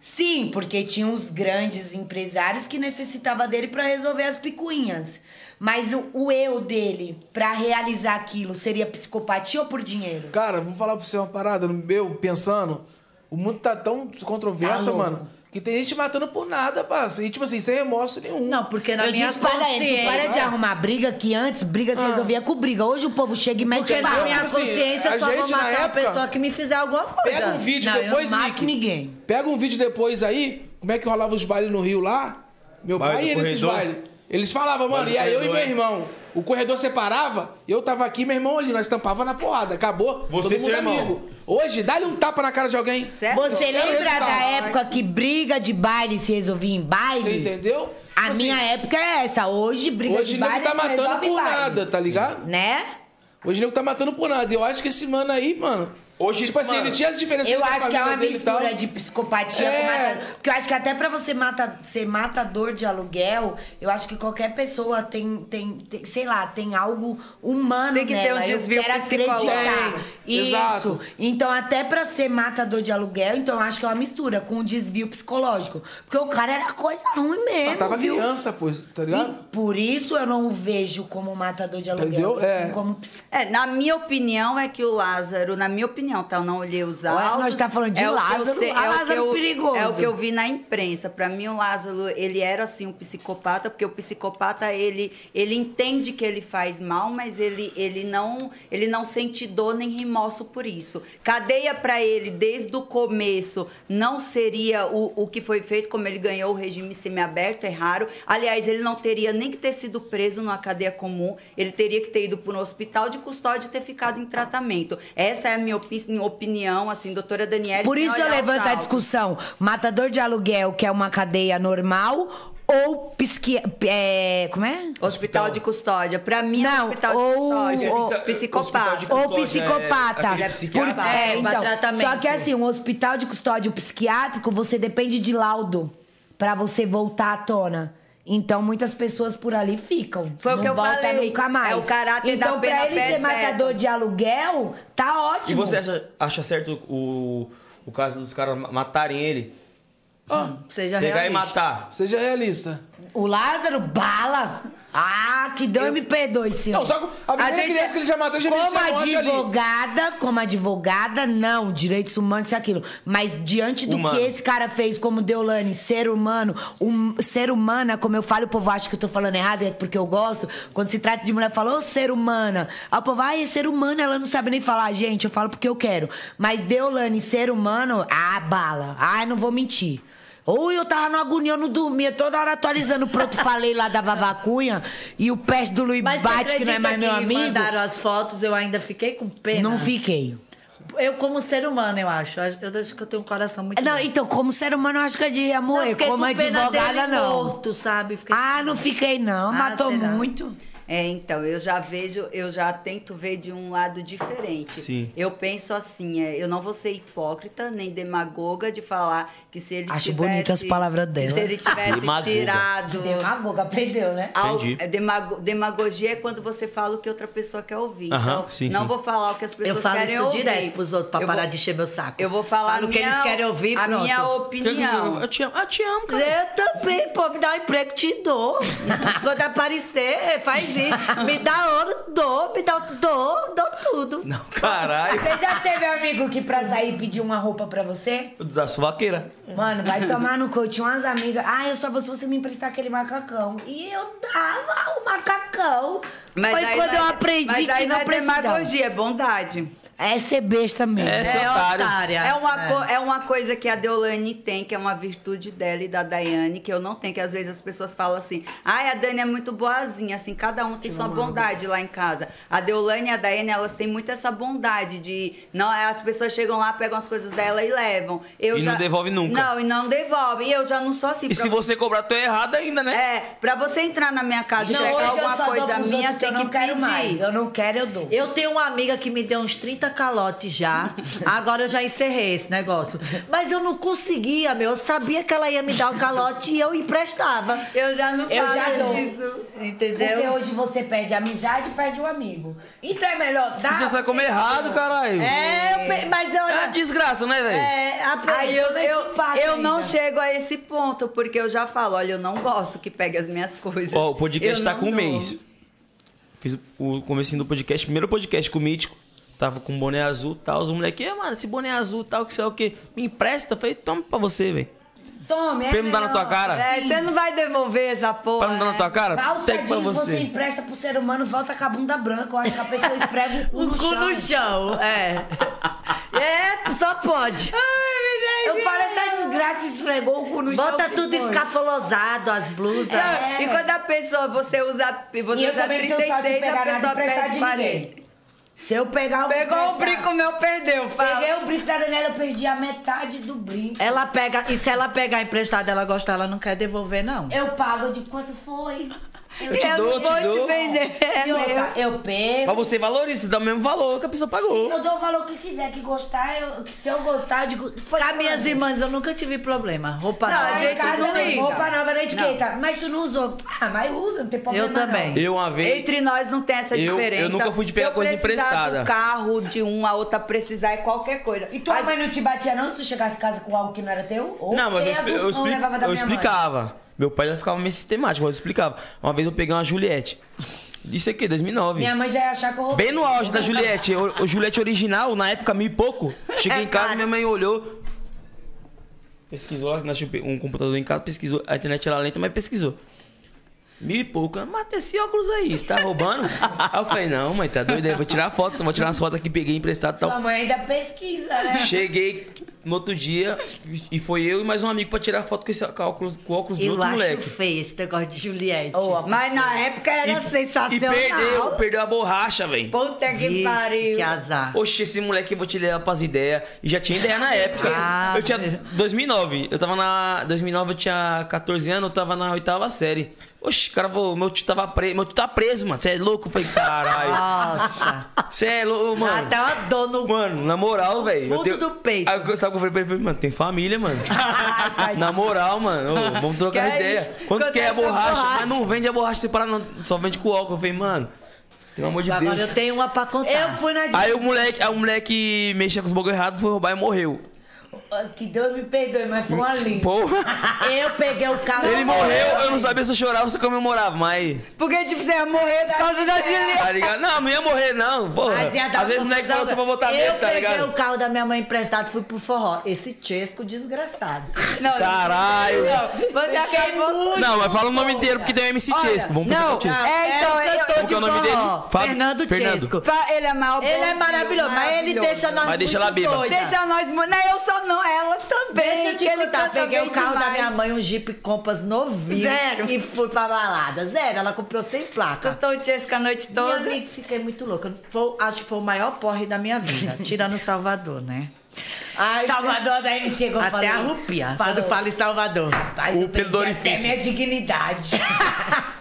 [SPEAKER 5] Sim, porque tinha uns grandes empresários que necessitava dele pra resolver as picuinhas. Mas o, o eu dele pra realizar aquilo seria psicopatia ou por dinheiro?
[SPEAKER 2] Cara, vou falar pra você uma parada, no meu, pensando, o mundo tá tão controversa,
[SPEAKER 5] Tá louco.
[SPEAKER 2] mano, que tem gente matando por nada, parça. E tipo assim, sem remorso nenhum. Não,
[SPEAKER 11] porque
[SPEAKER 5] Eu disse para ele, tu para de arrumar briga, que antes briga se resolvia com briga. Hoje o povo chega e mete
[SPEAKER 11] Ah. Porque
[SPEAKER 5] o pau.
[SPEAKER 11] na minha consciência só vou matar a pessoa que me fizer alguma coisa.
[SPEAKER 2] Pega um vídeo
[SPEAKER 11] Não, eu
[SPEAKER 2] depois,
[SPEAKER 11] não mato
[SPEAKER 2] Nick.
[SPEAKER 5] ninguém.
[SPEAKER 2] Pega um vídeo depois aí, como é que rolava os bailes no Rio lá? Meu
[SPEAKER 1] Baile
[SPEAKER 2] pai
[SPEAKER 1] do
[SPEAKER 2] ia nesses
[SPEAKER 1] corredor.
[SPEAKER 2] bailes. Eles falavam, mano,
[SPEAKER 1] Baile do
[SPEAKER 2] e aí eu e
[SPEAKER 1] corredor,
[SPEAKER 2] meu
[SPEAKER 1] é.
[SPEAKER 2] irmão. O corredor separava, eu tava aqui, meu irmão ali, nós tampava na porrada. Acabou,
[SPEAKER 1] Você e seu
[SPEAKER 2] todo mundo
[SPEAKER 1] irmão.
[SPEAKER 2] amigo. Hoje, dá-lhe um tapa na cara de alguém.
[SPEAKER 5] Você
[SPEAKER 2] Quero
[SPEAKER 5] lembra da
[SPEAKER 2] resultado.
[SPEAKER 5] época que briga de baile se resolvia em baile?
[SPEAKER 2] Você entendeu?
[SPEAKER 5] A
[SPEAKER 2] Assim,
[SPEAKER 5] minha época é essa. Hoje briga
[SPEAKER 2] Hoje
[SPEAKER 5] de
[SPEAKER 2] o nego
[SPEAKER 5] baile
[SPEAKER 2] tá
[SPEAKER 5] se
[SPEAKER 2] matando
[SPEAKER 5] resolve em
[SPEAKER 2] por
[SPEAKER 5] baile.
[SPEAKER 2] nada, tá ligado?
[SPEAKER 5] Né?
[SPEAKER 2] Hoje o nego tá matando por nada. Eu acho que esse mano aí, mano. Hoje, tipo assim, ele tinha as diferenças
[SPEAKER 5] Eu
[SPEAKER 2] da
[SPEAKER 5] acho que é
[SPEAKER 2] família
[SPEAKER 5] uma
[SPEAKER 2] dele e
[SPEAKER 5] mistura
[SPEAKER 2] tal.
[SPEAKER 5] de psicopatia
[SPEAKER 2] É.
[SPEAKER 5] com matador. Porque eu acho que até pra você mata, ser matador de aluguel, eu acho que qualquer pessoa tem, tem, tem, sei lá, tem algo humano
[SPEAKER 3] Tem que ter um
[SPEAKER 5] nela.
[SPEAKER 3] desvio
[SPEAKER 5] eu quero
[SPEAKER 3] psicológico. É,
[SPEAKER 5] acreditar.
[SPEAKER 2] Tem,
[SPEAKER 5] Isso.
[SPEAKER 2] exato.
[SPEAKER 5] Então, até pra ser matador de aluguel, então eu acho que é uma mistura com um desvio psicológico. Porque o cara era coisa ruim mesmo.
[SPEAKER 2] Matava
[SPEAKER 5] viu?
[SPEAKER 2] Ah, criança, pô, tá ligado?
[SPEAKER 5] Por isso eu não o vejo como matador de aluguel.
[SPEAKER 2] Entendeu?
[SPEAKER 5] assim,
[SPEAKER 2] É.
[SPEAKER 5] Como psic-
[SPEAKER 3] É, na minha opinião, é que o Lázaro, na minha opinião, tá? Eu não olhei os
[SPEAKER 5] Olha,
[SPEAKER 3] autos.
[SPEAKER 5] nós tá falando de
[SPEAKER 3] o que eu
[SPEAKER 5] Lázaro,
[SPEAKER 3] sei- é
[SPEAKER 5] a
[SPEAKER 3] o que
[SPEAKER 5] Lázaro
[SPEAKER 3] eu-
[SPEAKER 5] perigoso.
[SPEAKER 3] É o que eu vi na imprensa. Pra mim, o Lázaro, ele era, assim, um psicopata, porque o psicopata, ele, ele entende que ele faz mal, mas ele, ele, não, ele não sente dor nem remorso por isso. Cadeia pra ele, desde o começo, não seria o, o que foi feito, como ele ganhou o regime semiaberto, é raro. Aliás, ele não teria nem que ter sido preso numa cadeia comum, ele teria que ter ido para um hospital de custódia e ter ficado em tratamento. Essa é a minha opi- minha opinião, assim, doutora Daniela.
[SPEAKER 5] Por
[SPEAKER 3] sem
[SPEAKER 5] isso eu
[SPEAKER 3] olhar os
[SPEAKER 5] levanto a
[SPEAKER 3] autos.
[SPEAKER 5] discussão: matador de aluguel, que é uma cadeia normal, ou psiqui... é, Como é?
[SPEAKER 1] Então-
[SPEAKER 3] Hospital de custódia. Pra mim, é
[SPEAKER 5] Não,
[SPEAKER 3] hospital de
[SPEAKER 5] ou-
[SPEAKER 3] custódia.
[SPEAKER 5] ou-
[SPEAKER 1] é
[SPEAKER 3] Psico- psicopata.
[SPEAKER 5] Ou psicopata.
[SPEAKER 1] aquele psiquiatra.
[SPEAKER 5] Por- é,
[SPEAKER 3] Pra
[SPEAKER 5] então,
[SPEAKER 3] tratamento.
[SPEAKER 5] só que assim, um hospital de custódio psiquiátrico, você depende de laudo pra você voltar à tona. Então, muitas pessoas por ali ficam.
[SPEAKER 3] Foi o
[SPEAKER 5] Não
[SPEAKER 3] que eu
[SPEAKER 5] volta
[SPEAKER 3] falei.
[SPEAKER 5] nunca mais.
[SPEAKER 3] É o caráter
[SPEAKER 5] então,
[SPEAKER 3] da pena
[SPEAKER 5] pra ele ser
[SPEAKER 3] perpétua.
[SPEAKER 5] matador de aluguel, tá
[SPEAKER 1] E
[SPEAKER 5] ótimo.
[SPEAKER 1] você acha, acha certo o, o caso dos caras ma- matarem ele?
[SPEAKER 3] Seja
[SPEAKER 1] Pegar e
[SPEAKER 3] realista.
[SPEAKER 1] matar.
[SPEAKER 2] Seja realista.
[SPEAKER 5] O Lázaro, bala. Ah, que Deus me perdoe, senhor.
[SPEAKER 2] Não, só que a primeira
[SPEAKER 5] gente-
[SPEAKER 2] criança que ele já matou, já um veio
[SPEAKER 5] Como
[SPEAKER 2] sem morte ali.
[SPEAKER 5] advogada, como advogada, não. Direitos humanos, isso e aquilo. Mas diante do
[SPEAKER 1] Humano.
[SPEAKER 5] que esse cara fez como Deolane, ser humano, um, ser humana, como eu falo, o povo acha que eu tô falando errado, é porque eu gosto. Quando se trata de mulher, fala, ô ser humana. Aí o povo, ai, é ser humana, ela não sabe nem falar. Gente, eu falo porque eu quero. Mas Deolane, ser humano, ah, bala. Ah, não vou mentir. Ou eu tava na agonia, eu não dormia, toda hora atualizando o pronto falei lá da Vavacunha e o peste do Luiz
[SPEAKER 11] Mas
[SPEAKER 5] Bate,
[SPEAKER 11] você
[SPEAKER 5] que não é
[SPEAKER 11] acredita
[SPEAKER 5] mais meu
[SPEAKER 11] que
[SPEAKER 5] amigo.
[SPEAKER 11] mandaram as fotos, eu ainda fiquei com pena?
[SPEAKER 5] Não fiquei.
[SPEAKER 11] Eu, como ser humano, eu acho. Eu acho que eu tenho um coração
[SPEAKER 6] Ah,
[SPEAKER 4] É
[SPEAKER 11] muito
[SPEAKER 5] Não,
[SPEAKER 11] bom.
[SPEAKER 5] então, como ser humano, eu acho que é eu diria
[SPEAKER 6] é
[SPEAKER 11] Não,
[SPEAKER 5] morrer.
[SPEAKER 11] fiquei
[SPEAKER 5] Como
[SPEAKER 11] com pena
[SPEAKER 5] advogada,
[SPEAKER 11] dele
[SPEAKER 5] não.
[SPEAKER 11] morto, sabe? Fiquei
[SPEAKER 5] Ah, não fiquei, não.
[SPEAKER 11] Ah,
[SPEAKER 5] Matou
[SPEAKER 11] será?
[SPEAKER 5] muito.
[SPEAKER 3] É, então, eu já vejo, eu já tento ver de um lado diferente.
[SPEAKER 1] Sim.
[SPEAKER 3] Eu penso assim, é, eu não vou ser hipócrita nem demagoga de falar que se ele
[SPEAKER 5] Acho
[SPEAKER 3] tivesse...
[SPEAKER 5] bonitas as palavras
[SPEAKER 3] que
[SPEAKER 5] dela.
[SPEAKER 3] Se ele tivesse
[SPEAKER 1] Demagoga.
[SPEAKER 3] tirado...
[SPEAKER 5] Demagoga, aprendeu, né?
[SPEAKER 3] Al-
[SPEAKER 1] Entendi.
[SPEAKER 3] é, demago- demagogia é quando você fala o que outra pessoa quer ouvir.
[SPEAKER 1] Aham,
[SPEAKER 3] então,
[SPEAKER 1] sim,
[SPEAKER 3] não
[SPEAKER 1] sim.
[SPEAKER 3] vou falar o que as pessoas
[SPEAKER 6] Eu falo
[SPEAKER 3] querem
[SPEAKER 6] isso
[SPEAKER 3] ouvir.
[SPEAKER 6] direto pros outros pra
[SPEAKER 3] Eu
[SPEAKER 6] parar
[SPEAKER 3] vou-
[SPEAKER 6] de encher meu saco.
[SPEAKER 3] Eu vou falar
[SPEAKER 6] Falo o
[SPEAKER 3] a
[SPEAKER 6] que
[SPEAKER 3] minha-
[SPEAKER 6] eles querem ouvir,
[SPEAKER 3] a
[SPEAKER 6] pronto.
[SPEAKER 3] minha
[SPEAKER 1] Eu
[SPEAKER 3] opinião.
[SPEAKER 1] te amo, eu te amo, cara.
[SPEAKER 6] Eu também, pô, me dá um emprego, te dou. Quando aparecer, faz isso. Me dá ouro, dou, me dá dou, dou tudo.
[SPEAKER 1] Não, caralho.
[SPEAKER 5] Você já teve amigo que pra sair pediu uma roupa pra você?
[SPEAKER 1] Da suvaqueira.
[SPEAKER 5] Mano, vai tomar no cu. Eu Tinha umas amigas. Ah, eu só vou se você me emprestar aquele macacão. E eu dava o macacão. Foi
[SPEAKER 3] aí
[SPEAKER 5] quando
[SPEAKER 3] não
[SPEAKER 5] eu
[SPEAKER 3] é-
[SPEAKER 5] aprendi
[SPEAKER 3] mas aí
[SPEAKER 5] que não
[SPEAKER 3] é
[SPEAKER 5] precisava.
[SPEAKER 3] demagogia, é bondade.
[SPEAKER 17] É ser besta mesmo.
[SPEAKER 3] É uma, co- é uma coisa que a Deolane tem, que é uma virtude dela e da Daiane, que eu não tenho, que às vezes as pessoas falam assim, ai, a Dani é muito boazinha, assim, cada um tem sua
[SPEAKER 18] amada.
[SPEAKER 3] bondade lá em casa. A Deolane e a Daiane, elas têm muito essa bondade de, não, é, as pessoas chegam lá, pegam as coisas dela e levam. Eu
[SPEAKER 1] E
[SPEAKER 3] já-
[SPEAKER 1] não devolve nunca.
[SPEAKER 3] Não, e não devolve. E eu já não sou assim.
[SPEAKER 1] E se você cobrar, tu é errado ainda, né?
[SPEAKER 3] É, pra você entrar na minha casa e
[SPEAKER 1] Não,
[SPEAKER 3] chegar
[SPEAKER 1] hoje eu
[SPEAKER 3] alguma
[SPEAKER 1] só dou
[SPEAKER 3] coisa
[SPEAKER 1] pros
[SPEAKER 3] minha,
[SPEAKER 1] outros que
[SPEAKER 3] tem
[SPEAKER 1] eu
[SPEAKER 3] que
[SPEAKER 1] não quero
[SPEAKER 3] pedir.
[SPEAKER 5] mais. Eu não quero, eu dou.
[SPEAKER 4] Eu tenho uma amiga que me deu uns 30 calotes já. Agora eu já encerrei esse negócio. Mas eu não conseguia, meu. Eu sabia que ela ia me dar o calote e eu emprestava.
[SPEAKER 3] Eu já não
[SPEAKER 5] Eu já dou.
[SPEAKER 4] Entendeu?
[SPEAKER 5] Porque hoje você perde a amizade e perde o amigo. Então é melhor dar.
[SPEAKER 1] Você sai comer errado, caralho.
[SPEAKER 5] É, eu pe- mas olha-
[SPEAKER 1] É uma desgraça, né, velho?
[SPEAKER 5] É, a pe-
[SPEAKER 3] Aí eu,
[SPEAKER 5] Então, nesse
[SPEAKER 3] eu,
[SPEAKER 5] passo
[SPEAKER 3] eu não
[SPEAKER 5] ainda.
[SPEAKER 3] chego a esse ponto, porque eu já falo, olha, eu não gosto que pegue as minhas coisas.
[SPEAKER 1] Ó, o podcast
[SPEAKER 3] Eu
[SPEAKER 1] tá
[SPEAKER 3] não
[SPEAKER 1] com um
[SPEAKER 3] dou.
[SPEAKER 1] mês. Fiz o comecinho do podcast, primeiro podcast com o Mítico. Tava com um boné azul e tal. Os moleques, "Ê, mano, esse boné azul tal, que sei lá o quê. Me empresta? Eu Falei, toma pra você, velho.
[SPEAKER 5] Tome, é
[SPEAKER 1] Pra não dar na tua cara.
[SPEAKER 3] É, você não vai devolver essa porra.
[SPEAKER 1] Pra não dar na
[SPEAKER 3] né?
[SPEAKER 1] tua cara? Tem
[SPEAKER 5] Calça
[SPEAKER 1] que pra
[SPEAKER 5] jeans você.
[SPEAKER 1] você.
[SPEAKER 5] empresta pro ser humano, volta com a bunda branca. Eu acho que a pessoa esfrega o cu,
[SPEAKER 4] O
[SPEAKER 5] no,
[SPEAKER 4] cu
[SPEAKER 5] chão.
[SPEAKER 4] no chão, é. É, só pode.
[SPEAKER 5] Ai, me Eu falo, essa desgraça esfregou o cu no chão.
[SPEAKER 4] Bota
[SPEAKER 5] que
[SPEAKER 4] tudo
[SPEAKER 5] foi?
[SPEAKER 4] escafolosado, as blusas.
[SPEAKER 3] Não, E quando a pessoa, você usa,
[SPEAKER 5] E
[SPEAKER 3] você
[SPEAKER 5] eu
[SPEAKER 3] usa
[SPEAKER 5] também não tenho sorte de
[SPEAKER 3] 36,
[SPEAKER 5] pegar
[SPEAKER 3] a
[SPEAKER 5] nada
[SPEAKER 3] pessoa
[SPEAKER 5] e prestar
[SPEAKER 3] perde
[SPEAKER 5] de
[SPEAKER 3] 40.
[SPEAKER 5] ninguém. Se eu pegar o
[SPEAKER 3] Pegou o brinco meu, perdeu. Fala.
[SPEAKER 5] Peguei o brinco da Daniela, eu perdi a metade do brinco.
[SPEAKER 4] Ela pega, e se ela pegar emprestado, ela gostar, ela não quer devolver, não.
[SPEAKER 5] Eu pago de quanto foi.
[SPEAKER 1] Eu te Eu dou, não eu te vou te dou. vender,
[SPEAKER 5] E outra, eu pego.
[SPEAKER 1] Pra você valoriza, dá o mesmo valor que a pessoa pagou.
[SPEAKER 5] Sim, eu dou o valor que quiser, que gostar, eu- que se eu gostar, eu digo. Foi
[SPEAKER 4] Cá, minhas
[SPEAKER 5] quanto?
[SPEAKER 4] irmãs, eu nunca tive problema. Roupa
[SPEAKER 5] Não,
[SPEAKER 4] nova.
[SPEAKER 5] a gente não
[SPEAKER 4] liga.
[SPEAKER 5] Roupa nova na etiqueta. Mas tu não usou. Ah, mas usa, não tem problema.
[SPEAKER 4] Eu também.
[SPEAKER 1] Eu uma vez.
[SPEAKER 3] Entre nós não tem essa
[SPEAKER 1] Eu- eu
[SPEAKER 3] diferença.
[SPEAKER 1] nunca fui de pegar
[SPEAKER 3] Se eu
[SPEAKER 1] coisa
[SPEAKER 3] precisar
[SPEAKER 1] emprestada.
[SPEAKER 3] Do carro de um, a outra precisar é qualquer coisa.
[SPEAKER 5] E tua mãe não te batia, não, se tu chegasse em casa com algo que não era teu? Ou
[SPEAKER 1] Não, mas eu,
[SPEAKER 5] era
[SPEAKER 1] expli-
[SPEAKER 5] do
[SPEAKER 1] eu,
[SPEAKER 5] pão,
[SPEAKER 1] expli-
[SPEAKER 5] levava da
[SPEAKER 1] eu
[SPEAKER 5] minha mãe?
[SPEAKER 1] explicava. Meu pai já ficava meio sistemático, mas eu explicava. Uma vez eu peguei uma Juliette. Isso aqui, 2009.
[SPEAKER 5] Minha mãe já ia achar que eu roubei.
[SPEAKER 1] Bem no auge da Juliette. O, o Juliette original, na época, mil e pouco. Cheguei em casa, minha mãe olhou. Pesquisou lá, nós tínhamos um computador em casa, pesquisou. A internet era lenta, mas pesquisou. Mil e pouco. Mata esse óculos aí, tá roubando? aí eu falei, não, mãe, tá doida? Eu vou tirar foto, só vou tirar umas fotos aqui, peguei emprestado e tal.
[SPEAKER 5] Sua mãe ainda pesquisa, né?
[SPEAKER 1] Cheguei no outro dia e foi eu e mais um amigo pra tirar foto com esse com óculos, com óculos de
[SPEAKER 4] Eu
[SPEAKER 1] outro
[SPEAKER 4] acho
[SPEAKER 1] moleque.
[SPEAKER 4] feio esse negócio de Juliette.
[SPEAKER 3] Mas na época era
[SPEAKER 1] E
[SPEAKER 3] sensacional.
[SPEAKER 1] perdeu, perdeu a borracha, velho.
[SPEAKER 3] Puta que
[SPEAKER 1] Vixe,
[SPEAKER 3] pariu.
[SPEAKER 1] que
[SPEAKER 4] azar.
[SPEAKER 1] Oxe, esse moleque eu vou te levar pras ideias. E já tinha ideia na época.
[SPEAKER 4] Ah,
[SPEAKER 1] eu tinha 2009. Eu tava na 2009, eu tinha 14 anos, eu tava na oitava série. Oxe, cara, vou, meu tio tava preso, meu tio tá preso, mano. Você é louco, eu falei, caralho.
[SPEAKER 4] Ah. Nossa.
[SPEAKER 1] Você é louco, mano.
[SPEAKER 4] Até uma dor no
[SPEAKER 1] Mano, na moral, velho. eu
[SPEAKER 4] Ah, tá. fundo do peito.
[SPEAKER 1] Aí, eu- sabe o que eu falei pra ele? Eu falei, mano, tem família, mano. na moral, mano, ô, vamos trocar
[SPEAKER 4] Que é
[SPEAKER 1] ideia.
[SPEAKER 4] isso?
[SPEAKER 1] Quanto
[SPEAKER 4] Quanto
[SPEAKER 1] que é
[SPEAKER 4] é
[SPEAKER 1] a
[SPEAKER 4] essa
[SPEAKER 1] borracha?
[SPEAKER 4] borracha?
[SPEAKER 1] Mas não vende a borracha separada, não. Só vende com álcool. Eu falei, mano, pelo amor de
[SPEAKER 4] Agora
[SPEAKER 1] Deus.
[SPEAKER 4] eu tenho uma pra contar. Eu
[SPEAKER 5] fui na
[SPEAKER 1] Aí o moleque, aí o moleque mexia com os bagulho errado, foi roubar e morreu.
[SPEAKER 5] Ah, Que Deus me perdoe, mas foi uma linda.
[SPEAKER 1] Porra.
[SPEAKER 5] Eu peguei o carro.
[SPEAKER 1] Ele morreu, eu não sabia se eu chorava ou se eu comemorava, mas.
[SPEAKER 3] Porque, tipo, você ia morrer por causa da Juliette.
[SPEAKER 1] Tá ligado? Não, não ia morrer, não. é Porra.
[SPEAKER 4] Mas ia dar
[SPEAKER 1] Às vezes o moleque
[SPEAKER 4] confusão,
[SPEAKER 1] fala só pra botar
[SPEAKER 4] Eu
[SPEAKER 1] dentro, tá
[SPEAKER 4] peguei
[SPEAKER 1] ligado?
[SPEAKER 4] o carro da minha mãe emprestado, fui pro forró. Esse Chesco desgraçado.
[SPEAKER 3] Não,
[SPEAKER 1] Caralho.
[SPEAKER 3] Não, você acabou.
[SPEAKER 1] Não, mas fala o nome inteiro porque tem o MC Chesco. Vamos pegar
[SPEAKER 4] não,
[SPEAKER 1] o Chesco.
[SPEAKER 4] é, então,
[SPEAKER 3] é um cantor
[SPEAKER 1] Como que é o nome dele? Fábio-
[SPEAKER 4] Fernando,
[SPEAKER 1] Fernando.
[SPEAKER 4] Chesco.
[SPEAKER 3] Fa- Ele é mal
[SPEAKER 4] Ele é maravilhoso, mas ele deixa nós
[SPEAKER 1] Mas deixa ela
[SPEAKER 4] muito
[SPEAKER 1] bêbada.
[SPEAKER 4] doida.
[SPEAKER 3] Deixa nós muito. Não, eu só não, ela também.
[SPEAKER 4] Deixa eu te
[SPEAKER 3] que ele
[SPEAKER 4] contar,
[SPEAKER 3] canta
[SPEAKER 4] peguei o
[SPEAKER 3] bem
[SPEAKER 4] carro da
[SPEAKER 3] demais.
[SPEAKER 4] minha mãe, um Jeep Compass novinho.
[SPEAKER 3] Zero.
[SPEAKER 4] E fui pra balada. Zero, ela comprou sem placa.
[SPEAKER 3] Escutou o Chesco a noite
[SPEAKER 4] Minha
[SPEAKER 3] toda.
[SPEAKER 4] amiga, fiquei muito louca. Foi- acho que foi o maior porre da minha vida. Tirando Salvador, né? Ai,
[SPEAKER 5] Salvador, daí ele chegou
[SPEAKER 4] né? Até
[SPEAKER 5] falou-
[SPEAKER 4] arrupia quando
[SPEAKER 5] falou,
[SPEAKER 4] fala em Salvador.
[SPEAKER 5] Rapaz, eu
[SPEAKER 1] pelo do
[SPEAKER 5] perdi até
[SPEAKER 1] orifício.
[SPEAKER 5] minha dignidade.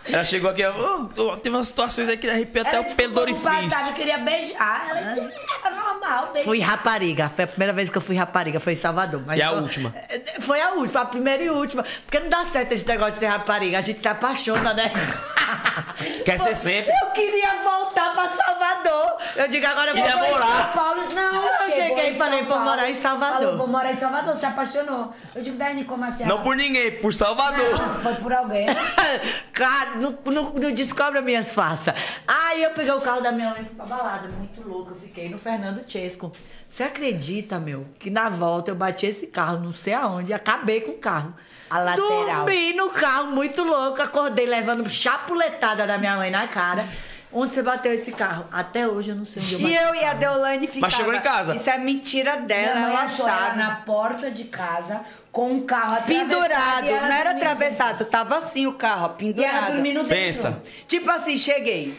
[SPEAKER 1] Ela chegou aqui, ó. "Ô, ô, Teve umas situações aí que arrepia até
[SPEAKER 5] Ela
[SPEAKER 1] o
[SPEAKER 5] disse
[SPEAKER 1] pelo do
[SPEAKER 5] que o povo passava,
[SPEAKER 1] orifício.
[SPEAKER 5] eu queria beijar. Ela disse, era normal, beijar.
[SPEAKER 4] Fui rapariga. Foi a primeira vez que eu fui rapariga, foi em Salvador. Mas
[SPEAKER 1] E a
[SPEAKER 4] foi-
[SPEAKER 1] última?
[SPEAKER 4] Foi a última, a primeira e última. Porque não dá certo esse negócio de ser rapariga. A gente se apaixona, né?
[SPEAKER 1] Quer ser sempre.
[SPEAKER 4] Eu queria voltar pra Salvador. Eu digo agora eu vou
[SPEAKER 1] Queria
[SPEAKER 4] pra
[SPEAKER 1] morar.
[SPEAKER 4] São Paulo. Não,
[SPEAKER 5] Ela
[SPEAKER 4] eu
[SPEAKER 5] chegou
[SPEAKER 4] cheguei
[SPEAKER 5] em
[SPEAKER 4] e falei,
[SPEAKER 5] São
[SPEAKER 4] vou
[SPEAKER 5] Paulo,
[SPEAKER 4] morar em Salvador.
[SPEAKER 5] Falou, vou morar em Salvador, se apaixonou. Eu digo, Dani, como assim?
[SPEAKER 1] Não por ninguém, por Salvador.
[SPEAKER 5] Foi por alguém.
[SPEAKER 4] Cara, não, não- não descobre as minhas faças. Aí eu peguei o carro da minha mãe e fui pra balada, muito louca. Eu fiquei no Fernando Chesco. Você acredita, meu, que na volta eu bati esse carro, não sei aonde, e acabei com o carro. A
[SPEAKER 5] lateral.
[SPEAKER 4] Dormi no carro, muito louca. Acordei levando chapuletada da minha mãe na cara.
[SPEAKER 11] Onde você bateu esse carro? Até hoje eu não sei onde eu
[SPEAKER 3] E
[SPEAKER 11] bati.
[SPEAKER 3] eu e a Deolane ficava.
[SPEAKER 11] chegou em casa.
[SPEAKER 3] Isso é mentira dela,
[SPEAKER 4] é
[SPEAKER 5] Minha mãe
[SPEAKER 3] ela
[SPEAKER 5] achou ela
[SPEAKER 3] sabe.
[SPEAKER 5] na porta de casa com um carro atravessado
[SPEAKER 3] pendurado.
[SPEAKER 5] e ela
[SPEAKER 3] Não era
[SPEAKER 5] dormindo.
[SPEAKER 3] atravessado, tava assim o carro, ó, pendurado.
[SPEAKER 5] E ela dormindo dentro.
[SPEAKER 1] Pensa.
[SPEAKER 3] Tipo assim, cheguei.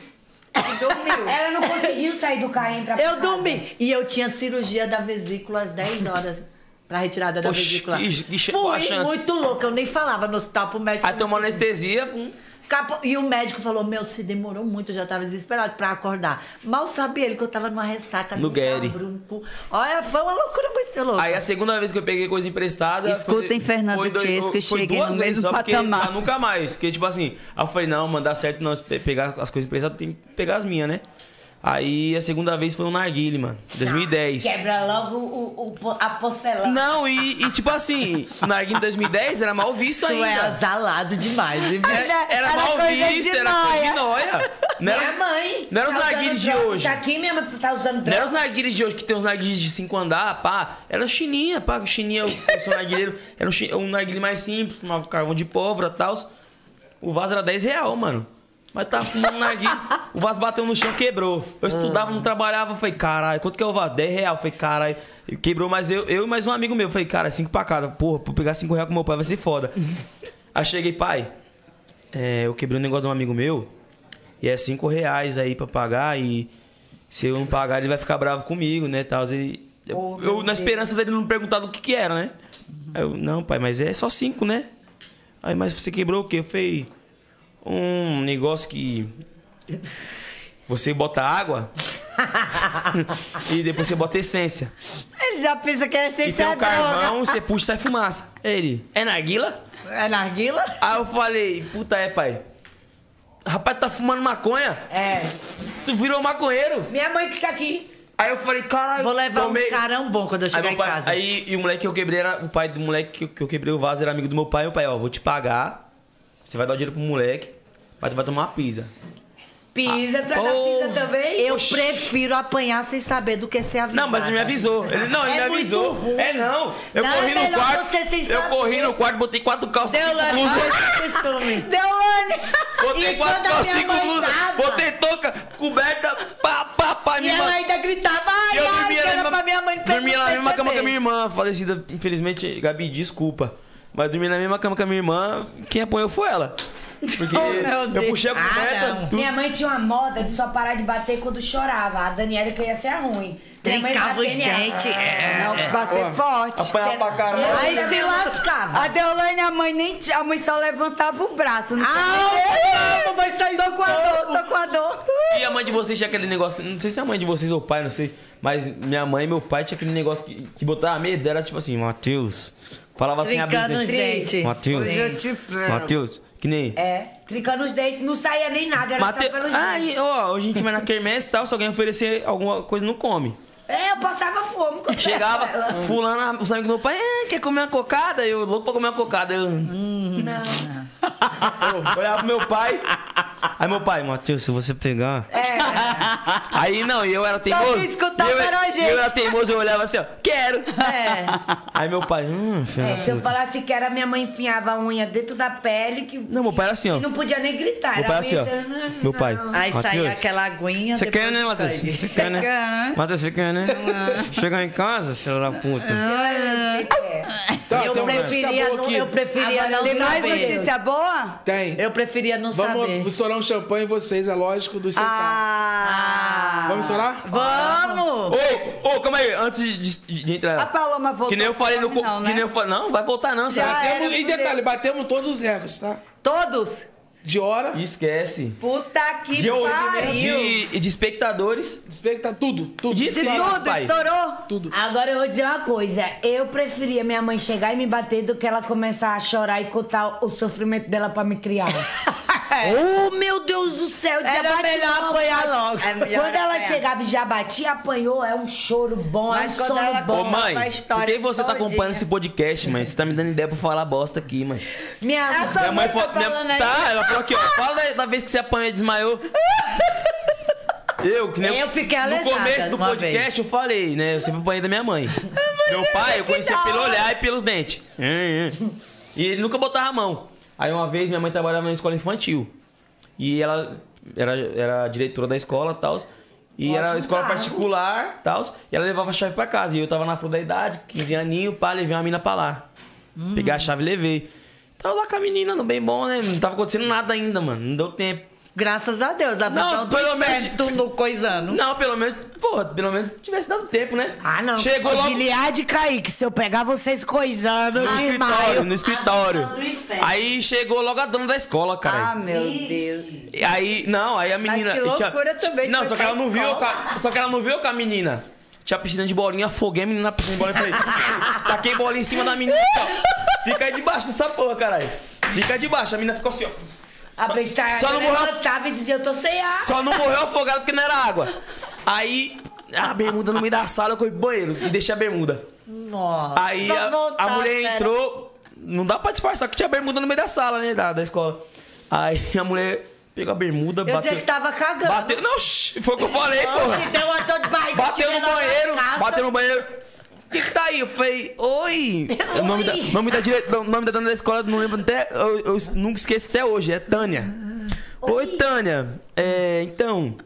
[SPEAKER 3] E dormiu.
[SPEAKER 5] Ela não conseguiu sair do carro e entrar pra
[SPEAKER 11] Eu
[SPEAKER 5] casa.
[SPEAKER 11] dormi. E eu tinha cirurgia da vesícula às 10 horas. Pra retirada da
[SPEAKER 1] Poxa,
[SPEAKER 11] vesícula.
[SPEAKER 1] que- que che- boa
[SPEAKER 11] Fui
[SPEAKER 1] chance.
[SPEAKER 11] muito louca, eu nem falava no hospital pro médico.
[SPEAKER 1] Aí tomou anestesia. pum.
[SPEAKER 11] Capo- E o médico falou: Meu, se demorou muito, eu já tava desesperado pra acordar. Mal sabia ele que eu tava numa ressaca
[SPEAKER 1] No Guerre.
[SPEAKER 11] brunco. um Olha, foi uma loucura muito louca.
[SPEAKER 1] Aí assim, a segunda vez que eu peguei coisa emprestada.
[SPEAKER 11] Escutem
[SPEAKER 1] foi-
[SPEAKER 11] Fernando
[SPEAKER 1] foi dois-
[SPEAKER 11] Chesco e
[SPEAKER 1] foi
[SPEAKER 11] cheguem
[SPEAKER 1] duas
[SPEAKER 11] no
[SPEAKER 1] vezes
[SPEAKER 11] mesmo
[SPEAKER 1] só, porque-
[SPEAKER 11] patamar.
[SPEAKER 1] ah, nunca mais. Porque, tipo assim, aí eu falei, não, mano, dá certo não. se pe- Pegar as coisas emprestadas, tem que pegar as minhas, né? Aí a segunda vez foi um narguile, mano. 2010.
[SPEAKER 5] Quebra logo o, o- a porcelana.
[SPEAKER 1] Não, e, e, tipo assim, o narguile em 2010 era mal visto
[SPEAKER 5] Tu
[SPEAKER 1] ainda.
[SPEAKER 5] é
[SPEAKER 11] azalado demais, hein?
[SPEAKER 1] Era, era
[SPEAKER 5] Era
[SPEAKER 1] mal
[SPEAKER 5] coisa de
[SPEAKER 1] visto, era coisa de
[SPEAKER 5] noia. É,
[SPEAKER 1] noia. Não
[SPEAKER 5] Minha
[SPEAKER 1] era,
[SPEAKER 5] mãe.
[SPEAKER 1] Não era os
[SPEAKER 5] tá usando
[SPEAKER 1] narguilhos de
[SPEAKER 5] droga.
[SPEAKER 1] hoje.
[SPEAKER 5] Isso aqui mesmo, tu tá usando
[SPEAKER 1] Não
[SPEAKER 5] droga.
[SPEAKER 1] era os narguilhos de hoje, que tem os narguilhos de cinco andar, pá. Era chininha, pá. Chininha, eu eu sou narguileiro. Era um, chi- um narguilho mais simples, fumava carvão de pólvora e tal. O vaso era 10 real, mano. Mas tava fumando narguilho, o vaso bateu no chão, quebrou. Eu estudava, não trabalhava. Falei, caralho, quanto que é o vaso? 10 real. Falei, caralho. Quebrou, mas eu, eu e mais um amigo meu. Falei, cara, cinco pra cada. Porra, pra pegar cinco real com meu pai vai ser foda. Aí cheguei, pai, é, eu quebrei um negócio de um amigo meu. E é cinco reais aí pra pagar. E se eu não pagar, ele vai ficar bravo comigo, né? Tal. Ele, eu-
[SPEAKER 12] Oh, meu
[SPEAKER 1] eu, na
[SPEAKER 12] Deus. Uhum.
[SPEAKER 1] esperança dele não perguntar do que que era, né? Aí eu, não, pai, mas é só cinco, né? Aí, mas você quebrou o quê? Eu falei, um negócio que... Você bota água e depois você bota essência.
[SPEAKER 3] Ele já pensa que é
[SPEAKER 1] E tem
[SPEAKER 3] essencial.
[SPEAKER 1] um carvão, você puxa e sai fumaça. Ele, é narguila?
[SPEAKER 11] É narguila?
[SPEAKER 1] Aí eu falei, puta é, pai. Rapaz, tá fumando maconha?
[SPEAKER 11] É.
[SPEAKER 1] Tu virou maconheiro?
[SPEAKER 5] Minha mãe que isso aqui.
[SPEAKER 1] Aí eu falei, caralho.
[SPEAKER 11] Vou levar uns carão bom quando eu chegar
[SPEAKER 1] aí,
[SPEAKER 11] em
[SPEAKER 1] meu pai-
[SPEAKER 11] casa.
[SPEAKER 1] Aí e o moleque que eu quebrei era. O pai do moleque que eu, que eu quebrei o vaso era amigo do meu pai. Meu pai, ó, vou te pagar. Você vai dar o dinheiro pro moleque. Mas tu vai tomar uma pizza.
[SPEAKER 5] Pisa, tu é da
[SPEAKER 1] oh,
[SPEAKER 5] pisa também?
[SPEAKER 11] Eu prefiro apanhar sem saber do que ser avisada.
[SPEAKER 1] Não, mas ele me avisou. Ele, não, ele
[SPEAKER 11] É
[SPEAKER 1] me
[SPEAKER 11] muito
[SPEAKER 1] avisou.
[SPEAKER 11] ruim.
[SPEAKER 1] É não. Eu
[SPEAKER 11] Não,
[SPEAKER 1] corri
[SPEAKER 11] é
[SPEAKER 1] no
[SPEAKER 11] melhor
[SPEAKER 1] quarto.
[SPEAKER 11] você sem
[SPEAKER 1] eu
[SPEAKER 11] saber.
[SPEAKER 1] corri no quarto, botei quatro calças, cinco
[SPEAKER 11] Deolane,
[SPEAKER 1] blusas.
[SPEAKER 11] olha esse costume.
[SPEAKER 3] Deolane!
[SPEAKER 1] Botei
[SPEAKER 11] E
[SPEAKER 1] quatro
[SPEAKER 11] quando a
[SPEAKER 1] calças,
[SPEAKER 11] minha
[SPEAKER 1] cinco
[SPEAKER 11] mãe
[SPEAKER 1] blusas.
[SPEAKER 11] tava-
[SPEAKER 1] Botei touca, coberta, pá, pá, pá.
[SPEAKER 11] E
[SPEAKER 1] minha
[SPEAKER 11] ela
[SPEAKER 1] irmã-
[SPEAKER 11] ainda gritava,
[SPEAKER 1] E
[SPEAKER 11] ai,
[SPEAKER 1] eu
[SPEAKER 11] ai,
[SPEAKER 1] dormia
[SPEAKER 11] que
[SPEAKER 1] na
[SPEAKER 11] era
[SPEAKER 1] mesma,
[SPEAKER 11] pra minha mãe pra
[SPEAKER 1] dormia
[SPEAKER 11] não
[SPEAKER 1] na mesma cama com a minha
[SPEAKER 11] perceber.
[SPEAKER 1] irmã, falecida, infelizmente, Gabi, desculpa. Mas dormi na mesma cama com a minha irmã, quem apanhou foi ela. Porque
[SPEAKER 11] Oh,
[SPEAKER 1] eu puxei a
[SPEAKER 11] Ah,
[SPEAKER 1] coberta, tudo.
[SPEAKER 5] Minha mãe tinha uma moda de só parar de bater quando chorava. A Daniela que ia ser a ruim. Minha mãe
[SPEAKER 11] Trincava os
[SPEAKER 5] bater nela.
[SPEAKER 11] dentes, é.
[SPEAKER 5] Não,
[SPEAKER 3] Pra ser
[SPEAKER 5] Ó,
[SPEAKER 3] forte.
[SPEAKER 5] apanhar pra
[SPEAKER 1] caralho.
[SPEAKER 3] Aí se
[SPEAKER 11] lascava.
[SPEAKER 3] A Deolane, a mãe nem tinha. A mãe só levantava o braço. Não
[SPEAKER 11] ah, vai sair
[SPEAKER 3] Tô com a dor, tô com a dor.
[SPEAKER 1] E a mãe de vocês tinha aquele negócio, não sei se é a mãe de vocês ou o pai, não sei, mas minha mãe e meu pai tinha aquele negócio que, que botava medo, era tipo assim, Matheus. Falava assim, abrindo
[SPEAKER 11] Trincando os dentes.
[SPEAKER 1] Matheus.
[SPEAKER 5] Hoje eu te pego.
[SPEAKER 1] Matheus, que nem.
[SPEAKER 5] É, trincando os dentes, não saía nem nada, era
[SPEAKER 1] Mate...
[SPEAKER 5] só pelos dentes.
[SPEAKER 1] Ai, ó, hoje a gente vai na quermesse e tal, se alguém oferecer alguma coisa, não come.
[SPEAKER 5] É, eu passava fome. quando era
[SPEAKER 1] Chegava,
[SPEAKER 5] ela.
[SPEAKER 1] fulano, os amigos do meu pai, "É, quer comer uma cocada? Eu louco pra comer uma cocada. Eu,
[SPEAKER 5] Não.
[SPEAKER 1] Eu olhava pro meu pai. Aí meu pai, Matheus, se você pegar. Aí não, e eu era teimoso.
[SPEAKER 3] quis escutar
[SPEAKER 1] E eu,
[SPEAKER 3] o Carol,
[SPEAKER 1] e
[SPEAKER 3] gente.
[SPEAKER 1] eu era teimoso, eu olhava assim, ó, quero.
[SPEAKER 11] É.
[SPEAKER 1] Aí meu pai, hum, filho
[SPEAKER 5] É,
[SPEAKER 1] da
[SPEAKER 5] se eu
[SPEAKER 1] puta.
[SPEAKER 5] falasse que era, minha mãe enfiava a unha dentro da pele que
[SPEAKER 1] Não, meu pai era assim, ó.
[SPEAKER 5] e não podia nem gritar.
[SPEAKER 1] Meu
[SPEAKER 5] era
[SPEAKER 1] pai assim, ó.
[SPEAKER 5] gritando,
[SPEAKER 1] Meu pai.
[SPEAKER 5] não.
[SPEAKER 4] "Ah,
[SPEAKER 1] Aí saía Matheus.
[SPEAKER 11] Aquela aguinha.
[SPEAKER 1] Você
[SPEAKER 11] depois
[SPEAKER 1] quer, né,
[SPEAKER 11] do
[SPEAKER 1] Matheus?
[SPEAKER 11] sangue.
[SPEAKER 1] Você quer, né? Matheus, você quer, né? Chegar em casa, filho da puta.
[SPEAKER 2] Tá,
[SPEAKER 11] eu,
[SPEAKER 4] Então,
[SPEAKER 2] um
[SPEAKER 1] tem uma
[SPEAKER 11] preferia
[SPEAKER 1] notícia boa
[SPEAKER 11] não,
[SPEAKER 1] aqui.
[SPEAKER 11] eu preferia
[SPEAKER 3] Agora,
[SPEAKER 11] não
[SPEAKER 3] tem mais
[SPEAKER 11] saber.
[SPEAKER 3] notícia boa?
[SPEAKER 2] Tem.
[SPEAKER 11] Eu preferia não
[SPEAKER 2] Vamos
[SPEAKER 11] saber.
[SPEAKER 2] estourar um champanhe em vocês, é lógico, dos centavos.
[SPEAKER 5] Ah,
[SPEAKER 3] Ah.
[SPEAKER 2] Vamos estourar?
[SPEAKER 11] Vamos!
[SPEAKER 1] Ô, ô, calma aí, antes de, de- de entrar.
[SPEAKER 3] A Paloma voltou.
[SPEAKER 1] que nem eu falei no. co-
[SPEAKER 3] Não, né?
[SPEAKER 1] Que nem eu falei. Não, vai voltar não,
[SPEAKER 3] Já
[SPEAKER 5] Ah, é,
[SPEAKER 1] sabe?
[SPEAKER 3] era,
[SPEAKER 2] e detalhe, batemos todos os recordes, tá?
[SPEAKER 3] Todos?
[SPEAKER 2] De hora.
[SPEAKER 1] Esquece.
[SPEAKER 3] Puta que
[SPEAKER 1] de,
[SPEAKER 3] pariu.
[SPEAKER 1] de, de espectadores.
[SPEAKER 2] Especta tá tudo, tudo.
[SPEAKER 1] De,
[SPEAKER 3] De
[SPEAKER 1] inscritos,
[SPEAKER 3] tudo,
[SPEAKER 1] pai.
[SPEAKER 3] estourou.
[SPEAKER 2] Tudo.
[SPEAKER 5] Agora eu vou dizer uma coisa. Eu preferia minha mãe chegar e me bater do que ela começar a chorar e contar o sofrimento dela pra me criar. Oh, meu Deus do céu! já
[SPEAKER 11] Era
[SPEAKER 5] bati
[SPEAKER 11] melhor
[SPEAKER 5] logo.
[SPEAKER 11] apanhar logo.
[SPEAKER 3] É melhor
[SPEAKER 5] Quando ela
[SPEAKER 3] apanhar.
[SPEAKER 5] chegava e já batia, apanhou, é um choro bom,
[SPEAKER 3] Mas
[SPEAKER 5] é um
[SPEAKER 3] quando
[SPEAKER 5] sono
[SPEAKER 3] ela
[SPEAKER 5] bom.
[SPEAKER 1] Ô, mãe,
[SPEAKER 3] Uma
[SPEAKER 1] por
[SPEAKER 3] história
[SPEAKER 1] que você tá
[SPEAKER 3] todinha.
[SPEAKER 1] acompanhando esse podcast, mãe? Você tá me dando ideia pra falar bosta aqui, mãe.
[SPEAKER 5] Minha mãe.
[SPEAKER 3] Sua mãe tá
[SPEAKER 1] minha-
[SPEAKER 3] falando aí.
[SPEAKER 1] Tá, ela falou aqui, ó. Fala da, da vez que você apanha e desmaiou. Eu, que nem.
[SPEAKER 11] Eu fiquei
[SPEAKER 1] No
[SPEAKER 11] aleijada
[SPEAKER 1] começo do
[SPEAKER 11] uma
[SPEAKER 1] podcast eu falei, né? Eu sempre apanhei da minha mãe. Meu pai, eu conhecia pelo olhar e pelos dentes. Hum, hum. E ele nunca botava a mão. Aí uma vez minha mãe trabalhava na escola infantil. E ela era, era a diretora da escola e tal. E era
[SPEAKER 15] Ótimo
[SPEAKER 1] escola
[SPEAKER 15] cargo.
[SPEAKER 1] particular e tal. E ela levava a chave pra casa. E eu tava na flor da idade, 15 aninho, pá, levei uma mina pra lá. Peguei a chave e levei. Tava lá com a menina, no bem bom, né? Não tava acontecendo nada ainda, mano. Não deu tempo.
[SPEAKER 4] Graças a Deus, a
[SPEAKER 1] Não,
[SPEAKER 4] visão do
[SPEAKER 1] pelo menos-
[SPEAKER 4] um inferno no coisano.
[SPEAKER 1] Não, pelo menos, porra, pelo menos tivesse dado tempo, né? Ah, não. Chegou logo
[SPEAKER 6] Giliade e Kaique, se eu pegar vocês coisando
[SPEAKER 3] Ah,
[SPEAKER 1] no
[SPEAKER 6] de
[SPEAKER 1] escritório,
[SPEAKER 6] maio.
[SPEAKER 1] no escritório.
[SPEAKER 6] A do inferno.
[SPEAKER 1] Aí chegou logo a dona da escola, cara.
[SPEAKER 3] Ah, meu Deus.
[SPEAKER 1] E aí, não, aí a menina.
[SPEAKER 3] que
[SPEAKER 1] e tinha-
[SPEAKER 3] loucura também,
[SPEAKER 1] Não,
[SPEAKER 3] foi
[SPEAKER 1] só que
[SPEAKER 3] pra
[SPEAKER 1] ela não viu. eu
[SPEAKER 3] escola.
[SPEAKER 1] com a- Só que ela não viu com a menina. Tinha piscina de bolinha, afoguei a menina na piscina de bolinha. Falei, taquei bolinha em cima da menina. e tal. Fica aí debaixo dessa porra, caralho. Fica aí debaixo. A menina ficou assim, ó.
[SPEAKER 5] A besta
[SPEAKER 1] só não morreu-
[SPEAKER 5] levantava e dizia, eu tô sem ar.
[SPEAKER 1] Só não morreu afogado porque não era água. Aí, a bermuda no meio da sala, eu corri pro banheiro e deixei a bermuda.
[SPEAKER 11] Nossa.
[SPEAKER 1] Aí a, a mulher entrou. Não dá pra disfarçar que tinha bermuda no meio da sala, né? Da, da escola. Aí a mulher pegou a bermuda,
[SPEAKER 11] Eu
[SPEAKER 1] bateu.
[SPEAKER 11] dizia que tá- tava cagando.
[SPEAKER 1] Bateu. Não, shh, foi o que eu falei, porra.
[SPEAKER 11] Oxe, deu uma dor de barriga,
[SPEAKER 1] Bateu
[SPEAKER 11] tirei
[SPEAKER 1] no
[SPEAKER 11] lá na
[SPEAKER 1] banheiro,
[SPEAKER 11] casa.
[SPEAKER 1] bateu no banheiro. O que que tá aí? Eu falei, oi. O nome da, nome da, dire... o nome da dona da escola, não lembro até. Eu, eu nunca esqueço até hoje, é Tânia. Oi, Tânia. É, então,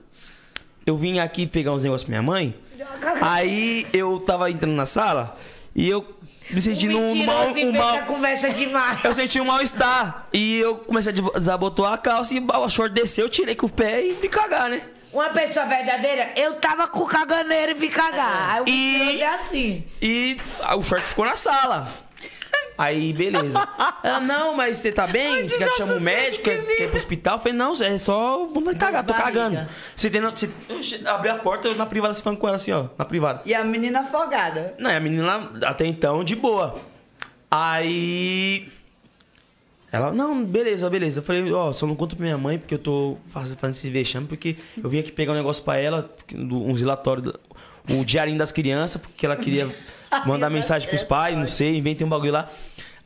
[SPEAKER 1] eu vim aqui pegar uns negócios pra minha mãe. Aí eu tava entrando na sala e eu me senti num mal.
[SPEAKER 5] mentiroso
[SPEAKER 1] Um
[SPEAKER 5] inventa
[SPEAKER 1] mal
[SPEAKER 5] conversa demais.
[SPEAKER 1] Eu senti um mal-estar. E eu comecei a des- desabotoar a calça e o short desceu, eu tirei com o pé e me cagar, né?
[SPEAKER 5] Uma pessoa verdadeira, eu tava com caganeiro e vim cagar. Aí o mentiroso é assim.
[SPEAKER 1] E ah, o short ficou na sala. Aí, beleza. Ela, não, mas você tá bem? Você quer que chame o médico? Quer, quer ir pro hospital? Eu falei, não, é só vontade de cagar, tô cagando. Você tem. Você, eu che- abri a porta, eu na privada se falando com ela assim, ó, na privada.
[SPEAKER 3] E a menina afogada.
[SPEAKER 1] Não, e a menina até então, de boa. Aí. Ela, não, beleza, beleza. Eu falei, ó, só não conta pra minha mãe, porque eu tô faz- fazendo esse vexame, porque eu vim aqui pegar um negócio pra ela, porque- do- uns relatórios, da- o diarinho das crianças, porque ela queria mandar mensagem pros pais, não sei, inventei um bagulho lá.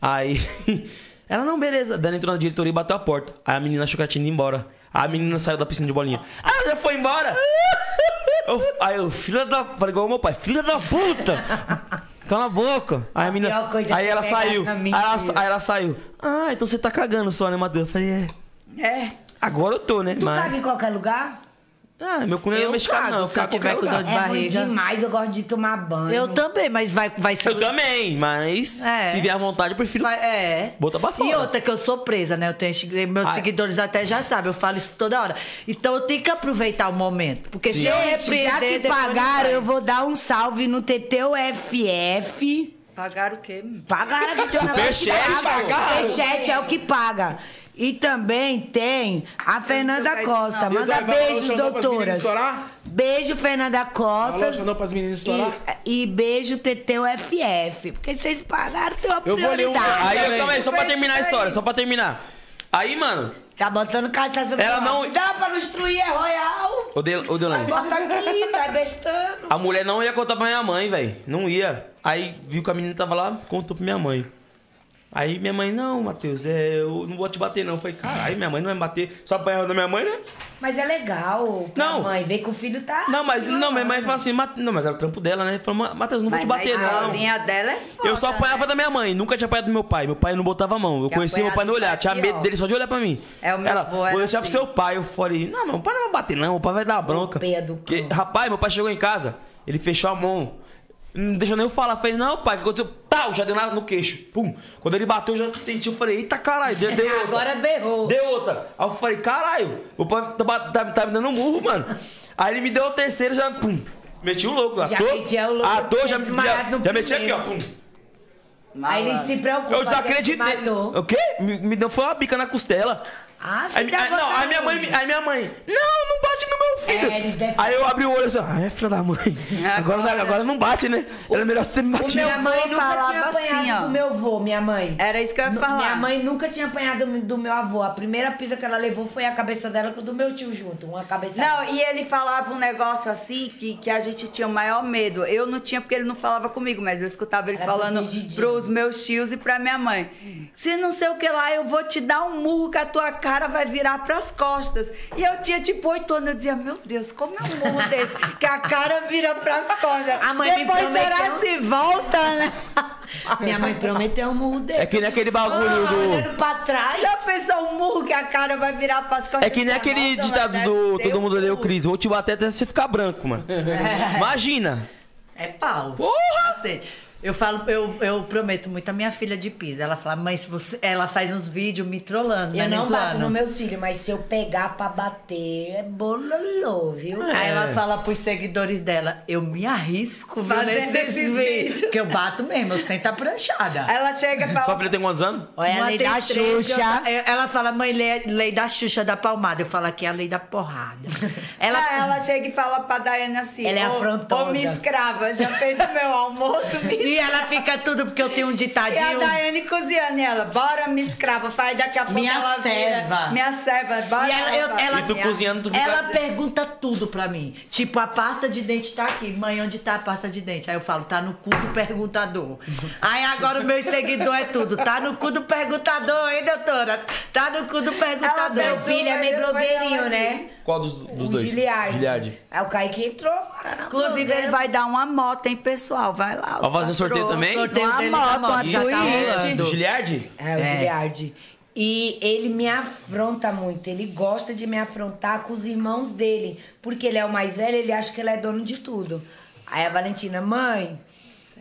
[SPEAKER 1] Aí. Ela, não, beleza. Dani entrou na diretoria e bateu a porta. Aí a menina achou que ela tinha ido embora. A menina saiu da piscina de bolinha. Ah, ela já foi embora? Eu- aí eu, filha da. Falei igual meu pai, filha da puta! Cala a boca! Aí a menina.
[SPEAKER 5] coisa é
[SPEAKER 1] Aí
[SPEAKER 5] se
[SPEAKER 1] ela
[SPEAKER 5] pegar
[SPEAKER 1] saiu.
[SPEAKER 5] na
[SPEAKER 1] Aí
[SPEAKER 5] mentira.
[SPEAKER 1] ela, sa- aí ela saiu. Ah, então você tá cagando só, né, Matheus? Eu falei, é.
[SPEAKER 3] É.
[SPEAKER 1] Agora eu tô, né?
[SPEAKER 5] Tu
[SPEAKER 1] Mas.
[SPEAKER 5] caga em qualquer lugar?
[SPEAKER 1] Ah, meu cu não é
[SPEAKER 5] Eu
[SPEAKER 1] mexicano,
[SPEAKER 5] cago
[SPEAKER 1] não. Eu
[SPEAKER 5] se
[SPEAKER 1] cago
[SPEAKER 5] eu tiver
[SPEAKER 1] qualquer
[SPEAKER 5] com
[SPEAKER 1] lugar.
[SPEAKER 5] dor de É ruim barriga. demais, eu gosto de tomar banho.
[SPEAKER 4] Eu também, mas vai, vai ser.
[SPEAKER 1] Eu também, mas.
[SPEAKER 4] É.
[SPEAKER 1] Se vier à vontade, eu prefiro.
[SPEAKER 4] É.
[SPEAKER 1] Botar pra fora.
[SPEAKER 4] E outra que eu sou presa, né? Eu tenho Instagram, meus seguidores até já sabem, eu falo isso toda hora. Então eu tenho que aproveitar o momento, porque se eu
[SPEAKER 5] Gente,
[SPEAKER 4] repreender,
[SPEAKER 5] já que
[SPEAKER 4] depois não
[SPEAKER 5] pagaram,
[SPEAKER 4] vai.
[SPEAKER 5] eu vou dar um salve no TTUFF.
[SPEAKER 3] Pagaram o quê?
[SPEAKER 5] Pagaram que tem um negócio que
[SPEAKER 3] Superchat,
[SPEAKER 5] paga.
[SPEAKER 3] pagaram.
[SPEAKER 5] Superchat é o que paga. E também tem a Fernanda
[SPEAKER 2] faz isso,
[SPEAKER 5] Costa.
[SPEAKER 2] não. Deus
[SPEAKER 5] Manda
[SPEAKER 2] vai, vai,
[SPEAKER 5] beijos,
[SPEAKER 2] falou, Xandão, pras meninas
[SPEAKER 5] doutoras.
[SPEAKER 2] estourar?
[SPEAKER 5] Beijo, Fernanda Costa.
[SPEAKER 2] Falou, Xandão, pras meninas estourar?
[SPEAKER 5] E, e beijo, TTUFF. Porque vocês pagaram, tem uma
[SPEAKER 1] Eu vou
[SPEAKER 5] prioridade.
[SPEAKER 1] ler um. Aí, eu também, só pra terminar a história, só pra terminar. Aí, mano.
[SPEAKER 5] Tá botando cachaça
[SPEAKER 1] Ela não.
[SPEAKER 5] Dá pra destruir, é royal.
[SPEAKER 1] Ô, Del- ô, Deolane.
[SPEAKER 5] Bota aqui, tá bestando.
[SPEAKER 1] A mulher não ia contar pra minha mãe, velho. Não ia. Aí viu que a menina tava lá, contou pra minha mãe. Aí minha mãe, não, Matheus, é, eu não vou te bater, não. Eu falei, caralho, minha mãe não vai me bater. Só apanhava da minha mãe, né?
[SPEAKER 5] Mas é legal. pra
[SPEAKER 1] Não.
[SPEAKER 5] Mãe, vem com o filho tá.
[SPEAKER 1] Não, mas não, minha mãe falou assim, "Mat- não, mas era o trampo dela, né? Falou, Matheus, não vou te bater,
[SPEAKER 3] A
[SPEAKER 1] não.
[SPEAKER 3] linha dela é foda.
[SPEAKER 1] Eu só apanhava da minha mãe, nunca tinha apanhado do meu pai. Meu pai não botava a mão. Eu
[SPEAKER 3] Que
[SPEAKER 1] conhecia meu pai
[SPEAKER 3] apanhado
[SPEAKER 1] no olhar,
[SPEAKER 3] tá
[SPEAKER 1] tinha
[SPEAKER 3] aqui,
[SPEAKER 1] medo
[SPEAKER 3] ó.
[SPEAKER 1] dele só de olhar pra mim.
[SPEAKER 3] É, o meu
[SPEAKER 1] Ela,
[SPEAKER 3] avô era
[SPEAKER 1] Vou deixar pro seu pai. Eu falei, não, meu pai não vai bater, não. O pai vai dar bronca. Porque, rapaz, meu pai chegou em casa, ele fechou a mão. Não deixou nem eu falar. Eu Falei, não, pai, o que aconteceu? Pau, já deu na- no queixo. Pum. Quando ele bateu, eu já senti. Eu falei, eita caralho, deu, deu outra.
[SPEAKER 5] Agora berrou.
[SPEAKER 1] Deu outra. Aí eu falei, caralho, o pai tá, ba- tá- tá me dando um murro, mano. Aí ele me deu o terceiro, já, pum. Meti o louco.
[SPEAKER 5] Já
[SPEAKER 1] ator,
[SPEAKER 5] metia o louco,
[SPEAKER 1] Ator, já, me-
[SPEAKER 5] desmaiado
[SPEAKER 1] já,
[SPEAKER 5] no
[SPEAKER 1] já meti aqui, ó,
[SPEAKER 5] primeiro.
[SPEAKER 1] pum.
[SPEAKER 5] Aí ele se preocupa.
[SPEAKER 1] Ah. Eu
[SPEAKER 5] se
[SPEAKER 1] desacreditei.
[SPEAKER 5] ele matou.
[SPEAKER 1] O quê? Me, me deu foi uma bica na costela.
[SPEAKER 5] Ah,
[SPEAKER 1] Aí,
[SPEAKER 5] fica
[SPEAKER 1] aí-
[SPEAKER 5] à
[SPEAKER 1] não,
[SPEAKER 5] vontade.
[SPEAKER 1] aí minha mãe, me- aí minha mãe, não, não bate no meu filho.
[SPEAKER 5] É, eles
[SPEAKER 1] aí eu abri o olho assim, ah, é filha da mãe. Agora, não- agora não bate, né? Era melhor você ter me batido.
[SPEAKER 5] Minha mãe nunca tinha
[SPEAKER 3] falava
[SPEAKER 5] apanhado
[SPEAKER 3] assim, ó.
[SPEAKER 5] do meu avô, minha
[SPEAKER 1] É
[SPEAKER 5] mãe.
[SPEAKER 3] Era isso que eu ia
[SPEAKER 5] Nu-
[SPEAKER 3] falar.
[SPEAKER 5] Minha mãe nunca tinha apanhado do- do meu avô. A primeira pisa que ela levou foi a cabeça dela com a do meu tio junto. Uma cabeça.
[SPEAKER 3] Não, e ele falava um negócio assim que, que a gente tinha o maior medo. Eu não tinha porque ele não falava comigo, mas eu escutava ele
[SPEAKER 5] Era
[SPEAKER 3] falando pros meus tios e pra minha mãe. Se não sei o que lá, eu vou te dar um murro que a tua cara vai virar pras costas. E eu tinha tipo oito anos, eu dizia, meu Deus, como é um murro desse que a cara vira pras costas?
[SPEAKER 5] A mãe me
[SPEAKER 3] Depois será
[SPEAKER 5] prometeu-
[SPEAKER 3] se volta, né?
[SPEAKER 5] Minha mãe prometeu um murro dele.
[SPEAKER 1] É que nem aquele bagulho do.
[SPEAKER 5] Pra trás.
[SPEAKER 3] Já pensou um murro que a cara vai virar pras costas?
[SPEAKER 1] É que nem
[SPEAKER 3] da
[SPEAKER 1] aquele
[SPEAKER 3] nossa,
[SPEAKER 1] ditado
[SPEAKER 3] mas
[SPEAKER 1] é do
[SPEAKER 3] deve ter
[SPEAKER 1] Todo mundo
[SPEAKER 3] um
[SPEAKER 1] odeia o
[SPEAKER 3] murro.
[SPEAKER 1] Cris. Vou te bater até você ficar branco, mano.
[SPEAKER 4] É.
[SPEAKER 1] Imagina.
[SPEAKER 4] É pau. Porra! Eu falo, eu, eu prometo muito a minha filha de pisa. Ela fala, mãe, se você. Ela faz uns vídeos me trollando,
[SPEAKER 1] é
[SPEAKER 4] né?
[SPEAKER 5] Eu
[SPEAKER 4] me
[SPEAKER 5] não bato
[SPEAKER 4] zoando.
[SPEAKER 5] no meus filhos, mas se eu pegar pra bater, é bololô, viu?
[SPEAKER 1] É.
[SPEAKER 4] Aí ela fala pros seguidores dela, eu me arrisco viu,
[SPEAKER 5] Fazendo
[SPEAKER 4] nesses
[SPEAKER 5] esses
[SPEAKER 4] vídeos.
[SPEAKER 5] vídeos.
[SPEAKER 4] Porque eu bato mesmo, eu sento a pranchada.
[SPEAKER 3] Ela chega e
[SPEAKER 1] Só pra ele tem quantos anos?
[SPEAKER 5] É
[SPEAKER 4] Uma tem três, eu- é, Ela fala, mãe, lei, lei da Xuxa da palmada. Eu falo que é a lei da porrada.
[SPEAKER 3] Ela, Ah,
[SPEAKER 5] É.
[SPEAKER 3] ela chega e fala pra Daiane assim.
[SPEAKER 4] Ela é
[SPEAKER 3] "Ô-
[SPEAKER 4] afrontosa."
[SPEAKER 3] Ô, minha escrava, já fez o meu almoço, minha
[SPEAKER 4] E ela fica tudo porque eu tenho um ditadinho.
[SPEAKER 3] E É a Daiane cozinhando e ela, bora minha escrava, faz daqui a pouco
[SPEAKER 4] Minha
[SPEAKER 3] ela
[SPEAKER 4] serva.
[SPEAKER 3] vira. Minha serva, bora.
[SPEAKER 4] E ela, eu- ela- Ela pergunta tudo pra mim. Tipo, a pasta de dente tá aqui. Mãe, onde tá a pasta de dente? Aí eu falo, tá no cu do perguntador. Aí agora o meu seguidor é tudo. Tá no cu do perguntador, hein, doutora? Tá no cu do perguntador.
[SPEAKER 5] Meu filho é meio blogueirinho, né?
[SPEAKER 1] Qual dos, dos
[SPEAKER 5] O
[SPEAKER 1] dois?
[SPEAKER 5] Giliard.
[SPEAKER 1] Giliard.
[SPEAKER 5] Aí o Kaique entrou agora na
[SPEAKER 3] Inclusive, ele vai dar uma moto, hein, pessoal? Vai lá.
[SPEAKER 1] Vai fazer um sorteio também?
[SPEAKER 3] Sorteio uma moto, uma
[SPEAKER 1] tá
[SPEAKER 3] Tá
[SPEAKER 4] tá
[SPEAKER 3] Twist.
[SPEAKER 1] Giliard?
[SPEAKER 5] É, o Giliardi. E ele me afronta muito. Ele gosta de me afrontar com os irmãos dele. Porque ele é o mais velho, ele acha que ele é dono de tudo. Aí a Valentina, mãe,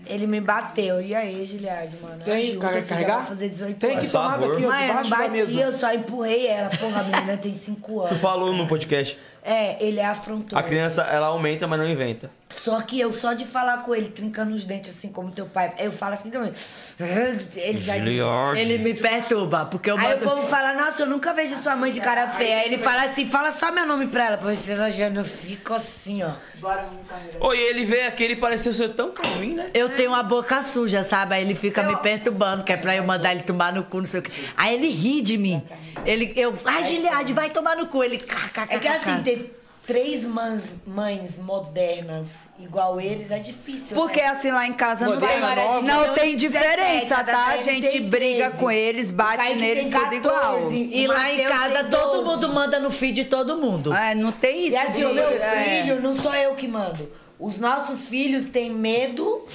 [SPEAKER 5] ele me bateu. E aí, Giliardi, mano?
[SPEAKER 2] Tem
[SPEAKER 5] ajuda,
[SPEAKER 2] car-
[SPEAKER 5] você já
[SPEAKER 2] carregar?
[SPEAKER 5] vai fazer 18
[SPEAKER 2] Tem
[SPEAKER 5] anos.
[SPEAKER 2] aqui tomada Por favor. aqui, ó,
[SPEAKER 5] Mãe, eu não
[SPEAKER 2] debaixo da
[SPEAKER 5] bati,
[SPEAKER 2] mesa.
[SPEAKER 5] eu só empurrei ela. Porra, a menina tem 5 anos.
[SPEAKER 1] Tu falou no podcast.
[SPEAKER 5] É, ele é afrontoso.
[SPEAKER 1] A criança, ela aumenta, mas não inventa.
[SPEAKER 5] Só que eu só de falar com ele, trincando os dentes assim como teu pai, eu falo assim também. Ele já diz.
[SPEAKER 1] Giliard.
[SPEAKER 4] Ele me perturba, porque eu
[SPEAKER 5] Aí
[SPEAKER 4] mando...
[SPEAKER 5] o povo fala, nossa, eu nunca vejo sua mãe de cara feia. Aí ele fala assim, fala só meu nome pra ela, pra ver se ela já não fica assim, ó.
[SPEAKER 3] Bora, um carreira.
[SPEAKER 1] Oi, ele veio aqui, ele pareceu ser tão calminho, né?
[SPEAKER 4] Eu tenho uma boca suja, sabe? Aí ele fica me perturbando, que é pra eu mandar ele tomar no cu, não sei o quê. Aí ele ri de mim. Ele, eu, ai, Giliade, vai tomar no cu. Ele, kkk.
[SPEAKER 5] É que assim, ter três mães, mães modernas igual eles é difícil.
[SPEAKER 3] Porque
[SPEAKER 5] né?
[SPEAKER 3] assim lá em casa não
[SPEAKER 5] Moderna,
[SPEAKER 3] vai
[SPEAKER 5] nova.
[SPEAKER 3] Não tem
[SPEAKER 5] 17,
[SPEAKER 3] diferença,
[SPEAKER 5] a
[SPEAKER 3] tá? A
[SPEAKER 5] Daiane
[SPEAKER 3] gente
[SPEAKER 5] tem
[SPEAKER 3] briga
[SPEAKER 5] 13.
[SPEAKER 3] com eles,
[SPEAKER 5] O Kaique
[SPEAKER 3] bate
[SPEAKER 5] tem
[SPEAKER 3] neles, tudo
[SPEAKER 5] 14,
[SPEAKER 3] igual.
[SPEAKER 4] E lá em casa todo mundo manda no feed de todo mundo.
[SPEAKER 3] É, não tem isso.
[SPEAKER 5] E assim, o
[SPEAKER 3] de-
[SPEAKER 5] meu
[SPEAKER 3] é.
[SPEAKER 5] filho, não sou eu que mando. Os nossos filhos têm medo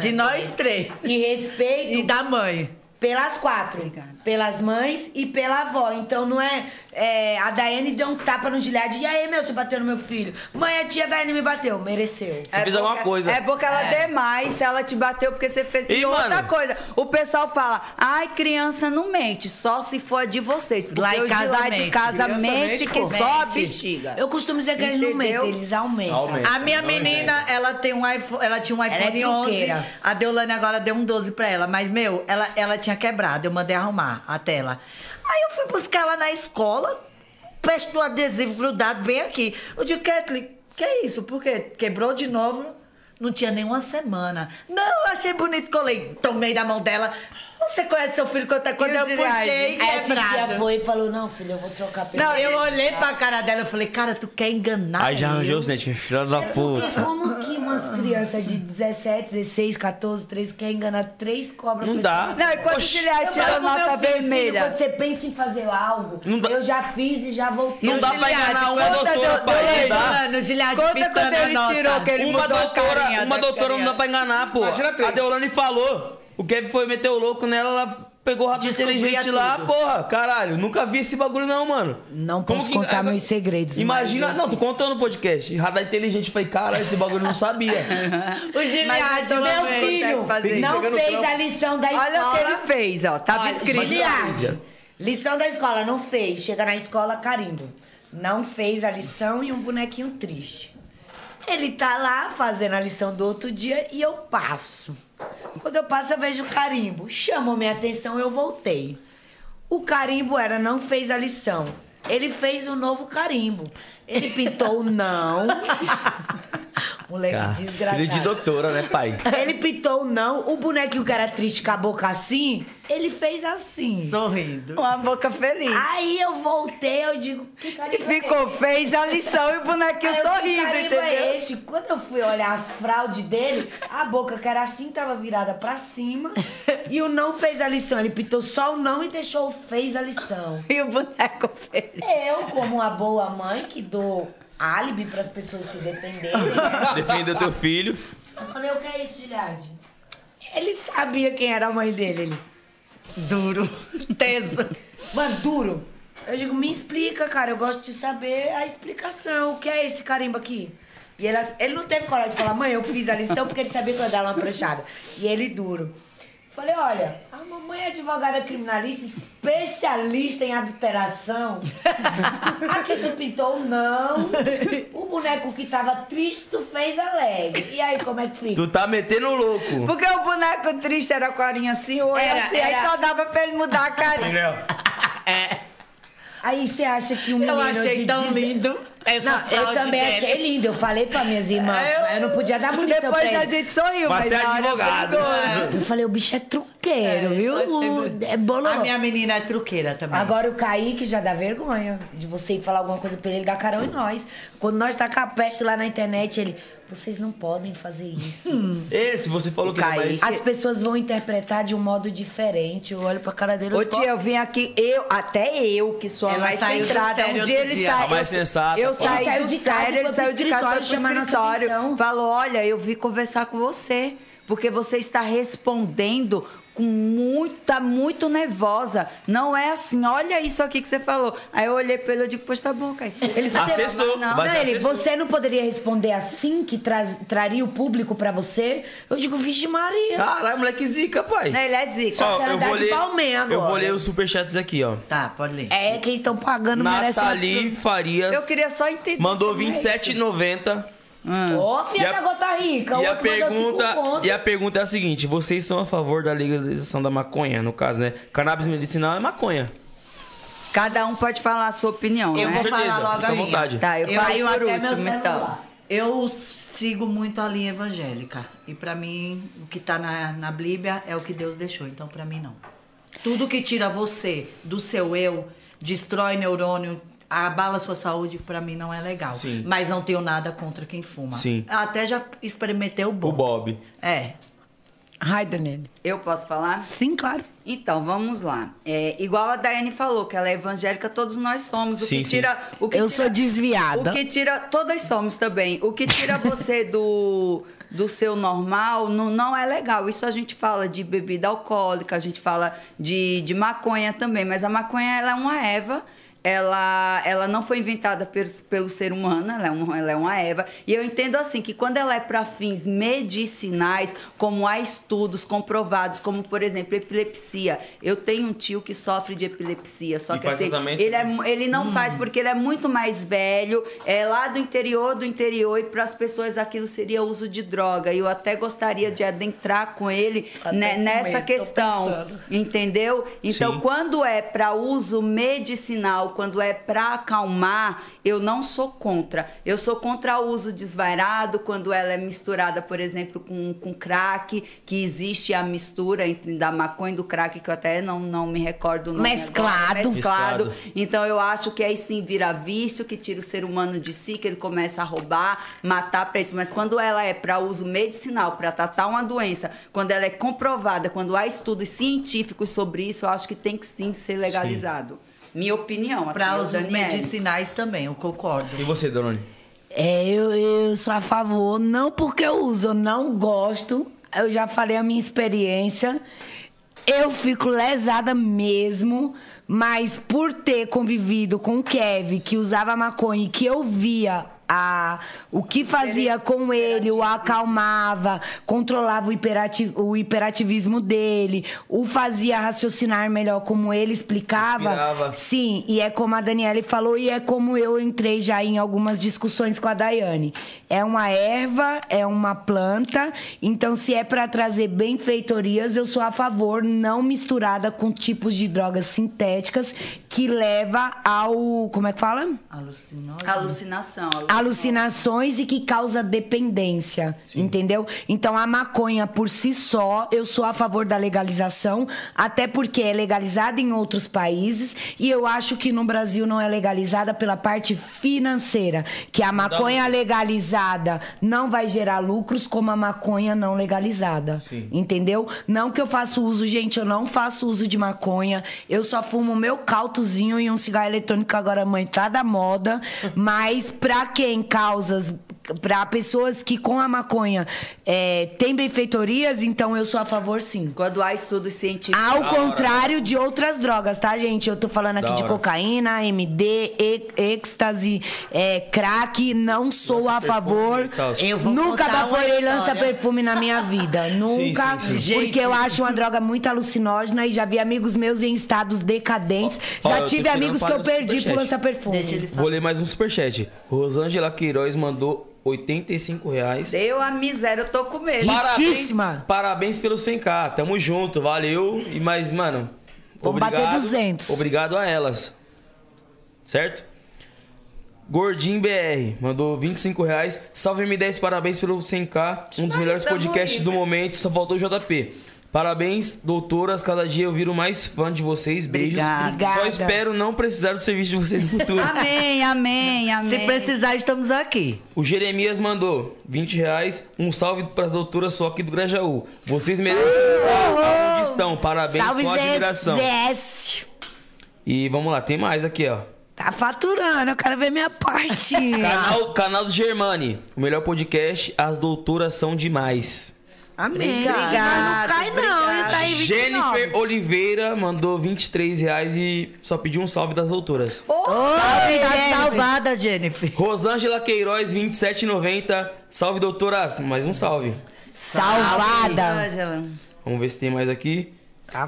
[SPEAKER 4] De nós três.
[SPEAKER 5] e respeito.
[SPEAKER 4] E da mãe.
[SPEAKER 5] Pelas quatro. Pelas mães e pela avó. Então não é, é, A Daiane deu um tapa no Gilhard. E aí, meu, você bateu no meu filho? Mãe, a tia Daiane me bateu. Mereceu.
[SPEAKER 1] Você fez alguma coisa.
[SPEAKER 3] É porque ela
[SPEAKER 1] É.
[SPEAKER 3] demais se ela te bateu porque você fez.
[SPEAKER 1] E,
[SPEAKER 3] E, outra
[SPEAKER 1] mano?
[SPEAKER 3] coisa, o pessoal fala: ai, criança não mente, só se for a de vocês. Porque
[SPEAKER 4] Lá em
[SPEAKER 3] os de
[SPEAKER 4] casa
[SPEAKER 3] lá de
[SPEAKER 4] mente.
[SPEAKER 3] casa
[SPEAKER 4] Criança
[SPEAKER 3] mente
[SPEAKER 4] mente,
[SPEAKER 3] que
[SPEAKER 4] pô.
[SPEAKER 3] só a
[SPEAKER 4] Mente.
[SPEAKER 3] bexiga.
[SPEAKER 5] Eu costumo dizer que eles não
[SPEAKER 3] Entendeu?
[SPEAKER 5] mentem, eles aumentam.
[SPEAKER 1] Aumenta.
[SPEAKER 4] A minha
[SPEAKER 1] Não é
[SPEAKER 4] menina,
[SPEAKER 1] inventa.
[SPEAKER 4] ela tem um iPhone, ela tinha um
[SPEAKER 5] Ela é
[SPEAKER 4] iPhone 11.
[SPEAKER 5] truqueira.
[SPEAKER 4] A Deolane agora deu um 12 pra ela, mas meu, ela ela tinha quebrado, eu mandei arrumar a tela. Aí eu fui buscar ela na escola, peste do adesivo grudado bem aqui. Eu digo, Kathleen, que é isso? Por quê? Quebrou de novo? Não tinha nenhuma semana. Não, eu achei bonito, colei, tomei da mão dela. Você conhece seu filho quando, tá, quando
[SPEAKER 5] E o
[SPEAKER 4] eu
[SPEAKER 5] Gilard?
[SPEAKER 4] puxei
[SPEAKER 5] Aí a
[SPEAKER 4] quebrado.
[SPEAKER 5] tia foi e falou, não, filho, eu vou trocar pelo...
[SPEAKER 4] é Não, eu olhei pra cara dela e falei, cara, tu quer enganar
[SPEAKER 1] Aí já arranjou
[SPEAKER 4] eu?
[SPEAKER 1] os dentes, filha da
[SPEAKER 5] Porque
[SPEAKER 1] puta.
[SPEAKER 5] como que umas crianças de 17, 16, 14, 13 quer enganar três cobras?
[SPEAKER 1] Não
[SPEAKER 5] pra
[SPEAKER 1] dá.
[SPEAKER 5] cima?
[SPEAKER 1] Não, e quando
[SPEAKER 5] Oxi.
[SPEAKER 1] tirar,
[SPEAKER 5] Eu
[SPEAKER 1] tira
[SPEAKER 5] falo
[SPEAKER 1] a
[SPEAKER 5] pro meu
[SPEAKER 3] nota
[SPEAKER 5] filho, filho,
[SPEAKER 3] vermelha.
[SPEAKER 5] Quando você pensa em fazer algo, eu já fiz e já voltei.
[SPEAKER 1] Não dá pra enganar uma
[SPEAKER 4] Conta,
[SPEAKER 1] doutora,
[SPEAKER 4] Deu-
[SPEAKER 1] pai.
[SPEAKER 4] Deolane,
[SPEAKER 1] não dá.
[SPEAKER 4] Deolane, o Gilhard
[SPEAKER 3] Conta
[SPEAKER 4] pitando
[SPEAKER 3] quando
[SPEAKER 4] a
[SPEAKER 3] ele
[SPEAKER 4] nota.
[SPEAKER 3] tirou, que ele
[SPEAKER 1] uma
[SPEAKER 3] mudou a
[SPEAKER 1] doutora,
[SPEAKER 3] carinha.
[SPEAKER 1] uma
[SPEAKER 3] da
[SPEAKER 1] doutora não dá pra enganar, pô.
[SPEAKER 3] Imagina
[SPEAKER 1] A Deolane falou. O Kevin foi meter o louco nela, ela pegou o rato
[SPEAKER 5] Descobria
[SPEAKER 1] inteligente lá,
[SPEAKER 5] tudo.
[SPEAKER 1] porra. Caralho, nunca vi esse bagulho não, mano.
[SPEAKER 5] Não
[SPEAKER 1] Como
[SPEAKER 5] posso
[SPEAKER 1] que-
[SPEAKER 5] contar meus segredos.
[SPEAKER 1] Imagina, não, tô contando no podcast. Radar inteligente, falei, caralho, esse bagulho eu não sabia.
[SPEAKER 4] O Giliade,
[SPEAKER 5] Meu
[SPEAKER 4] é meu
[SPEAKER 5] filho não fez a lição da escola.
[SPEAKER 3] Olha o que ele fez, ó. Tava
[SPEAKER 5] Olha,
[SPEAKER 3] escrito.
[SPEAKER 5] Giliardi, lição da escola, não fez. Chega na escola, carimbo. Não fez a lição e um bonequinho triste. Ele tá lá fazendo a lição do outro dia e eu passo. Quando eu passo, eu vejo o carimbo. Chamou minha atenção, eu voltei. O carimbo era não fez a lição. Ele fez um novo carimbo. Ele pintou o não.
[SPEAKER 3] É
[SPEAKER 5] Moleque
[SPEAKER 1] Cara,
[SPEAKER 5] desgraçado.
[SPEAKER 1] Filho de doutora, né, pai?
[SPEAKER 5] Ele pintou o não, o bonequinho que era triste com a boca assim, ele fez assim.
[SPEAKER 4] Sorrindo.
[SPEAKER 3] Uma boca feliz.
[SPEAKER 5] Aí eu voltei, eu digo. Que
[SPEAKER 3] E ficou, fez a lição e o bonequinho sorrindo, entendeu?
[SPEAKER 5] É este? Quando eu fui olhar as fraudes dele, a boca que era assim tava virada pra cima e o não fez a lição. Ele pintou só o não e deixou o fez a lição.
[SPEAKER 3] E o boneco fez.
[SPEAKER 5] Eu, como uma boa mãe que dou álibi pras pessoas se defenderem, né?
[SPEAKER 1] Defenda teu filho.
[SPEAKER 5] eu falei: o que é isso, Gilhard? Ele sabia quem era a mãe dele. Ele. Duro. Teso. Mano, duro. Eu digo, me explica, cara. Eu gosto de saber a explicação. O que é esse carimbo aqui? E ele, ele não teve coragem de falar, mãe, eu fiz a lição porque ele sabia que eu ia dar uma pranchada. E ele duro. Falei, olha, a mamãe é advogada criminalista, especialista em adulteração. Aqui tu pintou um não. O boneco que tava triste, tu fez alegre. E aí, como é que fica?
[SPEAKER 1] Tu tá metendo louco.
[SPEAKER 3] Porque o boneco triste era a carinha assim, ou era,
[SPEAKER 5] Era,
[SPEAKER 3] assim, aí
[SPEAKER 5] era.
[SPEAKER 3] só dava pra ele mudar a carinha.
[SPEAKER 5] né? Aí você acha que o menino
[SPEAKER 3] achei
[SPEAKER 5] de
[SPEAKER 3] tão
[SPEAKER 5] deze-
[SPEAKER 3] lindo
[SPEAKER 6] essa
[SPEAKER 5] não, eu
[SPEAKER 6] fraude
[SPEAKER 5] também
[SPEAKER 6] dele.
[SPEAKER 5] achei lindo. Eu falei pra minhas irmãs,
[SPEAKER 6] É, eu-
[SPEAKER 5] mas eu não podia dar munição
[SPEAKER 6] Depois
[SPEAKER 5] pra
[SPEAKER 6] a
[SPEAKER 5] ele. Ah,
[SPEAKER 6] gente sorriu,
[SPEAKER 1] Mas mas você é na hora advogado.
[SPEAKER 3] né?
[SPEAKER 1] pegou.
[SPEAKER 5] Eu falei, o bicho é truqueiro, viu? É bololô.
[SPEAKER 11] A minha menina é truqueira também.
[SPEAKER 5] Agora o Kaique já dá vergonha de você ir falar alguma coisa pra ele, ele dá carão em nós. Quando nós tá com a peste lá na internet, ele... Vocês não podem fazer isso.
[SPEAKER 1] Hum. Esse, você falou que não, é mas...
[SPEAKER 5] As pessoas vão interpretar de um modo diferente. Eu olho pra cara dele... eu
[SPEAKER 3] Ô
[SPEAKER 5] tô-
[SPEAKER 3] tia, eu vim aqui, eu, até eu que sou a
[SPEAKER 5] Ela
[SPEAKER 3] mais
[SPEAKER 5] saiu do
[SPEAKER 3] centrada.
[SPEAKER 5] sério
[SPEAKER 3] Um dia
[SPEAKER 5] outro
[SPEAKER 3] ele
[SPEAKER 5] dia.
[SPEAKER 3] saiu.
[SPEAKER 1] A mais sensata,
[SPEAKER 3] Eu
[SPEAKER 1] pô.
[SPEAKER 3] saí
[SPEAKER 5] Ele saiu
[SPEAKER 3] do
[SPEAKER 5] de casa e
[SPEAKER 3] sério, ele
[SPEAKER 5] foi pro
[SPEAKER 3] saiu de casa foi pro
[SPEAKER 5] escritório chamar nossa
[SPEAKER 3] escritório.
[SPEAKER 5] atenção.
[SPEAKER 3] Falou: olha, eu vim conversar com você, porque você está respondendo com muita, muito nervosa. Não é assim, olha isso aqui que você falou. Aí eu olhei pra ele e digo, pois tá bom, Caio. Ele falou,
[SPEAKER 1] Acessou,
[SPEAKER 3] não,
[SPEAKER 1] vai
[SPEAKER 5] Não,
[SPEAKER 1] ser
[SPEAKER 5] ele,
[SPEAKER 1] assessor.
[SPEAKER 5] "Ah, você não poderia responder assim que traz- traria o público pra você? Eu digo, vixe Maria.
[SPEAKER 1] Caralho, moleque zica, pai.
[SPEAKER 3] Não, ele é zica.
[SPEAKER 1] Ó, eu vou
[SPEAKER 5] de
[SPEAKER 1] ler,
[SPEAKER 5] Balmain agora.
[SPEAKER 1] eu vou ler os superchats aqui, ó.
[SPEAKER 11] Tá, pode ler.
[SPEAKER 5] É, quem estão pagando merece...
[SPEAKER 1] Nathalie Farias
[SPEAKER 3] Eu queria só entender.
[SPEAKER 1] mandou
[SPEAKER 3] como é isso.
[SPEAKER 1] 27,90.
[SPEAKER 5] Ô,
[SPEAKER 1] E
[SPEAKER 5] filha
[SPEAKER 1] a-
[SPEAKER 5] da gota rica, o
[SPEAKER 1] E a,
[SPEAKER 5] outro mandou cinco
[SPEAKER 1] pergunta,
[SPEAKER 5] conto.
[SPEAKER 1] e a pergunta é a seguinte: vocês são a favor da legalização da maconha, no caso, né? Cannabis medicinal é maconha.
[SPEAKER 3] Cada um pode falar a sua opinião,
[SPEAKER 11] Eu
[SPEAKER 3] né?
[SPEAKER 11] vou
[SPEAKER 1] Com certeza,
[SPEAKER 11] falar logo
[SPEAKER 1] fica
[SPEAKER 11] a
[SPEAKER 1] à
[SPEAKER 11] minha.
[SPEAKER 1] vontade.
[SPEAKER 3] Tá, eu,
[SPEAKER 11] Eu-
[SPEAKER 3] falei
[SPEAKER 11] eu
[SPEAKER 3] por
[SPEAKER 11] até meu
[SPEAKER 3] último, então.
[SPEAKER 11] Eu sigo muito a linha evangélica. E pra mim, o que tá na, na Bíblia é o que Deus deixou. Então, pra mim, não. Tudo que tira você do seu eu, destrói neurônio, abala sua saúde, pra mim não é legal.
[SPEAKER 1] Sim.
[SPEAKER 11] Mas não tenho nada contra quem fuma.
[SPEAKER 1] Sim.
[SPEAKER 11] Até já experimentei o bom.
[SPEAKER 1] O Bob.
[SPEAKER 11] É.
[SPEAKER 6] Ai, Daniele.
[SPEAKER 3] Eu posso falar?
[SPEAKER 6] Sim, claro.
[SPEAKER 3] Então, vamos lá. É, igual a Daiane falou, que ela é evangélica, todos nós somos. O
[SPEAKER 1] Sim,
[SPEAKER 3] que
[SPEAKER 1] sim.
[SPEAKER 3] tira. O que
[SPEAKER 6] Eu
[SPEAKER 3] tira-
[SPEAKER 6] sou desviada.
[SPEAKER 3] O que tira. Todas somos também. O que tira você do. Do seu normal não, não é legal. Isso a gente fala de bebida alcoólica, a gente fala de, de maconha também, mas a maconha ela é uma erva, ela, ela não foi inventada pelo, pelo ser humano, ela é, um, ela é uma erva. E eu entendo assim que quando ela é para fins medicinais, como há estudos comprovados, como por exemplo epilepsia. Eu tenho um tio que sofre de epilepsia, só
[SPEAKER 1] E
[SPEAKER 3] que
[SPEAKER 1] faz
[SPEAKER 3] assim,
[SPEAKER 1] tratamento?
[SPEAKER 3] ele, é, mu- ele não
[SPEAKER 5] Hum.
[SPEAKER 3] faz porque ele é muito mais velho, é lá do interior do interior e para as pessoas aquilo seria uso de droga. E eu até gostaria de adentrar com ele né,
[SPEAKER 5] com
[SPEAKER 3] nessa
[SPEAKER 5] medo, tô
[SPEAKER 3] questão,
[SPEAKER 5] pensando.
[SPEAKER 3] entendeu? Então,
[SPEAKER 1] Sim.
[SPEAKER 3] quando é para uso medicinal, quando é para acalmar, eu não sou contra. Eu sou contra o uso desvairado, quando ela é misturada, por exemplo, com, com crack, que existe a mistura entre da maconha e do crack, que eu até não, não me recordo o nome. agora.
[SPEAKER 5] Mesclado.
[SPEAKER 3] Mesclado.
[SPEAKER 1] Mesclado.
[SPEAKER 3] Então eu acho que aí sim vira vício, que tira o ser humano de si, que ele começa a roubar, matar pra isso. Mas quando ela é para uso medicinal, para tratar uma doença, quando ela é comprovada, quando há estudos científicos sobre isso, eu acho que tem que sim ser legalizado. Minha opinião, assim,
[SPEAKER 11] Pra
[SPEAKER 3] eu,
[SPEAKER 11] usos
[SPEAKER 3] Daniele.
[SPEAKER 11] medicinais também, eu concordo.
[SPEAKER 1] E você, Dorone?
[SPEAKER 5] É, eu, eu sou a favor, não porque eu uso, eu não gosto. Eu já falei a minha experiência. Eu fico lesada mesmo, mas por ter convivido com o Kevin, que usava maconha e que eu via a, o que fazia com ele, o acalmava, controlava o, hiperati- o hiperativismo dele, o fazia raciocinar melhor como ele explicava.
[SPEAKER 1] Inspirava.
[SPEAKER 5] Sim, e é como a Daniele falou e é como eu entrei já em algumas discussões com a Daiane. É uma erva, é uma planta, então se é para trazer benfeitorias, eu sou a favor, não misturada com tipos de drogas sintéticas que leva ao, como é que fala?
[SPEAKER 11] Alucinógeno.
[SPEAKER 3] Alucinação.
[SPEAKER 5] alucinações e que causa dependência, entendeu? Então a maconha por si só, eu sou a favor da legalização, até porque é legalizada em outros países e eu acho que no Brasil não é legalizada pela parte financeira, que a maconha legalizada não vai gerar lucros como a maconha não legalizada.
[SPEAKER 1] Sim.
[SPEAKER 5] Entendeu? Não que eu faço uso, gente, eu não faço uso de maconha. Eu só fumo meu cautozinho e um cigarro eletrônico agora, mãe, tá da moda. Mas pra quem causas para pessoas que com a maconha é, têm benfeitorias, então eu sou a favor sim.
[SPEAKER 3] Quando há estudos científicos.
[SPEAKER 5] Ao
[SPEAKER 3] Da hora.
[SPEAKER 5] contrário de outras drogas, tá, gente? Eu tô falando
[SPEAKER 3] Da
[SPEAKER 5] aqui de
[SPEAKER 3] hora.
[SPEAKER 5] cocaína, MD, e- êxtase, é, crack, não sou a favor.
[SPEAKER 6] Eu vou
[SPEAKER 5] Nunca
[SPEAKER 6] contar uma
[SPEAKER 5] vaporei lança
[SPEAKER 6] história.
[SPEAKER 5] perfume na minha vida. Nunca.
[SPEAKER 6] sim, sim.
[SPEAKER 5] Porque eu acho uma droga muito alucinógena e já vi amigos meus em estados decadentes.
[SPEAKER 1] Ó,
[SPEAKER 5] já
[SPEAKER 1] eu tô
[SPEAKER 5] tive
[SPEAKER 1] tirando
[SPEAKER 5] amigos que
[SPEAKER 1] para
[SPEAKER 5] eu
[SPEAKER 1] o
[SPEAKER 5] perdi por
[SPEAKER 1] superchat.
[SPEAKER 5] lança perfume.
[SPEAKER 1] Vou ler mais um superchat. Rosângela Queiroz mandou 85 reais.
[SPEAKER 3] Deu a miséria, eu tô com medo.
[SPEAKER 1] Parabéns, parabéns pelo 100k. Tamo junto, valeu. E mas, mano,
[SPEAKER 3] Vamos bater
[SPEAKER 1] obrigado.
[SPEAKER 3] 200.
[SPEAKER 1] Obrigado a elas. Certo? Gordinho BR mandou 25 reais. Salve M10, parabéns pelo 100k. Um dos melhores
[SPEAKER 3] tamo
[SPEAKER 1] podcasts
[SPEAKER 3] aí,
[SPEAKER 1] do momento. Só faltou o JP. Parabéns, doutoras. Cada dia eu viro mais fã de vocês. Beijos.
[SPEAKER 3] Obrigada.
[SPEAKER 1] Só espero não precisar do serviço de vocês no futuro.
[SPEAKER 3] Amém, amém, amém.
[SPEAKER 4] Se precisar, estamos aqui.
[SPEAKER 1] O Jeremias mandou 20 reais, um salve pras doutoras só aqui do Grajaú. Vocês merecem estar onde estão. Parabéns,
[SPEAKER 5] Salve,
[SPEAKER 1] só admiração.
[SPEAKER 5] ZS.
[SPEAKER 1] E vamos lá, tem mais aqui, ó.
[SPEAKER 5] Tá faturando, eu quero ver minha parte.
[SPEAKER 1] Canal, canal do Germani, o melhor podcast, as doutoras são demais.
[SPEAKER 5] Amém. Obrigada. Não cai não, ele tá aí 29.
[SPEAKER 1] Jennifer Oliveira mandou 23 reais e só pediu um salve das doutoras.
[SPEAKER 4] Salve das
[SPEAKER 1] Jennifer.
[SPEAKER 4] salvadas, Jennifer.
[SPEAKER 1] Rosângela Queiroz, 27,90. Salve, doutoras. Mais um salve.
[SPEAKER 5] Salvada.
[SPEAKER 3] Ângela.
[SPEAKER 1] Vamos ver se tem mais aqui.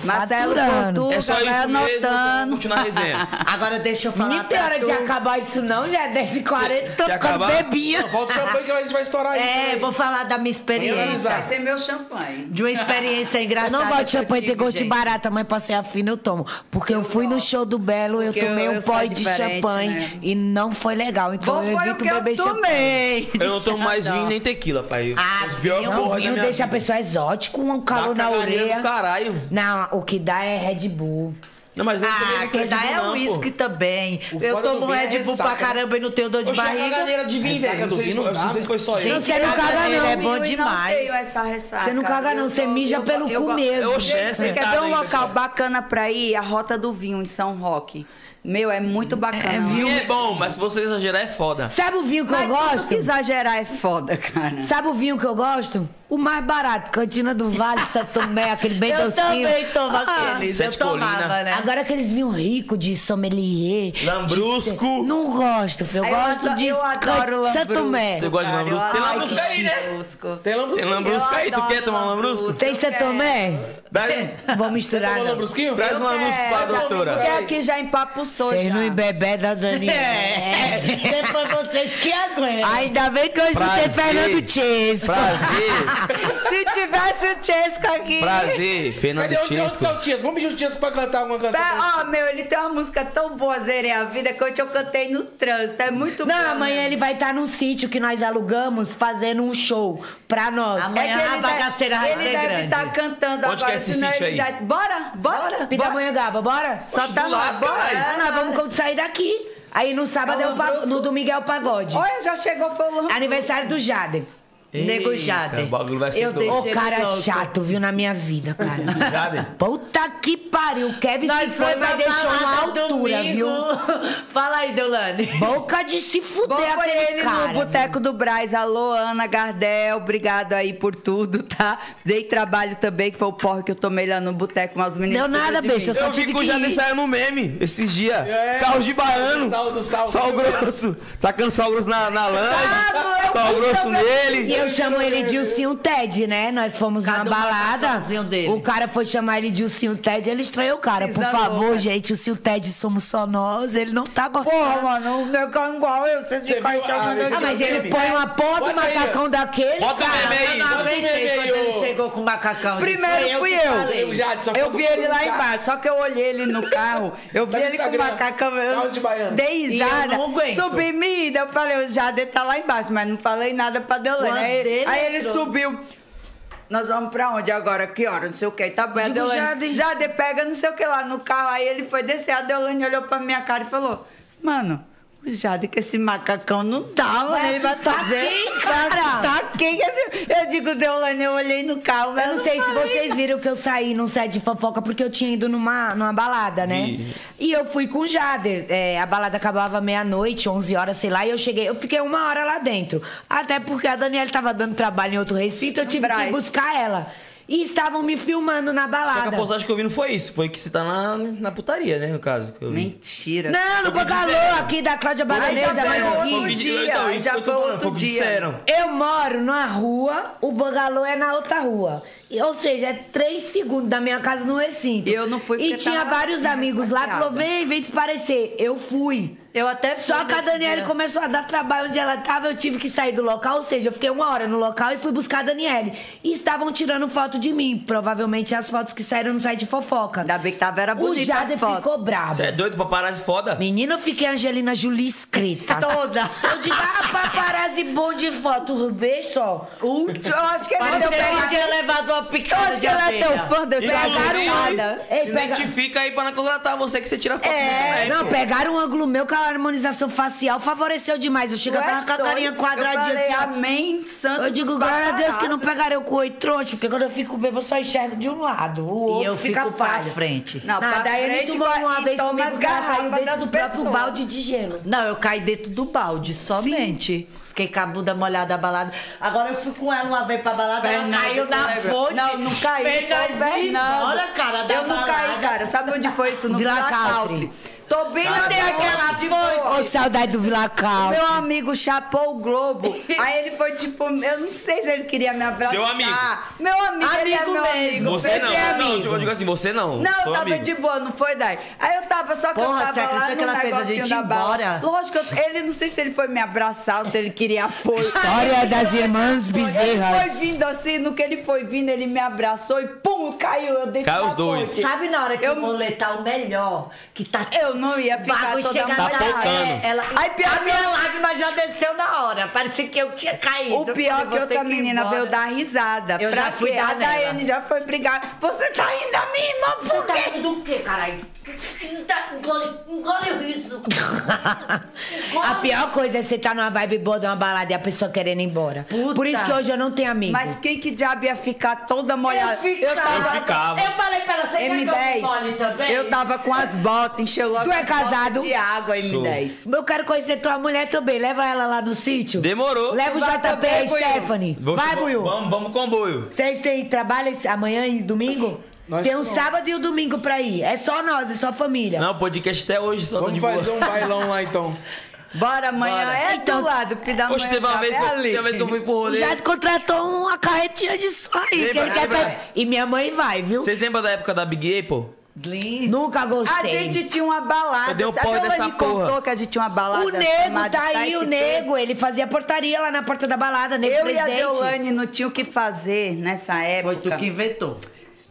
[SPEAKER 3] Marcelo
[SPEAKER 6] faturando.
[SPEAKER 3] Portuga,
[SPEAKER 1] É só
[SPEAKER 3] vai
[SPEAKER 1] isso mesmo,
[SPEAKER 3] anotando.
[SPEAKER 1] vamos continuar a resenha.
[SPEAKER 6] Agora deixa eu falar.
[SPEAKER 5] Menino, tem
[SPEAKER 6] pra
[SPEAKER 5] hora
[SPEAKER 6] tu.
[SPEAKER 5] de acabar isso não? Já é 10h40, tô
[SPEAKER 6] Já
[SPEAKER 5] ficando
[SPEAKER 6] acabar?
[SPEAKER 5] bebinha.
[SPEAKER 6] Não, volta o champanhe que a gente vai estourar isso, É, né? vou falar da minha experiência. Vamos analisar.
[SPEAKER 3] Vai ser meu champanhe.
[SPEAKER 6] De uma experiência
[SPEAKER 5] Eu
[SPEAKER 6] engraçada.
[SPEAKER 5] não gosto de
[SPEAKER 6] que eu
[SPEAKER 5] champanhe, tem
[SPEAKER 6] tive,
[SPEAKER 5] gosto de
[SPEAKER 6] gente.
[SPEAKER 5] barata, mas passei a fina eu tomo. Porque eu fui no show do Belo, eu
[SPEAKER 6] Porque
[SPEAKER 5] tomei
[SPEAKER 6] eu-
[SPEAKER 5] um
[SPEAKER 6] eu
[SPEAKER 5] pó
[SPEAKER 6] sou
[SPEAKER 5] de
[SPEAKER 6] diferente,
[SPEAKER 5] champanhe
[SPEAKER 6] né?
[SPEAKER 5] e não foi legal. Então
[SPEAKER 6] Bom,
[SPEAKER 5] eu
[SPEAKER 6] foi o
[SPEAKER 5] evito
[SPEAKER 6] que eu
[SPEAKER 5] beber
[SPEAKER 6] tomei.
[SPEAKER 5] champanhe.
[SPEAKER 1] Eu não tomo mais vinho nem tequila, pai.
[SPEAKER 5] Ah,
[SPEAKER 1] As pior
[SPEAKER 5] vinho,
[SPEAKER 1] porra da
[SPEAKER 5] vinho
[SPEAKER 1] minha
[SPEAKER 5] deixa a
[SPEAKER 1] vida.
[SPEAKER 5] pessoa exótica, um
[SPEAKER 1] Dá
[SPEAKER 5] calor na
[SPEAKER 1] caganeira
[SPEAKER 5] orelha.
[SPEAKER 1] do caralho.
[SPEAKER 5] Não, o que dá é Red Bull.
[SPEAKER 1] Não, mas nem
[SPEAKER 5] Ah,
[SPEAKER 1] também não
[SPEAKER 5] quem
[SPEAKER 1] perde
[SPEAKER 5] dá
[SPEAKER 1] vinho,
[SPEAKER 5] é
[SPEAKER 1] não, pô.
[SPEAKER 5] uísque
[SPEAKER 4] também.
[SPEAKER 5] Eu tomo Red Bull pra caramba
[SPEAKER 4] e não tenho dor
[SPEAKER 5] de barriga.
[SPEAKER 1] caganeira de vinho,
[SPEAKER 5] Ressaca
[SPEAKER 1] velho.
[SPEAKER 5] do
[SPEAKER 1] Não sei
[SPEAKER 5] vinho
[SPEAKER 1] se-
[SPEAKER 5] não
[SPEAKER 1] eu
[SPEAKER 5] dá,
[SPEAKER 1] não sei se foi só
[SPEAKER 5] mano.
[SPEAKER 1] ele.
[SPEAKER 5] Gente, você não caga não, é bom
[SPEAKER 3] Eu
[SPEAKER 5] demais.
[SPEAKER 3] Não tenho essa ressaca.
[SPEAKER 5] Você não caga não,
[SPEAKER 3] Eu
[SPEAKER 5] você
[SPEAKER 3] tô-
[SPEAKER 5] mija
[SPEAKER 3] eu
[SPEAKER 5] pelo
[SPEAKER 3] eu
[SPEAKER 5] cu
[SPEAKER 3] go-
[SPEAKER 5] mesmo.
[SPEAKER 3] Oxe, é Você quer
[SPEAKER 5] sentado
[SPEAKER 3] ver um
[SPEAKER 5] ainda,
[SPEAKER 3] local bacana pra ir? A Rota do Vinho, em São Roque. Meu, é muito bacana.
[SPEAKER 1] Vinho é bom, mas se você exagerar é foda.
[SPEAKER 5] Sabe o vinho que eu gosto?
[SPEAKER 3] que exagerar é foda, cara.
[SPEAKER 5] Sabe o vinho que eu gosto? O mais barato, Cantina do Vale, Santo Tomé, aquele bem
[SPEAKER 6] Eu
[SPEAKER 5] docinho.
[SPEAKER 6] também tomo aqueles, eu Sete tomava, Colina. né?
[SPEAKER 5] Agora aqueles vinhos ricos de sommelier.
[SPEAKER 1] Lambrusco.
[SPEAKER 5] de- Não gosto, filho. Eu,
[SPEAKER 3] Eu
[SPEAKER 5] gosto
[SPEAKER 3] adoro-
[SPEAKER 5] de
[SPEAKER 3] eu adoro
[SPEAKER 5] Can- Santo
[SPEAKER 3] lambrusco,
[SPEAKER 5] Tomé.
[SPEAKER 1] Você gosta de
[SPEAKER 3] Cara, eu
[SPEAKER 1] lambrusco? Tem
[SPEAKER 3] adoro
[SPEAKER 1] lambrusco aí, né?
[SPEAKER 3] lambrusco.
[SPEAKER 1] Tem lambrusco, aí? Tu
[SPEAKER 3] adoro É.
[SPEAKER 1] quer tomar lambrusco?
[SPEAKER 5] Tem Santo Tomé?
[SPEAKER 1] Dá-
[SPEAKER 5] Vou misturar.
[SPEAKER 1] tomou
[SPEAKER 5] não.
[SPEAKER 1] lambrusquinho? Traz um lambrusco pra doutora.
[SPEAKER 3] Porque aqui já empapuçou
[SPEAKER 5] Vocês
[SPEAKER 3] já.
[SPEAKER 5] não embebedam da Daniela.
[SPEAKER 6] É. Depois vocês que aguentam.
[SPEAKER 5] É. Ainda bem que hoje não tem
[SPEAKER 1] Prazer.
[SPEAKER 5] Fernando Chesco.
[SPEAKER 1] Prazer.
[SPEAKER 3] Se tivesse o Chesco aqui.
[SPEAKER 1] Prazer, Fernando
[SPEAKER 2] Cadê o Tiesco?
[SPEAKER 1] Chesco.
[SPEAKER 2] Cadê o Tiesco? Vamos pedir o Tiesco pra cantar alguma canção. pra
[SPEAKER 3] Tá, ó, meu, ele tem uma música tão boa, Zerei a Vida, que hoje eu cantei no trânsito. É muito
[SPEAKER 5] Não,
[SPEAKER 3] boa.
[SPEAKER 5] amanhã ele vai estar num sítio que nós alugamos fazendo um show pra nós.
[SPEAKER 3] É que
[SPEAKER 5] tá-
[SPEAKER 3] ele deve- Ele deve estar cantando
[SPEAKER 5] Onde que
[SPEAKER 3] agora,
[SPEAKER 5] é esse
[SPEAKER 3] senão
[SPEAKER 5] sítio
[SPEAKER 3] ele
[SPEAKER 5] aí?
[SPEAKER 3] já... Bora, bora,
[SPEAKER 5] Pitamonha Gaba, bora?
[SPEAKER 3] Só tá
[SPEAKER 5] do
[SPEAKER 3] lá,
[SPEAKER 5] lado,
[SPEAKER 3] bora.
[SPEAKER 5] caralho. Ah, nós vamos quando sair daqui. Aí no sábado,
[SPEAKER 3] É o
[SPEAKER 5] é o pa-
[SPEAKER 3] Lambrusco.
[SPEAKER 5] no domingo é o pagode.
[SPEAKER 3] Olha, já chegou falando.
[SPEAKER 5] Aniversário do Jader.
[SPEAKER 1] Eita, Nego Jader. o bagulho vai ser
[SPEAKER 5] Eu
[SPEAKER 1] doido.
[SPEAKER 5] O cara é
[SPEAKER 1] louco.
[SPEAKER 5] chato, viu, na minha vida, cara.
[SPEAKER 1] Jader?
[SPEAKER 5] Puta que pariu. O Kevin
[SPEAKER 6] Nós
[SPEAKER 5] se foi,
[SPEAKER 6] foi pra
[SPEAKER 5] mas deixou uma
[SPEAKER 6] balada
[SPEAKER 5] altura,
[SPEAKER 6] domingo.
[SPEAKER 5] viu?
[SPEAKER 6] Fala aí, Deolane.
[SPEAKER 5] Boca de se
[SPEAKER 3] Bom
[SPEAKER 5] fuder
[SPEAKER 3] foi
[SPEAKER 5] aquele
[SPEAKER 3] ele
[SPEAKER 5] cara.
[SPEAKER 3] no Boteco do Braz. Alô, Ana Gardel, obrigado aí por tudo, tá? Dei trabalho também, que foi o porre que eu tomei lá no Boteco, mas os meninos...
[SPEAKER 5] Deu nada,
[SPEAKER 3] bicho,
[SPEAKER 5] bicho, eu só
[SPEAKER 1] Eu vi que o Jader saiu no meme esses dias.
[SPEAKER 2] É,
[SPEAKER 1] Carros de
[SPEAKER 2] sal,
[SPEAKER 1] baiano.
[SPEAKER 2] sal do sal.
[SPEAKER 1] Sal grosso. Tacando sal grosso na, na lã. sal grosso nele.
[SPEAKER 5] E eu chamo é ele de Ursinho Ted, né? Nós fomos numa balada. O cara foi chamar ele de Ursinho Ted, ele estranhou o cara. Por
[SPEAKER 3] Cismou,
[SPEAKER 5] favor, gente, Ursinho Ted somos só nós. Ele não tá gostando.
[SPEAKER 3] Porra, mano, um negão igual eu, vocês
[SPEAKER 5] Você
[SPEAKER 3] ficam
[SPEAKER 5] viu? Ah,
[SPEAKER 3] chamando...
[SPEAKER 5] Ah,
[SPEAKER 3] de-
[SPEAKER 5] mas ele põe uma porra do
[SPEAKER 3] Bota aí, ó.
[SPEAKER 5] macacão daquele,
[SPEAKER 3] Bota o
[SPEAKER 5] cara.
[SPEAKER 3] meme aí,
[SPEAKER 5] Eu não
[SPEAKER 3] bota o
[SPEAKER 5] aguentei
[SPEAKER 3] meme aí,
[SPEAKER 5] quando ele
[SPEAKER 3] ô.
[SPEAKER 5] chegou com o macacão. gente.
[SPEAKER 3] Primeiro
[SPEAKER 5] Foi
[SPEAKER 3] fui
[SPEAKER 5] que falei.
[SPEAKER 3] eu. Eu, vi ele lá embaixo, só que eu olhei ele no carro, eu vi
[SPEAKER 5] Tá no
[SPEAKER 3] ele com
[SPEAKER 5] Instagram,
[SPEAKER 3] macacão, eu
[SPEAKER 5] Carlos de Baiano.
[SPEAKER 3] dei
[SPEAKER 5] E eu não
[SPEAKER 3] risada,
[SPEAKER 5] aguento.
[SPEAKER 3] subi me eu falei, o Jade tá lá embaixo, mas não falei nada pra Deolane.
[SPEAKER 5] Quando
[SPEAKER 3] Aí,
[SPEAKER 5] ele
[SPEAKER 3] aí ele
[SPEAKER 5] entrou-
[SPEAKER 3] subiu. Nós vamos pra onde agora? Que hora? Não sei o que. Tá bem, a
[SPEAKER 5] Digo,
[SPEAKER 3] Deolane. Jade pega não sei o que lá no carro. Aí ele foi descer. A Deolane olhou pra minha cara e falou: Mano,
[SPEAKER 19] Jade, que esse macacão não dá, mano. Ele vai
[SPEAKER 5] assustar
[SPEAKER 19] fazer.
[SPEAKER 5] quem,
[SPEAKER 19] vai
[SPEAKER 5] cara?
[SPEAKER 19] assustar quem? Assim, Eu digo, Deolane, eu olhei no carro, mas
[SPEAKER 5] Eu não sei se vocês viram que eu saí num set de fofoca porque eu tinha ido numa, numa balada, né?
[SPEAKER 19] Vi.
[SPEAKER 5] E eu fui com o Jader. É, a balada acabava meia-noite, 11 horas, sei lá, e eu cheguei. Eu fiquei uma hora lá dentro. Até porque a Daniela tava dando trabalho em outro recinto, eu tive que ir buscar ela. E estavam me filmando na
[SPEAKER 1] Só que
[SPEAKER 5] balada.
[SPEAKER 1] a postagem que eu vi não foi isso. Foi que você tá na, na putaria, né? No caso. que eu vi.
[SPEAKER 3] Mentira.
[SPEAKER 5] Não, no Bocalô, aqui da Cláudia
[SPEAKER 1] Aí já
[SPEAKER 5] Baranesa,
[SPEAKER 1] foi
[SPEAKER 5] mas
[SPEAKER 1] outro
[SPEAKER 5] aqui.
[SPEAKER 1] dia, Então, aí isso já que eu tô foi falando, foi o outro que dia. disseram.
[SPEAKER 5] Eu moro numa rua, o Bangalô é na outra rua. E, Ou seja, é três segundos da minha casa no recinto. Eu não fui E
[SPEAKER 3] porque
[SPEAKER 5] tinha
[SPEAKER 3] tava
[SPEAKER 5] vários amigos lá que falou:
[SPEAKER 3] ressaqueada.
[SPEAKER 5] vem, vem desaparecer. Eu fui.
[SPEAKER 3] Eu até fui
[SPEAKER 5] Só que a
[SPEAKER 3] nesse
[SPEAKER 5] Daniele
[SPEAKER 3] dia.
[SPEAKER 5] começou a dar trabalho onde ela tava, eu tive que sair do local, ou seja, eu fiquei uma hora no local e fui buscar a Daniele. E estavam tirando foto de mim, provavelmente as fotos que saíram no site de fofoca. Ainda bem que tava, era
[SPEAKER 3] bonita
[SPEAKER 5] O
[SPEAKER 3] as
[SPEAKER 5] Jader
[SPEAKER 3] fotos.
[SPEAKER 5] ficou bravo.
[SPEAKER 1] Você é doido pra parar esse foda?
[SPEAKER 5] Menina, eu fiquei Angelina Jolie escrita.
[SPEAKER 3] Então,
[SPEAKER 5] Toda. Eu digo, ah, paparazzi bom de foto, bem só.
[SPEAKER 3] Ultra, eu acho que ele
[SPEAKER 5] Parece
[SPEAKER 3] deu
[SPEAKER 5] que ele
[SPEAKER 3] pega-
[SPEAKER 5] tinha levado uma picada
[SPEAKER 3] Eu acho que
[SPEAKER 5] de
[SPEAKER 3] ele é
[SPEAKER 5] abelha.
[SPEAKER 3] teu fã, deu
[SPEAKER 5] Inclusive,
[SPEAKER 3] pegaram
[SPEAKER 1] Se identifica aí pra não contratar você que você tira foto. né?
[SPEAKER 5] É,
[SPEAKER 1] também,
[SPEAKER 5] não,
[SPEAKER 1] pô.
[SPEAKER 5] pegaram um ângulo meu com a harmonização facial, favoreceu demais. Eu cheguei
[SPEAKER 3] Tu é
[SPEAKER 5] tava com a carinha
[SPEAKER 3] doido?
[SPEAKER 5] quadradinha assim,
[SPEAKER 1] assim,
[SPEAKER 3] Eu falei,
[SPEAKER 5] ó.
[SPEAKER 3] amém, santo
[SPEAKER 5] Eu digo,
[SPEAKER 3] dos
[SPEAKER 5] glória a Deus
[SPEAKER 3] paparazzi.
[SPEAKER 5] que não pegaram eu com oito trouxa, porque quando eu fico bêbado, eu só enxergo de um lado. O outro
[SPEAKER 4] eu
[SPEAKER 5] fica
[SPEAKER 4] fico pra
[SPEAKER 5] falho.
[SPEAKER 4] frente. Não,
[SPEAKER 5] Não,
[SPEAKER 4] pra
[SPEAKER 5] daí ele
[SPEAKER 4] frente
[SPEAKER 5] tomou
[SPEAKER 4] vai-
[SPEAKER 5] uma
[SPEAKER 4] e
[SPEAKER 5] vez
[SPEAKER 4] toma
[SPEAKER 5] comigo,
[SPEAKER 4] as
[SPEAKER 5] o cara caiu
[SPEAKER 4] garrafas
[SPEAKER 5] dentro
[SPEAKER 4] das
[SPEAKER 5] do próprio
[SPEAKER 4] pessoas.
[SPEAKER 5] balde de gelo.
[SPEAKER 4] Não, eu caí dentro do balde, somente. Fiquei com a bunda molhada, a balada. Agora eu fui com ela uma vez pra balada,
[SPEAKER 3] Fernando,
[SPEAKER 4] ela caiu na
[SPEAKER 3] lembra?
[SPEAKER 4] fonte.
[SPEAKER 3] Não, não caiu.
[SPEAKER 4] Fernando, olha a cara da
[SPEAKER 3] Eu não caí,
[SPEAKER 4] balada.
[SPEAKER 3] cara. Sabe onde foi isso? No
[SPEAKER 5] Vila
[SPEAKER 3] Vila
[SPEAKER 5] Country.
[SPEAKER 3] Country. Tô bem é na
[SPEAKER 5] Cadê
[SPEAKER 3] frente,
[SPEAKER 5] aquela
[SPEAKER 3] de
[SPEAKER 5] Ô,
[SPEAKER 3] boa.
[SPEAKER 5] saudade do Vila Cal.
[SPEAKER 3] Meu amigo chapou o globo. Aí ele foi tipo, eu não sei se ele queria me abraçar.
[SPEAKER 1] Seu amigo.
[SPEAKER 3] Meu amigo, ele é
[SPEAKER 4] Amigo
[SPEAKER 3] meu
[SPEAKER 4] mesmo.
[SPEAKER 3] amigo.
[SPEAKER 1] Você
[SPEAKER 3] Pedro é
[SPEAKER 1] não. Não,
[SPEAKER 3] amigo.
[SPEAKER 1] eu digo assim, você não.
[SPEAKER 3] Não,
[SPEAKER 1] sou
[SPEAKER 3] eu tava
[SPEAKER 1] amigo.
[SPEAKER 3] de boa, não foi, Dai? Aí eu tava, só que
[SPEAKER 4] Porra,
[SPEAKER 3] eu tava
[SPEAKER 4] você acredita
[SPEAKER 3] lá no
[SPEAKER 4] que ela fez a
[SPEAKER 3] negocinho
[SPEAKER 4] gente
[SPEAKER 3] da
[SPEAKER 4] ir
[SPEAKER 3] bala.
[SPEAKER 4] embora?
[SPEAKER 3] Lógico, eu- ele não sei se ele foi me abraçar ou se ele queria apoio.
[SPEAKER 5] História das irmãs
[SPEAKER 3] Ele foi
[SPEAKER 5] bezerras.
[SPEAKER 3] vindo assim, no que ele foi vindo, ele me abraçou e pum, caiu eu dentro
[SPEAKER 1] Caiu
[SPEAKER 3] da
[SPEAKER 1] os dois.
[SPEAKER 3] ponte.
[SPEAKER 4] Sabe na hora que eu moletar o melhor, que tá
[SPEAKER 3] Eu não ia ficar
[SPEAKER 4] bagulho
[SPEAKER 3] toda
[SPEAKER 4] chega
[SPEAKER 5] Tá
[SPEAKER 3] molhada.
[SPEAKER 1] Tá
[SPEAKER 4] na hora, é, ela,
[SPEAKER 3] Aí pior
[SPEAKER 4] a
[SPEAKER 3] que
[SPEAKER 4] minha
[SPEAKER 3] eu-
[SPEAKER 4] lágrima já desceu na hora, parecia que eu tinha caído.
[SPEAKER 3] O pior é que outra menina veio dar risada.
[SPEAKER 4] Eu
[SPEAKER 3] pra
[SPEAKER 4] já fui
[SPEAKER 3] quê?
[SPEAKER 4] dar
[SPEAKER 3] A
[SPEAKER 4] nela.
[SPEAKER 3] Daiane já foi brigar. Você tá rindo da minha irmã, por
[SPEAKER 4] Você tá
[SPEAKER 3] quê?
[SPEAKER 4] rindo do quê, caralho? Tá, Engole, engole o riso.
[SPEAKER 5] A pior coisa é você tá numa vibe boa de uma balada e a pessoa querendo ir embora. Por isso que hoje eu não tenho amigo.
[SPEAKER 3] Mas quem que diabo ia ficar toda molhada?
[SPEAKER 4] Eu ficava.
[SPEAKER 3] Eu tava...
[SPEAKER 4] Eu falei pra ela, você quer que eu engole
[SPEAKER 3] M10.
[SPEAKER 4] também?
[SPEAKER 3] Eu tava com as botas, encheu logo
[SPEAKER 5] Tu é
[SPEAKER 3] as botas
[SPEAKER 5] casado?
[SPEAKER 3] de água, M10.
[SPEAKER 5] Eu quero conhecer tua mulher também. Leva ela lá no sítio.
[SPEAKER 1] Demorou.
[SPEAKER 5] Leva o
[SPEAKER 3] Vai
[SPEAKER 5] JP
[SPEAKER 3] também,
[SPEAKER 5] e a
[SPEAKER 3] Buiu.
[SPEAKER 5] Stephanie.
[SPEAKER 1] Vamos-
[SPEAKER 5] Vai, Buiu.
[SPEAKER 1] Vamos, vamos com o Buio.
[SPEAKER 5] Vocês têm trabalho esse- amanhã e domingo? Tem um
[SPEAKER 2] não.
[SPEAKER 5] sábado e um domingo pra ir. É só nós, é só família.
[SPEAKER 1] Não, podcast até hoje, só tô
[SPEAKER 2] Vamos
[SPEAKER 1] de boa.
[SPEAKER 2] fazer um bailão lá então.
[SPEAKER 3] Bora amanhã, é
[SPEAKER 4] Então,
[SPEAKER 3] do lado, que da
[SPEAKER 1] Poxa,
[SPEAKER 3] manhã
[SPEAKER 1] teve uma,
[SPEAKER 3] tá
[SPEAKER 1] vez que,
[SPEAKER 3] bem
[SPEAKER 1] eu-
[SPEAKER 3] ali.
[SPEAKER 1] teve uma vez que eu fui pro
[SPEAKER 5] O
[SPEAKER 1] rolê.
[SPEAKER 5] Jade contratou uma carretinha de só aí.
[SPEAKER 1] Lembra,
[SPEAKER 5] Que ele quer
[SPEAKER 1] lembra?
[SPEAKER 5] pegar. E minha mãe vai, viu?
[SPEAKER 1] Vocês lembram da época da Big Apple?
[SPEAKER 5] Nunca gostei.
[SPEAKER 3] A gente tinha uma balada.
[SPEAKER 1] Eu dei um
[SPEAKER 3] sabe?
[SPEAKER 1] pau
[SPEAKER 3] A Deolane
[SPEAKER 1] nessa
[SPEAKER 3] contou
[SPEAKER 1] porra.
[SPEAKER 3] que a gente tinha uma balada.
[SPEAKER 5] O nego
[SPEAKER 3] chamada
[SPEAKER 5] tá aí, o
[SPEAKER 3] Science
[SPEAKER 5] nego. Ele fazia portaria lá na porta da balada, nego
[SPEAKER 3] Eu e a
[SPEAKER 5] presidente.
[SPEAKER 3] Deolane não tinha o que fazer nessa
[SPEAKER 4] Foi
[SPEAKER 3] época.
[SPEAKER 4] tu que inventou.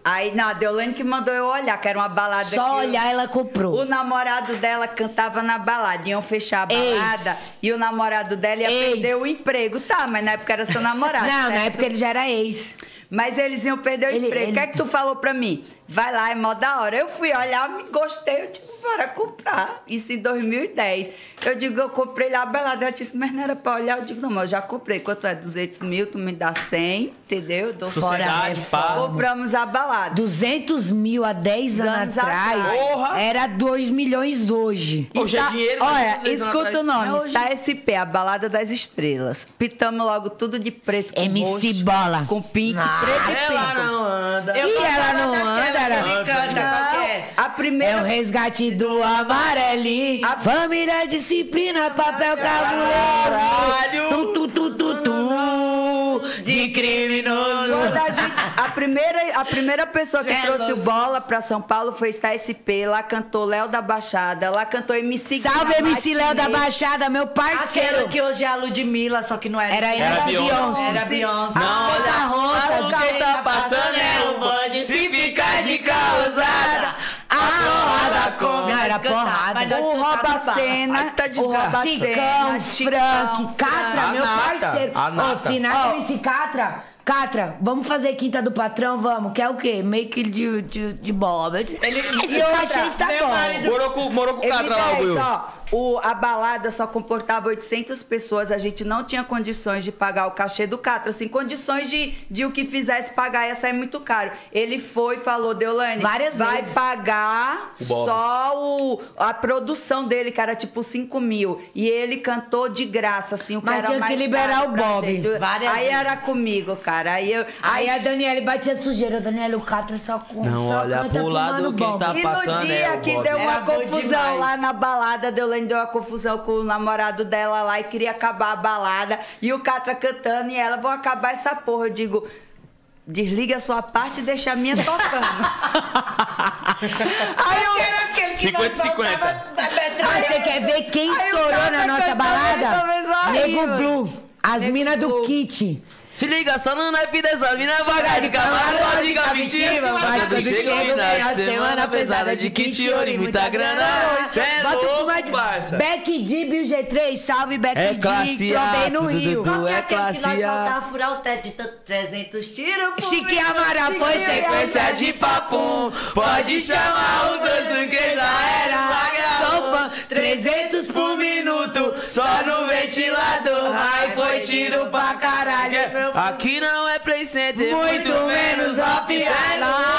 [SPEAKER 3] Aí, não, a Deolane que mandou eu olhar, que era uma balada
[SPEAKER 5] Só
[SPEAKER 3] que o-
[SPEAKER 5] olhar, ela
[SPEAKER 3] O
[SPEAKER 5] comprou.
[SPEAKER 3] namorado dela cantava na balada, iam fechar a balada
[SPEAKER 5] Ex.
[SPEAKER 3] e o namorado dela ia
[SPEAKER 5] Ex.
[SPEAKER 3] perder o emprego. Tá, mas na época era seu
[SPEAKER 5] Não,
[SPEAKER 3] namorado. né?
[SPEAKER 5] na
[SPEAKER 3] certo?
[SPEAKER 5] época ele já era ex.
[SPEAKER 3] Mas eles iam perder o
[SPEAKER 5] Ele-
[SPEAKER 3] emprego. O
[SPEAKER 5] ele-
[SPEAKER 3] que é que tu falou pra mim? Vai lá, é mó da hora. Eu fui olhar, me gostei, eu digo, bora comprar. Isso em 2010. Eu digo, eu comprei lá a balada. Ela disse, mas não era pra olhar. Eu digo, não, mas eu já comprei. Quanto é? 200 mil, tu me dá 100, entendeu? Eu Dou
[SPEAKER 1] Sociedade, pá.
[SPEAKER 3] Compramos a balada.
[SPEAKER 5] 200 mil há 10 anos
[SPEAKER 3] Anos
[SPEAKER 5] atrás
[SPEAKER 3] atrás.
[SPEAKER 1] Porra!
[SPEAKER 5] era 2 milhões hoje.
[SPEAKER 1] Hoje é
[SPEAKER 3] Está-
[SPEAKER 1] dinheero, mas
[SPEAKER 3] Olha,
[SPEAKER 1] dois anos
[SPEAKER 3] escuta
[SPEAKER 1] atrás-
[SPEAKER 3] o nome.
[SPEAKER 5] É hoje.
[SPEAKER 3] Está SP, a balada das estrelas. Pitamos logo tudo de preto com
[SPEAKER 5] MC
[SPEAKER 3] roxo,
[SPEAKER 5] Bola.
[SPEAKER 3] Com pink, preto e pink.
[SPEAKER 1] Ela É não anda.
[SPEAKER 5] Ih, ela não
[SPEAKER 4] tá
[SPEAKER 5] anda,
[SPEAKER 3] Não,
[SPEAKER 5] ela...
[SPEAKER 3] a
[SPEAKER 5] É o
[SPEAKER 3] primeira...
[SPEAKER 5] resgate do amarelinho.
[SPEAKER 3] A-
[SPEAKER 5] Família, disciplina, papel
[SPEAKER 1] Caralho!
[SPEAKER 5] cabuloso. Tum, tum, tum, tum, tum. De
[SPEAKER 3] Quando
[SPEAKER 5] criminoso.
[SPEAKER 3] a, gente- a primeira, a primeira pessoa que
[SPEAKER 5] Cê é
[SPEAKER 3] trouxe o
[SPEAKER 5] louco.
[SPEAKER 3] bola pra São Paulo foi Está SP. Lá cantou Léo da Baixada. Lá cantou MC
[SPEAKER 5] Salve
[SPEAKER 3] Guina
[SPEAKER 5] MC Léo da
[SPEAKER 3] Matinê.
[SPEAKER 5] Baixada, meu
[SPEAKER 4] Aquela
[SPEAKER 5] parceiro.
[SPEAKER 4] que hoje é a Ludmilla, só que não era.
[SPEAKER 5] Era
[SPEAKER 4] Era
[SPEAKER 5] ainda
[SPEAKER 1] Era
[SPEAKER 5] da
[SPEAKER 1] Beyoncé.
[SPEAKER 5] Beyoncé.
[SPEAKER 4] Era Beyoncé.
[SPEAKER 1] Não, olha,
[SPEAKER 5] rosa,
[SPEAKER 1] olha o que tá passando é o bonde. Se ficar de causada, a porrada come.
[SPEAKER 5] Não, era porrada.
[SPEAKER 4] Mas nós
[SPEAKER 3] O
[SPEAKER 4] cantava
[SPEAKER 3] Rouba
[SPEAKER 4] barra.
[SPEAKER 3] Cena, o Rouba
[SPEAKER 5] Ticão,
[SPEAKER 3] Cena,
[SPEAKER 5] Frank, Catra,
[SPEAKER 1] A
[SPEAKER 5] meu
[SPEAKER 1] nata,
[SPEAKER 5] parceiro.
[SPEAKER 1] a nata.
[SPEAKER 5] Ô, final esse Catra. Catra, vamos fazer quinta do patrão, vamos. Quer o quê? Meio que de, de, de bola. Eu disse, "Ah, esse eu achei está
[SPEAKER 4] meu
[SPEAKER 5] bom.
[SPEAKER 4] marido-
[SPEAKER 1] Morou com, morou com o
[SPEAKER 3] Ele
[SPEAKER 1] Catra lá,
[SPEAKER 3] dez,
[SPEAKER 1] Will.
[SPEAKER 3] ó, o- a balada só comportava 800 pessoas, a gente não tinha condições de pagar o cachê do Catra, assim, condições de, de o que fizesse pagar ia sair muito caro. Ele foi e falou, Deolane,
[SPEAKER 5] Várias
[SPEAKER 3] vai
[SPEAKER 5] vezes.
[SPEAKER 3] pagar
[SPEAKER 5] O Bob.
[SPEAKER 3] só o, a produção dele, que era tipo 5 mil. E ele cantou de graça, assim, o
[SPEAKER 5] Mas
[SPEAKER 3] cara
[SPEAKER 5] tinha que
[SPEAKER 3] mais
[SPEAKER 5] liberar
[SPEAKER 3] caro
[SPEAKER 5] o
[SPEAKER 3] pra
[SPEAKER 5] Bob.
[SPEAKER 3] gente.
[SPEAKER 5] Várias
[SPEAKER 3] Aí
[SPEAKER 5] vezes.
[SPEAKER 3] era comigo, cara. Aí, eu,
[SPEAKER 5] Aí a Daniela batia sujeira. Daniela, o Catra só com
[SPEAKER 1] Não,
[SPEAKER 5] só
[SPEAKER 1] olha
[SPEAKER 5] canta
[SPEAKER 1] pro lado
[SPEAKER 5] fumando
[SPEAKER 1] quem
[SPEAKER 5] bomba.
[SPEAKER 1] tá
[SPEAKER 3] e
[SPEAKER 1] passando
[SPEAKER 3] no dia
[SPEAKER 1] é o
[SPEAKER 3] que
[SPEAKER 1] Bob.
[SPEAKER 3] deu uma
[SPEAKER 1] Era bom
[SPEAKER 3] confusão
[SPEAKER 1] demais.
[SPEAKER 3] lá na balada, a Deolane deu uma confusão com o namorado dela lá e queria acabar a balada. E o Catra cantando e ela, vão acabar essa porra. Eu digo, desliga a sua parte e deixa a minha tocando. Aí eu... Era aquele
[SPEAKER 5] que nós 50, 50. faltava-
[SPEAKER 3] Aí
[SPEAKER 1] tá-
[SPEAKER 5] Mas você
[SPEAKER 3] eu-
[SPEAKER 5] quer ver quem
[SPEAKER 3] Aí o
[SPEAKER 5] estourou
[SPEAKER 3] Catra
[SPEAKER 5] na nossa
[SPEAKER 3] cantando, ele começou
[SPEAKER 5] balada?
[SPEAKER 3] a rir,
[SPEAKER 5] Nego
[SPEAKER 3] mano.
[SPEAKER 5] Blue. As minas do Kit.
[SPEAKER 1] Se liga, só não é vida essa mina é vagar de cavalo, não diga mentira.
[SPEAKER 5] mas
[SPEAKER 1] Mas quando chega o final de semana pesada de kit ouro e muita grana, cê é
[SPEAKER 5] Bota o
[SPEAKER 1] louco,
[SPEAKER 5] fumante.
[SPEAKER 1] parça.
[SPEAKER 5] Beck D, Bill G3, salve Beck
[SPEAKER 1] É
[SPEAKER 5] D,
[SPEAKER 1] classe A,
[SPEAKER 5] provei no
[SPEAKER 1] tudo,
[SPEAKER 5] Rio.
[SPEAKER 1] tudo, é
[SPEAKER 5] aquele
[SPEAKER 1] classe
[SPEAKER 5] nós
[SPEAKER 1] A.
[SPEAKER 5] faltava?
[SPEAKER 1] Tá,
[SPEAKER 5] furar o teto de tanto 300 tiros.
[SPEAKER 4] por
[SPEAKER 5] Chique
[SPEAKER 4] minuto.
[SPEAKER 5] Amaral
[SPEAKER 1] é,
[SPEAKER 5] foi
[SPEAKER 4] Chiquinho,
[SPEAKER 5] sequência
[SPEAKER 4] Amaral.
[SPEAKER 5] de papum.
[SPEAKER 1] Pode chamar o doce que já era.
[SPEAKER 5] Sou fã, 300 por minuto,
[SPEAKER 1] só no ventilador. Aí foi tiro pra
[SPEAKER 5] caralho.
[SPEAKER 1] Aqui não é play center,
[SPEAKER 5] Muito menos
[SPEAKER 1] rap,
[SPEAKER 5] oficial.
[SPEAKER 1] é louco.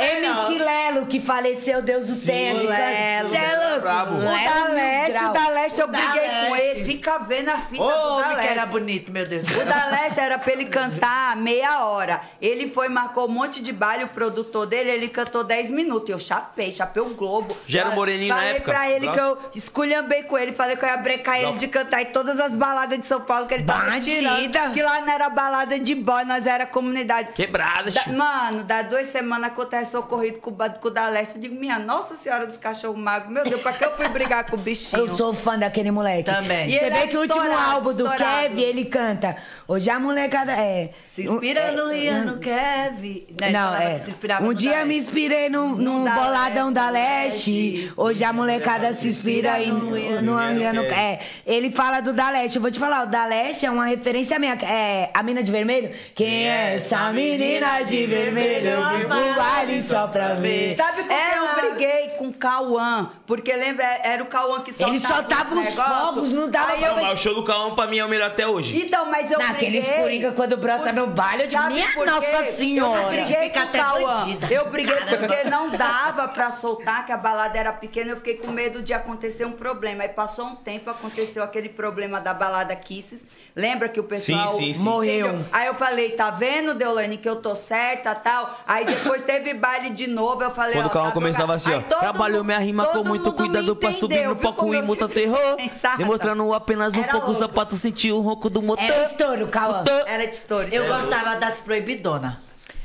[SPEAKER 5] MC Lelo, que faleceu, Deus o tenha. de câncer.
[SPEAKER 3] Lelo,
[SPEAKER 5] Cê é louco.
[SPEAKER 3] brabo. O da Leste, o da Leste, eu briguei com ele. Fica vendo a fita do da
[SPEAKER 4] Ô, que
[SPEAKER 3] Leste.
[SPEAKER 4] era bonito, meu Deus.
[SPEAKER 3] O da Leste era pra ele cantar meia hora. Ele foi, marcou um monte de baile, o produtor dele, ele cantou 10 minutos. Eu chapei, chapei o Globo.
[SPEAKER 1] Já era
[SPEAKER 3] Fa-
[SPEAKER 1] moreninho na
[SPEAKER 3] falei
[SPEAKER 1] época?
[SPEAKER 3] Falei pra ele
[SPEAKER 1] Grosso?
[SPEAKER 3] que eu esculhambei com ele, falei que eu ia brecar ele
[SPEAKER 1] Grosso.
[SPEAKER 3] de cantar em todas as baladas de São Paulo que ele tava tirando. Que lá não era balada de boy, nós era comunidade.
[SPEAKER 1] Quebrada,
[SPEAKER 3] Da-
[SPEAKER 1] tio.
[SPEAKER 3] mano, dá duas semanas acontece socorrido com o ba- com o da Leste. Eu digo, minha Nossa Senhora dos Cachorros Magos, meu Deus, pra que eu fui brigar com o bichinho?
[SPEAKER 5] Eu sou fã daquele moleque.
[SPEAKER 3] Também. E
[SPEAKER 5] Você
[SPEAKER 3] ele
[SPEAKER 5] vê
[SPEAKER 3] é
[SPEAKER 5] que o último
[SPEAKER 3] estourado,
[SPEAKER 5] álbum do
[SPEAKER 3] estourado.
[SPEAKER 5] Kev, ele canta. Hoje a molecada é.
[SPEAKER 3] Se inspira no Riano Kevin. Né,
[SPEAKER 5] Não,
[SPEAKER 3] falava
[SPEAKER 5] é.
[SPEAKER 3] que se inspirava
[SPEAKER 5] Um
[SPEAKER 3] no
[SPEAKER 5] dia
[SPEAKER 3] Daesh.
[SPEAKER 5] me inspirei num, num
[SPEAKER 3] da
[SPEAKER 5] boladão da Leste. Hoje a molecada se inspira em, no Riano
[SPEAKER 3] Kevin.
[SPEAKER 5] É, ele fala do da Leste. Eu vou te falar, o da Leste é uma referência minha. É, a mina de vermelho? Quem é essa menina de vermelho? Eu vivo o baile só pra ver.
[SPEAKER 3] Sabe com quem eu briguei? Com o Cauã. Porque lembra, era o Cauã que soltava
[SPEAKER 5] Ele soltava
[SPEAKER 3] os
[SPEAKER 5] uns
[SPEAKER 3] negócios.
[SPEAKER 5] fogos, não dava
[SPEAKER 3] Aí
[SPEAKER 1] Não,
[SPEAKER 3] eu...
[SPEAKER 1] mas É o show do Calão pra mim é o melhor até hoje.
[SPEAKER 3] Então, mas eu
[SPEAKER 5] Naqueles
[SPEAKER 3] briguei.
[SPEAKER 5] coringa quando brota no baile, eu digo,
[SPEAKER 3] Sabe
[SPEAKER 5] minha
[SPEAKER 3] por quê? É
[SPEAKER 5] Nossa Senhora.
[SPEAKER 3] Eu
[SPEAKER 5] Gente,
[SPEAKER 3] briguei com
[SPEAKER 5] fica
[SPEAKER 3] o
[SPEAKER 5] até
[SPEAKER 3] Cauã.
[SPEAKER 5] bandida.
[SPEAKER 3] Eu briguei porque não dava pra soltar, que a balada era pequena. Eu fiquei com medo de acontecer um problema. Aí passou um tempo, aconteceu aquele problema da balada Kisses. Lembra que o pessoal
[SPEAKER 1] Sim, sim, sim.
[SPEAKER 5] Morreu.
[SPEAKER 3] Aí eu falei, tá vendo, Deolane, que eu tô certa tal. Aí depois teve baile de novo, eu falei,
[SPEAKER 1] Quando o
[SPEAKER 3] ó,
[SPEAKER 1] Calma
[SPEAKER 3] tá
[SPEAKER 1] começava assim, ó.
[SPEAKER 3] drogado. Aí todo
[SPEAKER 1] Trabalhou
[SPEAKER 3] mundo-
[SPEAKER 1] minha rima com
[SPEAKER 3] todo
[SPEAKER 1] muito
[SPEAKER 3] mundo
[SPEAKER 1] cuidado
[SPEAKER 3] me
[SPEAKER 1] pra subir
[SPEAKER 3] entendeu,
[SPEAKER 1] no
[SPEAKER 3] viu
[SPEAKER 1] palco
[SPEAKER 3] como
[SPEAKER 1] e
[SPEAKER 3] eu
[SPEAKER 1] muta
[SPEAKER 3] sou
[SPEAKER 1] terror.
[SPEAKER 3] sensata?
[SPEAKER 1] Demonstrando apenas um
[SPEAKER 3] Era
[SPEAKER 1] pouco, o
[SPEAKER 3] louco.
[SPEAKER 1] sapato sentiu o ronco do motor.
[SPEAKER 5] Era estouro, Cauã.
[SPEAKER 3] Era de stories.
[SPEAKER 4] Eu gostava das proibidonas.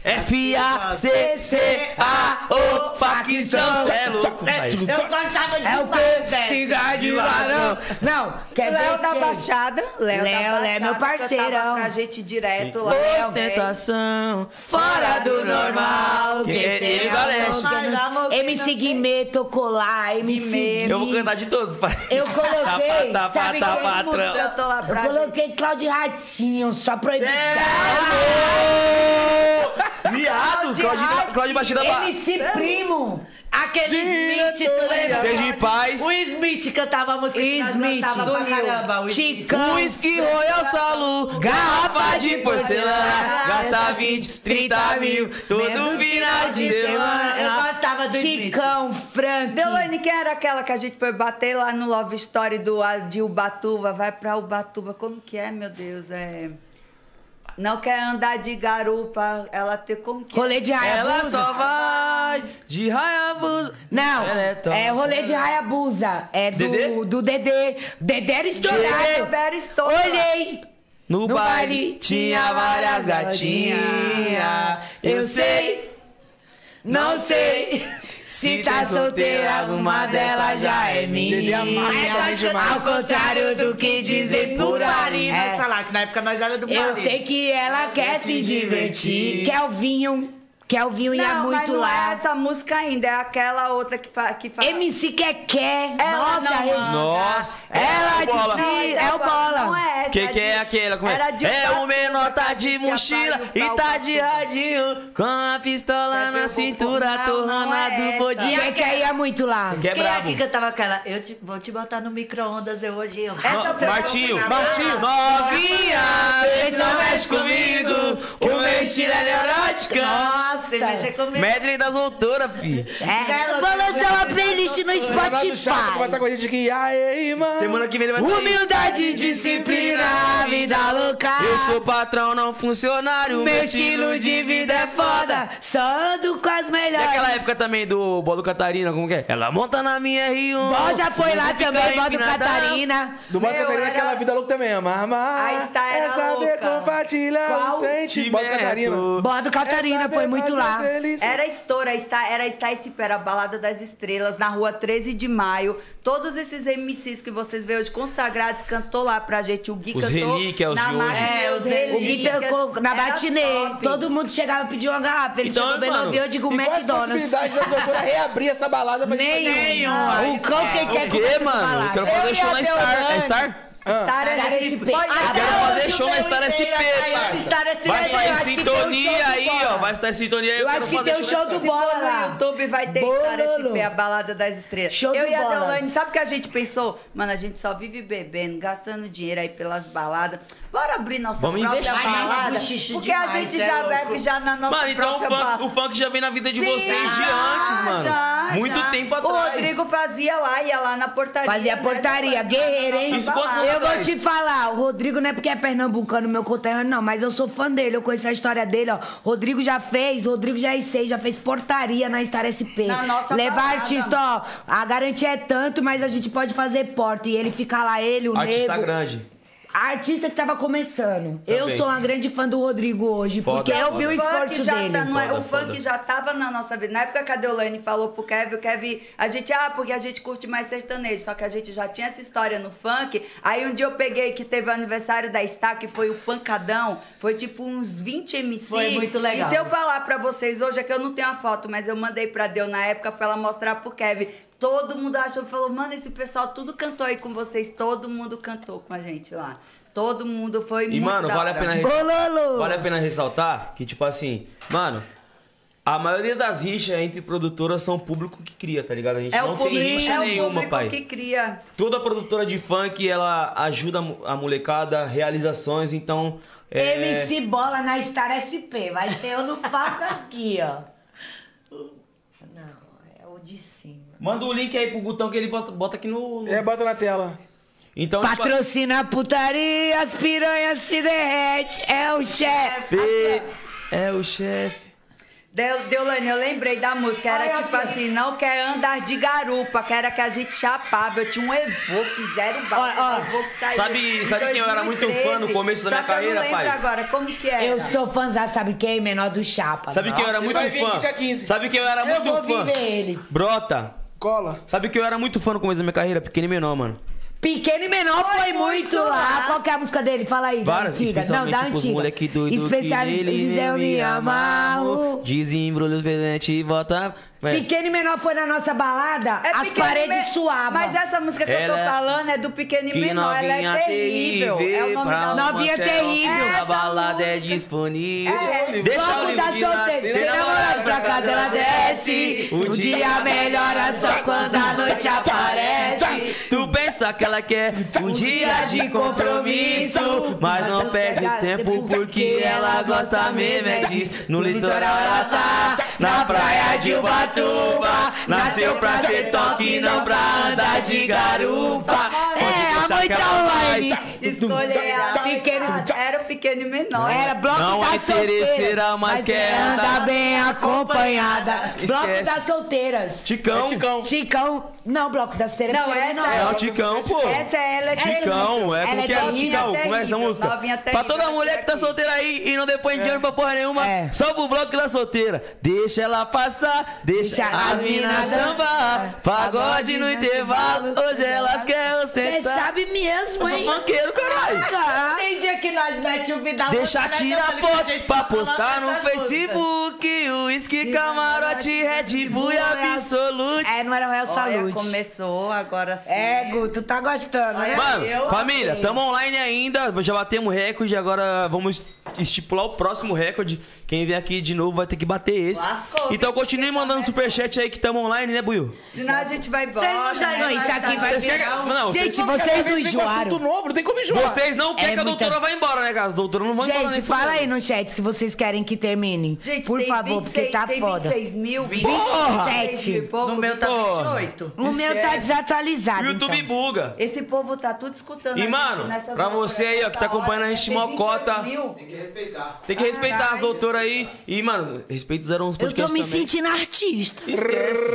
[SPEAKER 1] F-A-C-C-A-O, facção, cê é louco, vai.
[SPEAKER 2] Tipo, tá
[SPEAKER 4] Eu gostava de
[SPEAKER 5] É o
[SPEAKER 4] mais,
[SPEAKER 5] quê?
[SPEAKER 4] velho.
[SPEAKER 5] Cigarro de varão. Não, quer ver
[SPEAKER 3] Léo da
[SPEAKER 5] quem?
[SPEAKER 3] Baixada. Léo, da
[SPEAKER 5] Léo,
[SPEAKER 3] Baixada.
[SPEAKER 5] Léo é meu
[SPEAKER 3] cantava
[SPEAKER 5] parceirão. assim,
[SPEAKER 3] pra gente direto lá.
[SPEAKER 1] Ostentação,
[SPEAKER 5] Fora do normal.
[SPEAKER 1] Que
[SPEAKER 5] quem
[SPEAKER 1] ele-
[SPEAKER 5] tem
[SPEAKER 1] ele
[SPEAKER 5] amor,
[SPEAKER 1] valete.
[SPEAKER 5] mas amor que
[SPEAKER 4] MC
[SPEAKER 5] MC Guimê, tocou lá, MC
[SPEAKER 1] Eu vou cantar de todos, pai.
[SPEAKER 5] Eu coloquei,
[SPEAKER 1] Tapa, tapa,
[SPEAKER 5] sabe
[SPEAKER 1] tapa,
[SPEAKER 5] quem
[SPEAKER 1] trampa.
[SPEAKER 3] Eu tô lá
[SPEAKER 5] Eu
[SPEAKER 3] pra
[SPEAKER 5] coloquei Cláudio Ratinho, só proibido.
[SPEAKER 1] É, Viado, Claudio- Claudio Batida Ba-
[SPEAKER 5] MC Primo.
[SPEAKER 4] Aquele Smith, tu lembra?
[SPEAKER 1] Esteja em paz.
[SPEAKER 4] O Smith cantava a música que nós
[SPEAKER 5] Smith,
[SPEAKER 4] gostava
[SPEAKER 5] do
[SPEAKER 4] pra
[SPEAKER 5] Rio.
[SPEAKER 4] caramba. O Smith.
[SPEAKER 5] Chicão.
[SPEAKER 1] Um Whisky Royal Salu, garrafa de porcelana, gasta 20, 30 mil, todo final de semana.
[SPEAKER 4] Eu gostava do Smith.
[SPEAKER 5] Chicão, Frank.
[SPEAKER 3] Deolane, quem era aquela que a gente foi bater lá no Love Story do a- de Ubatuba? Vai pra Ubatuba. Como que é, meu Deus? É... Não quer andar de garupa. Ela ter como que é?
[SPEAKER 5] Rolê de
[SPEAKER 1] Ela
[SPEAKER 5] Hayabusa.
[SPEAKER 1] só vai de Hayabusa.
[SPEAKER 5] Não,
[SPEAKER 1] Ela é tão-
[SPEAKER 5] é rolê de Hayabusa. É do
[SPEAKER 1] Dedê?
[SPEAKER 5] Dedê. Do Dedê. Dedê era
[SPEAKER 3] Tá
[SPEAKER 5] estourado.
[SPEAKER 3] Dedê era estourado.
[SPEAKER 5] Olhei.
[SPEAKER 1] No
[SPEAKER 5] No
[SPEAKER 1] baile
[SPEAKER 5] baile
[SPEAKER 1] tinha várias gatinhas. Eu sei,
[SPEAKER 5] não sei. Se tá solteira, uma delas já é minha.
[SPEAKER 20] Dedê amassa
[SPEAKER 5] É,
[SPEAKER 20] demais.
[SPEAKER 5] Ao contrário do que dizem
[SPEAKER 4] No
[SPEAKER 5] por aí.
[SPEAKER 4] Paris,
[SPEAKER 5] É.
[SPEAKER 4] nessa lá, que na época nós era do Paris.
[SPEAKER 5] Eu sei que ela quer se divertir. Quer o vinho. Kelvinho ia
[SPEAKER 3] Não,
[SPEAKER 5] muito
[SPEAKER 3] mas não
[SPEAKER 5] lá.
[SPEAKER 3] é essa música ainda, é aquela outra que, fa, que fala.
[SPEAKER 5] MC Keké.
[SPEAKER 3] Ela
[SPEAKER 5] Nossa,
[SPEAKER 3] não
[SPEAKER 5] eu-
[SPEAKER 3] manda.
[SPEAKER 1] Nossa.
[SPEAKER 5] Ela
[SPEAKER 1] É o Bola.
[SPEAKER 5] desvia,
[SPEAKER 3] Não,
[SPEAKER 5] é o bola.
[SPEAKER 3] Não é essa.
[SPEAKER 1] Que
[SPEAKER 3] é
[SPEAKER 1] que é
[SPEAKER 3] de-
[SPEAKER 1] aquela? Como é?
[SPEAKER 3] Era de
[SPEAKER 1] é o
[SPEAKER 3] batuta
[SPEAKER 1] menor
[SPEAKER 3] que
[SPEAKER 1] tá
[SPEAKER 3] a
[SPEAKER 1] de
[SPEAKER 3] gente
[SPEAKER 1] mochila
[SPEAKER 3] aparelha o
[SPEAKER 1] e
[SPEAKER 3] pau
[SPEAKER 1] tá
[SPEAKER 3] pra
[SPEAKER 1] de
[SPEAKER 3] tudo.
[SPEAKER 1] radinho com a pistola na cintura,
[SPEAKER 3] não,
[SPEAKER 1] torrana
[SPEAKER 3] não é
[SPEAKER 1] do
[SPEAKER 3] essa.
[SPEAKER 1] bodinho.
[SPEAKER 5] Keké ia muito lá.
[SPEAKER 1] Que é
[SPEAKER 4] Quem
[SPEAKER 1] brabo.
[SPEAKER 4] aqui cantava aquela? Eu te- vou te botar no micro-ondas, eu hoje eu.
[SPEAKER 1] Ma- Martinho,
[SPEAKER 4] Martinho.
[SPEAKER 1] Novinha, vê se não mexe comigo, que o meu estilo é neurótico.
[SPEAKER 4] Nossa, mexe comigo.
[SPEAKER 1] Medley das doutoras, fi.
[SPEAKER 5] É. Vou lançar uma playlist no
[SPEAKER 2] Renato Chato vai
[SPEAKER 5] Spotify.
[SPEAKER 2] estar com a gente aqui. Aê, irmã.
[SPEAKER 1] Semana que vem ele vai sair.
[SPEAKER 5] Humildade, disciplina, vida louca.
[SPEAKER 1] Eu sou patrão, não funcionário.
[SPEAKER 5] Meu estilo de vida é foda, só ando com as
[SPEAKER 1] E aquela
[SPEAKER 5] melhores.
[SPEAKER 1] época também do Bolo Catarina, como que é? Ela monta na minha um. Rio.
[SPEAKER 5] Bó já foi lá também, Bó do Catarina.
[SPEAKER 2] Do Bota
[SPEAKER 3] Meu,
[SPEAKER 2] Catarina,
[SPEAKER 3] era-
[SPEAKER 2] aquela vida louca também. Amar, amar.
[SPEAKER 3] A Star
[SPEAKER 2] É
[SPEAKER 3] era
[SPEAKER 2] saber
[SPEAKER 3] louca.
[SPEAKER 2] compartilhar o
[SPEAKER 3] Qual?
[SPEAKER 2] sentimento. Bota Catarina. É
[SPEAKER 5] Bó do Catarina foi muito lá.
[SPEAKER 3] Era estoura, está, era está esse pé, era a balada das estrelas na rua 13 de maio. Todos esses MCs que vocês veem hoje consagrados cantou lá pra gente. O Gui
[SPEAKER 1] Os
[SPEAKER 3] cantou
[SPEAKER 1] relíquias, os
[SPEAKER 3] na
[SPEAKER 1] de
[SPEAKER 3] Marginha,
[SPEAKER 1] hoje.
[SPEAKER 3] os
[SPEAKER 5] É, O Gui
[SPEAKER 3] relíquias.
[SPEAKER 5] tocou na
[SPEAKER 3] Era
[SPEAKER 5] matinê.
[SPEAKER 3] top.
[SPEAKER 5] Todo mundo chegava e pedia uma garrafa. Ele
[SPEAKER 1] Então,
[SPEAKER 5] chegou bem
[SPEAKER 1] mano,
[SPEAKER 5] novinho, eu digo
[SPEAKER 2] E qual as
[SPEAKER 5] McDonald's.
[SPEAKER 2] possibilidades da doutora reabrir essa balada pra gente fazer?
[SPEAKER 5] Nenhuma. Ah, O cão que quer
[SPEAKER 1] é, O
[SPEAKER 5] começa
[SPEAKER 1] quê,
[SPEAKER 5] com
[SPEAKER 1] mano?
[SPEAKER 5] balada.
[SPEAKER 1] Eu quero fazer
[SPEAKER 5] Eu
[SPEAKER 1] show
[SPEAKER 5] ia
[SPEAKER 1] na
[SPEAKER 5] ver o
[SPEAKER 1] Star.
[SPEAKER 5] Dani.
[SPEAKER 1] É Star?
[SPEAKER 3] Star
[SPEAKER 5] Star
[SPEAKER 3] era esse
[SPEAKER 5] SP.
[SPEAKER 3] pé.
[SPEAKER 5] Olha,
[SPEAKER 1] Eu quero
[SPEAKER 5] Até
[SPEAKER 1] fazer
[SPEAKER 5] hoje
[SPEAKER 1] show na
[SPEAKER 5] eu
[SPEAKER 1] Star
[SPEAKER 5] tenho
[SPEAKER 1] SP,
[SPEAKER 5] ideia, cara. Star
[SPEAKER 1] parça.
[SPEAKER 5] SP,
[SPEAKER 1] Vai
[SPEAKER 5] tá eu
[SPEAKER 1] sair
[SPEAKER 5] acho que tem um
[SPEAKER 1] sintonia
[SPEAKER 5] show do
[SPEAKER 1] aí,
[SPEAKER 5] Bola.
[SPEAKER 1] ó. Vai sair sintonia aí.
[SPEAKER 5] Eu
[SPEAKER 1] quero
[SPEAKER 5] acho que
[SPEAKER 1] fazer
[SPEAKER 5] tem um
[SPEAKER 1] na
[SPEAKER 5] show do
[SPEAKER 1] Star.
[SPEAKER 5] Bola
[SPEAKER 3] No
[SPEAKER 5] lá.
[SPEAKER 3] YouTube vai ter
[SPEAKER 5] Bololo.
[SPEAKER 3] Star SP, a balada das estrelas.
[SPEAKER 5] Show
[SPEAKER 3] eu
[SPEAKER 5] de
[SPEAKER 3] e a
[SPEAKER 5] bola.
[SPEAKER 3] Deolane, sabe o que a gente pensou? Mano, a gente só vive bebendo, gastando dinheiro aí pelas baladas. Bora abrir nossa
[SPEAKER 1] Vamos
[SPEAKER 3] própria
[SPEAKER 1] investir.
[SPEAKER 3] balada.
[SPEAKER 4] Buchicho
[SPEAKER 3] Porque
[SPEAKER 4] demais,
[SPEAKER 3] a gente
[SPEAKER 4] é
[SPEAKER 3] já
[SPEAKER 4] louco.
[SPEAKER 3] bebe já na nossa
[SPEAKER 1] né, Mano, então o
[SPEAKER 3] própria
[SPEAKER 1] funk,
[SPEAKER 3] balada.
[SPEAKER 1] o funk já vem na vida de
[SPEAKER 3] Sim,
[SPEAKER 1] vocês de
[SPEAKER 3] já,
[SPEAKER 1] antes, mano.
[SPEAKER 3] já,
[SPEAKER 1] Muito
[SPEAKER 3] já.
[SPEAKER 1] tempo
[SPEAKER 3] O
[SPEAKER 1] atrás.
[SPEAKER 3] Rodrigo fazia lá, ia lá na portaria.
[SPEAKER 5] Fazia
[SPEAKER 3] né,
[SPEAKER 5] portaria,
[SPEAKER 3] depois-
[SPEAKER 5] guerreiro, hein?
[SPEAKER 1] Isso quantos anos
[SPEAKER 5] Eu vou
[SPEAKER 1] atrás?
[SPEAKER 5] te falar, o Rodrigo não é porque é pernambucano, meu conterrâneo, não, mas eu sou fã dele, eu conheço a história dele, ó. Rodrigo já fez, Rodrigo já é seis, já fez portaria na Star SP.
[SPEAKER 3] Na nossa
[SPEAKER 5] Levar
[SPEAKER 3] balada.
[SPEAKER 5] artista, ó, a garantia é tanto, mas a gente pode fazer porta. E ele fica lá, ele, o
[SPEAKER 1] Artista
[SPEAKER 5] nego.
[SPEAKER 1] grande.
[SPEAKER 5] A artista que tava começando. Eu
[SPEAKER 1] Também.
[SPEAKER 5] sou uma grande fã do Rodrigo hoje,
[SPEAKER 1] Foda,
[SPEAKER 5] porque eu vi o
[SPEAKER 3] O funk
[SPEAKER 5] esforço
[SPEAKER 3] já
[SPEAKER 5] dele.
[SPEAKER 3] tá, não é-
[SPEAKER 1] Foda,
[SPEAKER 3] o
[SPEAKER 1] foda.
[SPEAKER 3] funk já tava na nossa vida. Na época que a Deolane falou pro Kevin, o Kevin, a gente, ah, porque a gente curte mais sertanejo, só que a gente já tinha essa história no funk. Aí um dia eu peguei que teve o aniversário da Star, que foi o Pancadão, foi tipo uns 20 MC.
[SPEAKER 4] Foi muito legal.
[SPEAKER 3] E se eu falar pra vocês hoje, é que eu não tenho a foto, mas eu mandei pra Deu na época pra ela mostrar pro Kevin. Todo mundo achou, falou, mano, esse pessoal tudo cantou aí com vocês, todo mundo cantou com a gente lá. Todo mundo foi
[SPEAKER 1] E,
[SPEAKER 3] muito
[SPEAKER 1] mano,
[SPEAKER 3] da
[SPEAKER 1] vale a
[SPEAKER 3] hora.
[SPEAKER 1] pena
[SPEAKER 5] Bololo!
[SPEAKER 1] Vale a pena ressaltar que, tipo assim, mano, a maioria das rixas entre produtoras são o público que cria, tá ligado? A gente
[SPEAKER 3] É
[SPEAKER 1] não
[SPEAKER 3] o
[SPEAKER 1] tem
[SPEAKER 3] público,
[SPEAKER 1] rixa
[SPEAKER 3] é o
[SPEAKER 1] nenhuma,
[SPEAKER 3] público
[SPEAKER 1] pai.
[SPEAKER 3] que cria.
[SPEAKER 1] Toda produtora de funk, ela ajuda a mo- a molecada, realizações, então. é,
[SPEAKER 4] MC Bola na Star SP. Vai ter eu no palco aqui, ó. Não, é o de cima.
[SPEAKER 1] Manda o link aí pro Gutão que ele bota, bota aqui no. no-
[SPEAKER 2] É, bota na tela.
[SPEAKER 1] Então, tipo,
[SPEAKER 5] Patrocina a putaria, as piranhas se derrete, é o chefe.
[SPEAKER 1] Fê é o chefe.
[SPEAKER 3] Deu- Deolane, eu lembrei da música, era tipo assim, não quer andar de garupa, que era que a gente chapava, eu tinha um Evoque, zero
[SPEAKER 5] Ó, ó.
[SPEAKER 3] bala, um Evoque saiu
[SPEAKER 1] Sabe-
[SPEAKER 3] em
[SPEAKER 1] sabe quem eu era muito
[SPEAKER 3] 2013.
[SPEAKER 1] fã no começo da
[SPEAKER 3] Só
[SPEAKER 1] minha
[SPEAKER 3] que
[SPEAKER 1] carreira,
[SPEAKER 3] eu não lembro
[SPEAKER 1] pai?
[SPEAKER 3] agora, como que é? era?
[SPEAKER 5] Eu sou fãzá, sabe quem? Menor do Chapa.
[SPEAKER 1] Sabe quem eu era muito
[SPEAKER 2] vai vir aqui
[SPEAKER 1] fã?
[SPEAKER 2] dia 15.
[SPEAKER 1] Sabe quem eu era
[SPEAKER 5] Eu
[SPEAKER 1] muito
[SPEAKER 5] vou
[SPEAKER 1] fã?
[SPEAKER 5] viver ele.
[SPEAKER 1] Brota.
[SPEAKER 2] Cola.
[SPEAKER 1] Sabe que eu era muito fã no começo da minha carreira? Pequeno e menor, mano.
[SPEAKER 5] Pequeno e menor foi, muito
[SPEAKER 3] muito
[SPEAKER 5] lá.
[SPEAKER 3] lá.
[SPEAKER 5] Qual que é a música dele? Fala aí. da
[SPEAKER 1] Várias,
[SPEAKER 5] antiga.
[SPEAKER 1] especialmente
[SPEAKER 5] Não, da
[SPEAKER 1] pros
[SPEAKER 5] antiga.
[SPEAKER 1] moleque doido
[SPEAKER 5] Especial-
[SPEAKER 1] que nele
[SPEAKER 5] eu me amarro.
[SPEAKER 1] Desembrulha os presentes e bota... É.
[SPEAKER 5] Pequeno e menor foi na nossa balada.
[SPEAKER 3] É
[SPEAKER 5] as
[SPEAKER 3] pequeno e
[SPEAKER 5] paredes
[SPEAKER 3] me-
[SPEAKER 5] suavam.
[SPEAKER 3] Mas essa música que eu
[SPEAKER 1] Ela-
[SPEAKER 3] tô falando é do Pequeno e
[SPEAKER 1] Que
[SPEAKER 3] Menor, ela
[SPEAKER 1] novinha
[SPEAKER 3] é terrível. É o nome da
[SPEAKER 1] pra
[SPEAKER 3] música.
[SPEAKER 1] uma
[SPEAKER 5] Novinha
[SPEAKER 1] selfie,
[SPEAKER 5] terrível.
[SPEAKER 1] A
[SPEAKER 3] Essa
[SPEAKER 1] balada é
[SPEAKER 3] música.
[SPEAKER 1] disponível.
[SPEAKER 3] É, essa-
[SPEAKER 1] Deixa
[SPEAKER 5] Vamos
[SPEAKER 1] o
[SPEAKER 5] dar
[SPEAKER 1] livro de lado.
[SPEAKER 5] solteiro. Sem namorado pra casa ela desce. O dia melhora só quando a noite aparece.
[SPEAKER 1] Tu pensa que ela quer um dia de compromisso, mas não perde tempo porque ela gosta mesmo é disso. No litoral ela tá, na praia de Ubatuba, nasceu pra ser top, não pra andar de garupa.
[SPEAKER 5] É, a
[SPEAKER 1] Pode deixar
[SPEAKER 5] noite
[SPEAKER 1] que ela vai.
[SPEAKER 5] online.
[SPEAKER 3] Escolher é a pequeno... Era o Pequeno e Menor.
[SPEAKER 5] Era bloco
[SPEAKER 1] Não
[SPEAKER 5] da
[SPEAKER 1] é interesseira,
[SPEAKER 5] solteira,
[SPEAKER 1] mas quer
[SPEAKER 5] anda
[SPEAKER 1] andar
[SPEAKER 5] bem acompanhada. Bloco
[SPEAKER 1] Esquece.
[SPEAKER 5] das solteiras.
[SPEAKER 1] Ticão.
[SPEAKER 2] É, Ticão.
[SPEAKER 5] Chicão, Não, bloco das terapias.
[SPEAKER 3] Não, essa
[SPEAKER 1] É o Ticão, pô.
[SPEAKER 3] Essa é ela é
[SPEAKER 1] Ticão,
[SPEAKER 3] terrível.
[SPEAKER 1] é como
[SPEAKER 3] Ela
[SPEAKER 1] que é o
[SPEAKER 3] novinha
[SPEAKER 1] Ticão? Como é essa
[SPEAKER 3] terrível,
[SPEAKER 1] música?
[SPEAKER 3] novinha
[SPEAKER 1] Pra
[SPEAKER 3] terrível,
[SPEAKER 1] toda
[SPEAKER 3] vai
[SPEAKER 1] mulher que tá solteira aí e não depõe de dinheiro pra porra nenhuma, só pro bloco da solteira. Deixa ela passar, deixa,
[SPEAKER 3] Deixa
[SPEAKER 1] as
[SPEAKER 3] as
[SPEAKER 1] minas
[SPEAKER 3] minas
[SPEAKER 1] sambar. Pagode no intervalo, hoje elas querem
[SPEAKER 6] Você
[SPEAKER 1] ostentar.
[SPEAKER 6] sabe mesmo,
[SPEAKER 1] Eu
[SPEAKER 6] hein?
[SPEAKER 1] sou funkeiro, caralho.
[SPEAKER 6] Tem dia que nós mete o Vidal.
[SPEAKER 1] Deixa
[SPEAKER 6] outra
[SPEAKER 1] tirar
[SPEAKER 6] vez,
[SPEAKER 1] foto
[SPEAKER 6] gente,
[SPEAKER 1] pra
[SPEAKER 6] só coloca
[SPEAKER 1] postar no
[SPEAKER 6] essas
[SPEAKER 1] Facebook. Uísque, camarote, Red Bull e Absolute.
[SPEAKER 5] É, não era o Real
[SPEAKER 3] Olha,
[SPEAKER 5] Salute.
[SPEAKER 3] começou, agora sim.
[SPEAKER 5] É, Guto, tá gostando, né?
[SPEAKER 1] Mano, família, tamo online ainda, já batemos recorde, agora vamos estipular o próximo recorde. Quem vier aqui de novo vai ter que bater esse.
[SPEAKER 3] Lascou,
[SPEAKER 1] então continue mandando superchat aí que tamo online, né, Buiu?
[SPEAKER 3] Senão a gente vai embora.
[SPEAKER 5] Vocês não já-
[SPEAKER 3] né?
[SPEAKER 5] não, isso aqui vai
[SPEAKER 1] Vocês querem...
[SPEAKER 5] virar um-
[SPEAKER 1] Não,
[SPEAKER 5] Gente,
[SPEAKER 1] vocês- Cada
[SPEAKER 5] vocês não
[SPEAKER 1] vez vem com
[SPEAKER 5] enjoaram.
[SPEAKER 1] assunto
[SPEAKER 2] novo, não tem como enjoar.
[SPEAKER 1] Vocês não querem
[SPEAKER 5] É
[SPEAKER 1] que a
[SPEAKER 5] muita-
[SPEAKER 1] doutora vá embora, né, cara? As doutoras não vão embora,
[SPEAKER 5] Gente,
[SPEAKER 1] né?
[SPEAKER 5] fala aí no chat se vocês querem que termine.
[SPEAKER 3] Gente,
[SPEAKER 5] Por
[SPEAKER 3] tem
[SPEAKER 5] favor, porque
[SPEAKER 3] 26
[SPEAKER 5] tá
[SPEAKER 3] tem
[SPEAKER 5] foda.
[SPEAKER 3] 26 mil,
[SPEAKER 5] Porra!
[SPEAKER 3] 27.
[SPEAKER 5] No
[SPEAKER 3] No
[SPEAKER 6] meu tá
[SPEAKER 1] Porra.
[SPEAKER 6] 28.
[SPEAKER 5] O meu tá desatualizado.
[SPEAKER 1] O YouTube
[SPEAKER 5] então.
[SPEAKER 1] buga.
[SPEAKER 3] Esse povo tá tudo escutando.
[SPEAKER 1] E,
[SPEAKER 3] a gente
[SPEAKER 1] mano,
[SPEAKER 3] nessas
[SPEAKER 1] pra
[SPEAKER 3] horas,
[SPEAKER 1] você aí, ó, que tá
[SPEAKER 3] nessa
[SPEAKER 1] acompanhando
[SPEAKER 3] hora,
[SPEAKER 1] a gente,
[SPEAKER 3] tem
[SPEAKER 1] mocota.
[SPEAKER 3] 28 mil.
[SPEAKER 12] Tem que respeitar.
[SPEAKER 1] Tem que respeitar as doutoras aí. E, mano, respeito zero uns
[SPEAKER 5] Eu tô
[SPEAKER 1] podcasts
[SPEAKER 5] me
[SPEAKER 1] também.
[SPEAKER 5] sentindo artista.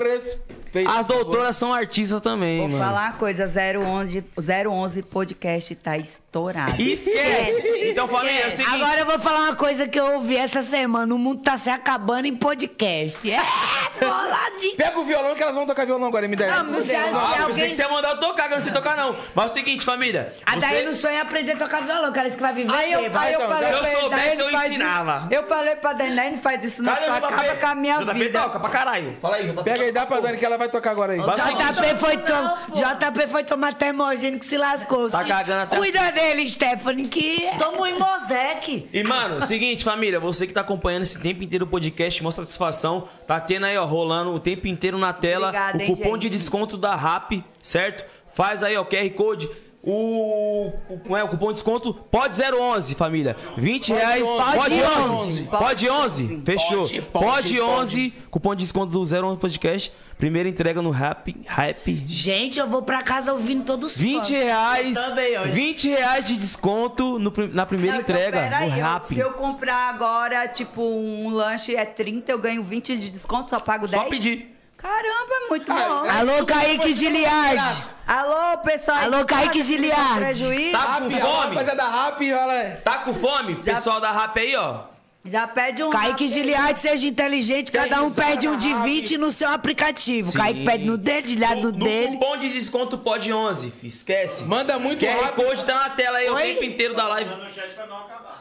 [SPEAKER 2] Respeito.
[SPEAKER 1] As doutoras são artistas também,
[SPEAKER 3] Vou
[SPEAKER 1] mano.
[SPEAKER 3] falar uma coisa, 011, 011 podcast tá estourado.
[SPEAKER 1] Esquece! Então, família, é o seguinte.
[SPEAKER 5] Agora eu vou falar uma coisa que eu ouvi essa semana. O mundo tá se acabando em podcast. É, boladinho.
[SPEAKER 2] Pega o violão que elas vão tocar violão agora, M10.
[SPEAKER 5] Ah, meu Deus.
[SPEAKER 1] Ah, eu pensei
[SPEAKER 5] alguém-
[SPEAKER 1] que você ia mandar eu tocar, que eu não sei tocar, não. Mas é o seguinte, família.
[SPEAKER 5] A
[SPEAKER 1] você...
[SPEAKER 5] Daiane sonha aprender a tocar violão, cara. Isso que vai viver
[SPEAKER 3] Aí eu,
[SPEAKER 5] bêbado.
[SPEAKER 3] aí eu
[SPEAKER 2] então,
[SPEAKER 3] falei
[SPEAKER 1] se eu
[SPEAKER 3] pra ele,
[SPEAKER 1] soubesse,
[SPEAKER 3] Daiane,
[SPEAKER 1] eu
[SPEAKER 3] faz
[SPEAKER 1] ensinava.
[SPEAKER 3] isso. Eu falei pra Daiane, não faz isso, não, tu
[SPEAKER 1] Caralho,
[SPEAKER 3] acaba
[SPEAKER 1] JP,
[SPEAKER 3] com a minha
[SPEAKER 1] JP
[SPEAKER 3] vida.
[SPEAKER 1] toca pra caralho. Fala aí, JP.
[SPEAKER 2] Pega aí, dá pra Dani que ela vai tocar agora aí.
[SPEAKER 5] Ah,
[SPEAKER 1] Vai-
[SPEAKER 5] JP foi, tom... JP foi tomar termogênico que se lascou.
[SPEAKER 1] Tá
[SPEAKER 5] sim.
[SPEAKER 1] cagando até-
[SPEAKER 5] Cuida dele, Stephanie, que...
[SPEAKER 4] um
[SPEAKER 6] Tamo em Mosec.
[SPEAKER 1] E, mano, seguinte, família, você que tá acompanhando esse tempo inteiro o podcast, mostra satisfação. Tá tendo aí, ó, rolando o tempo inteiro na tela.
[SPEAKER 3] Obrigada,
[SPEAKER 1] o
[SPEAKER 3] hein,
[SPEAKER 1] cupom de
[SPEAKER 3] gente.
[SPEAKER 1] desconto da RAP, certo? Faz aí, ó, QR Code. O, o, como é, o cupom de desconto pode 011, família. 20 reais.
[SPEAKER 2] 11.
[SPEAKER 1] Pode
[SPEAKER 2] Pode
[SPEAKER 1] 11. Pode 11. Fechou. Pode,
[SPEAKER 2] pode,
[SPEAKER 1] 11. Cupom de desconto do 011 Podcast. Primeira entrega no Rap. Rap
[SPEAKER 5] Gente, eu vou pra casa ouvindo todos os
[SPEAKER 1] 20
[SPEAKER 5] fãs.
[SPEAKER 1] reais,
[SPEAKER 6] também hoje.
[SPEAKER 1] 20 reais de desconto no prim- na primeira
[SPEAKER 3] Não, então,
[SPEAKER 1] entrega
[SPEAKER 3] peraí,
[SPEAKER 1] no
[SPEAKER 3] eu-
[SPEAKER 1] Rap.
[SPEAKER 3] Se eu comprar agora, tipo, um lanche é 30, eu ganho 20 de desconto, só pago 10?
[SPEAKER 1] Só pedir.
[SPEAKER 3] Caramba, é muito
[SPEAKER 2] Ah,
[SPEAKER 3] bom.
[SPEAKER 2] é-
[SPEAKER 5] Alô, Kaique Giliard.
[SPEAKER 3] Alô, pessoal. aí
[SPEAKER 5] Alô,
[SPEAKER 3] de casa,
[SPEAKER 5] Kaique
[SPEAKER 3] que me deu
[SPEAKER 5] Giliardi.
[SPEAKER 3] prejuízo.
[SPEAKER 1] Tá com
[SPEAKER 2] Rap, a
[SPEAKER 1] fome?
[SPEAKER 2] rapaziada é da rap, olha.
[SPEAKER 1] Tá com fome? Pessoal da Rap aí, ó.
[SPEAKER 3] Já pede um...
[SPEAKER 5] Kaique Giliard, seja inteligente, cada um
[SPEAKER 2] risada
[SPEAKER 5] pede um de
[SPEAKER 2] na
[SPEAKER 5] 20 no seu aplicativo.
[SPEAKER 1] Sim.
[SPEAKER 5] Kaique pede no dele, Giliard no
[SPEAKER 1] No- no
[SPEAKER 5] dele.
[SPEAKER 1] cupom de desconto pode 11, fi, esquece.
[SPEAKER 2] Manda muito
[SPEAKER 1] QR
[SPEAKER 2] rápido.
[SPEAKER 1] Code tá na tela aí o
[SPEAKER 5] Oi?
[SPEAKER 1] tempo inteiro da live.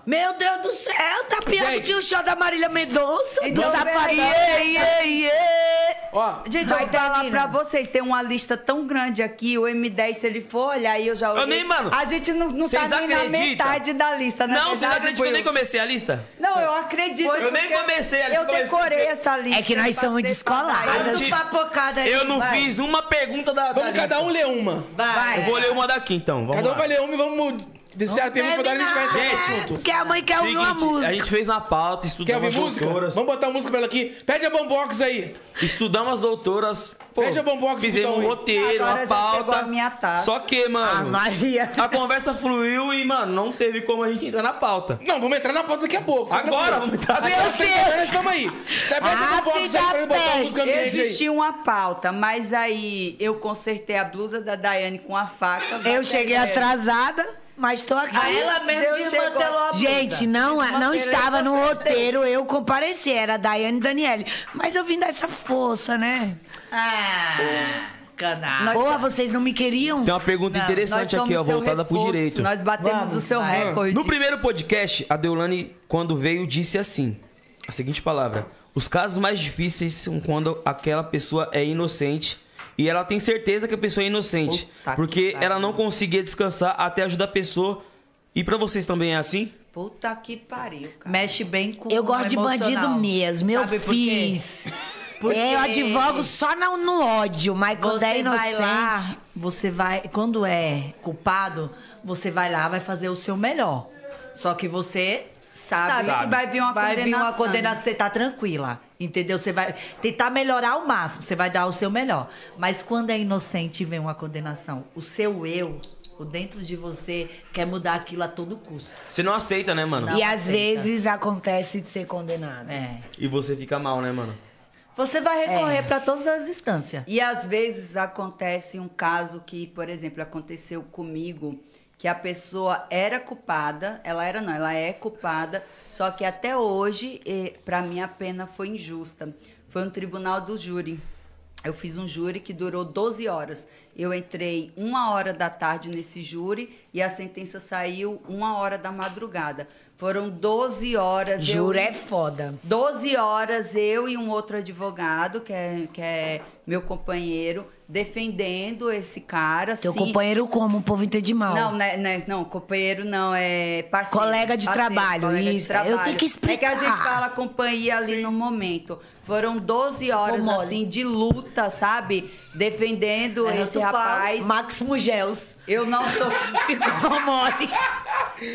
[SPEAKER 5] Meu Deus do céu, tá pior
[SPEAKER 2] Gente.
[SPEAKER 5] que o show da Marília Mendonça, do
[SPEAKER 3] Então,
[SPEAKER 1] é
[SPEAKER 5] Safari.
[SPEAKER 3] peraí.
[SPEAKER 5] Ei, ei, ei.
[SPEAKER 2] Ó,
[SPEAKER 3] Gente, eu vou falar pra vocês, tem uma lista tão grande aqui, o M10, se ele for olhar, aí eu já olhei.
[SPEAKER 1] nem, mano,
[SPEAKER 3] A gente não, não tá
[SPEAKER 1] vocês
[SPEAKER 3] nem na
[SPEAKER 1] acreditam?
[SPEAKER 3] metade da lista, na
[SPEAKER 1] Não, vocês
[SPEAKER 3] verdade,
[SPEAKER 1] acreditam que eu nem comecei a lista?
[SPEAKER 3] Não, eu acredito.
[SPEAKER 1] Eu nem
[SPEAKER 3] porque
[SPEAKER 1] comecei a lista,
[SPEAKER 3] Eu
[SPEAKER 1] comecei a
[SPEAKER 3] decorei
[SPEAKER 1] ser-
[SPEAKER 3] essa lista.
[SPEAKER 5] É que nós somos
[SPEAKER 3] Passei pra
[SPEAKER 5] descoladas.
[SPEAKER 3] lá.
[SPEAKER 1] Eu
[SPEAKER 6] Manda
[SPEAKER 1] te-
[SPEAKER 6] um papocada
[SPEAKER 4] É,
[SPEAKER 6] aí.
[SPEAKER 1] Eu não
[SPEAKER 6] vai.
[SPEAKER 1] fiz uma pergunta da, da
[SPEAKER 2] vamos
[SPEAKER 1] lista.
[SPEAKER 2] cada um ler uma.
[SPEAKER 6] Vai.
[SPEAKER 1] Eu vou ler uma daqui então, vamos
[SPEAKER 2] Cada um
[SPEAKER 1] lá.
[SPEAKER 2] vai ler uma e vamos viciar a pergunta pra Dani e a gente vai entrar no
[SPEAKER 1] Gente,
[SPEAKER 2] assunto.
[SPEAKER 5] Porque a mãe quer ouvir é uma
[SPEAKER 1] Seguinte, A
[SPEAKER 5] música.
[SPEAKER 1] gente fez uma pauta, estudamos
[SPEAKER 2] Quer ouvir
[SPEAKER 1] as
[SPEAKER 2] música?
[SPEAKER 1] doutoras.
[SPEAKER 2] Vamos botar a música pra ela aqui. Pede a Bombox aí.
[SPEAKER 1] Estudamos as doutoras. Pô,
[SPEAKER 2] Pede a Bombox,
[SPEAKER 1] Fizemos
[SPEAKER 2] então,
[SPEAKER 1] um
[SPEAKER 2] aí.
[SPEAKER 1] roteiro,
[SPEAKER 3] Agora
[SPEAKER 1] uma
[SPEAKER 3] já
[SPEAKER 1] pauta.
[SPEAKER 3] chegou a minha taça.
[SPEAKER 1] Só que,
[SPEAKER 5] A
[SPEAKER 1] mano,
[SPEAKER 5] Maria.
[SPEAKER 1] a conversa fluiu e, mano, não teve como a gente entrar na pauta.
[SPEAKER 2] Não, vamos entrar na pauta daqui a pouco. Fica
[SPEAKER 1] Agora,
[SPEAKER 2] tranquilo.
[SPEAKER 1] vamos entrar na
[SPEAKER 2] Até as três da tarde, Estamos aí. Tá, Pede a
[SPEAKER 5] Ah,
[SPEAKER 2] Bombox aí
[SPEAKER 5] filha
[SPEAKER 2] pra ele botar a
[SPEAKER 5] peste.
[SPEAKER 2] música ambiente aí.
[SPEAKER 3] Existia uma pauta, mas aí eu consertei a blusa da Daiane com a faca.
[SPEAKER 5] Eu cheguei
[SPEAKER 1] é.
[SPEAKER 5] atrasada, mas tô aqui.
[SPEAKER 6] Aí ela mesmo
[SPEAKER 3] Deus
[SPEAKER 6] desmantelou a blusa.
[SPEAKER 5] Gente, não, é- não estava no roteiro, eu compareci, era a Daiane e Daniele. Mas eu vim dar essa força, né?
[SPEAKER 6] Ah, canal.
[SPEAKER 3] tá.
[SPEAKER 5] Boa, vocês não me queriam?
[SPEAKER 1] Tem uma pergunta
[SPEAKER 3] Nós
[SPEAKER 1] interessante
[SPEAKER 3] somos
[SPEAKER 1] aqui, ó,
[SPEAKER 3] seu
[SPEAKER 1] voltada pro
[SPEAKER 3] reforço,
[SPEAKER 1] direito.
[SPEAKER 3] Nós batemos o seu recorde.
[SPEAKER 1] No primeiro podcast, a Deolane, quando veio, disse assim: a seguinte palavra. Os casos mais difíceis são quando aquela pessoa é inocente e ela tem certeza que a pessoa é inocente.
[SPEAKER 3] Puta que
[SPEAKER 1] porque
[SPEAKER 3] pariu.
[SPEAKER 1] ela não conseguia descansar até ajudar a pessoa. E pra vocês também é assim?
[SPEAKER 3] Puta que pariu, cara.
[SPEAKER 11] Mexe bem com
[SPEAKER 5] Eu
[SPEAKER 11] o
[SPEAKER 5] gosto de bandido
[SPEAKER 11] emocional.
[SPEAKER 5] mesmo, eu
[SPEAKER 11] Sabe por quê?
[SPEAKER 5] fiz. É,
[SPEAKER 11] Porque-
[SPEAKER 5] Eu advogo só no, no ódio, Michael Day é
[SPEAKER 11] Você vai lá,
[SPEAKER 5] inocente.
[SPEAKER 11] você vai, quando é culpado, você vai lá, vai fazer o seu melhor. Só que você sabe,
[SPEAKER 3] Sabe, que vai vir uma
[SPEAKER 11] vai vir uma
[SPEAKER 3] condenação.
[SPEAKER 11] condenação, você tá tranquila, entendeu? Você vai tentar melhorar ao máximo, você vai dar o seu melhor. Mas quando é inocente e vem uma condenação, o seu eu, o dentro de você quer mudar aquilo a todo custo.
[SPEAKER 1] Você não aceita, né, mano?
[SPEAKER 11] Não.
[SPEAKER 5] E às
[SPEAKER 11] aceita.
[SPEAKER 5] vezes acontece de ser condenado.
[SPEAKER 11] É.
[SPEAKER 1] E você fica mal, né, mano?
[SPEAKER 11] Você vai recorrer
[SPEAKER 3] É.
[SPEAKER 11] pra todas as instâncias.
[SPEAKER 3] E às vezes acontece um caso que, por exemplo, aconteceu comigo, que a pessoa era culpada, ela era não, ela é culpada, só que até hoje, para mim, a pena foi injusta. Foi um tribunal do júri. Eu fiz um júri que durou 12 horas. Eu entrei uma hora da tarde nesse júri e a sentença saiu uma hora da madrugada. Foram 12 horas. eu-
[SPEAKER 5] Juro, é foda.
[SPEAKER 3] 12 horas, eu e um outro advogado, que é, que é meu companheiro, defendendo esse cara.
[SPEAKER 6] Teu
[SPEAKER 3] sim.
[SPEAKER 6] companheiro como? O povo entende mal.
[SPEAKER 3] Não, né, né, não, companheiro não, é parceiro.
[SPEAKER 6] Colega de
[SPEAKER 3] parceiro,
[SPEAKER 6] trabalho,
[SPEAKER 3] colega de
[SPEAKER 6] isso. Eu tenho que
[SPEAKER 3] É que a
[SPEAKER 6] explicar.
[SPEAKER 3] gente fala companhia ali no momento. Foram 12 horas,
[SPEAKER 6] mole. É
[SPEAKER 3] assim, de luta, sabe? Defendendo
[SPEAKER 6] Era
[SPEAKER 3] esse
[SPEAKER 6] do Paulo,
[SPEAKER 3] rapaz. Max Mugels. Eu não sou... Ficou mole.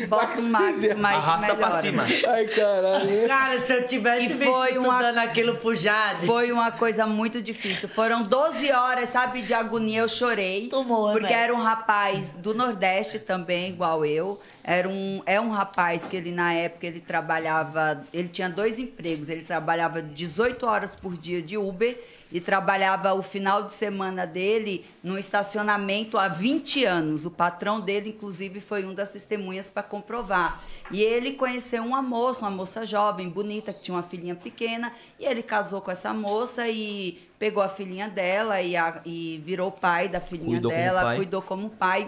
[SPEAKER 3] Bota o Max, mas
[SPEAKER 1] Arrasta pra
[SPEAKER 3] melhora.
[SPEAKER 1] cima.
[SPEAKER 2] Ai, caralho.
[SPEAKER 11] Cara, se eu tivesse
[SPEAKER 3] E
[SPEAKER 11] visto
[SPEAKER 3] foi
[SPEAKER 11] tu
[SPEAKER 3] uma-
[SPEAKER 11] dando aquilo pro Jade.
[SPEAKER 3] Foi uma coisa muito difícil. Foram 12 horas, sabe, de agonia. Eu chorei. Tomou, Porque
[SPEAKER 11] né?
[SPEAKER 3] era um rapaz do Nordeste também, igual eu. Era um, é um rapaz que ele, na época, ele trabalhava... Ele tinha dois empregos. Ele trabalhava 18 horas por dia de Uber e trabalhava o final de semana dele num estacionamento há 20 anos. O patrão dele, inclusive, foi um das testemunhas para comprovar. E ele conheceu uma moça, uma moça jovem, bonita, que tinha uma filhinha pequena, e ele casou com essa moça e pegou a filhinha dela e, a- e virou pai da filhinha
[SPEAKER 1] Cuidou como
[SPEAKER 3] dela,
[SPEAKER 1] pai.
[SPEAKER 3] cuidou como pai.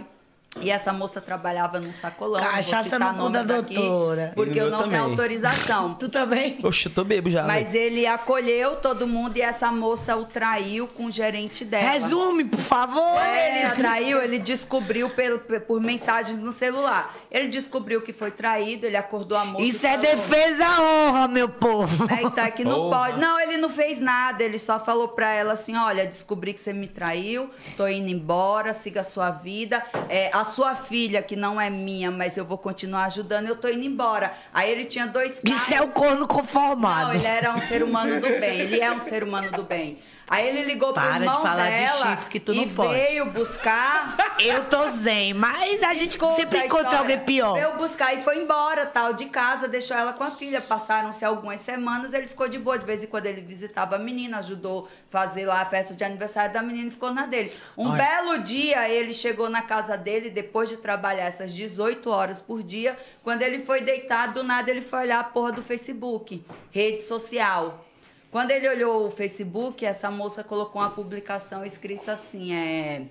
[SPEAKER 3] E essa moça trabalhava num sacolão. não vou
[SPEAKER 6] Cachaça
[SPEAKER 3] citar
[SPEAKER 6] no cu da
[SPEAKER 3] nomes aqui,
[SPEAKER 6] doutora.
[SPEAKER 1] E
[SPEAKER 3] Porque
[SPEAKER 1] no
[SPEAKER 3] eu
[SPEAKER 1] meu
[SPEAKER 3] não tenho
[SPEAKER 1] também. Tá
[SPEAKER 3] autorização. tu também?
[SPEAKER 1] Oxe, eu tô bebo já.
[SPEAKER 3] Mas
[SPEAKER 1] velho.
[SPEAKER 3] ele acolheu todo mundo e essa moça o traiu com o gerente dela.
[SPEAKER 6] Resume, por favor.
[SPEAKER 3] É, ele traiu, ele descobriu pelo- pe- por mensagens no celular. Ele descobriu que foi traído, ele acordou a moça. e
[SPEAKER 6] Isso é
[SPEAKER 3] falou.
[SPEAKER 6] defesa à honra, meu povo.
[SPEAKER 3] Aí tá que não
[SPEAKER 1] Porra.
[SPEAKER 3] pode. Não, ele não fez nada, ele só falou pra ela assim: olha, descobri que você me traiu, tô indo embora, siga a sua vida. É, a sua filha, que não é minha, mas eu vou continuar ajudando, eu tô indo embora. Aí ele tinha dois
[SPEAKER 6] Isso é
[SPEAKER 3] carros.
[SPEAKER 6] o corno conformado.
[SPEAKER 3] Não, ele era um ser humano do bem. Ele é um ser humano do bem. Aí ele ligou
[SPEAKER 11] Para
[SPEAKER 3] pro
[SPEAKER 11] de
[SPEAKER 3] irmão
[SPEAKER 11] falar de
[SPEAKER 3] dela
[SPEAKER 11] chifre que tu não
[SPEAKER 3] e
[SPEAKER 11] pode.
[SPEAKER 3] veio buscar.
[SPEAKER 6] Eu tô zen, mas a gente
[SPEAKER 3] Escuta
[SPEAKER 6] sempre
[SPEAKER 3] a
[SPEAKER 6] encontra
[SPEAKER 3] história.
[SPEAKER 5] é
[SPEAKER 6] alguém pior.
[SPEAKER 3] Veio buscar e foi embora, tal, de casa, deixou ela com a filha. Passaram-se algumas semanas, ele ficou de boa. De vez em quando ele visitava a menina, ajudou fazer lá a festa de aniversário da menina e ficou na dele. Um belo dia, ele chegou na casa dele, depois de trabalhar essas 18 horas por dia. Quando ele foi deitar, do nada ele foi olhar a porra do Facebook, rede social. Quando ele olhou o Facebook, essa moça colocou uma publicação escrita assim, é...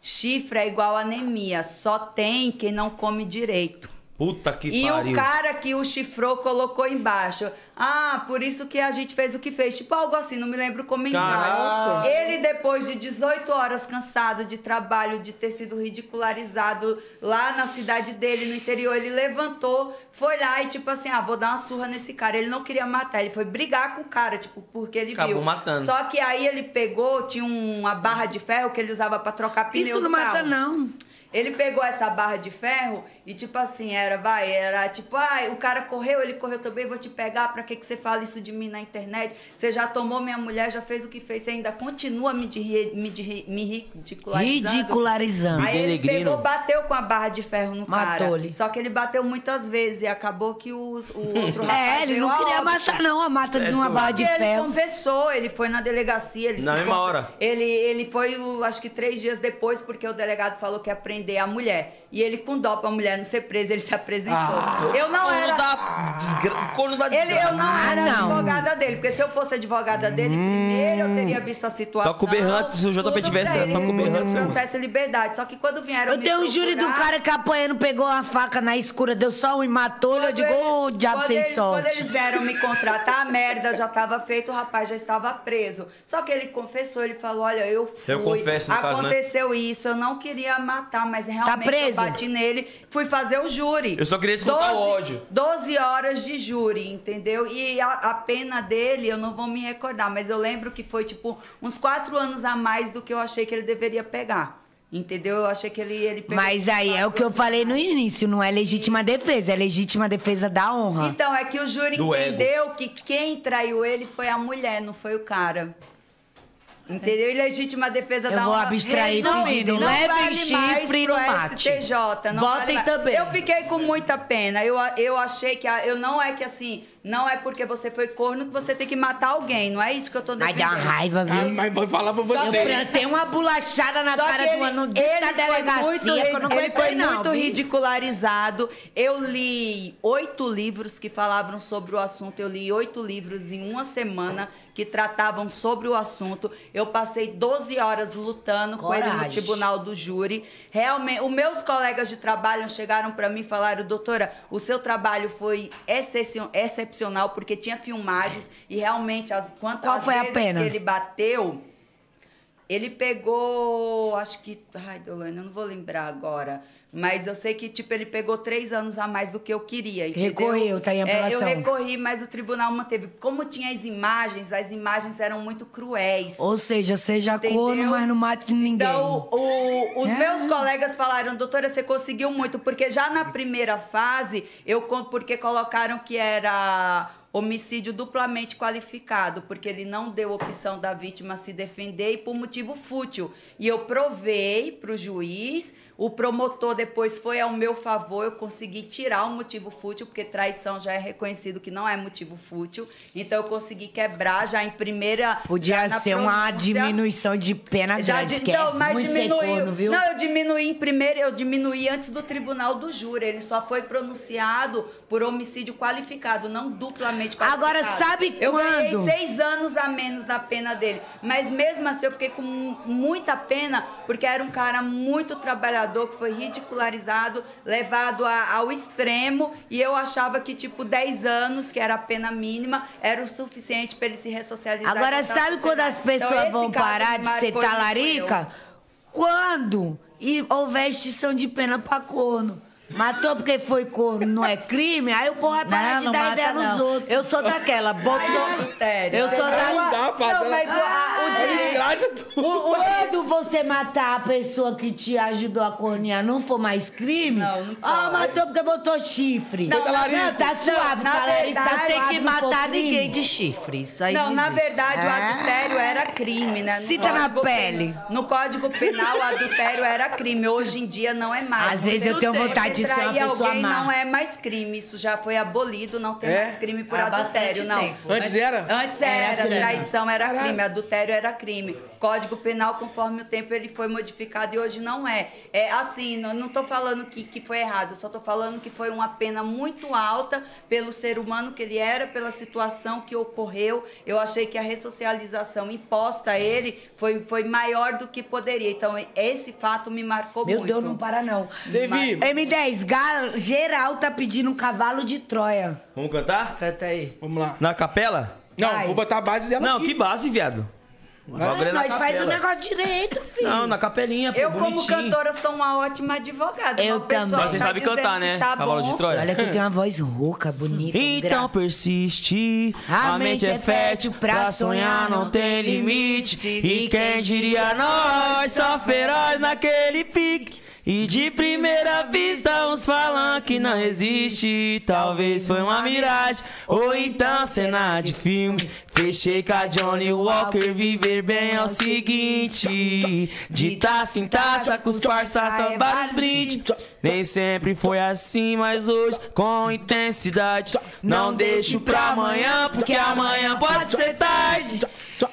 [SPEAKER 3] Chifre é igual anemia, só tem quem não come direito.
[SPEAKER 1] Puta que
[SPEAKER 3] e
[SPEAKER 1] pariu.
[SPEAKER 3] o cara que o chifrou colocou embaixo. Ah, por isso que a gente fez o que fez. Tipo algo assim, não me lembro como
[SPEAKER 1] Caraca.
[SPEAKER 3] embaixo. Ele, depois de 18 horas cansado de trabalho, de ter sido ridicularizado lá na cidade dele, no interior, ele levantou, foi lá e tipo assim, ah, vou dar uma surra nesse cara. Ele não queria matar, ele foi brigar com o cara, tipo, porque ele
[SPEAKER 1] Acabou
[SPEAKER 3] viu.
[SPEAKER 1] matando.
[SPEAKER 3] Só que aí ele pegou, tinha uma barra de ferro que ele usava pra trocar pneu
[SPEAKER 6] Isso
[SPEAKER 3] do
[SPEAKER 6] não mata,
[SPEAKER 3] carro.
[SPEAKER 6] não.
[SPEAKER 3] Ele pegou essa barra de ferro e, tipo assim, era, vai, era tipo, ai, o cara correu, ele correu também, vou te pegar, pra que, que você fala isso de mim na internet? Você já tomou minha mulher, já fez o que fez, você ainda continua me, de, me, de, me ridicularizando.
[SPEAKER 6] Ridicularizando.
[SPEAKER 3] Aí ele
[SPEAKER 1] Pelegrino.
[SPEAKER 3] pegou, bateu com a barra de ferro no
[SPEAKER 6] Matou-lhe.
[SPEAKER 3] cara. Só que ele bateu muitas vezes e acabou que os, o outro rapaz.
[SPEAKER 6] É, ele
[SPEAKER 3] veio a
[SPEAKER 6] não queria
[SPEAKER 3] óbito.
[SPEAKER 6] matar, não. A mata de uma
[SPEAKER 3] Só
[SPEAKER 6] barra
[SPEAKER 3] que
[SPEAKER 6] de
[SPEAKER 3] ele
[SPEAKER 6] ferro.
[SPEAKER 3] confessou, ele foi na delegacia. Ele
[SPEAKER 1] Na
[SPEAKER 3] se
[SPEAKER 1] mesma
[SPEAKER 3] confe-
[SPEAKER 1] hora.
[SPEAKER 3] Ele, ele foi, o- acho que três dias depois, porque o delegado falou que ia prender a mulher. E ele, com dó pra mulher não ser presa, ele se apresentou.
[SPEAKER 6] Ah.
[SPEAKER 3] eu não
[SPEAKER 1] Corno
[SPEAKER 3] era.
[SPEAKER 1] da desgra... corno da
[SPEAKER 3] Ele, eu não
[SPEAKER 1] desgraça.
[SPEAKER 3] era
[SPEAKER 6] Ah, não. Hum.
[SPEAKER 3] advogada dele, porque se eu fosse advogada dele, primeiro eu teria visto a situação.
[SPEAKER 1] Toca o Berrantes, se o JP
[SPEAKER 3] tudo
[SPEAKER 1] tivesse,
[SPEAKER 3] pra ele,
[SPEAKER 1] toca o Berrantes, eu-
[SPEAKER 3] processo e liberdade. Só que quando vieram
[SPEAKER 6] Eu
[SPEAKER 3] me
[SPEAKER 6] tenho um júri do
[SPEAKER 3] procurar-
[SPEAKER 6] cara que apanhando pegou uma faca na escura, deu só um e matou ele. Eu digo, ô diabo
[SPEAKER 3] quando
[SPEAKER 6] sem
[SPEAKER 3] eles-
[SPEAKER 6] sorte.
[SPEAKER 3] Quando eles vieram me contratar, a merda já estava feita, o rapaz já estava preso. Só que ele confessou, ele falou: olha, eu fui.
[SPEAKER 1] Eu confesso, no caso, né?
[SPEAKER 3] aconteceu isso, eu não queria matar, mas realmente
[SPEAKER 6] Tá preso?
[SPEAKER 3] eu bati nele, fui fazer o júri.
[SPEAKER 1] Eu só queria escutar o ódio.
[SPEAKER 3] 12 horas de júri, entendeu? E a, a pena dele, eu não vou me recordar, mas eu lembro que foi tipo uns quatro anos a mais do que eu achei que ele deveria pegar. Entendeu? Eu achei que ele, ele pegou
[SPEAKER 6] Mas aí é o que eu falei no início, não é legítima defesa, é legítima defesa da honra.
[SPEAKER 3] Então, é que o júri
[SPEAKER 1] Do ego.
[SPEAKER 3] entendeu que quem traiu ele foi a mulher, não foi o cara. Entendeu? Ilegítima defesa
[SPEAKER 5] Eu
[SPEAKER 3] da
[SPEAKER 5] vou
[SPEAKER 3] honra.
[SPEAKER 5] abstrair
[SPEAKER 3] Resumindo,
[SPEAKER 5] tudo.
[SPEAKER 3] Não
[SPEAKER 5] Levem
[SPEAKER 3] vale
[SPEAKER 5] chifre e não
[SPEAKER 3] mais pro
[SPEAKER 5] mate.
[SPEAKER 3] STJ. Não
[SPEAKER 5] Botem
[SPEAKER 3] vale mais.
[SPEAKER 5] também.
[SPEAKER 3] Eu fiquei com muita pena. Eu, a- eu achei que... a- eu não é que assim... Não é porque você foi corno que você tem que matar alguém. Não é isso que eu tô defendendo.
[SPEAKER 5] dá uma raiva, viu? Ah, mas
[SPEAKER 2] vou falar pra
[SPEAKER 5] você. Eu plantei uma bolachada na cara de uma nudista da delegacia
[SPEAKER 3] muito,
[SPEAKER 5] que eu não
[SPEAKER 3] ele
[SPEAKER 5] aguentei,
[SPEAKER 3] foi
[SPEAKER 5] não,
[SPEAKER 3] muito
[SPEAKER 5] viu?
[SPEAKER 3] ridicularizado. Eu li oito livros que falavam sobre o assunto. Eu li oito livros em uma semana que tratavam sobre o assunto. Eu passei 12 horas lutando com ele no
[SPEAKER 5] Coragem.
[SPEAKER 3] tribunal do júri. Realmente, os meus colegas de trabalho chegaram para mim e falaram: doutora, o seu trabalho foi excepcio- excepcional porque tinha filmagens e realmente as quantas
[SPEAKER 5] Qual foi a
[SPEAKER 3] vezes
[SPEAKER 5] pena?
[SPEAKER 3] que ele bateu. Ele pegou, acho que. Ai, Dolane, eu não vou lembrar agora. Mas eu sei que, tipo, ele pegou três anos a mais do que eu queria. entendeu?
[SPEAKER 5] Recorreu, tá em
[SPEAKER 3] É,
[SPEAKER 5] apelação.
[SPEAKER 3] eu recorri, mas o tribunal manteve. Como tinha as imagens, as imagens eram muito cruéis.
[SPEAKER 5] Ou seja, seja corno, mas não mate ninguém.
[SPEAKER 3] Então, o- os
[SPEAKER 5] É.
[SPEAKER 3] meus colegas falaram, doutora, você conseguiu muito, porque já na primeira fase, eu con- porque colocaram que era homicídio duplamente qualificado, porque ele não deu opção da vítima se defender e por motivo fútil. E eu provei para o juiz, o promotor depois foi ao meu favor, eu consegui tirar o motivo fútil, porque traição já é reconhecido que não é motivo fútil. Então eu consegui quebrar já em primeira já
[SPEAKER 5] Podia
[SPEAKER 3] na
[SPEAKER 5] ser um uma
[SPEAKER 3] pronúncia.
[SPEAKER 5] diminuição de pena
[SPEAKER 3] Já
[SPEAKER 5] grande,
[SPEAKER 3] di-
[SPEAKER 5] porque
[SPEAKER 3] então,
[SPEAKER 5] é
[SPEAKER 3] mas
[SPEAKER 5] muito ser
[SPEAKER 3] diminuiu.
[SPEAKER 5] corno, viu?
[SPEAKER 3] Não, eu diminuí em primeiro, eu diminuí antes do tribunal do júri. Ele só foi pronunciado por homicídio qualificado, não duplamente qualificado.
[SPEAKER 5] Agora, sabe
[SPEAKER 3] eu Eu
[SPEAKER 5] quando?
[SPEAKER 3] ganhei seis anos a menos da pena dele. Mas mesmo assim, eu fiquei com mu- muita pena, porque era um cara muito trabalhador, que foi ridicularizado, levado a- ao extremo. E eu achava que, tipo, 10 anos, que era a pena mínima, era o suficiente para ele se ressocializar. e
[SPEAKER 5] Agora,
[SPEAKER 3] voltar à
[SPEAKER 5] sabe quando
[SPEAKER 3] sociedade.
[SPEAKER 5] as pessoas
[SPEAKER 3] Então, esse
[SPEAKER 5] vão
[SPEAKER 3] caso
[SPEAKER 5] parar
[SPEAKER 3] me
[SPEAKER 5] de ser
[SPEAKER 3] marcou e me doeu.
[SPEAKER 5] talarica? Quando e houver extinção de pena pra corno. Matou porque foi corno, não é crime? Aí o povo vai parar de
[SPEAKER 4] não
[SPEAKER 5] dar
[SPEAKER 4] mata,
[SPEAKER 5] ideia nos
[SPEAKER 4] não.
[SPEAKER 5] outros.
[SPEAKER 4] Eu sou daquela, botou- Eu sou da-
[SPEAKER 2] Não dá, pá,
[SPEAKER 3] é Não, mas o- a- o
[SPEAKER 2] Ele
[SPEAKER 3] direito-
[SPEAKER 2] engraxa tudo.
[SPEAKER 3] O- o-
[SPEAKER 5] Quando você matar a pessoa que te ajudou a cornear, não for mais crime? Não, não Ah, matou porque botou chifre.
[SPEAKER 3] Não, na-
[SPEAKER 5] tá
[SPEAKER 3] não,
[SPEAKER 5] suave,
[SPEAKER 3] na
[SPEAKER 5] talarico, tá
[SPEAKER 3] verdade-
[SPEAKER 5] suave,
[SPEAKER 3] Tem que
[SPEAKER 5] não for
[SPEAKER 4] matar
[SPEAKER 5] crime.
[SPEAKER 4] ninguém de chifre. Isso aí.
[SPEAKER 3] não,
[SPEAKER 5] É.
[SPEAKER 3] É? na
[SPEAKER 4] existe.
[SPEAKER 3] verdade, o adultério era crime, né? No
[SPEAKER 5] Cita tá na
[SPEAKER 3] Código
[SPEAKER 5] pele.
[SPEAKER 3] Penal- no Código Penal, o adultério era crime. Hoje em dia não é mais.
[SPEAKER 5] Às vezes eu tenho vontade de ser uma
[SPEAKER 3] Trair
[SPEAKER 5] pessoa
[SPEAKER 3] alguém
[SPEAKER 5] má.
[SPEAKER 3] não é mais crime. Isso já foi abolido, não tem
[SPEAKER 2] É?
[SPEAKER 3] mais crime por
[SPEAKER 4] Há
[SPEAKER 3] adultério,
[SPEAKER 4] bastante
[SPEAKER 3] não.
[SPEAKER 4] tempo.
[SPEAKER 2] Antes era?
[SPEAKER 5] É,
[SPEAKER 3] Antes era.
[SPEAKER 5] Era.
[SPEAKER 3] Traição era crime, adultério era crime. Código Penal, conforme o tempo, ele foi modificado e hoje não é. É assim, não, não tô falando que, que foi errado, eu só tô falando que foi uma pena muito alta pelo ser humano que ele era, pela situação que ocorreu. Eu achei que a ressocialização imposta a ele foi, foi maior do que poderia. Então, esse fato me marcou
[SPEAKER 5] Meu
[SPEAKER 3] muito.
[SPEAKER 5] Deus, não para não.
[SPEAKER 2] Teve.
[SPEAKER 5] M10, gal- geral tá pedindo um cavalo de Troia.
[SPEAKER 1] Vamos cantar?
[SPEAKER 4] Canta aí.
[SPEAKER 2] Vamos lá.
[SPEAKER 1] Na capela?
[SPEAKER 2] Não,
[SPEAKER 5] Vai.
[SPEAKER 2] vou botar a base dela
[SPEAKER 1] Não,
[SPEAKER 2] aqui.
[SPEAKER 1] que base, viado. O bagulho é na
[SPEAKER 5] Nós faz o
[SPEAKER 1] capela.
[SPEAKER 5] negócio direito, filho.
[SPEAKER 1] Não, na capelinha, pô,
[SPEAKER 3] Eu, como
[SPEAKER 1] bonitinho.
[SPEAKER 3] cantora, sou uma ótima advogada.
[SPEAKER 5] Eu
[SPEAKER 3] Uma pessoa
[SPEAKER 5] também.
[SPEAKER 3] que
[SPEAKER 1] Mas você
[SPEAKER 3] tá
[SPEAKER 1] sabe
[SPEAKER 3] dizendo
[SPEAKER 1] cantar,
[SPEAKER 3] que
[SPEAKER 1] né?
[SPEAKER 3] Tá
[SPEAKER 1] Cavalo de
[SPEAKER 3] bom.
[SPEAKER 1] Troia.
[SPEAKER 5] Olha que eu tenho uma voz rouca, bonita,
[SPEAKER 1] Então
[SPEAKER 5] grave.
[SPEAKER 1] persiste, a mente é fértil pra sonhar não tem limite. E quem diria nós, só feroz naquele pique. E de primeira vista uns falam que não existe. Talvez foi uma miragem, ou então cena de filme. Fechei com a Johnny Walker, viver bem é o seguinte: de taça em taça, com os parças, só Ah, é vários brindes. Nem sempre foi assim, mas hoje com intensidade. Não deixo pra amanhã, porque amanhã pode ser tarde.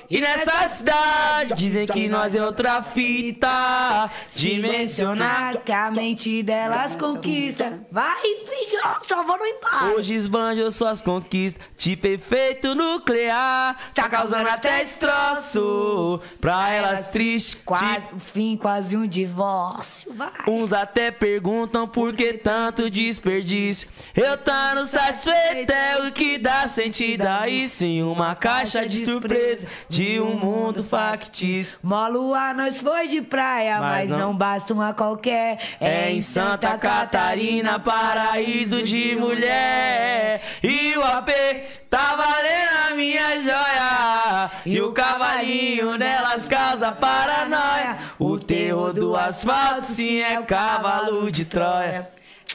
[SPEAKER 1] E nessa cidade dizem que nós é outra fita dimensionada.
[SPEAKER 5] Que a mente delas conquista. Vai, filho, eu só vou no empate.
[SPEAKER 1] Hoje esbanjo suas conquistas de perfeito nuclear. Tá causando até destroço pra elas tristes. tipo
[SPEAKER 5] Quase, fim, quase um divórcio. Vai.
[SPEAKER 1] Uns até perguntam por que tanto desperdício. Eu tando satisfeito, é o que dá sentido. Aí sim, uma caixa de surpresa de um mundo factício.
[SPEAKER 5] Molo a nós foi de praia,
[SPEAKER 1] Mas
[SPEAKER 5] mas,
[SPEAKER 1] não-
[SPEAKER 5] não. basta uma qualquer.
[SPEAKER 1] É em Santa Catarina, paraíso de mulher. E o AP tá valendo a minha joia. E o cavalinho nelas causa paranoia. O terror do asfalto, sim, é cavalo de Troia.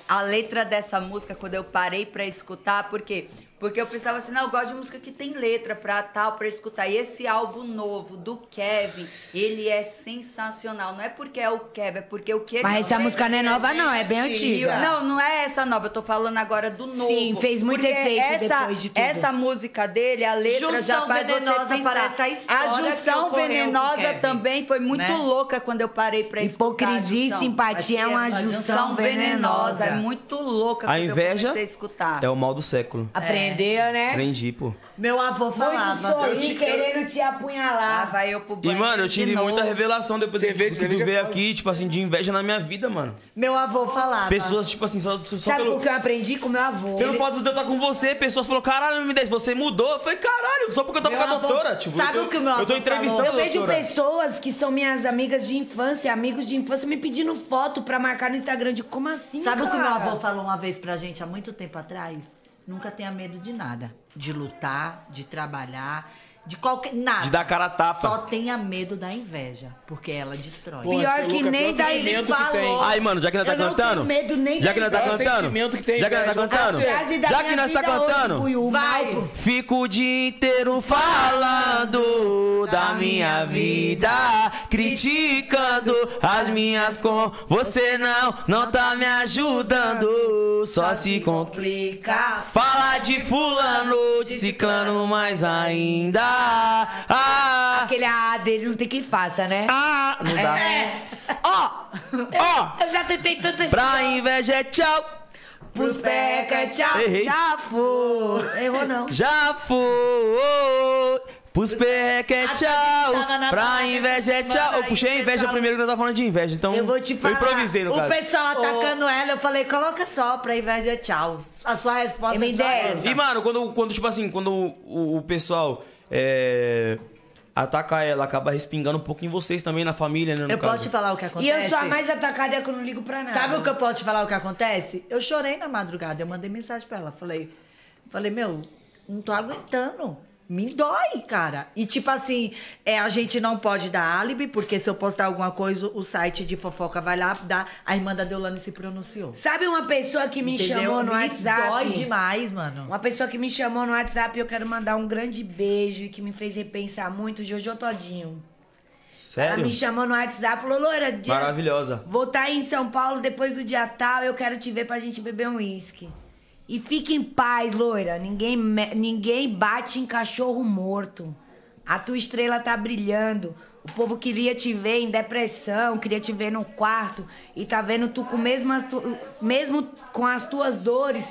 [SPEAKER 3] A letra dessa música, quando eu parei pra escutar, por quê? Porque eu pensava assim, não, eu gosto de música que tem letra pra tal, pra escutar. E esse álbum novo do Kevin, ele é sensacional. Não é porque é o Kevin, é porque o que ele
[SPEAKER 5] Mas essa
[SPEAKER 3] fez-
[SPEAKER 5] música não é nova, não, é bem antiga.
[SPEAKER 3] Não, não é essa nova, eu tô falando agora do novo.
[SPEAKER 5] Sim, fez muito
[SPEAKER 3] Porque
[SPEAKER 5] efeito
[SPEAKER 3] essa,
[SPEAKER 5] depois de tudo.
[SPEAKER 3] Essa música dele, a letra já
[SPEAKER 5] Junção
[SPEAKER 3] faz
[SPEAKER 5] venenosa
[SPEAKER 3] você pensar.
[SPEAKER 5] para essa história
[SPEAKER 3] a junção
[SPEAKER 5] que ocorreu com
[SPEAKER 3] venenosa
[SPEAKER 5] Kevin,
[SPEAKER 3] também foi muito
[SPEAKER 5] né?
[SPEAKER 3] louca quando eu parei pra escutar. a
[SPEAKER 5] Hipocrisia e
[SPEAKER 3] junção.
[SPEAKER 5] simpatia é uma
[SPEAKER 3] A
[SPEAKER 5] junção venenosa.
[SPEAKER 3] É muito louca
[SPEAKER 1] A
[SPEAKER 3] quando eu
[SPEAKER 1] inveja
[SPEAKER 3] comecei a escutar.
[SPEAKER 1] É o mal do século.
[SPEAKER 3] Aprendeu,
[SPEAKER 11] É?
[SPEAKER 3] né?
[SPEAKER 1] Aprendi, pô.
[SPEAKER 3] Meu avô
[SPEAKER 5] Muito sorrir querendo te apunhalar.
[SPEAKER 3] Ah, vai eu pro
[SPEAKER 1] E,
[SPEAKER 3] banheiro
[SPEAKER 1] mano, eu
[SPEAKER 3] de
[SPEAKER 1] tive
[SPEAKER 3] novo.
[SPEAKER 1] muita revelação depois de
[SPEAKER 2] Cerveja,
[SPEAKER 1] que tu
[SPEAKER 2] cerveja
[SPEAKER 1] veio
[SPEAKER 2] é foda.
[SPEAKER 1] aqui, tipo assim, de inveja na minha vida, mano.
[SPEAKER 11] Meu avô falava.
[SPEAKER 1] Pessoas, tipo assim, só, só
[SPEAKER 11] Sabe
[SPEAKER 1] pelo.
[SPEAKER 11] por que eu aprendi com meu avô?
[SPEAKER 1] Pelo
[SPEAKER 11] Ele-
[SPEAKER 1] fato de eu estar com você, pessoas falaram, caralho, me 10 você mudou. Eu falei, caralho, só porque eu tava
[SPEAKER 11] Meu
[SPEAKER 1] com a
[SPEAKER 11] avô-
[SPEAKER 1] doutora. Tipo,
[SPEAKER 11] sabe
[SPEAKER 1] eu tô,
[SPEAKER 11] o que o meu
[SPEAKER 1] Eu
[SPEAKER 11] avô
[SPEAKER 1] tô entrevistando
[SPEAKER 11] falou?
[SPEAKER 1] a
[SPEAKER 5] Eu vejo
[SPEAKER 1] doutora.
[SPEAKER 5] pessoas que são minhas amigas de infância, amigos de infância, me pedindo foto pra marcar no Instagram. De como assim?
[SPEAKER 11] Sabe o que meu
[SPEAKER 5] cara?
[SPEAKER 11] avô falou uma vez pra gente há muito tempo atrás? Nunca tenha medo de nada. De lutar, de trabalhar, de qualquer. Nada.
[SPEAKER 1] De dar cara a tapa.
[SPEAKER 11] Só tenha medo da inveja, porque ela destrói.
[SPEAKER 1] Pô, Pior seu que Luca, nem pior da- sentimento ele que falou. tem. Aí, mano, já que nós tá
[SPEAKER 11] Eu não tenho
[SPEAKER 1] cantando,
[SPEAKER 11] medo nem
[SPEAKER 1] já que
[SPEAKER 11] da
[SPEAKER 1] nós tá
[SPEAKER 11] inveja.
[SPEAKER 1] cantando, sentimento que tem já que nós tá inveja, cantando, você.
[SPEAKER 11] A frase da
[SPEAKER 1] já
[SPEAKER 11] minha
[SPEAKER 1] que nós tá
[SPEAKER 11] vida hoje,
[SPEAKER 1] cantando.
[SPEAKER 11] Buiú,
[SPEAKER 5] Vai.
[SPEAKER 11] Malco.
[SPEAKER 1] Fico o dia inteiro falando da minha vida, criticando as minhas com. Você não, não tá me ajudando, só se complica. Fala de fulano, de ciclano mais ainda. Ah,
[SPEAKER 5] Aquele A dele não tem quem faça, né?
[SPEAKER 1] Ah, não dá.
[SPEAKER 5] Ó! Ó! Eu já tentei tanto esse.
[SPEAKER 1] pra inveja é tchau.
[SPEAKER 5] Pros peca, tchau,
[SPEAKER 1] Errei.
[SPEAKER 5] já foi. Errou não.
[SPEAKER 1] Já foi. Pros perreca é tchau.
[SPEAKER 5] tava na
[SPEAKER 1] Pra
[SPEAKER 5] praia,
[SPEAKER 1] inveja é
[SPEAKER 5] mano,
[SPEAKER 1] tchau. Eu
[SPEAKER 5] aí,
[SPEAKER 1] puxei a inveja
[SPEAKER 5] pessoal-
[SPEAKER 1] primeiro que eu tava falando de inveja. Então. Eu vou te
[SPEAKER 11] falar,
[SPEAKER 1] improvisei no
[SPEAKER 11] o
[SPEAKER 1] caso.
[SPEAKER 11] pessoal atacando ela, eu falei, coloca só pra inveja tchau. A sua resposta é só essa.
[SPEAKER 1] E, mano, quando, quando tipo assim, quando o, o- o pessoal é, ataca ela, acaba respingando um pouco em vocês também, na família, né? No
[SPEAKER 11] Eu
[SPEAKER 1] caso.
[SPEAKER 11] posso te falar o que
[SPEAKER 5] E
[SPEAKER 11] acontece?
[SPEAKER 5] eu sou a mais atacada que eu não ligo pra nada.
[SPEAKER 11] Sabe o que eu posso te falar o que acontece? Eu chorei na madrugada, eu mandei mensagem pra ela, falei, falei, meu, não tô aguentando. Me dói, cara. E tipo assim, é, a gente não pode dar álibi, porque se eu postar alguma coisa, o site de fofoca vai lá, dá, a irmã da Deolane se pronunciou.
[SPEAKER 5] Sabe uma pessoa que me
[SPEAKER 11] Entendeu?
[SPEAKER 5] chamou no
[SPEAKER 11] Me
[SPEAKER 5] WhatsApp?
[SPEAKER 11] Dói demais, mano.
[SPEAKER 5] Uma pessoa que me chamou no WhatsApp e eu quero mandar um grande beijo e que me fez repensar muito, Jojo Todinho. Ela
[SPEAKER 1] Sério?
[SPEAKER 5] me chamou no WhatsApp, falou, Loura, dia-
[SPEAKER 1] Maravilhosa.
[SPEAKER 5] vou estar em São Paulo depois do dia tal, eu quero te ver pra gente beber um uísque. E fique em paz, loira. Ninguém, me- ninguém bate em cachorro morto. A tua estrela tá brilhando. O povo queria te ver em depressão, queria te ver no quarto. E tá vendo tu com mesmo, as tu- mesmo com as tuas dores,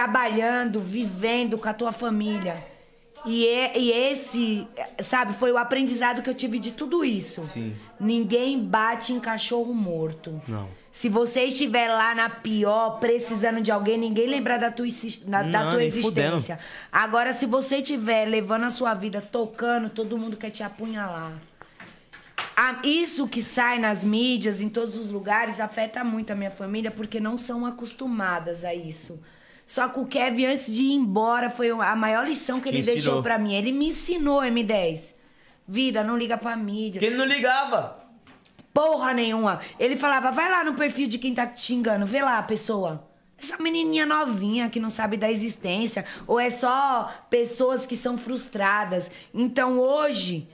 [SPEAKER 5] trabalhando, vivendo com a tua família. E, é- e esse, sabe, foi o aprendizado que eu tive de tudo isso.
[SPEAKER 1] Sim.
[SPEAKER 5] Ninguém bate em cachorro morto.
[SPEAKER 1] Não.
[SPEAKER 5] Se você estiver lá na pior, precisando de alguém, ninguém lembrar da tua, exis- na- da
[SPEAKER 1] Não,
[SPEAKER 5] tua
[SPEAKER 1] nem fudendo.
[SPEAKER 5] existência. Agora, se você estiver levando a sua vida tocando, todo mundo quer te apunhalar. A- isso que sai nas mídias, em todos os lugares, afeta muito a minha família, porque não são acostumadas a isso. Só que o Kevin, antes de ir embora, foi a maior lição
[SPEAKER 1] Te
[SPEAKER 5] que ele
[SPEAKER 1] ensinou.
[SPEAKER 5] deixou pra mim. Ele me ensinou, M10. Vida, não liga pra mídia
[SPEAKER 1] Porque ele não ligava.
[SPEAKER 5] porra nenhuma. Ele falava, vai lá no perfil de quem tá te xingando, vê lá a pessoa. Essa menininha novinha que não sabe da existência, ou é só pessoas que são frustradas. Então hoje,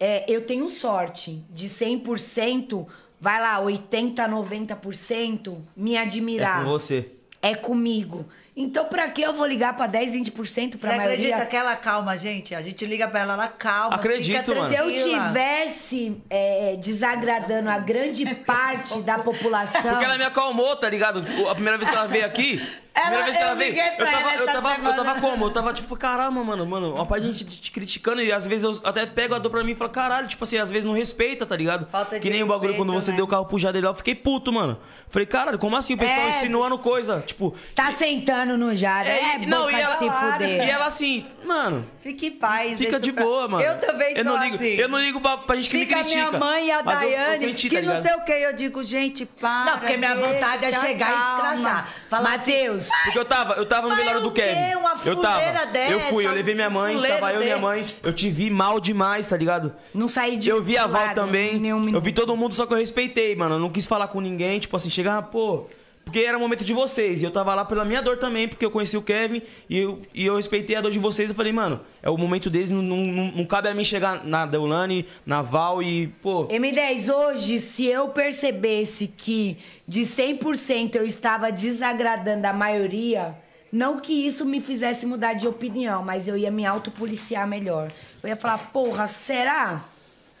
[SPEAKER 5] é, eu tenho sorte de 100%, vai lá, 80, 90% me admirar.
[SPEAKER 1] É com você.
[SPEAKER 5] É comigo. Então pra que eu vou ligar pra 10, 20% pra
[SPEAKER 11] Você
[SPEAKER 5] maioria?
[SPEAKER 11] acredita que ela calma, gente? A gente liga pra ela, ela calma.
[SPEAKER 1] Acredito,
[SPEAKER 11] fica
[SPEAKER 1] mano.
[SPEAKER 5] Se eu
[SPEAKER 11] tranquila.
[SPEAKER 5] tivesse é, desagradando a grande
[SPEAKER 11] É
[SPEAKER 5] parte da população.
[SPEAKER 1] Porque ela me acalmou, tá ligado? O- A primeira vez que ela veio aqui. a primeira
[SPEAKER 5] Ela-
[SPEAKER 1] vez que
[SPEAKER 5] eu
[SPEAKER 1] ela veio.
[SPEAKER 5] liguei pra
[SPEAKER 1] eu, tava,
[SPEAKER 5] ela
[SPEAKER 1] eu,
[SPEAKER 5] essa
[SPEAKER 1] tava, eu
[SPEAKER 5] semana.
[SPEAKER 1] tava como? Eu tava tipo, caramba, mano, mano, uma parte de gente te, te criticando e às vezes eu até pego a dor pra mim e falo, caralho, tipo assim, às vezes não respeita, tá ligado?
[SPEAKER 3] Falta de
[SPEAKER 1] que nem o bagulho
[SPEAKER 3] respeito,
[SPEAKER 1] quando você
[SPEAKER 3] né?
[SPEAKER 1] deu o carro pro Jadel, eu fiquei puto, mano. Falei, caralho, como assim? O pessoal
[SPEAKER 5] É.
[SPEAKER 1] insinuando coisa, tipo.
[SPEAKER 5] Tá sentando no Jada. É,
[SPEAKER 1] e-
[SPEAKER 5] boca
[SPEAKER 1] não, e
[SPEAKER 5] de
[SPEAKER 1] ela,
[SPEAKER 5] se fuder.
[SPEAKER 1] e ela assim, mano.
[SPEAKER 3] Fique em paz.
[SPEAKER 1] Fica
[SPEAKER 3] deixa
[SPEAKER 1] de
[SPEAKER 3] pra-
[SPEAKER 1] boa, mano.
[SPEAKER 3] Eu também
[SPEAKER 1] eu
[SPEAKER 3] sou
[SPEAKER 1] não ligo,
[SPEAKER 3] assim.
[SPEAKER 1] Eu não ligo pra, pra gente que
[SPEAKER 3] Fica
[SPEAKER 1] me critica.
[SPEAKER 3] minha mãe e a
[SPEAKER 1] Mas eu- eu
[SPEAKER 3] Daiane,
[SPEAKER 1] senti, tá
[SPEAKER 3] que não
[SPEAKER 1] ligado?
[SPEAKER 3] sei o que. Eu digo, gente, para.
[SPEAKER 11] Não, porque minha
[SPEAKER 3] deixa,
[SPEAKER 11] vontade é chegar e
[SPEAKER 3] calma.
[SPEAKER 11] escrachar. Falar assim,
[SPEAKER 5] Mateus,
[SPEAKER 1] Porque eu tava, eu tava no
[SPEAKER 11] Mas
[SPEAKER 1] velório do
[SPEAKER 11] o quê?
[SPEAKER 1] Kevin.
[SPEAKER 11] Uma
[SPEAKER 1] eu tava.
[SPEAKER 11] fuleira dessa,
[SPEAKER 1] eu fui, eu levei minha
[SPEAKER 11] um
[SPEAKER 1] mãe,
[SPEAKER 11] fuleiro
[SPEAKER 1] tava eu e minha mãe.
[SPEAKER 11] desse.
[SPEAKER 1] Eu te vi mal demais, tá ligado?
[SPEAKER 5] não saí de
[SPEAKER 1] eu vi a Val
[SPEAKER 5] lado,
[SPEAKER 1] também.
[SPEAKER 5] nem um
[SPEAKER 1] eu
[SPEAKER 5] minuto.
[SPEAKER 1] vi todo mundo, só que eu respeitei, mano. Eu não quis falar com ninguém, tipo assim, chegar, pô. Porque era o momento de vocês. E eu tava lá pela minha dor também, porque eu conheci o Kevin e eu, e eu respeitei a dor de vocês. Eu falei, mano, é o momento deles, não, não, não- não cabe a mim chegar na Deulane, na Val e, pô.
[SPEAKER 5] M10, hoje, se eu percebesse que de 100% eu estava desagradando a maioria, não que isso me fizesse mudar de opinião, mas eu ia me autopoliciar melhor. Eu ia falar, porra, será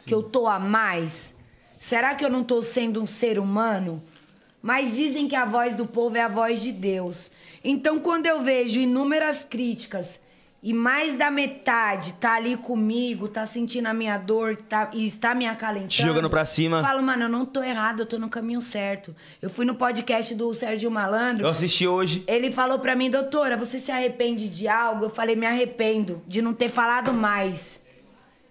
[SPEAKER 5] que eu tô a mais? Será que eu não tô sendo um ser humano? Mas dizem que a voz do povo é a voz de Deus. Então, quando eu vejo inúmeras críticas e mais da metade tá ali comigo, tá sentindo a minha dor tá, e está me acalentando.
[SPEAKER 1] Te jogando pra cima.
[SPEAKER 5] Então, Falo, mano, eu não tô errado, eu tô no caminho certo. Eu fui no podcast do Sérgio Malandro.
[SPEAKER 1] Eu assisti hoje.
[SPEAKER 5] Ele falou pra mim, doutora, você se arrepende de algo? Eu falei, me arrependo de não ter falado mais.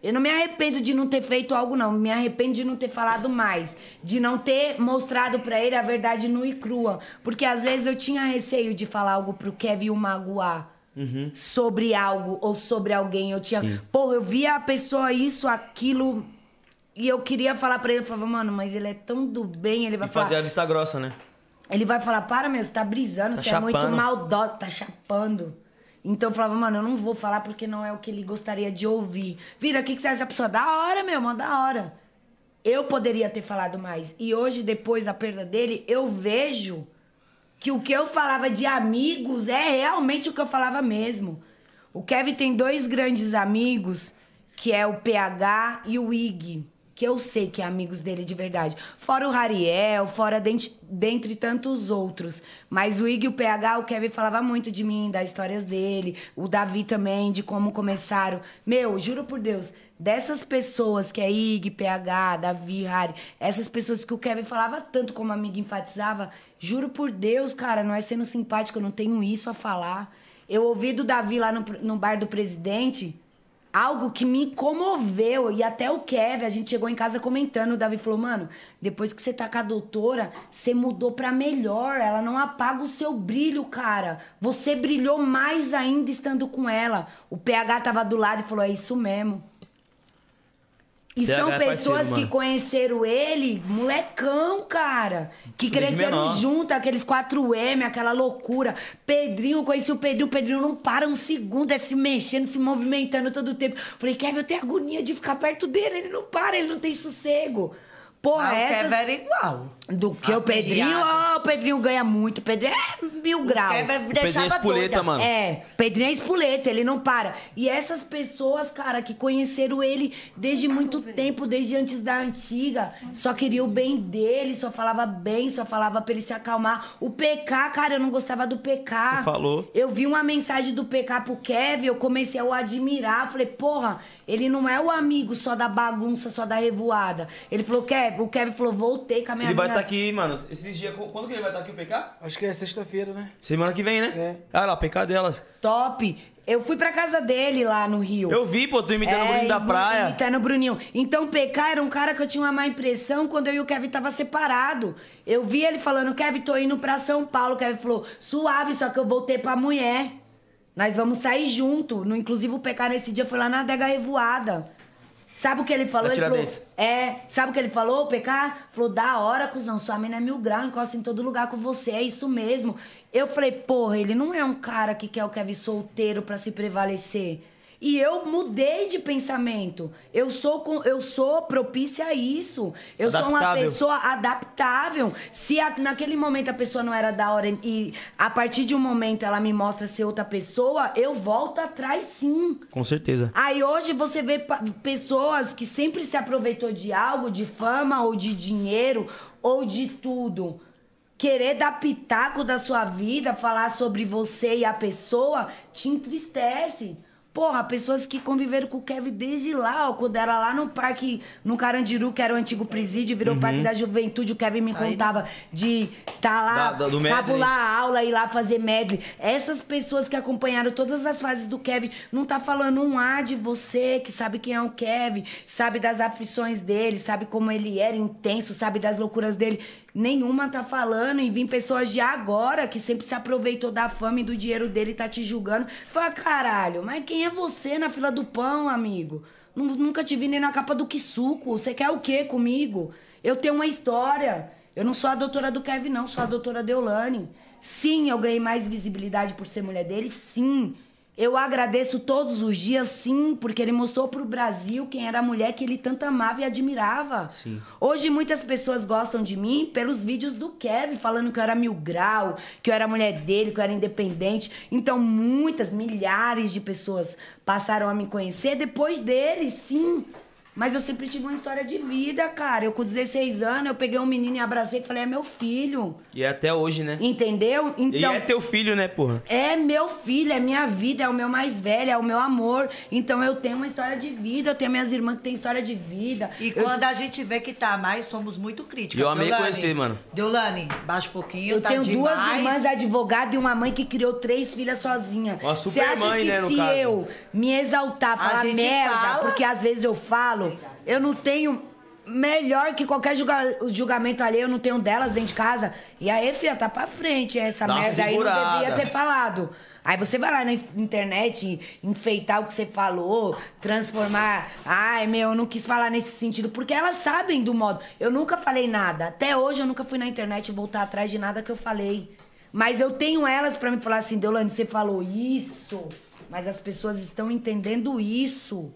[SPEAKER 5] Eu não me arrependo de não ter feito algo, não. Me arrependo de não ter falado mais. De não ter mostrado pra ele a verdade nua e crua. Porque às vezes eu tinha receio de falar algo pro Kevin o magoar
[SPEAKER 15] Uhum.
[SPEAKER 5] sobre algo ou sobre alguém. Eu tinha.
[SPEAKER 15] Sim.
[SPEAKER 5] Porra, eu via a pessoa isso, aquilo. E eu queria falar pra ele, eu falava, mano, mas ele é tão do bem, ele vai
[SPEAKER 1] E
[SPEAKER 5] falar.
[SPEAKER 1] fazer a vista grossa, né?
[SPEAKER 5] Ele vai falar, para meu, você tá brisando,
[SPEAKER 1] Tá
[SPEAKER 5] você é
[SPEAKER 1] chapando.
[SPEAKER 5] muito maldosa, tá chapando. Então eu falava, mano, eu não vou falar porque não é o que ele gostaria de ouvir. Vira, o que, que você acha dessa pessoa? Da hora, meu, mó da hora. Eu poderia ter falado mais. E hoje, depois da perda dele, eu vejo que o que eu falava de amigos é realmente o que eu falava mesmo. O Kevin tem dois grandes amigos, que é o PH e o Ig, que eu sei que é amigos dele de verdade. Fora o Rariel, fora dente- dentre tantos outros. Mas o Ig e o PH, o Kevin falava muito de mim, das histórias dele, o Davi também, de como começaram. Meu, juro por Deus, dessas pessoas que é Ig, PH, Davi, Harry, essas pessoas que o Kevin falava tanto como amigo enfatizava, juro por Deus, cara, não é sendo simpático, eu não tenho isso a falar. Eu ouvi do Davi lá no, no bar do presidente algo que me comoveu. E até o Kevin, a gente chegou em casa comentando, o Davi falou, mano, depois que você tá com a doutora, você mudou pra melhor. Ela não apaga o seu brilho, cara. Você brilhou mais ainda estando com ela. O PH tava do lado e falou, é isso mesmo. E
[SPEAKER 15] PH
[SPEAKER 5] são
[SPEAKER 15] é parceiro,
[SPEAKER 5] pessoas que
[SPEAKER 15] mano.
[SPEAKER 5] conheceram ele, molecão, cara. Que
[SPEAKER 15] Desde
[SPEAKER 5] cresceram
[SPEAKER 15] é menor.
[SPEAKER 5] juntos junto, aqueles 4M, aquela loucura. Pedrinho, eu conheci o Pedrinho, o Pedrinho não para um segundo, é se mexendo, se movimentando todo o tempo. Falei, Kevin, eu tenho agonia de ficar perto dele, ele não para, ele não tem sossego. Porra,
[SPEAKER 11] Ah, o
[SPEAKER 5] essa.
[SPEAKER 11] Kevin era igual.
[SPEAKER 5] Do que o Pedrinho? Ó, o Pedrinho ganha muito. O Pedrinho é mil graus.
[SPEAKER 11] Kevin O deixava Pedrinho é espoleta, doida. mano.
[SPEAKER 5] É, o Pedrinho é espoleta, ele não para. E essas pessoas, cara, que conheceram ele desde muito tempo, desde antes da antiga, só queria o bem dele, só falava bem, só falava pra ele se acalmar. O PK, cara, eu não gostava do PK.
[SPEAKER 1] Você falou.
[SPEAKER 5] Eu vi uma mensagem do PK pro Kevin, eu comecei a o admirar. Falei, porra, ele não é o amigo só da bagunça, só da revoada. Ele falou, Kevin, o Kevin falou, voltei com a minha
[SPEAKER 1] Ele vai
[SPEAKER 5] mina-
[SPEAKER 1] estar aqui, mano. Esses dias. Quando que ele vai estar aqui, o PK?
[SPEAKER 2] Acho que é sexta-feira, né?
[SPEAKER 1] Semana que vem, né? É. Ah lá, o PK delas.
[SPEAKER 5] Top! Eu fui pra casa dele lá no Rio.
[SPEAKER 1] Eu vi, pô, tu
[SPEAKER 3] É,
[SPEAKER 1] imitando o Bruninho da
[SPEAKER 5] imitando-
[SPEAKER 1] praia.
[SPEAKER 5] É, Imitando o Bruninho. Então o PK era um cara que eu tinha uma má impressão quando eu e o Kevin tava separado. Eu vi ele falando, Kevin, tô indo pra São Paulo. O Kevin falou, suave, só que eu voltei pra mulher. Nós vamos sair junto. No, inclusive o PK nesse dia foi lá na adega revoada. Sabe o que ele falou?
[SPEAKER 15] Na
[SPEAKER 5] Ele falou,
[SPEAKER 15] Tiradentes.
[SPEAKER 5] é, sabe o que ele falou, o PK? Falou, da hora, cuzão, sua mina é mil grau, encosta em todo lugar com você, é isso mesmo. Eu falei, porra, ele não é um cara que quer o Kevin solteiro pra se prevalecer. E eu mudei de pensamento. Eu sou com, eu sou propícia a isso. Eu sou uma
[SPEAKER 15] Adaptável.
[SPEAKER 5] pessoa pessoa adaptável. Se a- naquele momento a pessoa não era da hora e a partir de um momento ela me mostra ser outra pessoa, eu volto atrás sim.
[SPEAKER 1] Com certeza.
[SPEAKER 5] Aí hoje você vê pa- pessoas que sempre se aproveitou de algo, de fama ou de dinheiro ou de tudo. Querer dar pitaco da sua vida, falar sobre você e a pessoa, te entristece. Porra, pessoas que conviveram com o Kevin desde lá, ó, quando era lá no parque, no Carandiru, que era o antigo presídio, virou
[SPEAKER 15] Uhum.
[SPEAKER 5] parque da juventude, o Kevin me contava de tá lá,
[SPEAKER 15] Da- da- do medley.
[SPEAKER 5] tabular a aula, ir lá fazer medley. Essas pessoas que acompanharam todas as fases do Kevin, não tá falando um A de você, que sabe quem é o Kevin, sabe das aflições dele, sabe como ele era intenso, sabe das loucuras dele. Nenhuma tá falando e vim pessoas de agora que sempre se aproveitou da fama e do dinheiro dele e tá te julgando. Fala, caralho, mas quem é você na fila do pão, amigo? Nu- Nunca te vi nem na capa do que suco. Você quer o quê comigo? Eu tenho uma história. Eu não sou a doutora do Kevin, não, sou a doutora Deolane. Sim, eu ganhei mais visibilidade por ser mulher dele, sim. Eu agradeço todos os dias, sim, porque ele mostrou pro Brasil quem era a mulher que ele tanto amava e admirava.
[SPEAKER 1] Sim.
[SPEAKER 5] Hoje muitas pessoas gostam de mim pelos vídeos do Kevin, falando que eu era mil grau, que eu era mulher dele, que eu era independente. Então muitas, milhares de pessoas passaram a me conhecer depois dele, sim. Mas eu sempre tive uma história de vida, cara. Eu com 16 anos, eu peguei um menino e abracei e falei, é meu filho.
[SPEAKER 1] E é até hoje, né?
[SPEAKER 5] Entendeu? Então,
[SPEAKER 1] E é teu filho, né, porra?
[SPEAKER 5] é meu filho, é minha vida, é o meu mais velho, é o meu amor. Então eu tenho uma história de vida, eu tenho minhas irmãs que têm história de vida.
[SPEAKER 11] E quando a gente vê que tá mais, somos muito críticos.
[SPEAKER 5] Eu amei
[SPEAKER 11] Deolane.
[SPEAKER 5] conhecer, mano.
[SPEAKER 11] Deolane, baixa um pouquinho,
[SPEAKER 5] Eu
[SPEAKER 11] tá
[SPEAKER 5] tenho
[SPEAKER 11] demais.
[SPEAKER 5] duas irmãs advogadas e uma mãe que criou três filhas sozinha.
[SPEAKER 11] Uma
[SPEAKER 5] Você
[SPEAKER 11] super
[SPEAKER 5] acha
[SPEAKER 11] mãe,
[SPEAKER 5] que
[SPEAKER 11] né, no
[SPEAKER 5] se
[SPEAKER 11] caso.
[SPEAKER 5] eu me exaltar, falar
[SPEAKER 11] gente
[SPEAKER 5] merda,
[SPEAKER 11] fala.
[SPEAKER 5] porque às vezes eu falo, eu não tenho melhor que qualquer julga- julgamento alheio, eu não tenho delas dentro de casa. E aí, filha, tá pra frente essa
[SPEAKER 11] Dá uma
[SPEAKER 5] merda aí, não
[SPEAKER 11] segurada.
[SPEAKER 5] devia ter falado. Aí você vai lá na in- internet enfeitar o que você falou, transformar. Ai, meu, eu não quis falar nesse sentido. Porque elas sabem do modo. Eu nunca falei nada. Até hoje eu nunca fui na internet voltar atrás de nada que eu falei. Mas eu tenho elas pra me falar assim, Deolane, você falou isso, mas as pessoas estão entendendo isso.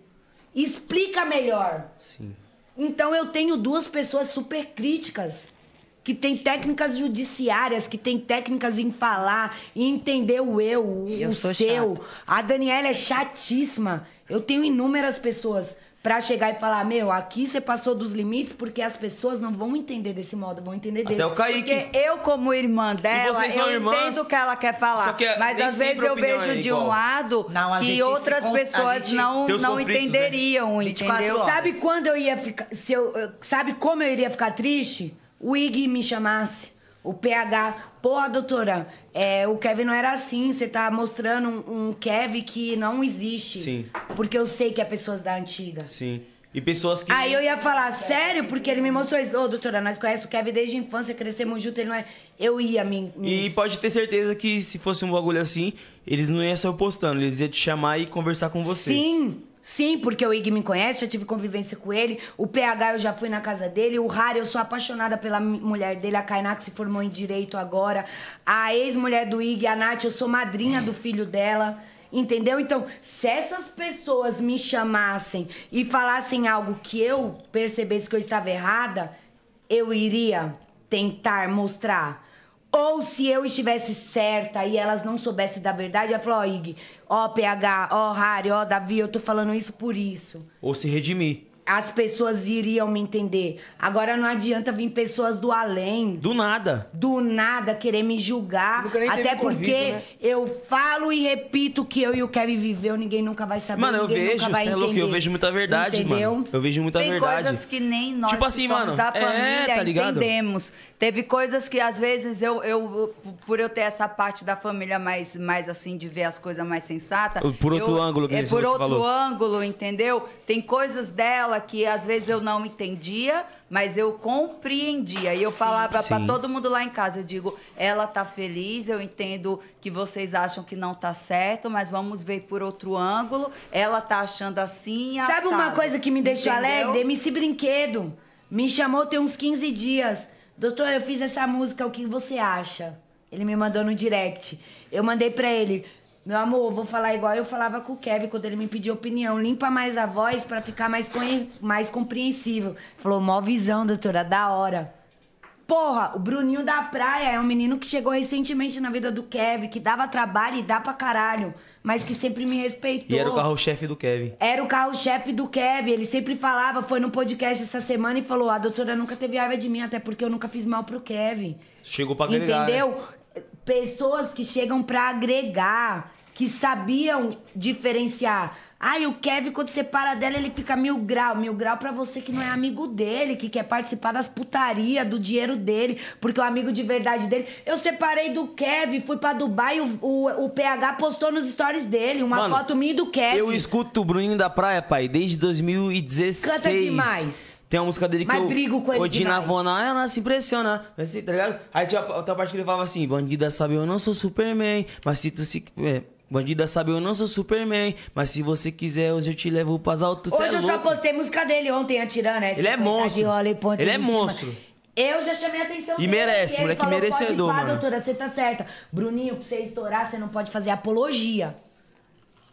[SPEAKER 5] Explica melhor.
[SPEAKER 1] Sim.
[SPEAKER 5] Então eu tenho duas pessoas super críticas que tem técnicas judiciárias, que tem técnicas em falar e entender o eu, o,
[SPEAKER 11] Eu
[SPEAKER 5] o
[SPEAKER 11] sou
[SPEAKER 5] seu. A Daniela é chatíssima. Eu tenho inúmeras pessoas pra chegar e falar: "Meu, aqui você passou dos limites porque as pessoas não vão entender desse modo, vão entender desse".
[SPEAKER 1] o Kaique.
[SPEAKER 5] Porque eu como irmã
[SPEAKER 3] dela,
[SPEAKER 5] vocês
[SPEAKER 3] eu
[SPEAKER 5] são irmãs,
[SPEAKER 3] entendo o que ela quer
[SPEAKER 1] só
[SPEAKER 3] falar.
[SPEAKER 1] que é-
[SPEAKER 3] mas
[SPEAKER 1] nem
[SPEAKER 3] às vezes
[SPEAKER 1] sempre a
[SPEAKER 3] eu
[SPEAKER 1] opinião
[SPEAKER 3] vejo
[SPEAKER 1] é
[SPEAKER 3] de
[SPEAKER 1] igual.
[SPEAKER 3] um lado
[SPEAKER 5] Não, a gente
[SPEAKER 3] que
[SPEAKER 5] se
[SPEAKER 3] outras
[SPEAKER 5] con- a
[SPEAKER 3] pessoas
[SPEAKER 5] gente-
[SPEAKER 3] não,
[SPEAKER 5] Tem os
[SPEAKER 3] não
[SPEAKER 5] conflitos, né?
[SPEAKER 3] entendeu,
[SPEAKER 5] 24
[SPEAKER 3] entendeu?
[SPEAKER 5] horas. Sabe quando eu ia ficar. Se eu, eu- sabe como eu iria ficar triste? O Ig me chamasse. O PH, porra, doutora, é, o Kevin não era assim. Você tá mostrando um, um Kevin que não existe.
[SPEAKER 1] Sim.
[SPEAKER 5] Porque eu sei que é pessoas da antiga.
[SPEAKER 1] Sim. E pessoas que.
[SPEAKER 5] Aí eu ia falar, sério? Porque ele me mostrou isso. Ô, doutora, nós conhecemos o Kevin desde a infância, crescemos juntos, ele não é. Eu ia me. me-
[SPEAKER 1] E pode ter certeza que se fosse um bagulho assim, eles não iam sair postando, eles iam te chamar e conversar com você.
[SPEAKER 5] Sim, sim, porque o Ig me conhece, já tive convivência com ele. O PH eu já fui na casa dele. O Rara, eu sou apaixonada pela mi- mulher dele, a Kainá, que se formou em direito agora. A ex-mulher do Ig, a Nath, eu sou madrinha do filho dela. Entendeu? Então, se essas pessoas me chamassem e falassem algo que eu percebesse que eu estava errada, eu iria tentar mostrar. Ou se eu estivesse certa e elas não soubessem da verdade, ela falou, ó, Ig, ó, PH, ó, Harry, ó, Davi, eu tô falando isso por isso.
[SPEAKER 1] Ou se redimir.
[SPEAKER 5] As pessoas iriam me entender. Agora não adianta vir pessoas do além.
[SPEAKER 1] Do nada.
[SPEAKER 5] Do nada querer me julgar.
[SPEAKER 1] nem teve
[SPEAKER 5] Até
[SPEAKER 1] convite,
[SPEAKER 5] porque
[SPEAKER 1] né?
[SPEAKER 5] eu falo e repito que eu e o Kevin viveu, ninguém nunca vai
[SPEAKER 3] Tá
[SPEAKER 5] saber.
[SPEAKER 1] Mano, eu
[SPEAKER 5] ninguém
[SPEAKER 1] vejo,
[SPEAKER 5] nunca vai
[SPEAKER 1] você é louco, eu
[SPEAKER 5] entender.
[SPEAKER 1] vejo muita verdade,
[SPEAKER 5] Entendeu?
[SPEAKER 1] mano. Eu vejo muita
[SPEAKER 3] Tem
[SPEAKER 1] verdade.
[SPEAKER 3] coisas que nem nós
[SPEAKER 1] Tipo
[SPEAKER 3] que
[SPEAKER 1] assim,
[SPEAKER 3] somos
[SPEAKER 1] mano,
[SPEAKER 3] da
[SPEAKER 1] é,
[SPEAKER 3] família
[SPEAKER 1] tá ligado?
[SPEAKER 3] entendemos. Teve coisas que às vezes eu, eu por eu ter essa parte da família mais, mais assim de ver as coisas mais sensata,
[SPEAKER 1] Por outro
[SPEAKER 3] eu-
[SPEAKER 1] ângulo que
[SPEAKER 3] é
[SPEAKER 1] nem
[SPEAKER 3] por
[SPEAKER 1] você
[SPEAKER 3] outro
[SPEAKER 1] falou.
[SPEAKER 3] ângulo, entendeu? Tem coisas dela que às vezes eu não entendia, mas eu compreendia. E eu falava pra
[SPEAKER 15] Sim.
[SPEAKER 3] todo todo mundo lá em casa, eu digo, ela tá feliz, eu entendo que vocês acham que não tá certo, mas vamos ver por outro ângulo. Ela tá achando assim,
[SPEAKER 5] Sabe uma
[SPEAKER 3] assado.
[SPEAKER 5] coisa que me deixou
[SPEAKER 3] Entendeu?
[SPEAKER 5] alegre? MC Brinquedo. Me chamou tem uns 15 dias. Doutor, eu fiz essa música, o que você acha? Ele me mandou no direct. Eu mandei pra ele. Meu amor, vou falar igual eu falava com o Kevin quando ele me pediu opinião. Limpa mais a voz pra ficar mais, conhe- mais compreensível. Falou, mó visão, doutora, da hora. Porra, o Bruninho da Praia é um menino que chegou recentemente na vida do Kevin, que dava trabalho e dá pra caralho, mas que sempre me respeitou.
[SPEAKER 1] E era o carro-chefe do Kevin.
[SPEAKER 5] Era o carro-chefe do Kevin. Ele sempre falava, foi no podcast essa semana e falou: a doutora nunca teve raiva de mim, até porque eu nunca fiz mal pro Kevin.
[SPEAKER 1] Chegou pra agregar,
[SPEAKER 5] Entendeu?
[SPEAKER 1] né?
[SPEAKER 5] Pessoas que chegam pra agregar, que sabiam diferenciar. Ai, o Kevin, quando você para dela, ele fica mil grau. Mil grau pra você que não é amigo dele, que quer participar das putaria, do dinheiro dele, porque o amigo de verdade dele. Eu separei do Kevin, fui pra Dubai, o, o, o PH postou nos stories dele uma
[SPEAKER 1] Mano,
[SPEAKER 5] foto minha e do Kevin.
[SPEAKER 1] Eu escuto o Bruninho da Praia, pai, desde 2016.
[SPEAKER 5] Canta demais.
[SPEAKER 1] Tem uma música dele que
[SPEAKER 5] Mas
[SPEAKER 1] eu...
[SPEAKER 5] brigo com ele
[SPEAKER 1] Ô, Dina
[SPEAKER 5] demais.
[SPEAKER 1] Vona, ela se impressiona. Assim, tá ligado? Aí tinha outra parte que ele falava assim, bandida sabe eu não sou Superman, mas se tu se... é, Bandida sabe eu não sou Superman, mas se você quiser hoje eu te levo pras altas.
[SPEAKER 5] Hoje eu
[SPEAKER 1] é
[SPEAKER 5] só
[SPEAKER 1] louco.
[SPEAKER 5] postei música dele ontem, atirando. Essa
[SPEAKER 1] Ele é
[SPEAKER 5] coisa de
[SPEAKER 1] monstro.
[SPEAKER 5] rola e ponte
[SPEAKER 1] Ele
[SPEAKER 5] em
[SPEAKER 1] é
[SPEAKER 5] cima.
[SPEAKER 1] monstro.
[SPEAKER 5] Eu já chamei a atenção
[SPEAKER 1] E
[SPEAKER 5] dele,
[SPEAKER 1] merece,
[SPEAKER 5] ele
[SPEAKER 1] moleque
[SPEAKER 5] falou,
[SPEAKER 1] merecedor,
[SPEAKER 5] pode pá,
[SPEAKER 1] mano.
[SPEAKER 5] doutora, você tá certa. Bruninho, pra você estourar, você não pode fazer apologia.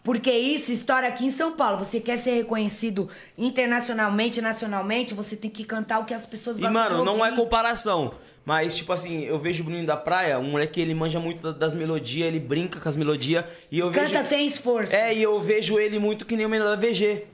[SPEAKER 5] Porque isso estoura aqui em São Paulo. Você quer ser reconhecido internacionalmente, nacionalmente, você tem que cantar o que as pessoas
[SPEAKER 1] E,
[SPEAKER 5] gostam de
[SPEAKER 1] mano, não é
[SPEAKER 5] ouvir.
[SPEAKER 1] comparação. Mas, tipo assim, eu vejo o Bruninho da Praia, um moleque que ele manja muito da- das melodias, ele brinca com as melodias. E eu
[SPEAKER 5] Canta
[SPEAKER 1] vejo...
[SPEAKER 5] sem esforço.
[SPEAKER 1] É, e eu vejo ele muito que nem o menino da VG.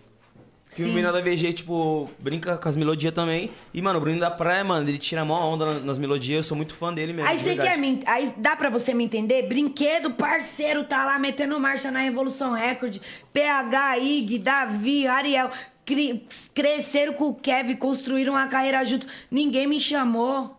[SPEAKER 1] Que o
[SPEAKER 5] Sim.
[SPEAKER 1] menino da VG, tipo, brinca com as melodias também. E, mano, o Bruninho da Praia, mano, ele tira a maior onda na- nas melodias. Eu sou muito fã dele mesmo.
[SPEAKER 5] Aí
[SPEAKER 1] de
[SPEAKER 5] você
[SPEAKER 1] verdade.
[SPEAKER 5] quer me. Aí dá pra você me entender? Brinquedo, parceiro, tá lá metendo marcha na Revolução Record. PH, Ig, Davi, Ariel. cri- cresceram com o Kevin, construíram uma carreira junto. Ninguém me chamou.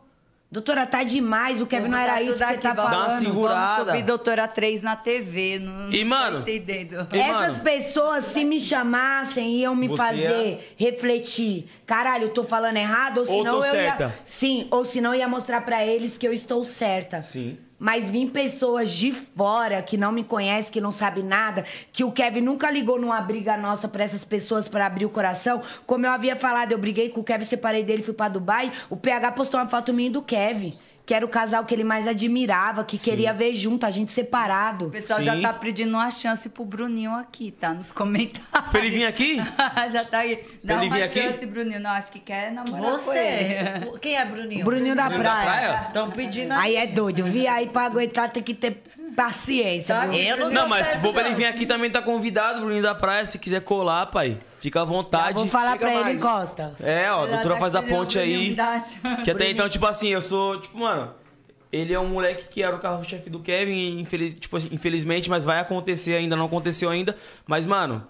[SPEAKER 5] Doutora, tá demais. O Kevin não era isso que você tá falando.
[SPEAKER 16] Vamos subir Doutora 3 na TV. Não,
[SPEAKER 1] E, mano,
[SPEAKER 16] Não tô entendendo.
[SPEAKER 5] Essas pessoas, se me chamassem, iam me
[SPEAKER 16] Você
[SPEAKER 1] é
[SPEAKER 5] fazer refletir. Caralho, eu tô falando errado? Ou
[SPEAKER 1] Ou
[SPEAKER 5] senão
[SPEAKER 1] tô
[SPEAKER 5] eu
[SPEAKER 1] certa.
[SPEAKER 5] ia. Sim, ou senão eu ia mostrar pra eles que eu estou certa.
[SPEAKER 1] Sim.
[SPEAKER 5] Mas vim pessoas de fora que não me conhecem, que não sabem nada, que o Kevin nunca ligou numa briga nossa pra essas pessoas pra abrir o coração. Como eu havia falado, eu briguei com o Kevin, separei dele, fui pra Dubai. O PH postou uma foto minha e do Kevin. Que era o casal que ele mais admirava, que queria ver junto, a gente separado.
[SPEAKER 16] O pessoal já tá pedindo uma chance pro Bruninho aqui, tá? Nos comentários.
[SPEAKER 1] Pra ele vir aqui?
[SPEAKER 16] já tá aí. Dá
[SPEAKER 1] Pra ele
[SPEAKER 16] uma
[SPEAKER 1] vir aqui?
[SPEAKER 16] chance, Bruninho. Não, acho que quer namorar com
[SPEAKER 11] Você.
[SPEAKER 16] ele.
[SPEAKER 11] Quem é Bruninho?
[SPEAKER 5] Bruninho da Bruninho da Praia. Praia?
[SPEAKER 11] Estão pedindo
[SPEAKER 5] Aí é doido, vi aí pra aguentar tem que ter paciência.
[SPEAKER 1] Tá.
[SPEAKER 5] viu?
[SPEAKER 1] Não, mas se for pra ele vir aqui também tá convidado, Bruninho da Praia, se quiser colar, pai. Fica à vontade.
[SPEAKER 5] vou
[SPEAKER 1] Tá,
[SPEAKER 5] falar
[SPEAKER 1] Chega
[SPEAKER 5] pra ele,
[SPEAKER 1] mais.
[SPEAKER 5] encosta.
[SPEAKER 1] É, ó, a
[SPEAKER 5] Ela
[SPEAKER 1] doutora
[SPEAKER 5] tá
[SPEAKER 1] faz a
[SPEAKER 5] querendo
[SPEAKER 1] ponte
[SPEAKER 5] o Bruninho
[SPEAKER 1] aí.
[SPEAKER 5] dar a chance.
[SPEAKER 1] Que até então, tipo assim, eu sou, tipo, mano, ele é um moleque que era o carro-chefe do Kevin, e infeliz, tipo assim, infelizmente, mas vai acontecer ainda, não aconteceu ainda. Mas, mano,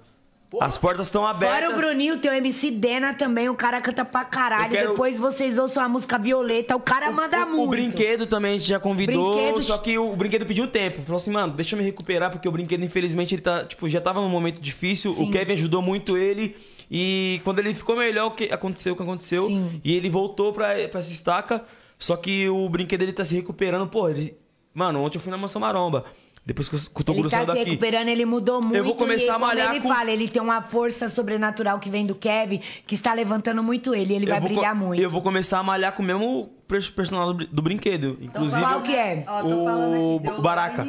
[SPEAKER 1] as portas estão abertas.
[SPEAKER 5] Fora o Bruninho, tem o MC Dena também, o cara canta pra caralho.
[SPEAKER 1] Eu quero-
[SPEAKER 5] Depois vocês ouçam a música Violeta, o cara manda muito.
[SPEAKER 1] O brinquedo também a gente já convidou,
[SPEAKER 5] Brinquedo-
[SPEAKER 1] só que o brinquedo pediu tempo. Falou assim, mano, deixa eu me recuperar, porque o brinquedo, infelizmente, ele tá, tipo, já tava num momento difícil.
[SPEAKER 5] Sim.
[SPEAKER 1] O Kevin ajudou muito ele. E quando ele ficou melhor, o que aconteceu, o que aconteceu.
[SPEAKER 5] Sim.
[SPEAKER 1] E ele voltou pra, pra essa estaca. Só que o brinquedo ele tá se recuperando, pô. ele- Mano, ontem eu fui na Mansão Maromba. Depois que o que o
[SPEAKER 5] Ele
[SPEAKER 1] Toguro
[SPEAKER 5] tá
[SPEAKER 1] saiu
[SPEAKER 5] se
[SPEAKER 1] daqui.
[SPEAKER 5] recuperando, ele mudou muito.
[SPEAKER 1] Eu vou começar
[SPEAKER 5] e
[SPEAKER 1] a
[SPEAKER 5] como
[SPEAKER 1] malhar
[SPEAKER 5] ele
[SPEAKER 1] com-
[SPEAKER 5] fala, ele tem uma força sobrenatural que vem do Kevin, que está levantando muito ele, ele vai
[SPEAKER 1] eu vou,
[SPEAKER 5] brilhar
[SPEAKER 1] co-
[SPEAKER 5] muito.
[SPEAKER 1] Eu vou começar a malhar com o mesmo pers- personagem do brin- do brinquedo. Inclusive.
[SPEAKER 5] qual que é? Ó, tô
[SPEAKER 1] O
[SPEAKER 5] falando aqui, deu um
[SPEAKER 1] Baraca.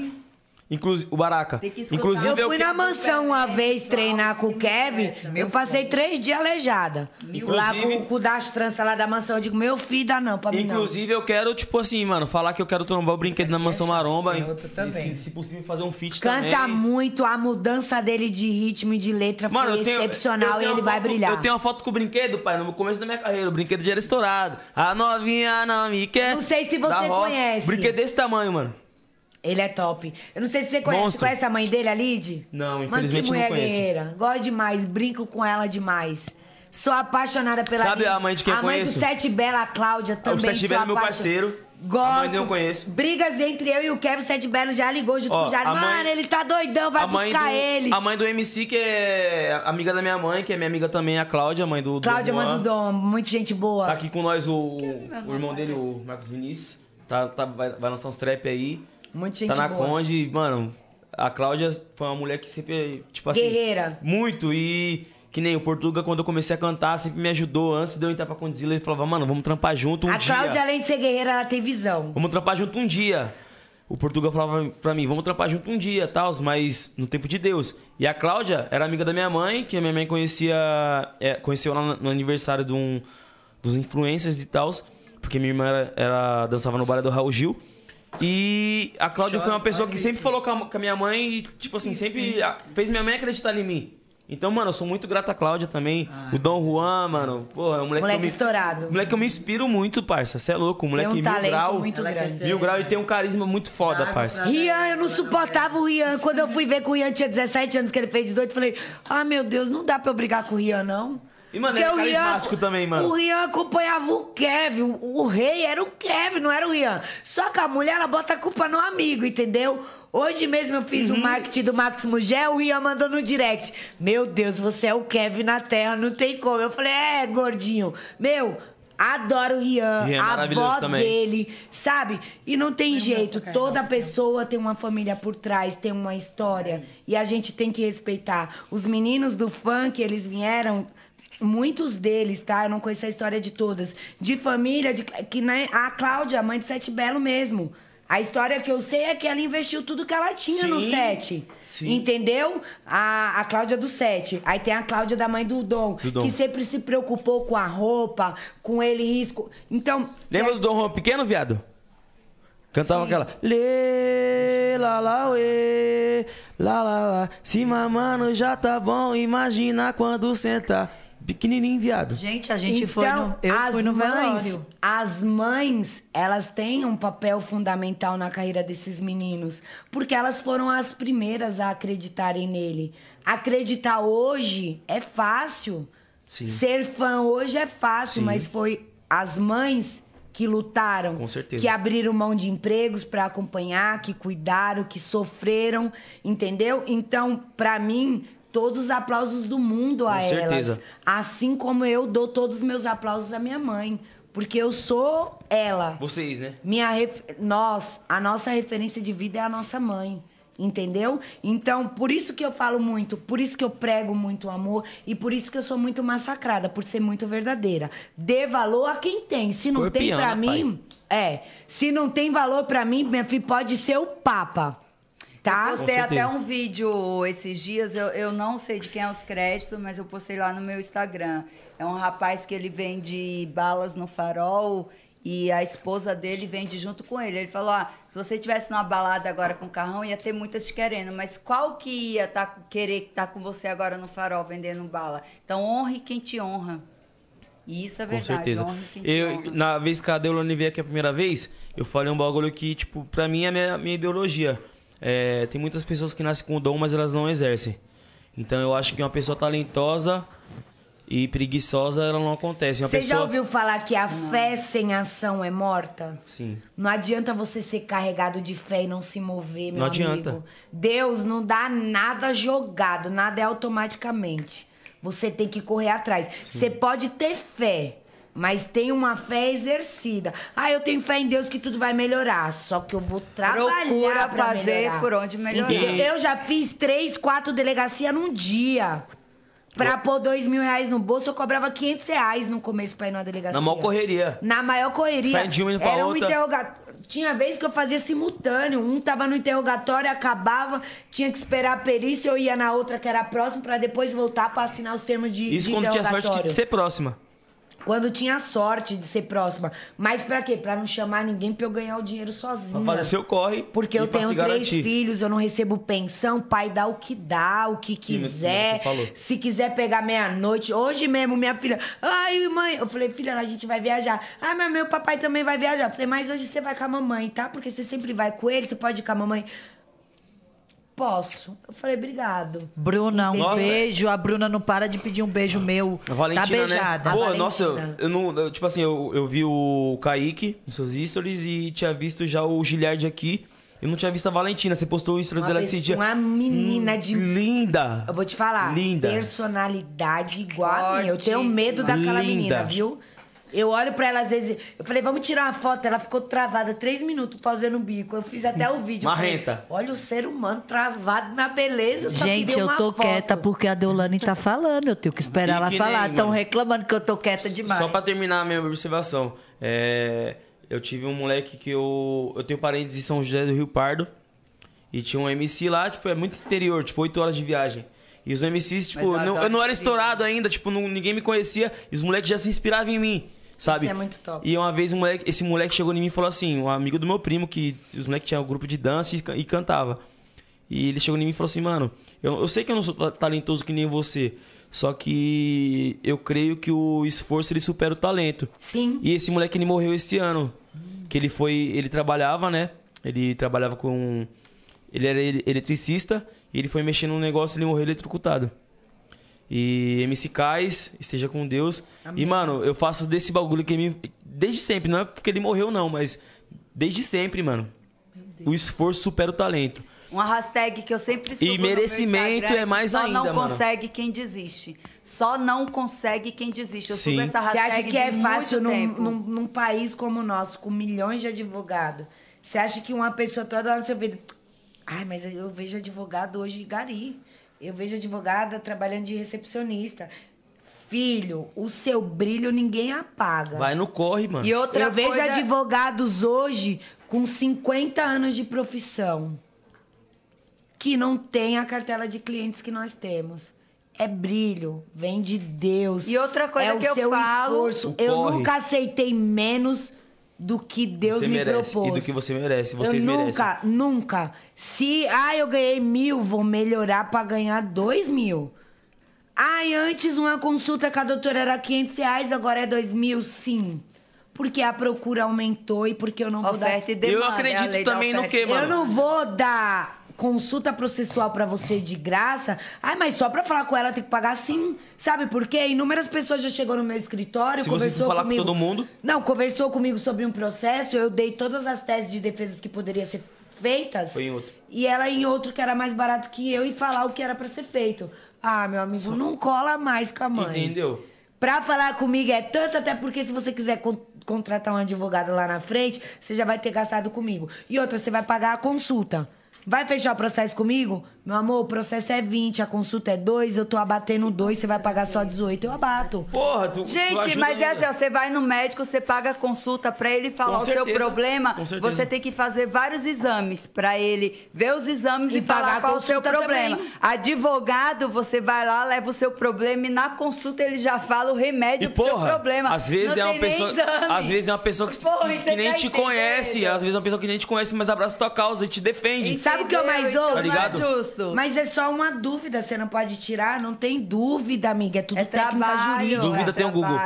[SPEAKER 1] Inclusive, o Baraca. Inclusive,
[SPEAKER 5] eu fui
[SPEAKER 1] que-
[SPEAKER 5] na mansão uma vez treinar com o Kevin, eu passei três dias aleijada.
[SPEAKER 1] Inclusive-
[SPEAKER 5] Lá com o cu das tranças lá da mansão, eu digo, meu filho, dá não pra mim não.
[SPEAKER 1] Inclusive, eu quero, tipo assim, mano, falar que eu quero trombar o brinquedo na Mansão Maromba. E,
[SPEAKER 5] também.
[SPEAKER 1] e se, se possível, fazer um feat também.
[SPEAKER 5] Canta muito, a mudança dele de ritmo e de letra
[SPEAKER 1] Mano,
[SPEAKER 5] foi
[SPEAKER 1] eu tenho- eu
[SPEAKER 5] excepcional
[SPEAKER 1] tenho
[SPEAKER 5] e ele
[SPEAKER 1] uma
[SPEAKER 5] vai
[SPEAKER 1] foto-
[SPEAKER 5] brilhar.
[SPEAKER 1] Eu tenho um- uma foto com o brinquedo, pai, no começo da minha carreira. O brinquedo já era estourado. A novinha não me quer.
[SPEAKER 5] Não sei se
[SPEAKER 1] Da
[SPEAKER 5] você
[SPEAKER 1] roça.
[SPEAKER 5] conhece.
[SPEAKER 1] Brinquedo desse tamanho, mano.
[SPEAKER 5] Ele é top. Eu não sei se você conhece,
[SPEAKER 1] Monstro.
[SPEAKER 5] conhece a mãe dele, a Lid?
[SPEAKER 1] Não,
[SPEAKER 5] Mano, que
[SPEAKER 1] infelizmente não
[SPEAKER 5] mulher
[SPEAKER 1] conheço.
[SPEAKER 5] guerreira. Gosto demais, brinco com ela demais. Sou apaixonada pela
[SPEAKER 1] Sabe
[SPEAKER 5] Lid.
[SPEAKER 1] a mãe de quem
[SPEAKER 5] A
[SPEAKER 1] eu
[SPEAKER 5] mãe
[SPEAKER 1] conheço?
[SPEAKER 5] do Sete Bela, a Cláudia, também
[SPEAKER 1] o Sete
[SPEAKER 5] sou
[SPEAKER 1] Velho é meu
[SPEAKER 5] apaixon-
[SPEAKER 1] parceiro. A mãe
[SPEAKER 5] Gosto.
[SPEAKER 1] dele eu conheço.
[SPEAKER 5] Brigas entre eu e o Kevin, o Sete Belo já ligou junto
[SPEAKER 1] Ó,
[SPEAKER 5] com o Jário.
[SPEAKER 1] a mãe-
[SPEAKER 5] Mano, ele tá doidão, vai
[SPEAKER 1] a mãe
[SPEAKER 5] buscar
[SPEAKER 1] do,
[SPEAKER 5] ele.
[SPEAKER 1] A mãe do MC, que é amiga da minha mãe, que é minha amiga também, a Cláudia, mãe do.
[SPEAKER 5] Cláudia, mãe
[SPEAKER 1] Juan.
[SPEAKER 5] do Dom, muita gente boa.
[SPEAKER 1] Tá aqui com nós o, o irmão dele, o Marcos Vinícius. Tá, tá- vai, vai lançar uns trap aí.
[SPEAKER 5] Muito
[SPEAKER 1] Tá
[SPEAKER 5] gente
[SPEAKER 1] na
[SPEAKER 5] boa.
[SPEAKER 1] Conde, mano. A Cláudia foi uma mulher que sempre, tipo assim.
[SPEAKER 5] Guerreira.
[SPEAKER 1] Muito. E que nem o Portuga, quando eu comecei a cantar, sempre me ajudou. Antes de eu entrar pra Condzilla, ele falava, mano, vamos trampar junto um
[SPEAKER 5] a
[SPEAKER 1] dia.
[SPEAKER 5] Cláudia, além de ser guerreira, ela tem visão.
[SPEAKER 1] Vamos trampar junto um dia. O Portuga falava pra mim, vamos trampar junto um dia, tal, mas no tempo de Deus. E a Cláudia era amiga da minha mãe, que a minha mãe conhecia, é, conheceu lá no aniversário de um, dos influencers e tal, porque minha irmã era, era- dançava no balé do Raul Gil. E a Cláudia foi uma pessoa que sempre falou com a, com a minha mãe e, tipo assim, sempre a- fez minha mãe acreditar em mim. Então, mano, eu sou muito grato à Cláudia também. o Dom Juan, mano, pô, é um moleque, que eu
[SPEAKER 5] Ah. Moleque
[SPEAKER 1] me-
[SPEAKER 5] estourado.
[SPEAKER 1] Moleque, que eu me inspiro muito, parça. Você é louco, moleque
[SPEAKER 5] Tem um
[SPEAKER 1] mil
[SPEAKER 5] talento
[SPEAKER 1] grau.
[SPEAKER 5] muito Ela grande. quer ser-
[SPEAKER 1] Mil grau e tem um carisma muito foda, parça.
[SPEAKER 5] Rian, eu não suportava o Rian. Quando eu fui ver que o Rian tinha 17 anos, que ele fez 18, eu falei: Ah, meu Deus, não dá pra eu brigar com o Rian, não.
[SPEAKER 1] E, mano,
[SPEAKER 5] Porque
[SPEAKER 1] ele é carismático também, mano.
[SPEAKER 5] O Rian acompanhava o Kevin. O, o rei era o Kevin, não era o Rian. Só que a mulher, ela bota a culpa no amigo, entendeu? Hoje mesmo eu fiz o
[SPEAKER 1] Uhum.
[SPEAKER 5] marketing do Max Mugel, o Rian mandou no direct. Meu Deus, você é o Kevin na terra, não tem como. Eu falei, é, gordinho. Meu, adoro o Rian.
[SPEAKER 1] Rian é
[SPEAKER 5] a
[SPEAKER 1] maravilhoso
[SPEAKER 5] avó
[SPEAKER 1] também.
[SPEAKER 5] dele ele, sabe? E não tem jeito, toda pessoa tem uma família por trás, tem uma história. E a gente tem que respeitar. Os meninos do funk, eles vieram muitos deles, tá? Eu não conheço a história de todas. De família, de, que nem a Cláudia, a mãe do Sete Belo mesmo. A história que eu sei é que ela investiu tudo que ela tinha no
[SPEAKER 15] Sim,
[SPEAKER 5] Sete.
[SPEAKER 15] sim.
[SPEAKER 5] Entendeu? A, a Cláudia do Sete. Aí tem a Cláudia da mãe do Dom,
[SPEAKER 1] Do Dom.
[SPEAKER 5] que sempre se preocupou com a roupa, com ele risco. Então,
[SPEAKER 1] Lembra do Dom Juan Pequeno, viado? Cantava aquela. Lê, lá, lá, uê, lá, lá, lá. Se mamando já tá bom, imagina quando sentar. Pequenininho, viado.
[SPEAKER 4] Gente, a gente foi no- eu fui no velório.
[SPEAKER 5] Então, As mães, elas têm um papel fundamental na carreira desses meninos, porque elas foram as primeiras a acreditarem nele. Acreditar hoje é fácil.
[SPEAKER 1] Sim.
[SPEAKER 5] Ser fã hoje é fácil,
[SPEAKER 1] Sim.
[SPEAKER 5] mas foi as mães que lutaram,
[SPEAKER 1] Com certeza.
[SPEAKER 5] que abriram mão de empregos para acompanhar, que cuidaram, que sofreram, entendeu? Então, pra mim, todos os aplausos do mundo a
[SPEAKER 1] Com certeza.
[SPEAKER 5] elas. Assim como eu dou todos os meus aplausos à minha mãe, porque eu sou ela.
[SPEAKER 1] Vocês, né?
[SPEAKER 5] Minha ref- nós, a nossa referência de vida é a nossa mãe. Entendeu? Então, por isso que eu falo muito, por isso que eu prego muito o amor e por isso que eu sou muito massacrada, por ser muito verdadeira. Dê valor a quem tem. Se não tem
[SPEAKER 15] Corpiana,
[SPEAKER 5] pra mim, é. Se não tem valor pra mim, minha filha pode ser o papa. Tá?
[SPEAKER 16] Eu postei até um vídeo esses dias, eu, eu não sei de quem é os créditos, mas eu postei lá no meu Instagram. É um rapaz que ele vende balas no farol e a esposa dele vende junto com ele. Ele falou: ah, se você tivesse numa balada agora com o carrão, ia ter muitas te querendo, mas qual que ia tá, querer estar com você agora no farol vendendo bala? Então honre quem te honra. E isso é
[SPEAKER 1] Com
[SPEAKER 16] verdade.
[SPEAKER 1] certeza.
[SPEAKER 16] Honre quem te honra.
[SPEAKER 1] Eu, na vez que a Deolane veio aqui a primeira vez, eu falei um bagulho que, tipo, pra mim é a minha, minha ideologia. É, tem muitas pessoas que nascem com o dom, mas elas não exercem. Então eu acho que uma pessoa talentosa e preguiçosa, ela não acontece. Uma
[SPEAKER 5] Você
[SPEAKER 1] pessoa...
[SPEAKER 5] já ouviu falar que a fé sem ação é morta?
[SPEAKER 1] Sim.
[SPEAKER 5] Não adianta você ser carregado de fé e não se mover, meu
[SPEAKER 1] Não adianta.
[SPEAKER 5] amigo. Deus não dá nada jogado, nada é automaticamente. Você tem que correr atrás. Você pode ter fé, mas tem uma fé exercida. Ah, eu tenho fé em Deus que tudo vai melhorar, só que eu vou trabalhar
[SPEAKER 16] Procura
[SPEAKER 5] pra
[SPEAKER 16] fazer
[SPEAKER 5] melhorar.
[SPEAKER 16] por onde melhorar.
[SPEAKER 5] Entendeu? Eu já fiz três, quatro delegacias num dia. Pra pôr dois mil reais no bolso, eu cobrava 500 reais no começo pra ir numa delegacia.
[SPEAKER 1] Na maior correria.
[SPEAKER 5] Na maior correria.
[SPEAKER 1] Sai de uma, indo pra
[SPEAKER 5] Era um
[SPEAKER 1] outra.
[SPEAKER 5] interrogatório. Tinha vez que eu fazia simultâneo. Um tava no interrogatório, acabava, tinha que esperar a perícia, eu ia na outra que era próxima pra depois voltar pra assinar os termos de,
[SPEAKER 1] Isso
[SPEAKER 5] de
[SPEAKER 1] quando tinha
[SPEAKER 5] interrogatório.
[SPEAKER 1] é sorte de ser próxima.
[SPEAKER 5] Quando tinha sorte de ser próxima. Mas pra quê? Pra não chamar ninguém pra eu ganhar o dinheiro sozinha.
[SPEAKER 1] Fazer seu corre.
[SPEAKER 5] Porque
[SPEAKER 1] e
[SPEAKER 5] eu
[SPEAKER 1] pra
[SPEAKER 5] tenho
[SPEAKER 1] se
[SPEAKER 5] três
[SPEAKER 1] garantir.
[SPEAKER 5] filhos, eu não recebo pensão, pai dá o que dá, o que
[SPEAKER 1] Sim,
[SPEAKER 5] quiser.
[SPEAKER 1] você falou.
[SPEAKER 5] Se quiser pegar meia-noite, hoje mesmo, minha filha, ai, mãe, eu falei, filha, a gente vai viajar. Ah, mas meu papai também vai viajar. Eu falei, mas hoje você vai com a mamãe, tá? Porque você sempre vai com ele, você pode ir com a mamãe. Posso. Eu falei, obrigado.
[SPEAKER 4] Bruna, um
[SPEAKER 1] Nossa.
[SPEAKER 4] beijo. A Bruna não para de pedir um beijo meu.
[SPEAKER 1] A Valentina,
[SPEAKER 4] tá beijada.
[SPEAKER 1] né? Pô, nossa, eu, eu não. eu, tipo assim, eu, eu vi o Kaique nos seus stories e tinha visto já o Giliard aqui. Eu não tinha visto a Valentina. Você postou o stories
[SPEAKER 5] Uma
[SPEAKER 1] dela esse
[SPEAKER 5] pessoa-
[SPEAKER 1] dia. Hum,
[SPEAKER 5] uma menina de-
[SPEAKER 1] Linda!
[SPEAKER 5] Eu vou te falar.
[SPEAKER 1] Linda.
[SPEAKER 5] Personalidade igual a minha. Eu tenho medo daquela
[SPEAKER 1] Linda.
[SPEAKER 5] menina, viu? Eu olho pra ela às vezes. Eu falei, vamos tirar uma foto. Ela ficou travada três minutos fazendo o bico. Eu fiz até o vídeo. Eu falei,
[SPEAKER 4] Marrenta.
[SPEAKER 5] Olha o ser humano travado na beleza. Só que
[SPEAKER 4] Gente,
[SPEAKER 5] deu
[SPEAKER 4] eu
[SPEAKER 5] uma
[SPEAKER 4] tô
[SPEAKER 5] foto.
[SPEAKER 4] quieta porque a Deolane tá falando. Eu tenho que esperar ela
[SPEAKER 1] que
[SPEAKER 4] falar.
[SPEAKER 1] nem,
[SPEAKER 4] Estão
[SPEAKER 1] mano.
[SPEAKER 4] reclamando que eu tô quieta demais.
[SPEAKER 1] Só pra terminar a minha observação. é, eu tive um moleque que eu. Eu tenho parentes em São José do Rio Pardo. E tinha um MC lá, tipo, é muito interior, tipo, 8 horas de viagem. E os MCs, tipo,
[SPEAKER 5] eu
[SPEAKER 1] não- eu
[SPEAKER 5] adoro
[SPEAKER 1] não era
[SPEAKER 5] esse
[SPEAKER 1] estourado ainda, tipo, não- ninguém me conhecia. E os moleques já se inspiravam em mim, sabe?
[SPEAKER 5] Isso é muito top.
[SPEAKER 1] E uma vez um moleque- esse moleque chegou em mim e falou assim: um amigo do meu primo, que os moleques tinham um grupo de dança e, ca- e cantava. E ele chegou em mim e falou assim: mano, eu, eu sei que eu não sou ta- talentoso que nem você, só que eu creio que o esforço ele supera o talento.
[SPEAKER 5] Sim.
[SPEAKER 1] E esse moleque ele morreu esse ano. Que ele foi. Ele trabalhava, né? Ele trabalhava com. Ele era ele- eletricista e ele foi mexendo num negócio e ele morreu eletrocutado. E MC Kais, esteja com Deus. E, mano, eu faço desse bagulho que me. Desde sempre, não é porque ele morreu, não, mas desde sempre, mano. O esforço supera o talento.
[SPEAKER 16] Uma hashtag que eu sempre subo
[SPEAKER 1] E
[SPEAKER 16] no meu
[SPEAKER 1] merecimento
[SPEAKER 16] Instagram,
[SPEAKER 1] é mais
[SPEAKER 16] só
[SPEAKER 1] ainda,
[SPEAKER 16] não
[SPEAKER 1] mano.
[SPEAKER 16] consegue quem desiste. Só não consegue quem desiste. Eu
[SPEAKER 1] Sim.
[SPEAKER 16] subo essa
[SPEAKER 5] Você
[SPEAKER 16] hashtag
[SPEAKER 5] acha que
[SPEAKER 16] de
[SPEAKER 5] é
[SPEAKER 16] muito
[SPEAKER 5] fácil num,
[SPEAKER 16] tempo.
[SPEAKER 5] num, num país como o nosso, com milhões de advogados? Você acha que uma pessoa toda hora no seu vídeo. Ai, mas eu vejo advogado hoje em Gari. Eu vejo advogada trabalhando de recepcionista. filho, o seu brilho ninguém
[SPEAKER 3] Tá.
[SPEAKER 5] apaga.
[SPEAKER 1] Vai no corre, mano.
[SPEAKER 5] E outra Eu vejo advogados hoje com 50 anos de profissão que não tem a cartela de clientes que nós temos. É brilho, vem de Deus.
[SPEAKER 3] E outra coisa
[SPEAKER 5] é o
[SPEAKER 3] que eu
[SPEAKER 5] seu
[SPEAKER 3] falo-
[SPEAKER 5] esforço.
[SPEAKER 1] O
[SPEAKER 5] Eu
[SPEAKER 1] corre.
[SPEAKER 5] nunca aceitei menos do que Deus
[SPEAKER 1] você
[SPEAKER 5] me
[SPEAKER 1] merece.
[SPEAKER 5] propôs.
[SPEAKER 1] E do que você merece, vocês
[SPEAKER 5] eu
[SPEAKER 1] merecem.
[SPEAKER 5] nunca, nunca. Se, ah, eu ganhei mil, vou melhorar pra ganhar dois mil. Ai, antes uma consulta com a doutora era 500 reais, agora é dois mil, sim. Porque a procura aumentou e porque eu não vou dar...
[SPEAKER 3] Oferta e demanda, Eu é a acredito lei da também no oferta e quê, demanda.
[SPEAKER 5] Eu não vou dar consulta processual pra você de graça. Ai, mas só pra falar com ela tem que pagar sim. Sabe por quê? Inúmeras pessoas já chegou no meu escritório,
[SPEAKER 1] Se você
[SPEAKER 5] conversou
[SPEAKER 1] for falar
[SPEAKER 5] comigo.
[SPEAKER 1] com todo mundo,
[SPEAKER 5] Não, conversou comigo sobre um processo, eu dei todas as teses de defesas que poderiam ser feitas.
[SPEAKER 1] foi em outro.
[SPEAKER 5] E ela em outro que era mais barato que eu e falar o que era pra ser feito. Ah, meu amigo, não cola mais com a mãe.
[SPEAKER 1] Entendeu?
[SPEAKER 5] Pra falar comigo é tanto, até porque se você quiser con- contratar um advogado lá na frente, você já vai ter gastado comigo. E outra, você vai pagar a consulta. Vai fechar o processo comigo? Meu amor, o processo é 20, a consulta é 2, eu tô abatendo 2, você vai pagar só 18, eu abato.
[SPEAKER 1] Porra, tu.
[SPEAKER 3] Gente, mas é assim, ó, você vai no médico, você paga a consulta pra ele falar
[SPEAKER 1] Com
[SPEAKER 3] o seu
[SPEAKER 1] certeza,
[SPEAKER 3] problema.
[SPEAKER 1] com certeza.
[SPEAKER 3] Você tem que fazer vários exames pra ele ver os exames e,
[SPEAKER 5] E pagar
[SPEAKER 3] falar
[SPEAKER 5] a
[SPEAKER 3] qual é o seu
[SPEAKER 5] consulta
[SPEAKER 3] problema.
[SPEAKER 5] também.
[SPEAKER 3] Advogado, você vai lá, leva o seu problema e na consulta ele já fala o remédio pro seu problema.
[SPEAKER 1] Às vezes
[SPEAKER 3] Não
[SPEAKER 1] é uma
[SPEAKER 3] tem nem
[SPEAKER 1] pessoa,
[SPEAKER 3] exame.
[SPEAKER 1] às vezes é uma pessoa que,
[SPEAKER 3] Porra,
[SPEAKER 1] que-
[SPEAKER 3] você
[SPEAKER 1] que nem
[SPEAKER 3] tá
[SPEAKER 1] te
[SPEAKER 3] entendendo?
[SPEAKER 1] conhece, às vezes é uma pessoa que nem te conhece, mas abraça tua causa e te defende.
[SPEAKER 5] E sabe o que eu mais
[SPEAKER 1] Tá
[SPEAKER 5] ouço?
[SPEAKER 1] ligado?
[SPEAKER 5] Mas é só uma dúvida, você não pode tirar, não tem dúvida, amiga. É tudo técnica jurídica.
[SPEAKER 1] Dúvida tem o Google.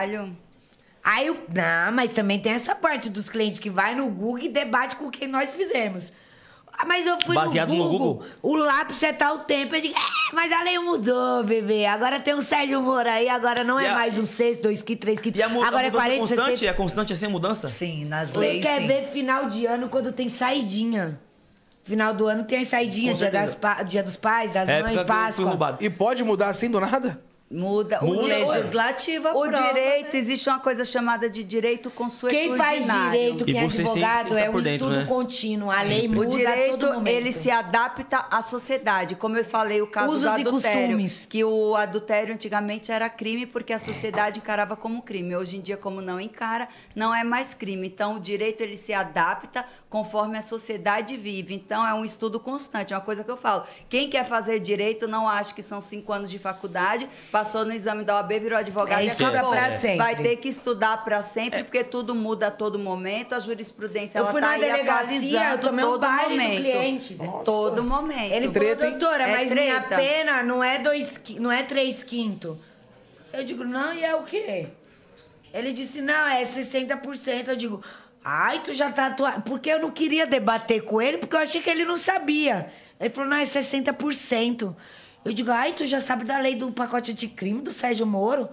[SPEAKER 5] Aí o. Não, mas também tem essa parte dos clientes que vai no Google e debate com quem nós fizemos. Ah, Mas eu fui
[SPEAKER 1] Baseado no
[SPEAKER 5] no, Google,
[SPEAKER 1] Google?
[SPEAKER 5] o lápis é tal tempo. Eu digo, é, mas a lei mudou, bebê. Agora tem o Sérgio Moro aí, agora não
[SPEAKER 1] E
[SPEAKER 5] é
[SPEAKER 1] a-
[SPEAKER 5] mais um 6, 2 que 3 que
[SPEAKER 1] E a, mu- a
[SPEAKER 5] Agora é
[SPEAKER 1] mudança
[SPEAKER 5] 40,
[SPEAKER 1] constante?
[SPEAKER 5] 60.
[SPEAKER 1] É constante assim a mudança?
[SPEAKER 11] Sim, nas
[SPEAKER 5] Você quer ver final de ano quando tem saidinha. Final do ano tem a saidinha,
[SPEAKER 2] Com
[SPEAKER 5] dia,
[SPEAKER 2] certeza.
[SPEAKER 5] das pa- dia dos pais, das
[SPEAKER 2] É
[SPEAKER 5] mães, Páscoa.
[SPEAKER 2] E pode mudar assim do nada?
[SPEAKER 3] Muda.
[SPEAKER 2] Muda.
[SPEAKER 3] legislativo O é
[SPEAKER 5] aprova,
[SPEAKER 3] direito, existe uma coisa chamada de direito consuetudinário.
[SPEAKER 5] Quem faz direito,
[SPEAKER 1] E
[SPEAKER 5] quem é
[SPEAKER 1] você sempre tem que
[SPEAKER 5] advogado,
[SPEAKER 1] tá
[SPEAKER 5] é um
[SPEAKER 1] por dentro,
[SPEAKER 5] estudo
[SPEAKER 1] né?
[SPEAKER 5] contínuo. A lei
[SPEAKER 3] o
[SPEAKER 5] muda a
[SPEAKER 3] direito,
[SPEAKER 5] todo momento.
[SPEAKER 3] ele se adapta à sociedade. Como eu falei, o caso
[SPEAKER 5] Usos
[SPEAKER 3] do
[SPEAKER 5] e
[SPEAKER 3] adultério.
[SPEAKER 5] costumes.
[SPEAKER 3] Que o adultério antigamente era crime porque a sociedade encarava como crime. Hoje em dia, como não encara, não é mais crime. Então, o direito, ele se adapta conforme a sociedade vive. Então, é um estudo constante. É uma coisa que eu falo. Quem quer fazer direito, não acha que são cinco anos de faculdade, passou no exame da OAB, virou advogado
[SPEAKER 5] É,
[SPEAKER 3] e
[SPEAKER 5] estuda
[SPEAKER 3] acabou.
[SPEAKER 5] pra sempre.
[SPEAKER 3] Vai ter que estudar para sempre, porque tudo muda a todo momento. A jurisprudência,
[SPEAKER 5] Eu
[SPEAKER 3] ela
[SPEAKER 5] fui
[SPEAKER 3] tá
[SPEAKER 5] na
[SPEAKER 3] aí
[SPEAKER 5] delegacia, eu
[SPEAKER 3] atualizando
[SPEAKER 5] tomei um
[SPEAKER 3] todo
[SPEAKER 5] baile
[SPEAKER 3] momento.
[SPEAKER 5] do cliente.
[SPEAKER 3] É Todo momento.
[SPEAKER 5] Ele falou, doutora,
[SPEAKER 3] É
[SPEAKER 5] mas minha pena não é, dois, qui- não é três quinto. Eu digo, não, e é o quê? Ele disse, não, é 60%. Eu digo, ai, tu já tá atuando. Porque eu não queria debater com ele, porque eu achei que ele não sabia. Ele falou, não, é 60%. Eu digo, ai, tu já sabe da lei do pacote de crime do Sérgio Moro?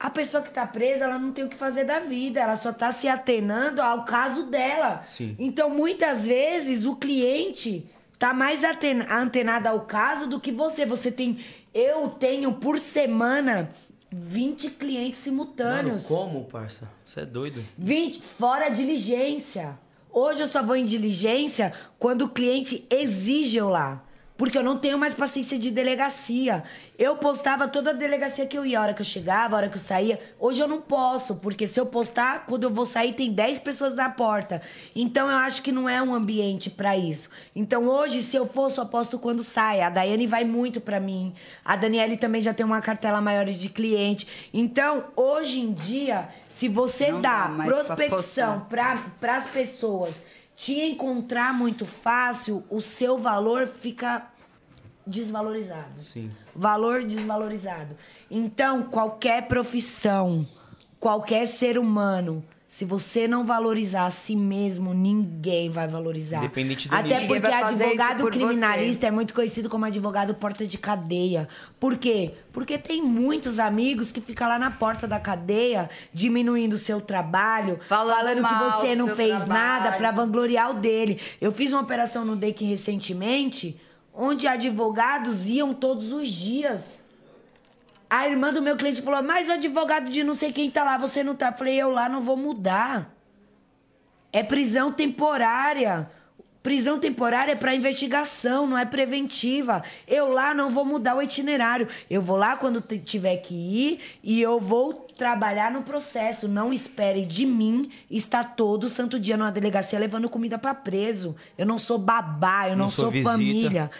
[SPEAKER 5] A pessoa que tá presa, ela não tem o que fazer da vida, ela só tá se atenando ao caso dela.
[SPEAKER 1] Sim.
[SPEAKER 5] Então, muitas vezes, o cliente tá mais aten- antenado ao caso do que você. Você tem. Eu tenho por semana 20 clientes
[SPEAKER 1] Mano,
[SPEAKER 5] simultâneos.
[SPEAKER 1] como, parça? Você é doido.
[SPEAKER 5] 20 fora a diligência. Hoje eu só vou em diligência quando o cliente exige eu lá. Porque eu não tenho mais paciência de delegacia. Eu postava toda a delegacia que eu ia, a hora que eu chegava, a hora que eu saía. Hoje eu não posso, porque se eu postar, quando eu vou sair, tem 10 pessoas na porta. Então eu acho que não é um ambiente pra isso. Então hoje, se eu for, só posto quando sai. A Daiane vai muito pra mim. A Daniele também já tem uma cartela maior de cliente. Então, hoje em dia, se você você
[SPEAKER 3] Não dá
[SPEAKER 5] dá
[SPEAKER 3] mais pra
[SPEAKER 5] prospecção para as pessoas te encontrar muito fácil, o seu valor fica desvalorizado.
[SPEAKER 1] Sim.
[SPEAKER 5] Valor desvalorizado. Então, qualquer profissão, qualquer ser humano, se você não valorizar a si mesmo, ninguém vai valorizar.
[SPEAKER 1] Independente do
[SPEAKER 5] Até
[SPEAKER 1] nicho.
[SPEAKER 5] porque
[SPEAKER 1] Ninguém vai
[SPEAKER 3] fazer isso
[SPEAKER 5] advogado
[SPEAKER 3] por
[SPEAKER 5] criminalista
[SPEAKER 3] você.
[SPEAKER 5] é muito conhecido como advogado porta de cadeia. Por quê? Porque tem muitos amigos que ficam lá na porta da cadeia, diminuindo o seu trabalho,
[SPEAKER 3] Falando
[SPEAKER 5] falando,
[SPEAKER 3] mal
[SPEAKER 5] que você
[SPEAKER 3] do
[SPEAKER 5] não
[SPEAKER 3] seu
[SPEAKER 5] fez nada
[SPEAKER 3] trabalho.
[SPEAKER 5] pra vangloriar o dele. Eu fiz uma operação no DEC recentemente, onde advogados iam todos os dias. A irmã do meu cliente falou: Mas o advogado de não sei quem tá lá, você não tá. Eu falei: Eu lá não vou mudar. É prisão temporária. Prisão temporária é para investigação, não é preventiva. Eu lá não vou mudar o itinerário. Eu vou lá quando t- tiver que ir e eu vou trabalhar no processo. Não espere de mim estar todo santo dia numa delegacia levando comida para preso. Eu não sou babá, eu não,
[SPEAKER 15] Não sou
[SPEAKER 5] sou
[SPEAKER 15] visita.
[SPEAKER 5] família.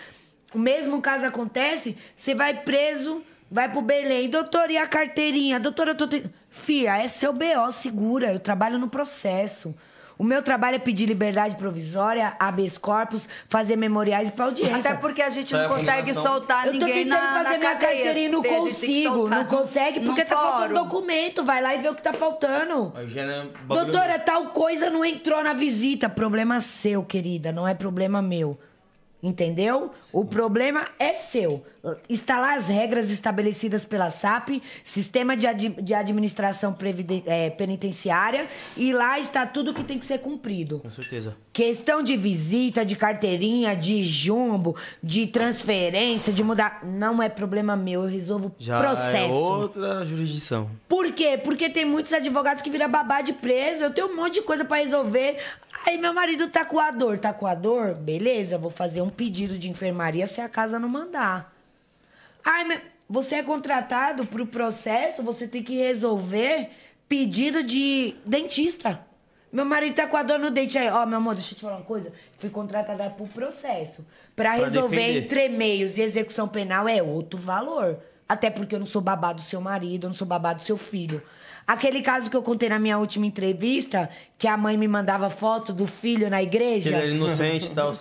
[SPEAKER 5] O mesmo caso acontece, você vai preso, vai pro Belém. Doutor, e a carteirinha? Doutora, eu tô... te- Fia, é seu BO, segura. Eu trabalho no processo. O meu trabalho é pedir liberdade provisória, habeas corpus, fazer memoriais para audiência.
[SPEAKER 3] Até porque a gente não É, consegue combinação. soltar ninguém
[SPEAKER 5] Eu tô tentando
[SPEAKER 3] na-
[SPEAKER 5] fazer
[SPEAKER 3] na
[SPEAKER 5] minha
[SPEAKER 3] cadeia,
[SPEAKER 5] carteirinha e não
[SPEAKER 3] tem, a gente tem que
[SPEAKER 5] consigo.
[SPEAKER 3] soltar
[SPEAKER 5] Não consegue
[SPEAKER 3] num
[SPEAKER 5] porque tá faltando
[SPEAKER 3] fórum.
[SPEAKER 5] documento. Vai lá e vê o que tá faltando.
[SPEAKER 1] Aí já é bagulho-
[SPEAKER 5] Doutora, tal coisa não entrou na visita. Problema seu, querida, não é problema meu. Entendeu? O problema é seu. Está lá as regras estabelecidas pela SAP, Sistema de, Ad- de Administração Previden- eh, Penitenciária, e lá está tudo que tem que ser cumprido.
[SPEAKER 1] Com certeza.
[SPEAKER 5] Questão de visita, de carteirinha, de jumbo, de transferência, de mudar. Não é problema meu, eu resolvo
[SPEAKER 1] Já
[SPEAKER 5] processo.
[SPEAKER 1] é outra jurisdição.
[SPEAKER 5] Por quê? Porque tem muitos advogados que viram babá de preso. Eu tenho um monte de coisa pra resolver. Aí meu marido tá com a dor. Tá com a dor? Beleza, vou fazer um pedido de enfermaria se a casa não mandar. Ai, mas você é contratado pro processo, você tem que resolver pedido de dentista. Meu marido tá com a dor no dente aí. Ó, meu amor, deixa eu te falar uma coisa. Fui contratada pro processo. Pra
[SPEAKER 15] Pra
[SPEAKER 5] resolver
[SPEAKER 15] defender.
[SPEAKER 5] entre e-mails e execução penal é outro valor. Até porque eu não sou babá do seu marido, eu não sou babá do seu filho. Aquele caso que eu contei na minha última entrevista, que a mãe me mandava foto do filho na
[SPEAKER 1] Se
[SPEAKER 5] igreja.
[SPEAKER 1] ele é inocente e tal.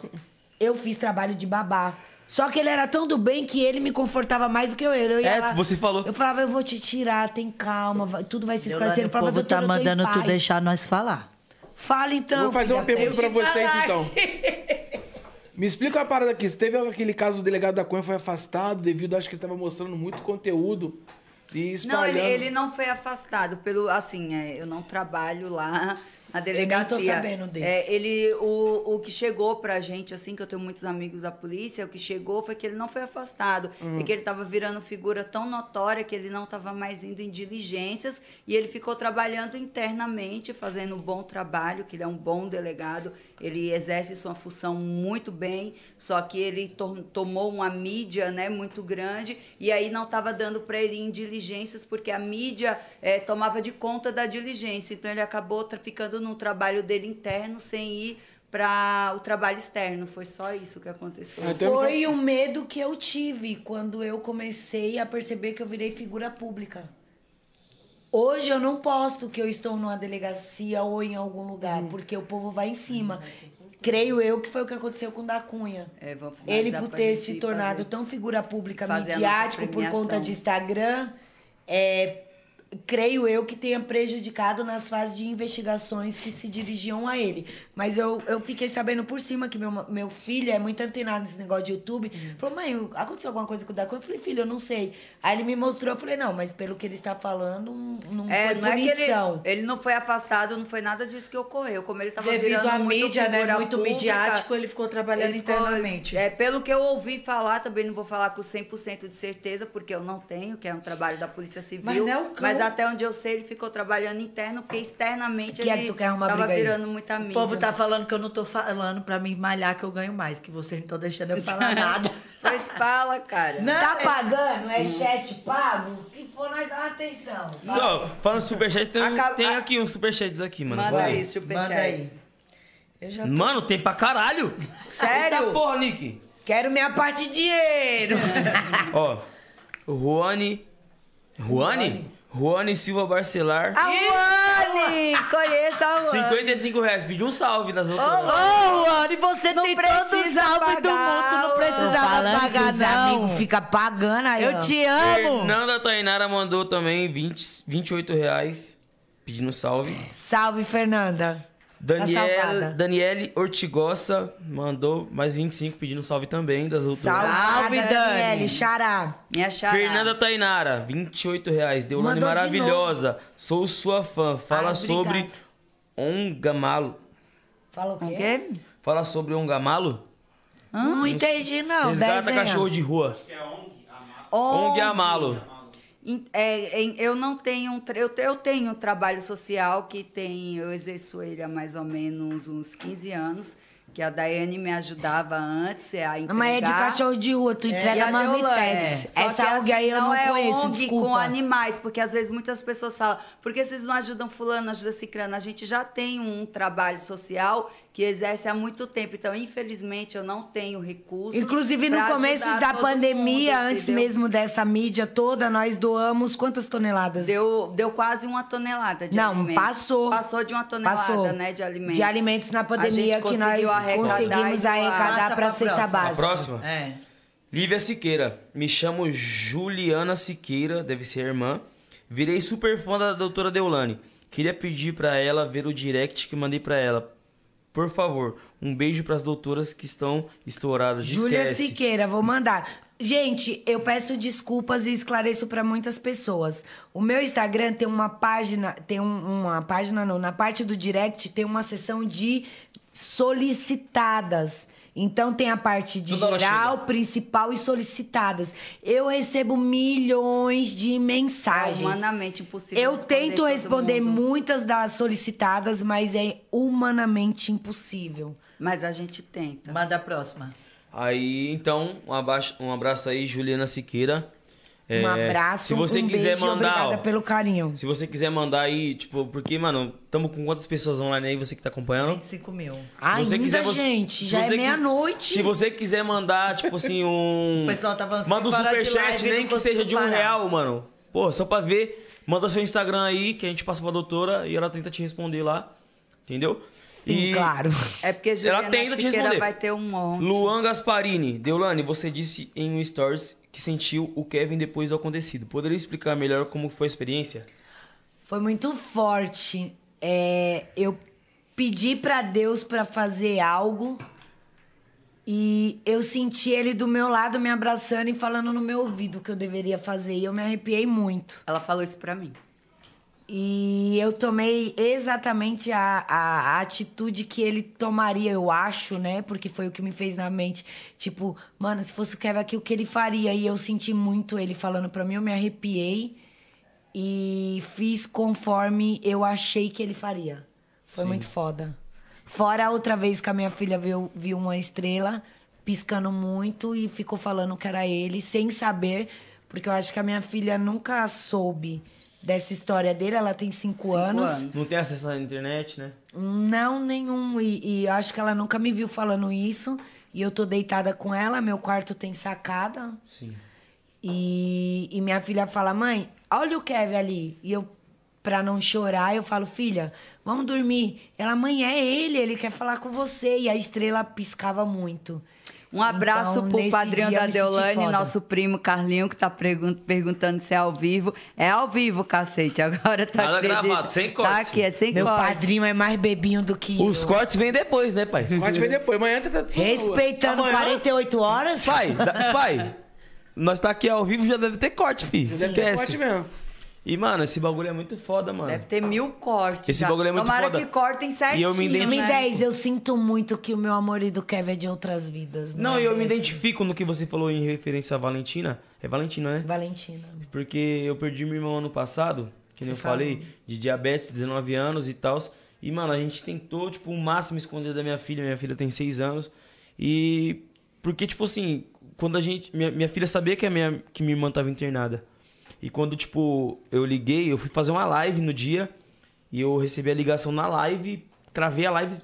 [SPEAKER 5] Eu fiz trabalho de babá. Só que ele era tão do bem que ele me confortava mais do que eu. eu ia
[SPEAKER 1] É,
[SPEAKER 5] lá,
[SPEAKER 1] você falou.
[SPEAKER 5] Eu falava, eu vou te tirar, tem calma, vai- tudo vai se
[SPEAKER 4] Deolane,
[SPEAKER 5] esclarecer. Ele
[SPEAKER 4] o
[SPEAKER 5] falava,
[SPEAKER 4] povo tá
[SPEAKER 5] "Doutora, eu tô em
[SPEAKER 4] mandando tu
[SPEAKER 5] paz."
[SPEAKER 4] deixar nós falar.
[SPEAKER 5] Fala então.
[SPEAKER 2] Vou fazer uma
[SPEAKER 5] filha,
[SPEAKER 2] pergunta pra
[SPEAKER 5] deixa eu
[SPEAKER 2] vocês,
[SPEAKER 5] falar.
[SPEAKER 2] então. Me explica uma parada aqui. Se teve aquele caso do delegado da Cunha foi afastado devido, acho que ele tava mostrando muito conteúdo e
[SPEAKER 3] Não,
[SPEAKER 2] espalhando.
[SPEAKER 3] ele, ele não foi afastado pelo, assim, é, eu não trabalho lá na delegacia.
[SPEAKER 5] Eu nem tô sabendo desse.
[SPEAKER 3] É, ele, o, o que chegou pra gente, assim, que eu tenho muitos amigos da polícia, o que chegou foi que ele não foi afastado.
[SPEAKER 15] Hum.
[SPEAKER 3] É que ele tava virando figura tão notória que ele não tava mais indo em diligências e ele ficou trabalhando internamente, fazendo um bom trabalho, que ele é um bom delegado, ele exerce sua função muito bem, só que ele to- tomou uma mídia, né, muito grande e aí não tava dando para ele ir em diligências porque a mídia eh, tomava de conta da diligência, então ele acabou tra- ficando num trabalho dele interno sem ir para o trabalho externo, foi só isso que aconteceu.
[SPEAKER 5] Foi um medo que eu tive quando eu comecei a perceber que eu virei figura pública. Hoje eu não posto que eu estou numa delegacia ou em algum lugar,
[SPEAKER 3] Hum.
[SPEAKER 5] porque o povo vai em cima. Creio eu que foi o que aconteceu com o da Cunha.
[SPEAKER 3] É, vamos finalizar
[SPEAKER 5] Ele, por
[SPEAKER 3] pra
[SPEAKER 5] ter
[SPEAKER 3] gente
[SPEAKER 5] se
[SPEAKER 3] fazer-
[SPEAKER 5] tornado tão figura pública,
[SPEAKER 3] fazer a nossa
[SPEAKER 5] midiático, por conta
[SPEAKER 3] premiação.
[SPEAKER 5] de Instagram, é, creio eu que tenha prejudicado nas fases de investigações que se dirigiam a ele. Mas eu, eu fiquei sabendo por cima que meu, ma- meu filho é muito antenado nesse negócio de YouTube.
[SPEAKER 3] Uhum.
[SPEAKER 5] Falou, mãe, aconteceu alguma coisa com o Dacoin? Eu falei, filho, eu não sei. Aí ele me mostrou, eu falei, não, mas pelo que ele está falando, hum, não
[SPEAKER 3] É,
[SPEAKER 5] foi
[SPEAKER 3] não é que ele,
[SPEAKER 5] punição.
[SPEAKER 3] ele não foi afastado, não foi nada disso que ocorreu. Como ele estava
[SPEAKER 5] Devido
[SPEAKER 3] virando
[SPEAKER 5] à
[SPEAKER 3] muito
[SPEAKER 5] mídia, né,
[SPEAKER 3] figura
[SPEAKER 5] muito
[SPEAKER 3] pública,
[SPEAKER 5] midiático, ele ficou trabalhando
[SPEAKER 3] ele ficou-
[SPEAKER 5] internamente.
[SPEAKER 3] É, pelo que eu ouvi falar, também não vou falar com 100% de certeza, porque eu não tenho, que é um trabalho da Polícia Civil.
[SPEAKER 5] Mas não é o cão.
[SPEAKER 3] Mas até onde eu sei, ele ficou trabalhando interno, porque externamente
[SPEAKER 5] Que é que
[SPEAKER 3] ele
[SPEAKER 5] tu quer arrumar
[SPEAKER 3] tava
[SPEAKER 5] briga aí?
[SPEAKER 3] virando muita
[SPEAKER 5] O
[SPEAKER 3] mídia.
[SPEAKER 5] povo
[SPEAKER 11] O povo tá falando que eu não tô falando pra me malhar que eu ganho mais, que vocês não estão deixando eu falar nada.
[SPEAKER 3] Pois fala, cara.
[SPEAKER 5] tá pagando? É chat pago? O que for, nós dá uma atenção.
[SPEAKER 1] Não, falando de superchat, tem, um- tem aqui uns superchats aqui, mano.
[SPEAKER 5] Manda
[SPEAKER 1] Vai.
[SPEAKER 5] aí, superchat.
[SPEAKER 3] é
[SPEAKER 5] Manda aí. Eu já tô-
[SPEAKER 1] Mano, tem pra caralho.
[SPEAKER 5] Sério?
[SPEAKER 1] Eita porra, Nick.
[SPEAKER 5] Quero minha parte de dinheiro.
[SPEAKER 1] Ó, o Ruane... Ruane? Ruane Silva Barcelar.
[SPEAKER 5] Ah,
[SPEAKER 3] A Luane! Conheça a Luane.
[SPEAKER 1] 55 reais. Pediu um salve das outras.
[SPEAKER 11] Ô, Luane, você tem todos os salve do mundo, tu não precisava pagar, não.
[SPEAKER 5] fica pagando aí.
[SPEAKER 11] Eu te
[SPEAKER 1] Fernanda Tainara mandou também 20, 28 reais. Pedindo um salve.
[SPEAKER 5] Salve, Fernanda.
[SPEAKER 1] Daniel,
[SPEAKER 5] salvada.
[SPEAKER 1] Daniele Ortigosa mandou mais 25 pedindo salve também das outras.
[SPEAKER 5] Salve, Daniele. Xará.
[SPEAKER 3] Minha
[SPEAKER 1] Fernanda Tainara, 28 reais. Deolane
[SPEAKER 5] Mandou de
[SPEAKER 1] maravilhosa. Sou sua fã. Fala
[SPEAKER 5] Ah,
[SPEAKER 1] sobre
[SPEAKER 5] obrigada.
[SPEAKER 1] Ongamalo.
[SPEAKER 5] Fala o quê?
[SPEAKER 1] Fala sobre Ongamalo?
[SPEAKER 5] Não entendi, não.
[SPEAKER 1] Resgata
[SPEAKER 5] Desenha.
[SPEAKER 1] tá cachorro de rua.
[SPEAKER 3] ONG
[SPEAKER 1] ONG Amalo.
[SPEAKER 3] Em- é, em- eu não tenho um tra- eu, te- eu tenho um trabalho social que tem eu exerço ele há mais ou menos uns 15 anos
[SPEAKER 16] Que a Daiane me ajudava antes é a entregar. É.
[SPEAKER 5] Mas é de cachorro de rua,
[SPEAKER 3] É,
[SPEAKER 5] tu entrega
[SPEAKER 16] e a
[SPEAKER 5] marmitex.
[SPEAKER 16] Deolane. Só
[SPEAKER 5] Essa
[SPEAKER 16] que
[SPEAKER 5] ONG aí eu não
[SPEAKER 16] é
[SPEAKER 5] conheço,
[SPEAKER 16] ONG
[SPEAKER 5] desculpa.
[SPEAKER 16] com animais, porque às vezes muitas pessoas falam, por que vocês não ajudam fulano, ajuda cicrano? A gente já tem um trabalho social que exerce há muito tempo. Então, infelizmente, eu não tenho recursos.
[SPEAKER 5] Inclusive, no
[SPEAKER 16] pra
[SPEAKER 5] começo
[SPEAKER 16] ajudar
[SPEAKER 5] da
[SPEAKER 16] todo
[SPEAKER 5] pandemia,
[SPEAKER 16] mundo,
[SPEAKER 5] antes
[SPEAKER 16] entendeu?
[SPEAKER 5] mesmo dessa mídia toda, nós doamos quantas toneladas?
[SPEAKER 16] Deu, deu quase uma tonelada de
[SPEAKER 5] Não,
[SPEAKER 16] alimentos.
[SPEAKER 5] passou.
[SPEAKER 16] Passou de uma tonelada,
[SPEAKER 5] Passou.
[SPEAKER 16] né, de alimentos.
[SPEAKER 5] De alimentos na pandemia
[SPEAKER 16] A gente
[SPEAKER 5] que nós
[SPEAKER 16] conseguiu arrecadar
[SPEAKER 5] conseguimos
[SPEAKER 16] e doar.
[SPEAKER 5] arrecadar pra cesta
[SPEAKER 1] A
[SPEAKER 5] básica.
[SPEAKER 1] próxima? É. Lívia Siqueira. Me chamo Juliana Siqueira, deve ser irmã. Virei super fã da doutora Deulane. Queria pedir pra ela ver o direct que mandei pra ela. Por favor, um beijo pras doutoras que estão estouradas.
[SPEAKER 5] Júlia
[SPEAKER 1] Esquece.
[SPEAKER 5] Siqueira, vou mandar. Gente, eu peço desculpas e esclareço para muitas pessoas. O meu Instagram tem uma página, tem um- uma página não, na parte do direct tem uma seção de solicitadas. Então tem a parte de
[SPEAKER 6] Toda hora
[SPEAKER 5] geral, principal e solicitadas. Eu recebo milhões de mensagens.
[SPEAKER 16] É humanamente impossível
[SPEAKER 5] Eu
[SPEAKER 16] responder
[SPEAKER 5] tento
[SPEAKER 16] todo
[SPEAKER 5] responder
[SPEAKER 16] mundo.
[SPEAKER 5] muitas das solicitadas, mas é humanamente impossível.
[SPEAKER 16] Mas a gente tenta.
[SPEAKER 11] Manda a próxima.
[SPEAKER 1] Aí, então, um abraço, um abraço aí, Juliana Siqueira. É,
[SPEAKER 5] Um abraço,
[SPEAKER 1] se você
[SPEAKER 5] um
[SPEAKER 1] quiser
[SPEAKER 5] beijo e
[SPEAKER 1] mandar,
[SPEAKER 5] obrigada
[SPEAKER 1] ó,
[SPEAKER 5] pelo carinho.
[SPEAKER 1] Se você quiser mandar aí, tipo, porque, mano, tamo com quantas pessoas online aí, você que tá acompanhando?
[SPEAKER 11] 25 mil.
[SPEAKER 1] Se você quiser, você- se
[SPEAKER 5] é
[SPEAKER 11] é
[SPEAKER 1] você qui- Se você quiser mandar, tipo assim, um.
[SPEAKER 11] O pessoal tá falando,
[SPEAKER 1] Manda um
[SPEAKER 11] "Cinco horas de
[SPEAKER 1] superchat,
[SPEAKER 11] live,
[SPEAKER 1] nem
[SPEAKER 11] não
[SPEAKER 1] que
[SPEAKER 11] consigo
[SPEAKER 1] seja de um
[SPEAKER 11] parar."
[SPEAKER 1] real, mano. Pô, só pra ver. Manda seu Instagram aí, que a gente passa pra doutora e ela tenta te responder lá. Entendeu? E
[SPEAKER 5] claro.
[SPEAKER 16] É porque
[SPEAKER 1] Ela
[SPEAKER 16] Juliana
[SPEAKER 1] tenta te
[SPEAKER 16] Siqueira
[SPEAKER 1] responder.
[SPEAKER 16] vai ter um monte.
[SPEAKER 1] Luan Gasparini, Deolane, você disse em um stories que sentiu o Kevin depois do acontecido. Poderia explicar melhor como foi a experiência?
[SPEAKER 5] Foi muito forte. É, eu pedi pra Deus pra fazer algo e eu senti ele do meu lado me abraçando e falando no meu ouvido o que eu deveria fazer. E eu me arrepiei muito.
[SPEAKER 16] Ela falou isso pra mim.
[SPEAKER 5] E eu tomei exatamente a, a, a atitude que ele tomaria, eu acho, né? Porque foi o que me fez na mente. Tipo, mano, se fosse o Kevin aqui, o que ele faria? E eu senti muito ele falando pra mim, eu me arrepiei e fiz conforme eu achei que ele faria. Foi
[SPEAKER 6] Sim.
[SPEAKER 5] muito foda. Fora a outra vez que a minha filha viu, viu uma estrela piscando muito e ficou falando que era ele, sem saber, porque eu acho que a minha filha nunca soube dessa história dele. Ela tem cinco, anos.
[SPEAKER 1] Não tem acesso à internet, né?
[SPEAKER 5] Não, nenhum. E, e acho que ela nunca me viu falando isso. E eu tô deitada com ela, meu quarto tem sacada.
[SPEAKER 1] Sim.
[SPEAKER 5] E, e minha filha fala, mãe, olha o Kevin ali. E eu, pra não chorar, eu falo, filha, vamos dormir. Ela, mãe, é ele, ele quer falar com você. E a estrela piscava muito.
[SPEAKER 16] Um abraço
[SPEAKER 5] Então,
[SPEAKER 16] pro
[SPEAKER 5] nesse
[SPEAKER 16] padrinho
[SPEAKER 5] dia,
[SPEAKER 16] da
[SPEAKER 5] eu me senti
[SPEAKER 16] Deolane,
[SPEAKER 5] foda.
[SPEAKER 16] nosso primo Carlinho, que tá pergun- perguntando se é ao vivo. É ao vivo, cacete. Agora tá
[SPEAKER 1] Nada
[SPEAKER 16] acredita?
[SPEAKER 1] gravado, sem
[SPEAKER 16] Tá
[SPEAKER 1] corte.
[SPEAKER 16] aqui, é sem
[SPEAKER 5] Meu
[SPEAKER 16] corte.
[SPEAKER 5] padrinho é mais bebinho do que
[SPEAKER 1] Os
[SPEAKER 5] eu.
[SPEAKER 1] cortes vêm depois, né, pai? Os
[SPEAKER 2] cortes vêm depois. Amanhã tá tudo.
[SPEAKER 5] Respeitando
[SPEAKER 2] Amanhã?
[SPEAKER 5] 48 horas.
[SPEAKER 1] Pai, da- pai, nós tá aqui ao vivo, já deve ter corte, filho.
[SPEAKER 2] deve ter
[SPEAKER 1] Esquece.
[SPEAKER 2] corte mesmo.
[SPEAKER 1] E, mano, esse bagulho é muito foda, mano.
[SPEAKER 16] Deve ter mil cortes.
[SPEAKER 1] Esse
[SPEAKER 16] já.
[SPEAKER 1] bagulho é muito
[SPEAKER 16] Tomara
[SPEAKER 1] foda.
[SPEAKER 16] que cortem certinho.
[SPEAKER 1] E eu me identifico.
[SPEAKER 16] né?
[SPEAKER 5] 2010, eu sinto muito que o meu amor e do Kevin é de outras vidas.
[SPEAKER 1] Não,
[SPEAKER 5] é
[SPEAKER 1] e eu me
[SPEAKER 5] desse.
[SPEAKER 1] identifico no que você falou em referência à Valentina. É Valentina, né?
[SPEAKER 5] Valentina.
[SPEAKER 1] Porque eu perdi meu irmão ano passado, que nem eu
[SPEAKER 5] Você falou.
[SPEAKER 1] falei, de diabetes, 19 anos e tal. E, mano, a gente tentou, tipo, o máximo esconder da minha filha. Minha filha tem 6 anos. E. Porque, tipo assim, quando a gente. Minha, minha filha sabia que a minha, que minha irmã tava internada. E quando, tipo, eu liguei, eu fui fazer uma live no dia. E eu recebi a ligação na live, travei a live,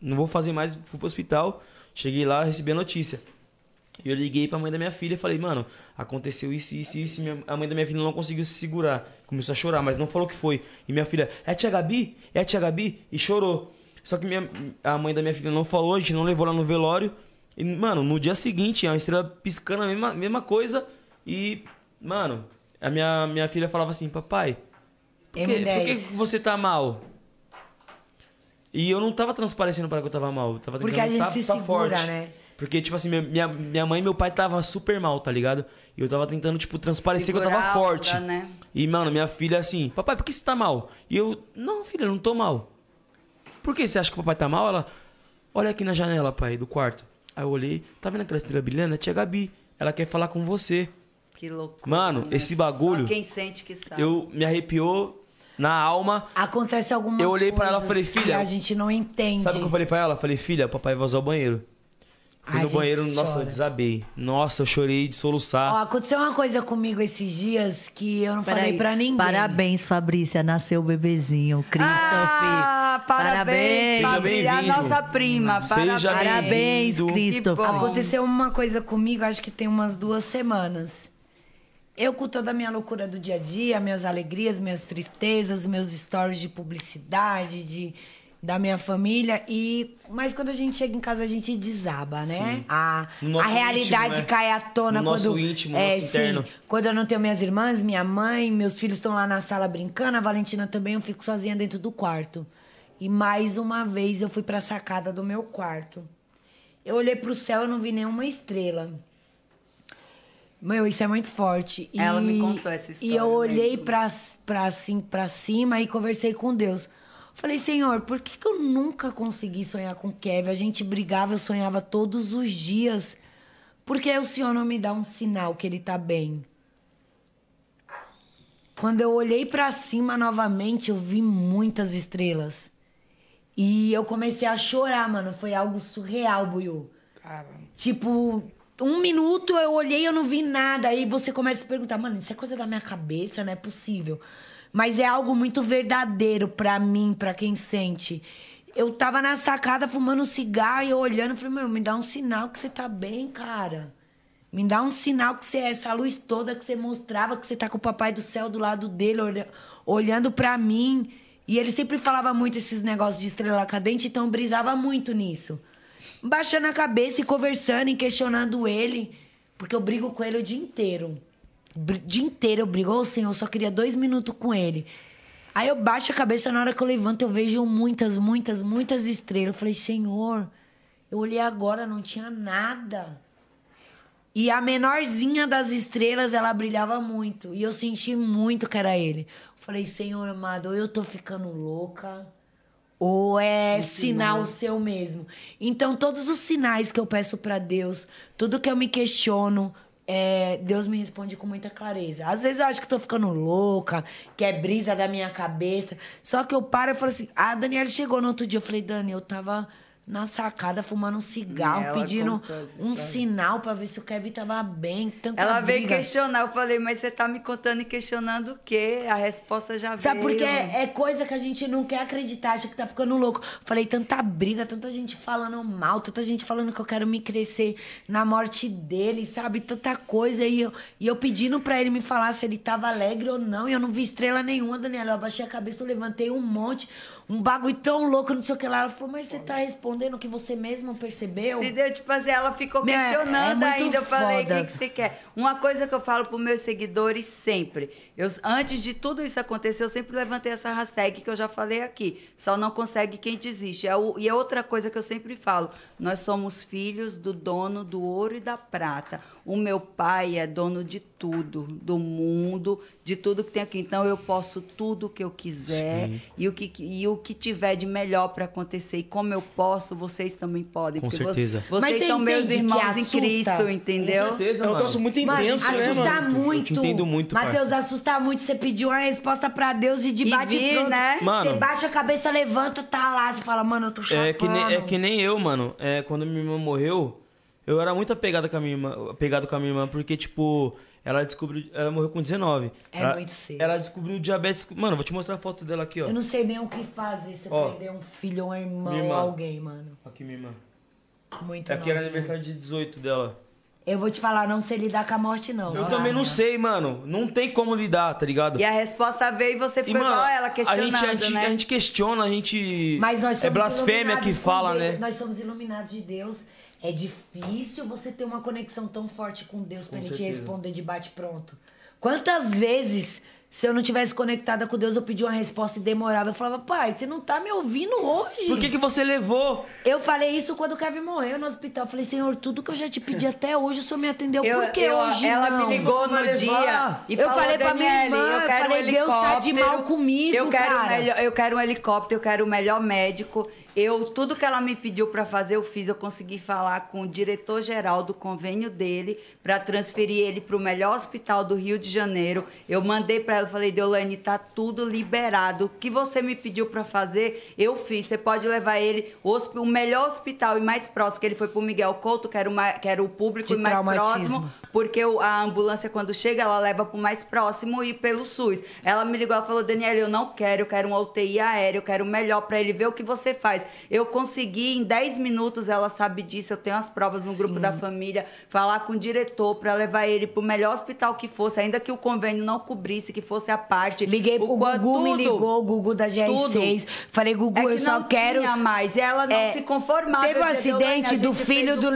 [SPEAKER 1] não vou fazer mais, fui pro hospital. Cheguei lá, recebi a notícia. E eu liguei pra mãe da minha filha e falei, mano, aconteceu isso, isso, isso. e minha- A mãe da minha filha não conseguiu se segurar. Começou a chorar, mas não falou o que foi. E minha filha, é a tia Gabi? É a tia Gabi? E chorou. Só que minha- a mãe da minha filha não falou, a gente não levou lá no velório. E, mano, no dia seguinte, a estrela piscando a mesma, mesma coisa. E, mano, a minha, minha filha falava assim, papai, por que, por que
[SPEAKER 5] M10.
[SPEAKER 1] você tá mal? E eu não tava transparecendo para que eu tava mal. Eu tava
[SPEAKER 5] Porque
[SPEAKER 1] tentando
[SPEAKER 5] a gente
[SPEAKER 1] tá-
[SPEAKER 5] se
[SPEAKER 1] tá
[SPEAKER 5] segura,
[SPEAKER 1] forte.
[SPEAKER 5] né?
[SPEAKER 1] Porque, tipo assim, minha- minha, minha mãe e meu pai tava super mal, tá ligado? E eu tava tentando, tipo, transparecer que eu
[SPEAKER 16] Segurar a
[SPEAKER 1] tava forte.
[SPEAKER 16] onda, né?
[SPEAKER 1] E, mano, minha filha assim, papai, por que você tá mal? E eu, não, filha, eu não tô mal. Por que você acha que o papai tá mal? Ela, olha aqui na janela, pai, do quarto. Aí eu olhei, tá vendo aquela estrela brilhando? É a tia Gabi. Ela quer falar com você.
[SPEAKER 16] Que loucura.
[SPEAKER 3] né?
[SPEAKER 1] Mano, esse bagulho.
[SPEAKER 5] Tá.
[SPEAKER 16] Quem sente que sabe.
[SPEAKER 1] Eu me arrepiou na alma.
[SPEAKER 5] Acontece algumas
[SPEAKER 1] Eu olhei pra ela e
[SPEAKER 5] coisas
[SPEAKER 1] falei, filha,
[SPEAKER 5] que a gente não entende.
[SPEAKER 1] Sabe o que eu falei pra ela? Falei, filha, papai vai usar o banheiro. Fui
[SPEAKER 5] Ai,
[SPEAKER 1] no
[SPEAKER 5] gente,
[SPEAKER 1] banheiro, nossa,
[SPEAKER 5] chora.
[SPEAKER 1] eu desabei. Nossa, eu chorei de soluçar.
[SPEAKER 5] Ó, aconteceu uma coisa comigo esses dias que eu não falei pra ninguém.
[SPEAKER 4] Parabéns, Fabrícia. Nasceu o bebezinho, Christopher.
[SPEAKER 3] Ah, parabéns,
[SPEAKER 4] Parabéns.
[SPEAKER 3] Fabi, a nossa prima.
[SPEAKER 4] Seja
[SPEAKER 3] parabéns.
[SPEAKER 4] bem-vindo. Parabéns, Christopher.
[SPEAKER 3] Que bom.
[SPEAKER 5] Aconteceu uma coisa comigo, acho que tem umas duas semanas. Eu, com toda a minha loucura do dia a dia, minhas alegrias, minhas tristezas, meus stories de publicidade, de da minha família e mas quando a gente chega em casa a gente desaba, né?
[SPEAKER 21] Sim.
[SPEAKER 5] A,
[SPEAKER 21] No nosso
[SPEAKER 5] a realidade
[SPEAKER 21] íntimo, né?
[SPEAKER 5] cai à tona
[SPEAKER 21] No
[SPEAKER 5] quando
[SPEAKER 21] nosso íntimo,
[SPEAKER 5] é,
[SPEAKER 21] nosso
[SPEAKER 5] sim,
[SPEAKER 21] interno.
[SPEAKER 5] quando eu não tenho minhas irmãs, minha mãe, meus filhos estão lá na sala brincando, a Valentina também, eu fico sozinha dentro do quarto. E mais uma vez eu fui pra sacada do meu quarto. Eu olhei pro céu e não vi nenhuma estrela. Meu, isso é muito forte. E-
[SPEAKER 3] Ela me contou essa história,
[SPEAKER 5] E eu
[SPEAKER 3] eu
[SPEAKER 5] olhei
[SPEAKER 3] lembro.
[SPEAKER 5] pra, pra, assim, pra cima e conversei com Deus. Falei, Senhor, por que, que eu nunca consegui sonhar com o Kevin? A gente brigava, eu sonhava todos os dias. Por que o Senhor não me dá um sinal que ele tá bem? Quando eu olhei pra cima novamente, eu vi muitas estrelas. E eu comecei a chorar, mano. Foi algo surreal, Buiu. Tipo, um minuto eu olhei e eu não vi nada. Aí você começa a se perguntar, mano, isso é coisa da minha cabeça, não é possível. Mas é algo muito verdadeiro pra mim, pra quem sente. Eu tava na sacada fumando um cigarro e eu olhando, eu falei, meu, me dá um sinal que você tá bem, cara. Me dá um sinal que você é essa luz toda que você mostrava, que você tá com o papai do céu do lado dele, olha- olhando pra mim. E ele sempre falava muito esses negócios de estrela cadente, então eu brisava muito nisso. Baixando a cabeça e conversando e questionando ele, porque eu brigo com ele o dia inteiro. Br- dia inteiro eu brigo, ô senhor, eu só queria dois minutos com ele. Aí eu baixo a cabeça, na hora que eu levanto, eu vejo muitas, muitas, muitas estrelas. Eu falei, senhor, eu olhei agora, não tinha nada. E a menorzinha das estrelas, ela brilhava muito. E eu senti muito que era ele. Falei, Senhor amado, ou eu tô ficando louca, ou é
[SPEAKER 21] Um
[SPEAKER 5] sinal
[SPEAKER 21] sinal.
[SPEAKER 5] seu mesmo. Então, todos os sinais que eu peço pra Deus, tudo que eu me questiono, é, Deus me responde com muita clareza. Às vezes eu acho que tô ficando louca, que é brisa da minha cabeça. Só que eu paro e falo assim: ah, a Daniela chegou no outro dia. Eu falei, Dani, eu tava na sacada fumando um cigarro,
[SPEAKER 3] Ela
[SPEAKER 5] pedindo
[SPEAKER 3] contou essa
[SPEAKER 5] um
[SPEAKER 3] história.
[SPEAKER 5] sinal pra ver se o Kevin tava bem. Tanta
[SPEAKER 3] Ela veio
[SPEAKER 5] briga.
[SPEAKER 3] questionar, eu falei, mas você tá me contando e questionando o quê? A resposta já
[SPEAKER 5] Sabe
[SPEAKER 3] veio.
[SPEAKER 5] porque é é coisa que a gente não quer acreditar, acha que tá ficando louco. Falei, tanta briga, tanta gente falando mal, tanta gente falando que eu quero me crescer na morte dele, sabe? Tanta coisa. E eu, e eu pedindo pra ele me falar se ele tava alegre ou não. E eu não vi estrela nenhuma, Daniela. Eu abaixei a cabeça, eu levantei um monte. Um bagulho tão louco, não sei o que lá. Ela falou, mas você tá respondendo o que você mesmo percebeu?
[SPEAKER 3] Entendeu? Tipo assim, ela ficou
[SPEAKER 5] Meu, é- é
[SPEAKER 3] questionando
[SPEAKER 5] muito
[SPEAKER 3] ainda. Eu falei, o
[SPEAKER 5] foda.
[SPEAKER 3] que, que você quer? Uma coisa que eu falo pros meus seguidores sempre. Eu, antes de tudo isso acontecer, eu sempre levantei essa hashtag que eu já falei aqui. Só não consegue quem desiste. É o- e é outra coisa que eu sempre falo. Nós somos filhos do dono do ouro e da prata. O meu pai é dono de tudo, do mundo, de tudo que tem aqui. Então eu posso tudo que eu quiser
[SPEAKER 21] Sim.
[SPEAKER 3] e o que, e o que tiver de melhor para acontecer. E como eu posso, vocês também podem.
[SPEAKER 1] Com
[SPEAKER 3] porque vo-
[SPEAKER 1] certeza.
[SPEAKER 3] Vocês
[SPEAKER 5] Mas você
[SPEAKER 3] são meus
[SPEAKER 5] entende que
[SPEAKER 3] irmãos em
[SPEAKER 5] assusta?
[SPEAKER 3] Cristo, entendeu?
[SPEAKER 1] Com certeza,
[SPEAKER 22] É um
[SPEAKER 1] mano.
[SPEAKER 22] troço muito
[SPEAKER 5] Mano,
[SPEAKER 22] intenso, né, mano?
[SPEAKER 5] assustar
[SPEAKER 1] Eu
[SPEAKER 5] muito.
[SPEAKER 1] te entendo muito,
[SPEAKER 5] Matheus,
[SPEAKER 1] parça.
[SPEAKER 5] assustar muito. Você pediu uma resposta pra Deus e de
[SPEAKER 3] E
[SPEAKER 5] bate
[SPEAKER 3] vir,
[SPEAKER 5] pronto.
[SPEAKER 3] né?
[SPEAKER 1] Mano.
[SPEAKER 5] Você baixa a cabeça, levanta, tá lá. Você fala, mano, eu tô chapando.
[SPEAKER 1] É que, nem, é que nem eu, mano. É, quando minha irmã morreu, eu era muito apegado com a minha irmã, apegado com a minha irmã porque, tipo, ela descobriu. Ela morreu com 19.
[SPEAKER 5] É
[SPEAKER 1] ela,
[SPEAKER 5] muito cedo.
[SPEAKER 1] Ela descobriu diabetes. Mano, vou te mostrar a foto dela aqui, ó.
[SPEAKER 5] Eu não sei nem o que fazer se eu
[SPEAKER 1] Ó.
[SPEAKER 5] perder um filho ou um irmão
[SPEAKER 1] Minha
[SPEAKER 5] ou
[SPEAKER 1] irmã.
[SPEAKER 5] alguém, mano.
[SPEAKER 1] Aqui, minha irmã.
[SPEAKER 5] Muito
[SPEAKER 1] É porque era
[SPEAKER 5] novinha.
[SPEAKER 1] aniversário de 18 dela.
[SPEAKER 5] Eu vou te falar, não sei lidar com a morte, não.
[SPEAKER 1] Eu
[SPEAKER 5] Vai.
[SPEAKER 1] também não sei, mano. Não tem como lidar, tá ligado?
[SPEAKER 3] E a resposta veio e você
[SPEAKER 1] E,
[SPEAKER 3] ficou igual ela
[SPEAKER 1] a
[SPEAKER 3] questionando,
[SPEAKER 1] gente,
[SPEAKER 5] é
[SPEAKER 1] a, gente,
[SPEAKER 3] né?
[SPEAKER 1] a gente questiona, a gente.
[SPEAKER 5] Mas nós
[SPEAKER 1] é
[SPEAKER 5] somos
[SPEAKER 1] blasfêmia que
[SPEAKER 5] iluminados com
[SPEAKER 1] fala,
[SPEAKER 5] Deus.
[SPEAKER 1] né?
[SPEAKER 5] Nós somos iluminados de Deus. É difícil você ter uma conexão tão forte com Deus pra
[SPEAKER 21] Com
[SPEAKER 5] ele te
[SPEAKER 21] certeza.
[SPEAKER 5] responder de bate-pronto. Quantas vezes, se eu não tivesse conectada com Deus, eu pedi uma resposta e demorava. Eu falava, pai, você não tá me ouvindo hoje.
[SPEAKER 1] Por que, que você levou?
[SPEAKER 5] Eu falei isso quando o Kevin morreu no hospital. Eu falei, Senhor, tudo que eu já te pedi até hoje, o Senhor me atendeu.
[SPEAKER 3] Eu-
[SPEAKER 5] Então, Por que
[SPEAKER 3] eu-
[SPEAKER 5] hoje
[SPEAKER 3] ela
[SPEAKER 5] não?
[SPEAKER 3] me ligou Você vai no levar? dia e
[SPEAKER 5] eu
[SPEAKER 3] falou,
[SPEAKER 5] falei pra minha
[SPEAKER 3] "Daniele,
[SPEAKER 5] irmã,
[SPEAKER 3] eu
[SPEAKER 5] eu,
[SPEAKER 3] quero um
[SPEAKER 5] falei, Deus tá de
[SPEAKER 3] helicóptero,
[SPEAKER 5] mal comigo,
[SPEAKER 3] Eu quero, o
[SPEAKER 5] cara.
[SPEAKER 3] melhor, eu quero um helicóptero, eu quero o melhor médico, Eu, tudo que ela me pediu para fazer, eu fiz. Eu consegui falar com o diretor-geral do convênio dele para transferir ele para o melhor hospital do Rio de Janeiro. Eu mandei para ela, falei, Deolane, tá tudo liberado. O que você me pediu para fazer, eu fiz. Você pode levar ele o hosp- o melhor hospital e mais próximo, que ele foi para o Miguel Couto, que era, o ma- que era o público
[SPEAKER 23] De
[SPEAKER 3] e mais
[SPEAKER 23] traumatismo.
[SPEAKER 3] próximo. Porque o- a ambulância, quando chega, ela leva pro mais próximo e pelo SUS. Ela me ligou, ela falou, Daniela, eu não quero, eu quero uma UTI aérea, eu quero o melhor pra ele ver o que você faz. Eu consegui, em 10 minutos, ela sabe disso, eu tenho as provas no grupo da família, falar com o diretor pra levar ele pro melhor hospital que fosse, ainda que o convênio não cobrisse, que fosse a parte. Liguei pro
[SPEAKER 5] O Gugu me ligou, o Gugu da GR6. Falei, Gugu,
[SPEAKER 3] É que
[SPEAKER 5] eu só
[SPEAKER 3] não
[SPEAKER 5] quero. É,
[SPEAKER 3] tinha mais, e ela não se conformava.
[SPEAKER 5] Teve
[SPEAKER 3] Eu
[SPEAKER 5] um
[SPEAKER 3] dizia, "Deolane, a
[SPEAKER 5] acidente do
[SPEAKER 3] gente
[SPEAKER 5] filho
[SPEAKER 3] fez
[SPEAKER 5] do
[SPEAKER 3] o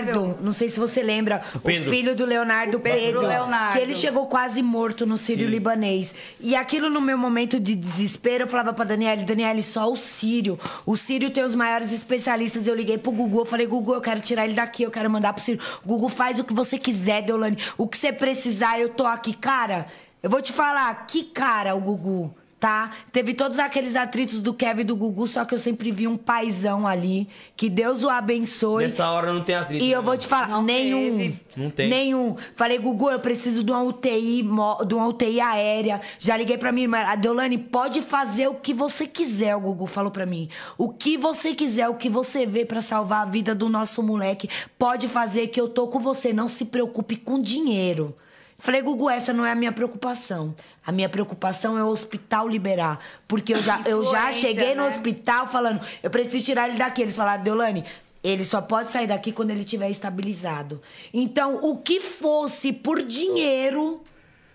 [SPEAKER 5] Leonardo. Não sei se você lembra. O,
[SPEAKER 3] Pedro.
[SPEAKER 5] filho do Leonardo
[SPEAKER 3] Pedro
[SPEAKER 5] Pedro.
[SPEAKER 3] Leonardo.
[SPEAKER 5] Que ele chegou quase morto no Sírio Libanês. E aquilo, no meu momento de desespero, eu falava pra Daniele, Daniele, só o Sírio. O Sírio tem os maiores especialistas. Eu liguei pro Gugu, eu falei, Gugu, eu quero tirar ele daqui, eu quero mandar pro Sírio. Gugu, faz o que você quiser, Deolane. O que você precisar, eu tô aqui. Cara, eu vou te falar, que cara o Gugu. Tá? Teve todos aqueles atritos do Kevin e do Gugu, só que eu sempre vi um paizão ali. Que Deus o abençoe.
[SPEAKER 1] Nessa hora não tem atrito.
[SPEAKER 5] E eu
[SPEAKER 1] né?
[SPEAKER 5] vou te falar, nenhum.
[SPEAKER 1] Não tem.
[SPEAKER 5] Nenhum. Falei, Gugu, eu preciso de uma UTI, mo- de uma UTI aérea. Já liguei pra minha irmã. A Deolane, pode fazer o que você quiser, o Gugu falou pra mim. O que você quiser, o que você vê pra salvar a vida do nosso moleque, pode fazer que eu tô com você. Não se preocupe com dinheiro. Falei, Gugu, essa não é a minha preocupação. A minha preocupação é o hospital liberar. Porque eu já, eu já
[SPEAKER 3] Influência,
[SPEAKER 5] cheguei no
[SPEAKER 3] né?
[SPEAKER 5] hospital falando, eu preciso tirar ele daqui. Eles falaram, Deolane, ele só pode sair daqui quando ele estiver estabilizado. Então, o que fosse por dinheiro,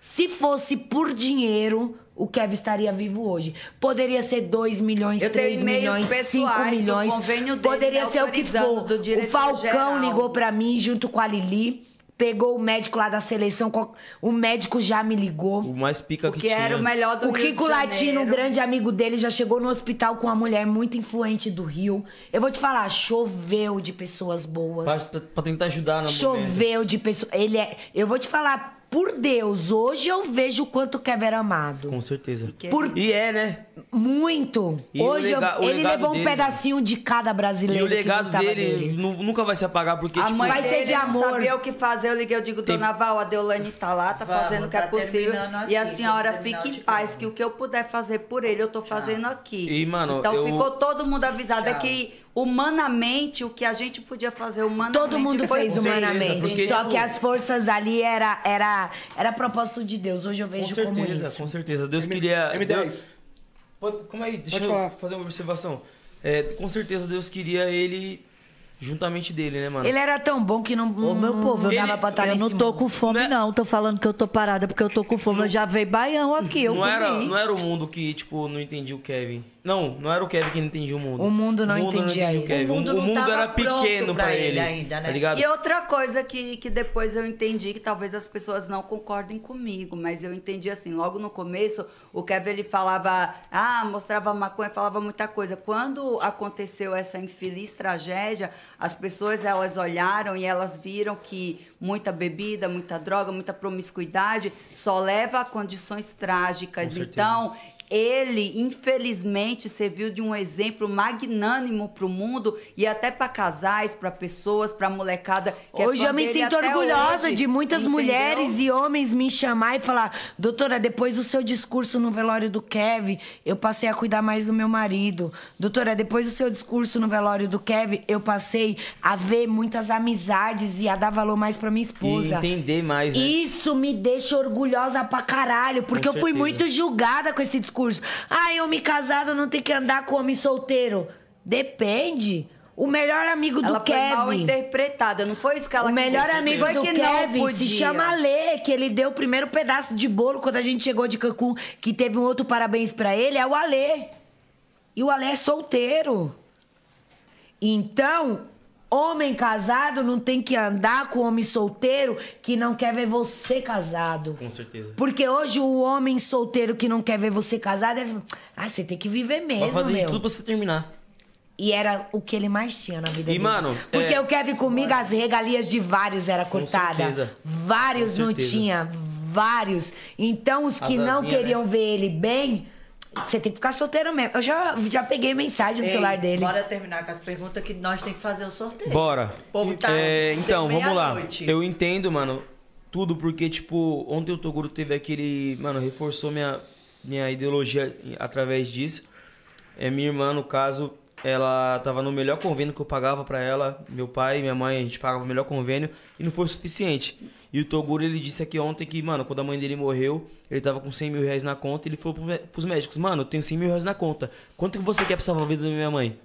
[SPEAKER 5] se fosse por dinheiro, o Kevin estaria vivo hoje. Poderia ser 2 milhões,
[SPEAKER 3] Eu tenho
[SPEAKER 5] 3
[SPEAKER 3] e-mails
[SPEAKER 5] milhões, 5
[SPEAKER 3] pessoais do
[SPEAKER 5] milhões.
[SPEAKER 3] convênio dele,
[SPEAKER 5] Poderia
[SPEAKER 3] né,
[SPEAKER 5] ser o que
[SPEAKER 3] autorizando
[SPEAKER 5] for.
[SPEAKER 3] do
[SPEAKER 5] O
[SPEAKER 3] diretor
[SPEAKER 5] Falcão
[SPEAKER 3] geral.
[SPEAKER 5] ligou pra mim junto com a Lili. Pegou o médico lá da seleção, co- o médico já me ligou.
[SPEAKER 1] O mais pica que,
[SPEAKER 5] Que
[SPEAKER 1] tinha.
[SPEAKER 5] O Kiko Latino, um grande amigo dele, já chegou no hospital com uma mulher muito influente do Rio. Eu vou te falar, choveu de pessoas boas.
[SPEAKER 1] Pra, pra tentar ajudar na né?
[SPEAKER 5] Choveu de pessoas. Ele é. Eu vou te falar, por Deus, hoje eu vejo o quanto o Kevin era amado.
[SPEAKER 1] Com certeza.
[SPEAKER 5] Por-
[SPEAKER 1] E é, né?
[SPEAKER 5] Muito.
[SPEAKER 1] E o
[SPEAKER 5] hoje eu-
[SPEAKER 1] lega- o
[SPEAKER 5] ele
[SPEAKER 1] legado
[SPEAKER 5] levou um
[SPEAKER 1] dele.
[SPEAKER 5] pedacinho de cada
[SPEAKER 1] E
[SPEAKER 5] brasileiro.
[SPEAKER 1] o legado
[SPEAKER 5] que gostava
[SPEAKER 1] dele, nu- nunca vai se apagar, porque
[SPEAKER 3] A
[SPEAKER 1] tipo,
[SPEAKER 3] mãe
[SPEAKER 5] Vai ser
[SPEAKER 3] dele
[SPEAKER 5] de
[SPEAKER 3] não
[SPEAKER 5] amor.
[SPEAKER 3] sabia o que fazer. Eu liguei, eu digo, Dona Val, a Deolane tá lá, tá
[SPEAKER 23] Vamos,
[SPEAKER 3] fazendo o que é
[SPEAKER 23] tá
[SPEAKER 3] possível.
[SPEAKER 23] terminando aqui,
[SPEAKER 3] E a senhora
[SPEAKER 23] vamos terminar
[SPEAKER 3] fique
[SPEAKER 23] de
[SPEAKER 3] em paz, que o que eu puder fazer por ele, eu tô fazendo aqui.
[SPEAKER 1] E, mano,
[SPEAKER 3] então
[SPEAKER 1] eu-
[SPEAKER 3] ficou todo mundo avisado. É
[SPEAKER 1] Tchau.
[SPEAKER 3] que humanamente, o que a gente podia fazer humanamente.
[SPEAKER 5] Todo mundo
[SPEAKER 3] foi
[SPEAKER 5] fez
[SPEAKER 3] feito.
[SPEAKER 5] humanamente.
[SPEAKER 4] tipo,
[SPEAKER 5] Só que as forças ali era, era, era propósito de Deus. Hoje eu
[SPEAKER 1] Com
[SPEAKER 5] vejo como
[SPEAKER 1] certeza,
[SPEAKER 5] isso.
[SPEAKER 1] com certeza. Deus queria.
[SPEAKER 2] M10.
[SPEAKER 1] Deus- Pode- Como aí? Deixa
[SPEAKER 2] Pode
[SPEAKER 1] eu
[SPEAKER 2] falar.
[SPEAKER 1] fazer uma observação. É, com certeza Deus queria ele juntamente dele, né, mano?
[SPEAKER 5] Ele é era tão bom que não.
[SPEAKER 4] Ô, meu povo, eu,
[SPEAKER 1] Ele-
[SPEAKER 4] tava pra
[SPEAKER 11] Tá
[SPEAKER 4] estar eu não tô com fome,
[SPEAKER 1] é-
[SPEAKER 4] não. Tô falando que eu tô parada porque eu tô com fome. eu já veio baião aqui, eu
[SPEAKER 1] não, era,
[SPEAKER 4] comi.
[SPEAKER 1] não era o mundo que, tipo, não entendia o Kevin. Não, não era o Kevin que não entendia o mundo.
[SPEAKER 5] O mundo não entendia
[SPEAKER 1] entendia
[SPEAKER 5] ele.
[SPEAKER 1] o Kevin.
[SPEAKER 5] O
[SPEAKER 1] O
[SPEAKER 5] mundo
[SPEAKER 1] mundo,
[SPEAKER 5] não tava
[SPEAKER 1] era
[SPEAKER 5] pronto
[SPEAKER 1] pequeno
[SPEAKER 5] pra
[SPEAKER 1] pra
[SPEAKER 5] ele
[SPEAKER 1] ele.
[SPEAKER 5] ainda, né?
[SPEAKER 1] Tá ligado?
[SPEAKER 3] E outra coisa que, que depois eu entendi, que talvez as pessoas não concordem comigo, mas eu entendi assim, logo no começo, o Kevin ele falava, ah, mostrava maconha, falava muita coisa. Quando aconteceu essa infeliz tragédia, as pessoas elas olharam e elas viram que muita bebida, muita droga, muita promiscuidade só leva a condições trágicas.
[SPEAKER 1] Com certeza.
[SPEAKER 3] Então, ele, infelizmente, serviu de um exemplo magnânimo para o mundo e até para casais, para pessoas, para molecada. Que é
[SPEAKER 5] Hoje
[SPEAKER 3] fã
[SPEAKER 5] eu me
[SPEAKER 3] dele
[SPEAKER 5] sinto
[SPEAKER 3] até
[SPEAKER 5] orgulhosa
[SPEAKER 3] hoje,
[SPEAKER 5] de muitas
[SPEAKER 3] entendeu?
[SPEAKER 5] mulheres e homens me chamar e falar: doutora, depois do seu discurso no velório do Kevin, eu passei a cuidar mais do meu marido. Doutora, depois do seu discurso no velório do Kevin, eu passei a ver muitas amizades e a dar valor mais pra minha
[SPEAKER 1] E
[SPEAKER 5] esposa.
[SPEAKER 1] entender mais, né?
[SPEAKER 5] Isso me deixa orgulhosa pra caralho, porque eu
[SPEAKER 1] Com
[SPEAKER 5] fui
[SPEAKER 1] certeza.
[SPEAKER 5] muito julgada com esse discurso. Ah, homem casado não tem que andar com homem solteiro. Depende. O melhor amigo do
[SPEAKER 3] Ela foi
[SPEAKER 5] Kevin.
[SPEAKER 3] mal interpretada, não foi isso que ela
[SPEAKER 5] O melhor
[SPEAKER 3] quis.
[SPEAKER 5] amigo
[SPEAKER 3] Foi
[SPEAKER 5] é do
[SPEAKER 3] que não
[SPEAKER 5] Kevin se
[SPEAKER 3] podia.
[SPEAKER 5] chama Lê, que ele deu o primeiro pedaço de bolo quando a gente chegou de Cancún, que teve um outro parabéns pra ele, é o Alê. E o Alê é solteiro. Então, homem casado não tem que andar com homem solteiro que não quer ver você casado.
[SPEAKER 1] Com certeza.
[SPEAKER 5] Porque hoje o homem solteiro que não quer ver você casado, ele fala, ah, você tem que viver
[SPEAKER 1] Vai
[SPEAKER 5] mesmo,
[SPEAKER 1] fazer de
[SPEAKER 5] meu.
[SPEAKER 1] tudo pra você terminar.
[SPEAKER 5] E era o que ele mais tinha na vida
[SPEAKER 1] E,
[SPEAKER 5] dele.
[SPEAKER 1] mano,
[SPEAKER 5] Porque
[SPEAKER 1] é-
[SPEAKER 5] o Kevin comigo, as regalias de vários era cortada.
[SPEAKER 1] certeza.
[SPEAKER 5] Vários
[SPEAKER 1] Com
[SPEAKER 5] não
[SPEAKER 1] certeza.
[SPEAKER 5] tinha. Vários. Então, os
[SPEAKER 1] As
[SPEAKER 5] que não
[SPEAKER 1] asinhas, né?
[SPEAKER 5] queriam ver ele bem, Você tem que ficar solteiro mesmo. Eu já, já peguei mensagem no
[SPEAKER 11] Ei,
[SPEAKER 5] celular dele.
[SPEAKER 11] Bora terminar com as perguntas que nós temos que fazer o sorteio.
[SPEAKER 1] Bora.
[SPEAKER 11] O povo tá.
[SPEAKER 1] É,
[SPEAKER 11] deu
[SPEAKER 1] então, vamos lá.
[SPEAKER 11] meia-noite.
[SPEAKER 1] Eu entendo, mano, tudo, porque, tipo, ontem o Toguro teve aquele. Mano, reforçou minha, minha ideologia em- através disso. É, minha irmã, no caso, ela tava no melhor convênio que eu pagava pra ela. Meu pai, minha mãe, a gente pagava o melhor convênio e não foi o suficiente. E o Toguro, ele disse aqui ontem que, mano, quando a mãe dele morreu, ele tava com 100 mil reais na conta. Ele falou pro mé- pros médicos: Mano, eu tenho 100 mil reais na conta. Quanto que você quer pra salvar a vida da minha mãe?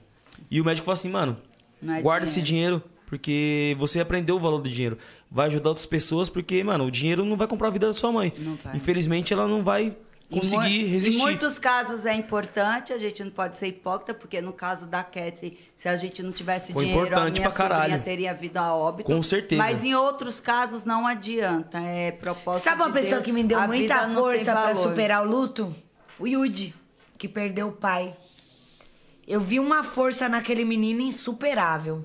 [SPEAKER 1] E o médico falou assim: Mano,
[SPEAKER 16] Não é
[SPEAKER 1] guarda esse dinheiro, porque você aprendeu o valor do dinheiro. Vai ajudar outras pessoas, porque, mano, o dinheiro não vai comprar a vida da sua mãe. Infelizmente, ela não vai conseguir
[SPEAKER 16] Em mu-
[SPEAKER 1] resistir.
[SPEAKER 16] Em muitos casos é importante, a gente não pode ser hipócrita, porque no caso da Kathy, se a gente não tivesse
[SPEAKER 1] Foi
[SPEAKER 16] dinheiro, a
[SPEAKER 1] importante
[SPEAKER 16] minha
[SPEAKER 1] pra caralho.
[SPEAKER 16] sobrinha teria vindo a óbito.
[SPEAKER 1] Com certeza.
[SPEAKER 16] Mas em outros casos não adianta, é propósito
[SPEAKER 5] Sabe uma
[SPEAKER 16] de
[SPEAKER 5] pessoa
[SPEAKER 16] Deus,
[SPEAKER 5] que me deu
[SPEAKER 16] a vida
[SPEAKER 5] muita
[SPEAKER 16] não tem
[SPEAKER 5] força pra
[SPEAKER 16] valor.
[SPEAKER 5] superar o luto? O Yudi, que perdeu o pai. Eu vi uma força naquele menino insuperável.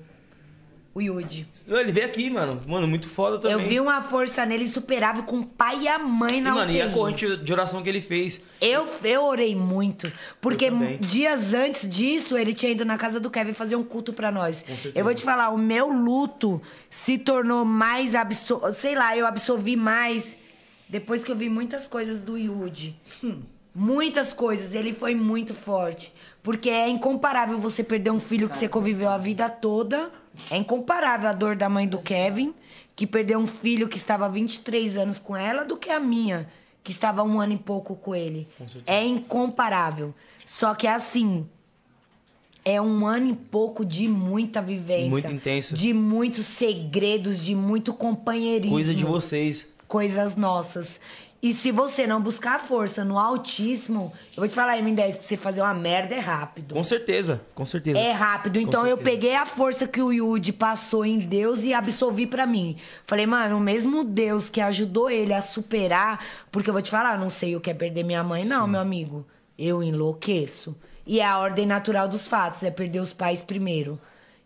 [SPEAKER 5] O Yudi.
[SPEAKER 1] Não, Ele veio aqui, mano. Mano, muito foda também.
[SPEAKER 5] Eu vi uma força nele insuperável com o pai e a mãe
[SPEAKER 1] E,
[SPEAKER 5] na
[SPEAKER 1] mano,
[SPEAKER 5] UTI.
[SPEAKER 1] e a corrente de oração que ele fez.
[SPEAKER 5] Eu, eu orei muito. Porque
[SPEAKER 1] também.
[SPEAKER 5] dias antes disso, ele tinha ido na casa do Kevin fazer um culto pra nós.
[SPEAKER 1] certeza.
[SPEAKER 5] Eu vou te falar, o meu luto se tornou mais absor... Sei lá, eu absorvi mais depois que eu vi muitas coisas do Yudi. Hum. Muitas coisas. Ele foi muito forte. Porque é incomparável você perder um filho que você conviveu a vida toda. É incomparável a dor da mãe do Kevin, que perdeu um filho que estava há 23 anos com ela, do que a minha, que estava um ano e pouco com ele. É incomparável. Só que assim. É um ano e pouco de muita vivência.
[SPEAKER 1] Muito intenso.
[SPEAKER 5] De muitos segredos, de muito companheirismo
[SPEAKER 1] Coisa de vocês.
[SPEAKER 5] coisas nossas. E se você não buscar a força no autismo, eu vou te falar, M10, pra você fazer uma merda é rápido.
[SPEAKER 1] Com certeza, com certeza.
[SPEAKER 5] É rápido.
[SPEAKER 1] Com
[SPEAKER 5] Então eu
[SPEAKER 1] certeza.
[SPEAKER 5] peguei a força que o Yudi passou em Deus e absorvi pra mim. Falei, mano, o mesmo Deus que ajudou ele a superar, porque eu vou te falar, não sei o que é perder minha mãe, não, meu amigo. Eu enlouqueço. E é a ordem natural dos fatos, é perder os pais primeiro.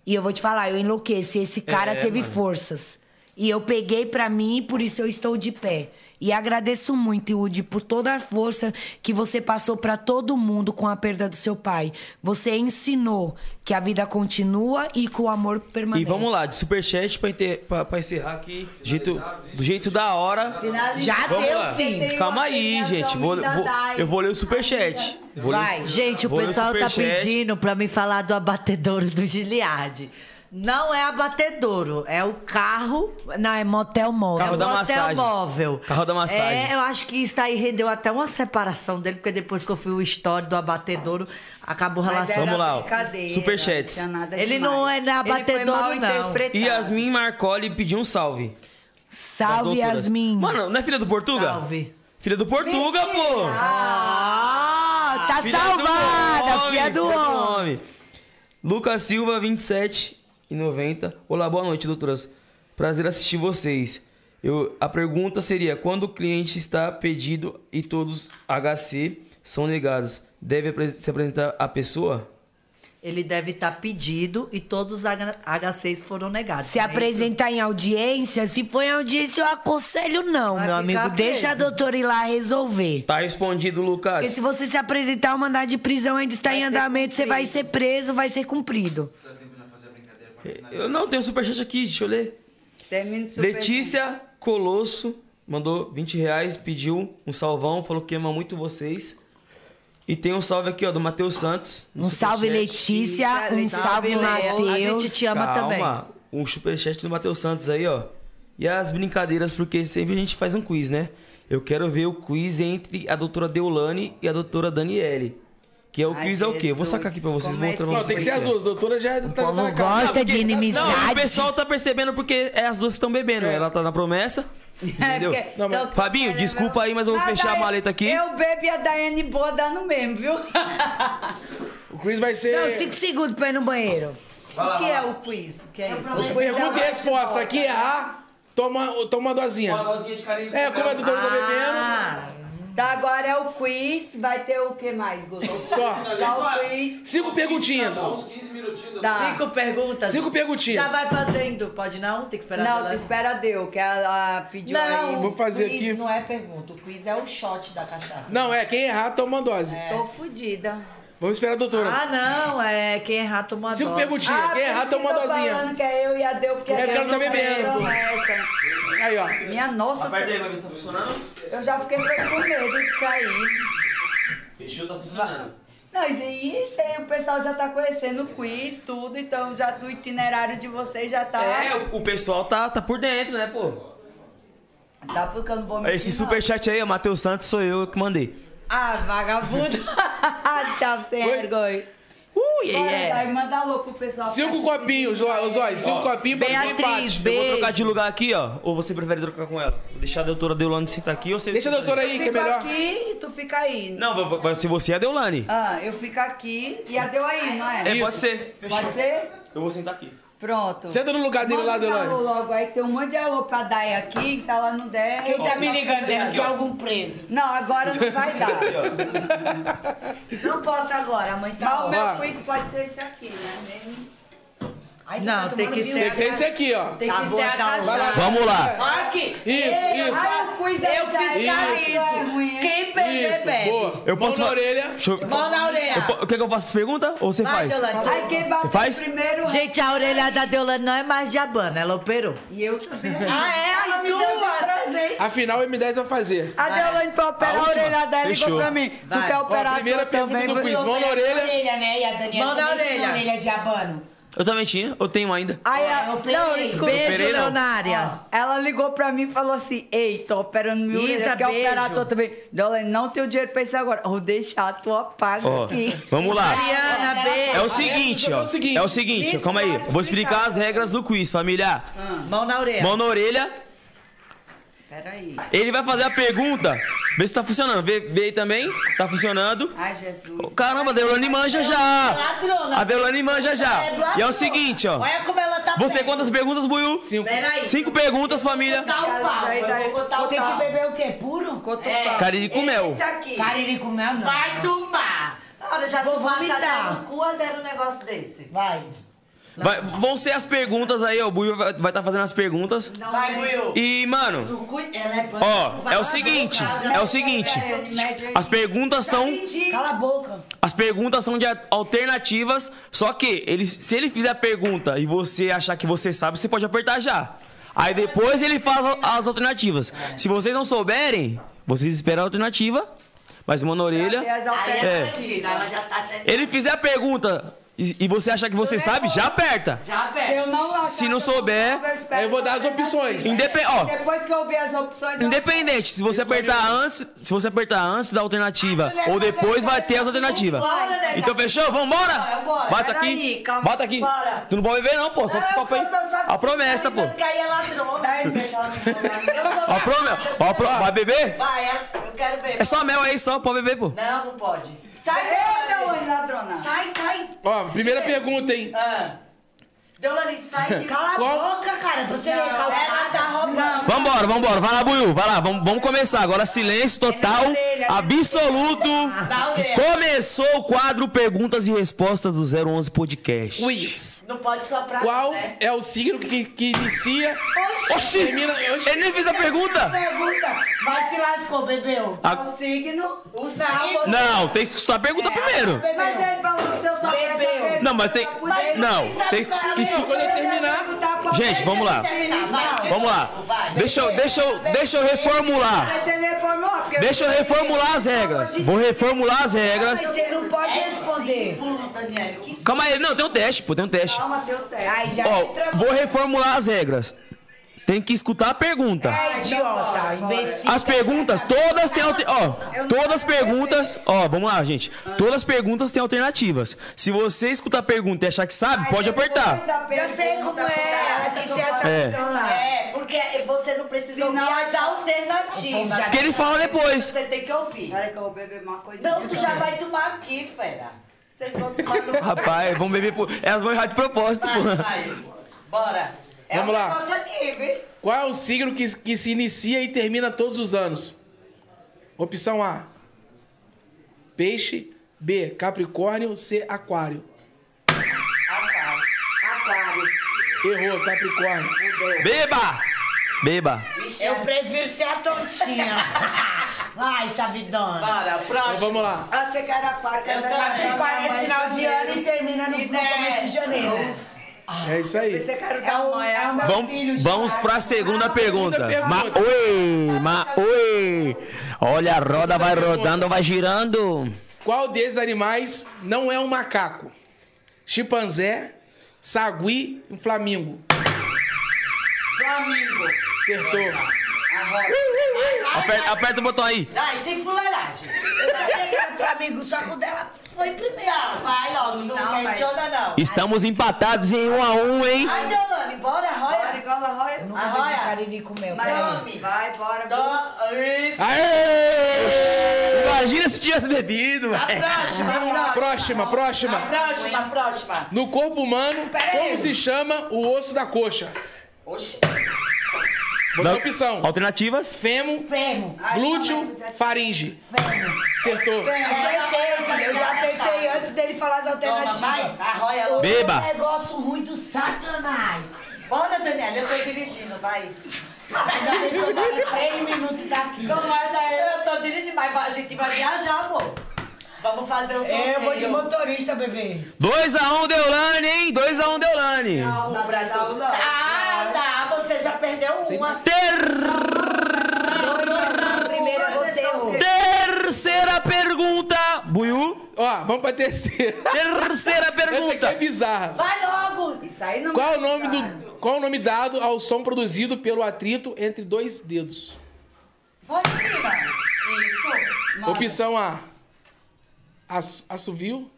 [SPEAKER 5] E eu vou te falar, eu enlouqueci. Esse cara
[SPEAKER 15] É,
[SPEAKER 5] teve
[SPEAKER 15] mano.
[SPEAKER 5] forças. E eu peguei pra mim e por isso eu estou de pé. E agradeço muito, Yudi, por toda a força que você passou pra todo mundo com a perda do seu pai. Você ensinou que a vida continua e que o amor
[SPEAKER 1] E
[SPEAKER 5] permanece.
[SPEAKER 1] vamos lá, de superchat pra, inter... pra, pra encerrar aqui. Do jeito, do jeito da hora.
[SPEAKER 5] Finalizar. Já
[SPEAKER 1] Vamos
[SPEAKER 5] deu,
[SPEAKER 1] lá.
[SPEAKER 5] filho. Tem
[SPEAKER 1] Calma
[SPEAKER 5] uma
[SPEAKER 1] aí, gente. Vou,
[SPEAKER 11] da
[SPEAKER 1] vou-
[SPEAKER 11] Dai.
[SPEAKER 1] eu vou ler o superchat. Vou ler
[SPEAKER 11] Vai, gente, o
[SPEAKER 1] vou ler
[SPEAKER 11] pessoal tá
[SPEAKER 1] superchat.
[SPEAKER 11] pedindo pra me falar do abatedouro do Giliade. Não é abatedouro, é o carro.
[SPEAKER 5] Não, é motel móvel.
[SPEAKER 11] é
[SPEAKER 1] Carro
[SPEAKER 11] o
[SPEAKER 1] da
[SPEAKER 11] motel
[SPEAKER 1] massagem.
[SPEAKER 11] móvel.
[SPEAKER 1] Carro da massagem.
[SPEAKER 11] É, eu acho que isso aí rendeu até uma separação dele, porque depois que eu fui o história do abatedouro, acabou a
[SPEAKER 1] Mas
[SPEAKER 11] relação.
[SPEAKER 1] era Vamos lá, ó. brincadeira, Superchats. não tinha nada
[SPEAKER 11] Ele
[SPEAKER 1] demais.
[SPEAKER 11] não é na
[SPEAKER 1] Ele foi mal
[SPEAKER 11] abatedouro, não.
[SPEAKER 1] E Yasmin Marcoli pediu um salve. Das
[SPEAKER 5] Salve,
[SPEAKER 1] doutoras.
[SPEAKER 5] Yasmin.
[SPEAKER 1] Mano, não é filha do Portuga? Salve. Filha do Portuga, pô!
[SPEAKER 5] Ah, tá
[SPEAKER 1] Filha do
[SPEAKER 5] salvada,
[SPEAKER 1] homem,
[SPEAKER 5] filha do homem.
[SPEAKER 1] Lucas Silva, 27 e 90. Olá, boa noite, doutoras. Prazer assistir vocês. Eu, a pergunta seria, quando o cliente está pedido e todos HC são negados, deve apre- se apresentar a pessoa?
[SPEAKER 11] Ele deve estar pedido e todos os H- H6 foram negados.
[SPEAKER 5] Se apresentar em audiência, se for em audiência, eu aconselho não, meu amigo.
[SPEAKER 11] ficar
[SPEAKER 5] Deixa a
[SPEAKER 11] preso.
[SPEAKER 5] doutora ir lá resolver.
[SPEAKER 1] Tá respondido,
[SPEAKER 5] Porque
[SPEAKER 1] Lucas.
[SPEAKER 5] se você se apresentar, o mandado de prisão ainda está em andamento, você vai ser preso, vai ser cumprido.
[SPEAKER 1] Eu não tenho superchat aqui, deixa eu ler.
[SPEAKER 16] Termina o super-
[SPEAKER 1] Letícia Colosso mandou 20 reais, pediu um salvão, falou que ama muito vocês. E tem um salve aqui, ó, do Matheus Santos.
[SPEAKER 5] Um salve, Letícia. Um salve, Matheus.
[SPEAKER 1] Calma, um superchat do Matheus Santos aí, ó. E as brincadeiras, porque sempre a gente faz um quiz, né? Eu quero ver o quiz entre a doutora Deolane e a doutora Daniele. Que é o
[SPEAKER 2] Ai,
[SPEAKER 1] quiz é o quê? Eu vou sacar aqui pra vocês, vou mostrar pra vocês.
[SPEAKER 2] Não, tem que ser
[SPEAKER 1] o
[SPEAKER 2] as
[SPEAKER 1] é.
[SPEAKER 2] duas. Doutora já tá, tá na cara.
[SPEAKER 1] Não, porque- Não, o pessoal tá percebendo porque é as duas que estão bebendo. Ela tá na promessa.
[SPEAKER 3] É,
[SPEAKER 1] Entendeu?
[SPEAKER 16] porque- Não,
[SPEAKER 3] Então,
[SPEAKER 16] mas-
[SPEAKER 1] Fabinho, desculpa aí, mas eu vou
[SPEAKER 16] Ah,
[SPEAKER 1] fechar a
[SPEAKER 16] Daiane,
[SPEAKER 1] maleta aqui.
[SPEAKER 16] Eu bebo e a Daiane boa dá no mesmo, viu?
[SPEAKER 2] O Chris vai ser.
[SPEAKER 1] é-
[SPEAKER 5] Não, cinco segundos pra ir no banheiro.
[SPEAKER 11] O que é o quiz? O que é isso?
[SPEAKER 2] Pergunta e resposta. Aqui errar, toma, toma uma dosinha.
[SPEAKER 1] Uma dosinha de carinho.
[SPEAKER 11] Ah.
[SPEAKER 2] É, como a doutora tá bebendo.
[SPEAKER 3] Tá, agora é o quiz. Vai ter o que mais, Guto?
[SPEAKER 2] Só.
[SPEAKER 3] Só o quiz. Tá.
[SPEAKER 2] Cinco perguntinhas.
[SPEAKER 1] Então,
[SPEAKER 3] Uns
[SPEAKER 12] 15 minutinhos.
[SPEAKER 3] Dá.
[SPEAKER 11] Cinco perguntas.
[SPEAKER 2] Cinco perguntinhas.
[SPEAKER 11] Já vai fazendo, pode não? Tem que esperar
[SPEAKER 3] Não,
[SPEAKER 11] ela-
[SPEAKER 3] tu espera deu, que ela pediu aí.
[SPEAKER 11] Não,
[SPEAKER 2] Vou fazer
[SPEAKER 11] quiz
[SPEAKER 2] aqui.
[SPEAKER 11] não é pergunta, o quiz é o shot da cachaça. É.
[SPEAKER 2] Não, é, quem errar toma uma dose.
[SPEAKER 3] Tô fudida.
[SPEAKER 2] Vamos esperar a doutora.
[SPEAKER 11] Ah, não, é quem errar toma
[SPEAKER 2] Cinco
[SPEAKER 11] dose.
[SPEAKER 2] perguntinhas.
[SPEAKER 3] Ah,
[SPEAKER 2] quem
[SPEAKER 3] por
[SPEAKER 2] errar
[SPEAKER 3] isso
[SPEAKER 2] toma uma
[SPEAKER 3] que eu tô falando
[SPEAKER 2] dosinha.
[SPEAKER 3] que é eu e a Deu, porque
[SPEAKER 2] É,
[SPEAKER 3] a
[SPEAKER 2] porque
[SPEAKER 3] Deu
[SPEAKER 2] ela tá
[SPEAKER 3] não
[SPEAKER 2] bebendo.
[SPEAKER 3] promessa.
[SPEAKER 2] Aí, ó.
[SPEAKER 3] Minha nossa
[SPEAKER 12] Aperta aí,
[SPEAKER 3] senhora.
[SPEAKER 12] vai ver se tá funcionando.
[SPEAKER 3] Eu já fiquei com medo de sair.
[SPEAKER 12] Fechou, tá funcionando.
[SPEAKER 3] Não, e isso aí o pessoal já tá conhecendo o quiz, tudo, então já no itinerário de vocês já tá.
[SPEAKER 1] É, o- o pessoal tá, tá por dentro, né, pô?
[SPEAKER 3] Tá porque eu não vou mentir,
[SPEAKER 1] Esse
[SPEAKER 3] não.
[SPEAKER 1] superchat aí, ó, Matheus Santos, sou eu que mandei.
[SPEAKER 3] Ah, vagabundo. Tchau, sem vergonha.
[SPEAKER 1] Uh,
[SPEAKER 3] yeah,
[SPEAKER 1] yeah.
[SPEAKER 3] Vai, manda alô pro pessoal.
[SPEAKER 2] É. Cinco copinhos, ó, os olhos. Cinco
[SPEAKER 1] Ó,
[SPEAKER 2] copinhos pra fazer empate.
[SPEAKER 1] Eu vou trocar de lugar aqui, ó. Ou você prefere trocar com ela? Vou deixar a doutora Deolane sentar aqui ou você.
[SPEAKER 2] Deixa a doutora aí,
[SPEAKER 3] Eu
[SPEAKER 2] que é
[SPEAKER 3] fico
[SPEAKER 2] melhor.
[SPEAKER 3] aqui e tu fica aí.
[SPEAKER 1] Não, vai- vai- vai- se você é a Deolane.
[SPEAKER 3] Ah, eu fico aqui e a deu aí, não é?
[SPEAKER 1] É, pode ser.
[SPEAKER 3] Pode ser?
[SPEAKER 1] Eu vou sentar aqui.
[SPEAKER 3] Pronto.
[SPEAKER 2] Senta no lugar dele
[SPEAKER 3] Manda
[SPEAKER 2] lá,
[SPEAKER 3] esse alô
[SPEAKER 2] Delane.
[SPEAKER 3] logo aí, tem um monte de alô pra dar aqui, se ela não der.
[SPEAKER 6] Quem tá me ligando é
[SPEAKER 3] Aqui,
[SPEAKER 6] se
[SPEAKER 3] ó.
[SPEAKER 6] algum preso.
[SPEAKER 3] Não, agora não vai dar.
[SPEAKER 6] Não posso agora, a mãe
[SPEAKER 3] Mas
[SPEAKER 6] tá
[SPEAKER 3] o
[SPEAKER 6] ó.
[SPEAKER 3] meu quiz pode ser esse aqui, né? Nem-
[SPEAKER 6] Ai, tu
[SPEAKER 11] Não,
[SPEAKER 6] tá
[SPEAKER 11] tem
[SPEAKER 6] tomando
[SPEAKER 11] que
[SPEAKER 6] vinho,
[SPEAKER 11] ser-
[SPEAKER 2] Tem que ser esse aqui, ó.
[SPEAKER 11] Tem
[SPEAKER 6] Tá
[SPEAKER 11] que
[SPEAKER 6] bom,
[SPEAKER 11] ser a
[SPEAKER 6] tá bom.
[SPEAKER 11] cachaça.
[SPEAKER 1] Vamos lá.
[SPEAKER 11] Olha aqui.
[SPEAKER 2] Isso, isso.
[SPEAKER 3] Ai, o quiz é
[SPEAKER 11] Eu
[SPEAKER 3] esse aí,
[SPEAKER 11] fiz
[SPEAKER 3] isso. é ruim, hein?
[SPEAKER 11] Quem perder,
[SPEAKER 2] Isso,
[SPEAKER 11] bebe.
[SPEAKER 2] boa.
[SPEAKER 1] Eu posso
[SPEAKER 2] Mão na
[SPEAKER 1] fa-
[SPEAKER 2] orelha.
[SPEAKER 1] Deixa eu-
[SPEAKER 11] Mão na
[SPEAKER 1] Eu
[SPEAKER 11] orelha.
[SPEAKER 1] po- Quer que eu faça pergunta? Ou você
[SPEAKER 11] Vai,
[SPEAKER 1] faz?
[SPEAKER 11] Deolane.
[SPEAKER 3] Ai, quem bateu
[SPEAKER 1] faz?
[SPEAKER 3] primeiro é-
[SPEAKER 11] Gente, a orelha da Deolane não é mais de abana, ela operou.
[SPEAKER 3] E eu também.
[SPEAKER 11] Ah, é? As
[SPEAKER 3] Ela me deu um
[SPEAKER 11] duas?
[SPEAKER 3] de presente.
[SPEAKER 2] Afinal, o M10 vai fazer.
[SPEAKER 3] A Deolane foi operar a,
[SPEAKER 1] última.
[SPEAKER 3] orelha dela e ligou
[SPEAKER 1] Fechou.
[SPEAKER 3] pra mim. Tu
[SPEAKER 11] Vai.
[SPEAKER 3] quer
[SPEAKER 11] Ó, a
[SPEAKER 3] operar a
[SPEAKER 2] primeira
[SPEAKER 3] tua
[SPEAKER 2] pergunta
[SPEAKER 3] também?
[SPEAKER 2] do
[SPEAKER 3] Vou-
[SPEAKER 2] quiz. Mão na
[SPEAKER 6] orelha.
[SPEAKER 2] orelha.
[SPEAKER 6] né? E a Daniela
[SPEAKER 11] Mão na
[SPEAKER 6] também tinha
[SPEAKER 11] orelha.
[SPEAKER 6] orelha de abano.
[SPEAKER 1] Eu também tinha, eu tenho ainda.
[SPEAKER 3] Aí,
[SPEAKER 6] Ah,
[SPEAKER 3] ela-
[SPEAKER 6] eu operei.
[SPEAKER 3] não, escuta.
[SPEAKER 11] Beijo,
[SPEAKER 1] Operei, não.
[SPEAKER 11] Leonária.
[SPEAKER 3] Ela ligou pra mim e falou assim: Ei, tô operando minha
[SPEAKER 11] Isa,
[SPEAKER 3] orelha, quer
[SPEAKER 11] beijo.
[SPEAKER 3] operar a tua também? Deolane, não tenho dinheiro pra isso agora. Vou deixar a tua paga
[SPEAKER 1] Ó,
[SPEAKER 3] aqui.
[SPEAKER 1] vamos lá.
[SPEAKER 11] Mariana,
[SPEAKER 1] É
[SPEAKER 11] beijo.
[SPEAKER 1] o seguinte, ó.
[SPEAKER 2] o seguinte.
[SPEAKER 1] É o seguinte,
[SPEAKER 3] Isso,
[SPEAKER 1] calma aí.
[SPEAKER 3] pode
[SPEAKER 1] Eu Vou explicar
[SPEAKER 3] explicar.
[SPEAKER 1] as regras do quiz, família.
[SPEAKER 11] Mão na orelha.
[SPEAKER 1] Mão na orelha.
[SPEAKER 3] Peraí.
[SPEAKER 1] Ele vai fazer a pergunta. Vê se tá funcionando. Vê, vê aí também. Tá funcionando.
[SPEAKER 3] Ai, Jesus.
[SPEAKER 1] Ô, Caramba, a Deolane manja já.
[SPEAKER 6] Ladrona.
[SPEAKER 1] A Deolane manja já.
[SPEAKER 6] É, ladrona.
[SPEAKER 1] E é o seguinte, ó.
[SPEAKER 6] Olha como ela tá
[SPEAKER 1] Você
[SPEAKER 3] é.
[SPEAKER 6] bem.
[SPEAKER 1] quantas perguntas, Buiu?
[SPEAKER 2] Cinco.
[SPEAKER 6] Peraí.
[SPEAKER 1] Cinco perguntas, família.
[SPEAKER 6] Tá o pau. Eu vou botar o
[SPEAKER 1] um
[SPEAKER 11] Tem que
[SPEAKER 6] pau.
[SPEAKER 11] beber o quê? Puro?
[SPEAKER 1] É. Cariri com mel.
[SPEAKER 6] aqui.
[SPEAKER 11] Cariri com mel, não.
[SPEAKER 6] Vai tomar. Olha, já vou
[SPEAKER 11] vomitar.
[SPEAKER 6] no cu adendo um negócio desse. Vai.
[SPEAKER 1] Vai- vão ser as perguntas aí, ó. O Buiu vai estar fazendo as perguntas.
[SPEAKER 6] Vai, Will.
[SPEAKER 1] E, mano,
[SPEAKER 6] Tu cu- Ela é pano, tu
[SPEAKER 1] ó,
[SPEAKER 6] vai
[SPEAKER 1] é
[SPEAKER 6] lá
[SPEAKER 1] o seguinte,
[SPEAKER 6] no caso,
[SPEAKER 1] é
[SPEAKER 6] né?
[SPEAKER 1] o seguinte.
[SPEAKER 3] Mede aí.
[SPEAKER 1] As perguntas
[SPEAKER 6] Tá
[SPEAKER 1] são
[SPEAKER 6] Cala a boca.
[SPEAKER 1] As perguntas são de a- alternativas, só que ele, se ele fizer a pergunta e você achar que você sabe, você pode apertar já. Aí depois ele faz a- as alternativas. Se vocês não souberem, vocês esperam a alternativa, mas manda a orelha.
[SPEAKER 3] Cadê
[SPEAKER 6] Aí
[SPEAKER 3] as
[SPEAKER 6] é
[SPEAKER 1] É.
[SPEAKER 3] alternativas?
[SPEAKER 6] mentira, ela já tá até...
[SPEAKER 1] Ele fizer a pergunta e, e você achar que você sabe, já aperta.
[SPEAKER 6] Já
[SPEAKER 3] Se eu
[SPEAKER 6] pega.
[SPEAKER 3] não achar,
[SPEAKER 1] Se não
[SPEAKER 3] eu
[SPEAKER 1] souber,
[SPEAKER 3] espero
[SPEAKER 2] Aí eu vou dar as opções.
[SPEAKER 1] Indepen- ó,
[SPEAKER 3] Depois que eu ver as opções, eu-
[SPEAKER 1] independente, se você apertar antes, se você apertar antes da
[SPEAKER 6] Ah,
[SPEAKER 1] alternativa ou depois, vai ter as alternativas. Então fechou? Vambora? Bate aqui.
[SPEAKER 3] Peraí, calma.
[SPEAKER 1] Bata aqui.
[SPEAKER 3] Bora.
[SPEAKER 1] Tu não pode beber não, pô. Só esse copo aí. A promessa, pô.
[SPEAKER 6] Porque aí é ladrona.
[SPEAKER 3] Dá aí, deixa ela me falar.
[SPEAKER 6] Eu tô
[SPEAKER 1] Ó, pro, meu. Ó, pro, vai beber?
[SPEAKER 6] Vai, eu quero ver.
[SPEAKER 1] É só mel aí, só, pode beber, pô.
[SPEAKER 6] Não, não pode.
[SPEAKER 3] Sai daí, Deolane, ladrona.
[SPEAKER 6] Sai, sai.
[SPEAKER 2] Ó, primeira pergunta, hein?
[SPEAKER 6] Ah. Deolane, sai de... Cala
[SPEAKER 2] Qual-
[SPEAKER 6] a boca, cara. pra Você é
[SPEAKER 3] Não,
[SPEAKER 6] recalcar.
[SPEAKER 3] ela tá roubando.
[SPEAKER 1] Vambora, vambora. Vai lá, Buiu. Vai lá, vamos, vamos começar. Agora
[SPEAKER 6] É
[SPEAKER 1] silêncio total, absoluto.
[SPEAKER 6] Na né? orelha.
[SPEAKER 1] Começou o quadro Perguntas e Respostas do 011 Podcast.
[SPEAKER 2] Quiz.
[SPEAKER 6] Não pode soprar.
[SPEAKER 2] Qual
[SPEAKER 6] né?
[SPEAKER 2] é o signo que, que inicia?
[SPEAKER 1] Oxi!
[SPEAKER 2] Termina- oxi.
[SPEAKER 1] Ele nem fez a pergunta!
[SPEAKER 6] Pergunta. Vai se lascou, bebeu.
[SPEAKER 1] A-
[SPEAKER 3] O signo.
[SPEAKER 6] É O sabor.
[SPEAKER 1] Não, tem que escutar a pergunta primeiro.
[SPEAKER 6] Bebeu.
[SPEAKER 3] Mas ele falou que se eu só
[SPEAKER 6] Bebeu.
[SPEAKER 1] Não, mas tem. Não, tem que
[SPEAKER 2] Isso
[SPEAKER 1] escutar.
[SPEAKER 6] é
[SPEAKER 2] quando eu terminar.
[SPEAKER 1] Gente, vamos lá. Vamos lá. Deixa eu, deixa eu, deixa eu reformular.
[SPEAKER 3] Deixa ele reformular, porque
[SPEAKER 1] Deixa eu reformular as regras. Vou reformular as regras.
[SPEAKER 6] Você não pode responder. Pulo, Daniel. Que
[SPEAKER 1] Calma aí, não, tem um teste, pô, tem um teste.
[SPEAKER 3] Calma, teu teste.
[SPEAKER 1] Ó, vou reformular as regras. Tem que escutar a pergunta.
[SPEAKER 5] É,
[SPEAKER 6] idiota, imbecil.
[SPEAKER 1] As perguntas, todas têm alter... ó, todas as perguntas, ó, vamos lá, gente. Todas as perguntas têm alternativas. Se você escutar a pergunta e achar que sabe, pode apertar.
[SPEAKER 6] Eu sei como é. Ela tem que ser essa
[SPEAKER 1] É.
[SPEAKER 6] É, porque você não então precisa
[SPEAKER 3] Senão
[SPEAKER 6] ouvir as
[SPEAKER 3] ela-
[SPEAKER 6] alternativas.
[SPEAKER 1] Porque ele fala depois.
[SPEAKER 6] Você tem que ouvir.
[SPEAKER 3] Espera que eu vou beber uma coisa.
[SPEAKER 6] Não, tu já vai tomar aqui, fera. Vocês vão tomar no...
[SPEAKER 1] Rapaz, vamos beber por... é Elas vão errar de propósito,
[SPEAKER 6] Vai,
[SPEAKER 1] pô.
[SPEAKER 6] vai. Bora. É
[SPEAKER 2] Vamos
[SPEAKER 6] um
[SPEAKER 2] lá.
[SPEAKER 6] negócio aqui, viu?
[SPEAKER 2] Qual é o signo que, que se inicia e termina todos os anos? Opção A. Peixe. B. Capricórnio. C. Aquário. Errou, Capricórnio.
[SPEAKER 1] Beba! Beba!
[SPEAKER 5] Eu prefiro ser a tontinha. Vai, sabidona.
[SPEAKER 3] Bora, próximo. Então vamos lá.
[SPEAKER 5] Achei que era parca.
[SPEAKER 3] Eu
[SPEAKER 5] era
[SPEAKER 3] também.
[SPEAKER 5] Capricórnio,
[SPEAKER 3] Mas
[SPEAKER 5] é final de ano
[SPEAKER 3] janeiro.
[SPEAKER 5] e termina no
[SPEAKER 3] E
[SPEAKER 5] no começo de janeiro.
[SPEAKER 2] É isso aí.
[SPEAKER 5] quero dar um... É o meu filho,
[SPEAKER 1] Vamos, vamos
[SPEAKER 5] Jairo.
[SPEAKER 1] para a segunda pergunta.
[SPEAKER 5] pergunta.
[SPEAKER 1] Ma oi, ma oi. Olha, a roda vai rodando, vai girando.
[SPEAKER 2] Qual desses animais não é um macaco? Chimpanzé, sagui e um flamingo.
[SPEAKER 5] Flamengo.
[SPEAKER 2] Acertou.
[SPEAKER 1] Aperta, aperta o botão aí.
[SPEAKER 5] Vai, sem fuleiragem. Eu sabia que era Flamengo, só que o dela foi primeiro. Ah, Vai logo, então, não, questiona não.
[SPEAKER 1] Estamos empatados em um a um, hein?
[SPEAKER 5] Ai, Deolane, bora, roia. Bora,
[SPEAKER 4] igual a roia.
[SPEAKER 5] Nunca vi um caririco meu. Tome.
[SPEAKER 4] Vai, bora.
[SPEAKER 2] Aê!
[SPEAKER 1] Imagina se tivesse bebido. velho.
[SPEAKER 2] próxima, próxima, próxima.
[SPEAKER 5] Próxima, próxima.
[SPEAKER 2] No corpo humano, como se chama o osso da coxa?
[SPEAKER 5] Oxi.
[SPEAKER 2] Boa opção.
[SPEAKER 1] Alternativas?
[SPEAKER 2] Fêmur,
[SPEAKER 5] Fêmur, tá
[SPEAKER 2] glúteo, faringe. Acertou.
[SPEAKER 5] Certeza, eu já tentei antes dele falar as alternativas. Então, vai, arroia
[SPEAKER 2] logo. Beba.
[SPEAKER 5] Um negócio ruim do satanás. Bora, Daniela, eu tô dirigindo, vai. Ainda bem que eu moro três minutos daqui. Não vai daí. Eu tô dirigindo, mas a gente vai viajar, amor. Vamos fazer o sorteio. É, Eu vou de motorista, bebê.
[SPEAKER 1] 2 a 1 um, Deolane, hein? 2 a 1 um, Deolane.
[SPEAKER 5] Não, Brasil, não. Ah, dá, você já perdeu uma. Primeiro você um. errou.
[SPEAKER 1] Terceira pergunta. Buiu.
[SPEAKER 2] Ó, vamos pra terceira.
[SPEAKER 1] Terceira pergunta.
[SPEAKER 2] Essa aqui é bizarra.
[SPEAKER 5] Vai logo!
[SPEAKER 4] Isso aí não
[SPEAKER 2] Qual
[SPEAKER 4] vai
[SPEAKER 2] o nome
[SPEAKER 4] ajudar.
[SPEAKER 2] do qual o nome dado ao som produzido pelo atrito entre dois dedos?
[SPEAKER 4] Vai, menina. Isso. Manda.
[SPEAKER 2] Opção A. As, assovio.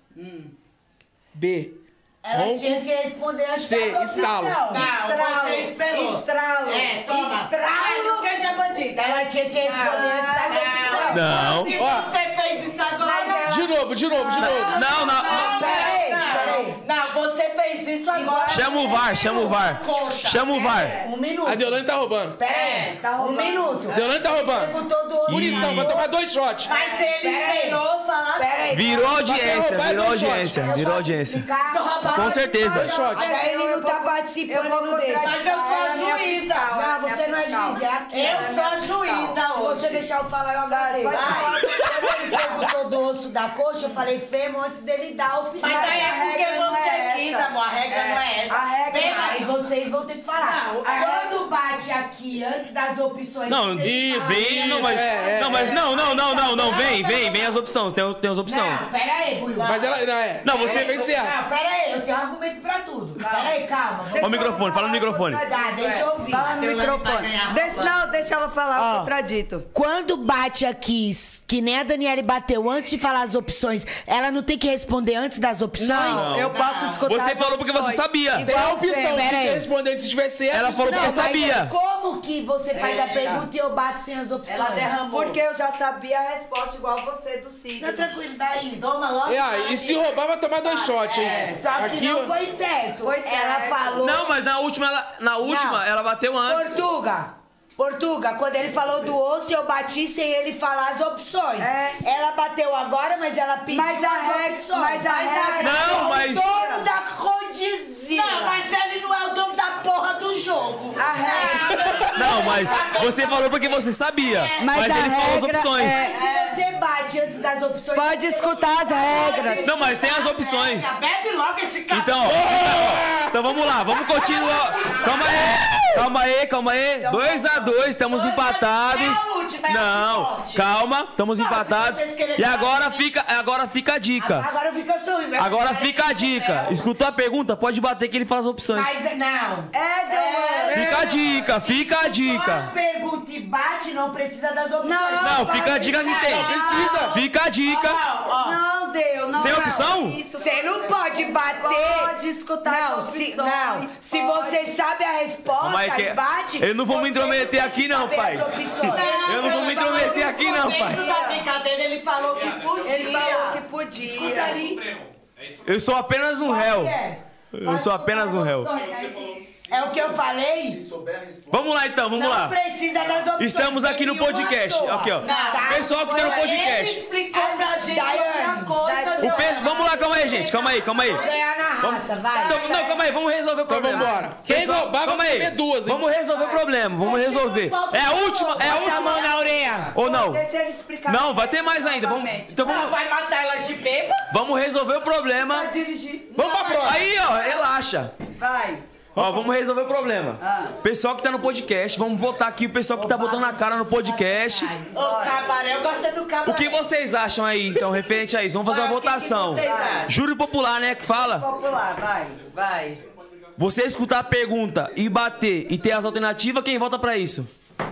[SPEAKER 2] B.
[SPEAKER 5] Hum. Ela
[SPEAKER 2] ronco.
[SPEAKER 5] tinha que responder antes
[SPEAKER 2] C,
[SPEAKER 5] da
[SPEAKER 2] estalo.
[SPEAKER 5] opção.
[SPEAKER 2] Não,
[SPEAKER 5] estralo.
[SPEAKER 3] você esperou.
[SPEAKER 5] Estralo.
[SPEAKER 3] É, toma.
[SPEAKER 5] Estralo.
[SPEAKER 3] Aí seja bandida.
[SPEAKER 5] Ela tinha que responder antes da opção.
[SPEAKER 1] Não.
[SPEAKER 3] Se
[SPEAKER 2] Ó.
[SPEAKER 3] você fez isso agora...
[SPEAKER 2] De novo, de novo, de novo.
[SPEAKER 1] Não, não.
[SPEAKER 5] Peraí, peraí.
[SPEAKER 3] Não, não, você fez isso agora. É,
[SPEAKER 1] Chama o VAR, chama o VAR.
[SPEAKER 5] Coxa.
[SPEAKER 1] Chama o Var.
[SPEAKER 5] Um minuto.
[SPEAKER 2] A Deolane tá roubando.
[SPEAKER 5] Peraí.
[SPEAKER 4] Tá
[SPEAKER 5] Um
[SPEAKER 4] roubando.
[SPEAKER 5] minuto.
[SPEAKER 2] Deolane tá roubando.
[SPEAKER 5] Perguntou do outro.
[SPEAKER 2] Punição, vai tomar dois shots.
[SPEAKER 3] Mas ele esperou falar...
[SPEAKER 5] Peraí.
[SPEAKER 1] Virou
[SPEAKER 2] Bateu,
[SPEAKER 1] audiência,
[SPEAKER 2] vai,
[SPEAKER 1] virou
[SPEAKER 2] dois shots.
[SPEAKER 1] audiência, virou audiência. Com certeza.
[SPEAKER 5] Olha, ele não tá participando, não deixa.
[SPEAKER 3] Mas eu sou a juíza.
[SPEAKER 5] Não, você não é juiz, é aqui.
[SPEAKER 3] Eu
[SPEAKER 5] ó.
[SPEAKER 3] sou a juíza
[SPEAKER 5] Se
[SPEAKER 3] hoje.
[SPEAKER 5] você deixar eu falar, eu agradeço. Vai. Quando ele perguntou do osso da coxa, eu falei fêmur antes dele dar a opção.
[SPEAKER 3] Mas aí é porque você quis, amor. A regra não é essa.
[SPEAKER 5] A regra
[SPEAKER 3] Bem,
[SPEAKER 5] Aí vocês vão ter que falar.
[SPEAKER 3] Não, a-
[SPEAKER 5] Quando bate aqui, antes das opções...
[SPEAKER 1] Não,
[SPEAKER 5] tem que
[SPEAKER 1] isso,
[SPEAKER 5] falar.
[SPEAKER 1] vem, não, mas,
[SPEAKER 2] é, é,
[SPEAKER 1] não, mas, não, não, não, não, não, vem, vem, vem as opções, tem, tem as opções.
[SPEAKER 5] Não, pera aí, Buiu.
[SPEAKER 2] Mas ela não é.
[SPEAKER 1] Não, você
[SPEAKER 2] Ela fez certo.
[SPEAKER 5] Não, pera aí, eu tenho argumento pra tudo. Pera aí, calma.
[SPEAKER 1] Ó o microfone, fala no microfone.
[SPEAKER 5] Tá, deixa eu ouvir.
[SPEAKER 4] é. Fala no microfone. Deixa, não, deixa ela
[SPEAKER 1] Ah.
[SPEAKER 4] falar o contradito.
[SPEAKER 5] Quando bate aqui, s- que nem a Daniele bateu antes de falar as opções, ela não tem que responder antes das opções?
[SPEAKER 4] Não, eu posso escutar.
[SPEAKER 1] Você
[SPEAKER 4] as
[SPEAKER 1] falou porque você
[SPEAKER 4] opções.
[SPEAKER 1] sabia.
[SPEAKER 2] Tem a
[SPEAKER 4] Igual
[SPEAKER 2] opção
[SPEAKER 4] sempre.
[SPEAKER 2] de
[SPEAKER 5] pera aí.
[SPEAKER 2] responder se tiver certo.
[SPEAKER 1] Ela falou porque
[SPEAKER 5] mas
[SPEAKER 1] sabia.
[SPEAKER 5] Como que você faz a
[SPEAKER 4] É.
[SPEAKER 5] pergunta e eu bato sem as opções?
[SPEAKER 4] Ela derramou. Porque eu já sabia a resposta igual você do signo.
[SPEAKER 5] Fica tranquilo, daí. Toma logo.
[SPEAKER 2] É, aí, e se roubar, vai tomar dois shots, hein?
[SPEAKER 5] É, Só que
[SPEAKER 2] Aqui,
[SPEAKER 5] não
[SPEAKER 2] ó.
[SPEAKER 5] foi certo.
[SPEAKER 4] Foi
[SPEAKER 5] Ela
[SPEAKER 4] certo.
[SPEAKER 5] falou... assim,
[SPEAKER 1] Não, mas na última, ela, na última,
[SPEAKER 5] Não.
[SPEAKER 1] ela bateu antes.
[SPEAKER 5] Portuga. Portuga, quando ele falou do osso, eu bati sem ele falar as opções.
[SPEAKER 4] É.
[SPEAKER 5] Ela bateu agora, mas ela pediu
[SPEAKER 4] Mas a
[SPEAKER 5] as
[SPEAKER 4] regra-
[SPEAKER 5] opções. é
[SPEAKER 4] mas a regra-
[SPEAKER 1] Não, mas-
[SPEAKER 5] O dono da condizila.
[SPEAKER 3] Não, mas ele não é o dono da porra do jogo.
[SPEAKER 4] A regra.
[SPEAKER 1] Não, mas você falou porque você sabia, mas
[SPEAKER 4] a
[SPEAKER 1] ele falou as
[SPEAKER 4] regra
[SPEAKER 1] opções.
[SPEAKER 4] é-
[SPEAKER 5] Se você bate antes das opções...
[SPEAKER 4] Pode escutar as regras.
[SPEAKER 1] Não, mas tem as opções.
[SPEAKER 3] Bebe logo esse cara.
[SPEAKER 1] Então, então, então vamos lá, vamos continuar. Calma aí, calma aí, calma aí. 2 a 2 estamos
[SPEAKER 3] Dois a-
[SPEAKER 1] empatados.
[SPEAKER 3] é a última, é a mais
[SPEAKER 1] Não,
[SPEAKER 3] forte.
[SPEAKER 1] calma, estamos
[SPEAKER 3] Não, se
[SPEAKER 1] empatados.
[SPEAKER 3] vocês querem
[SPEAKER 1] E
[SPEAKER 3] falar
[SPEAKER 1] agora
[SPEAKER 3] de mim-
[SPEAKER 1] fica, agora fica a dica.
[SPEAKER 5] Agora fica sorrindo.
[SPEAKER 1] Agora fica a dica. Escutou a pergunta? Pode bater que ele faz as opções.
[SPEAKER 5] Mas não.
[SPEAKER 4] É, Deolane.
[SPEAKER 1] Fica a dica, fica a dica.
[SPEAKER 5] Pergunta e bate, não precisa das opções.
[SPEAKER 4] Não.
[SPEAKER 1] Não, fica a dica que tem.
[SPEAKER 2] precisa.
[SPEAKER 1] Fica a dica.
[SPEAKER 4] Não, Deu, não.
[SPEAKER 1] Sem
[SPEAKER 4] não.
[SPEAKER 1] opção?
[SPEAKER 4] Isso,
[SPEAKER 5] Você não pode bater.
[SPEAKER 4] Pode escutar
[SPEAKER 5] não,
[SPEAKER 4] as
[SPEAKER 5] se,
[SPEAKER 4] opções.
[SPEAKER 5] não. Se
[SPEAKER 4] pode.
[SPEAKER 5] você sabe a resposta,
[SPEAKER 1] Mas é que-
[SPEAKER 5] bate.
[SPEAKER 1] eu não vou me
[SPEAKER 5] você
[SPEAKER 1] intrometer
[SPEAKER 5] tem que
[SPEAKER 1] aqui, não,
[SPEAKER 5] saber
[SPEAKER 1] pai.
[SPEAKER 5] as opções.
[SPEAKER 1] Eu não vou me intrometer aqui, não, pai.
[SPEAKER 3] No da brincadeira ele falou que podia.
[SPEAKER 4] Ele falou que podia.
[SPEAKER 5] Escuta ali.
[SPEAKER 1] Eu sou apenas um réu. Eu sou apenas um réu.
[SPEAKER 5] Opções.
[SPEAKER 6] É o que eu falei?
[SPEAKER 1] Vamos lá então, vamos
[SPEAKER 6] Não
[SPEAKER 1] lá.
[SPEAKER 6] precisa das opções.
[SPEAKER 1] Estamos aqui no podcast. Aqui, ó. Pessoal que tá no podcast.
[SPEAKER 6] explicou pra gente outra coisa.
[SPEAKER 1] O peso, vamos lá, calma aí, gente. Calma aí, calma aí.
[SPEAKER 6] Ganhar na
[SPEAKER 1] Vamos-
[SPEAKER 6] raça, vai.
[SPEAKER 1] Então, não, calma aí, vamos resolver o problema.
[SPEAKER 2] Então, vambora. Quem
[SPEAKER 1] Pessoal,
[SPEAKER 2] roubar vai
[SPEAKER 1] calma aí.
[SPEAKER 2] comer duas, hein?
[SPEAKER 1] Vamos resolver o problema, vamos resolver.
[SPEAKER 6] igual
[SPEAKER 1] É a
[SPEAKER 6] todo
[SPEAKER 1] última,
[SPEAKER 6] mundo.
[SPEAKER 1] é a
[SPEAKER 6] Bota a
[SPEAKER 1] última.
[SPEAKER 6] mão na orelha.
[SPEAKER 1] Ou não?
[SPEAKER 3] Deixa ele explicar.
[SPEAKER 1] Não, vai ter mais ainda. Vamos, então vamos,
[SPEAKER 6] vai matar elas de bêbado?
[SPEAKER 1] vamos resolver o problema.
[SPEAKER 6] Tá
[SPEAKER 3] Dirigir.
[SPEAKER 1] Vamos pra prova. Aí, ó, relaxa.
[SPEAKER 3] Vai.
[SPEAKER 1] Ó, vamos resolver o problema. Pessoal que tá no podcast, vamos votar aqui o pessoal que tá botando a cara no podcast.
[SPEAKER 6] Ô, cabaré, eu gosto é do cabaré.
[SPEAKER 1] O que vocês acham aí, então, referente a isso? Vamos fazer uma votação.
[SPEAKER 6] vocês acham?
[SPEAKER 1] Júri popular, né, que fala?
[SPEAKER 3] Popular, vai, vai.
[SPEAKER 1] Você escutar a pergunta e bater e ter as alternativas, quem vota pra isso?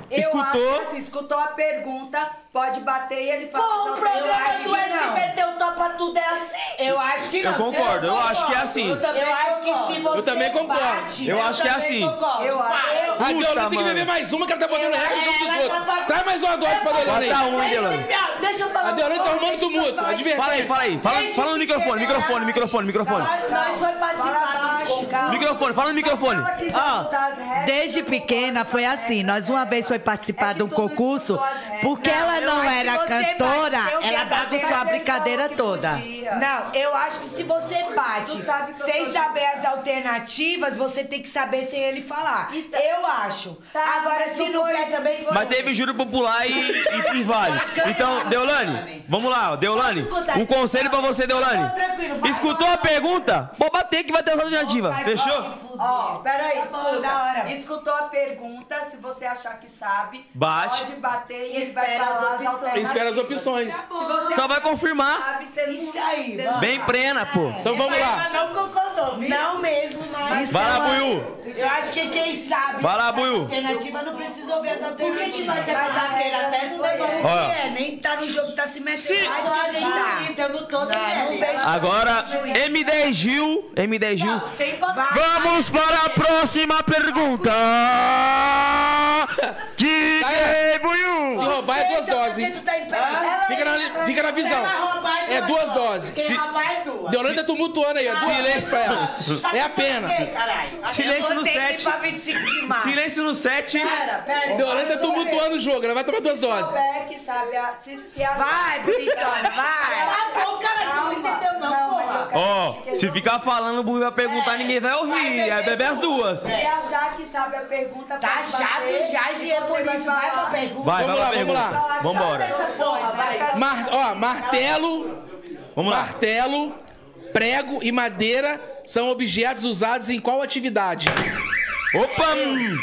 [SPEAKER 3] Eu
[SPEAKER 1] Escutou?
[SPEAKER 3] acho que, assim, escutou a pergunta, pode bater e ele fala.
[SPEAKER 6] Pô, o um programa do SBT,
[SPEAKER 3] o Topa Tudo é assim.
[SPEAKER 6] Eu acho que
[SPEAKER 1] Eu
[SPEAKER 6] não.
[SPEAKER 1] concordo, eu acho que é assim.
[SPEAKER 6] Eu, também acho que se você
[SPEAKER 2] Eu também concordo.
[SPEAKER 6] bate-
[SPEAKER 1] Eu acho que é
[SPEAKER 6] também
[SPEAKER 1] assim.
[SPEAKER 6] concordo.
[SPEAKER 3] Eu acho.
[SPEAKER 6] Vai.
[SPEAKER 2] A Deolane tem que
[SPEAKER 1] mano.
[SPEAKER 2] beber mais uma que ela tá botando regra
[SPEAKER 5] é,
[SPEAKER 2] no dos
[SPEAKER 6] ela
[SPEAKER 2] outros.
[SPEAKER 6] tá-
[SPEAKER 2] Traz mais uma dose pra Deolane
[SPEAKER 5] tá
[SPEAKER 1] Bota
[SPEAKER 2] aí.
[SPEAKER 1] um, hein, Delano?
[SPEAKER 6] Deixa eu falar.
[SPEAKER 2] A Deolane tá arrumando tumulto. Advertência.
[SPEAKER 1] Fala aí, fala aí. Fala, fala no microfone, microfone, microfone, microfone.
[SPEAKER 6] Nós foi participar do concurso.
[SPEAKER 3] É
[SPEAKER 1] Microfone, fala no microfone.
[SPEAKER 3] Ela quis
[SPEAKER 4] Ah,
[SPEAKER 3] mudar as regras.
[SPEAKER 4] Desde pequena foi assim. Nós uma vez foi
[SPEAKER 6] É
[SPEAKER 4] participar de um concurso, porque ela não era cantora, ela dava sua brincadeira toda.
[SPEAKER 6] Não, eu acho que se você bate
[SPEAKER 3] Tu sabe que eu
[SPEAKER 6] sem
[SPEAKER 3] sou
[SPEAKER 6] saber as alternativas, você tem que saber sem ele falar. Eu acho.
[SPEAKER 3] Tá,
[SPEAKER 6] Agora,
[SPEAKER 3] mas
[SPEAKER 6] se
[SPEAKER 3] tu
[SPEAKER 6] não
[SPEAKER 3] foi-
[SPEAKER 6] quer também...
[SPEAKER 1] Mas teve júri popular e, e, e vale. Então, Deolane, vamos lá, ó. Deolane. Um conselho pra você, Deolane. Escutou a pergunta? Pode bater que vai ter as alternativas. Fechou?
[SPEAKER 3] Ó, peraí,
[SPEAKER 6] Tá bom, da hora.
[SPEAKER 3] escuta. Escutou a pergunta, se você achar que sabe,
[SPEAKER 1] Bate.
[SPEAKER 3] pode bater e ele vai
[SPEAKER 6] Espera as
[SPEAKER 3] falar as
[SPEAKER 6] opções.
[SPEAKER 3] alternativas.
[SPEAKER 2] Espera as opções.
[SPEAKER 3] Se você
[SPEAKER 1] Só vai confirmar.
[SPEAKER 3] sabe, você não
[SPEAKER 6] Isso aí,
[SPEAKER 3] você
[SPEAKER 6] vamos.
[SPEAKER 1] Bem plena, pô.
[SPEAKER 2] Então vamos lá.
[SPEAKER 6] Ela não concordou, viu? Não mesmo, mas...
[SPEAKER 1] Vai lá, Buiu.
[SPEAKER 6] Eu acho que quem sabe...
[SPEAKER 1] Vai lá, Buiu.
[SPEAKER 6] Alternativa não precisa ouvir as alternativas. Porque nós é brincadeira até no negócio
[SPEAKER 1] Olha.
[SPEAKER 6] que é. Nem tá no jogo, tá se metendo.
[SPEAKER 1] Se-
[SPEAKER 6] Mas eu acho que tá. eu não tô não, vejo-
[SPEAKER 1] Agora, M10 Gil. M10 Gil.
[SPEAKER 6] Sem botar.
[SPEAKER 1] Vamos para a próxima pergunta. De quem,
[SPEAKER 2] Se
[SPEAKER 1] Buiu?
[SPEAKER 2] roubar é duas doses, hein?
[SPEAKER 6] Tu tá em pé. Ela
[SPEAKER 2] Fica na, fica na visão. É duas doses.
[SPEAKER 6] Quem roubar é duas.
[SPEAKER 2] Deolane tá tumultuando aí, ó. Duas doses pra ela. É a pena.
[SPEAKER 6] Ei, caralho.
[SPEAKER 1] Silêncio
[SPEAKER 6] Eu
[SPEAKER 1] no
[SPEAKER 6] botei ele
[SPEAKER 1] set.
[SPEAKER 6] pra 25 de março.
[SPEAKER 1] Silêncio no set.
[SPEAKER 3] Pera, pera.
[SPEAKER 2] Deolane tá tumultuando o jogo. Ela vai tomar duas
[SPEAKER 3] Se
[SPEAKER 2] doses.
[SPEAKER 3] souber que sabe, a- se, se achar...
[SPEAKER 6] Vai, bonitona, vai.
[SPEAKER 3] Cala a boca, cara, tu não entendeu não, mas eu quero-
[SPEAKER 1] Ó, se ficar falando, o Buiu vai perguntar, ninguém vai ouvir. Aí bebe as duas.
[SPEAKER 3] Se achar que sabe a pergunta,
[SPEAKER 6] Tá
[SPEAKER 3] pode bater,
[SPEAKER 6] chato já, e é por
[SPEAKER 3] você
[SPEAKER 6] isso. Vai pra
[SPEAKER 3] falar.
[SPEAKER 6] pergunta.
[SPEAKER 1] Vai,
[SPEAKER 2] Vamos lá,
[SPEAKER 1] vai
[SPEAKER 2] vamos
[SPEAKER 1] lá,
[SPEAKER 2] lá.
[SPEAKER 1] pergunta. Vambora.
[SPEAKER 3] Essa porra, né, Tá vai.
[SPEAKER 2] Mar, ó, martelo,
[SPEAKER 1] Vamos lá.
[SPEAKER 2] martelo, prego e madeira são objetos usados em qual atividade?
[SPEAKER 1] Opa! hum.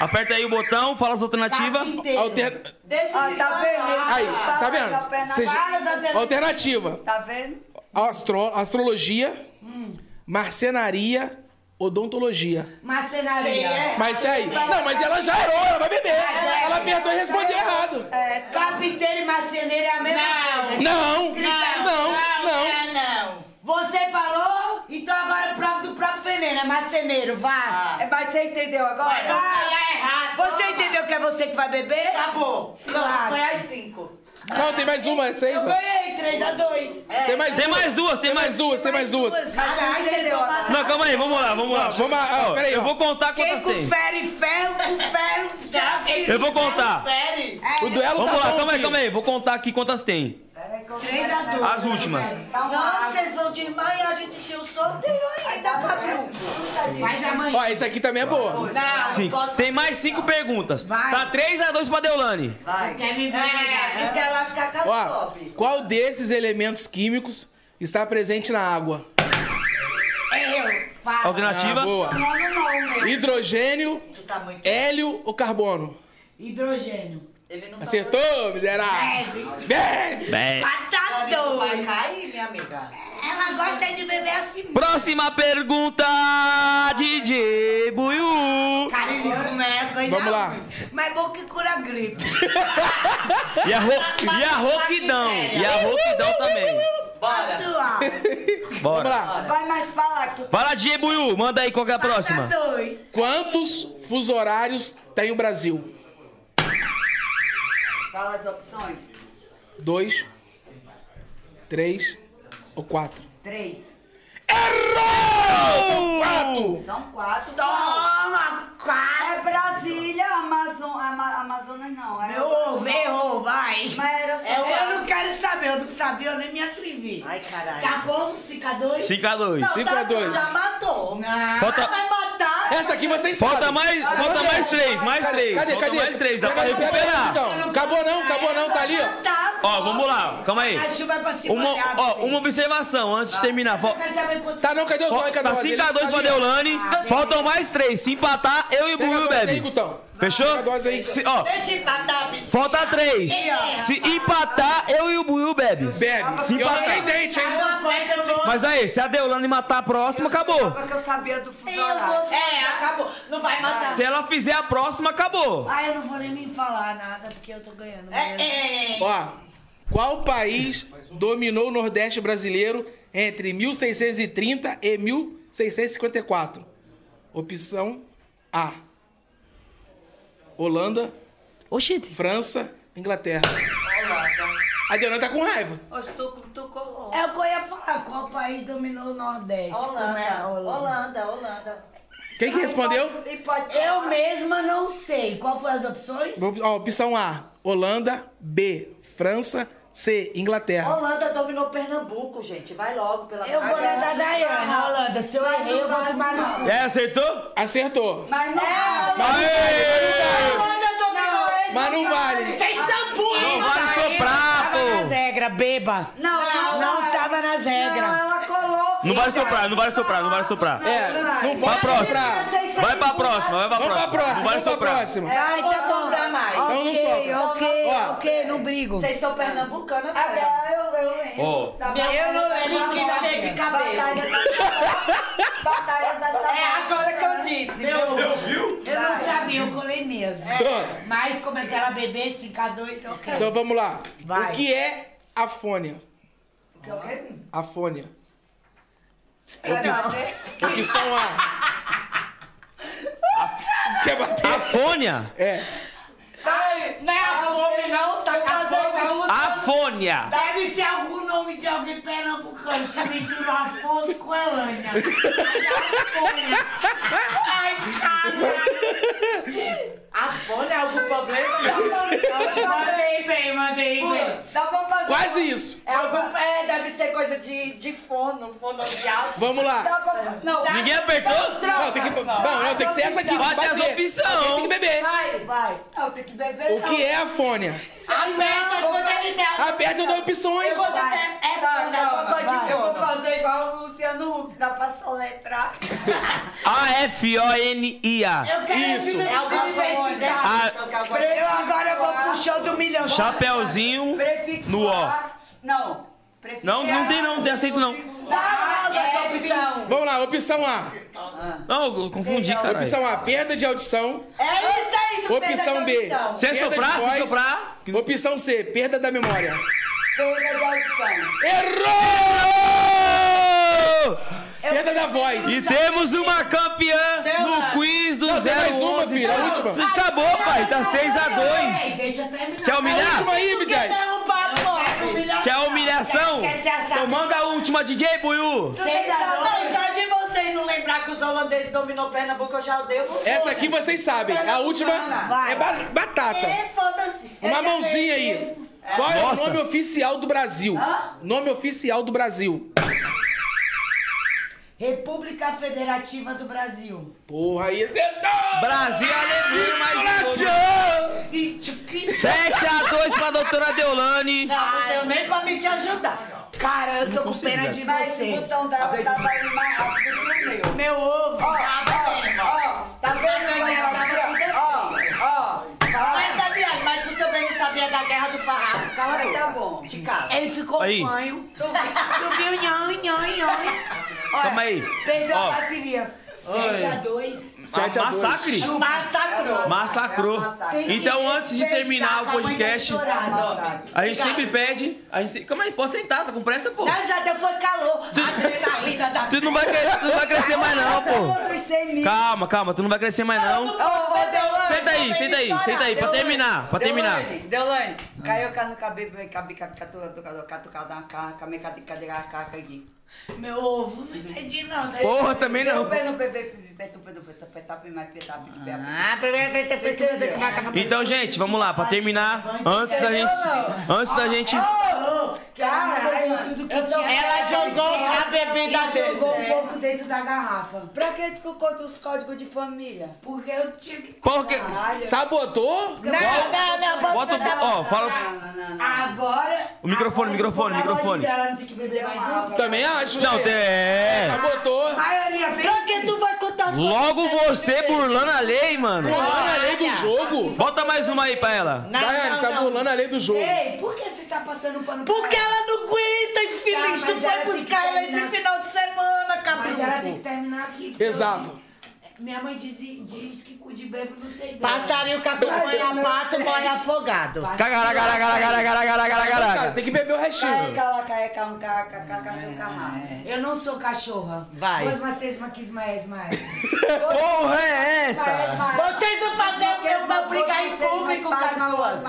[SPEAKER 1] Aperta aí o botão, fala as alternativas.
[SPEAKER 2] Alter-
[SPEAKER 3] Deixa Ó, tá vendo?
[SPEAKER 2] Aí,
[SPEAKER 3] Fala
[SPEAKER 2] tá
[SPEAKER 3] com a perna
[SPEAKER 2] vendo? Seja-
[SPEAKER 3] atrás, às vezes-
[SPEAKER 2] Alternativa:
[SPEAKER 3] Tá vendo?
[SPEAKER 2] astro- astrologia, marcenaria, odontologia.
[SPEAKER 6] é
[SPEAKER 1] é.
[SPEAKER 6] Marcenaria.
[SPEAKER 2] Mas isso aí. Não, mas ela já errou, ela vai beber. Ela apertou e respondeu errado.
[SPEAKER 3] É,
[SPEAKER 6] Carpinteiro e marceneiro é a mesma coisa.
[SPEAKER 2] Não, não, não.
[SPEAKER 6] é, não. Você falou, então agora prova do próprio veneno. É marceneiro, vá.
[SPEAKER 3] É, mas você entendeu agora?
[SPEAKER 6] Ah. Vai. Você entendeu que é você que vai beber? Acabou. Claro.
[SPEAKER 3] às cinco.
[SPEAKER 2] Não, tem mais uma, é seis?
[SPEAKER 6] Eu ganhei 3x2.
[SPEAKER 2] Tem mais
[SPEAKER 1] Tem
[SPEAKER 2] uma.
[SPEAKER 1] mais duas, tem mais duas.
[SPEAKER 2] Tem mais duas.
[SPEAKER 6] Caralho, vocês vão matar.
[SPEAKER 1] Não, calma aí, vamos lá, vamos lá.
[SPEAKER 2] Não, vamos lá, ó,
[SPEAKER 1] Ó,
[SPEAKER 2] peraí, ó.
[SPEAKER 1] Eu vou contar
[SPEAKER 6] Quem
[SPEAKER 1] quantas tem.
[SPEAKER 6] confere ferro, confere ferro.
[SPEAKER 1] Eu vou contar.
[SPEAKER 6] É,
[SPEAKER 2] O duelo
[SPEAKER 1] Vamos
[SPEAKER 2] tá
[SPEAKER 1] lá,
[SPEAKER 2] bom
[SPEAKER 1] calma aí,
[SPEAKER 2] aqui.
[SPEAKER 1] calma aí. Vou contar aqui quantas tem.
[SPEAKER 6] 3x2.
[SPEAKER 1] As últimas.
[SPEAKER 6] Não, vocês vão desmaiar e a gente tem um o sorteio ainda, Fabrício. Mas amanhã.
[SPEAKER 2] Ó, essa aqui também é boa.
[SPEAKER 6] Tá,
[SPEAKER 1] Cinco. Tem mais cinco perguntas.
[SPEAKER 6] Vai.
[SPEAKER 1] Tá 3 a 2 pra Deolane.
[SPEAKER 6] Vai. É. Quer me né? brigar? Tu quer lascar com as
[SPEAKER 2] Ó,
[SPEAKER 6] pobres.
[SPEAKER 2] qual desses elementos químicos está presente na água?
[SPEAKER 6] Eu. Fala.
[SPEAKER 1] Alternativa.
[SPEAKER 2] Ah, boa.
[SPEAKER 6] Não, não, meu.
[SPEAKER 2] Hidrogênio,
[SPEAKER 6] Tu tá muito...
[SPEAKER 2] hélio ou carbono?
[SPEAKER 6] Hidrogênio. Ele
[SPEAKER 1] tá
[SPEAKER 6] não
[SPEAKER 2] Acertou, miserável? Bebe!
[SPEAKER 1] Bem.
[SPEAKER 6] Tá doido.
[SPEAKER 3] cair, minha amiga.
[SPEAKER 6] Ela gosta de beber assim.
[SPEAKER 1] Próxima pergunta, DJ Buiu.
[SPEAKER 6] Cara, ele não é coisa
[SPEAKER 2] Vamos lá.
[SPEAKER 6] ruim. Mas é bom que cura a gripe.
[SPEAKER 1] E a, ro... e a rouquidão. E a rouquidão também.
[SPEAKER 6] Bora.
[SPEAKER 1] Bora.
[SPEAKER 2] Vamos lá.
[SPEAKER 3] Vai mais pra lá que tu
[SPEAKER 1] Vai lá, DJ Buiu. Manda aí qual que é a próxima.
[SPEAKER 6] Dois.
[SPEAKER 2] Quantos fuso horários tem o Brasil?
[SPEAKER 3] fala as opções.
[SPEAKER 2] Dois, três ou quatro?
[SPEAKER 3] Três.
[SPEAKER 2] Errou! Quatro!
[SPEAKER 3] São quatro. Toma! Cara. É Brasília, Amazon, Ama, Amazonas não. É
[SPEAKER 5] Meu ovo, errou, vai.
[SPEAKER 3] Mas era só
[SPEAKER 5] É,
[SPEAKER 3] quatro.
[SPEAKER 5] eu não quero saber, eu não sabia, eu nem me atrevi. Ai, caralho. Tá como? 5 a 2?
[SPEAKER 1] 5 a 2.
[SPEAKER 5] Não,
[SPEAKER 1] 5
[SPEAKER 5] tá
[SPEAKER 1] a 2.
[SPEAKER 5] bom, Já matou. Não,
[SPEAKER 1] Falta-
[SPEAKER 5] vai matar.
[SPEAKER 2] Essa aqui vocês
[SPEAKER 1] Falta
[SPEAKER 2] sabem.
[SPEAKER 1] mais-
[SPEAKER 2] Cadê?
[SPEAKER 1] falta mais três, mais
[SPEAKER 2] Cadê?
[SPEAKER 1] três.
[SPEAKER 2] Cadê?
[SPEAKER 1] Falta
[SPEAKER 2] Cadê?
[SPEAKER 1] mais três, dá
[SPEAKER 2] Pega
[SPEAKER 1] pra
[SPEAKER 2] aí, pega aí,
[SPEAKER 1] recuperar.
[SPEAKER 2] então. Acabou não, acabou não, tá ali, ó.
[SPEAKER 1] Ó, vamos lá, calma aí.
[SPEAKER 5] Acho que vai pra cima
[SPEAKER 1] Uma,
[SPEAKER 5] dela,
[SPEAKER 1] ó, uma observação antes de terminar. Fal-
[SPEAKER 5] Quer saber quanto
[SPEAKER 2] Tá, não, cadê o
[SPEAKER 1] fal-
[SPEAKER 2] zóio? Cadê
[SPEAKER 1] Tá
[SPEAKER 2] o
[SPEAKER 1] 5x2 pra
[SPEAKER 2] Tá ali, ó.
[SPEAKER 1] Deolane. Faltam mais três. Se empatar, eu e o
[SPEAKER 2] Pega a
[SPEAKER 1] Bubu
[SPEAKER 2] dose aí,
[SPEAKER 1] bebe.
[SPEAKER 2] Gutão.
[SPEAKER 1] Fechou?
[SPEAKER 2] Pega a dose aí.
[SPEAKER 1] Se- ó,
[SPEAKER 5] Deixa empatar, piscina.
[SPEAKER 1] falta três. Se empatar, eu e o Buiu bebe.
[SPEAKER 2] Bebe.
[SPEAKER 1] Se
[SPEAKER 2] E olha,
[SPEAKER 1] empatar.
[SPEAKER 2] tem dente, hein?
[SPEAKER 1] Mas aí, se a Deolane matar a próxima, acabou.
[SPEAKER 3] Porque É eu sabia do fuso
[SPEAKER 5] Eu
[SPEAKER 3] horário.
[SPEAKER 5] vou É, acabou. Não vai matar.
[SPEAKER 1] Se ela fizer a próxima, acabou.
[SPEAKER 5] Ah, eu não vou nem me falar nada, porque eu tô ganhando.
[SPEAKER 6] É,
[SPEAKER 5] mesmo.
[SPEAKER 2] Ó, qual país dominou o Nordeste brasileiro entre 1630 e 1654? Opção A. Holanda. França, Inglaterra. A Deolane tá com raiva.
[SPEAKER 3] Ô, tu, tu colou.
[SPEAKER 5] É o que eu ia falar, qual país dominou o Nordeste? Como é a
[SPEAKER 3] Holanda, Holanda, Holanda.
[SPEAKER 2] Quem que
[SPEAKER 3] Ah,
[SPEAKER 2] respondeu?
[SPEAKER 3] E pode...
[SPEAKER 5] Eu mesma não sei. Qual foram as opções?
[SPEAKER 2] Ó, opção A, Holanda. B, França. C, Inglaterra.
[SPEAKER 6] Holanda dominou Pernambuco, gente. Vai logo, pela
[SPEAKER 5] Eu vou na da Dayane, Holanda. Se eu errei, eu vou tomar no cu. É,
[SPEAKER 1] É, acertou?
[SPEAKER 2] Acertou.
[SPEAKER 3] Mas não
[SPEAKER 5] Holanda dominou eles.
[SPEAKER 2] Mas não vale.
[SPEAKER 5] Vocês são burros.
[SPEAKER 1] Não vale soprar,
[SPEAKER 15] Nas
[SPEAKER 1] pô.
[SPEAKER 15] regras, beba.
[SPEAKER 3] Não, não,
[SPEAKER 5] Não
[SPEAKER 3] vai.
[SPEAKER 5] tava nas regras.
[SPEAKER 3] Não, ela colou.
[SPEAKER 1] Não vale soprar, não vale soprar, não vale soprar.
[SPEAKER 2] É, não
[SPEAKER 1] Vai
[SPEAKER 2] pode
[SPEAKER 1] pra próxima.
[SPEAKER 2] soprar.
[SPEAKER 1] Vai pra próxima, vai pra
[SPEAKER 2] Vamos
[SPEAKER 1] próxima. Não
[SPEAKER 2] pra próxima,
[SPEAKER 1] vale
[SPEAKER 2] vamos pra
[SPEAKER 1] soprar.
[SPEAKER 2] próxima.
[SPEAKER 3] É
[SPEAKER 5] Ai, tá bom.
[SPEAKER 2] Então não
[SPEAKER 15] Ok,
[SPEAKER 2] sopra.
[SPEAKER 15] ok,
[SPEAKER 2] Ó.
[SPEAKER 15] ok, não brigo.
[SPEAKER 6] Vocês são pernambucanas,
[SPEAKER 3] Ah, é, eu, eu lembro.
[SPEAKER 1] Ó.
[SPEAKER 3] Da
[SPEAKER 6] Eu não
[SPEAKER 3] Batalha
[SPEAKER 6] lembro
[SPEAKER 3] da
[SPEAKER 6] que cheio de cabelo.
[SPEAKER 3] Batalha da- Batalha da Savana.
[SPEAKER 5] É agora que eu disse. Meu, eu não sabia, eu colei mesmo.
[SPEAKER 2] Pronto.
[SPEAKER 5] Mas como é pela bebê, 5x2, então eu quero.
[SPEAKER 2] Então vamos lá.
[SPEAKER 5] Vai.
[SPEAKER 2] O que é afônia?
[SPEAKER 3] Que eu lembro.
[SPEAKER 2] Afônia. Opção, opção A. Quer bater?
[SPEAKER 1] Afônia?
[SPEAKER 2] É.
[SPEAKER 5] Não é a fome, não, tá casando.
[SPEAKER 1] Afônia.
[SPEAKER 5] Deve ser algum nome de alguém pernambucano que misturou Afonso com Elânia. Ai, caralho. A folha é algum problema? Mandei bem, mandei bem.
[SPEAKER 3] Dá pra fazer.
[SPEAKER 2] Quase isso.
[SPEAKER 5] É, algum, é, deve ser coisa de, de fono, fonoaudial.
[SPEAKER 2] Vamos lá.
[SPEAKER 3] Dá pra... Não,
[SPEAKER 1] Ninguém apertou?
[SPEAKER 2] Não, tem que, não, não, tem que ser essa aqui. tem que
[SPEAKER 1] Bate as
[SPEAKER 2] bater.
[SPEAKER 1] opção.
[SPEAKER 2] Alguém Tem que beber.
[SPEAKER 5] Vai, vai.
[SPEAKER 3] não, tem que beber.
[SPEAKER 2] O que é afônia?
[SPEAKER 5] Aperta quando ele der.
[SPEAKER 2] Aperta eu dou opções.
[SPEAKER 5] Quando der, é fono, é alguma coisa de
[SPEAKER 3] Eu vou
[SPEAKER 5] fono.
[SPEAKER 3] fazer igual o Luciano Huck, dá pra soletrar.
[SPEAKER 1] A-F-O-N-I-A.
[SPEAKER 5] Eu quero
[SPEAKER 2] Isso.
[SPEAKER 5] É alguma coisa de
[SPEAKER 1] A-
[SPEAKER 5] Eu agora vou pro show do milhão.
[SPEAKER 1] Chapeuzinho
[SPEAKER 3] Prefixo
[SPEAKER 1] no O.
[SPEAKER 3] A. Não. Prefixo é
[SPEAKER 1] Não, não tem não, não tem aceito não.
[SPEAKER 3] Dá pra opção.
[SPEAKER 2] Vamos lá, opção A.
[SPEAKER 1] Não, eu confundi, caralho.
[SPEAKER 2] Opção A, perda de audição.
[SPEAKER 3] É isso, é isso.
[SPEAKER 2] Opção B.
[SPEAKER 3] Perda de audição.
[SPEAKER 1] Se é
[SPEAKER 2] perda de
[SPEAKER 1] soprar, se
[SPEAKER 2] voz.
[SPEAKER 1] soprar.
[SPEAKER 2] Opção C, perda da memória.
[SPEAKER 3] Perda de audição.
[SPEAKER 2] Errou! Perda da voz.
[SPEAKER 1] E temos uma campeã no quiz do
[SPEAKER 2] Não, tem
[SPEAKER 1] 011.
[SPEAKER 2] mais uma, filho, a última.
[SPEAKER 1] Acabou, pai. Tá 6x2.
[SPEAKER 5] Deixa eu terminar.
[SPEAKER 1] Quer
[SPEAKER 2] A última
[SPEAKER 1] humilhar?
[SPEAKER 2] aí, Midas.
[SPEAKER 3] um
[SPEAKER 1] Quer humilhação?
[SPEAKER 5] Quer- quer ser assado.
[SPEAKER 1] Então manda a última, DJ Buiu.
[SPEAKER 5] Seis a
[SPEAKER 6] Não,
[SPEAKER 5] dois.
[SPEAKER 6] só de vocês não lembrar que os holandeses dominou Pernambuco, eu já odeio vocês.
[SPEAKER 2] Essa aqui vocês sabem. A última é ba- batata.
[SPEAKER 6] É, foda-se.
[SPEAKER 2] Uma
[SPEAKER 6] Eu já
[SPEAKER 2] mãozinha
[SPEAKER 6] dei
[SPEAKER 2] aí.
[SPEAKER 6] mesmo.
[SPEAKER 2] Qual é o
[SPEAKER 1] Nossa.
[SPEAKER 2] nome oficial do Brasil? Nome oficial do Brasil.
[SPEAKER 5] República Federativa do Brasil.
[SPEAKER 2] Porra, aí é acertou!
[SPEAKER 1] Brasil alegria mais um.
[SPEAKER 2] Esculachou!
[SPEAKER 5] E tchuqui.
[SPEAKER 1] 7x2 pra doutora Deolane.
[SPEAKER 5] Não, não deu nem pra me te ajudar. Cara, eu tô com pena de
[SPEAKER 3] Mas o
[SPEAKER 5] você.
[SPEAKER 3] botão dela tava indo mais rápido que o meu.
[SPEAKER 5] Meu ovo.
[SPEAKER 3] Ó, ó, ó, tá vendo aí, ó, ó, ó,
[SPEAKER 6] Mas,
[SPEAKER 3] tá,
[SPEAKER 6] Damiane, mas tu também não sabia da guerra do farrapo. Cala a boca.
[SPEAKER 3] tá bom.
[SPEAKER 6] De cara.
[SPEAKER 5] Ele ficou
[SPEAKER 1] Aí.
[SPEAKER 5] fanho. Tu viu? Nhoi, nhoi, nhoi. Olha,
[SPEAKER 1] Calma aí.
[SPEAKER 5] Perdeu
[SPEAKER 1] Ó.
[SPEAKER 5] a bateria. 7 a 2.
[SPEAKER 2] Sete a dois.
[SPEAKER 1] Massacre.
[SPEAKER 5] Massacrou.
[SPEAKER 1] Massacrou.
[SPEAKER 5] Tem que
[SPEAKER 1] Então, antes de
[SPEAKER 5] respeitar
[SPEAKER 1] terminar o
[SPEAKER 5] a mãe da
[SPEAKER 1] podcast,
[SPEAKER 5] estourada.
[SPEAKER 1] a gente sempre pede. A gente... se- Calma aí, pode sentar, tá com pressa, pô.
[SPEAKER 5] Já, já deu, foi calor. Adrenalina da
[SPEAKER 1] Tu não vai, cre- tu não vai crescer mais, não, pô.
[SPEAKER 3] Outros 100 mil.
[SPEAKER 1] Calma, calma, tu não vai crescer mais, não. Senta aí, senta aí, senta aí, pra terminar, pra terminar.
[SPEAKER 3] Deolane, caiu cá no cabelo, cabi, cabi, catu, catu, catu, catu, catu, catu, catu, catu, catu, catu, catu, catu, catu, catu, catu,
[SPEAKER 5] Meu ovo, não entendi não. né?
[SPEAKER 1] Porra, também não.
[SPEAKER 5] tá,
[SPEAKER 16] Ah,
[SPEAKER 1] Então, gente, vamos lá, pra terminar, antes da gente. Antes da gente.
[SPEAKER 5] Oh, Caralho, tudo que tinha.
[SPEAKER 6] Ela jogou a bebida
[SPEAKER 5] Ela jogou um
[SPEAKER 6] dele.
[SPEAKER 5] pouco dentro da garrafa. Pra que tu conta os códigos de família? Porque eu tive que.
[SPEAKER 1] Porque.
[SPEAKER 2] Sabotou?
[SPEAKER 5] Não, não, não, vou
[SPEAKER 1] Bota o.
[SPEAKER 5] botar-
[SPEAKER 1] Ó, fala.
[SPEAKER 5] Agora.
[SPEAKER 1] O microfone, microfone, microfone.
[SPEAKER 5] Ela não tem que beber mais um.
[SPEAKER 2] Também acho, né?
[SPEAKER 1] Não, tem. é.
[SPEAKER 2] Sabotou.
[SPEAKER 5] Maioria fez.
[SPEAKER 6] Pra que tu vai contar as
[SPEAKER 1] Logo você burlando a lei, mano.
[SPEAKER 2] Burlando a lei do jogo.
[SPEAKER 1] Bota mais uma aí pra ela.
[SPEAKER 2] Daiane, tá burlando a lei do jogo.
[SPEAKER 5] Ei, por que você tá passando pano pra
[SPEAKER 6] Porque ela não aguenta, infeliz.
[SPEAKER 5] Tá,
[SPEAKER 6] tu
[SPEAKER 5] mas
[SPEAKER 6] foi
[SPEAKER 5] ela tem que
[SPEAKER 6] buscar ela esse
[SPEAKER 5] terminar.
[SPEAKER 6] final de semana,
[SPEAKER 5] Mas ela tem que
[SPEAKER 6] cabrão.
[SPEAKER 5] terminar aqui. porque
[SPEAKER 2] Exato.
[SPEAKER 5] eu- Minha mãe diz, diz que cu de bêbado não tem dono.
[SPEAKER 6] Passarinho que acompanha a pato morre afogado.
[SPEAKER 1] Cagara, gara, gara, gara, gara, gara, gara,
[SPEAKER 2] Cara,
[SPEAKER 1] gara.
[SPEAKER 2] tem que beber o restinho.
[SPEAKER 5] um Eu não sou cachorra.
[SPEAKER 6] Vai.
[SPEAKER 5] Pois mas vocês quis mais, mais.
[SPEAKER 1] Porra é essa?
[SPEAKER 6] Vocês vão fazer o meu pra brigar em público com as duas.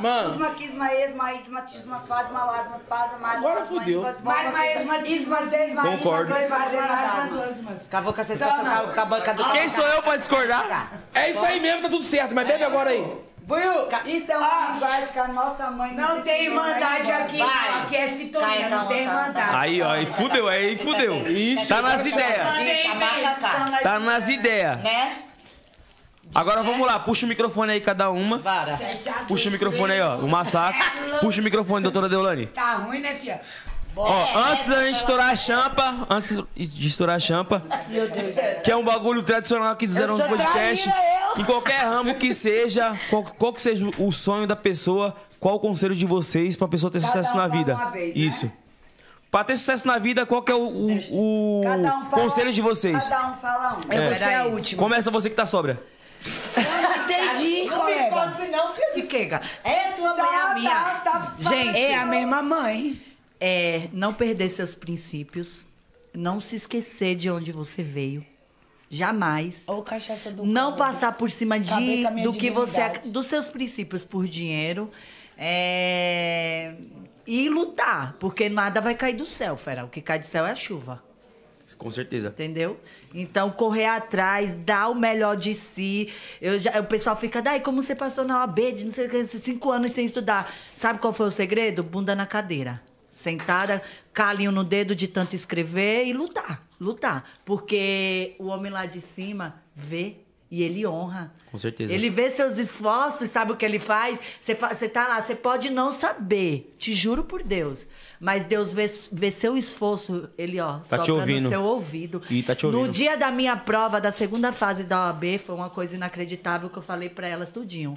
[SPEAKER 2] Mano.
[SPEAKER 3] Isma, quisma, esma, isma, tisma, fasma, lasma, pasma,
[SPEAKER 2] Agora fudeu.
[SPEAKER 5] Mais, mais, mais, diz, mas vocês mais.
[SPEAKER 1] Concordo.
[SPEAKER 5] Vai fazer mais, mais, mais.
[SPEAKER 6] Acabou com essa situação com a banca do
[SPEAKER 1] Quem sou eu pra discordar?
[SPEAKER 2] É isso aí mesmo, tá tudo certo. Mas bebe agora aí.
[SPEAKER 5] Buiu,
[SPEAKER 3] Isso é
[SPEAKER 6] Ah.
[SPEAKER 3] uma linguagem que a nossa mãe
[SPEAKER 5] não tem
[SPEAKER 3] é
[SPEAKER 5] irmandade aqui,
[SPEAKER 6] Vai.
[SPEAKER 5] não. Aqui é sintonia,
[SPEAKER 6] Vai,
[SPEAKER 5] não tem
[SPEAKER 6] calma,
[SPEAKER 5] irmandade.
[SPEAKER 1] Aí, ó, aí fudeu, aí fudeu. Tá nas ideias. Tá nas ideias.
[SPEAKER 6] Né?
[SPEAKER 1] Agora vamos lá, puxa o microfone aí cada uma.
[SPEAKER 6] Para.
[SPEAKER 5] Sete a
[SPEAKER 1] Puxa o
[SPEAKER 5] dois,
[SPEAKER 1] microfone aí, ó. O massacre. Puxa o microfone, doutora Deolane.
[SPEAKER 5] Tá ruim, né, fia?
[SPEAKER 1] Ó, antes da gente estourar a champa, antes de estourar a champa, que é um bagulho tradicional aqui do Zero
[SPEAKER 6] sou
[SPEAKER 1] Onze Podcast,
[SPEAKER 6] traíra,
[SPEAKER 1] em qualquer ramo que seja, qual, qual que seja o sonho da pessoa, qual o conselho de vocês pra pessoa ter sucesso na
[SPEAKER 3] fala
[SPEAKER 1] vida?
[SPEAKER 3] uma vez, né?
[SPEAKER 1] Isso. Pra ter sucesso na vida, qual que é o, o- o conselho de vocês?
[SPEAKER 3] um Cada um fala um.
[SPEAKER 1] É.
[SPEAKER 15] Você é a última.
[SPEAKER 1] Começa você que tá sobra.
[SPEAKER 15] Entendi,
[SPEAKER 6] Não me
[SPEAKER 15] colega.
[SPEAKER 6] cospe não, filho de quega. É tua mãe, a
[SPEAKER 3] Tá,
[SPEAKER 6] minha.
[SPEAKER 3] tá, tá.
[SPEAKER 4] Gente,
[SPEAKER 15] É a mesma mãe.
[SPEAKER 4] é não perder seus princípios, não se esquecer de onde você veio, jamais.
[SPEAKER 15] Ou cachaça do
[SPEAKER 4] não
[SPEAKER 15] cara.
[SPEAKER 4] passar por cima
[SPEAKER 15] Acabei
[SPEAKER 4] de
[SPEAKER 15] com a minha
[SPEAKER 4] do que você ac-
[SPEAKER 15] dignidade.
[SPEAKER 4] dos seus princípios por dinheiro é, e lutar, porque nada vai cair do céu, fera. O que cai do céu é a chuva.
[SPEAKER 1] Com certeza.
[SPEAKER 4] Entendeu? Então, correr atrás, dar o melhor de si. Eu já, o pessoal fica, daí, como você passou na OAB de não sei o que, esses cinco anos sem estudar? Sabe qual foi o segredo? Bunda na cadeira. Sentada, calinho no dedo de tanto escrever e lutar. Lutar. Porque o homem lá de cima vê e ele honra.
[SPEAKER 1] Com certeza.
[SPEAKER 4] Ele vê seus esforços, sabe o que ele faz. Você fa- você tá lá, você pode não saber, te juro por Deus. Mas Deus vê, vê seu esforço, ele, ó,
[SPEAKER 1] Tá te
[SPEAKER 4] sopra
[SPEAKER 1] ouvindo.
[SPEAKER 4] no seu ouvido.
[SPEAKER 1] E tá te ouvindo.
[SPEAKER 4] No dia da minha prova, da segunda fase da OAB, foi uma coisa inacreditável que eu falei pra elas tudinho.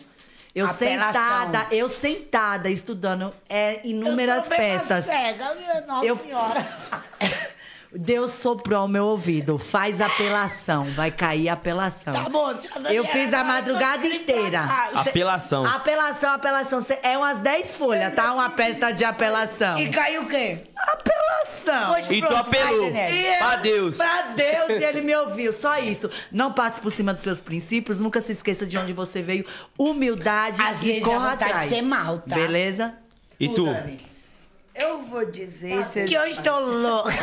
[SPEAKER 4] Eu
[SPEAKER 15] Apelação.
[SPEAKER 4] sentada, eu sentada estudando é, inúmeras peças.
[SPEAKER 6] Cega, minha nossa
[SPEAKER 4] Eu-
[SPEAKER 6] senhora.
[SPEAKER 4] Deus soprou ao meu ouvido, faz apelação, vai cair apelação.
[SPEAKER 6] Tá bom, tia Daniela,
[SPEAKER 4] Eu fiz a
[SPEAKER 6] agora
[SPEAKER 4] madrugada
[SPEAKER 6] eu vou
[SPEAKER 4] inteira.
[SPEAKER 6] pra casa.
[SPEAKER 1] Apelação.
[SPEAKER 4] Apelação, apelação. Cê- É umas 10 folhas, tá? Uma peça de apelação.
[SPEAKER 15] E caiu o quê?
[SPEAKER 4] Apelação!
[SPEAKER 1] E tu apelou.
[SPEAKER 4] E
[SPEAKER 1] Pra
[SPEAKER 4] eu-
[SPEAKER 1] Deus.
[SPEAKER 4] Pra Deus, e ele me ouviu. Só isso. Não passe por cima dos seus princípios, nunca se esqueça de onde você veio. Humildade
[SPEAKER 15] Às
[SPEAKER 4] e
[SPEAKER 15] vezes dá
[SPEAKER 4] corra
[SPEAKER 15] vontade de
[SPEAKER 4] atrás.
[SPEAKER 15] ser mal, tá?
[SPEAKER 4] Beleza?
[SPEAKER 1] E tu?
[SPEAKER 3] Eu vou dizer. cês-
[SPEAKER 6] Que eu estou louca.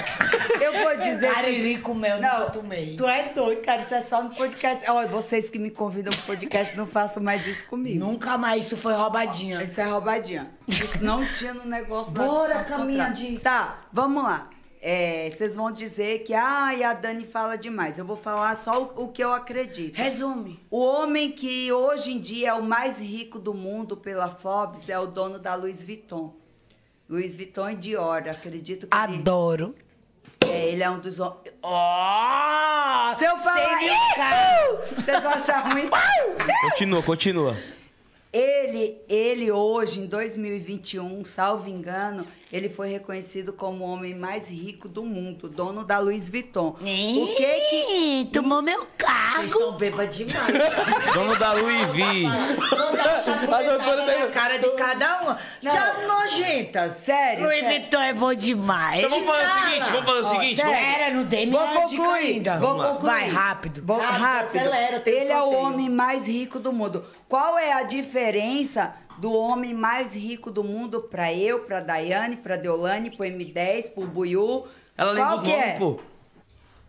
[SPEAKER 3] Eu vou dizer.
[SPEAKER 15] Caririco meu, não tomei.
[SPEAKER 3] Tu é doido, cara. Isso é só no podcast. Olha, vocês que me convidam pro podcast, não façam mais isso comigo.
[SPEAKER 15] Nunca mais, isso foi roubadinha.
[SPEAKER 3] Isso é roubadinha. Isso não tinha no negócio lá
[SPEAKER 4] Bora,
[SPEAKER 3] dos
[SPEAKER 4] caminha
[SPEAKER 3] contratos.
[SPEAKER 4] disso.
[SPEAKER 3] Tá, vamos lá. É, Vocês vão dizer que ai, a Dani fala demais. Eu vou falar só o, o que eu acredito.
[SPEAKER 15] Resume.
[SPEAKER 3] O homem que hoje em dia é o mais rico do mundo pela Forbes é o dono da Louis Vuitton. Louis Vuitton e Dior, acredito que ele-
[SPEAKER 15] Adoro.
[SPEAKER 3] é, ele é um dos homens.
[SPEAKER 15] Ó!
[SPEAKER 3] Se eu falar
[SPEAKER 15] Seria
[SPEAKER 3] isso,
[SPEAKER 15] o cara.
[SPEAKER 3] é vocês vão achar ruim.
[SPEAKER 1] Continua, continua.
[SPEAKER 3] Ele, ele hoje, em 2021, salvo engano, ele foi reconhecido como o homem mais rico do mundo, dono da Louis Vuitton. O que que...
[SPEAKER 6] Ih, Tomou meu
[SPEAKER 15] Vocês
[SPEAKER 6] cargo.
[SPEAKER 15] estão bêbados demais. tá?
[SPEAKER 1] Dono da Louis V.
[SPEAKER 15] Não dá pra
[SPEAKER 2] A doutora
[SPEAKER 15] aproveitar
[SPEAKER 3] Um
[SPEAKER 15] a
[SPEAKER 2] tá...
[SPEAKER 15] cara de cada uma. Já nojenta, sério.
[SPEAKER 6] Louis Vuitton é bom demais.
[SPEAKER 15] Ah,
[SPEAKER 1] Então vamos fazer o seguinte, vamos fazer o seguinte. vamos-
[SPEAKER 15] Era, não dei
[SPEAKER 3] Vou
[SPEAKER 15] É minha dica
[SPEAKER 3] concluir,
[SPEAKER 15] ainda.
[SPEAKER 3] vou
[SPEAKER 1] Vamos lá.
[SPEAKER 3] concluir.
[SPEAKER 15] Vai, rápido.
[SPEAKER 3] Vou-
[SPEAKER 15] Rápido,
[SPEAKER 3] rápido.
[SPEAKER 15] acelera, tem
[SPEAKER 3] Ele é o
[SPEAKER 15] sorteio.
[SPEAKER 3] homem mais rico do mundo. Qual é a diferença do homem mais rico do mundo para eu, para Daiane, para Deolane, para o M10, para o Buiú,
[SPEAKER 1] Ela lembra
[SPEAKER 3] Qual
[SPEAKER 1] os
[SPEAKER 3] que
[SPEAKER 1] nomes,
[SPEAKER 3] é?
[SPEAKER 1] pô.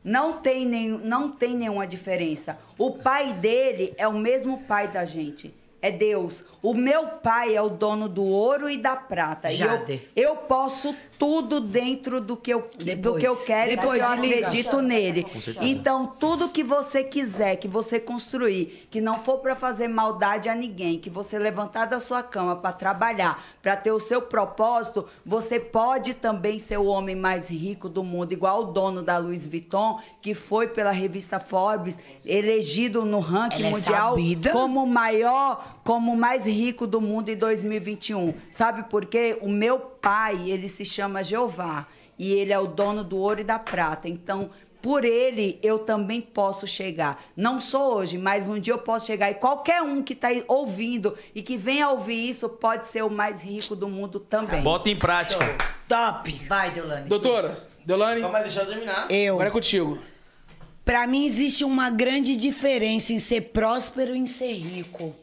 [SPEAKER 3] Não tem, nenhum, não tem nenhuma diferença. O pai dele é o mesmo pai da gente. É Deus. O meu pai é o dono do ouro e da prata. E
[SPEAKER 24] Jader.
[SPEAKER 3] eu, eu posso tudo dentro do que eu, do
[SPEAKER 24] Depois.
[SPEAKER 3] que eu quero
[SPEAKER 24] Depois,
[SPEAKER 3] e do que eu
[SPEAKER 24] desliga.
[SPEAKER 3] acredito nele.
[SPEAKER 24] Com certeza.
[SPEAKER 3] Então, tudo que você quiser, que você construir, que não for para fazer maldade a ninguém, que você levantar da sua cama para trabalhar, para ter o seu propósito, você pode também ser o homem mais rico do mundo, igual o dono da Louis Vuitton, que foi pela revista Forbes elegido no ranking
[SPEAKER 25] Ela é
[SPEAKER 3] mundial
[SPEAKER 25] sabida.
[SPEAKER 3] como o maior, como o mais rico do mundo em 2021. Sabe por quê? O meu pai, ele se chama Jeová e ele é o dono do ouro e da prata. Então, por ele eu também posso chegar. Não só hoje, mas um dia eu posso chegar. E qualquer um que está ouvindo e que venha ouvir isso pode ser o mais rico do mundo também.
[SPEAKER 1] Bota em prática.
[SPEAKER 5] Top.
[SPEAKER 24] Vai, Deolane.
[SPEAKER 2] Doutora, Delane.
[SPEAKER 1] Calma aí, deixa eu terminar.
[SPEAKER 5] Eu.
[SPEAKER 2] Agora é contigo.
[SPEAKER 5] Pra mim existe uma grande diferença em ser próspero e em ser rico.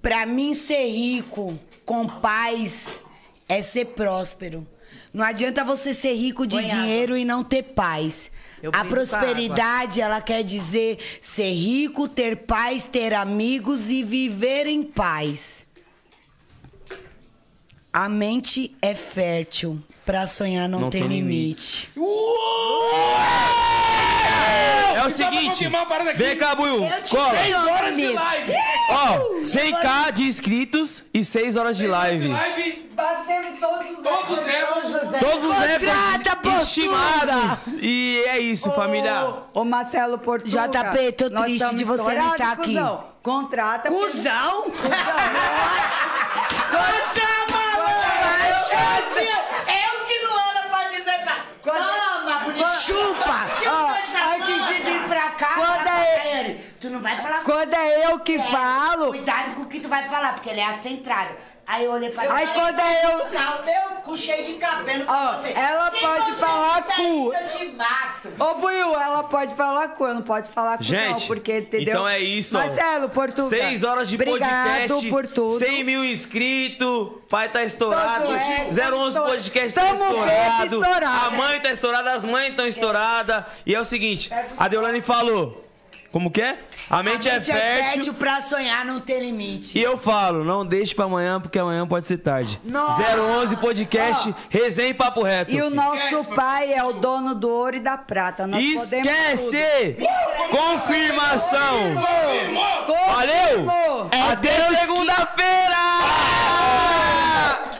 [SPEAKER 5] Pra mim ser rico com paz é ser próspero. Não adianta você ser rico de
[SPEAKER 26] Põe água.
[SPEAKER 5] dinheiro e não ter paz.
[SPEAKER 26] Eu
[SPEAKER 5] a
[SPEAKER 26] brindo com a
[SPEAKER 5] prosperidade, ela quer dizer ser rico, ter paz, ter amigos e viver em paz. A mente é fértil. Pra sonhar não, tem, limite.
[SPEAKER 1] É o
[SPEAKER 5] Só pra
[SPEAKER 1] seguinte.
[SPEAKER 5] confirmar uma parada aqui.
[SPEAKER 1] Vem cá, Buiu.
[SPEAKER 5] Eu te
[SPEAKER 1] Cola.
[SPEAKER 5] sei, Seis horas de Amigo. live.
[SPEAKER 1] Ó,
[SPEAKER 5] Eu
[SPEAKER 1] 100k de inscritos e 6 horas de live.
[SPEAKER 25] Batemos todos os
[SPEAKER 2] Todos
[SPEAKER 25] erros.
[SPEAKER 1] Todos os
[SPEAKER 5] Contrata,
[SPEAKER 1] recordes
[SPEAKER 5] postura.
[SPEAKER 1] estimados. E é isso, família.
[SPEAKER 3] Ô Marcelo Portuga,
[SPEAKER 5] JP, tá tô
[SPEAKER 3] nós
[SPEAKER 5] triste
[SPEAKER 3] estamos
[SPEAKER 5] de você não
[SPEAKER 3] estourados,
[SPEAKER 5] estar aqui.
[SPEAKER 3] cuzão. Contrata. né?
[SPEAKER 5] Cusão?
[SPEAKER 4] Eu que não era pra dizer pra. Toma, bonito.
[SPEAKER 5] Chupa!
[SPEAKER 4] Chupa essa Ah, antes de vir pra cá.
[SPEAKER 5] Quando
[SPEAKER 4] fala
[SPEAKER 5] é-
[SPEAKER 4] pra ele. Tu não vai falar
[SPEAKER 3] Quando é eu que
[SPEAKER 4] É,
[SPEAKER 3] falo.
[SPEAKER 4] Cuidado com o que tu vai falar, porque ele é acentrado. Aí eu olhei pra
[SPEAKER 3] Aí
[SPEAKER 4] ele,
[SPEAKER 3] quando é eu-
[SPEAKER 4] Tá, o meu cu cheio de cabelo.
[SPEAKER 3] Ó,
[SPEAKER 4] com você.
[SPEAKER 3] ela
[SPEAKER 4] Se
[SPEAKER 3] pode
[SPEAKER 4] você
[SPEAKER 3] falar
[SPEAKER 4] fizer
[SPEAKER 3] cu.
[SPEAKER 4] isso, eu te mato.
[SPEAKER 3] Ô, Buiu, ela pode falar com, eu não pode falar com
[SPEAKER 1] Gente,
[SPEAKER 3] não, porque, entendeu?
[SPEAKER 1] então é isso. ó.
[SPEAKER 3] Marcelo, Portugal.
[SPEAKER 1] Seis horas de
[SPEAKER 3] Obrigado
[SPEAKER 1] podcast.
[SPEAKER 3] por tudo.
[SPEAKER 1] 100 mil inscritos. Pai tá estourado.
[SPEAKER 3] Todo é, tá
[SPEAKER 1] 011
[SPEAKER 3] estourado.
[SPEAKER 1] podcast tá
[SPEAKER 3] Tamo né? bem
[SPEAKER 1] estourado.
[SPEAKER 3] estourado.
[SPEAKER 1] A mãe tá estourada, as mães estão estouradas. E é o seguinte, a Deolane falou. Como que é? A mente,
[SPEAKER 5] Mente
[SPEAKER 1] é fértil.
[SPEAKER 5] pra sonhar não tem limite.
[SPEAKER 1] E eu falo, não deixe pra amanhã, porque amanhã pode ser tarde.
[SPEAKER 5] Nossa.
[SPEAKER 1] 011 podcast, resenha e papo reto.
[SPEAKER 3] E o nosso pai é o dono do ouro e da prata. Nós podemos tudo.
[SPEAKER 1] Esquece! Confirmação! é
[SPEAKER 3] Confirmou!
[SPEAKER 1] Valeu!
[SPEAKER 5] É Deus
[SPEAKER 1] Até
[SPEAKER 5] que-
[SPEAKER 1] segunda-feira!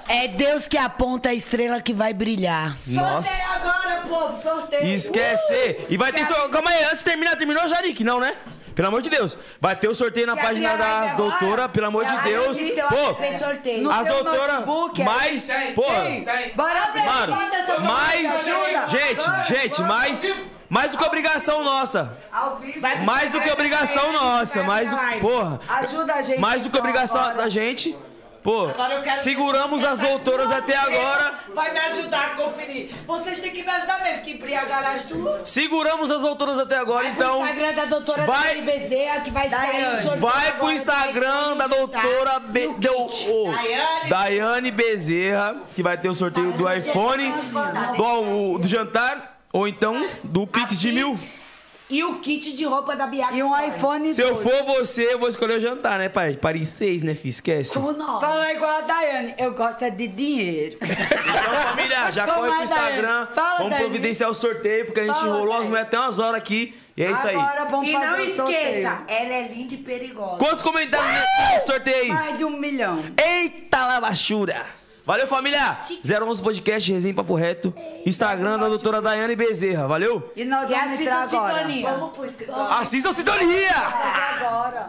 [SPEAKER 5] É Deus que aponta a estrela que vai brilhar.
[SPEAKER 1] Nossa!
[SPEAKER 4] agora, povo, sorteio. Uh,
[SPEAKER 1] Esquece! E vai ter sorteio. Calma aí, antes de terminar, terminou já, Nick? Não, né? Pelo amor de Deus. Vai ter o sorteio na
[SPEAKER 4] Que
[SPEAKER 1] página
[SPEAKER 4] a minha
[SPEAKER 1] da
[SPEAKER 4] live
[SPEAKER 1] doutora,
[SPEAKER 4] agora?
[SPEAKER 1] pelo amor de
[SPEAKER 4] Ela
[SPEAKER 1] Deus.
[SPEAKER 4] acredita, eu acho que tem sorteio.
[SPEAKER 1] Pô,
[SPEAKER 4] No
[SPEAKER 1] as
[SPEAKER 4] seu
[SPEAKER 1] doutoras
[SPEAKER 4] notebook, é?
[SPEAKER 1] mais.
[SPEAKER 4] Tem,
[SPEAKER 1] Pô,
[SPEAKER 4] tem, tem.
[SPEAKER 3] Bora,
[SPEAKER 1] mano, mais. Gente, gente, mais. Mais do que obrigação nossa.
[SPEAKER 3] Ao vivo.
[SPEAKER 1] Mais do que obrigação nossa, mais do, porra.
[SPEAKER 3] Ajuda a gente,
[SPEAKER 1] Mais do que
[SPEAKER 3] então,
[SPEAKER 1] obrigação né?
[SPEAKER 3] agora.
[SPEAKER 1] da gente. Pô,
[SPEAKER 4] Agora eu quero-
[SPEAKER 1] seguramos as doutoras até agora.
[SPEAKER 4] Vai me ajudar a conferir. Vocês têm que me ajudar mesmo, que embriagaram as duas.
[SPEAKER 1] Seguramos as doutoras até agora, então.
[SPEAKER 5] O Instagram da doutora
[SPEAKER 1] Vai-
[SPEAKER 5] vai... Bezerra que vai sair o
[SPEAKER 1] então
[SPEAKER 5] sorteio
[SPEAKER 1] Vai
[SPEAKER 5] agora
[SPEAKER 1] pro
[SPEAKER 5] do
[SPEAKER 1] Instagram da doutora Be... deu- ô,
[SPEAKER 4] Daiane.
[SPEAKER 1] Daiane Bezerra, que vai ter o sorteio do iPhone, do, o- do jantar, ou então do Pix de mil.
[SPEAKER 5] E o kit de roupa da Bianca.
[SPEAKER 3] E um iPhone
[SPEAKER 1] Se eu
[SPEAKER 3] 12.
[SPEAKER 1] for você, eu vou escolher o jantar, né, pai? Paris 6, né, filho? Esquece.
[SPEAKER 3] Fala igual a Daiane, eu gosto é de dinheiro.
[SPEAKER 1] Então, família, já
[SPEAKER 3] Toma,
[SPEAKER 1] corre pro
[SPEAKER 3] Daiane.
[SPEAKER 1] Instagram.
[SPEAKER 3] Fala,
[SPEAKER 1] vamos
[SPEAKER 3] Daiane.
[SPEAKER 1] providenciar o sorteio, porque a gente
[SPEAKER 3] Fala,
[SPEAKER 1] enrolou as
[SPEAKER 3] Daiane.
[SPEAKER 1] mulheres até umas horas aqui. E é isso aí.
[SPEAKER 3] Agora vamos
[SPEAKER 4] E
[SPEAKER 3] fazer
[SPEAKER 4] não
[SPEAKER 3] o
[SPEAKER 4] esqueça, ela é linda e perigosa.
[SPEAKER 1] Quantos comentários nesse sorteio
[SPEAKER 3] sorteio.
[SPEAKER 1] aí?
[SPEAKER 3] Mais de um milhão.
[SPEAKER 1] Eita lavachura! Valeu, família! 011 Podcast, Resenha em Papo Reto. Instagram da doutora Daiane Bezerra. Valeu?
[SPEAKER 3] E nós
[SPEAKER 5] E
[SPEAKER 3] vamos
[SPEAKER 5] assista
[SPEAKER 3] entrar
[SPEAKER 5] o
[SPEAKER 3] agora.
[SPEAKER 5] Sintonia.
[SPEAKER 4] Vamos pro escritório.
[SPEAKER 1] Assistam Sintonia!
[SPEAKER 3] Agora.